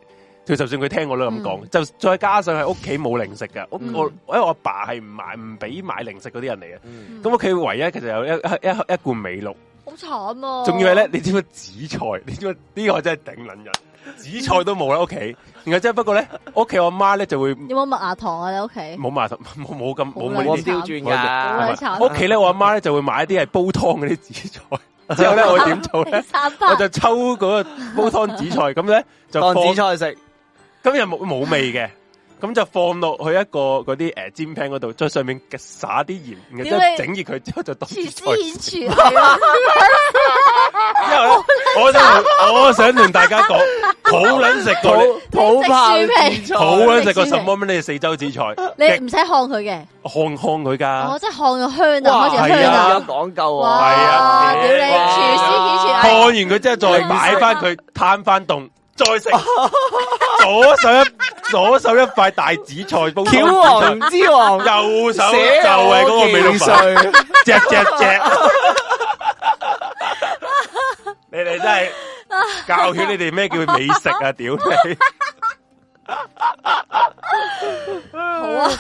[SPEAKER 2] 佢就算佢聽我都咁講，就再加上係屋企冇零食嘅，屋
[SPEAKER 1] 嗯
[SPEAKER 2] 我因為我阿爸係唔買唔俾買零食嗰啲人嚟嘅，
[SPEAKER 1] 嗯
[SPEAKER 2] 咁屋企唯一其實有一一一一罐美樂。
[SPEAKER 3] 好慘啊！
[SPEAKER 2] 仲要係咧，你知唔知紫菜？你知唔知呢個真係頂撚人，紫菜都冇啦屋企。然後即係不過咧，屋企我媽咧就會
[SPEAKER 3] 有冇麥芽糖啊？你屋企
[SPEAKER 2] 冇埋十冇冇咁冇
[SPEAKER 3] 好
[SPEAKER 1] 我
[SPEAKER 2] 冇
[SPEAKER 3] 撚
[SPEAKER 2] 呢
[SPEAKER 1] 刁轉
[SPEAKER 3] 好撚
[SPEAKER 1] 㗎，
[SPEAKER 3] 慘
[SPEAKER 2] 啲。屋企咧，我阿媽咧就會買一啲係煲湯嗰啲紫 菜。之後咧，我會點做咧？
[SPEAKER 3] 三包
[SPEAKER 2] 我就抽嗰個煲湯紫菜，咁咧就
[SPEAKER 1] 當紫
[SPEAKER 2] 放，
[SPEAKER 1] 菜食。
[SPEAKER 2] 咁又冇冇味嘅。咁就放落去一個嗰啲誒煎 pan 嗰度，再上面撒啲鹽，然後之後
[SPEAKER 3] 屌你
[SPEAKER 2] 整熱佢之後就當紫
[SPEAKER 3] 廚
[SPEAKER 2] 菜
[SPEAKER 3] 師演廚係 啊
[SPEAKER 2] 之後咧，我 想同我想同大家講，好撚食過呢
[SPEAKER 1] 土炮
[SPEAKER 3] 食
[SPEAKER 2] 好啊！食
[SPEAKER 3] 個
[SPEAKER 2] 過什麼咩？你四洲紫菜，
[SPEAKER 3] 你唔使看佢嘅，
[SPEAKER 2] 烘烘佢噶
[SPEAKER 3] 我，真係看咗香啊，
[SPEAKER 1] 哇，
[SPEAKER 3] 開始
[SPEAKER 2] 啊係
[SPEAKER 3] 香
[SPEAKER 2] 啊
[SPEAKER 3] 啊
[SPEAKER 1] 有！講究
[SPEAKER 3] 哇
[SPEAKER 1] 啊！
[SPEAKER 2] 係啊
[SPEAKER 3] 屌你
[SPEAKER 1] 哇
[SPEAKER 3] 廚師演
[SPEAKER 2] 烘
[SPEAKER 3] 廚係
[SPEAKER 2] 完佢之後再擺翻佢，攤翻凍，再食。左手一左手一塊大紫菜煲，
[SPEAKER 1] 巧王之王，
[SPEAKER 2] 右手 就
[SPEAKER 1] 寫
[SPEAKER 2] 係嗰個
[SPEAKER 1] 我
[SPEAKER 2] 味道
[SPEAKER 1] 技
[SPEAKER 2] 粉，
[SPEAKER 1] 術
[SPEAKER 2] 隻隻隻。你哋真係教曉你哋咩叫美食啊！屌你！
[SPEAKER 3] 好啊，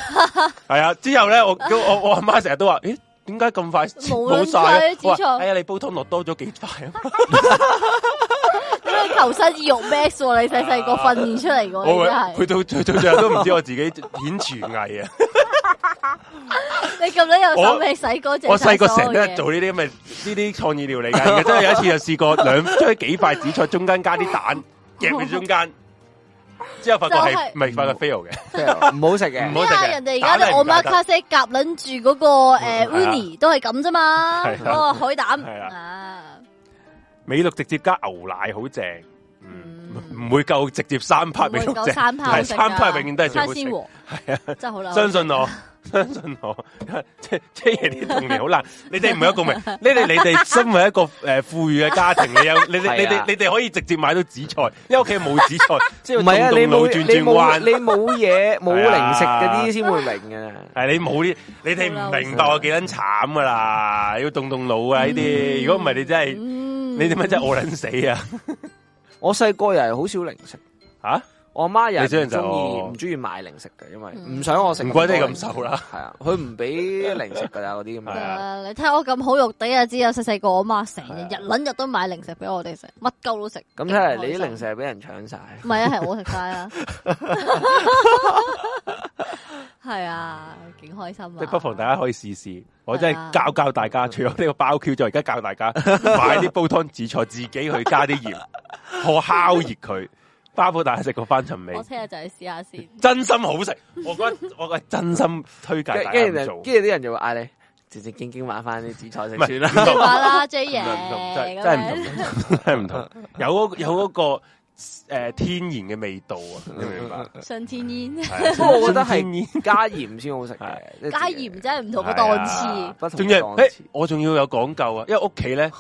[SPEAKER 2] 系啊，之後咧，我咁我我阿媽成日都話：，咦，點解咁快
[SPEAKER 3] 冇
[SPEAKER 2] 冇晒
[SPEAKER 3] 晒
[SPEAKER 2] 啊？
[SPEAKER 3] 紫
[SPEAKER 2] 我
[SPEAKER 3] 菜
[SPEAKER 2] 話哎呀，你煲湯落多咗幾塊啊！
[SPEAKER 3] 你求生意欲 max 喎，你細細個訓練出嚟
[SPEAKER 2] 我會
[SPEAKER 3] 嘅，
[SPEAKER 2] 佢
[SPEAKER 3] 你
[SPEAKER 2] 到最到最後都唔知我自己 演廚藝啊！
[SPEAKER 3] 真係你咁樣有心你洗乾淨。
[SPEAKER 2] 我細個成日都係做呢啲咁嘅呢啲創意料理㗎，真係有一次就試過 兩將幾塊紫菜中間加啲蛋夾喺中間，之後發覺
[SPEAKER 3] 就
[SPEAKER 2] 係
[SPEAKER 3] 係
[SPEAKER 2] 唔係發覺 fail 嘅，
[SPEAKER 1] 唔好食
[SPEAKER 2] 唔
[SPEAKER 1] 嘅
[SPEAKER 2] 好。
[SPEAKER 3] 咩
[SPEAKER 2] 食
[SPEAKER 3] 啊！
[SPEAKER 2] 嘅
[SPEAKER 3] 人哋而家
[SPEAKER 2] 蛋
[SPEAKER 3] 啲
[SPEAKER 2] 係
[SPEAKER 3] 我
[SPEAKER 2] 唔加
[SPEAKER 3] 媽
[SPEAKER 2] 得
[SPEAKER 3] 卡西夾撚住嗰個誒
[SPEAKER 2] 嗯
[SPEAKER 3] w i n n i 都係咁啫嘛，
[SPEAKER 2] 係啊
[SPEAKER 3] 嗰個海膽
[SPEAKER 2] 係啊
[SPEAKER 3] 啊，
[SPEAKER 2] 美祿直接加牛奶好正，嗯
[SPEAKER 3] 嗯
[SPEAKER 2] 唔會夠直接三 part 美
[SPEAKER 3] 唔會
[SPEAKER 2] 祿
[SPEAKER 3] 夠
[SPEAKER 2] 正，
[SPEAKER 3] 三 part 好
[SPEAKER 2] 係
[SPEAKER 3] 食
[SPEAKER 2] 三
[SPEAKER 3] 㗎
[SPEAKER 2] part 永遠都係最
[SPEAKER 3] 餐
[SPEAKER 2] 好食
[SPEAKER 3] 鮮。和係啊，真係好啦，
[SPEAKER 2] 相信我，相信我，即即係你童年好難，你哋唔係有共鳴，你哋你哋身為一個诶富裕嘅家庭，你有你哋你
[SPEAKER 1] 係啊
[SPEAKER 2] 哋你哋可以直接買到紫菜，因為屋企冇紫菜，即
[SPEAKER 1] 唔
[SPEAKER 2] 係
[SPEAKER 1] 係啊，
[SPEAKER 2] 要
[SPEAKER 1] 你
[SPEAKER 2] 動動腦
[SPEAKER 1] 冇
[SPEAKER 2] 轉
[SPEAKER 1] 你
[SPEAKER 2] 轉
[SPEAKER 1] 冇你
[SPEAKER 2] 彎。
[SPEAKER 1] 冇嘢冇
[SPEAKER 2] 係啊
[SPEAKER 1] 零食嗰啲先會明嘅。
[SPEAKER 2] 係你冇呢，你哋唔明白我幾撚慘噶啦，要動動腦
[SPEAKER 3] Ừ.
[SPEAKER 2] 啊呢啲，如果唔係你真係，
[SPEAKER 3] 嗯
[SPEAKER 2] à. 你點解真係餓撚死啊？
[SPEAKER 1] 我細個又係好少零食，
[SPEAKER 2] 吓
[SPEAKER 1] 我媽又
[SPEAKER 2] 你雖
[SPEAKER 1] 係
[SPEAKER 2] 然
[SPEAKER 1] 唔
[SPEAKER 2] 就
[SPEAKER 1] 中意唔中意買零食嘅，因為
[SPEAKER 3] 嗯
[SPEAKER 1] 唔想我食
[SPEAKER 2] 唔
[SPEAKER 1] 多零食。
[SPEAKER 2] 怪得你咁瘦啦
[SPEAKER 1] 係啊，佢唔俾零食㗎啦，嗰啲咁
[SPEAKER 2] 係
[SPEAKER 1] 樣。
[SPEAKER 2] 啊
[SPEAKER 3] 誒你睇我咁好肉地啊，知啊，細細個我媽成日
[SPEAKER 1] 係啊
[SPEAKER 3] 日撚日都買零食俾我哋食，乜鳩都食。
[SPEAKER 1] 咁睇嚟你
[SPEAKER 3] 勁開
[SPEAKER 1] 啲
[SPEAKER 3] 心
[SPEAKER 1] 零食係俾人搶 晒。
[SPEAKER 3] 啊唔係啊，係我食晒啊，係啊，勁開心啊！
[SPEAKER 2] 即係不妨大家可以試試。我真
[SPEAKER 3] 係啊
[SPEAKER 2] 係教教大家，除咗呢個包 Q 之外，而家教大家 買啲煲湯紫菜，自己去加啲 鹽，我烤熱佢，包保大家食個翻尋味
[SPEAKER 3] 我，聽日就去試下 先。
[SPEAKER 2] 真心好食。我覺得我係真心推介大家
[SPEAKER 1] 跟
[SPEAKER 2] 咁
[SPEAKER 1] 跟住
[SPEAKER 2] 做
[SPEAKER 1] 就，跟住啲人就會嗌你正正經經買翻啲紫 菜食
[SPEAKER 2] 係
[SPEAKER 1] 算啦。
[SPEAKER 3] 你話啦，J 爺
[SPEAKER 2] 唔同真係
[SPEAKER 3] 咁
[SPEAKER 2] 真係
[SPEAKER 3] 樣
[SPEAKER 2] 唔同，真係唔同，有嗰有嗰個誒天然嘅味道啊，
[SPEAKER 1] 嗯
[SPEAKER 2] 你明白？
[SPEAKER 3] 上天煙
[SPEAKER 2] 係啊
[SPEAKER 1] 不嗯過我覺得
[SPEAKER 2] 天然
[SPEAKER 1] 係加鹽先好食嘅
[SPEAKER 2] 係，
[SPEAKER 1] 即係
[SPEAKER 3] 加
[SPEAKER 1] 自己
[SPEAKER 3] 鹽真係唔同嘅檔次，
[SPEAKER 1] 不同
[SPEAKER 2] 仲要
[SPEAKER 1] 檔
[SPEAKER 2] 係，誒
[SPEAKER 1] 次，
[SPEAKER 2] 我仲要有講究啊，因為屋企咧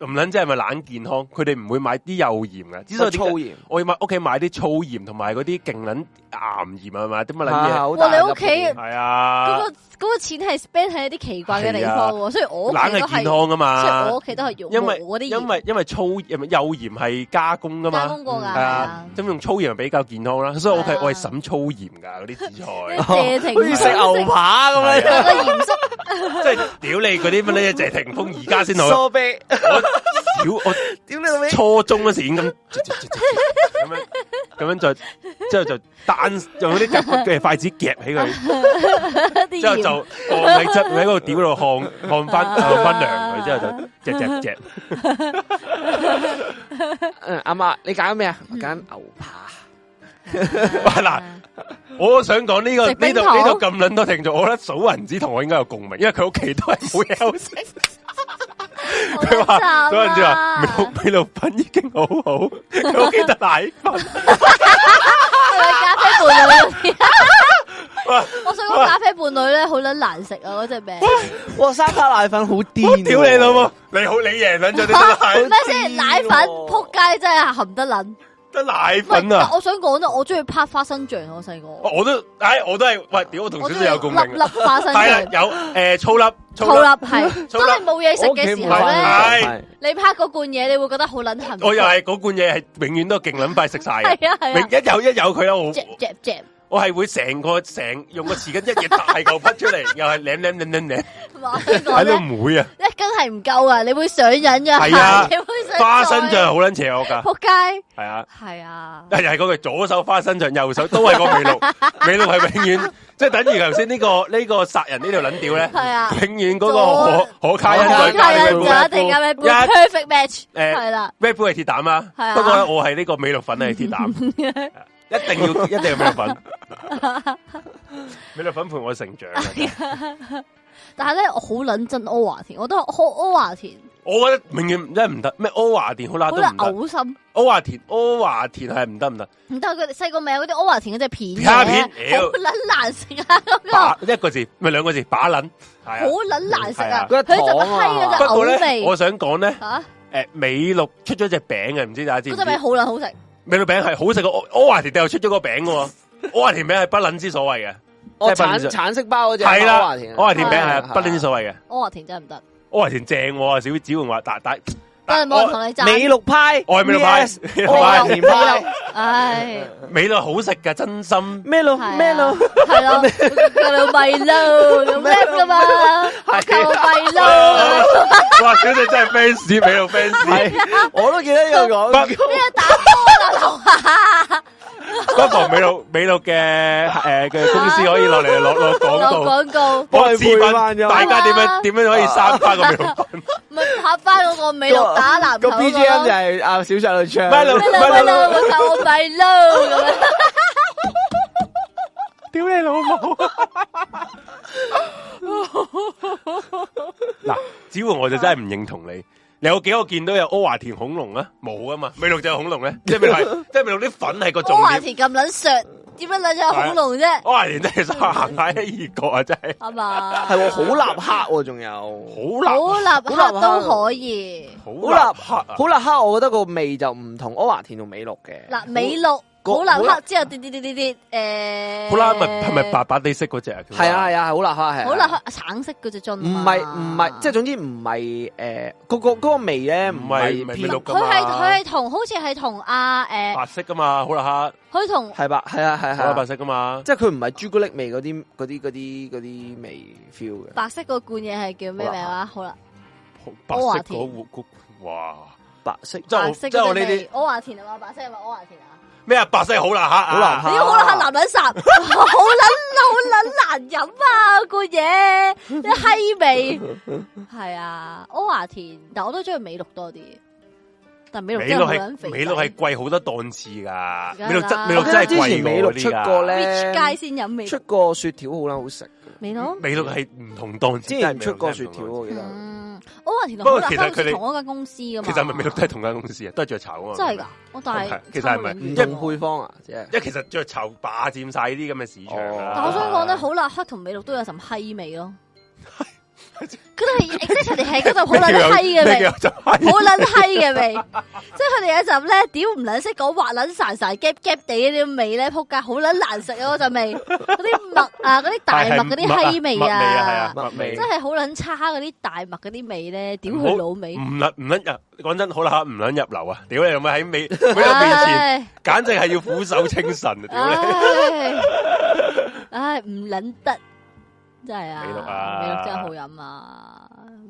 [SPEAKER 2] 唔撚知係咪懶健康，佢哋唔會買啲幼鹽嘅，之所以點
[SPEAKER 1] 粗
[SPEAKER 2] 解
[SPEAKER 1] 鹽。
[SPEAKER 2] 我要買屋企買啲粗鹽同埋嗰啲勁撚岩鹽啊嘛，啲乜撚嘢？
[SPEAKER 1] 哇
[SPEAKER 3] 哇你屋企
[SPEAKER 2] 係
[SPEAKER 3] 嗰
[SPEAKER 2] 啊
[SPEAKER 3] 個，嗰個錢係 spend 喺一啲奇怪嘅地方喎，所以我屋
[SPEAKER 2] 懶
[SPEAKER 3] 企都
[SPEAKER 2] 係
[SPEAKER 3] 係，
[SPEAKER 2] 健康啊
[SPEAKER 3] 所以我
[SPEAKER 2] 嘛
[SPEAKER 3] 屋，企都係用
[SPEAKER 2] 因為
[SPEAKER 3] 我啲
[SPEAKER 2] 因
[SPEAKER 3] 鹽
[SPEAKER 2] 為因為粗唔係幼鹽係加工噶
[SPEAKER 3] 加
[SPEAKER 2] 嘛，
[SPEAKER 3] 工過
[SPEAKER 2] 係
[SPEAKER 3] 㗎，係啊
[SPEAKER 2] 啊，咁用粗鹽比較健康啦，所以我
[SPEAKER 3] 係
[SPEAKER 2] 係
[SPEAKER 3] 啊
[SPEAKER 2] 我係審粗鹽㗎嗰啲 紫菜，
[SPEAKER 3] 謝霆鋒
[SPEAKER 1] 食牛扒咁樣
[SPEAKER 2] 係啊
[SPEAKER 3] 個鹽叔
[SPEAKER 2] 即係屌你嗰啲乜嘢謝霆鋒而家先好，
[SPEAKER 1] 梳啤，
[SPEAKER 2] 屌我。
[SPEAKER 1] 屌你老味！
[SPEAKER 2] 初中嗰時已經咁咁樣咁樣就之後就單用 啲夾嘅筷子夾起佢，
[SPEAKER 3] 一
[SPEAKER 2] 之後
[SPEAKER 3] 啲
[SPEAKER 2] 就
[SPEAKER 3] 鹽。
[SPEAKER 2] 放喺側喺嗰度屌到 汗汗翻汗翻涼佢，之 後就隻隻隻
[SPEAKER 1] 嗯，阿媽，你揀咩啊？我揀牛扒。
[SPEAKER 2] 哇嗱，我想講呢個
[SPEAKER 3] 食冰
[SPEAKER 2] 呢度
[SPEAKER 3] 糖
[SPEAKER 2] 呢度咁撚多聽眾，我覺得數銀子同我應該有共鳴，因為佢屋企都係冇嘢 好食。佢話嗰陣時話美
[SPEAKER 3] 好慘啊
[SPEAKER 2] 老美老粉已經 好好，佢屋企得奶 粉。
[SPEAKER 3] 咖啡伴侶嗰啲，
[SPEAKER 2] 哇
[SPEAKER 3] 我想講咖啡伴侶咧好撚難食啊！嗰隻名
[SPEAKER 1] 哇，沙卡奶粉好
[SPEAKER 2] 我
[SPEAKER 1] 癲！
[SPEAKER 2] 屌你老母！你好，你贏撚咗啲真 係
[SPEAKER 3] 咩先奶粉
[SPEAKER 2] 哎
[SPEAKER 3] 撲街真係含得撚。
[SPEAKER 2] 得奶
[SPEAKER 3] 喂，
[SPEAKER 2] 粉啊
[SPEAKER 3] 但！我想講咧，我中意拍花生醬，啊我細個
[SPEAKER 2] 我我都，唉，我都係，喂，屌，我同
[SPEAKER 3] 我
[SPEAKER 2] 小
[SPEAKER 3] 中
[SPEAKER 2] 姐
[SPEAKER 3] 意
[SPEAKER 2] 有共
[SPEAKER 3] 粒
[SPEAKER 2] 鳴
[SPEAKER 3] 粒
[SPEAKER 2] 啊，
[SPEAKER 3] 花 生
[SPEAKER 2] 係啦，
[SPEAKER 3] 醬。
[SPEAKER 2] 有誒粗粒，
[SPEAKER 3] 好啦，係
[SPEAKER 2] 粗
[SPEAKER 3] 真
[SPEAKER 2] 粒
[SPEAKER 3] 係冇嘢食
[SPEAKER 1] 我屋企
[SPEAKER 3] 嘅時
[SPEAKER 1] 冇
[SPEAKER 3] 候
[SPEAKER 2] 飯
[SPEAKER 3] 咧，
[SPEAKER 2] 㗎
[SPEAKER 1] 係
[SPEAKER 3] 你拍嗰罐嘢，你會覺得好撚痕。
[SPEAKER 2] 我又係嗰罐嘢係永遠都勁撚快食晒嘅，
[SPEAKER 3] 係啊係
[SPEAKER 2] 永
[SPEAKER 3] 啊，
[SPEAKER 2] 一有一有佢啦，我
[SPEAKER 3] 嚼嚼嚼，
[SPEAKER 2] 我係會成個成用個匙羹一嘢大嚿滗 出嚟，又係舐舐舐舐舐，
[SPEAKER 3] 同埋我想講
[SPEAKER 2] 喺
[SPEAKER 3] 咧
[SPEAKER 2] 度，妹啊，
[SPEAKER 3] 一羹係唔夠啊，你會上癮㗎，
[SPEAKER 2] 係啊
[SPEAKER 3] 你會上
[SPEAKER 2] 花生醬好撚邪惡噶，
[SPEAKER 3] 撲街，
[SPEAKER 2] 係 啊。
[SPEAKER 3] 係啊，
[SPEAKER 2] 又係嗰句左手花生醬，右手都係個美露，美露係永遠即係等於頭先呢個呢個殺人呢條撚屌咧，
[SPEAKER 3] 係啊。
[SPEAKER 2] 永遠嗰個可可卡因
[SPEAKER 3] 我
[SPEAKER 2] 再
[SPEAKER 1] 再
[SPEAKER 2] 加
[SPEAKER 3] 加
[SPEAKER 2] 你杯
[SPEAKER 3] 人啊就
[SPEAKER 1] 兩
[SPEAKER 3] 一定加咩
[SPEAKER 2] 啊一
[SPEAKER 3] perfect match，
[SPEAKER 2] 誒
[SPEAKER 3] 係啦，
[SPEAKER 2] Red Bull 系鐵膽啊，
[SPEAKER 3] 係啊
[SPEAKER 2] 不過咧我係呢個美樂粉係鐵 膽，一定要一定要 美樂粉，美樂粉陪我成長啊。
[SPEAKER 3] 但係咧我好撚憎柯華田，我都好柯華田，
[SPEAKER 2] 我覺得永遠真係唔得，咩柯華田好啦
[SPEAKER 3] 好
[SPEAKER 2] 啊都唔
[SPEAKER 3] 撚
[SPEAKER 2] 得，
[SPEAKER 3] 嘔心。
[SPEAKER 2] 柯華田柯華田係唔得唔得，
[SPEAKER 3] 唔得，佢哋細個咪有嗰啲柯華田嗰隻片
[SPEAKER 2] 卡
[SPEAKER 3] 嘅，
[SPEAKER 2] 片屌
[SPEAKER 3] 好撚難食啊！嗰個
[SPEAKER 2] 把一個字咪兩個字把撚
[SPEAKER 3] 好
[SPEAKER 2] 係啊。
[SPEAKER 3] 撚難食啊！
[SPEAKER 1] 係啊
[SPEAKER 3] 佢就係閪嗰隻
[SPEAKER 2] 不過
[SPEAKER 3] 牛
[SPEAKER 2] 咧，我
[SPEAKER 3] 味
[SPEAKER 2] 想講咧，
[SPEAKER 3] 嚇，
[SPEAKER 2] 誒美樂出咗隻餅嘅，唔知大家知唔
[SPEAKER 3] 嗰
[SPEAKER 2] 知
[SPEAKER 3] 隻？味好撚好食。
[SPEAKER 2] 美樂餅係好食過柯柯華田，又出咗個餅嘅喎，柯華田餅係不撚之所謂嘅，
[SPEAKER 1] 我
[SPEAKER 2] 真係笨
[SPEAKER 1] 橙
[SPEAKER 2] 咗
[SPEAKER 1] 橙色包嗰只
[SPEAKER 2] 係啦，
[SPEAKER 1] 田，
[SPEAKER 2] 柯華田餅係
[SPEAKER 1] 係
[SPEAKER 2] 不撚之所謂嘅。
[SPEAKER 3] 柯華田真係唔得，
[SPEAKER 2] 柯華田正喎，小子焕話大大，
[SPEAKER 3] 但係冇人同你
[SPEAKER 1] 美
[SPEAKER 3] 爭。
[SPEAKER 1] 六派，
[SPEAKER 2] 我係美祿派
[SPEAKER 1] Yes，
[SPEAKER 2] 美祿
[SPEAKER 1] 柯華 田派，
[SPEAKER 3] 唉，
[SPEAKER 2] 美樂好食噶，真心
[SPEAKER 1] 咩六
[SPEAKER 3] 係啊
[SPEAKER 1] 咩六，
[SPEAKER 3] 係咯，叫你咪咯，你叻噶嘛，
[SPEAKER 1] 係
[SPEAKER 3] 夠
[SPEAKER 1] 啊
[SPEAKER 3] 咪咯，
[SPEAKER 2] 哇！小姐真係 fans 美樂 fans，
[SPEAKER 1] 我都記得有
[SPEAKER 2] 不
[SPEAKER 1] 講。
[SPEAKER 3] 咩打波啦同下，
[SPEAKER 2] 不妨美樂美樂嘅诶嘅公司可以落嚟落落廣告。
[SPEAKER 3] 落廣告，
[SPEAKER 2] 我自
[SPEAKER 1] 我係
[SPEAKER 2] 問
[SPEAKER 1] 背翻咗
[SPEAKER 2] 大家點樣點樣可以三翻個美樂粉？
[SPEAKER 3] 咪拍翻嗰個美樂打籃球
[SPEAKER 1] 個
[SPEAKER 3] 嗰
[SPEAKER 1] BGM 就
[SPEAKER 3] 咯。
[SPEAKER 1] 係阿小細女唱，
[SPEAKER 2] 咪六
[SPEAKER 3] 咪咯咪咯，我夠我咪咯咁樣。
[SPEAKER 2] 屌你老母！嗱，子焕我就真係唔認同你。你有幾個見到有柯華田恐龍啊？冇啊嘛，美樂就有恐龍咧，即係美樂，即係美樂啲粉係個
[SPEAKER 3] 柯
[SPEAKER 2] 重
[SPEAKER 3] 華
[SPEAKER 2] 點。
[SPEAKER 3] 田咁撚削，點樣撚有恐龍啫？
[SPEAKER 2] 哇！連真係想行下一二角啊，真係
[SPEAKER 3] 係嘛？
[SPEAKER 1] 係喎，好立克喎，仲有。
[SPEAKER 2] 好難，
[SPEAKER 3] 好立克都可以。
[SPEAKER 2] 好
[SPEAKER 1] 好立
[SPEAKER 2] 難拍啊！
[SPEAKER 1] 好立克，我覺得個味就唔同柯華田同美祿嘅。
[SPEAKER 3] 嗱，美樂好立
[SPEAKER 1] 好
[SPEAKER 3] 克之後跌跌跌跌跌，诶，
[SPEAKER 2] 好啦，咪系咪白白地色嗰只啊？
[SPEAKER 1] 系啊系啊，好立克系。
[SPEAKER 3] 好立克橙色嗰只樽
[SPEAKER 1] 唔
[SPEAKER 3] 啊
[SPEAKER 1] 係
[SPEAKER 3] 嘛，
[SPEAKER 1] 唔係，即係總之唔係诶，嗰個嗰個味咧唔
[SPEAKER 2] 唔係
[SPEAKER 1] 係
[SPEAKER 2] 唔係
[SPEAKER 1] 偏
[SPEAKER 2] 綠
[SPEAKER 3] 佢係佢係同好似係同阿诶，
[SPEAKER 2] 白色噶嘛，好啦
[SPEAKER 3] 佢同
[SPEAKER 1] 係吧？係啊係啊
[SPEAKER 2] 黑，
[SPEAKER 1] 係
[SPEAKER 2] 好啦白
[SPEAKER 1] 啊，
[SPEAKER 2] 色噶嘛，
[SPEAKER 1] 即係佢唔係朱古力味嗰啲嗰啲嗰啲嗰啲味 feel 嘅，
[SPEAKER 3] 白色嗰罐嘢係叫咩名話？好啦，
[SPEAKER 2] 白色
[SPEAKER 3] 柯華
[SPEAKER 2] 嗰
[SPEAKER 3] 田
[SPEAKER 2] 壺嗰哇，
[SPEAKER 1] 白色
[SPEAKER 2] 即係
[SPEAKER 3] 白
[SPEAKER 2] 我
[SPEAKER 3] 色
[SPEAKER 2] 即
[SPEAKER 3] 嗰隻
[SPEAKER 2] 係我呢
[SPEAKER 3] 味
[SPEAKER 2] 啲
[SPEAKER 3] 柯華田啊嘛，白色係咪柯華田啊？
[SPEAKER 2] 咩啊？白色好啦黑，
[SPEAKER 1] 好難
[SPEAKER 3] 你
[SPEAKER 1] 黑
[SPEAKER 3] 好啦，男人霎，好撚好撚難飲啊！罐嘢，啲閪味，係啊，柯華田，但我都中意美綠多啲，但美綠
[SPEAKER 2] 美
[SPEAKER 3] 真係好
[SPEAKER 2] 樂
[SPEAKER 3] 撚
[SPEAKER 2] 係
[SPEAKER 3] 肥仔，
[SPEAKER 2] 美樂係貴好多檔次噶，
[SPEAKER 3] 梗
[SPEAKER 2] 美
[SPEAKER 3] 係
[SPEAKER 2] 樂
[SPEAKER 3] 啦
[SPEAKER 2] 真美
[SPEAKER 1] 我記
[SPEAKER 2] 樂真
[SPEAKER 1] 得
[SPEAKER 2] 係
[SPEAKER 1] 之前
[SPEAKER 2] 貴
[SPEAKER 1] 美
[SPEAKER 2] 過
[SPEAKER 1] 樂
[SPEAKER 2] 呢
[SPEAKER 1] 出過
[SPEAKER 2] 㗎，
[SPEAKER 3] rich 街
[SPEAKER 1] 咧，
[SPEAKER 3] 先飲美
[SPEAKER 1] 出
[SPEAKER 3] 綠，
[SPEAKER 1] 過雪條好撚好食嘅，
[SPEAKER 3] 美綠。
[SPEAKER 2] 美樂係唔同檔次，
[SPEAKER 1] 之
[SPEAKER 2] 真係
[SPEAKER 1] 前
[SPEAKER 2] 美樂
[SPEAKER 1] 出過雪
[SPEAKER 2] 真係唔
[SPEAKER 1] 條我
[SPEAKER 2] 同檔次
[SPEAKER 1] 記得。
[SPEAKER 3] 嗯，我話田同
[SPEAKER 2] 不
[SPEAKER 3] 好
[SPEAKER 2] 過其
[SPEAKER 3] 立克
[SPEAKER 2] 實
[SPEAKER 3] 好
[SPEAKER 2] 佢哋
[SPEAKER 3] 似同一間公司噶嘛，
[SPEAKER 2] 其實係咪美樂都係同間公司啊？都係雀巢啊嘛，
[SPEAKER 3] 真係㗎，我但係
[SPEAKER 2] 其實係咪
[SPEAKER 1] 唔
[SPEAKER 3] 差
[SPEAKER 1] 同
[SPEAKER 3] 唔
[SPEAKER 1] 配
[SPEAKER 3] 多
[SPEAKER 1] 方啊，即係
[SPEAKER 2] 因為其實雀巢霸佔晒呢啲咁嘅市場
[SPEAKER 1] 哦
[SPEAKER 3] 但我想講咧，
[SPEAKER 1] 啊
[SPEAKER 3] 好立克同美綠都有陣閪 味咯。佢哋係 exactly 係嗰陣好撚閪嘅味
[SPEAKER 2] 咩。叫就
[SPEAKER 3] 好撚閪嘅味，即係佢哋有一陣咧，屌唔撚識講滑撚潺潺 gap gap 地嗰啲味咧，仆街好撚難食啊！嗰陣味，嗰啲麥啊，嗰啲大麥嗰啲閪
[SPEAKER 2] 麥
[SPEAKER 3] 味
[SPEAKER 2] 啊，
[SPEAKER 3] 啊
[SPEAKER 2] 係，啊，麥味
[SPEAKER 1] 真
[SPEAKER 3] 真係好撚差嗰啲大麥嗰啲味咧，屌佢老味，
[SPEAKER 2] 唔捻唔捻入，講真好啦，唔捻入流啊！屌你有冇喺美 美樂面前，
[SPEAKER 3] 唉
[SPEAKER 2] 簡直係要俯首稱臣啊！屌你，
[SPEAKER 3] 唉唉唔撚得，真係啊！
[SPEAKER 2] 美樂啊
[SPEAKER 3] 美樂真係好飲啊！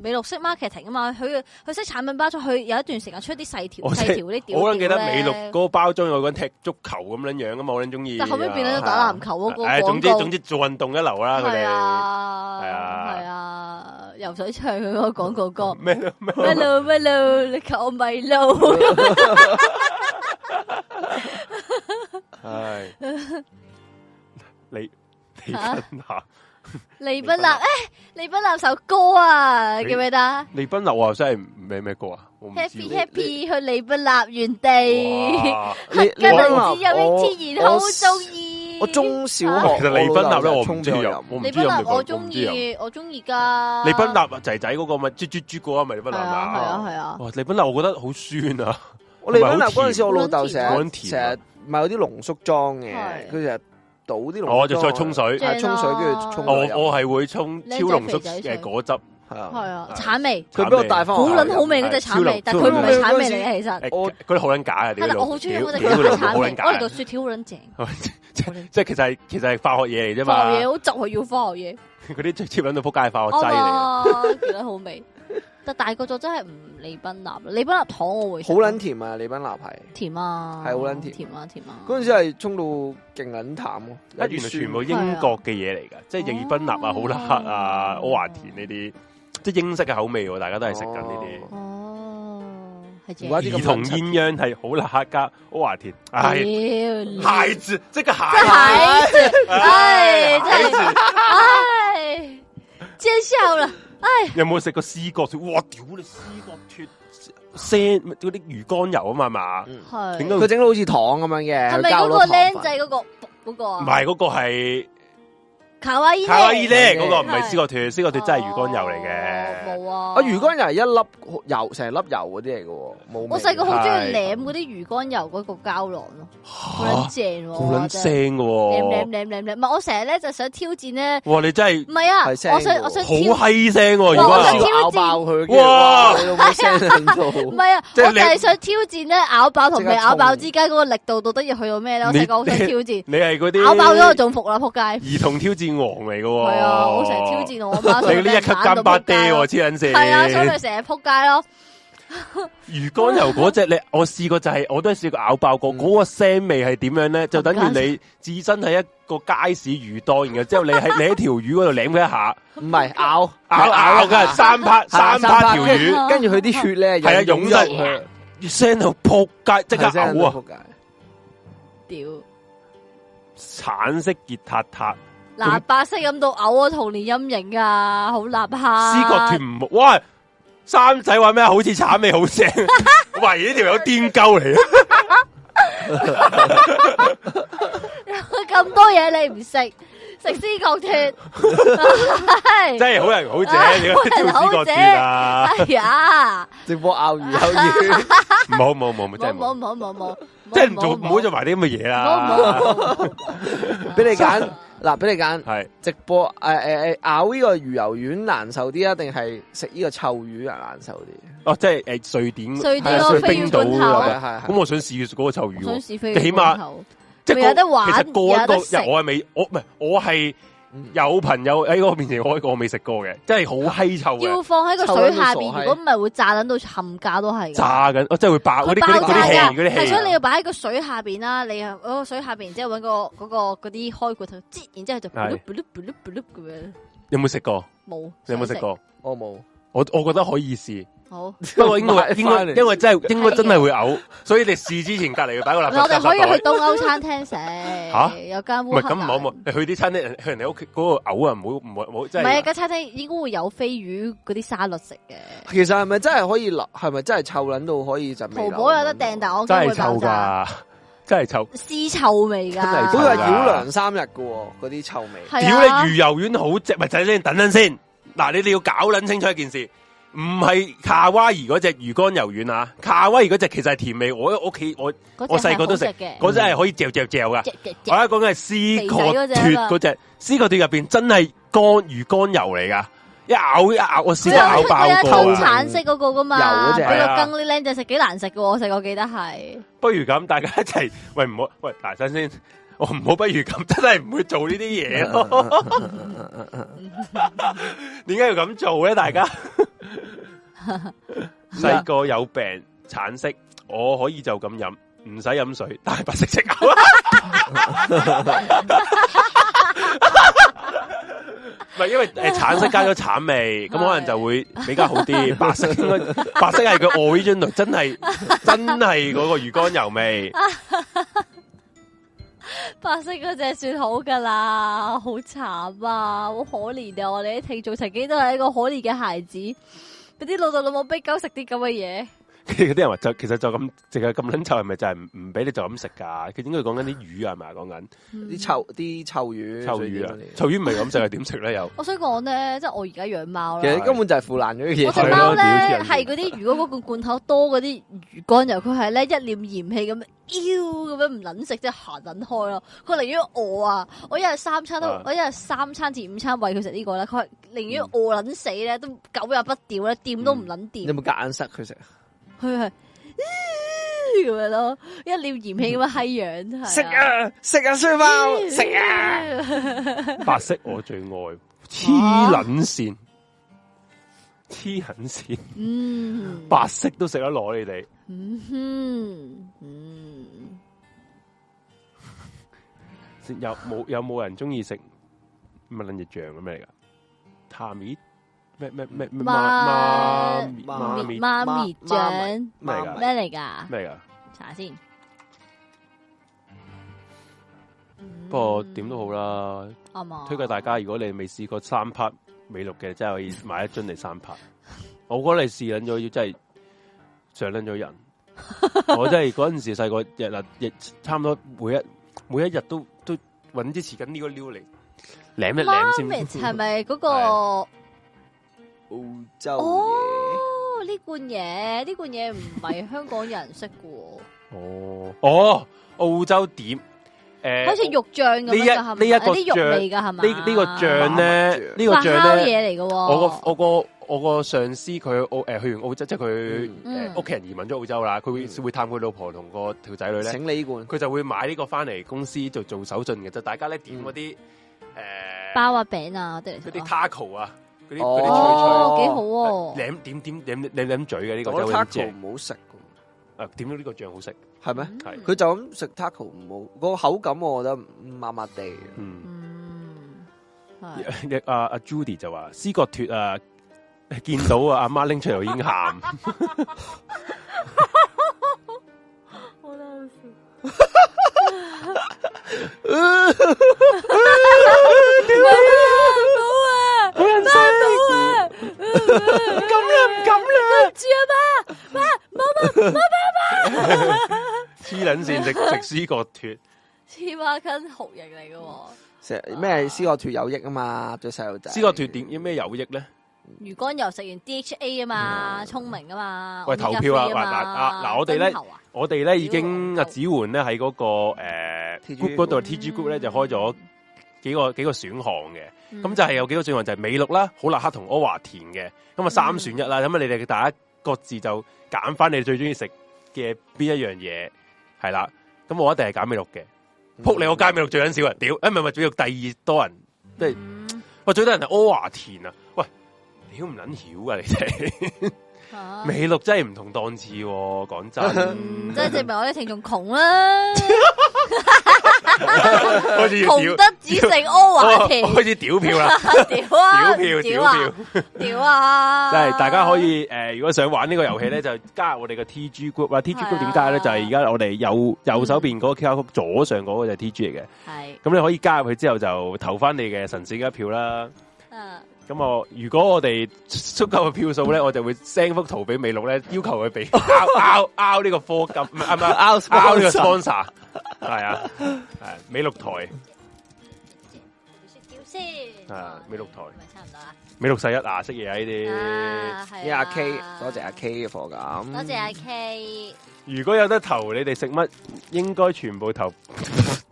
[SPEAKER 3] 美樂識 marketing 啊嘛，佢佢識產品包裝，佢有一段時間出啲細條
[SPEAKER 2] 我識
[SPEAKER 3] 細條嗰啲屌
[SPEAKER 2] 我好撚記得
[SPEAKER 3] 屌
[SPEAKER 2] 美
[SPEAKER 3] 咧
[SPEAKER 2] 樂嗰個包裝有個人踢足球咁樣樣噶嘛，我撚中意。
[SPEAKER 3] 但後尾變咗打籃球嗰個
[SPEAKER 2] 唉，
[SPEAKER 3] 廣
[SPEAKER 2] 總之
[SPEAKER 3] 告，
[SPEAKER 2] 總之做運動一流啦，佢
[SPEAKER 3] 係
[SPEAKER 2] 哋
[SPEAKER 3] 啊，
[SPEAKER 2] 係啊
[SPEAKER 3] 係啊，游水唱佢嗰個廣告歌
[SPEAKER 2] 咩都咩都
[SPEAKER 3] ，Hello Hello，你求我咪路，
[SPEAKER 2] 唉，你你
[SPEAKER 3] 嚇
[SPEAKER 2] 賓下
[SPEAKER 3] 利賓納，誒，利賓納首歌啊，記唔記得啊
[SPEAKER 2] 利賓樓啊，真係咩咩歌啊？我唔知
[SPEAKER 3] ？Happy
[SPEAKER 2] 喎。
[SPEAKER 3] Happy 去利賓納原地，
[SPEAKER 2] 哇
[SPEAKER 1] 你
[SPEAKER 3] 今日
[SPEAKER 1] 話
[SPEAKER 3] 只有天然好
[SPEAKER 1] 我
[SPEAKER 3] 中意，
[SPEAKER 1] 我中小
[SPEAKER 3] 啊
[SPEAKER 1] 學
[SPEAKER 2] 其實利賓
[SPEAKER 1] 老
[SPEAKER 2] 納咧，
[SPEAKER 1] 豆
[SPEAKER 2] 我
[SPEAKER 1] 就
[SPEAKER 2] 唔
[SPEAKER 1] 沖
[SPEAKER 2] 知
[SPEAKER 1] 俾我
[SPEAKER 2] 有
[SPEAKER 1] 飲，
[SPEAKER 2] 我唔
[SPEAKER 3] 利
[SPEAKER 2] 知
[SPEAKER 3] 賓
[SPEAKER 2] 有
[SPEAKER 3] 納
[SPEAKER 2] 冇
[SPEAKER 3] 我
[SPEAKER 2] 講
[SPEAKER 3] 中。
[SPEAKER 2] 唔知有
[SPEAKER 3] 意，我中意㗎，
[SPEAKER 2] 利賓納仔仔嗰個咪啜啜啜嗰個咪利賓
[SPEAKER 3] 係
[SPEAKER 2] 納
[SPEAKER 3] 啊係啊係啊，
[SPEAKER 2] 哇！利賓納我覺得好酸啊，
[SPEAKER 1] 我利賓納嗰陣時，我老豆
[SPEAKER 3] 好
[SPEAKER 1] 成
[SPEAKER 2] 撚
[SPEAKER 1] 日
[SPEAKER 2] 甜啊
[SPEAKER 1] 成日買嗰啲濃縮裝嘅
[SPEAKER 3] 係，
[SPEAKER 1] 佢成日倒啲濃縮裝
[SPEAKER 2] 我就再沖水
[SPEAKER 3] 正啊
[SPEAKER 1] 係沖水跟住沖
[SPEAKER 2] 我
[SPEAKER 1] 落飲
[SPEAKER 2] 我係會沖超濃縮
[SPEAKER 3] 靚仔肥仔
[SPEAKER 2] 嘅果汁，
[SPEAKER 1] 係
[SPEAKER 3] 係
[SPEAKER 1] 啊，
[SPEAKER 3] 啊，橙味。
[SPEAKER 1] 佢俾我帶翻
[SPEAKER 3] 好
[SPEAKER 1] 學校
[SPEAKER 3] 撚好
[SPEAKER 1] 飲
[SPEAKER 3] 味嗰隻橙味，但佢唔係橙味嚟嘅，其實。
[SPEAKER 2] 誒
[SPEAKER 1] 我
[SPEAKER 2] 嗰啲哎好撚假啊！
[SPEAKER 3] 係
[SPEAKER 2] 屌
[SPEAKER 3] 啦，
[SPEAKER 2] 你老
[SPEAKER 3] 我好中意嗰隻
[SPEAKER 2] 屌你老母
[SPEAKER 3] 叫橙
[SPEAKER 2] 好
[SPEAKER 3] 味
[SPEAKER 2] 撚，假
[SPEAKER 3] 我
[SPEAKER 2] 啊
[SPEAKER 3] 哋！度雪條好撚正，
[SPEAKER 2] 即即係其實係其實係化學嘢嚟啫
[SPEAKER 3] 化學嘢
[SPEAKER 2] 嘛，
[SPEAKER 3] 好就係要化學嘢，
[SPEAKER 2] 嗰啲最黐撚到撲街係化學劑
[SPEAKER 3] 啱
[SPEAKER 2] 嚟嘅。
[SPEAKER 3] 啊，幾得好 味。但大個咗真係唔利賓納，利賓納糖我會食
[SPEAKER 1] 好撚甜啊！利賓納係
[SPEAKER 3] 甜啊，
[SPEAKER 1] 係好撚甜
[SPEAKER 3] 甜啊甜啊。
[SPEAKER 1] 嗰陣時係沖到勁撚淡喎，
[SPEAKER 2] 啊，原來全部英國嘅嘢嚟㗎，即係利賓納啊、好啦克啊、
[SPEAKER 3] 哦
[SPEAKER 2] 柯華田呢啲，即係英式嘅口味喎，大家都係食緊呢
[SPEAKER 3] 哦，係
[SPEAKER 1] 唔怪
[SPEAKER 3] 正。
[SPEAKER 1] 之咁
[SPEAKER 2] 啲。兒童
[SPEAKER 1] 撚柒
[SPEAKER 2] 鴛鴦係好啦克加柯華田，唉，
[SPEAKER 3] 屌，
[SPEAKER 2] 蟹子即係
[SPEAKER 3] 真
[SPEAKER 2] 蟹，
[SPEAKER 3] 係蟹子，唉，真
[SPEAKER 2] 蟹
[SPEAKER 3] 係，
[SPEAKER 2] 子
[SPEAKER 3] 唉，真笑啦，
[SPEAKER 2] 有冇食過絲角脱？哇！屌你絲角脱腥嗰啲魚肝油啊嘛係嘛，點
[SPEAKER 3] 係
[SPEAKER 2] 解。
[SPEAKER 1] 佢整到好似糖咁樣嘅，
[SPEAKER 3] 係
[SPEAKER 1] 佢
[SPEAKER 3] 咪
[SPEAKER 1] 加
[SPEAKER 3] 嗰
[SPEAKER 1] 好
[SPEAKER 3] 個
[SPEAKER 1] 多糖
[SPEAKER 3] 僆
[SPEAKER 1] 分
[SPEAKER 3] 仔嗰個嗰個
[SPEAKER 2] 唔
[SPEAKER 3] 啊？
[SPEAKER 2] 係嗰個係
[SPEAKER 3] 卡哇伊
[SPEAKER 2] 卡哇伊咧，
[SPEAKER 1] 係
[SPEAKER 2] 嗰個唔係絲角脱，絲角脱真係魚肝油嚟嘅。
[SPEAKER 3] 冇啊！
[SPEAKER 1] 啊，魚乾又係一粒油，成粒油嗰啲嚟嘅喎，冇味
[SPEAKER 3] 我細個好中意
[SPEAKER 2] 係
[SPEAKER 3] 舐嗰啲魚肝油嗰個膠囊咯，好
[SPEAKER 2] 嚇
[SPEAKER 3] 撚正喎，
[SPEAKER 2] 好撚
[SPEAKER 3] 真係
[SPEAKER 2] 腥嘅
[SPEAKER 3] 舐舐
[SPEAKER 2] 喎！
[SPEAKER 3] 舐舐舐，唔係我成日咧就想挑戰咧，
[SPEAKER 2] 哇！你真係
[SPEAKER 3] 唔係啊，
[SPEAKER 1] 係腥
[SPEAKER 3] 我想
[SPEAKER 1] 喎
[SPEAKER 3] 我想
[SPEAKER 2] 好
[SPEAKER 3] 挑，
[SPEAKER 2] 閪腥喎！
[SPEAKER 3] 哇
[SPEAKER 2] 魚
[SPEAKER 3] 我
[SPEAKER 2] 肝
[SPEAKER 3] 想
[SPEAKER 2] 油
[SPEAKER 3] 挑。
[SPEAKER 1] 咬爆佢，跟住
[SPEAKER 2] 哇
[SPEAKER 1] 哇，佢冇聲喺
[SPEAKER 3] 唔
[SPEAKER 1] 度，
[SPEAKER 3] 係啊，
[SPEAKER 2] 即
[SPEAKER 3] 我
[SPEAKER 2] 係
[SPEAKER 3] 就
[SPEAKER 2] 你
[SPEAKER 3] 係想挑戰咧咬爆同未咬爆之間嗰個力度到底要去到咩咧？我
[SPEAKER 2] 你
[SPEAKER 3] 細個好想挑戰，
[SPEAKER 2] 你係嗰啲
[SPEAKER 3] 咬爆咗我中伏啦，仆街！
[SPEAKER 2] 兒童挑戰王嚟嘅喎。
[SPEAKER 3] 係啊，我成日挑。戰我媽，
[SPEAKER 2] 你呢一級金巴爹喎，黐撚線。
[SPEAKER 3] 係啊，所以咪成日仆街咯。
[SPEAKER 2] 魚肝油嗰只你，我試過就係、我都係試過咬爆過，
[SPEAKER 1] 嗯
[SPEAKER 2] 嗰、個腥味係點樣咧？就等於你置身喺一個街市魚檔，然後之後你喺你喺條魚嗰度舐佢一下，
[SPEAKER 1] 唔係咬
[SPEAKER 2] 咬咬嘅三拍三拍條魚，
[SPEAKER 3] 魚
[SPEAKER 1] 跟住佢啲血咧，
[SPEAKER 2] 係啊
[SPEAKER 1] 又
[SPEAKER 2] 湧
[SPEAKER 1] 咗
[SPEAKER 2] 出
[SPEAKER 1] 入去，
[SPEAKER 2] 腥到撲街，即刻
[SPEAKER 1] 係
[SPEAKER 2] 嘔啊！！
[SPEAKER 3] 屌，
[SPEAKER 2] 橙色熱塔塔，
[SPEAKER 3] 嗱白色飲到嘔啊，童年陰影啊，好立下。
[SPEAKER 2] 思覺斷唔好哇！三仔話咩？好似橙味好 腥，喂！呢條友癲鳩嚟啊！
[SPEAKER 3] 咁多嘢你唔食，食思覺脱，唉
[SPEAKER 2] 真係啊好人好者，
[SPEAKER 3] 唉
[SPEAKER 2] 點解挑思覺斷啊？
[SPEAKER 3] 哎呀，
[SPEAKER 1] 直播咬魚咬魚，
[SPEAKER 2] 冇冇冇冇，
[SPEAKER 3] 冇
[SPEAKER 2] 真係
[SPEAKER 3] 冇
[SPEAKER 2] 冇。
[SPEAKER 3] 冇冇冇
[SPEAKER 2] 即系唔做唔好做埋啲咁嘅嘢啦。
[SPEAKER 3] 冇
[SPEAKER 1] 俾你揀， 嗱，俾你揀
[SPEAKER 2] 系
[SPEAKER 1] 直播诶诶诶咬呢個魚油丸難受啲啊，定係食呢個臭魚啊難受啲？
[SPEAKER 2] 哦，即系诶瑞典
[SPEAKER 3] 瑞典
[SPEAKER 2] 係啊
[SPEAKER 3] 嗰個
[SPEAKER 2] 瑞冰
[SPEAKER 3] 飛魚
[SPEAKER 2] 島
[SPEAKER 1] 係
[SPEAKER 2] 嗰
[SPEAKER 3] 罐頭
[SPEAKER 2] 個
[SPEAKER 1] 啊係
[SPEAKER 2] 咁
[SPEAKER 1] 係。
[SPEAKER 2] 我想試嗰個臭魚
[SPEAKER 3] 想
[SPEAKER 2] 喎，
[SPEAKER 3] 試飛，
[SPEAKER 2] 即係起碼即係
[SPEAKER 3] 咪有得
[SPEAKER 2] 嗰
[SPEAKER 3] 玩
[SPEAKER 2] 其實嗰一個
[SPEAKER 3] 有得食
[SPEAKER 2] 因為我係未，我唔係我係有朋友喺我面前開過，我未食過嘅，真係好閪臭
[SPEAKER 3] 要
[SPEAKER 2] 嘅，
[SPEAKER 3] 放喺個水
[SPEAKER 1] 臭到傻
[SPEAKER 3] 下
[SPEAKER 1] 閪
[SPEAKER 3] 邊，如果唔係會炸撚到冚家都係㗎。
[SPEAKER 2] 炸緊，我真係會爆嗰
[SPEAKER 3] 佢
[SPEAKER 2] 啲
[SPEAKER 3] 爆
[SPEAKER 2] 嗰啲嗰啲氣啊
[SPEAKER 3] 炸㗎，
[SPEAKER 2] 嗰啲
[SPEAKER 3] 係所以你
[SPEAKER 2] 氣。
[SPEAKER 3] 要擺喺個水下邊啦，你啊嗰個水下邊，然之後揾個嗰個嗰啲開罐頭，擠，然之後就
[SPEAKER 2] 係
[SPEAKER 3] bloop bloop bloop bloop 咁樣，
[SPEAKER 2] 有冇食過？
[SPEAKER 3] 冇。
[SPEAKER 2] 你有冇
[SPEAKER 3] 想
[SPEAKER 2] 食
[SPEAKER 3] 食？
[SPEAKER 2] 過？
[SPEAKER 1] 我冇，
[SPEAKER 2] 我我覺得可以試，
[SPEAKER 3] 好，
[SPEAKER 2] 不 過應該
[SPEAKER 1] 買
[SPEAKER 2] 應
[SPEAKER 1] 返
[SPEAKER 2] 該
[SPEAKER 1] 嚟
[SPEAKER 2] 因為 真係應該真係會嘔，所以你試之前隔離要擺個垃圾
[SPEAKER 3] 我哋可以
[SPEAKER 2] 垃圾
[SPEAKER 3] 去
[SPEAKER 2] 袋
[SPEAKER 3] 東歐餐廳食。
[SPEAKER 2] 嚇
[SPEAKER 3] 有間
[SPEAKER 2] 唔
[SPEAKER 3] 烏
[SPEAKER 2] 係
[SPEAKER 3] 克
[SPEAKER 2] 咁唔好
[SPEAKER 3] 蘭
[SPEAKER 2] 唔好，你去啲餐廳人去人哋屋企嗰個嘔啊，唔好唔好唔好，
[SPEAKER 3] 唔
[SPEAKER 2] 真
[SPEAKER 3] 係啊，
[SPEAKER 2] 係
[SPEAKER 3] 間餐廳應該會有飛魚嗰啲沙律食嘅。
[SPEAKER 1] 其實係咪真係可以留？係咪真係臭撚到可以就啊味
[SPEAKER 3] 淘
[SPEAKER 1] 流
[SPEAKER 3] 寶有得訂，但我
[SPEAKER 2] 真
[SPEAKER 3] 驚
[SPEAKER 2] 係
[SPEAKER 3] 會
[SPEAKER 2] 臭
[SPEAKER 3] 爆炸。
[SPEAKER 2] 㗎， 真係臭。
[SPEAKER 3] 絲臭味
[SPEAKER 2] 真
[SPEAKER 3] 㗎，
[SPEAKER 2] 係
[SPEAKER 1] 嗰
[SPEAKER 2] 臭
[SPEAKER 1] 個係
[SPEAKER 2] 㗎
[SPEAKER 1] 繞梁三日嘅喎，嗰啲臭味。
[SPEAKER 3] 係
[SPEAKER 2] 屌
[SPEAKER 3] 啊
[SPEAKER 2] 你魚油丸好正，咪仔先等等先。嗱，你哋要搞捻清楚一件事，唔係卡哇伊嗰只魚乾油丸啊，卡哇伊嗰只其實係甜味，我喺屋企我
[SPEAKER 3] 嗰隻
[SPEAKER 2] 我細個啊都食
[SPEAKER 3] 係好嘅，
[SPEAKER 2] 嗰只係可以嚼嚼嚼噶。
[SPEAKER 3] 隻隻隻
[SPEAKER 2] 我而家講嘅係絲
[SPEAKER 3] 肥
[SPEAKER 2] 葛
[SPEAKER 3] 仔嗰隻啊嘛
[SPEAKER 2] 脱嗰只，絲葛脱入边真係乾魚乾油嚟噶，一咬一咬我試過咬爆
[SPEAKER 3] 佢
[SPEAKER 2] 過
[SPEAKER 3] 有通
[SPEAKER 2] 啊！
[SPEAKER 3] 橙色嗰個噶
[SPEAKER 1] 油嗰
[SPEAKER 3] 嘛，
[SPEAKER 1] 隻
[SPEAKER 3] 俾
[SPEAKER 2] 係啊
[SPEAKER 3] 個羹啲僆仔食幾難食嘅喎，我細個記得係。
[SPEAKER 2] 不如咁，大家一齊喂唔好喂嗱等先， 我唔好不如咁，真係唔會做呢啲嘢咯。点解要咁做咧？大家細個有病，橙色，我可以就咁飲，唔使飲水，但係白色食 牛啊！唔係因為诶橙色加咗橙味，咁可能就會比較好啲。白色應該白色係佢 original，真係真係嗰個魚肝油味。
[SPEAKER 3] 白色嗰隻算好噶啦，好慘啊，好可憐啊！我哋啲聽眾曾經都係一個可憐嘅孩子，俾啲老豆老母逼鳩食啲咁嘅嘢，
[SPEAKER 2] 跟住嗰啲人話就 其實就咁，淨係咁撚臭，係咪就係唔唔俾你就咁食㗎？佢應該講緊啲魚啊係咪啊？講緊。
[SPEAKER 3] 嗯
[SPEAKER 1] 啲臭啲臭魚，
[SPEAKER 2] 臭魚啊，臭魚唔係咁食，係點食咧？又
[SPEAKER 3] 我想講咧，即係我而家養貓
[SPEAKER 1] 其
[SPEAKER 3] 啦。
[SPEAKER 1] 實根本就係腐爛咗嘅嘢。
[SPEAKER 3] 我隻
[SPEAKER 2] 係
[SPEAKER 3] 貓
[SPEAKER 2] 咯
[SPEAKER 3] 咧
[SPEAKER 2] 屌黐
[SPEAKER 3] 係嗰啲，如果嗰個罐頭多嗰啲魚乾油，佢係咧一臉嫌棄咁，妖咁樣唔撚食，即係行撚開咯。佢寧願餓啊！我一日三餐都
[SPEAKER 2] 啊，嗯
[SPEAKER 3] 我一日三餐至五餐餵佢食呢個啦。佢係寧願餓撚死咧，都狗也不掉咧，掂都唔撚
[SPEAKER 1] 你
[SPEAKER 3] 掂
[SPEAKER 2] 嗯
[SPEAKER 1] 有。冇夾硬塞佢食？
[SPEAKER 3] 佢係咦咁樣咯，一臉嫌棄咁樣閪樣。係
[SPEAKER 1] 食！啊食啊，書包食啊！
[SPEAKER 2] 白色我最愛，黐撚線，黐撚線，
[SPEAKER 3] 嗯，
[SPEAKER 2] 白色都食得攞你哋。
[SPEAKER 3] 嗯哼，嗯。
[SPEAKER 2] 有冇有冇人中意食乜撚嘢醬咁咩嚟㗎？探咪咩咩咩咩媽咪媽咪
[SPEAKER 3] 媽咪醬
[SPEAKER 2] 咩嚟㗎
[SPEAKER 3] 咩嚟㗎？
[SPEAKER 2] 咩㗎？
[SPEAKER 3] 查下先。
[SPEAKER 2] 不過點都好啦，
[SPEAKER 3] 好，啱啊
[SPEAKER 2] 推介大家，如果你未試過三拍美祿嘅，真係可以買一樽嚟三 拍。我覺得你試撚咗，要真係上撚 咗人。我真係嗰陣時細個日日日差唔多每一每一日都都揾支匙羹呢個撩嚟舐一
[SPEAKER 3] 媽咪
[SPEAKER 2] 舐先。
[SPEAKER 3] 係咪嗰個？
[SPEAKER 2] 係哦
[SPEAKER 3] 哦，
[SPEAKER 1] 澳洲嘢
[SPEAKER 3] 呢罐嘢，呢罐嘢唔係香港人識嘅
[SPEAKER 2] 哦哦，澳洲點？誒，
[SPEAKER 3] 喎，好似肉醬咁
[SPEAKER 2] 呢一
[SPEAKER 3] 樣㗎係咪？
[SPEAKER 2] 呢一個
[SPEAKER 3] 有啲肉
[SPEAKER 2] 醬
[SPEAKER 3] 味㗎係咪？啊
[SPEAKER 2] 呢呢個醬咧，呢個
[SPEAKER 3] 發
[SPEAKER 2] 醬
[SPEAKER 3] 酵
[SPEAKER 2] 咧。
[SPEAKER 3] 嘢嚟嘅喎。
[SPEAKER 2] 我個我個我個上司佢去澳誒去完澳洲，即係佢呃
[SPEAKER 3] 嗯
[SPEAKER 2] 誒屋企人移民咗澳洲啦，佢會
[SPEAKER 1] 嗯
[SPEAKER 2] 會探佢老婆同個條仔女
[SPEAKER 3] 哦
[SPEAKER 2] 咧，
[SPEAKER 1] 請你呢罐，
[SPEAKER 2] 佢就會買呢個翻嚟公司做做手信嘅，就大家咧點嗰啲
[SPEAKER 1] 嗯
[SPEAKER 2] 誒
[SPEAKER 3] 包啊餅啊，我哋嚟
[SPEAKER 2] 嗰
[SPEAKER 3] 食
[SPEAKER 2] 啲
[SPEAKER 3] 啊
[SPEAKER 2] taco 啊，嗰啲
[SPEAKER 1] 哦
[SPEAKER 2] 嗰
[SPEAKER 3] 哦，
[SPEAKER 2] 啲
[SPEAKER 3] 幾好喎。
[SPEAKER 2] 脆脆，舐點點舐舐舐嘴嘅呢個
[SPEAKER 1] 我
[SPEAKER 2] 真
[SPEAKER 1] 覺
[SPEAKER 2] 係
[SPEAKER 1] 得
[SPEAKER 2] 好
[SPEAKER 1] taco
[SPEAKER 2] 正，
[SPEAKER 1] 唔好食嘅
[SPEAKER 2] 誒點到呢個醬好食，
[SPEAKER 1] 喎，係咩？
[SPEAKER 3] 嗯
[SPEAKER 2] 係
[SPEAKER 1] 佢就咁食 taco 唔好，個口感我覺得麻麻地。
[SPEAKER 2] 嗯，
[SPEAKER 3] 嗯，係
[SPEAKER 2] 阿阿 Judy 就話思覺脱啊，見到啊阿媽拎出嚟我已經喊，
[SPEAKER 3] 好啦，
[SPEAKER 2] 人
[SPEAKER 3] 好啊，好啊，咁啦，唔敢啦，住啊嘛，
[SPEAKER 2] 黐撚線食食思覺 脱。
[SPEAKER 3] 黐孖筋酷型嚟嘅喎，
[SPEAKER 1] 食咩思覺脱有益啊嘛，對細路仔。
[SPEAKER 2] 思覺脱點有咩有益咧？
[SPEAKER 3] 魚肝油食完 DHA 啊嘛，聰明啊嘛，
[SPEAKER 2] 喂
[SPEAKER 3] omega
[SPEAKER 2] 投票啊
[SPEAKER 3] three 嘛
[SPEAKER 2] 嗱嗱嗱我哋呢
[SPEAKER 3] 真喉啊
[SPEAKER 2] 我哋咧已啊經阿子媛咧喺嗰個诶
[SPEAKER 1] TG
[SPEAKER 2] group 嗰度 TG group 咧就開咗幾個幾個選項嘅，
[SPEAKER 3] 嗯
[SPEAKER 2] 咁就係有幾個選項就係美祿啦、好立克同柯華田嘅，咁啊三選一啦，咁啊你哋大家各自就揀翻你最中意食嘅邊一樣嘢，係啦，咁我一定係揀美祿嘅，扑你我街美祿最撚少人屌， 誒唔係唔係，仲要第二多人，即係
[SPEAKER 3] 嗯
[SPEAKER 2] 喂最多人係柯華田啊，喂，屌唔撚曉啊你哋，
[SPEAKER 3] 啊
[SPEAKER 2] 美祿真係唔同檔次喎，講 真。
[SPEAKER 3] 即係證明我啲聽眾窮啦，
[SPEAKER 2] 開始要
[SPEAKER 3] 窮
[SPEAKER 2] 屌，
[SPEAKER 3] 得只剩柯華田，
[SPEAKER 2] 開哦始屌票啦，
[SPEAKER 3] 屌啊，
[SPEAKER 2] 屌票
[SPEAKER 3] 屌
[SPEAKER 2] 屌
[SPEAKER 3] 啊
[SPEAKER 2] 票，，
[SPEAKER 3] 屌啊！
[SPEAKER 2] 即係大家可以诶，誒如果想玩呢個遊戲咧，就加入我哋嘅 T G group 啊。T G
[SPEAKER 3] 係啊嗯
[SPEAKER 2] group 點解咧？就係而家我哋右右手邊嗰個 QR code，左上嗰個就係 T G 嚟嘅。
[SPEAKER 3] 係，
[SPEAKER 2] 咁你可以加入佢之後就投翻你嘅神聖嘅一票啦。
[SPEAKER 3] 嗯，
[SPEAKER 2] 咁我如果我哋足夠嘅票數咧，我就會 send 幅圖俾美祿咧，要求佢 俾拗拗拗呢個科金，唔係唔係
[SPEAKER 1] 拗
[SPEAKER 2] 拗呢個
[SPEAKER 1] sponsor
[SPEAKER 2] sponsor，係啊，係美祿台，
[SPEAKER 3] 屌先，
[SPEAKER 2] 啊美祿台
[SPEAKER 3] 咪差唔多啦。
[SPEAKER 2] 美祿世一啊，識嘢啊呢啲。
[SPEAKER 3] 啊，係
[SPEAKER 1] 一阿
[SPEAKER 3] 啊
[SPEAKER 1] K，多謝阿 K 嘅課感，
[SPEAKER 3] 多謝阿 K，
[SPEAKER 2] 如果有得投，你哋食乜？應該全部投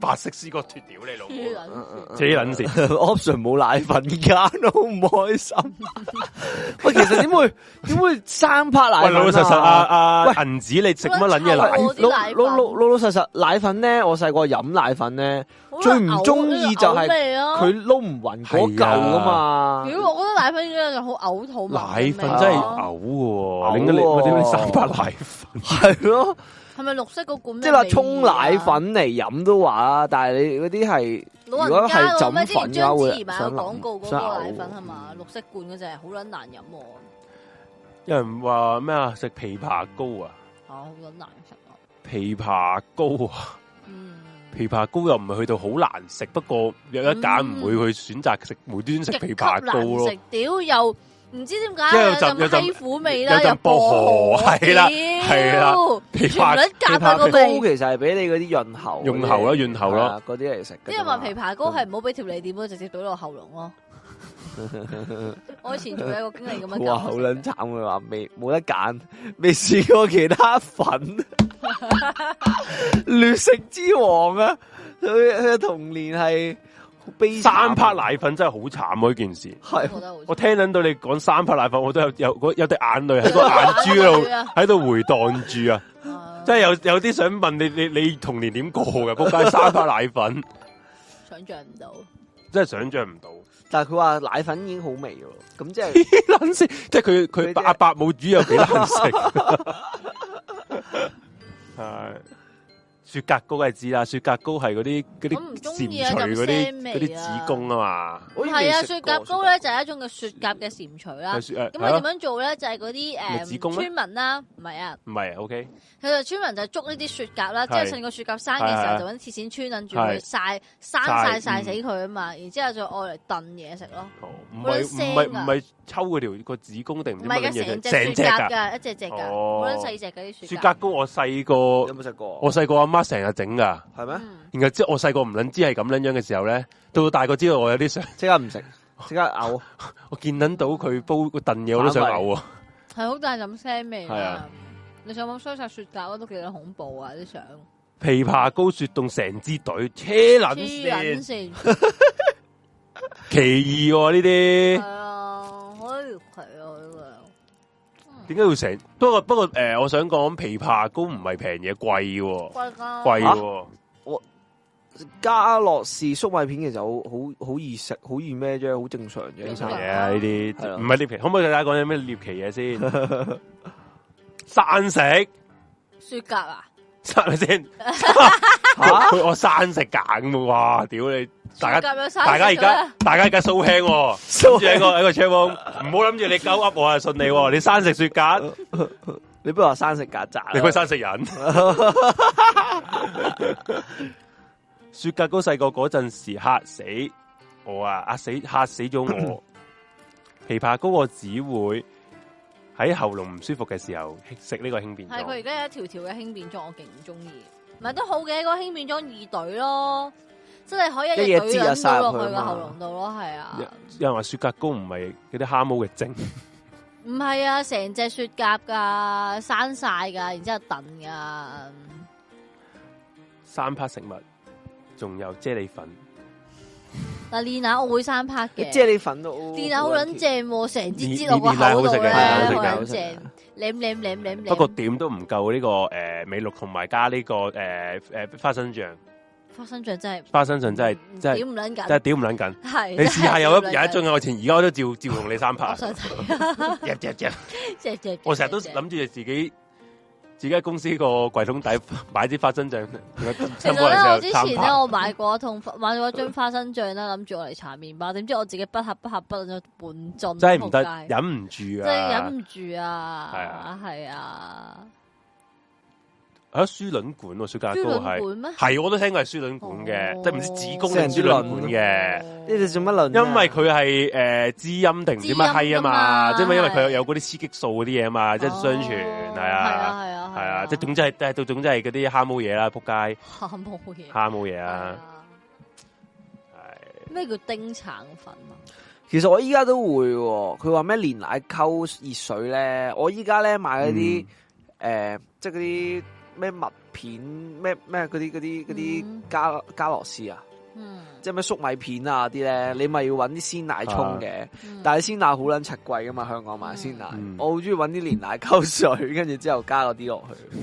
[SPEAKER 2] 白色絲瓜脱屌你老母，自己撚事。
[SPEAKER 1] option 冇奶粉間，好唔開 心。喂，其實點會點會三 part 奶 粉
[SPEAKER 2] 喂，老老實實啊
[SPEAKER 1] 喂
[SPEAKER 2] 啊，銀子你食乜撚嘢
[SPEAKER 3] 老
[SPEAKER 2] 奶？
[SPEAKER 3] 啲
[SPEAKER 1] 老
[SPEAKER 3] 奶粉
[SPEAKER 1] 老老老老實實奶粉咧，我細個飲奶粉咧，最唔中意就係
[SPEAKER 3] 佢。
[SPEAKER 1] 佢撈唔勻嗰嚿啊嘛。
[SPEAKER 3] 屌，我覺得奶粉呢樣嘢好嘔吐物啊咁樣
[SPEAKER 2] 奶粉真係嘔嘅喎，點解你
[SPEAKER 1] 嘔喎
[SPEAKER 2] 我點解你三百奶粉？
[SPEAKER 1] 係咯，
[SPEAKER 3] 係咪綠色嗰罐咩
[SPEAKER 1] 即係
[SPEAKER 3] 味啊？
[SPEAKER 1] 話沖奶粉嚟飲都話啦，但係你嗰啲係
[SPEAKER 3] 老
[SPEAKER 1] 如
[SPEAKER 3] 人
[SPEAKER 1] 果
[SPEAKER 3] 家
[SPEAKER 1] 係
[SPEAKER 3] 嗰個咩？
[SPEAKER 1] 枕
[SPEAKER 3] 之前
[SPEAKER 1] 粉嘅
[SPEAKER 3] 張
[SPEAKER 1] 話
[SPEAKER 3] 之
[SPEAKER 1] 會
[SPEAKER 3] 怡買
[SPEAKER 1] 想
[SPEAKER 3] 個廣
[SPEAKER 1] 嘔
[SPEAKER 3] 告嗰
[SPEAKER 1] 想
[SPEAKER 3] 個
[SPEAKER 1] 嘔
[SPEAKER 3] 奶粉係嘛？綠色罐嗰只好撚難飲喎，
[SPEAKER 2] 有人話咩啊？食枇杷膏啊？
[SPEAKER 3] 啊好撚難食啊！
[SPEAKER 2] 枇杷膏啊？
[SPEAKER 3] 嗯，
[SPEAKER 2] 枇杷膏又唔係去到好難食，不過有得揀唔會去選擇食無端端食
[SPEAKER 3] 極
[SPEAKER 2] 枇
[SPEAKER 3] 級
[SPEAKER 2] 杷膏
[SPEAKER 3] 難
[SPEAKER 2] 咯
[SPEAKER 3] 食。，屌又唔知點
[SPEAKER 2] 因
[SPEAKER 3] 解
[SPEAKER 2] 為有
[SPEAKER 3] 有
[SPEAKER 2] 陣有陣
[SPEAKER 3] 陣欺苦味啦，
[SPEAKER 2] 有陣
[SPEAKER 3] 又薄 荷
[SPEAKER 2] 薄荷係啦
[SPEAKER 3] 屌
[SPEAKER 2] 係啦枇
[SPEAKER 3] 全部
[SPEAKER 2] 杷
[SPEAKER 3] 都
[SPEAKER 2] 枇
[SPEAKER 3] 夾
[SPEAKER 2] 杷
[SPEAKER 3] 啊
[SPEAKER 2] 膏
[SPEAKER 3] 個
[SPEAKER 1] 膏
[SPEAKER 3] 味。
[SPEAKER 1] 其實係俾你嗰啲潤喉嗰啲嚟，
[SPEAKER 2] 潤喉咯潤喉咯
[SPEAKER 1] 係啊，嗰啲嚟食㗎啫嘛。
[SPEAKER 3] 啲人話枇杷膏係唔好俾條脷掂咯，直接倒落喉 嚨咯。我以前仲有一個經歷咁樣教我食嘅。
[SPEAKER 1] 哇，好撚慘嘅話，未冇得揀，未試過其他粉，劣食之王啊！佢佢嘅童年係好悲慘啊
[SPEAKER 2] 三 part 奶粉真係好慘喎！呢件事。
[SPEAKER 3] 我
[SPEAKER 1] 係
[SPEAKER 3] 覺得好
[SPEAKER 2] 我聽撚到你講三匹奶粉，我都有有嗰有滴眼淚 喺個眼珠度喺度回蕩住啊！
[SPEAKER 3] 啊
[SPEAKER 2] 真係有有啲想問你，你你童年點過嘅？仆街三匹奶粉，
[SPEAKER 3] 想像唔到。
[SPEAKER 2] 真係想象唔到。
[SPEAKER 1] 但係佢話奶粉已經好味咯，咁 即係
[SPEAKER 2] 撚先，即係佢佢
[SPEAKER 1] 佢
[SPEAKER 2] 阿伯母煮有幾難 食。係雪格膏係知啦，雪格膏係嗰啲嗰
[SPEAKER 3] 我唔
[SPEAKER 2] 啲
[SPEAKER 3] 中
[SPEAKER 2] 蟾
[SPEAKER 3] 意啊
[SPEAKER 2] 蜍嗰
[SPEAKER 3] 咁
[SPEAKER 2] 啲
[SPEAKER 3] 腥味
[SPEAKER 2] 嗰啲
[SPEAKER 3] 啊
[SPEAKER 2] 子宮啊
[SPEAKER 1] 我已經
[SPEAKER 3] 係啊，
[SPEAKER 1] 未
[SPEAKER 3] 雪
[SPEAKER 1] 食過
[SPEAKER 3] 蛤膏咧就係一種嘅雪蛤嘅蟾蜍
[SPEAKER 2] 嘛，
[SPEAKER 3] 啦
[SPEAKER 2] 係。雪誒
[SPEAKER 3] 咁
[SPEAKER 2] 係啊
[SPEAKER 3] 佢
[SPEAKER 2] 咯
[SPEAKER 3] 點樣啊做咧？就係嗰啲
[SPEAKER 2] 咪子宮啊
[SPEAKER 3] 誒
[SPEAKER 2] 咩
[SPEAKER 3] 村民啦，唔係啊，
[SPEAKER 2] 唔係 OK
[SPEAKER 3] 佢就村民就捉呢啲雪蛤啦，
[SPEAKER 2] 係
[SPEAKER 3] 即係趁個雪蛤生嘅時
[SPEAKER 2] 係係
[SPEAKER 3] 候就揾鐵線穿撚住
[SPEAKER 2] 係
[SPEAKER 3] 佢曬生
[SPEAKER 2] 曬
[SPEAKER 3] 晒晒
[SPEAKER 2] 嗯
[SPEAKER 3] 死佢啊嘛，然之後就愛嚟燉嘢食咯。
[SPEAKER 2] 哦唔係唔係唔係抽嗰條個子宮定唔
[SPEAKER 3] 唔
[SPEAKER 2] 知
[SPEAKER 3] 係
[SPEAKER 2] 乜
[SPEAKER 3] 噶，
[SPEAKER 2] 撚嘢
[SPEAKER 3] 成隻
[SPEAKER 2] 成
[SPEAKER 3] 雪
[SPEAKER 2] 隻
[SPEAKER 3] 蛤
[SPEAKER 2] 㗎。
[SPEAKER 3] 㗎，一隻隻㗎，
[SPEAKER 2] 哦
[SPEAKER 3] 好撚細隻㗎啲
[SPEAKER 2] 雪
[SPEAKER 3] 雪
[SPEAKER 2] 格
[SPEAKER 3] 蛤。
[SPEAKER 2] 膏我細
[SPEAKER 1] 有
[SPEAKER 2] 個，
[SPEAKER 1] 冇食過？
[SPEAKER 2] 我細個阿媽成日整噶，
[SPEAKER 1] 係咩？
[SPEAKER 3] 嗯
[SPEAKER 2] 然後之後我細個唔捻知係咁捻樣嘅時候咧，到大個知道我有啲想，
[SPEAKER 1] 即刻唔食，即刻嘔。
[SPEAKER 2] 我見捻到佢煲個燉嘢，我都想嘔啊！
[SPEAKER 3] 係好大陣腥味
[SPEAKER 2] 係
[SPEAKER 3] 㗎
[SPEAKER 2] 啊。
[SPEAKER 3] 你上網 search 晒雪蛤都幾撚恐怖啊！啲相
[SPEAKER 2] 枇杷膏雪凍成支隊，車捻
[SPEAKER 3] 黐撚
[SPEAKER 2] 線，
[SPEAKER 3] 線。
[SPEAKER 2] 奇異喎呢
[SPEAKER 3] 係
[SPEAKER 2] 啲，
[SPEAKER 3] 啊，可以佢啊呢個。
[SPEAKER 2] 點解會成？不過不過诶、呃我想講枇杷膏唔係平嘢，貴喎，
[SPEAKER 3] 貴㗎
[SPEAKER 2] 貴
[SPEAKER 1] 啊
[SPEAKER 2] 喎，
[SPEAKER 1] 家樂士粟米片其實好好好易食，好易咩啫，好正常啫。
[SPEAKER 3] 正
[SPEAKER 1] 其
[SPEAKER 2] 嘢
[SPEAKER 3] 常
[SPEAKER 1] 實
[SPEAKER 2] 啊呢啲
[SPEAKER 1] 係啊
[SPEAKER 2] 唔係獵奇，可唔可以同大家講啲咩獵奇嘢先？生 食。
[SPEAKER 3] 雪蛤啊，
[SPEAKER 2] 生咪先？
[SPEAKER 1] 嚇
[SPEAKER 2] 佢我生食梗喎，哇！屌你，大
[SPEAKER 3] 雪
[SPEAKER 2] 家
[SPEAKER 3] 蛤有生
[SPEAKER 2] 大家而家大家而家 so 輕喎，跟住喺個喺個 chat room，唔好諗住你鳩噏我啊，信你喎，你生食雪蛤，
[SPEAKER 1] 你不如話生食曱甴啦，
[SPEAKER 2] 你可以生食人。雪蛤膏細個嗰陣時嚇死我啊，嚇死嚇死咗 我。枇杷膏我只會喺喉嚨唔舒服嘅時候食呢個輕便
[SPEAKER 3] 係佢而
[SPEAKER 2] 劑。
[SPEAKER 3] 家有一條條嘅輕便裝，我勁唔中意。唔係都好嘅，嗰個輕便裝二隊咯，即係可以
[SPEAKER 1] 一嘢
[SPEAKER 3] 嘢
[SPEAKER 1] 擠咗晒入
[SPEAKER 3] 落
[SPEAKER 1] 去
[SPEAKER 3] 去個
[SPEAKER 1] 嘛
[SPEAKER 3] 喉嚨度咯，係啊，
[SPEAKER 2] 有人話雪蛤膏唔係嗰啲蝦毛嘅精，
[SPEAKER 3] 唔係啊，成隻雪蛤噶，生晒噶，然之後燉噶，
[SPEAKER 2] 三 part 食物，仲有啫喱粉，
[SPEAKER 3] 嗱練下我會生拍嘅，
[SPEAKER 1] 啫喱粉都
[SPEAKER 3] 練下好撚正喎，成支支
[SPEAKER 2] 練
[SPEAKER 3] 落個
[SPEAKER 2] 練奶
[SPEAKER 3] 口
[SPEAKER 2] 好
[SPEAKER 3] 度
[SPEAKER 2] 食
[SPEAKER 3] 咧，
[SPEAKER 2] 嘅
[SPEAKER 1] 係好食
[SPEAKER 3] 好
[SPEAKER 1] 嘅好
[SPEAKER 3] 撚
[SPEAKER 1] 食
[SPEAKER 3] 正
[SPEAKER 1] 嘅，
[SPEAKER 3] 舐舐舐舐舐。
[SPEAKER 2] 不過點都唔夠呢個誒美祿同埋加呢個誒誒花生醬，
[SPEAKER 3] 花生醬真係
[SPEAKER 2] 花生醬真係真係
[SPEAKER 3] 嗯點唔撚
[SPEAKER 2] 真係
[SPEAKER 3] 緊，
[SPEAKER 2] 屌唔撚緊。
[SPEAKER 3] 係
[SPEAKER 2] 你試下有一有一
[SPEAKER 3] 樽，
[SPEAKER 2] 樽我前而家我都照照用你三
[SPEAKER 3] 我
[SPEAKER 2] part，
[SPEAKER 3] 想睇，
[SPEAKER 2] 日日日。
[SPEAKER 3] 即係
[SPEAKER 2] 我成日都諗住自己自己喺公司個櫃桶底 買啲花生醬，
[SPEAKER 3] 其
[SPEAKER 2] 其
[SPEAKER 3] 實咧，我之前咧，我買過一桶買咗一樽花生醬啦，諗住我嚟搽麵包，點知我自己不合不合不咗半樽，啊
[SPEAKER 2] 真係唔得
[SPEAKER 3] 仆，街
[SPEAKER 2] 忍唔住
[SPEAKER 3] 真係忍
[SPEAKER 2] 啊！
[SPEAKER 3] 唔住
[SPEAKER 2] 係
[SPEAKER 3] 啊
[SPEAKER 2] 啊！
[SPEAKER 3] 係啊，
[SPEAKER 2] 喺輸卵管喎，雪蛤
[SPEAKER 3] 豬
[SPEAKER 2] 膏
[SPEAKER 3] 卵
[SPEAKER 2] 係
[SPEAKER 3] 管咩？
[SPEAKER 2] 係我都聽過係輸卵管嘅，
[SPEAKER 3] 哦
[SPEAKER 2] 即係唔知子宮定輸卵管嘅，
[SPEAKER 3] 哦
[SPEAKER 1] 你哋做乜輪？
[SPEAKER 2] 因為佢係誒滋陰定唔知乜閪啊嘛，即
[SPEAKER 3] 滋陰㗎嘛
[SPEAKER 2] 係因為佢有嗰啲雌激素嗰啲嘢啊嘛，即係相傳
[SPEAKER 3] 哦
[SPEAKER 2] 係
[SPEAKER 3] 係啊
[SPEAKER 2] 啊，
[SPEAKER 3] 係啊
[SPEAKER 2] 係啊，即係總之係都係總之係嗰啲蝦毛嘢啦，仆街
[SPEAKER 3] 嚇 冇嘢
[SPEAKER 2] 蝦毛嘢
[SPEAKER 3] 係
[SPEAKER 2] 啊，
[SPEAKER 3] 啊
[SPEAKER 2] 係
[SPEAKER 3] 咩叫丁橙粉啊？
[SPEAKER 1] 其實我依家都會喎，佢話咩連奶溝熱水咧，我依家咧買嗰啲
[SPEAKER 2] 嗯
[SPEAKER 1] 誒，即係嗰啲咩麥片咩咩嗰啲嗰啲嗰啲
[SPEAKER 3] 嗯
[SPEAKER 1] 加加樂士啊，
[SPEAKER 3] 嗯，
[SPEAKER 1] 即係咩粟米片啊啲咧，你咪要揾啲鮮奶沖嘅，
[SPEAKER 3] 嗯
[SPEAKER 1] 但係鮮奶好撚柒貴噶嘛，香港買鮮奶，
[SPEAKER 2] 嗯
[SPEAKER 1] 我好中意揾啲連奶溝水，跟住之後加嗰啲落去。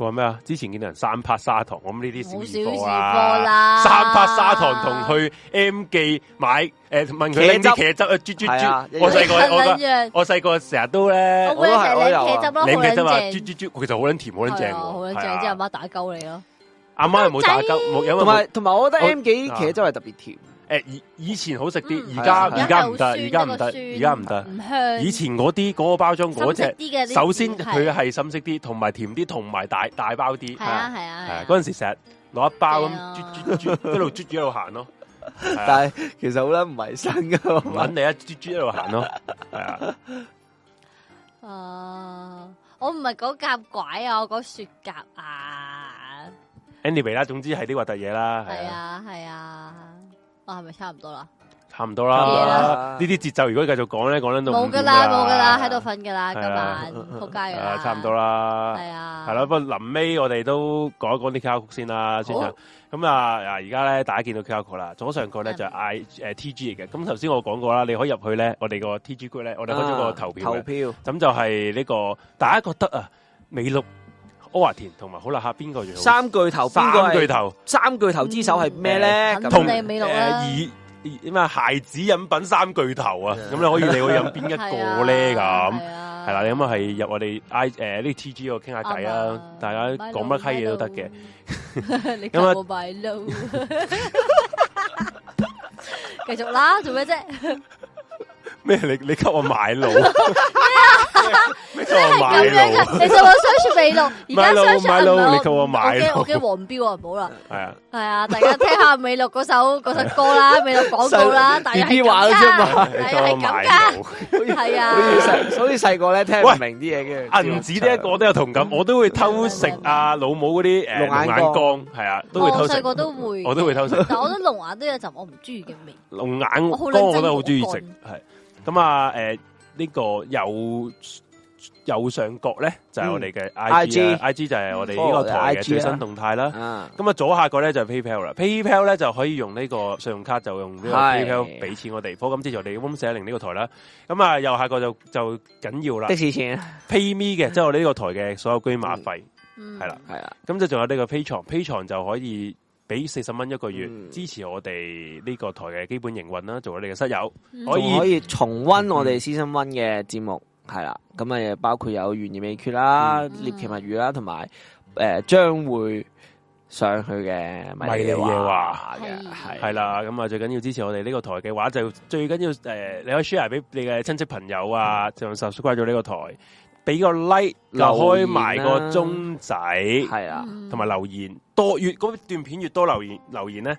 [SPEAKER 2] 佢話咩啊？之前見到人三拍砂糖，咁呢啲
[SPEAKER 3] 冇
[SPEAKER 2] 小
[SPEAKER 3] 小事
[SPEAKER 2] 貨
[SPEAKER 3] 貨
[SPEAKER 2] 啦。
[SPEAKER 3] 啦，
[SPEAKER 2] 啊三拍砂糖同去 M 記買誒，問佢拎啲
[SPEAKER 1] 茄
[SPEAKER 2] 茄汁啊，
[SPEAKER 1] 係啊
[SPEAKER 2] 啜啜啜。我細個
[SPEAKER 3] 係
[SPEAKER 2] 我
[SPEAKER 3] 撚
[SPEAKER 2] 個
[SPEAKER 3] 樣
[SPEAKER 2] 我細個成日都咧
[SPEAKER 3] 我，會
[SPEAKER 1] 我都係我
[SPEAKER 3] 成日
[SPEAKER 1] 有啊
[SPEAKER 3] 舐茄汁咯，
[SPEAKER 2] 你
[SPEAKER 3] 好
[SPEAKER 2] 茄汁啊，
[SPEAKER 3] 撚
[SPEAKER 2] 啜啜
[SPEAKER 3] 正，
[SPEAKER 2] 啜，其實好撚甜，好撚正
[SPEAKER 3] 係
[SPEAKER 2] 喎，
[SPEAKER 3] 啊好撚
[SPEAKER 2] 係
[SPEAKER 3] 正，
[SPEAKER 2] 啊
[SPEAKER 3] 之後阿媽打鳩你咯。
[SPEAKER 2] 阿媽又冇打鳩，冇有
[SPEAKER 1] 同
[SPEAKER 2] 啊冇
[SPEAKER 1] 埋同埋，我覺得
[SPEAKER 2] 我
[SPEAKER 1] M 記
[SPEAKER 2] 啊
[SPEAKER 1] 茄汁係特別甜，
[SPEAKER 2] 誒以以前好食
[SPEAKER 3] 嗯
[SPEAKER 2] 啲，而
[SPEAKER 1] 係
[SPEAKER 2] 家
[SPEAKER 1] 啊
[SPEAKER 2] 而家唔得，而家
[SPEAKER 3] 而家
[SPEAKER 2] 唔
[SPEAKER 3] 有
[SPEAKER 2] 得，
[SPEAKER 3] 酸
[SPEAKER 2] 而家唔得。
[SPEAKER 3] 唔香。
[SPEAKER 2] 以前嗰啲嗰個包裝嗰
[SPEAKER 3] 深色
[SPEAKER 2] 只，
[SPEAKER 3] 啲嘅呢啲
[SPEAKER 2] 首先佢
[SPEAKER 3] 係
[SPEAKER 2] 係深色啲，同埋甜啲，同埋大大包啲。
[SPEAKER 3] 係啊係啊
[SPEAKER 2] 係啊，
[SPEAKER 3] 係
[SPEAKER 2] 嗰
[SPEAKER 3] 啊，
[SPEAKER 2] 陣時成日攞一包咁
[SPEAKER 3] 係啊
[SPEAKER 2] 啜啜 啜，一路啜住一路行咯，係啊
[SPEAKER 1] 但係其實好撚唔衞生噶
[SPEAKER 2] 唔揾你啊，啜啜一路行咯，係啊，
[SPEAKER 3] 啊，我唔係講夾拐啊，我講雪蛤啊，
[SPEAKER 2] anyway 啦，總之係啲核突嘢啦，係
[SPEAKER 3] 係
[SPEAKER 2] 啊，
[SPEAKER 3] 啊係啊，啊係咪差唔多啦？
[SPEAKER 2] 差唔多
[SPEAKER 1] 差
[SPEAKER 3] 唔多
[SPEAKER 2] 啦
[SPEAKER 1] 啦，
[SPEAKER 2] 呢啲節奏如果繼續講咧，講緊到
[SPEAKER 3] 冇
[SPEAKER 2] 噶
[SPEAKER 3] 噶啦冇噶啦，喺度瞓噶啦，
[SPEAKER 2] 係
[SPEAKER 3] 今
[SPEAKER 2] 啊
[SPEAKER 3] 晚仆街噶
[SPEAKER 2] 啊
[SPEAKER 3] 啦，
[SPEAKER 2] 差唔多，啦，
[SPEAKER 3] 係啊，
[SPEAKER 2] 係啦，不過臨尾我哋都講一講啲 QR 曲先啦，先生。咁啊啊，而家咧大家見到 QR 曲啦，左上角咧
[SPEAKER 3] 嗯
[SPEAKER 2] 就係 I 誒 TG 嚟嘅。咁頭先我講過啦，你可以入去咧，我哋個 TG group 咧，我哋開咗
[SPEAKER 3] 啊
[SPEAKER 2] 個投票
[SPEAKER 1] 啊投
[SPEAKER 2] 嘅。
[SPEAKER 1] 票。
[SPEAKER 2] 咁就係呢個大家覺得啊，美祿、柯華田同埋好立克邊個最好？
[SPEAKER 1] 三巨頭，邊個
[SPEAKER 2] 三巨
[SPEAKER 1] 係
[SPEAKER 2] 頭
[SPEAKER 1] 三巨頭之首係咩咧？
[SPEAKER 3] 嗯
[SPEAKER 1] 咁
[SPEAKER 2] 同
[SPEAKER 3] 肯定美祿啦
[SPEAKER 2] 誒以點啊孩子飲品三巨頭啊，咁你可以你會飲邊一個咧咁？
[SPEAKER 3] 啊係啊，
[SPEAKER 2] 係啦，你咁啊係入我哋 I 誒呢 T G 度傾下偈
[SPEAKER 3] 啱
[SPEAKER 2] 啊
[SPEAKER 3] 啊，
[SPEAKER 2] 大家講乜閪嘢都得 嘅。。
[SPEAKER 3] 你
[SPEAKER 2] 咁啊
[SPEAKER 3] 咁我買路，繼續啦，做咩啫？
[SPEAKER 2] 咩？你你給我買 路？咩給我買
[SPEAKER 3] 咁樣
[SPEAKER 2] 路？
[SPEAKER 3] 嘅，其實我 search 美路，而
[SPEAKER 2] 買
[SPEAKER 3] 家
[SPEAKER 2] 路
[SPEAKER 3] search
[SPEAKER 2] 買路
[SPEAKER 3] 唔係
[SPEAKER 2] 你叫我買路
[SPEAKER 3] 我驚我驚黃標啊，唔好啦。
[SPEAKER 2] 係啊，
[SPEAKER 3] 系啊，大家聽下美樂嗰首嗰首歌啦，美樂廣告啦，大家係
[SPEAKER 1] BB 話
[SPEAKER 3] 咁
[SPEAKER 1] 咗啫嘛
[SPEAKER 3] 噶，
[SPEAKER 2] 你
[SPEAKER 3] 大
[SPEAKER 2] 給我
[SPEAKER 3] 家係
[SPEAKER 2] 買
[SPEAKER 3] 咁
[SPEAKER 2] 路。
[SPEAKER 3] 噶，係啊
[SPEAKER 1] 好，似細，所以細個咧聽唔明啲嘢嘅。
[SPEAKER 2] 銀紙呢一個我都有同感，我都會偷食啊老母嗰啲誒
[SPEAKER 1] 龍眼
[SPEAKER 2] 龍眼
[SPEAKER 1] 乾
[SPEAKER 2] 乾，係啊，都會
[SPEAKER 3] 我
[SPEAKER 2] 偷
[SPEAKER 3] 細
[SPEAKER 2] 食。
[SPEAKER 3] 個都會，
[SPEAKER 2] 我都會偷食
[SPEAKER 3] 但我覺得龍眼都有陣我唔中意嘅味，
[SPEAKER 2] 龍眼乾
[SPEAKER 3] 我好撚憎
[SPEAKER 2] 我覺得好中意
[SPEAKER 3] 龍
[SPEAKER 2] 食
[SPEAKER 3] 眼，
[SPEAKER 2] 係咁啊誒呢個右右上角咧就係我哋嘅 I G
[SPEAKER 1] IG
[SPEAKER 2] I G 就係我哋
[SPEAKER 1] 嗯
[SPEAKER 2] 呢個台
[SPEAKER 1] follow 我哋
[SPEAKER 2] 嘅
[SPEAKER 1] IG
[SPEAKER 2] 最新動態啦。
[SPEAKER 1] 啊，
[SPEAKER 2] 咁啊，左下角咧就係 PayPal 啦，PayPal 咧就可以用呢個信用卡就用呢個
[SPEAKER 1] 係
[SPEAKER 2] PayPal 俾錢我哋。科咁之前我哋 Room 四一零呢個台啦，咁啊右下角就就緊要啦
[SPEAKER 1] 的士錢
[SPEAKER 2] ，PayMe 嘅即係我哋呢個台嘅所有居馬費，
[SPEAKER 3] 嗯
[SPEAKER 2] 係啦，
[SPEAKER 1] 係啊啦，
[SPEAKER 2] 咁就仲有呢個 Patreon，Patreon 就可以俾四十蚊一個月
[SPEAKER 1] 嗯
[SPEAKER 2] 支持我哋呢個台嘅基本營運啦，做我哋嘅室友。
[SPEAKER 3] 嗯
[SPEAKER 2] 可以嗯
[SPEAKER 1] 仲可以重温我哋 Season One 嘅節目，係啦，咁啊包括有懸而未決啦、
[SPEAKER 3] 嗯
[SPEAKER 1] 獵奇物語啦，同埋誒將會上去嘅迷你
[SPEAKER 2] 迷你夜話
[SPEAKER 1] 話嘅，
[SPEAKER 3] 係
[SPEAKER 2] 係啦，咁啊最緊要支持我哋呢個台嘅話，就最緊要诶、呃你可以 share 俾你嘅親戚朋友啊，就 subscribe 咗呢個台，俾個 like，就
[SPEAKER 1] 留言啦
[SPEAKER 2] 開埋個鐘仔，
[SPEAKER 1] 係啊啦，
[SPEAKER 3] Ừ. 嗯
[SPEAKER 2] 同埋留言多越嗰段片越多留言留言咧，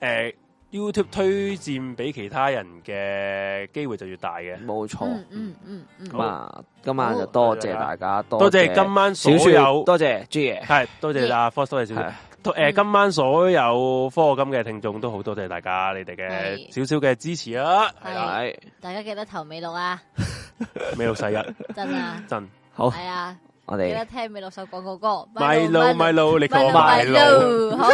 [SPEAKER 2] 诶、YouTube 推薦俾其他人嘅機會就越大嘅。
[SPEAKER 1] 冇錯。
[SPEAKER 3] 嗯嗯嗯嗯
[SPEAKER 1] 咁啊，今晚就多謝大家，
[SPEAKER 2] 多謝今晚所
[SPEAKER 1] 小雪
[SPEAKER 2] 有
[SPEAKER 1] 多謝 J 爺，
[SPEAKER 2] 係多謝阿 Fox，多謝小
[SPEAKER 1] 係
[SPEAKER 2] 姐。诶、
[SPEAKER 3] 嗯
[SPEAKER 2] 呃今晚所有科學金嘅聽眾都好多謝大家你哋嘅
[SPEAKER 3] 係
[SPEAKER 2] 少少嘅支持啊！
[SPEAKER 3] 係
[SPEAKER 1] 係
[SPEAKER 3] 大家記得投美錄啊，
[SPEAKER 2] 美路世一，
[SPEAKER 3] 真啊
[SPEAKER 2] 真，
[SPEAKER 1] 好，
[SPEAKER 3] 係啊，
[SPEAKER 1] 我
[SPEAKER 3] 記
[SPEAKER 1] 哋
[SPEAKER 3] 得聽美錄首廣告歌，
[SPEAKER 2] 米路米路，你
[SPEAKER 3] 米
[SPEAKER 2] 講
[SPEAKER 3] 路
[SPEAKER 2] 米路，
[SPEAKER 3] 米路好，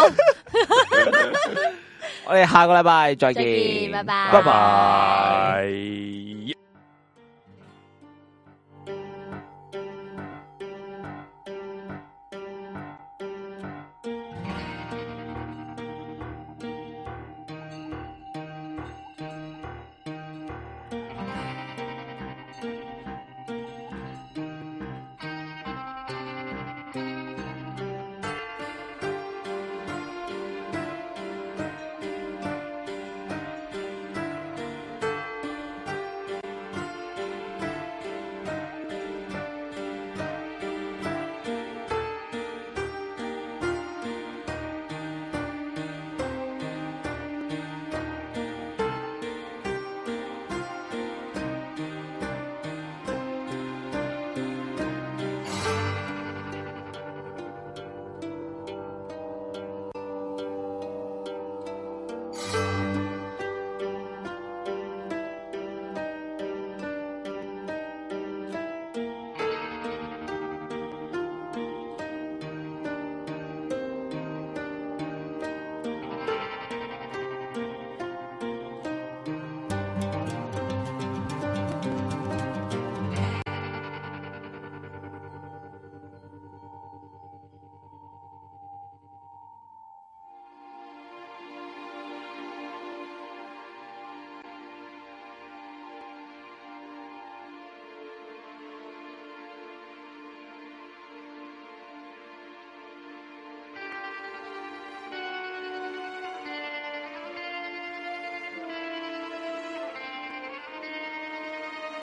[SPEAKER 1] 我哋下個禮拜再
[SPEAKER 3] 再見，
[SPEAKER 1] 見，
[SPEAKER 3] 拜拜，
[SPEAKER 2] 拜。拜。